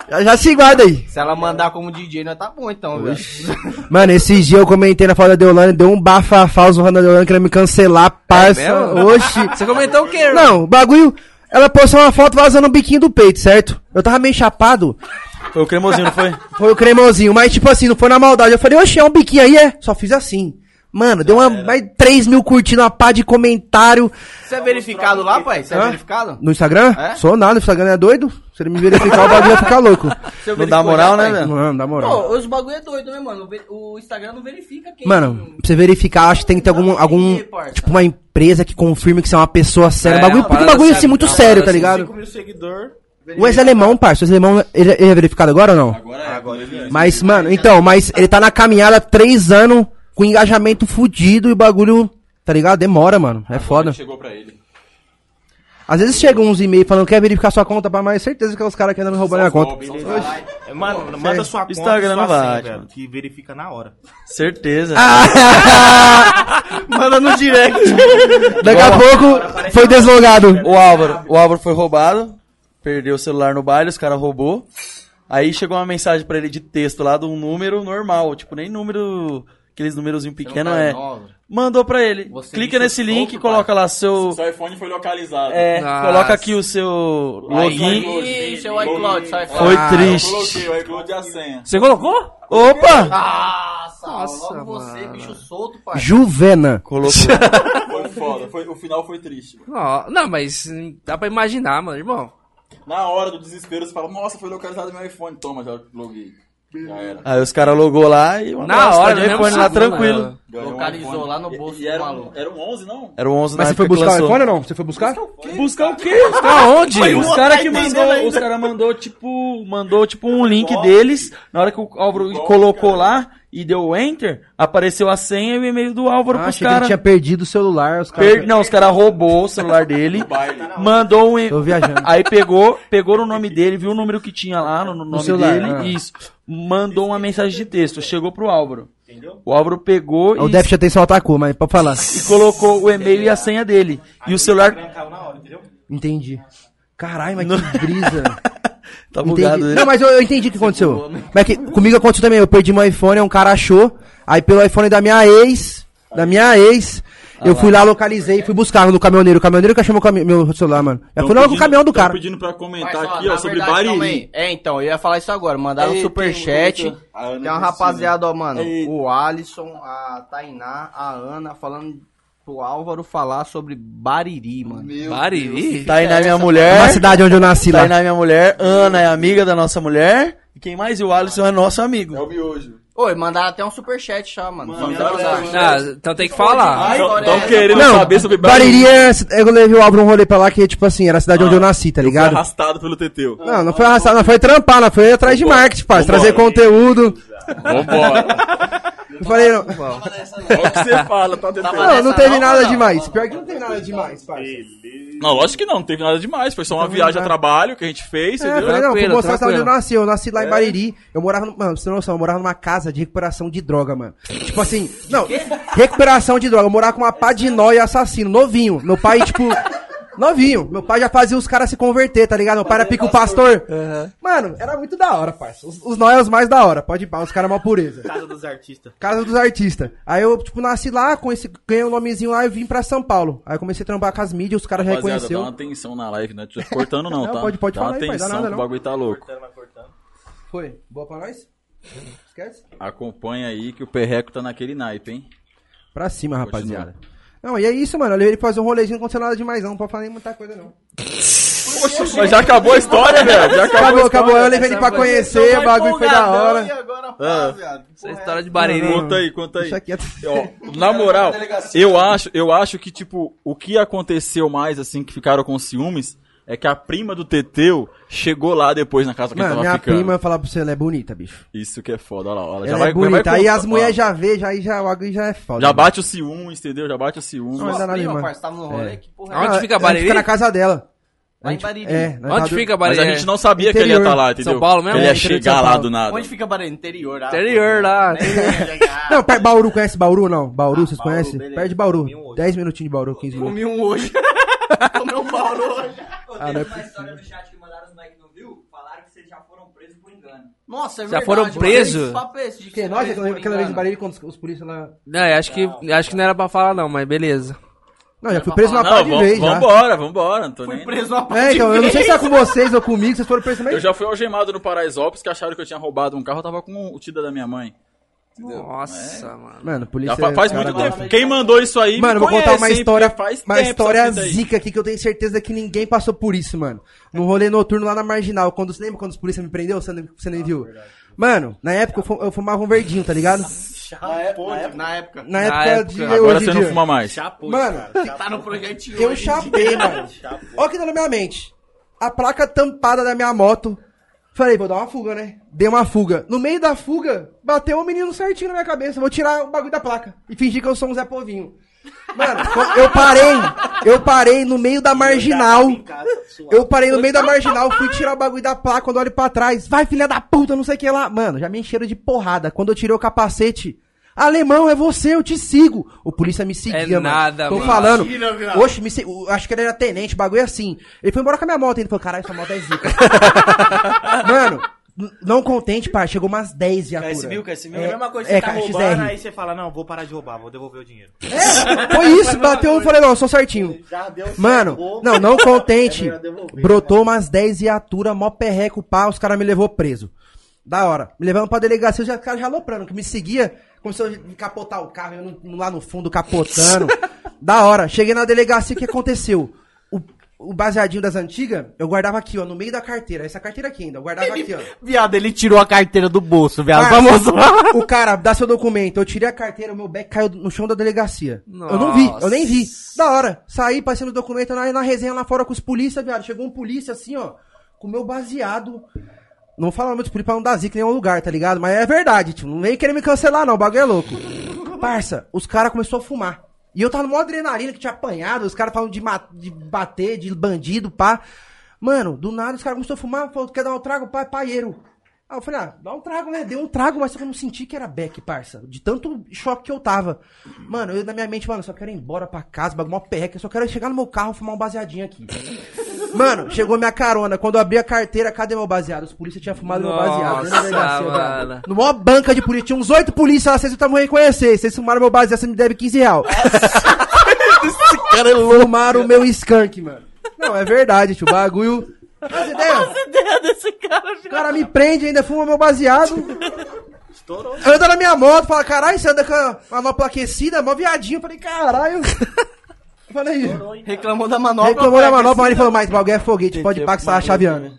S9: Já, já se guarda aí.
S2: Se ela mandar como DJ, nós tá bom então, velho.
S9: Mano, esses dias eu comentei na foto da Deolane, deu um bafafá zoando a Deolane querendo me cancelar, parça.
S4: É
S1: mesmo?
S9: Oxi.
S1: Você comentou o quê? irmão?
S9: Não, o bagulho. Ela postou uma foto vazando o biquinho do peito, certo? Eu tava meio chapado.
S4: Foi o cremosinho, não foi?
S9: Foi o cremosinho, mas tipo assim, não foi na maldade. Eu falei, oxe, é um biquinho aí, é? Só fiz assim. Mano, deu uma, mais 3 mil curtidas, uma pá de comentário.
S2: Você é verificado lá, pai? Você é
S9: Hã?
S2: verificado?
S9: No Instagram?
S2: É?
S9: Sou nada, o Instagram é doido. Se ele me verificar, o bagulho ia ficar louco.
S4: Não dá moral, né, velho?
S9: Mano, na moral.
S13: Pô, os bagulho é doido, né, mano? O ve- O Instagram não verifica quem.
S9: Mano, pra você verificar, acho que tem que ter algum. algum tipo, uma empresa que confirme que você é uma pessoa séria.
S1: É,
S9: bagulho,
S1: uma
S9: porque o
S1: parada
S9: bagulho é
S1: séria,
S9: assim, muito
S1: uma
S9: sério,
S1: parada
S9: tá
S1: assim,
S9: ligado?
S10: 5 mil seguidor.
S9: O ex-alemão, parça. O ex-alemão, ele, ele é verificado agora ou não?
S5: Agora é. Agora é.
S9: Mas, mano, então, mas ele tá na caminhada há três anos com engajamento fudido e o bagulho, tá ligado? Demora, mano. É foda.
S5: Chegou pra ele.
S9: Às vezes chegam uns e-mails falando quer verificar sua conta pra mais certeza que é os caras que andam roubando a conta.
S10: É, Mano, manda sua conta.
S4: Instagram
S10: sua
S4: não vai,
S10: senha,
S4: mano.
S10: velho, Que verifica na hora.
S4: Certeza.
S10: Manda no direct.
S9: Daqui a pouco
S1: é
S9: foi
S1: né?
S9: deslogado.
S4: O Álvaro, o Álvaro foi roubado, perdeu o celular no baile, os caras roubou. Aí chegou uma mensagem pra ele de texto lá de um número normal, tipo, nem número, aqueles númerozinho
S1: um
S4: pequeno é. Mandou pra ele.
S13: Você
S4: Clica
S13: me
S4: nesse
S13: chutou,
S4: link,
S13: pai.
S4: coloca lá seu
S5: Seu iPhone foi localizado.
S4: é,
S1: Nossa.
S4: coloca aqui o seu login.
S13: Ih, seu iCloud, é sai fora.
S4: Foi
S5: Eu
S4: triste.
S5: coloquei o iCloud e a senha.
S4: Você colocou? Opa!
S13: Nossa,
S1: Nossa,
S13: logo você,
S1: mano.
S13: bicho solto, pai.
S9: Juvena.
S4: Colocou.
S5: Foi foda. Foi, o final foi triste. mano.
S1: Não, não, mas hum, dá pra imaginar, mano, irmão.
S5: Na hora do desespero, você fala, nossa, foi localizado meu iPhone. Toma, já loguei. Já era.
S4: Aí os caras logou lá e mandou
S1: Na
S4: as
S1: hora, no
S4: de
S1: mesmo tá
S4: iPhone lá
S1: segundo, né?
S4: tranquilo.
S1: mano.
S2: é
S5: Ganhou um
S13: Localizou
S5: iPhone.
S13: lá no bolso
S5: E, e
S13: do
S5: era, um,
S13: maluco.
S5: era um 11, não?
S4: Era o 11 na
S9: Mas você
S4: época
S9: foi
S4: que
S9: buscar o
S4: lançou.
S9: iPhone ou não? Você foi buscar?
S4: Buscar o quê?
S1: Tá onde?
S4: os cara que mandou, os cara mandou tipo, mandou tipo um link deles. Na hora que o Álvaro colocou lá e deu enter, apareceu a senha e o e-mail do Álvaro
S9: Ah,
S4: pros
S9: achei que ele
S4: caras.
S9: tinha perdido o celular, os caras.
S4: Per... Não, os caras roubou o celular dele, mandou um e-
S9: Tô viajando.
S4: aí pegou, pegou no nome dele, viu o número que tinha lá no, no nome
S9: celular,
S4: dele,
S9: ah.
S4: isso. Mandou uma mensagem de texto, chegou pro Álvaro. O Álvaro pegou
S9: Ah, O
S4: e,
S9: déficit de atenção atacou, mas pode falar.
S4: e colocou o e-mail e a senha dele. E o celular
S9: Entendi. Caralho, mas que brisa.
S4: tá
S9: Entendi.
S4: bugado. né?
S9: Não, mas eu, eu entendi o que aconteceu. Mas que, comigo aconteceu também. Eu perdi meu iPhone, um cara achou. Aí pelo iPhone da minha ex, da minha ex, eu fui Ah lá, localizei e fui buscar no caminhoneiro. O caminhoneiro que achou meu, cami- meu celular, mano. Eu fui lá com o caminhão do
S5: Tão
S9: cara.
S5: pedindo pra comentar
S13: Mas, ó,
S5: Tá aqui, ó,
S13: na
S5: sobre
S13: verdade, calma aí.
S5: Bariri.
S2: É, então, eu ia falar isso agora. Mandaram um
S5: Ei,
S2: superchat. Tem,
S5: tem muito- a Ana
S2: uma
S5: Cristina.
S2: rapaziada, ó, mano.
S5: Ei.
S2: O Alisson, a Tainá, a Ana, falando pro Álvaro falar sobre Bariri, mano.
S1: Bariri?
S4: Tá aí na minha
S9: É
S4: mulher.
S9: uma cidade onde eu nasci
S4: Tá
S9: lá.
S4: aí na minha mulher, Ana é amiga da nossa mulher. E quem mais? E o Alisson é nosso amigo.
S5: É o miojo.
S2: Oi, mandaram até um superchat já, mano. Só
S5: mandaram
S2: mandar.
S5: um
S1: Ah, então tem que falar.
S13: Agora é-
S5: Estão querendo
S9: Não,
S5: saber sobre
S9: Bariri é, eu levei o Álvaro um rolê pra lá que, tipo assim, era a cidade onde eu nasci, tá
S5: Foi
S9: ligado?
S5: é arrastado pelo Teteu.
S9: Não, não foi arrastado, não foi trampar, não foi atrás de marketing, parceiro, trazer conteúdo.
S5: Vambora.
S9: Eu falei, não,
S5: Olha o que você fala, tá Teteu.
S13: Tava
S9: não, não
S13: nessa
S9: teve
S13: não,
S9: nada
S13: não.
S9: demais. Pior que não teve nada demais, parceiro.
S5: Não, lógico que não, não teve nada demais. Foi só uma viagem a trabalho que a gente fez,
S9: É, eu
S5: entendeu?
S9: falei, não, vou
S1: Tranquilo,
S9: mostrar
S1: tranquilo. É.
S9: onde eu nasci. Eu nasci lá em Bariri. Eu morava, no, mano, pra você ter noção, eu morava numa casa de recuperação de droga, mano. Tipo assim, não, recuperação de droga. Eu morava com uma pá de nó e assassino, novinho. Meu pai, tipo, novinho. Meu pai já fazia os caras se converter, tá ligado? Meu pai era pico pastor. Mano, era muito da hora, parceiro. Os, os nó é os mais da hora, pode ir pá, os caras mal pureza.
S2: Casa dos artistas.
S9: Casa dos artistas. Aí eu, tipo, nasci lá, conheci, ganhei um nomezinho lá e vim pra São Paulo. Aí eu comecei a trampar com as mídias, os caras já
S5: Rapaziada, dá
S9: reconheceu.
S5: uma atenção na live, né? Tô Cortando não,
S9: Não,
S5: tá?
S9: pode- pode
S5: dá uma
S9: falar aí, pai, dá
S5: atenção,
S9: nada
S5: que o
S9: não.
S5: bagulho tá louco.
S9: Foi. Boa pra nós? Esquece?
S5: Acompanha aí que o perreco tá naquele naipe, hein?
S9: Pra cima, rapaziada. Não, e é isso, mano. Eu levei ele pra fazer um rolezinho, não aconteceu nada demais, não. Não pode falar nem muita coisa, não.
S5: Mas já acabou a história, velho. Já acabou.
S9: Acabou, acabou. Eu levei ele pra conhecer, o bagulho foi da
S2: Então,
S9: hora.
S1: Essa história de Bariri.
S5: Conta aí, conta aí.
S9: Deixa quieto.
S5: Ó, na moral, eu acho, eu acho que, tipo, o que aconteceu mais, assim, que ficaram com ciúmes, é que a prima do Teteu chegou lá depois na casa que
S9: Mano,
S5: ele tava
S9: minha
S5: ficando.
S9: prima falar pra você, ela é bonita, bicho.
S5: Isso que é foda, olha lá. Olha,
S9: Ela é bonita.
S5: vai
S9: aí
S5: contar,
S9: as
S5: ó.
S9: mulheres já vê, já, aí já, o bagulho já é foda.
S5: Já
S9: mano.
S5: bate o ciúmes, entendeu? Já bate o ciúmes.
S9: Não, mas dá nada
S2: Prima,
S9: demais.
S2: parceiro, tava no rolê, que porra é
S1: Aonde
S9: Ah,
S1: fica
S9: ela
S1: Bariri?
S9: Fica na casa dela.
S2: Lá em Bariri. né?
S9: É, na
S1: Onde fica
S5: Mas
S1: Bariri?
S5: a gente não sabia que ele ia
S9: Interior.
S5: estar lá, entendeu?
S1: São Paulo mesmo?
S5: Ele ia
S9: É, interior de
S5: chegar
S9: São
S5: lá
S9: Paulo.
S5: do nada.
S2: Onde fica Bariri? Interior, ah,
S1: Interior lá.
S9: Não, perto de Bauru, conhece Bauru não?
S2: Ah,
S9: Bauru, vocês conhecem? Perto de Bauru. 10 minutinhos de Bauru, 15 minutos.
S2: Comi um hoje. Comi um bauru hoje.
S9: Ah,
S7: Pô,
S9: é
S7: teve uma história no chat que mandaram os Mike não viu, falaram que vocês já foram presos por engano.
S2: Nossa, é
S1: Já
S2: verdade,
S1: foram
S2: mano.
S1: preso?
S2: Esse papo é esse de
S9: Porque
S2: ser
S9: nós,
S2: preso,
S9: aquela,
S2: por
S9: aquela vez de
S2: engano.
S9: Bariri, quando os, os polícia lá...
S1: Não, eu acho que, eu acho que não era pra falar não, mas beleza.
S9: Não, já fui preso uma
S5: Não,
S9: parte de
S5: vamos
S9: vez já.
S5: vambora, vambora, não tô nem-
S2: Preso uma
S9: É, então, eu não sei se é com vocês ou comigo, vocês foram presos também.
S5: Eu já fui algemado no Paraisópolis, que acharam que eu tinha roubado um carro, eu tava com o Tida da um minha mãe. Entendeu?
S1: Nossa, mano.
S9: Mano,
S5: Já
S9: polícia.
S5: fa- faz
S9: é cara
S5: muito
S9: doido.
S5: tempo. Quem mandou isso aí, me
S9: Mano, eu vou
S5: conhece,
S9: contar uma
S5: hein,
S9: história,
S5: porque faz
S9: uma
S5: tempo
S9: história
S5: essa fita aí.
S9: zica aqui que eu tenho certeza que ninguém passou por isso, mano. No rolê noturno lá na Marginal, quando você lembra quando os polícia me prendeu, você não, você nem viu. Mano, na época eu fu- eu fumava um verdinho, tá ligado?
S2: Na, época,
S12: tipo,
S2: na época. Na época.
S9: Na época,
S1: época.
S9: de
S5: Agora
S9: hoje em
S5: você não
S9: dia.
S5: fuma mais.
S9: Mano,
S2: Tá no projetinho.
S9: eu chapei, mano. Olha o que tá na minha mente. A placa tampada da minha moto. Falei, vou dar uma fuga, né? Dei uma fuga. No meio da fuga, bateu um menino certinho na minha cabeça. Vou tirar o bagulho da placa. E fingir que eu sou um Zé Povinho. Mano, quando- eu parei. Eu parei no meio da marginal. Eu parei no meio da marginal, fui tirar o bagulho da placa. Quando eu olho pra trás, vai filha da puta, não sei o que lá. Mano, já me encheram de porrada. Quando eu tirei o capacete. Alemão, é você, eu te sigo. O polícia me seguia,
S1: É
S9: mano.
S1: nada,
S9: Tô
S1: mano.
S9: falando. Oxe, me se- o- acho que ele era tenente, bagulho assim. Ele foi embora com a minha moto, ele falou, caralho, essa moto é zica. mano, n- não contente, pai, chegou umas 10 viaturas.
S4: KS1000, KS1000.
S9: É,
S4: É a
S9: mesma
S12: coisa
S9: coisa é,
S12: que você tá roubando, aí você fala, não, vou parar de roubar, vou devolver o dinheiro.
S9: É, foi isso, bateu, eu falei, não, eu sou certinho.
S12: Já deu certo,
S9: Mano,
S12: bom.
S9: não, não contente.
S12: É melhor devolver,
S9: brotou umas 10 viatura, mó perreco, pá, os caras me levou preso. Da hora. Me levando pra delegacia, os já- caras já aloprando, que me seguia, começou a me capotar o carro, eu no- lá no fundo, capotando. da hora. Cheguei na delegacia, o que aconteceu? O, o baseadinho das antigas, eu guardava aqui, ó, no meio da carteira. Essa carteira aqui ainda, eu guardava aqui, ó.
S2: Viado, ele tirou a carteira do bolso, viado.
S9: Parça,
S2: Vamos lá.
S9: O cara, dá seu documento. Eu tirei a carteira, o meu back caiu no chão da delegacia. Eu não vi, eu nem vi. Da hora. Saí, passei no documento na, na resenha lá fora com os polícia, viado. Chegou um polícia assim, ó, com o meu baseado. Não vou falar muito polícia pra não dar zica em nenhum lugar, tá ligado? Mas é verdade, tipo, não vem querer me cancelar, não. O bagulho é louco. Parça, os caras começaram a fumar. E eu tava numa adrenalina que tinha apanhado, os caras falando de, ma- de bater, de bandido, pá. Mano, do nada os caras começaram a fumar, falou, quer dar um trago, pá, paieiro. Aí eu falei, ah, dá um trago, né? Deu um trago, mas só que eu não senti que era back, parça. De tanto choque que eu tava. Mano, eu na minha mente, mano, eu só quero ir embora pra casa, bagulho mó perreca, eu só quero chegar no meu carro, fumar um baseadinho aqui. mano, chegou minha carona. Quando eu abri a carteira, cadê meu baseado? Os polícia tinham fumado meu baseado. né, na
S1: Nossa,
S9: delegacia,
S1: mano.
S9: brother. No maior banca de polícia, tinha uns oito polícia lá, vocês não estavam reconhecer. Vocês fumaram meu baseado, você me deve 15 real.
S1: é
S4: Cara,
S9: Fumaram o meu skunk, mano. Não, é verdade, tio. O bagulho. As ideias. O cara me prende, ainda fuma meu baseado. Anda na minha moto, fala, caralho, você anda com a manopla aquecida, mó viadinho. Eu falei, caralho. Eu Falei,
S2: Reclamou da manobra.
S9: reclamou da manopla, mas ele falou, mas o bagulho é foguete,
S4: Tem
S9: pode
S4: tempo,
S9: pá que você tá
S4: mas-
S9: chaveando.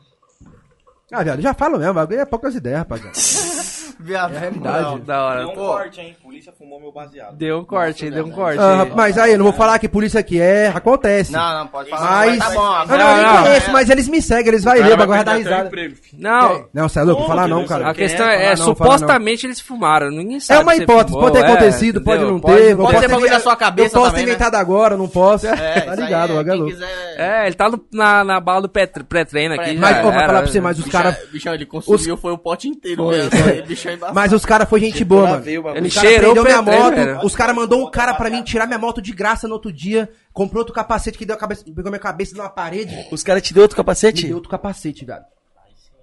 S9: Ah, viado, já falo mesmo, o bagulho é poucas ideias, rapaziada.
S2: Viado, é
S1: Não, da hora.
S2: um
S1: Pô,
S2: corte, hein? Polícia fumou meu baseado.
S1: Deu um corte, deu um corte.
S9: Ah, mas aí, não vou falar que polícia aqui é, acontece.
S2: Não, não, pode falar.
S9: Mas.
S2: Tá bom,
S9: eu não, eu nem
S1: não.
S9: conheço, mas eles me seguem, eles vão ver, o
S5: vai
S9: bagulho vai dar
S5: perder até o
S9: risada.
S5: emprego, filho.
S1: Não,
S9: Não, você é louco? Falar não, cara.
S1: a questão é,
S9: Falar não, falar não.
S1: supostamente eles fumaram, ninguém sabe.
S9: É uma
S1: se
S9: hipótese,
S1: fumou,
S9: pode ter
S1: é,
S9: acontecido, pode
S1: entendeu?
S9: não ter.
S2: pode
S9: eu
S2: ser bagulho
S9: inventar-
S2: da sua cabeça
S9: Eu posso ter
S2: também, né?
S9: inventado agora, não posso. tá ligado, o bagulho é
S2: quem
S9: louco.
S2: quiser...
S1: É, ele tá no- na, na bala do pré- pré-treino aqui.
S9: Mas,
S1: já
S9: pô, vou
S1: era.
S9: falar pra você, mas os caras.
S2: Bichão, ele consumiu, foi o pote inteiro. Foi, Bichão embaçado.
S9: Mas os caras foi gente boa, mano.
S1: Ele
S9: Os cara
S1: cheirou
S9: prendeu minha
S1: o pré-treino,
S9: moto,
S1: cara.
S9: os caras mandou um cara pra mim tirar minha moto de graça no outro dia, comprou outro capacete que deu a cabeça, pegou minha cabeça numa parede, me
S4: Os caras te deu outro capacete?
S9: deu outro capacete, velho.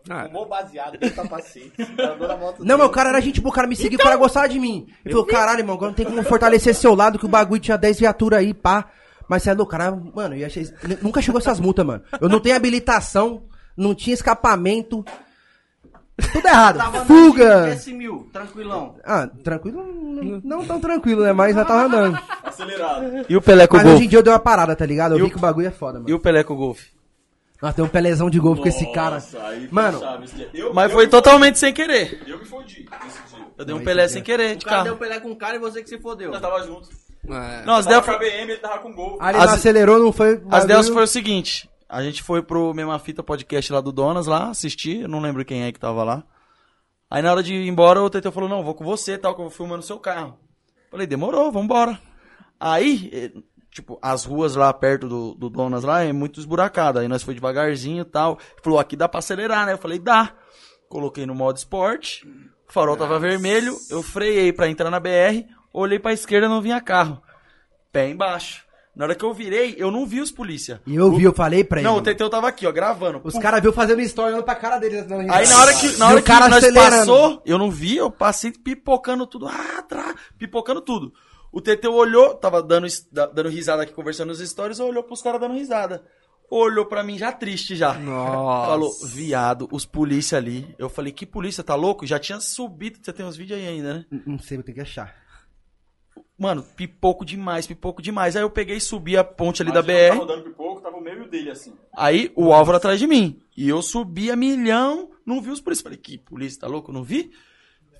S1: Ah,
S12: Fumou baseado, tá deu capacete. andou na moto
S9: Não, meu cara era gente boa, o cara me seguiu, o cara gostava de mim. Ele falou, caralho, irmão, agora não tem como fortalecer seu lado, que o bagulho tinha 10 viaturas aí, pá. Mas você é louco, cara, mano, eu achei... nunca chegou essas multas, mano. Eu não tenho habilitação, não tinha escapamento. Tudo
S7: Tá.
S9: errado. Fuga!
S2: S mil, tranquilão.
S9: Ah, tranquilo? Não, não tão tranquilo, né? Mas já tava andando.
S4: E o Peleco
S9: Mas
S4: Golf?
S9: hoje em dia eu dei uma parada, tá ligado? Eu vi que o bagulho é foda, mano.
S4: E o Peleco Golf?
S9: Nossa, tem um pelezão de golfe com esse cara. Mano,
S4: Mas foi totalmente sem querer.
S5: Eu me fodi nesse dia.
S4: Eu dei um Pelé sem querer de
S2: O cara deu
S4: carro.
S2: Pelé com o cara e você que se fodeu.
S5: Nós tava junto.
S1: é.
S4: Não, as
S5: Tava
S4: ideias
S5: com a BM, ele tava com gol.
S9: ali não
S4: as-
S9: acelerou, não foi...
S4: As
S9: delas
S4: delas foi o seguinte: a gente foi pro Mesma Fita Podcast lá do Donas, lá, assistir, eu não lembro quem é que tava lá. Aí na hora de ir embora, o Teteu falou: não, vou com você tal, que eu vou filmando o seu carro. Falei, demorou, vambora. Aí, eh, tipo, as ruas lá perto do, do Donas lá é muito esburacada. Aí nós foi devagarzinho e tal. Ele Falou, aqui dá pra acelerar, né? Eu falei, dá. Coloquei no modo esporte, o farol tava vermelho, eu freiei pra entrar na BR, olhei pra esquerda não vinha carro. Pé embaixo. Na hora que eu virei, eu não vi os polícia.
S9: E eu vi, eu falei pra ele.
S4: Não, o
S9: mano.
S4: Teteu tava aqui, ó, gravando.
S9: Os caras viu fazendo story olhando pra cara deles.
S4: Aí na hora que, na hora
S9: E o cara
S4: que nós
S9: acelerando.
S4: passou, eu não vi, eu passei pipocando tudo. Ah, tra... pipocando tudo. O TT olhou, tava dando, es- da- dando risada aqui, conversando nos stories, olhou pros caras dando risada. olhou pra mim já triste já.
S1: Nossa.
S4: Falou, viado, os polícia ali. Eu falei, que polícia, tá louco? Já tinha subido, você tem uns vídeos aí ainda, né?
S9: Não Hum, sei, vou ter que achar.
S4: Mano, pipoco demais, pipoco demais. Aí eu peguei e subi a ponte ali da
S5: Imagina, tá
S4: BR.
S5: Tava rodando pipoco, tava o meio dele assim.
S4: Aí o Álvaro atrás de mim. E eu subi a milhão, não vi os polícia. Falei, que polícia, tá louco? Não vi?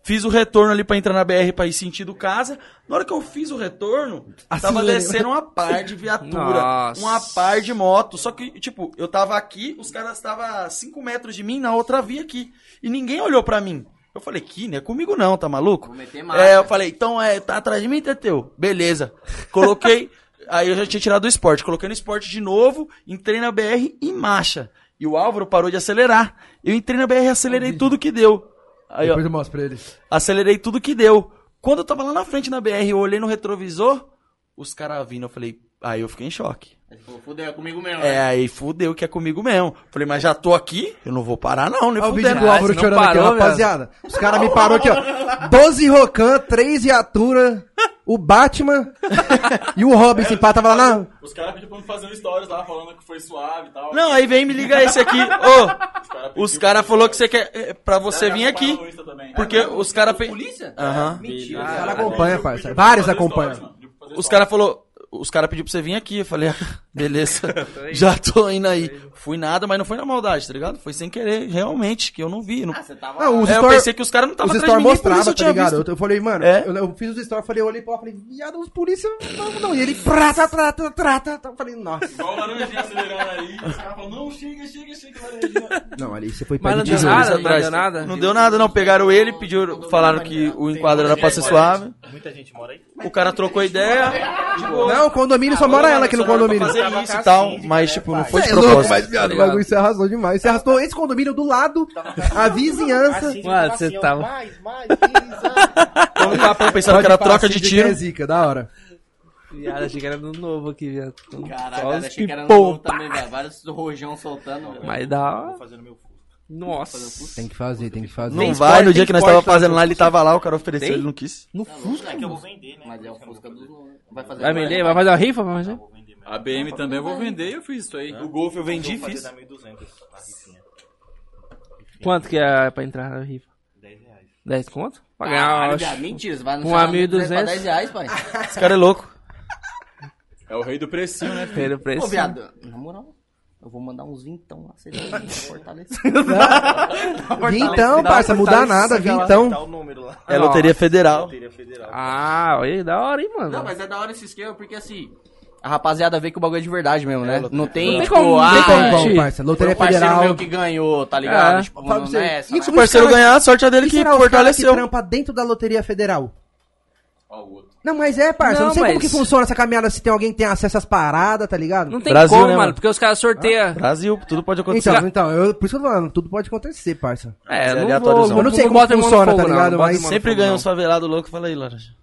S4: Fiz o retorno ali pra entrar na BR pra ir sentido casa. Na hora que eu fiz o retorno, tava
S9: Acelerou.
S4: descendo uma par de viatura,
S1: Nossa.
S4: uma par de moto. Só que, tipo, eu tava aqui, os caras estavam a 5 metros de mim na outra via aqui. E ninguém olhou pra mim. Eu falei, que não é comigo não, tá maluco?
S2: Vou meter
S4: É,
S2: marcha.
S4: eu falei, então é, tá atrás de mim, Teteu? Beleza. Coloquei. aí eu já tinha tirado do esporte. Coloquei no esporte de novo, entrei na BR e marcha. E o Álvaro parou de acelerar. Eu entrei na BR e acelerei tudo que deu. Aí, ó,
S9: Depois eu mostro pra eles.
S4: acelerei tudo que deu. Quando eu tava lá na frente na BR, eu olhei no retrovisor, os caras vindo, eu falei, aí eu fiquei em choque.
S2: Aí ele falou, Fudeu, é comigo mesmo.
S4: É, aí fudeu que é comigo mesmo. Falei, mas já tô aqui, eu não vou parar não, né?
S9: Olha o vídeo do
S4: Fudendo.
S9: Álvaro
S1: não
S9: chorando aqui,
S1: parou,
S9: ó, rapaziada. Os caras me parou aqui, ó. 12 Rocan, 3 viatura, o Batman e o Robin, se pá, tava lá na...
S5: Os caras pediram pra mim fazer um stories lá, falando que foi suave e tal.
S4: Não, aí vem me ligar esse aqui. Ô,
S5: cara
S4: os caras falou que você quer é, pra você
S5: Já
S4: vir
S5: me
S4: aqui.
S5: falaram isso também.
S4: Porque os caras pe...
S2: Polícia?
S4: Aham.
S2: Mentira.
S9: Os
S2: cara.
S9: caras acompanham,
S5: Pediu
S9: parça.
S5: pra
S9: Vários
S5: fazer
S9: acompanham.
S5: stories, mano. Pediu pra fazer
S4: os cara falou, os cara pediu pra você vir aqui, eu falei, ah, beleza. Já tô indo aí. Fui nada, mas não foi na maldade, tá ligado? Foi sem querer, realmente, que eu não vi, não...
S2: Ah, você tava.
S9: Não,
S2: lá.
S9: os
S4: É, eu
S9: stories-
S4: pensei que os caras não estavam atrás
S9: os
S4: de mim,
S9: stories
S4: nem por
S9: mostravam,
S4: isso eu
S9: tá
S4: tinha
S9: ligado?
S4: visto.
S9: Eu, eu falei, mano,
S4: É.
S9: eu, eu fiz os stories, falei, eu olhei pra lá, falei, viado, os polícia, não, não. E ele, prata, prata, prata. Eu falei, nossa.
S5: Igual o Laranjinha acelerando aí. Os caras falam, não, chega, chega, chega, Laranjinha.
S9: Não, ali você foi
S1: Mas não
S9: de
S1: deu
S9: tesouro.
S1: nada, não
S4: Atrás.
S1: deu nada.
S4: Não deu nada, não. Pegaram ele, pediram, falaram que o enquadro era pra ser suave.
S10: Muita gente mora aí.
S4: O cara trocou ideia.
S9: Não, o condomínio só mora ela aqui no
S4: Só era pra
S9: condomínio.
S4: fazer isso e tal, mas, tipo, não foi de
S9: Cê é louco,
S4: propósito.
S9: mas, viado,
S4: tá
S9: o
S4: ligado?
S9: bagulho se arrasou demais. Você arrastou esse condomínio do lado, a vizinhança.
S10: Assim,
S1: Mano,
S10: tipo
S1: você
S10: assim, ó,
S1: tá-
S10: Mais, mais, isso,
S4: Quando o Capão um pensava que era troca de
S9: que é
S4: tiro.
S9: zica, da hora.
S1: Viado, achei que era do novo aqui, viado. Então,
S2: Caraca,
S1: Só os
S2: achei que era
S1: pipom-
S2: novo também, velho. Vários rojão soltando. velho.
S1: Mas dá. Nossa.
S9: Tem que fazer, tem que fazer.
S4: Não
S1: Tem
S4: vai,
S1: esporte,
S4: no dia
S1: tem
S4: que nós
S1: esporte
S4: tava fazendo lá, ele tava lá, o cara ofereceu,
S1: Tem?
S4: ele não quis.
S9: No
S10: ó.
S9: Fusca.
S10: É que eu vou vender, né?
S2: Mas é o Fusca do. Vai fazer.
S1: Vai vender? Vai fazer uma rifa? Vai fazer?
S10: Vou vender mesmo.
S5: A BM também eu vou vender e eu fiz isso aí.
S4: O Golf eu vendi e fiz.
S10: Fazer da 1.200 a rifinha.
S1: Quanto que é pra entrar na rifa?
S10: 10 reais.
S1: 10 conto? Pagar
S2: Caralho,
S1: uma...
S2: viado, mentira, você vai no
S1: Com
S2: salão,
S1: a 1.200.
S2: pra 10 reais, pai.
S4: Esse cara é louco.
S5: É o rei do precinho, né? filho?
S1: Pelo preço.
S2: Ô, viado, na moral, eu vou mandar uns vintão lá, você vai fortalecer.
S9: Vim então, parça, mudar nada, vim então.
S10: Tá o número lá.
S4: É loteria federal.
S10: Loteria Federal.
S1: Ah, olha, da hora, hein, mano.
S2: Não, mas é da hora esse esquema, porque assim, a rapaziada vê que o bagulho é de verdade mesmo, né? Não tem,
S1: Não tem
S2: tipo,
S1: como- não
S2: ah,
S1: tem como,
S2: foi
S1: gente.
S9: Então, parça,
S2: um
S9: loteria
S2: parceiro
S9: federal.
S2: meu que ganhou, tá ligado?
S1: É.
S2: Tipo,
S9: Fala pra
S2: não
S9: você,
S2: é essa,
S9: isso
S2: né?
S4: O parceiro ganhar, a sorte é dele
S9: E
S4: que
S9: será os caras que
S4: fortaleceu.
S9: trampa dentro da loteria federal?
S5: Ó, o outro.
S9: Não, mas é, parça, eu não
S1: Não,
S9: sei como
S1: mas-
S9: que funciona essa caminhada se tem alguém que tem acesso às paradas, tá ligado?
S1: Não tem
S4: Brasil,
S1: como,
S4: né,
S1: mano,
S4: mano?
S1: porque os caras sorteiam.
S4: Brasil, tudo pode acontecer.
S9: Então, então, eu, por isso que eu tô falando, tudo pode acontecer, parça.
S1: é,
S4: é
S1: não
S4: aleatóriozão.
S1: vou,
S4: Eu
S9: não sei como
S1: bota a mão no
S9: funciona,
S1: fogo,
S9: tá
S1: não,
S9: ligado?
S1: não bota a
S9: Mas
S1: mão no
S4: Sempre
S1: fogo,
S4: ganha
S1: não.
S4: uns favelados loucos, fala aí, Laranja.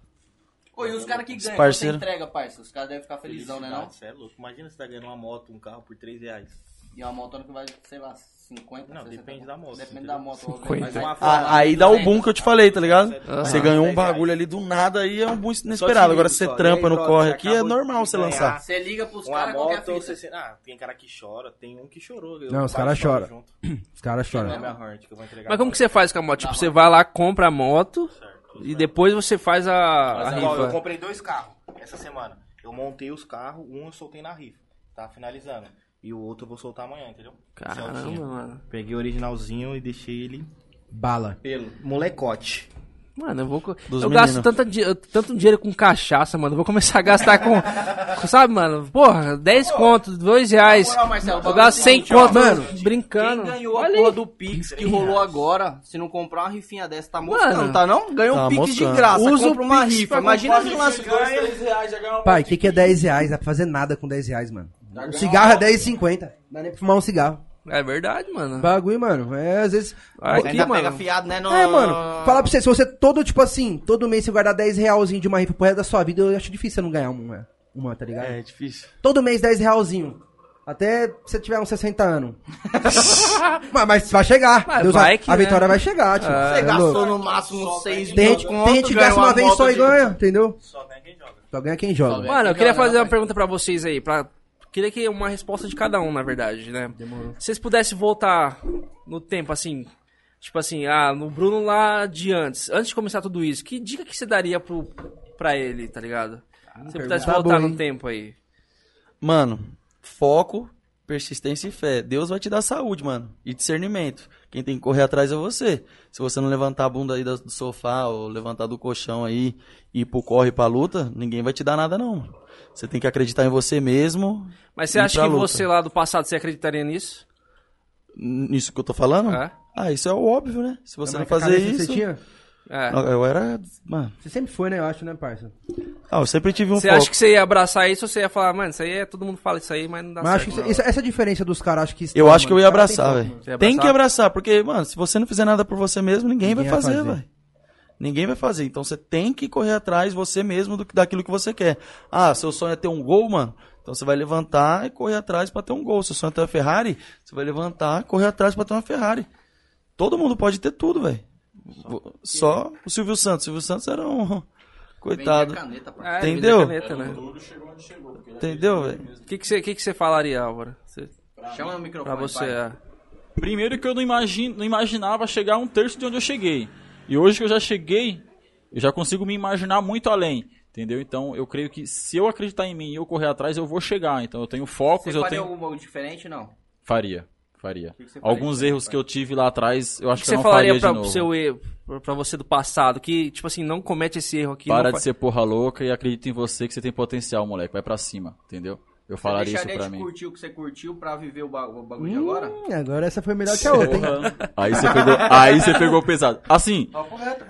S2: Ô, e os caras que ganham,
S4: parceiro-
S2: você entrega, parça, os caras devem ficar felizão, né não?
S10: Felicidade, cê é louco. Imagina você tá ganhando uma moto, um carro por 3 reais.
S2: E uma moto que vai, sei lá, 50,
S10: Não,
S2: 60,
S10: depende da moto,
S2: Depende
S10: entendeu?
S2: da moto.
S1: 50.
S2: mas um aí-
S4: Ah, aí dá o boom que eu te falei, tá ligado?
S10: Aham.
S4: Você ganhou um bagulho ali do nada, aí é um boom inesperado. Agora se você trampa, não corre aqui, é normal você lançar.
S2: Você liga pros
S10: Uma
S2: caras qualquer
S10: moto,
S2: é fita.
S10: você... se- Ah, tem cara que chora, tem um que chorou. Eu
S9: Não, os
S10: quase
S9: caras
S10: choro
S9: choram.
S10: junto.
S9: Os caras
S10: Não é
S9: choram.
S10: minha Hornet que eu vou entregar.
S1: Mas como que você faz com a moto? Tipo,
S2: Tá,
S1: você vai lá, compra a moto e depois você faz a, a
S10: Mas, ó, Tá eu
S1: rifa.
S10: comprei dois carros essa semana. Eu montei os carros, um eu soltei na rifa. Tá finalizando. E o outro eu vou soltar amanhã, entendeu?
S1: Caramba,
S10: Soltinho.
S1: mano.
S10: Peguei o originalzinho e deixei ele
S9: Bala.
S10: pelo molecote.
S1: Mano, eu vou. co-
S4: Dos
S1: eu
S4: menino.
S1: gasto tanta di- eu- tanto dinheiro com cachaça, mano. Eu vou começar a gastar com. com- sabe, mano? Porra, 10 conto, 2 reais.
S2: moral, Marcelo,
S1: eu
S2: bagulho
S1: gasto
S2: é o
S1: 100
S2: seguinte, ó,
S1: conto, mano. Brincando.
S2: Quem ganhou a
S1: Olha
S2: porra
S1: aí.
S2: do Pix que rolou agora, se não comprar uma rifinha dessa, tá moscando,
S1: Mano.
S2: tá não? Ganhou
S4: Tá
S2: um Pix
S4: moscando.
S2: de graça,
S1: Usa o
S2: compra uma
S1: Pix
S2: rifa.
S1: pra
S2: Imagina
S5: um
S2: se nós ganha.
S5: 3 reais, já ganhou uma
S9: Pai, o que, que é 10 reais? Dá pra fazer nada com 10 reais, mano. Um cigarro é 10,50. Não dá nem pra fumar um cigarro.
S1: É verdade, mano.
S9: Bagulho, mano. É, às vezes.
S1: Aqui,
S2: Ainda pega
S1: mano.
S2: fiado, né? No...
S9: É, mano. Falar pra você, se você todo, tipo assim, todo mês você guardar 10 realzinho de uma rifa pro resto da sua vida, eu acho difícil você não ganhar uma, uma tá ligado?
S4: É, difícil.
S9: Todo mês 10 realzinho. Até você tiver uns 60 anos. mas, mas vai chegar.
S1: Mas
S9: Deus,
S1: vai
S9: a,
S1: que,
S9: a
S1: né?
S9: vitória vai chegar, tio.
S1: Ah,
S9: É
S2: Você
S9: louco.
S2: gastou no máximo 6
S9: Tem gente, tem gente que gasta uma vez só e ganha, entendeu?
S10: Só ganha quem joga.
S9: Só ganha quem joga.
S2: Só ganha.
S1: Mano, eu
S2: Fica
S1: queria
S2: lá,
S1: fazer uma
S2: pai.
S1: pergunta pra vocês aí, pra Queria que uma resposta de cada um, na verdade, né? Se vocês pudessem voltar no tempo, assim, tipo assim, ah, no Bruno lá de antes, antes de começar tudo isso, que dica que você daria pro, pra ele, tá ligado? Se você pudesse
S4: Ah, pergunta
S1: voltar
S4: boa,
S1: no
S4: hein?
S1: tempo aí.
S4: Mano, foco, persistência e fé. Deus vai te dar saúde, mano. E discernimento. Quem tem que correr atrás é você. Se você não levantar a bunda aí da- do sofá ou levantar do colchão aí e ir pro corre e pra luta, ninguém vai te dar nada, não. mano. Você tem que acreditar em você mesmo.
S1: Mas você
S4: e ir
S1: acha
S4: pra
S1: que
S4: luta.
S1: você lá do passado, você acreditaria nisso?
S4: Nisso que eu tô falando?
S1: É.
S4: Ah, isso é o óbvio, né? Se você não
S9: Mas que
S4: fazer
S9: cabeça
S4: isso.
S9: Você tinha?
S1: É.
S4: Eu era. Mano.
S9: Você sempre foi, né? Eu acho, né, parça?
S4: Ah, eu sempre tive um
S1: Você
S4: foco.
S1: acha que você ia abraçar isso ou você ia falar, mano, isso aí é, todo mundo fala isso aí, mas não dá
S9: Mas
S1: Tá
S9: acho
S1: certo.
S9: que
S1: não.
S9: isso- é- essa, essa diferença dos caras, acho que... está,
S4: Eu acho que eu
S9: mano.
S4: ia
S9: Os caras têm
S4: abraçar,
S9: foco,
S4: velho.
S9: mano.
S1: Você ia
S4: Tem que
S1: abraçar?
S4: abraçar, porque, mano, se você não fizer nada por você mesmo, ninguém,
S9: Ninguém
S4: vai
S9: vai
S4: fazer,
S9: fazer.
S4: velho. Ninguém vai fazer. Então você tem que correr atrás você mesmo do, que- daquilo que você quer. Ah, seu sonho é ter um gol, mano. Então você vai levantar e correr atrás pra ter um gol. Seu sonho é ter uma Ferrari, você vai levantar e correr atrás pra ter uma Ferrari. Todo mundo pode ter tudo, velho. Vo- Só o Silvio Santos. O Silvio Santos era um. Coitado.
S12: Vendia caneta, pô.
S1: É,
S4: Entendeu?
S1: vender caneta, né?
S12: né?
S4: Entendeu, velho?
S1: O que, que, você, que, que você falaria, Álvaro? Você-
S12: Chama no microfone.
S1: pra você.
S12: pai.
S1: é.
S5: Primeiro que eu não, imagi- não imaginava chegar a um terço de onde eu cheguei. E hoje que eu já cheguei, eu já consigo me imaginar muito além. Entendeu? Então eu creio que se eu acreditar em mim e eu correr atrás, eu vou chegar. Então eu tenho focos,
S12: Você
S5: eu
S12: faria
S5: tenho.
S12: alguma diferente, não?
S5: Faria, faria.
S12: que você faria
S5: Alguns erros que eu tive lá atrás, eu acho
S1: O que
S5: que, eu
S1: você
S5: não faria
S1: falaria
S5: de
S1: pra,
S5: novo.
S1: pro seu erro, pra você do passado? Que, tipo assim, não comete esse erro aqui.
S5: Para
S1: não
S5: de ser porra louca e acredita em você que você tem potencial, moleque. Vai pra cima, entendeu? Eu falaria
S12: você
S5: isso
S12: deixaria
S5: pra
S12: de
S5: mim.
S12: curtir o que você curtiu pra viver o, ba- o bagulho de agora?
S9: Hum, agora essa foi melhor que a outra, hein?
S5: Porra. Aí você pegou, aí você pegou pesado. Assim,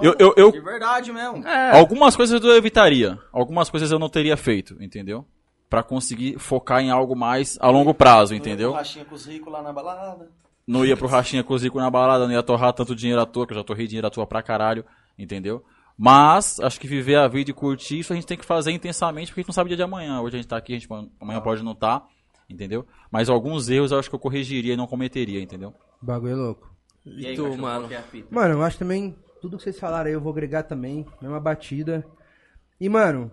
S5: eu, eu, eu-
S12: De verdade mesmo.
S9: É.
S5: algumas coisas eu evitaria, algumas coisas eu não teria feito, entendeu? Pra conseguir focar em algo mais a longo prazo, entendeu?
S4: Rachinha com os ricos lá na balada.
S5: Não ia pro rachinha cozico na balada, não ia torrar tanto dinheiro à toa, que eu já torrei dinheiro à toa pra caralho, entendeu? Mas, acho que viver a vida e curtir, isso a gente tem que fazer intensamente, porque a gente não sabe o dia de amanhã. Hoje a gente tá aqui, a gente
S4: Ah.
S5: amanhã pode não estar, tá, entendeu? Mas alguns erros eu acho que eu corrigiria e não cometeria, entendeu?
S9: O bagulho é louco.
S12: E aí,
S1: tu,
S12: cachorro,
S1: mano?
S12: qual que é a fita?
S9: Mano, eu acho também, tudo que vocês falaram aí eu vou agregar também, mesma batida. E, mano,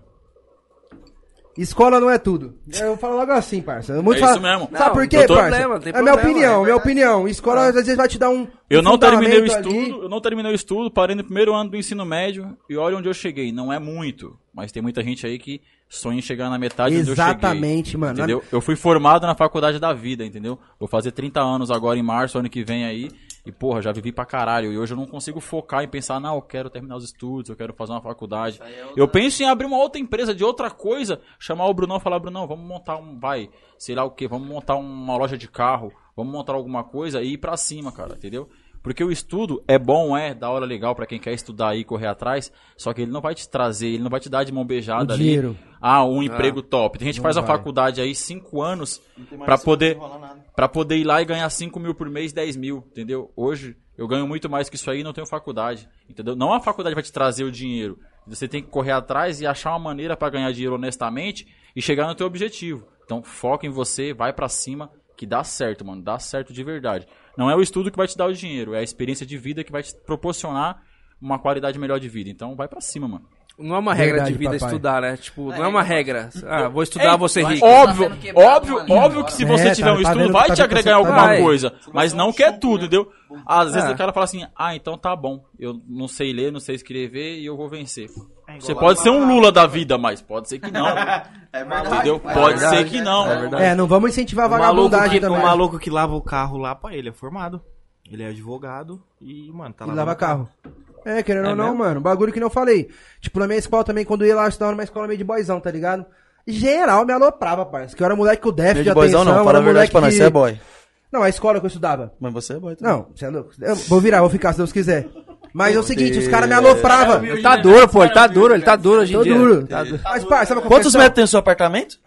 S9: escola não é tudo. Eu vou falar logo assim, parça. Muito
S5: É
S9: fala-
S5: isso mesmo.
S9: Sabe
S1: Não,
S9: por quê,
S5: eu tô-
S9: parça?
S1: Problema, tem
S9: é minha
S1: problema,
S9: opinião,
S1: é
S9: minha opinião. Escola às vezes vai te dar um
S5: Eu
S9: um
S5: não terminei o
S9: fundamento
S5: estudo,
S9: ali.
S5: eu não terminei o estudo, parei no primeiro ano do ensino médio e olha onde eu cheguei. Não é muito, mas tem muita gente aí que sonha em chegar na metade onde eu cheguei.
S9: Exatamente, mano.
S5: Entendeu? Eu fui formado na faculdade da vida, entendeu? Vou fazer 30 anos agora em março, ano que vem aí. E, porra, já vivi pra caralho. E hoje eu não consigo focar em pensar, não, eu quero terminar os estudos, eu quero fazer uma faculdade. Eu penso em abrir uma outra empresa de outra coisa, chamar o Brunão e falar, Brunão, vamos montar um, vai, sei lá o quê, vamos montar uma loja de carro, vamos montar alguma coisa e ir pra cima, cara, entendeu? Porque o estudo é bom, é, da hora legal pra quem quer estudar e correr atrás, só que ele não vai te trazer, ele não vai te dar de mão beijada
S9: O
S5: ali.
S9: dinheiro.
S5: Ah, um emprego top. Tem gente que faz a
S9: vai.
S5: faculdade aí cinco anos pra poder para poder ir lá e ganhar 5 mil por mês, 10 mil, entendeu? Hoje eu ganho muito mais que isso aí e não tenho faculdade, entendeu? Não a faculdade vai te trazer o dinheiro. Você tem que correr atrás e achar uma maneira pra ganhar dinheiro honestamente e chegar no teu objetivo. Então foca em você, vai pra cima que dá certo, mano, dá certo de verdade. Não é o estudo que vai te dar o dinheiro, é a experiência de vida que vai te proporcionar uma qualidade melhor de vida. Então vai pra cima, mano.
S1: Não é uma regra
S9: Verdade,
S1: de vida
S9: papai.
S1: estudar, né? Tipo, não é uma regra. Ah, vou
S5: É,
S1: estudar, vou ser
S12: É, eu acho
S1: rico.
S12: que- tá
S5: Óbvio,
S12: sendo quebrado,
S5: óbvio,
S12: mano,
S5: óbvio
S12: agora.
S5: que se você
S9: É,
S5: tiver
S9: tá-
S5: um
S9: tá
S5: estudo,
S9: vendo-
S5: vai
S9: tá
S5: te
S9: vendo
S5: agregar em
S9: que você tá
S5: alguma
S1: vendo.
S5: coisa.
S12: Tipo,
S5: Mas não
S12: um
S5: quer
S12: né?
S5: tudo, entendeu? Às vezes
S1: É.
S5: o cara fala assim, ah, então tá bom. Eu não sei ler, não sei escrever e eu vou vencer.
S14: É igual
S5: Você
S14: lá
S5: pode
S14: no
S5: ser um
S14: Maranhão.
S5: Lula da vida, mas pode ser que não.
S12: É verdade.
S5: Entendeu?
S12: É
S5: Pode
S12: verdade,
S5: ser que
S12: né?
S5: não.
S12: É verdade.
S9: É, não vamos incentivar a
S14: O maluco,
S9: vagabundagem
S14: que, o
S10: um
S9: também.
S14: maluco que lava o carro lá, pá, ele é formado. Ele é advogado e, mano, tá
S9: E
S14: lavando
S9: lava
S14: o carro.
S9: carro. É, querendo
S1: É
S9: ou não,
S1: mesmo?
S9: mano. Bagulho que não falei. Tipo, na minha escola também, quando eu ia lá, eu estudava numa escola meio de boizão, tá ligado? Geral me aloprava, parça. Que eu era moleque com déficit
S4: Meio
S9: de
S4: de
S9: atenção.
S4: boizão, não.
S9: eu
S4: Fala a
S9: era
S4: verdade pra nós,
S9: um moleque
S4: você é boy.
S9: Não, a escola que eu estudava.
S4: Mas você é boy também.
S9: Não, você é louco. Eu vou virar, vou ficar, se Deus quiser. Mas é o seguinte, os caras me alopravam.
S1: Ele tá duro, pô, ele tá duro, ele tá duro hoje em
S9: Tô
S1: dia.
S9: duro. Tá duro. Mas, parça, sabe qual que é a
S4: Quantos
S9: questão?
S4: metros tem o seu apartamento?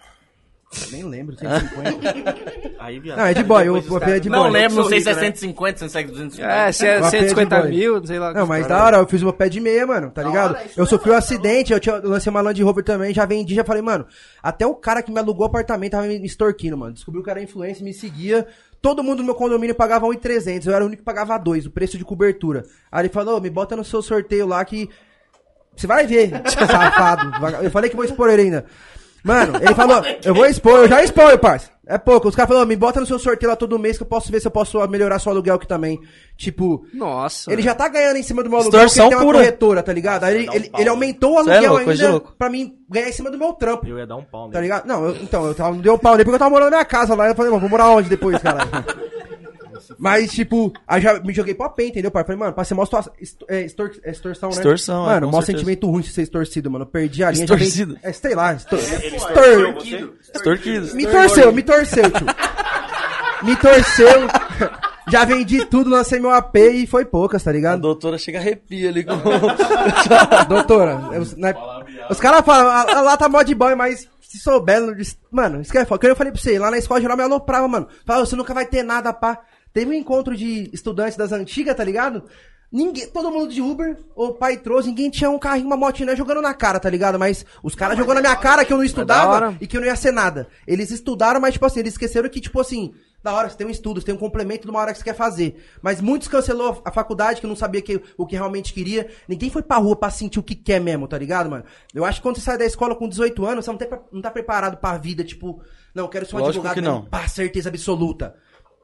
S9: Nem lembro, 150.
S14: Aí, viado.
S9: não, é de boy, o o apê é de boy.
S12: Não lembro, não sei se é
S1: né?
S12: 150, se não sei se é 250.
S1: É, se é
S9: Uma pé de
S1: 150
S9: boi.
S1: mil, sei lá.
S9: Não, mas da hora, eu fiz uma pé de meia, mano, tá ligado? eu sofri um acidente, eu, tinha, eu lancei uma Land Rover também, já vendi, já falei, mano, até o cara que me alugou o apartamento tava me extorquindo, mano. Descobriu que eu era influencer, me seguia. Todo mundo no meu condomínio pagava 1,300, eu era o único que pagava 2, o preço de cobertura. Aí ele falou, "Ô, me bota no seu sorteio lá que você vai ver, safado. Eu falei que vou expor ele ainda. Mano, ele falou, eu vou expor, eu já exponho, parça. É pouco. Os caras falam, "Ô, me bota no seu sorteio lá todo mês que eu posso ver se eu posso ah, melhorar seu aluguel aqui também. Tipo,
S1: né? Nossa.
S9: ele já tá ganhando em cima do meu aluguel porque
S4: Extorsão
S9: ele tem uma
S4: pura.
S9: corretora, tá ligado? Aí
S10: um
S9: ele, ele, ele aumentou o
S4: Cê é
S9: aluguel
S4: louco, coisa de
S9: ainda
S4: louco.
S9: pra mim ganhar em cima do meu trampo.
S10: Eu ia dar um pau nele.
S9: Tá ligado? Não, eu- então, eu tava, não dei um pau nele porque eu tava morando na minha casa lá. Eu falei, mano, vou morar onde depois, caralho? Mas, tipo, aí já me joguei pro AP, entendeu, pai? Falei, mano, passei mó situação. est- é, extor- é extorsão, né?
S4: Extorsão, é,
S9: Mano,
S4: com
S9: mó
S4: certeza.
S9: sentimento ruim de ser extorcido, mano. Eu Perdi a linha. já vem-
S4: Extorcido?
S9: É, sei lá. Estor...
S10: torceu
S9: Estor...
S10: você?
S4: Extorquidos.
S9: Me torceu, me torceu, tio. Me torceu. Já vendi tudo, lancei meu AP e foi poucas, tá
S4: A
S9: ligado?
S4: doutora chega arrepia ali com...
S9: Doutora, eu- na- os caras falam, "Ah, lá tá mó de boy, mas se souber, não dis- mano, isso que é foda. Que eu falei pra você, lá na escola geral me aloprava, mano. Falava, você nunca vai ter nada, pá. Teve um encontro de estudantes das antigas, tá ligado? Ninguém, todo mundo de Uber, o pai trouxe, ninguém tinha um carrinho, uma motinha jogando na cara, tá ligado? Mas os caras jogou na minha cara que eu não
S4: É
S9: estudava e que eu não ia ser nada. Eles estudaram, mas, tipo assim, eles esqueceram que, tipo assim, da hora você tem um estudo, você tem um complemento de uma hora que você quer fazer. Mas muitos cancelou a faculdade, que não sabia que, o que realmente queria. Ninguém foi pra rua pra sentir o que quer mesmo, tá ligado, mano? Eu acho que quando você sai da escola com 18 anos, você não, tem, pra- não tá preparado pra vida, tipo, não, eu quero ser um
S4: Lógico
S9: advogado,
S4: que
S9: mesmo,
S4: não.
S9: pá, certeza absoluta.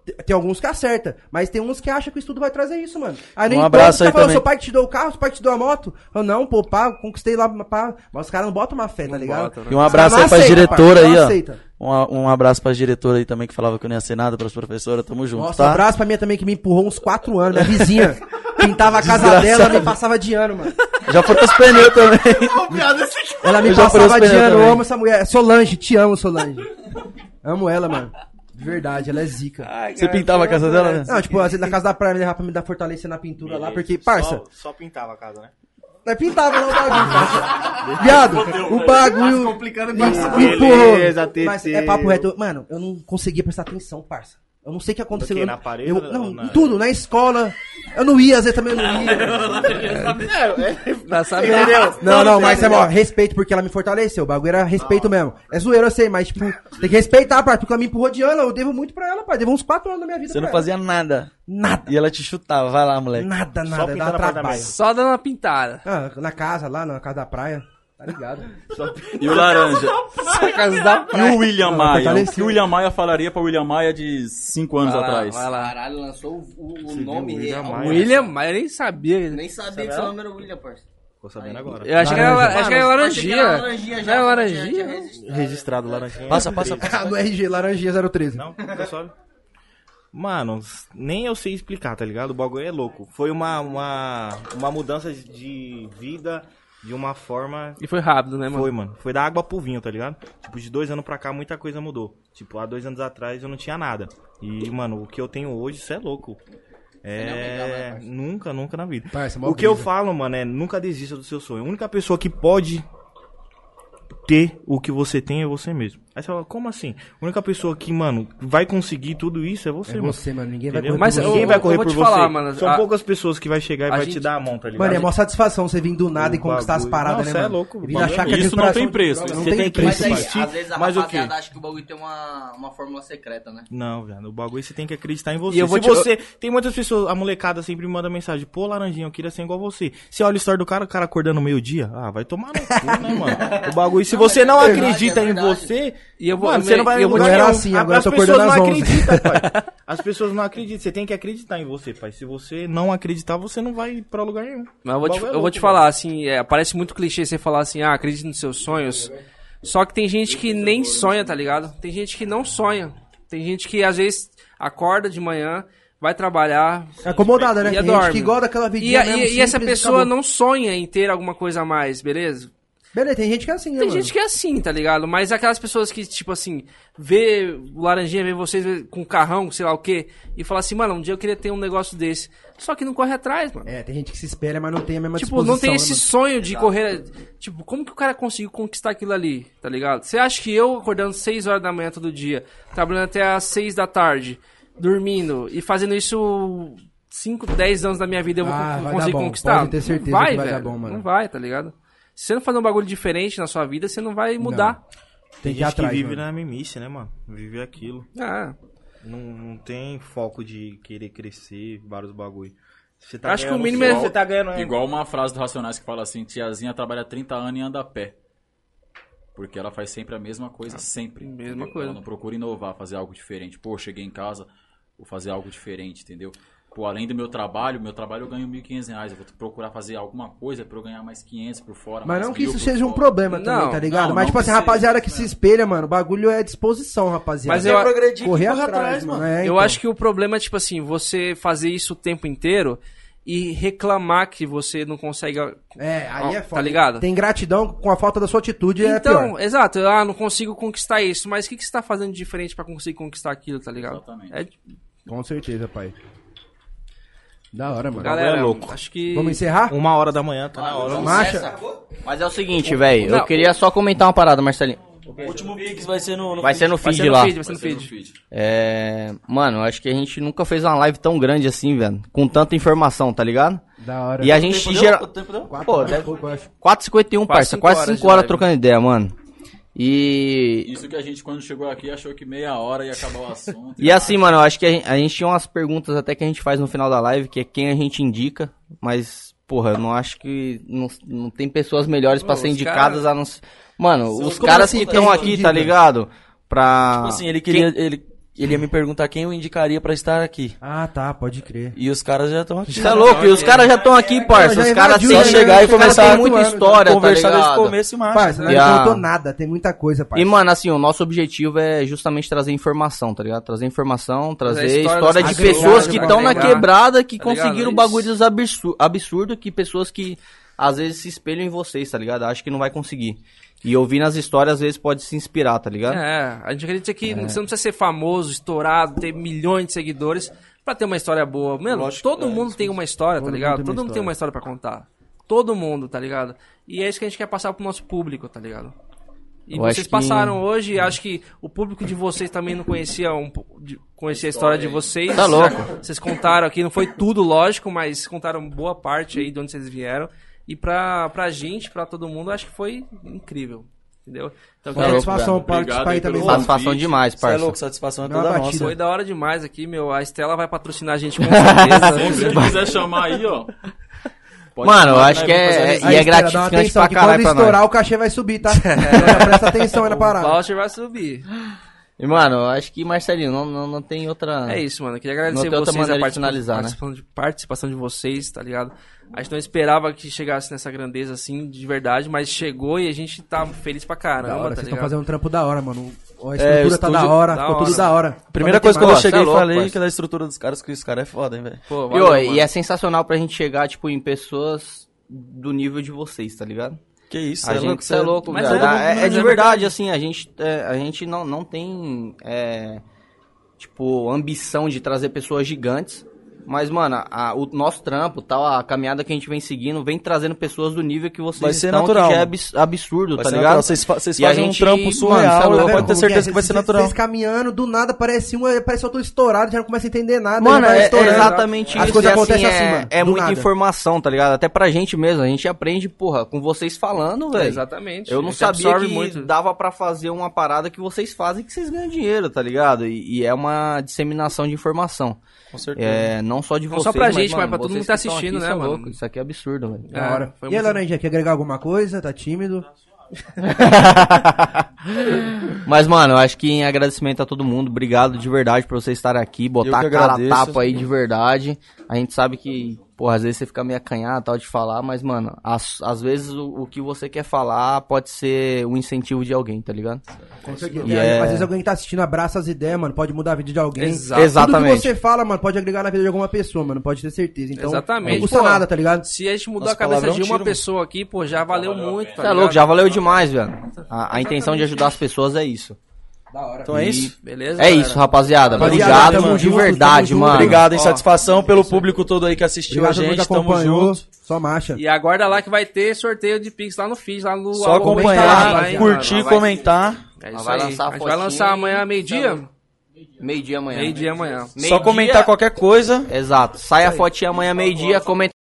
S9: Te- Tem alguns que acerta, mas tem uns que acham que o estudo vai trazer isso, mano. Aí no
S4: Um
S9: encontro,
S4: abraço
S9: o cara
S4: aí
S9: fala,
S4: também.
S9: tá seu pai que te deu o carro, seu pai que te deu a moto. Eu, não, pô, pá, conquistei lá, pá. Mas os caras não botam uma fé, tá ligado?
S1: botam, né?
S4: E um abraço
S9: Não
S4: aí pras
S9: aceita,
S4: diretoras
S9: pai,
S4: aí,
S9: não
S4: ó.
S9: aceita.
S4: Um, um abraço pras diretoras aí também que falava que eu não ia ser nada, pras professoras, tamo junto,
S9: Nossa, um
S4: tá?
S9: abraço pra minha também que me empurrou uns 4 anos, minha vizinha. Pintava a casa dela, me passava de ano, mano.
S4: Já foram os pneus também.
S9: Ela me
S4: Eu já furei os
S9: passava de
S4: pneus
S9: ano, eu
S4: também.
S9: amo essa mulher. Solange, te amo, Solange. amo ela, mano. De verdade, ela é zica.
S4: Você pintava a casa dela,
S2: É.
S4: né?
S9: Não, tipo, às vezes na casa da praia me levava pra me dar fortaleza na pintura lá, porque, parça,
S10: Só, só pintava a casa, né?
S9: nós pintava lá o bagulho, parça. Viado, o bagulho.
S10: complicando
S9: Me- me
S10: Beleza,
S9: empurrou. Mas
S10: TT.
S9: é papo reto. Eu- Mano, eu não conseguia prestar atenção, parça. Eu não sei o que aconteceu.
S10: quê?
S9: Eu-
S10: Na parede
S9: eu-
S10: ou
S9: não,
S10: na-
S9: em tudo, na escola. Eu não ia, às vezes também eu não ia.
S1: Tá sabendo?
S10: Entendeu?
S9: Não, não, mas é bom, respeito porque ela me fortaleceu. O bagulho era respeito mesmo. É zoeira, eu sei, mas tipo, tem que respeitar, parça. Porque ela me empurrou de ano, eu devo muito pra ela, pai. Devo uns 4 anos da minha vida.
S4: Você não
S9: pra ela.
S4: fazia nada.
S9: nada.
S4: E ela te chutava, vai lá, moleque.
S9: Nada,
S10: Só
S9: nada.
S10: pintar
S9: Dava
S10: na
S9: trabalho.
S10: apartamento.
S1: Só dando uma pintada.
S9: Ah, na casa, lá na casa da praia. Tá ligado?
S5: E o laranja?
S1: Na casa da
S5: E o William Maia? O
S9: fortaleceu.
S5: que o William Maia falaria pra William Maia de 5 anos
S1: Vai lá,
S5: atrás?
S1: vai lá.
S2: Caralho, lançou o, o- o nome real.
S1: William, mas eu nem sabia.
S2: Nem sabia que seu nome era William, parça.
S10: Tô sabendo agora.
S1: Eu achei que era,
S2: Mano,
S1: acho que era
S2: achei que
S1: laranjinha.
S2: era laranjinha
S1: Não é
S2: já.
S1: laranjinha?
S2: já registrado.
S10: Registrado Tá laranjinha.
S4: Passa, passa, passa.
S9: Ah, no RG, Laranjinha 013.
S10: Não, nunca sobe. Mano, s- nem eu sei explicar, tá ligado? O bagulho é louco. Foi uma, uma, uma mudança de vida de uma forma.
S1: E foi rápido, né, mano?
S10: Foi, mano. Foi da água pro vinho, tá ligado? Tipo, de dois anos pra cá muita coisa mudou. Tipo, há dois anos atrás eu não tinha nada. E, mano, o que eu tenho hoje, isso é louco. É. Nunca, nunca na vida.
S9: Parça, mó
S10: O que eu
S9: brisa.
S10: falo, mano, é nunca desista do seu sonho. A única pessoa que pode ter o que você tem é você mesmo. Aí você fala, como assim? A única pessoa que, mano, vai conseguir tudo isso é você,
S9: É
S10: mano.
S9: você, mano. Ninguém vai
S10: Entendeu?
S9: correr
S1: Mas
S9: por
S1: eu-
S10: ninguém
S9: você.
S10: vai correr
S1: vou
S10: por
S1: te
S10: você.
S1: falar, mano,
S10: São
S1: a-
S10: poucas pessoas que vai chegar e
S1: a
S10: vai
S1: gente-
S10: te dar a mão, tá ligado?
S9: Mano, é mó satisfação você vir do nada e
S10: O
S9: conquistar as
S10: bagulho-
S9: paradas,
S10: Não,
S9: né,
S10: cê é
S9: mano?
S10: louco,
S9: Vir
S10: o
S9: na
S10: bagulho-
S9: chácara de
S5: isso não
S9: exploração
S5: tem
S9: de
S5: preço,
S9: droga,
S5: você
S9: Não tem
S10: tem que
S9: preço.
S2: Mas aí,
S10: Insistir,
S2: às vezes a
S10: mas o
S2: rapaziada
S10: quê?
S2: acha que o bagulho tem uma, uma fórmula secreta, né?
S10: Não, velho, o bagulho você tem que acreditar em você.
S1: E eu vou
S10: Se
S1: te-
S10: você. Tem muitas pessoas, a molecada sempre me manda mensagem, pô, Laranjinha, eu queria ser igual você. Você olha a história do cara, o cara acordando meio-dia. Ah, vai tomar no cu, né, mano? O bagulho, se você não,
S2: é verdade,
S10: acredita
S2: é
S10: em
S2: verdade.
S10: você,
S1: E eu vou-
S10: mano,
S1: eu
S10: você
S1: me-
S10: não vai em
S1: eu vou-
S10: lugar
S9: Não era
S10: nenhum.
S9: assim, agora
S10: As
S9: eu tô
S10: pessoas não
S9: acordando às 11.
S10: acreditam, pai. As pessoas não acreditam, você tem que acreditar em você, pai. Se você não acreditar, você não vai pra lugar nenhum.
S1: Mas eu vou,
S10: O
S1: te,
S10: bagulho é
S1: eu vou
S10: louco,
S1: te falar, assim, é, parece muito clichê você falar assim, ah, acredite nos seus sonhos. Só que tem gente que nem sonha, tá ligado? Tem gente que não sonha. Tem gente que às vezes acorda de manhã, vai trabalhar,
S9: É acomodada, né?
S1: e
S9: Tem
S1: adorme.
S9: gente que gosta daquela
S1: E,
S9: vidinha
S1: a-
S9: é mesmo,
S1: e- e essa
S9: simples,
S1: pessoa
S9: acabou.
S1: não sonha em ter alguma coisa a mais, beleza?
S9: Beleza, tem gente que é assim, né,
S1: Tem
S9: mano?
S1: gente que é assim, tá ligado? Mas aquelas pessoas que, tipo assim, vê o Laranjinha, vê vocês vê com carrão, sei lá o quê, e fala assim, mano, um dia eu queria ter um negócio desse. Só que não corre atrás, mano.
S9: É, tem gente que se espelha, mas não tem a mesma
S1: Tipo, não tem
S9: disposição,
S1: esse
S9: né,
S1: sonho de correr. Tipo, como que o cara conseguiu conquistar aquilo ali, tá ligado? Você acha que eu acordando 6 horas da manhã todo dia, trabalhando até às 6 da tarde, dormindo e fazendo isso 5, 10 anos da minha vida, eu vou
S9: Ah,
S1: con-
S9: vai
S1: conseguir
S9: dar bom.
S1: conquistar?
S9: Pode ter certeza
S1: não vai,
S9: que vai
S1: velho.
S9: dar bom, mano.
S1: Não vai, tá ligado? Se você não fazer um bagulho diferente na sua vida, você não vai mudar.
S9: mano?
S10: Tem
S9: Tem que ir
S10: gente
S9: atrás,
S10: que vive
S9: mano.
S10: na mimice, né, mano? Vive aquilo.
S1: Ah,
S10: Não, não tem foco de querer crescer, vários bagulho. Você
S1: Acho que
S10: ganhando
S1: o mínimo é-
S10: Você tá ganhando, né?
S5: Igual uma frase do Racionais que fala assim, tiazinha trabalha 30 anos e anda a pé. Porque ela faz sempre a mesma
S9: Ah,
S5: coisa, sempre.
S1: mesma
S5: Ela
S1: coisa.
S5: não procura inovar, fazer algo diferente. Pô, cheguei em casa, vou fazer algo diferente, entendeu? Pô, além do meu trabalho, meu trabalho eu ganho 1.500 reais. Eu vou procurar fazer alguma coisa pra eu ganhar mais 500 por fora.
S9: Mas
S5: mais
S9: não que
S5: mil
S9: isso
S5: por
S9: seja um
S5: fora.
S9: problema também,
S1: Não,
S9: tá ligado?
S5: não,
S9: Mas,
S5: não
S9: tipo assim,
S5: que seja,
S9: rapaziada que se espelha, mano, o bagulho é disposição, rapaziada.
S1: Mas eu-
S9: Quer
S4: progredir,
S9: correr
S4: corre
S9: atrás,
S4: atrás,
S9: mano.
S4: mano.
S9: É,
S1: Eu
S9: então.
S1: acho que o problema é, tipo assim, você fazer isso o tempo inteiro e reclamar que você não consegue.
S9: É, aí é
S1: Tá
S9: foda.
S1: ligado?
S9: Tem gratidão com a falta da sua atitude, é
S1: então,
S9: pior.
S1: exato, ah, não consigo conquistar isso, mas o que, que você tá fazendo de diferente pra conseguir conquistar aquilo, tá ligado?
S5: Exatamente.
S1: É,
S9: Com certeza, pai. Da hora, mano.
S1: galera,
S10: é louco.
S1: acho que.
S9: Vamos encerrar?
S10: Uma hora da manhã, tá na hora.
S9: Marcha.
S2: Mas é o seguinte, velho. Eu
S1: Não.
S2: queria só comentar uma parada, Marcelinho.
S4: O último Pix vai ser no. no
S2: Vai ser no
S1: vai
S2: feed
S1: ser no
S2: lá.
S1: feed, vai ser no
S5: Vai ser no
S1: feed.
S5: feed.
S2: É. Mano, eu acho que a gente nunca fez uma live tão grande assim, velho. Com tanta informação, tá ligado?
S9: Da hora.
S2: E a
S4: Tempo
S2: gente
S4: deu?
S2: gera.
S4: Quanto tempo deu?
S2: Pô,
S9: horas e
S2: deve...
S9: pouco, eu acho.
S2: 4h51, parça.
S1: cinco
S2: Quase
S1: horas
S2: 5
S1: de
S2: horas
S1: live.
S2: trocando ideia, mano. E.
S5: Isso que a gente, quando chegou aqui, achou que meia hora ia acabar o assunto.
S2: E assim, mano, eu acho que a gente, a gente tinha umas perguntas até que a gente faz no final da live, que é quem a gente indica, mas, porra, eu não acho que. Não, não tem pessoas melhores pra
S1: Ô,
S2: ser
S1: os
S2: indicadas a não ser. Mano,
S4: São-
S2: os
S4: como
S2: caras
S4: assim
S2: que
S4: quem
S2: estão aqui,
S4: indica?
S2: tá ligado? Pra.
S4: Tipo assim, ele queria. Ele, ele ia me perguntar quem eu indicaria pra estar aqui.
S9: Ah, tá, pode crer.
S4: E os caras já estão aqui. né?
S2: Você é louco, e os caras já estão aqui, parça.
S9: já
S2: Os
S9: é
S2: caras
S9: invadir,
S2: assim,
S9: né?
S4: Só chegar e
S2: os caras
S4: começar
S2: têm
S4: a
S2: muita
S4: contar-
S2: história, tá
S4: Conversar desde o
S2: ligado?
S4: começo e marcha.
S9: Parça,
S2: Yeah.
S9: não faltou nada, tem muita coisa,
S2: E,
S9: parça.
S2: mano, assim, o nosso objetivo é justamente trazer informação, tá ligado? Trazer informação, trazer história,
S1: história das
S2: de
S1: pessoas,
S2: pessoas que
S1: vai
S2: estão na
S1: pegar,
S2: quebrada, que
S1: tá ligado?
S2: conseguiram
S1: É
S2: bagulhos absurdo, absurdo, que pessoas que às vezes se espelham em vocês, tá ligado? Acho que não vai conseguir. E ouvindo as histórias, às vezes pode se inspirar, tá ligado?
S1: É, a gente acredita que você não precisa ser famoso, estourado, ter milhões de seguidores pra ter uma história boa. Mano,
S4: Lógico,
S1: todo
S4: é,
S1: mundo tem uma história,
S9: Todo
S1: tá
S9: mundo
S1: ligado?
S9: tem uma
S1: todo mundo tem uma história pra contar. Todo mundo, tá ligado? E é isso que a gente quer passar pro nosso público, tá ligado? E
S2: Eu acho
S1: vocês
S2: que-
S1: passaram hoje, acho que o público de vocês também não conhecia, um, po- de- conhecia a história de vocês.
S2: Tá louco.
S1: Vocês contaram aqui, não foi tudo lógico, mas contaram boa parte aí de onde vocês vieram. E pra, pra gente, pra todo mundo, acho que foi incrível. Entendeu? Então,
S2: Tá louco,
S9: Satisfação
S5: velho.
S9: participar aí
S5: Obrigado aí
S9: também.
S5: pelo
S9: mano.
S2: Satisfação demais,
S4: Você é
S2: parça.
S4: louco, satisfação é
S9: Dá uma
S4: toda
S9: batida.
S4: nossa.
S1: Foi da hora demais aqui, meu. A Estela vai patrocinar a gente com certeza.
S5: Sempre que quiser chamar aí, ó. pode
S2: Mano, eu
S5: chamar,
S2: acho
S5: né?
S2: que
S5: Vou fazer
S2: é,
S5: assim.
S2: e é
S9: Espera, dá uma
S2: gratificante pra
S9: que
S2: caralho
S9: Quando
S2: pra nós.
S9: estourar, o cachê vai subir, tá? Então já presta atenção aí na
S1: o
S9: parada.
S1: voucher vai subir.
S2: E, mano, eu acho que, Marcelinho, não, não, não tem outra.
S1: É isso, mano. Eu queria agradecer
S2: Ah. Não tem outra
S1: vocês a
S2: maneira de
S1: participa-
S2: finalizar, né?
S1: participação, de, participação de vocês, tá ligado? A gente não esperava que chegasse nessa grandeza assim, de verdade, mas chegou e a gente tá feliz pra
S9: Da
S1: caramba,
S9: hora,
S1: tá
S9: vocês estão
S1: ligado?
S9: fazendo um trampo da hora, mano. A estrutura tá da
S4: estúdio-
S9: hora,
S1: da
S9: ficou
S1: hora.
S9: tudo da hora.
S4: Primeira
S9: Só não
S4: coisa que eu
S2: Cê é
S4: cheguei e
S2: louco,
S4: falei
S2: parça.
S4: que da estrutura dos caras, que os caras é foda, hein, velho.
S1: Pô,
S2: E,
S1: valeu,
S2: ó,
S1: mano.
S2: e é sensacional pra gente chegar, tipo, em pessoas do nível de vocês, tá ligado?
S4: Que isso,
S2: a
S4: cê é
S2: gente
S4: louco,
S2: cê é
S4: cê-
S2: louco,
S4: Mas
S2: cara.
S4: todo mundo-
S2: É, é
S4: mas
S2: de
S4: é
S2: verdade, assim, a gente, é, a gente não, não tem, é, tipo, ambição de trazer pessoas gigantes. Mas, mano, a- o nosso trampo, tal, a caminhada que a gente vem seguindo, vem trazendo pessoas do nível que vocês
S4: Vai ser
S2: estão,
S4: natural,
S2: que já é
S4: mano.
S2: abs- absurdo,
S4: Vai
S2: tá
S4: ser
S2: ligado?
S4: natural. Vocês fa- vocês
S2: E a
S4: fazem um
S2: gente-
S4: trampo
S2: mano,
S4: surreal,
S2: cê é
S4: eu
S2: louco.
S4: pode ter certeza que vai ser natural.
S9: Vocês caminhando, do nada parece um, parece eu tô estourado, já não tá começa a entender nada.
S2: Mano,
S9: já vai
S2: é, é
S9: estourando.
S2: exatamente
S9: As
S2: isso.
S9: coisas
S2: E,
S9: acontecem
S2: é,
S9: assim, mano.
S2: É
S9: do
S2: muita
S9: nada.
S2: informação, tá ligado? Até pra gente mesmo. A gente aprende, porra, com vocês falando,
S1: É,
S2: velho.
S1: Exatamente.
S2: Eu não
S1: A gente
S2: sabia
S1: absorve
S2: que dava pra fazer uma parada que vocês fazem que vocês ganham dinheiro, tá ligado? E, e é uma disseminação de informação.
S4: Com certeza.
S2: É, não só de
S1: Não
S2: vocês,
S1: só pra
S2: mas,
S1: gente,
S2: mano,
S1: mas pra todo
S2: vocês
S1: mundo que tá
S2: estão
S1: assistindo,
S2: aqui
S1: né,
S2: são
S1: mano?
S2: loucos. Isso aqui é absurdo, velho.
S9: Da hora.
S1: É, foi
S9: E aí,
S1: muito-
S9: Laranja, quer agregar alguma coisa? Tá tímido?
S2: Mas, mano, eu acho que em agradecimento a todo mundo, obrigado de verdade por vocês estarem aqui, botar
S4: que
S2: a cara a
S4: agradeço.
S2: tapa aí de verdade. A gente sabe que, porra, às vezes você fica meio acanhado e tal de falar, mas, mano, às, às vezes o, o que você quer falar pode ser um incentivo de alguém, tá ligado?
S9: Com certeza.
S2: E é-
S9: Às vezes alguém que tá assistindo abraça as ideias, mano. Pode mudar a vida de alguém.
S1: Exato.
S9: Tudo que
S2: Exatamente.
S9: você fala, mano, pode agregar na vida de alguma pessoa, mano. Pode ter certeza. Então,
S1: Exatamente.
S9: não custa
S1: Pô,
S9: nada, tá ligado?
S1: Se a gente mudou
S4: Nossa,
S1: a cabeça
S4: palavrão
S1: de uma
S9: um-
S4: tira,
S1: pessoa aqui, pô, já valeu, muito, tá
S2: Tá é
S1: ligado?
S2: louco, já valeu demais, velho. A, a intenção de ajudar as pessoas é isso.
S4: Então é isso.
S1: Beleza?
S2: É
S1: galera?
S2: isso, rapaziada.
S9: Rapaziada,
S2: Obrigado
S9: tamo
S2: de
S9: junto,
S2: verdade,
S9: tamo junto.
S2: mano.
S4: Obrigado, hein? Satisfação pelo público todo aí que assistiu a
S9: todo mundo
S4: gente.
S9: que
S4: Tamo
S9: acompanhou.
S4: junto.
S9: Só marcha.
S1: E aguarda lá que vai ter sorteio de Pix lá no Fizz, lá no
S4: Só
S1: arroba
S9: comentar,
S1: Pix lá,
S4: acompanhar,
S1: hein,
S4: curtir,
S1: mano? Vai-
S4: comentar.
S1: É isso
S2: Vai
S1: aí.
S2: lançar a
S1: A gente vai
S2: fotinha
S1: lançar amanhã,
S2: e- tá
S1: meio-dia?
S2: Meio-dia amanhã.
S1: Meio-dia amanhã.
S2: Meio-dia-
S4: Só comentar qualquer coisa.
S2: Exato. Sai a fotinha amanhã, meio-dia, comenta.